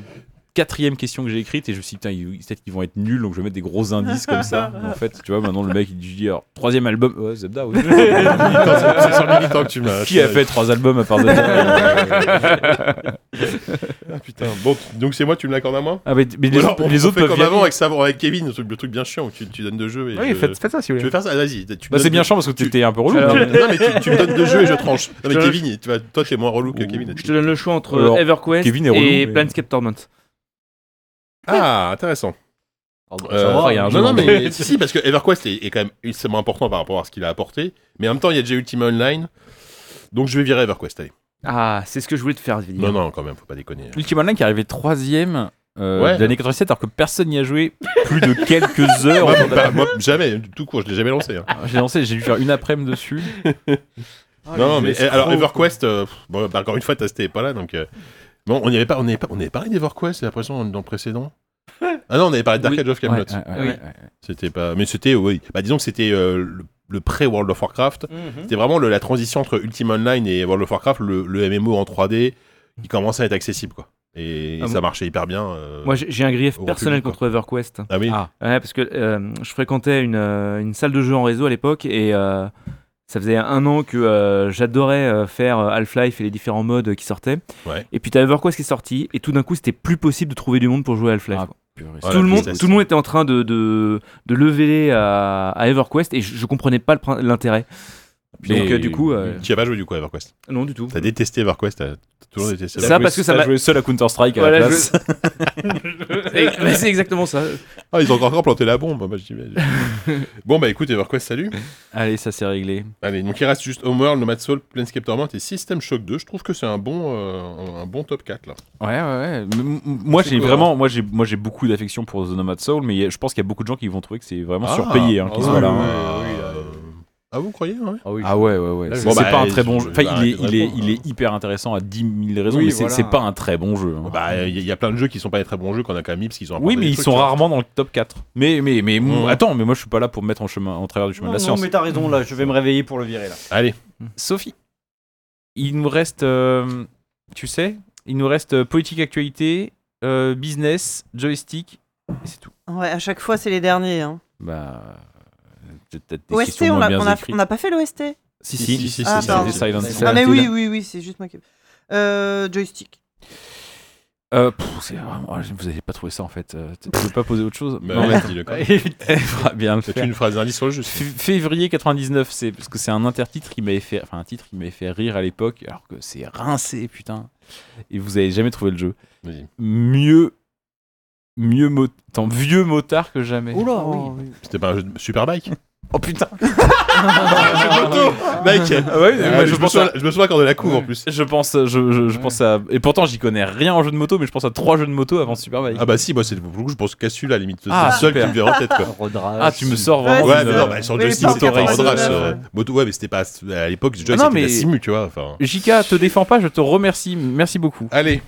Speaker 2: quatrième question que j'ai écrite et je me suis dit, putain, ils- peut-être qu'ils vont être nuls, donc je vais mettre des gros indices comme ça. en fait, tu vois, maintenant le mec il dit, alors, troisième album, ouais, Zebda, oui.
Speaker 1: Putain, c'est- C'est sur le militant que tu m'as.
Speaker 2: Qui a fait trois albums à part Zebda
Speaker 1: Ah, putain. Bon, donc c'est moi, tu me l'accordes à moi
Speaker 2: Ah, mais, mais
Speaker 1: Ou
Speaker 2: les,
Speaker 1: alors,
Speaker 2: autres,
Speaker 1: on-
Speaker 2: les
Speaker 1: on
Speaker 2: autres
Speaker 1: fait
Speaker 2: peuvent
Speaker 1: comme
Speaker 2: y aller.
Speaker 1: avant avec, Savon- avec Kevin, le truc, le truc bien chiant où tu, tu donnes deux jeux et. je-
Speaker 2: ça si vous
Speaker 1: Tu veux faire ça Vas-y. tu me
Speaker 2: Bah, c'est
Speaker 1: donnes
Speaker 2: bien
Speaker 1: deux-
Speaker 2: chiant parce que t'étais un peu relou. hein.
Speaker 1: Alors,
Speaker 2: mais-
Speaker 1: non mais tu, tu me donnes deux jeux et je tranche. Non mais
Speaker 3: Je-
Speaker 1: Kevin, tu vas, toi t'es moins relou que Kevin.
Speaker 3: Je te donne le choix entre
Speaker 2: Alors,
Speaker 3: EverQuest
Speaker 2: Kevin est relou,
Speaker 3: et
Speaker 2: mais-
Speaker 3: Planescape Torment.
Speaker 1: Ah intéressant. Euh,
Speaker 2: va, il y a un jeu
Speaker 1: non non
Speaker 2: dans
Speaker 1: mais si si, parce que EverQuest est, est quand même extrêmement important par rapport à ce qu'il a apporté. Mais en même temps il y a déjà Ultima Online. Donc je vais virer EverQuest. Allez.
Speaker 3: Ah, c'est ce que je voulais te faire venir.
Speaker 1: Non non quand même faut pas déconner.
Speaker 2: Ultima Online qui est arrivé troisième euh,
Speaker 1: Ouais.
Speaker 2: de l'année 87 alors que personne n'y a joué plus de quelques heures.
Speaker 1: Moi, pas- moi, jamais tout court je l'ai jamais lancé. hein.
Speaker 2: Bah, J'ai lancé, j'ai dû faire une après-midi dessus.
Speaker 1: non non mais eh, alors EverQuest euh, pff, bon, bah, encore une fois t'étais pas là donc. euh, Bon, on n'y avait pas, on n'y avait pas, on avait parlé d'EverQuest, j'ai l'impression, dans le précédent. Ah non, on avait parlé de Dark
Speaker 3: Oui.
Speaker 1: Age of Camelot.
Speaker 2: Ouais, ouais, ouais,
Speaker 3: Oui.
Speaker 2: ouais, ouais.
Speaker 1: C'était pas, mais c'était, oui. Bah, disons que c'était euh, le, le pré World of Warcraft.
Speaker 5: Mhm.
Speaker 1: C'était vraiment le- la transition entre Ultima Online et World of Warcraft, le, le MMO en 3D, qui commençait à être accessible, quoi. Et,
Speaker 3: Ah,
Speaker 1: ça
Speaker 3: moi-
Speaker 1: marchait hyper bien. euh,
Speaker 3: Moi, j'ai j'ai un grief
Speaker 1: au
Speaker 3: personnel
Speaker 1: Republic,
Speaker 3: contre EverQuest.
Speaker 1: Ah oui.
Speaker 2: Ah.
Speaker 3: Ouais, parce que euh, je fréquentais une, euh, une salle de jeu en réseau à l'époque et euh, ça faisait un an que euh, j'adorais euh, faire euh, Half-Life et les différents modes euh, qui sortaient.
Speaker 1: Ouais.
Speaker 3: Et puis t'as EverQuest qui est sorti et tout d'un coup c'était plus possible de trouver du monde pour jouer à Half-Life.
Speaker 2: Ah,
Speaker 3: quoi.
Speaker 2: Purée,
Speaker 1: Ouais,
Speaker 3: tout,
Speaker 1: la
Speaker 3: le monde,
Speaker 1: tristesse.
Speaker 3: tout le monde était en train de, de, de lever à, à EverQuest et je, je comprenais pas le prin- l'intérêt.
Speaker 2: Mais-
Speaker 3: Donc euh, du coup, euh,
Speaker 1: Tu as pas joué du coup à EverQuest.
Speaker 3: non du tout.
Speaker 1: T'as détesté EverQuest, t'as t'as toujours détesté.
Speaker 3: Euh, Ça,
Speaker 1: EverQuest.
Speaker 2: T'as joué-
Speaker 3: parce que ça
Speaker 2: t'as
Speaker 3: m'a-
Speaker 2: joué seul à Counter Strike à la
Speaker 3: Voilà,
Speaker 2: place.
Speaker 3: je- C'est c'est exactement ça.
Speaker 1: Ah, ils ont encore planté la bombe. bah, j'imagine. bon, bah écoute, EverQuest, salut.
Speaker 2: Allez, ça c'est réglé.
Speaker 1: Allez, donc il reste juste Homeworld, Nomad Soul, Planescape Torment et System Shock 2. Je trouve que c'est un bon, euh, un bon top 4 là.
Speaker 2: Ouais, ouais, ouais. Mais m- m- Moi,
Speaker 1: C'est
Speaker 2: j'ai
Speaker 1: cohérent.
Speaker 2: vraiment, moi j'ai, moi j'ai beaucoup d'affection pour The Nomad Soul, mais y a- je pense qu'il y a beaucoup de gens qui vont trouver que c'est vraiment
Speaker 1: Ah,
Speaker 2: surpayé hein, qu'ils
Speaker 1: ah,
Speaker 2: soient
Speaker 1: oui,
Speaker 2: là,
Speaker 1: oui,
Speaker 2: hein.
Speaker 1: oui, oui, euh, Ah, vous croyez ouais
Speaker 5: Ah oui.
Speaker 2: Ah ouais, ouais, ouais.
Speaker 1: Là,
Speaker 2: C'est
Speaker 1: je-
Speaker 2: c'est
Speaker 1: bah,
Speaker 2: pas un
Speaker 1: je-
Speaker 2: très bon
Speaker 1: je-
Speaker 2: jeu. Enfin,
Speaker 1: bah,
Speaker 2: il est,
Speaker 1: arrête de
Speaker 2: il est,
Speaker 1: répondre,
Speaker 2: il
Speaker 1: hein.
Speaker 2: est hyper intéressant à 10 000 raisons,
Speaker 5: Oui,
Speaker 2: mais c'est,
Speaker 5: voilà.
Speaker 2: c'est pas un très bon jeu. hein.
Speaker 1: Bah, il y, a- il y a plein de jeux qui sont pas des très bons jeux qu'on a quand même mis parce qu'ils ont
Speaker 2: oui,
Speaker 1: apporté
Speaker 2: mais
Speaker 1: des
Speaker 2: ils
Speaker 1: trucs,
Speaker 2: sont
Speaker 1: tu vois.
Speaker 2: rarement dans le top 4. Mais, mais, mais,
Speaker 1: Mmh.
Speaker 2: attends, mais moi je suis pas là pour me mettre en chemin, en travers du chemin
Speaker 5: Non,
Speaker 2: de la
Speaker 5: non,
Speaker 2: science.
Speaker 5: mais t'as raison là, je vais me réveiller pour le virer là.
Speaker 1: Allez,
Speaker 2: Sophie, il nous reste, euh, tu sais, il nous reste euh, politique actualité, euh, business, joystick, et c'est tout.
Speaker 6: Ouais, à chaque fois, c'est les derniers. Hein.
Speaker 2: Bah, euh, peut-être des
Speaker 6: OST,
Speaker 2: questions
Speaker 6: on
Speaker 2: moins
Speaker 6: l'a-
Speaker 2: bien
Speaker 6: on a-
Speaker 2: écrites.
Speaker 6: on n'a pas fait l'OST.
Speaker 2: Si,
Speaker 1: Si,
Speaker 2: si,
Speaker 1: si, si,
Speaker 6: Ah,
Speaker 2: si,
Speaker 6: pardon.
Speaker 2: si, Silent
Speaker 5: Ah,
Speaker 6: Ah,
Speaker 2: Hill.
Speaker 6: mais oui, oui, oui, c'est juste moi qui. Euh, joystick.
Speaker 2: Euh, pff, c'est vraiment- oh, vous n'avez pas trouvé ça en fait. Euh, Tu tu veux pas poser autre chose
Speaker 1: Bah,
Speaker 2: Non, Eh,
Speaker 1: ouais, dis-le quand même.
Speaker 2: Il faudra bien le
Speaker 1: C'est
Speaker 2: faire.
Speaker 1: une phrase d'indice sur le jeu.
Speaker 2: F- Février 99, c'est parce que c'est un intertitre qui m'avait fait, enfin un titre qui m'avait fait rire à l'époque, alors que c'est rincé, putain. Et vous avez jamais trouvé le jeu.
Speaker 1: Vas-y.
Speaker 2: Mieux, mieux mot, tant vieux motard que jamais.
Speaker 5: Oula,
Speaker 6: Oh, oui.
Speaker 1: C'était pas un jeu de Superbike
Speaker 2: Oh putain.
Speaker 1: Mike
Speaker 2: Ah ouais, mais
Speaker 1: Euh,
Speaker 2: moi,
Speaker 1: je,
Speaker 2: je,
Speaker 1: me
Speaker 2: pense
Speaker 1: souviens,
Speaker 2: à,
Speaker 1: je me souviens encore de la couve en plus.
Speaker 2: je pense, je, je- je pense à, et pourtant j'y connais rien en jeu de moto, mais je pense à trois jeux de moto avant Superbike.
Speaker 1: Ah bah si, moi c'est pour le coup, je pense qu'à celui-là, à la limite, c'est
Speaker 2: Ah,
Speaker 1: le seul qui
Speaker 2: super.
Speaker 1: me vient en tête quoi.
Speaker 5: Rodrage.
Speaker 2: Ah, tu me sors vraiment.
Speaker 1: Ouais,
Speaker 6: Ouais,
Speaker 2: une-
Speaker 1: mais
Speaker 6: c'est
Speaker 1: non,
Speaker 6: ça.
Speaker 1: bah, sur
Speaker 6: Oui,
Speaker 1: joystick,
Speaker 6: pas en
Speaker 1: c'était en
Speaker 6: 89,
Speaker 1: Rodrace, euh,
Speaker 6: ouais.
Speaker 1: Moto, ouais, mais c'était pas à l'époque, joystick,
Speaker 2: Ah, non,
Speaker 1: c'était la
Speaker 2: mais-
Speaker 1: simu, tu vois. Enfin.
Speaker 2: JK, te défends pas, je te remercie, merci beaucoup.
Speaker 1: Allez.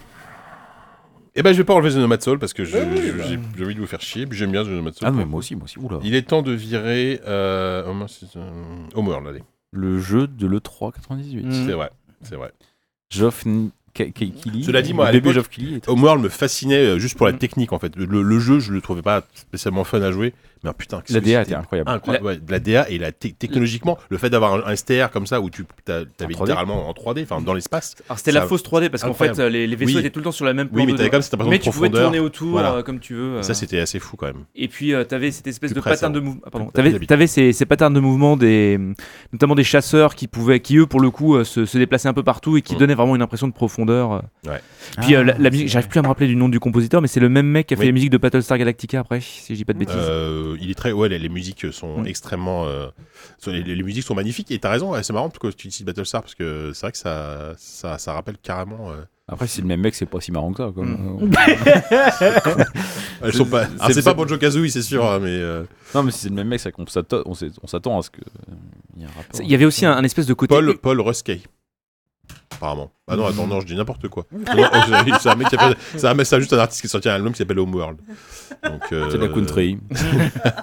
Speaker 1: Eh ben, je vais pas enlever The Nomad Soul parce que
Speaker 2: Ah
Speaker 1: je- je- j'ai j'ai envie de vous faire chier, puis j'aime bien The Nomad Soul.
Speaker 2: moi aussi, moi aussi. Oula.
Speaker 1: Il est temps de virer euh, oh mince, c'est, euh, Homeworld, allez.
Speaker 2: Le jeu de l'E3
Speaker 3: Mm.
Speaker 2: 98.
Speaker 1: C'est vrai, c'est vrai.
Speaker 2: Geoff N- K- K- Keighley.
Speaker 1: Cela dit, moi, à
Speaker 2: le
Speaker 1: l'époque-
Speaker 2: bébé Geoff Keighley était-
Speaker 1: Homeworld me fascinait euh, juste pour la
Speaker 3: Mm.
Speaker 1: technique en fait. Le, le jeu, je le trouvais pas spécialement fun à jouer, mais ah, putain, qu'est-ce
Speaker 2: La
Speaker 1: que
Speaker 2: DA
Speaker 1: c'était
Speaker 2: était incroyable.
Speaker 1: Incroyable. ouais, de la DA et la te- technologiquement, le fait d'avoir un, un STR comme ça où tu t'as- t'avais
Speaker 2: 3D.
Speaker 1: littéralement en 3D, enfin dans l'espace.
Speaker 3: Alors c'était
Speaker 1: Ça-
Speaker 3: la fausse 3D parce qu'en
Speaker 1: Incroyable.
Speaker 3: fait euh, les, les vaisseaux
Speaker 1: Oui.
Speaker 3: étaient tout le temps sur la même
Speaker 1: Oui,
Speaker 3: plan
Speaker 1: mais
Speaker 3: de
Speaker 1: t'avais
Speaker 3: dos.
Speaker 1: quand même cette impression
Speaker 3: mais
Speaker 1: de
Speaker 3: tu pouvais
Speaker 1: profondeur.
Speaker 3: tourner autour
Speaker 1: Voilà.
Speaker 3: euh, comme tu veux. euh.
Speaker 1: Et Ça, c'était assez fou quand même.
Speaker 3: Et puis, tu avais cette espèce
Speaker 1: Plus
Speaker 3: de
Speaker 1: près, ça,
Speaker 3: pattern de mouvement. Ah,
Speaker 1: Plus près,
Speaker 3: T'avais,
Speaker 1: plus vite.
Speaker 3: t'avais ces, ces patterns de mouvement des, notamment des chasseurs qui pouvaient, qui eux pour le coup euh, se, se déplaçaient un peu partout et qui
Speaker 1: Mm.
Speaker 3: donnaient vraiment une impression de profondeur.
Speaker 1: Ouais.
Speaker 3: Puis
Speaker 6: Ah,
Speaker 3: euh, la, la musique, j'arrive plus à me rappeler du nom du compositeur, mais c'est le même mec qui a fait
Speaker 1: Oui.
Speaker 3: les musiques de Battlestar Galactica après, si je dis pas de bêtises.
Speaker 1: Euh, il est très, ouais, les, les musiques sont
Speaker 3: Mm.
Speaker 1: extrêmement, euh, sont- les, les musiques sont magnifiques. Et t'as raison, ouais, c'est marrant parce que tu dis Battlestar parce que c'est vrai que ça, ça, ça rappelle carrément. euh,
Speaker 2: Après, si c'est le même mec, c'est pas si marrant que ça. quoi. Euh,
Speaker 1: Elles sont pas.
Speaker 2: c'est-
Speaker 1: ah, c'est
Speaker 2: c'est-
Speaker 1: pas Banjo Kazooie, c'est sûr, hein, mais euh,
Speaker 2: Non, mais si c'est le même mec, c'est qu'on s'attend- on s'est- on s'attend à ce que. euh, Il y a un rapport.
Speaker 3: C'est- Il y avait aussi un, un espèce de côté.
Speaker 1: Paul, Paul Ruskey. Apparemment. Ah non, attends, non, je dis n'importe quoi. Non, non, c'est- c'est un mec qui a fait- c'est un mec- c'est juste un artiste qui sortit un album qui s'appelle Homeworld. Donc, euh,
Speaker 2: C'est de la country.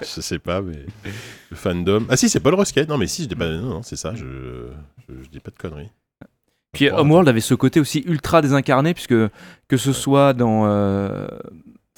Speaker 1: Je sais pas, mais. Le fandom. Ah si, c'est Paul Ruskey. Non, mais si, je dis pas. Non, non, c'est ça, je... je. je dis pas de conneries.
Speaker 3: Puis
Speaker 1: Pourquoi
Speaker 3: Homeworld avait ce côté aussi ultra désincarné, puisque que ce soit dans, euh,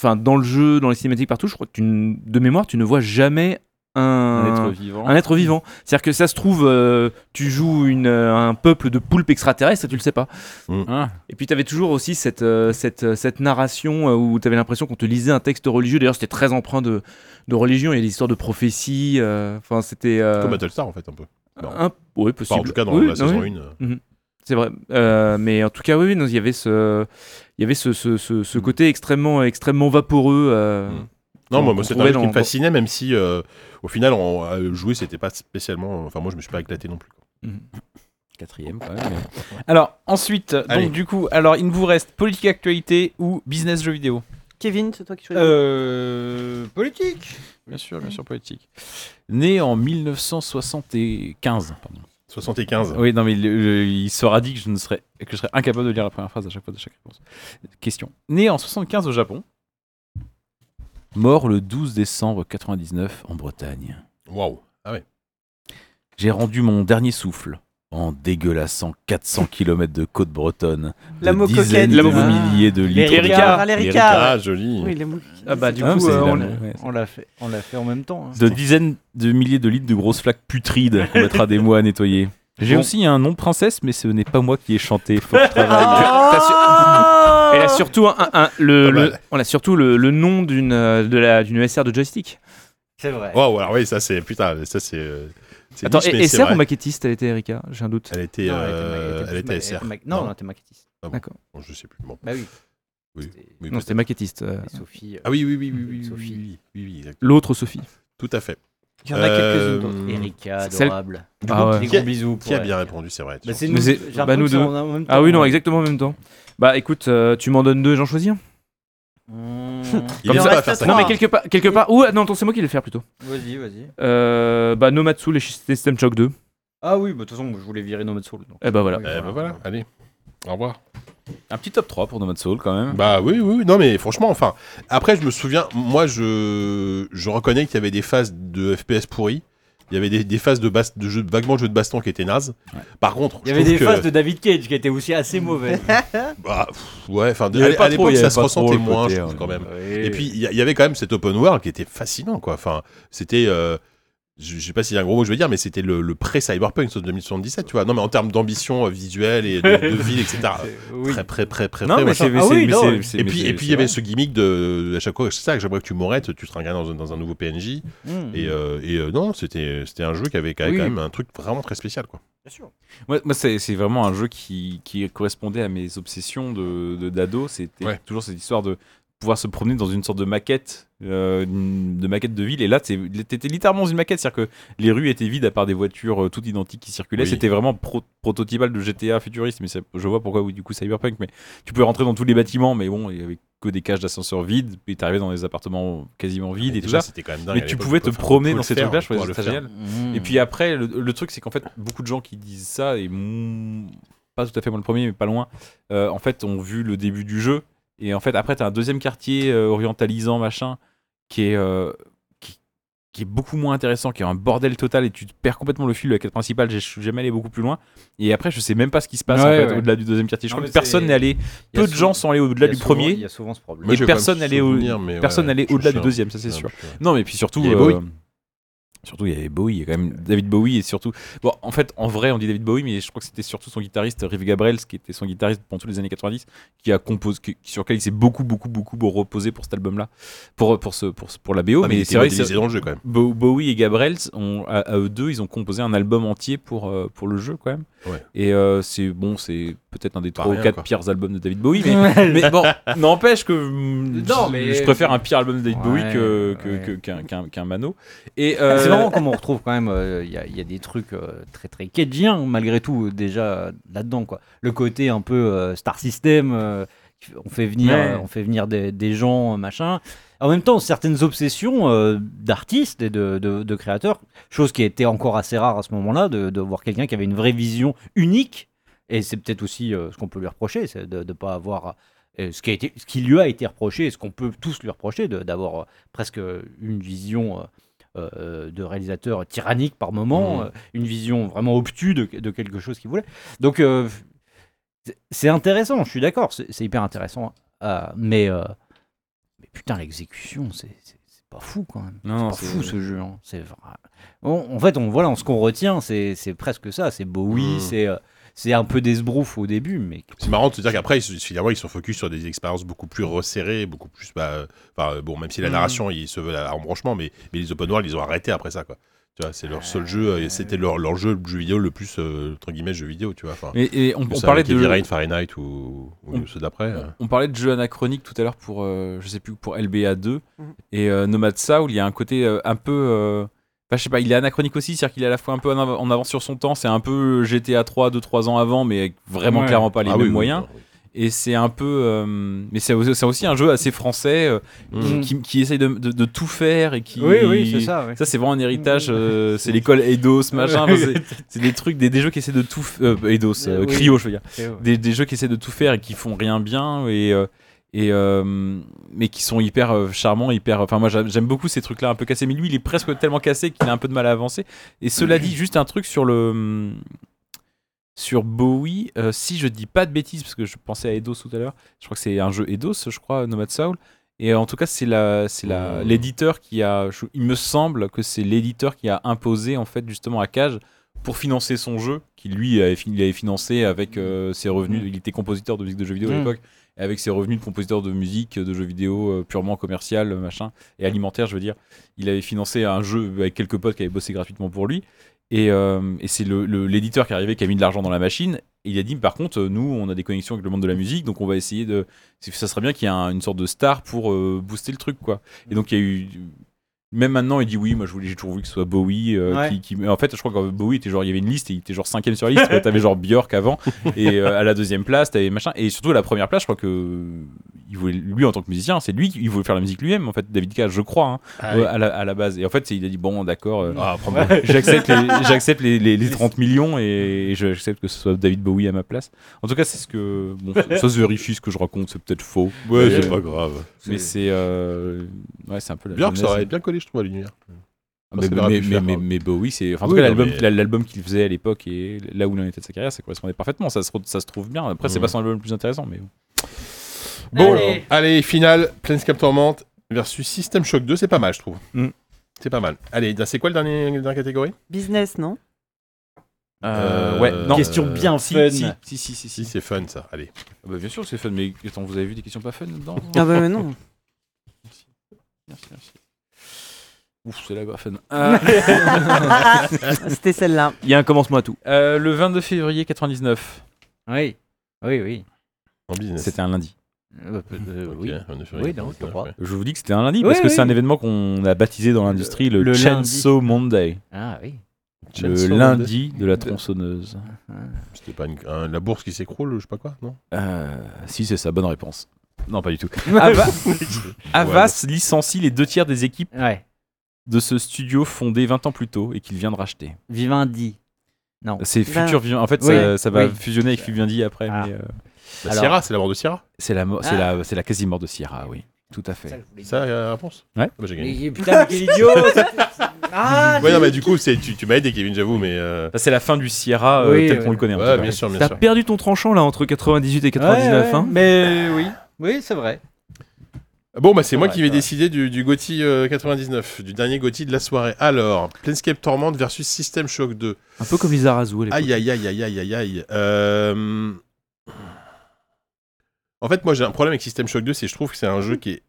Speaker 3: enfin dans le jeu, dans les cinématiques partout, je crois que tu n- de mémoire, tu ne vois jamais un,
Speaker 2: Un être vivant.
Speaker 3: un être vivant. C'est-à-dire que ça se trouve, euh, tu joues une, euh, un peuple de poulpes extraterrestres et tu le sais pas.
Speaker 1: Mm.
Speaker 2: Ah,
Speaker 3: Et puis tu avais toujours aussi cette, euh, cette, euh, cette narration euh, où tu avais l'impression qu'on te lisait un texte religieux. D'ailleurs, c'était très empreint de, de religion. Il y a des histoires de prophéties. euh, Enfin, c'était. euh,
Speaker 1: Comme Battlestar, en fait, un peu. non.
Speaker 3: un-
Speaker 1: Enfin,
Speaker 3: Oui, possible.
Speaker 1: en tout cas, dans
Speaker 3: Oui,
Speaker 1: la
Speaker 3: non,
Speaker 1: saison euh.
Speaker 3: oui,
Speaker 1: 1.
Speaker 3: C'est vrai. Euh, mais en tout cas, oui, oui, non, il y avait ce, il y avait ce, ce, ce, ce côté extrêmement, extrêmement vaporeux. euh,
Speaker 1: Mm. Non,
Speaker 3: qu'on-
Speaker 1: moi, moi,
Speaker 3: qu'on
Speaker 1: c'est un
Speaker 3: trouvait
Speaker 1: jeu qui me
Speaker 3: dans-
Speaker 1: fascinait, même si euh, au final, on, à jouer, c'était pas spécialement. Enfin, moi, je me suis pas éclaté non plus.
Speaker 2: Quatrième, quand même. Alors, ensuite,
Speaker 1: Allez.
Speaker 2: donc du coup, alors il ne vous reste politique actualité ou business jeux vidéo
Speaker 6: Kevin, c'est toi qui choisis.
Speaker 5: Euh, politique.
Speaker 2: Bien sûr, bien sûr, politique. Né en 1975. Pardon.
Speaker 1: 75.
Speaker 2: Oui, non, mais il, euh, il sera dit que je, ne serais, que je serais incapable de lire la première phrase à chaque fois de chaque réponse. Question. Né en 75 au Japon. Mort le 12 décembre 99 en Bretagne.
Speaker 1: Waouh. Ah ouais.
Speaker 2: J'ai rendu mon dernier souffle en dégueulassant 400 km de côte bretonne.
Speaker 6: La
Speaker 2: de
Speaker 6: mots
Speaker 2: dizaines
Speaker 6: coquettes.
Speaker 2: de
Speaker 6: Ah.
Speaker 2: milliers de litres. de-
Speaker 6: Ricard. Ah, les
Speaker 1: Les
Speaker 6: Ricards.
Speaker 1: Ricards, joli.
Speaker 6: Oui, les mots.
Speaker 5: Ah bah du
Speaker 2: Ah,
Speaker 5: coup,
Speaker 2: c'est
Speaker 5: euh,
Speaker 2: la-
Speaker 5: on,
Speaker 2: ouais,
Speaker 5: on l'a fait, on l'a fait en même temps. hein.
Speaker 2: de dizaines de milliers de litres de grosses flaques putrides qu'on mettra des mois à nettoyer. J'ai
Speaker 19: Bon.
Speaker 2: aussi un nom de princesse, mais ce n'est pas moi qui ai chanté. Faut que je travaille.
Speaker 3: Ah.
Speaker 5: Ah.
Speaker 6: Ah
Speaker 3: Elle a surtout un, un- le,
Speaker 1: Pas
Speaker 3: le-
Speaker 1: mal.
Speaker 3: on a surtout le, le nom d'une euh, de la d'une SR de joystick.
Speaker 5: C'est vrai.
Speaker 1: Waouh, alors oui, ça c'est. Putain, ça c'est. euh, c'est
Speaker 3: Attends,
Speaker 1: niche,
Speaker 3: et,
Speaker 1: mais
Speaker 3: et
Speaker 1: c'est
Speaker 3: SR
Speaker 1: vrai.
Speaker 3: ou maquettiste Elle était Erika, j'ai un doute.
Speaker 1: Elle était.
Speaker 5: Non,
Speaker 1: euh,
Speaker 5: elle était ma- elle était
Speaker 1: elle était
Speaker 5: ma-
Speaker 1: SR.
Speaker 5: elle était ma- Non,
Speaker 1: Non.
Speaker 5: elle était maquettiste.
Speaker 1: Bon, Je sais plus. Bon,
Speaker 5: Bah oui.
Speaker 1: Oui.
Speaker 5: C'était-
Speaker 1: oui,
Speaker 3: Non, c'était
Speaker 1: peut-être.
Speaker 3: maquettiste. euh,
Speaker 5: et Sophie. euh,
Speaker 1: Ah oui, oui, oui, oui, oui, oui,
Speaker 5: Sophie.
Speaker 1: oui, oui, oui, exact.
Speaker 3: L'autre Sophie.
Speaker 1: tout à fait.
Speaker 5: Il y en a
Speaker 1: Euh,
Speaker 5: quelques-unes d'autres. Erika,
Speaker 3: Mmh. c'est celle-
Speaker 5: adorable.
Speaker 3: Ah ouais.
Speaker 5: Des
Speaker 1: Qui a-
Speaker 5: gros bisous.
Speaker 1: Qui a
Speaker 5: pour
Speaker 1: bien
Speaker 5: elle.
Speaker 1: répondu, c'est vrai.
Speaker 5: Bah, c'est
Speaker 3: Mais
Speaker 5: nous,
Speaker 3: c'est-
Speaker 5: j'ai
Speaker 3: bah,
Speaker 5: l'impression
Speaker 3: nous
Speaker 5: que c'est
Speaker 3: deux.
Speaker 5: en- en même
Speaker 3: Ah oui,
Speaker 5: temps,
Speaker 3: non,
Speaker 5: ouais.
Speaker 3: exactement en même temps. Bah écoute, euh, tu m'en donnes deux, j'en choisis un.
Speaker 5: Mmh,
Speaker 1: Il
Speaker 6: Il
Speaker 1: est
Speaker 6: en
Speaker 1: pas à
Speaker 6: reste
Speaker 1: faire ça.
Speaker 3: Non,
Speaker 6: Ah.
Speaker 3: mais quelque part, quelque part. Ouh, non, attends, c'est moi qui vais le faire plutôt.
Speaker 5: Vas-y, vas-y.
Speaker 3: Euh, bah Nomatsu, les System Shock 2.
Speaker 5: Ah oui, bah, de toute façon, je voulais virer Nomad Soul. donc.
Speaker 3: Eh bah voilà.
Speaker 5: Oui,
Speaker 1: Eh ben voilà, allez. Au revoir.
Speaker 2: Un petit top 3 pour Nomad Soul quand même.
Speaker 1: Bah oui, oui, oui. non mais franchement, enfin, après je me souviens, moi je, je reconnais qu'il y avait des phases de FPS pourries, il y avait des, des phases de, bas, de jeux, vaguement jeux de baston qui étaient nazes. Par contre,
Speaker 5: Il y avait
Speaker 1: je trouve
Speaker 5: des
Speaker 1: que,
Speaker 5: phases de David Cage qui étaient aussi assez mauvaises.
Speaker 1: bah, pff, ouais, enfin, de-
Speaker 2: Il y avait
Speaker 1: à,
Speaker 2: pas
Speaker 1: à
Speaker 2: trop,
Speaker 1: l'époque
Speaker 2: il y
Speaker 1: ça
Speaker 2: avait
Speaker 1: se
Speaker 2: pas trop
Speaker 1: ressentait
Speaker 2: le
Speaker 1: moins,
Speaker 2: côté, hein.
Speaker 1: je trouve
Speaker 2: ouais.
Speaker 1: quand même.
Speaker 5: Et
Speaker 1: Et puis il y, a- il y avait quand même cet open world qui était fascinant, quoi. Enfin, c'était, euh, je, je sais pas s'il y a un gros mot que je veux dire, mais c'était le, le pré-cyberpunk sauf 2077, tu vois. Non mais en termes d'ambition euh, visuelle et de, de ville, etc.
Speaker 5: oui.
Speaker 1: Très, très, très, très,
Speaker 2: Non,
Speaker 1: très,
Speaker 2: mais
Speaker 1: machin.
Speaker 2: c'est. mais
Speaker 5: Ah
Speaker 2: c'est-
Speaker 5: oui,
Speaker 2: mais
Speaker 5: non,
Speaker 2: c'est-
Speaker 5: oui.
Speaker 2: c'est-
Speaker 1: Et
Speaker 2: mais
Speaker 1: puis,
Speaker 2: c'est-
Speaker 1: et puis il
Speaker 2: c'est
Speaker 1: y avait
Speaker 2: vrai.
Speaker 1: ce gimmick de à chaque fois, c'est ça, que j'aimerais que tu mourais, tu tu te ringardais dans, un- dans un nouveau PNJ.
Speaker 5: Mm.
Speaker 1: Et, euh, et, euh, non, c'était c'était un jeu qui avait quand,
Speaker 2: Mhm. Oui.
Speaker 1: quand même un truc vraiment très spécial. quoi.
Speaker 5: Bien sûr.
Speaker 2: Ouais, moi, c'est c'est vraiment un jeu qui, qui correspondait à mes obsessions de de- d'ado. C'était
Speaker 1: Ouais.
Speaker 2: toujours cette histoire de pouvoir se promener dans une sorte de maquette, euh, une- de maquette de ville. Et là, t'es- t'étais littéralement dans une maquette, c'est-à-dire que les rues étaient vides à part des voitures euh, toutes identiques qui circulaient.
Speaker 1: Oui.
Speaker 2: C'était vraiment pro- prototypal de GTA futuriste. Mais ça- je vois pourquoi oui, du coup Cyberpunk. Mais tu pouvais rentrer dans tous les bâtiments, mais bon, il y avait que des cages d'ascenseurs vides. Puis t'arrivais dans des appartements quasiment vides
Speaker 1: Ah, Mais
Speaker 2: et tout
Speaker 1: déjà,
Speaker 2: ça.
Speaker 1: c'était quand même dingue.
Speaker 2: Mais
Speaker 1: à
Speaker 2: tu
Speaker 1: l'époque,
Speaker 2: pouvais te
Speaker 1: faut- faut-
Speaker 2: promener
Speaker 1: faut
Speaker 2: dans
Speaker 1: le
Speaker 2: ces
Speaker 1: faire,
Speaker 2: trucs-là. Je
Speaker 1: faut
Speaker 2: trouvais
Speaker 1: le
Speaker 2: ça
Speaker 1: faire.
Speaker 2: génial.
Speaker 5: Mmh. Hmm.
Speaker 2: Et puis après, le, le truc, c'est qu'en fait, beaucoup de gens qui disent ça, et mm, pas tout à fait moi le premier, mais pas loin, euh, en fait, ont vu le début du jeu. Et en fait, après, t'as un deuxième quartier euh, orientalisant, machin, qui est, euh, qui, qui est beaucoup moins intéressant, qui est un bordel total, et tu perds complètement le fil de la quête principale. J'ai- Je suis jamais allé beaucoup plus loin. Et après, je sais même pas ce qui se passe en
Speaker 5: Ouais,
Speaker 2: fait,
Speaker 5: ouais.
Speaker 2: au-delà du deuxième quartier. Je
Speaker 5: Non,
Speaker 2: crois
Speaker 5: mais
Speaker 2: que personne
Speaker 5: c'est-
Speaker 2: n'est allé.
Speaker 5: Il y a
Speaker 2: Peu de
Speaker 5: souvent-
Speaker 2: gens sont allés au-delà
Speaker 5: il y a
Speaker 2: du
Speaker 5: souvent- Il y
Speaker 2: premier.
Speaker 5: a souvent ce problème.
Speaker 1: Moi, j'ai quand
Speaker 2: personne
Speaker 1: même
Speaker 2: n'allait
Speaker 1: souvenir, mais
Speaker 2: Personne
Speaker 1: ouais,
Speaker 2: n'allait
Speaker 1: je me
Speaker 2: au-delà du
Speaker 1: souviens.
Speaker 2: deuxième, ça c'est
Speaker 1: Ouais,
Speaker 2: sûr.
Speaker 1: je me souviens.
Speaker 2: Non, mais puis surtout,
Speaker 1: Il y avait Bowie.
Speaker 2: euh, Surtout, il y avait Bowie, il y a quand même David Bowie et surtout. Bon, en fait, en vrai, on dit David Bowie, mais je crois que c'était surtout son guitariste Rive Gabriel, qui était son guitariste pendant tous les années 90, qui a composé, qui- sur lequel il s'est beaucoup, beaucoup, beaucoup reposé pour cet album-là, pour, pour, ce, pour, ce- pour la BO.
Speaker 1: Ah,
Speaker 2: mais
Speaker 1: il
Speaker 2: c'est vrai,
Speaker 1: était
Speaker 2: que
Speaker 1: modélisé
Speaker 2: c'est-
Speaker 1: dans le jeu quand même.
Speaker 2: Bo- Bowie et Gabriel, ont, à, à eux deux, ils ont composé un album entier pour, euh, pour le jeu quand même.
Speaker 1: Ouais.
Speaker 2: Et euh, c'est bon, c'est peut-être un des
Speaker 1: Pas
Speaker 2: trois ou
Speaker 1: rien,
Speaker 2: quatre
Speaker 1: quoi.
Speaker 2: pires albums de David Bowie, mais, mais bon, n'empêche que mm,
Speaker 3: Non,
Speaker 2: je-
Speaker 3: mais-
Speaker 2: je préfère un pire album de David Bowie
Speaker 5: Ouais,
Speaker 2: que- que-
Speaker 5: ouais. Ah,
Speaker 2: que- qu'un qu'un- qu'un Mano. Et euh,
Speaker 5: C'est marrant comme on retrouve quand même, euh, il y, a- il y a des trucs euh, très très kedjiens malgré tout euh, déjà euh, là-dedans quoi. Le côté un peu euh, Star System, euh, qui- on fait venir,
Speaker 3: Ouais.
Speaker 5: euh, on fait venir des, des gens euh, machin. En même temps, certaines obsessions euh, d'artistes et de, de- de créateurs, chose qui était encore assez rare à ce moment-là, de, de voir quelqu'un qui avait une vraie vision unique. Et c'est peut-être aussi euh, ce qu'on peut lui reprocher, c'est de ne pas avoir euh, ce qui, a été, ce qui lui a été reproché, et ce qu'on peut tous lui reprocher, de- d'avoir euh, presque une vision euh, euh, euh, de réalisateur tyrannique par moment, euh, une vision vraiment obtuse de, de quelque chose qu'il voulait. Donc, euh, c'est- c'est intéressant, je suis d'accord, c'est c'est hyper intéressant. euh, mais, euh, mais putain, l'exécution, c'est c'est- c'est pas fou quand même.
Speaker 2: Non, non,
Speaker 5: C'est pas
Speaker 2: c'est-
Speaker 5: fou ce jeu. hein. C'est vra- Bon, en fait, on, voilà, on- ce qu'on retient, c'est c'est presque ça. C'est Bowie,
Speaker 1: Mm.
Speaker 5: c'est euh, c'est un peu des sbroufs au début, mais
Speaker 1: C'est marrant de se dire qu'après, ils se- finalement, ils sont focus sur des expériences beaucoup plus resserrées, beaucoup plus. bah, euh, enfin, euh, bon, même si la
Speaker 6: Mm.
Speaker 1: narration, ils se veulent à à embranchement, mais, mais les open world, ils ont arrêté après ça, quoi. Tu vois, c'est leur seul jeu, euh, et c'était leur, leur jeu, le jeu vidéo le plus, euh, entre guillemets, jeu vidéo, tu vois. Enfin,
Speaker 2: mais- et on,
Speaker 1: que
Speaker 2: on
Speaker 1: ça,
Speaker 2: parlait
Speaker 1: Heavy
Speaker 2: de Mm.
Speaker 1: Rain, Fahrenheit ou, ou
Speaker 2: On-
Speaker 1: ceux d'après. euh.
Speaker 2: On parlait de jeux anachroniques tout à l'heure pour, euh, je sais plus, pour LBA 2
Speaker 6: Mhm.
Speaker 2: et euh, Nomad Soul. Il y a un côté euh, un peu. euh, Enfin, je sais pas, il est anachronique aussi, c'est-à-dire qu'il est à la fois un peu en av- en avance sur son temps. C'est un peu GTA 3, 2-3 ans avant, mais avec vraiment
Speaker 3: Ouais.
Speaker 2: clairement pas les
Speaker 1: Ah
Speaker 2: mêmes
Speaker 1: oui, oui,
Speaker 2: moyens.
Speaker 1: oui.
Speaker 2: Et c'est un peu. euh, mais c'est aussi, c'est aussi un jeu assez français euh,
Speaker 1: Mm.
Speaker 2: qui, qui essaye de, de- de tout faire et qui.
Speaker 5: ça.
Speaker 2: Ça, c'est vraiment un héritage. euh, c'est l'école Eidos, machin. enfin, c'est- c'est des trucs, des, des jeux qui essaient de tout. f- euh, Eidos, euh,
Speaker 5: Oui.
Speaker 2: Cryo, je veux dire des, des jeux qui essaient de tout faire et qui font rien bien et euh, et euh, mais qui sont hyper euh, charmants hyper enfin moi j'aime j'aime beaucoup ces trucs là un peu cassés mais lui il est presque tellement cassé qu'il a un peu de mal à avancer et cela dit juste un truc sur le sur Bowie euh, si je dis pas de bêtises parce que je pensais à Eidos tout à l'heure je crois que c'est un jeu Eidos je crois Nomad Soul et en tout cas c'est la c'est la
Speaker 1: Mmh.
Speaker 2: l'éditeur qui a je- il me semble que c'est l'éditeur qui a imposé en fait justement à Cage pour financer son jeu, qui lui avait, fin- il avait financé avec euh, ses revenus. Il était compositeur de musique de jeux vidéo à
Speaker 5: Mm.
Speaker 2: l'époque, et avec ses revenus de compositeur de musique de jeux vidéo euh, purement commercial, euh, machin, et alimentaire, je veux dire. Il avait financé un jeu avec quelques potes qui avaient bossé gratuitement pour lui. Et, euh, et c'est le- le- l'éditeur qui est arrivé qui a mis de l'argent dans la machine. Et il a dit, par contre, euh, nous, on a des connexions avec le monde de la musique, donc on va essayer de. Ça serait bien qu'il y ait un- une sorte de star pour euh, booster le truc, quoi. Et donc, il y a eu même maintenant, il dit oui, moi je voulais- j'ai toujours voulu que ce soit Bowie. euh,
Speaker 5: Ouais.
Speaker 2: qui, qui- mais En fait, je crois que Bowie était genre, il y avait une liste et il était genre cinquième sur la liste. quoi. T'avais genre Björk avant et euh, à la deuxième place, t'avais machin. Et surtout à la première place, je crois que euh, il voulait, lui en tant que musicien, c'est lui qui il voulait faire la musique lui-même. En fait, David Cage, je crois, hein,
Speaker 1: Ah oui.
Speaker 2: euh, à, la, à la base. Et en fait, c'est- il a dit bon, d'accord, euh,
Speaker 1: Ah, prends-moi.
Speaker 2: j'accepte les, j'accepte les, les- les 30 millions et, et je- j'accepte que ce soit David Bowie à ma place. En tout cas, c'est ce que bon, ça, ça se vérifie ce que je raconte, c'est peut-être faux,
Speaker 1: Ouais,
Speaker 2: Euh,
Speaker 1: c'est pas grave.
Speaker 2: mais c'est euh, ouais, c'est un peu la
Speaker 1: Björk, ça
Speaker 2: genèse.
Speaker 1: aurait bien collé, je trouve, à l'univers.
Speaker 2: Ah, Mais,
Speaker 1: Ça aurait
Speaker 2: mais,
Speaker 1: pu
Speaker 2: mais,
Speaker 1: faire,
Speaker 2: mais,
Speaker 1: hein.
Speaker 2: mais Bowie, c'est. Enfin, en
Speaker 1: Oui,
Speaker 2: tout cas,
Speaker 1: non,
Speaker 2: l'album
Speaker 1: mais-
Speaker 2: la- l'album qu'il faisait à l'époque et là où il en était de sa carrière, ça correspondait parfaitement. Ça se, re- ça se trouve bien. Après, c'est
Speaker 1: Mhm.
Speaker 2: pas son album le plus intéressant, mais bon.
Speaker 1: Bon,
Speaker 6: Allez.
Speaker 1: allez, finale, Planescape Torment versus System Shock 2, c'est pas mal, je trouve.
Speaker 5: Mm.
Speaker 1: C'est pas mal. Allez, c'est quoi le dernier, la dernière catégorie
Speaker 6: Business, non
Speaker 1: Euh,
Speaker 2: ouais,
Speaker 1: euh,
Speaker 2: non.
Speaker 5: Question bien fun.
Speaker 2: Si, si, si, si,
Speaker 1: Si,
Speaker 2: si.
Speaker 1: c'est fun, ça. Allez.
Speaker 2: Ah bah, bien sûr que c'est fun, mais attends, vous avez vu des questions pas fun dedans
Speaker 6: Ah bah non.
Speaker 2: Merci, merci. Ouf, c'est la pas fun. Euh,
Speaker 6: C'était celle-là.
Speaker 3: Il y a un commencement à tout.
Speaker 2: euh, le 22 février 99,
Speaker 5: Ah Oui, oui, oui.
Speaker 1: En business.
Speaker 2: c'était un lundi.
Speaker 5: Euh, euh,
Speaker 1: Ok,
Speaker 5: oui.
Speaker 1: on est sur
Speaker 5: Oui,
Speaker 1: les-
Speaker 5: non, je crois.
Speaker 1: ouais.
Speaker 2: Je vous dis que c'était un lundi
Speaker 5: Oui,
Speaker 2: parce que
Speaker 5: oui.
Speaker 2: c'est un événement qu'on a baptisé dans l'industrie le,
Speaker 5: Le lundi.
Speaker 2: Chainsaw Monday,
Speaker 5: Ah oui.
Speaker 2: le
Speaker 1: Chainsaw
Speaker 2: lundi de la tronçonneuse.
Speaker 1: C'était pas une- un- la bourse qui s'écroule, ou je sais pas quoi, non
Speaker 2: Euh, si, c'est ça, bonne réponse. Non, pas du tout. Ava- Avas licencie les deux tiers des équipes
Speaker 5: Ouais.
Speaker 2: de ce studio fondé 20 ans plus tôt et qu'il vient de racheter.
Speaker 5: Vivendi. Non.
Speaker 2: C'est
Speaker 6: Ben,
Speaker 2: Future Vivendi. En fait,
Speaker 5: oui,
Speaker 2: ça, ça va
Speaker 5: oui.
Speaker 2: fusionner avec Vivendi après.
Speaker 5: Ah.
Speaker 2: mais, euh,
Speaker 1: Bah,
Speaker 5: Alors-
Speaker 1: Sierra, c'est la mort de Sierra.
Speaker 2: c'est la, mo- c'est la, c'est la quasi mort de Sierra, oui. Tout à
Speaker 5: Ça,
Speaker 2: fait.
Speaker 5: je voulais dire.
Speaker 1: Ça, la réponse
Speaker 2: Ouais.
Speaker 1: Bah, j'ai gagné.
Speaker 5: Mais Eh, Putain, mais quel idiot Ah
Speaker 1: Ouais, non, mais du coup, c'est- tu, tu m'as aidé, Kevin, j'avoue, mais. euh,
Speaker 2: Ça, C'est la fin du Sierra euh,
Speaker 5: Oui,
Speaker 2: tel
Speaker 5: oui.
Speaker 2: qu'on le connaît. en
Speaker 1: Ouais,
Speaker 2: tout cas.
Speaker 1: bien sûr, bien
Speaker 3: T'as
Speaker 1: sûr.
Speaker 3: perdu ton tranchant là entre 98 et 99.
Speaker 5: Ouais, ouais,
Speaker 3: hein.
Speaker 5: Mais oui, oui, c'est vrai.
Speaker 1: Bon, bah, c'est moi
Speaker 7: Ouais,
Speaker 1: qui vais
Speaker 7: ouais.
Speaker 1: décider du, du GOTY euh, 99, du dernier GOTY de la soirée. Alors, Planescape Torment versus System Shock 2.
Speaker 3: Un peu comme Lizarazu à l'époque.
Speaker 1: Aïe, aïe, aïe, aïe, aïe, aïe, aïe. Euh, En fait, moi, j'ai un problème avec System Shock 2, c'est que je trouve que c'est un
Speaker 5: Mhm.
Speaker 1: jeu qui est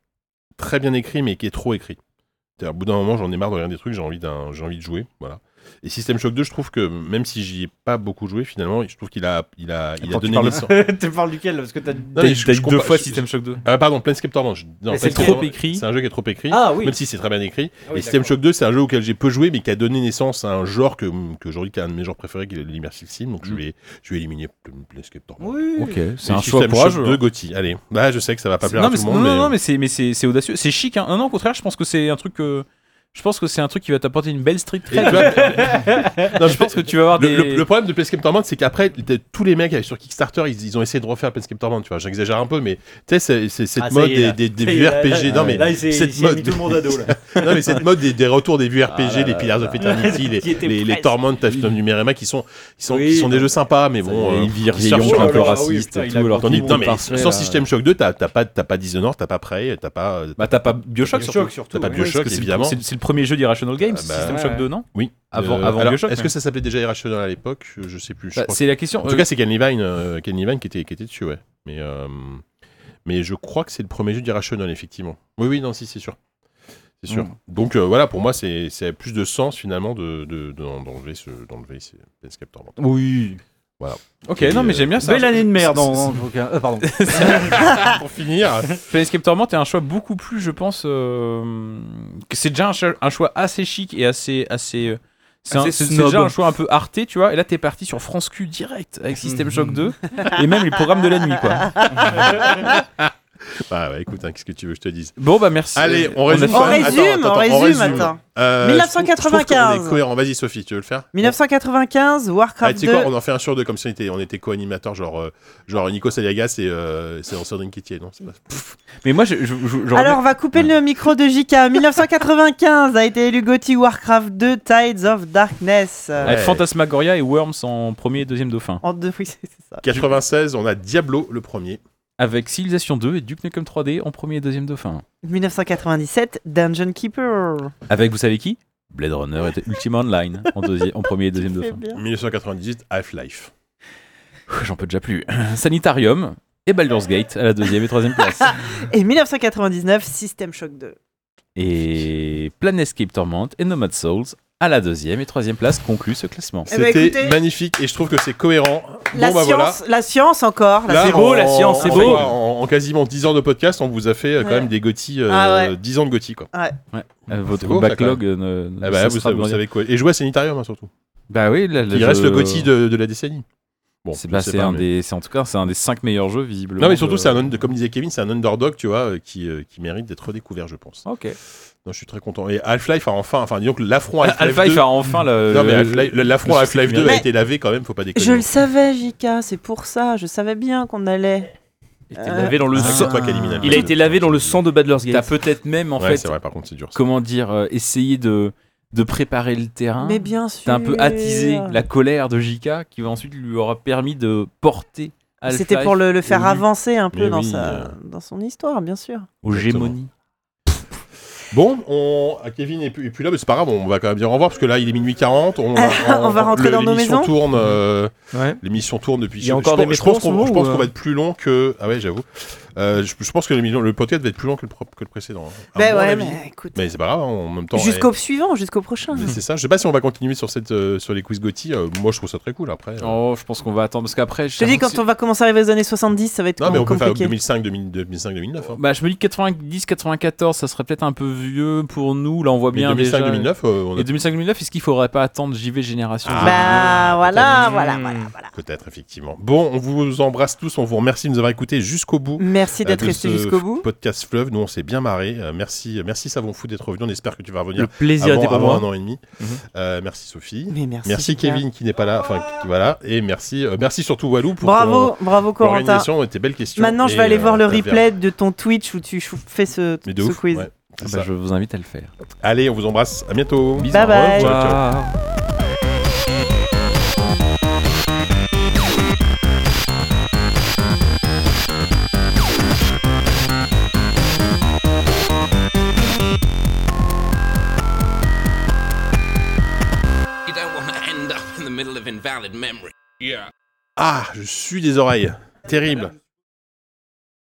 Speaker 1: très bien écrit, mais qui est trop écrit. C'est-à-dire, Au bout d'un moment, j'en ai marre de regarder des trucs, j'ai envie, d'un- j'ai envie de jouer. Voilà. Et System Shock 2, je trouve que, même si j'y ai pas beaucoup joué, finalement, je trouve qu'il a, il a, il a
Speaker 5: Attends, tu
Speaker 1: donné
Speaker 5: parles-
Speaker 1: naissance-
Speaker 5: tu parles duquel là, Parce que t'as.
Speaker 1: Non, mais je- je
Speaker 7: deux
Speaker 1: compa-
Speaker 7: fois
Speaker 1: je-
Speaker 7: System Shock 2.
Speaker 1: Ah, pardon, Planescape Torment. je- non,
Speaker 5: Mais c'est
Speaker 1: Planescape
Speaker 5: trop
Speaker 1: Torment,
Speaker 7: écrit.
Speaker 1: C'est un jeu qui est trop écrit.
Speaker 5: Ah oui.
Speaker 1: Même si c'est très bien écrit.
Speaker 5: Ah oui,
Speaker 1: et System
Speaker 5: d'accord.
Speaker 1: Shock 2, c'est un jeu auquel j'ai peu joué, mais qui a donné naissance à un genre que, que je qui est un de mes genres préférés, qui est l'immersive sim. Donc
Speaker 5: Mhm.
Speaker 1: je vais, je vais éliminer Planescape Torment.
Speaker 5: Oui.
Speaker 2: Ok, c'est
Speaker 1: Et
Speaker 2: un
Speaker 1: System
Speaker 2: choix
Speaker 1: Shock
Speaker 2: courageux. hein.
Speaker 1: 2 Gotti. Allez, bah, je sais que ça va pas plaire
Speaker 2: non,
Speaker 1: à
Speaker 2: mais
Speaker 1: tout
Speaker 2: c'est-
Speaker 1: le monde.
Speaker 2: non,
Speaker 1: mais-
Speaker 2: non, mais c'est mais c'est c'est audacieux, c'est chic. Hein. Non, non, au contraire, je pense que c'est un truc. euh, je pense que c'est un truc qui va t'apporter une belle street
Speaker 1: Et
Speaker 2: cred.
Speaker 1: tu vois, non,
Speaker 2: je pense que tu vas avoir
Speaker 1: le,
Speaker 2: des.
Speaker 1: le- le problème de Planescape Torment, c'est qu'après, t'as- tous les mecs sur Kickstarter, ils, ils ont essayé de refaire Planescape Torment, tu vois. J'exagère un peu, mais tu sais, c'est- c'est cette
Speaker 5: Ah, ça
Speaker 1: mode
Speaker 5: y est,
Speaker 1: des,
Speaker 5: là.
Speaker 1: des, des
Speaker 5: Ça y
Speaker 1: vieux
Speaker 5: est, là,
Speaker 1: RPG.
Speaker 5: là,
Speaker 1: non, mais
Speaker 5: là, il s'est- il
Speaker 1: cette
Speaker 5: s'est mis
Speaker 1: mode.
Speaker 5: tout le monde à dos là. Ah
Speaker 1: non, mais cette mode des, des retours des vieux RPG,
Speaker 5: là
Speaker 1: les
Speaker 5: là
Speaker 1: Pillars of Eternity, les,
Speaker 5: Qui était
Speaker 1: les, les
Speaker 5: presque.
Speaker 1: Torment, Touchstone Numerema, qui sont, qui sont,
Speaker 5: Oui,
Speaker 1: qui sont des
Speaker 5: non.
Speaker 1: jeux sympas, mais bon. euh,
Speaker 7: Ils virent
Speaker 1: qui surfent
Speaker 7: vieillons,
Speaker 1: sur
Speaker 7: un
Speaker 1: un
Speaker 7: peu
Speaker 2: ah
Speaker 1: plan
Speaker 7: racistes et tout. alors
Speaker 1: Tandis,
Speaker 7: qu'ils
Speaker 1: non
Speaker 7: vont
Speaker 1: mais
Speaker 7: parfait,
Speaker 5: euh.
Speaker 1: sans
Speaker 7: là.
Speaker 1: System Shock 2, t'as t'as pas, t'as pas Dishonored, t'as pas Prey, t'as pas, euh,
Speaker 2: Bah, t'as pas Bioshock,
Speaker 5: Bioshock,
Speaker 2: surtout.
Speaker 5: surtout,
Speaker 2: T'as pas
Speaker 1: oui.
Speaker 2: Bioshock,
Speaker 1: Parce que c'est-
Speaker 2: évidemment.
Speaker 1: c'est-
Speaker 2: C'est le premier jeu d'Irrational Games,
Speaker 1: Ah, bah,
Speaker 2: System Shock
Speaker 5: ouais.
Speaker 2: 2, non
Speaker 1: oui.
Speaker 2: Avant-
Speaker 1: Euh,
Speaker 2: avant
Speaker 1: alors,
Speaker 2: Bioshock, hein.
Speaker 1: Est-ce que
Speaker 2: mais-
Speaker 1: ça s'appelait déjà Irrational à l'époque Je je sais plus. je
Speaker 2: Bah,
Speaker 1: crois
Speaker 2: C'est la question.
Speaker 1: En tout cas, c'est Ken Levine, euh, Ken Levine qui, était, qui était dessus, ouais. Mais, euh, mais je crois que c'est le premier jeu d'Irrational, effectivement. Oui, oui, non, si, c'est sûr. C'est
Speaker 2: Hmm.
Speaker 1: sûr. Donc euh, voilà, pour moi, c'est c'est plus de sens, finalement, d'enlever de, d'en- d'enlever ce d'enlever ces Planescape Torment.
Speaker 5: Oui.
Speaker 2: Euh, ok, non, mais j'aime bien ça.
Speaker 5: Belle année de merde en en tout cas.
Speaker 1: Ah,
Speaker 5: Euh, pardon.
Speaker 2: Ah
Speaker 1: Pour finir,
Speaker 2: Planescape Torment est un choix beaucoup plus, je pense, euh, que c'est déjà un choix, un choix assez chic et assez assez. euh, C'est un-
Speaker 7: Assez
Speaker 2: c'est- c'est
Speaker 7: snob.
Speaker 2: déjà un choix un peu arté, tu vois. Et là, t'es parti sur France Q direct avec System Shock 2 et même les programmes de la nuit, quoi.
Speaker 1: bah ouais, écoute, hein, qu'est-ce que tu veux que je te dise
Speaker 2: Bon, bah merci.
Speaker 1: Allez, on
Speaker 2: a
Speaker 1: résume.
Speaker 2: fait-
Speaker 6: On
Speaker 1: Attends,
Speaker 6: résume,
Speaker 1: attends,
Speaker 6: on
Speaker 1: attends, on
Speaker 6: résume,
Speaker 1: résume.
Speaker 6: attends.
Speaker 1: Euh,
Speaker 6: 1995.
Speaker 1: je trouve- je trouve qu'on est cohérent. Vas-y, Sophie, tu veux le faire
Speaker 6: 1995,
Speaker 1: Ah,
Speaker 6: Warcraft
Speaker 1: tu
Speaker 6: 2.
Speaker 1: sais quoi, on en fait un sur deux comme si on était, on était co-animateurs, genre, euh, genre Nico Saliagas et euh, c'est Sandrine Kittier, non c'est pas-
Speaker 2: Mais moi, je, je- je- je
Speaker 6: Alors, on va couper le micro de JK. 1995 a été élu GOTY Warcraft 2 Tides of Darkness. Euh,
Speaker 2: Avec
Speaker 1: Ouais.
Speaker 2: Fantasmagoria et Worms en premier et deuxième dauphin.
Speaker 6: En deux, oui, c'est c'est ça.
Speaker 1: 96, on a Diablo le premier.
Speaker 2: Avec Civilization 2 et Duke Nukem 3D en premier et deuxième dauphin.
Speaker 6: 1997, Dungeon Keeper.
Speaker 2: Avec, vous savez qui Blade Runner et Ultima Online en, deuxi- en premier et deuxième
Speaker 6: C'est
Speaker 2: dauphin.
Speaker 6: bien.
Speaker 1: 1998, Half-Life.
Speaker 2: Pff, J'en peux déjà plus. Sanitarium et Baldur's Gate à la deuxième et troisième place.
Speaker 6: Et 1999, System Shock 2.
Speaker 2: et Planescape Torment et Nomad Souls à la deuxième et troisième place conclut ce classement.
Speaker 6: Eh ben,
Speaker 1: C'était
Speaker 6: écoutez-
Speaker 1: magnifique et je trouve que c'est cohérent.
Speaker 6: La,
Speaker 1: bon, bah voilà.
Speaker 6: science, la science encore. la
Speaker 1: Là,
Speaker 6: science.
Speaker 1: en-
Speaker 7: la science, c'est
Speaker 1: en-
Speaker 7: beau.
Speaker 1: En, en quasiment 10 ans de podcast, on vous a fait euh, quand
Speaker 6: Ouais.
Speaker 1: même des Gotti, euh,
Speaker 6: Ah ouais.
Speaker 1: 10 ans de Gotti quoi.
Speaker 2: Euh, votre
Speaker 1: C'est beau, ça,
Speaker 2: backlog euh, ne, ne
Speaker 1: Ah bah, vous, savez,
Speaker 2: cessera de
Speaker 1: vous
Speaker 2: grandir.
Speaker 1: savez quoi. Et jouer à Sanitarium hein, surtout.
Speaker 2: Bah oui, là, là,
Speaker 1: Il
Speaker 2: je-
Speaker 1: reste le Gotti de, de la décennie. Bon,
Speaker 2: C'est
Speaker 1: je
Speaker 2: bah,
Speaker 1: sais
Speaker 2: c'est
Speaker 1: pas,
Speaker 2: un
Speaker 1: mais-
Speaker 2: des, c'est en tout cas c'est un des cinq meilleurs jeux visiblement. euh,
Speaker 1: Non mais surtout
Speaker 2: de-
Speaker 1: c'est un un- comme disait Kevin, c'est un underdog, tu vois, euh, qui, euh, qui mérite d'être redécouvert, je pense.
Speaker 2: Ok.
Speaker 1: Non, je suis très content. Et Half-Life a enfin enfin disons que l'affront à Half-Life
Speaker 2: Alpha
Speaker 1: 2
Speaker 2: il a enfin le.
Speaker 1: Non mais
Speaker 2: le-
Speaker 1: Half-Life- l'affront à
Speaker 2: le souci
Speaker 1: Half-Life 2 a
Speaker 6: numérique.
Speaker 1: été lavé quand même, faut pas déconner.
Speaker 6: Je le savais, JK, c'est pour ça. Je savais bien qu'on allait.
Speaker 7: Il
Speaker 6: Euh,
Speaker 7: était lavé dans le
Speaker 1: Ah,
Speaker 7: sang.
Speaker 1: toi, Kalimina.
Speaker 7: Il a été lavé dans le sang de Badler's
Speaker 2: T'as
Speaker 7: Gate.
Speaker 2: peut-être même en
Speaker 1: Ouais,
Speaker 2: fait,
Speaker 1: c'est vrai par contre, c'est dur. ça.
Speaker 2: comment dire, euh, essayer de de préparer le terrain.
Speaker 6: Mais bien sûr.
Speaker 2: T'as un peu attisé la colère de Jika qui va ensuite lui aura permis de porter. Half-Life
Speaker 6: C'était pour le, le faire
Speaker 2: au-
Speaker 6: avancer un peu
Speaker 1: E Mais
Speaker 6: dans,
Speaker 1: oui,
Speaker 6: sa,
Speaker 1: euh.
Speaker 6: dans son histoire, bien sûr.
Speaker 2: aux gémonies.
Speaker 1: Bon, on... ah, Kevin est plus, est plus là, mais c'est pas grave, on va quand même dire au revoir parce que là il est minuit 40. On, va-
Speaker 6: On va rentrer
Speaker 1: le-
Speaker 6: dans nos
Speaker 1: l'émission
Speaker 6: maisons
Speaker 1: Tourne, euh,
Speaker 7: Ouais.
Speaker 1: L'émission tourne depuis.
Speaker 7: Il y a encore
Speaker 1: je,
Speaker 7: des
Speaker 1: pense- je pense
Speaker 7: métros en ce
Speaker 1: qu'on
Speaker 7: moment,
Speaker 1: je pense
Speaker 7: ou,
Speaker 1: qu'on va
Speaker 7: euh
Speaker 1: être plus long que. Ah ouais, j'avoue. Euh, je, je pense que l'émission- le podcast va être plus long que le, pro- que le précédent. hein. À
Speaker 6: Ben
Speaker 1: mon
Speaker 6: ouais,
Speaker 1: avis.
Speaker 6: mais écoute.
Speaker 1: Mais c'est pas grave, hein, en même temps.
Speaker 6: Jusqu'au suivant, jusqu'au prochain.
Speaker 1: eh, C'est ça. Je sais pas si on va continuer sur cette euh, sur les quiz Gotti. moi, je trouve ça très cool. Après. euh.
Speaker 2: Oh, je pense qu'on va attendre parce qu'après,
Speaker 6: Je te dis, quand on va commencer à arriver aux années 70, ça va être
Speaker 1: Non, mais on peut faire
Speaker 6: compliqué.
Speaker 1: 2005, 2000, 2005, 2009. hein.
Speaker 2: Bah, je me dis que 90, 94, ça serait peut-être un peu vieux pour nous. Là, on voit
Speaker 1: Mais
Speaker 2: bien
Speaker 1: 2005,
Speaker 2: déjà.
Speaker 1: 2009, euh, on a
Speaker 2: Et 2005, 2009, est-ce qu'il faudrait pas attendre JV Génération
Speaker 1: Ah.
Speaker 6: Bah voilà,
Speaker 1: peut-être.
Speaker 6: voilà, voilà, voilà.
Speaker 1: peut-être effectivement. Bon, on vous embrasse tous. On vous remercie de nous avoir écoutés jusqu'au bout. Euh,
Speaker 6: Merci d'être
Speaker 1: Ah, de
Speaker 6: resté
Speaker 1: ce
Speaker 6: jusqu'au bout.
Speaker 1: Podcast Fleuve, nous on s'est bien marré. Euh, merci, merci Savon Fou d'être revenu. On espère que tu vas
Speaker 7: Le
Speaker 1: revenir
Speaker 7: plaisir
Speaker 1: avant,
Speaker 7: était pas
Speaker 1: avant
Speaker 7: moi.
Speaker 1: un an et demi.
Speaker 7: Mhm.
Speaker 1: Euh, merci Sophie.
Speaker 6: Mais merci.
Speaker 1: Merci
Speaker 6: Jika.
Speaker 1: Kevin qui n'est pas là. Enfin qui- voilà. Et merci, euh, merci surtout Walou pour
Speaker 6: Bravo, bravo
Speaker 1: ton
Speaker 6: Corentin.
Speaker 1: organisation et tes belles questions.
Speaker 6: Maintenant, je
Speaker 1: Et,
Speaker 6: vais aller
Speaker 1: euh,
Speaker 6: voir le
Speaker 1: ta verve.
Speaker 6: replay de ton Twitch où tu chou- fais ce,
Speaker 1: Mais de
Speaker 6: ce
Speaker 1: ouf,
Speaker 6: quiz.
Speaker 1: ouais, c'est
Speaker 2: Ah
Speaker 1: ça.
Speaker 2: bah, Je vous invite à le faire.
Speaker 1: Allez, on vous embrasse. À bientôt.
Speaker 6: Bye Au bye.
Speaker 1: Ciao, ciao.
Speaker 20: middle of invalid memory. Yeah.
Speaker 1: Ah, je suis des oreilles. Terrible.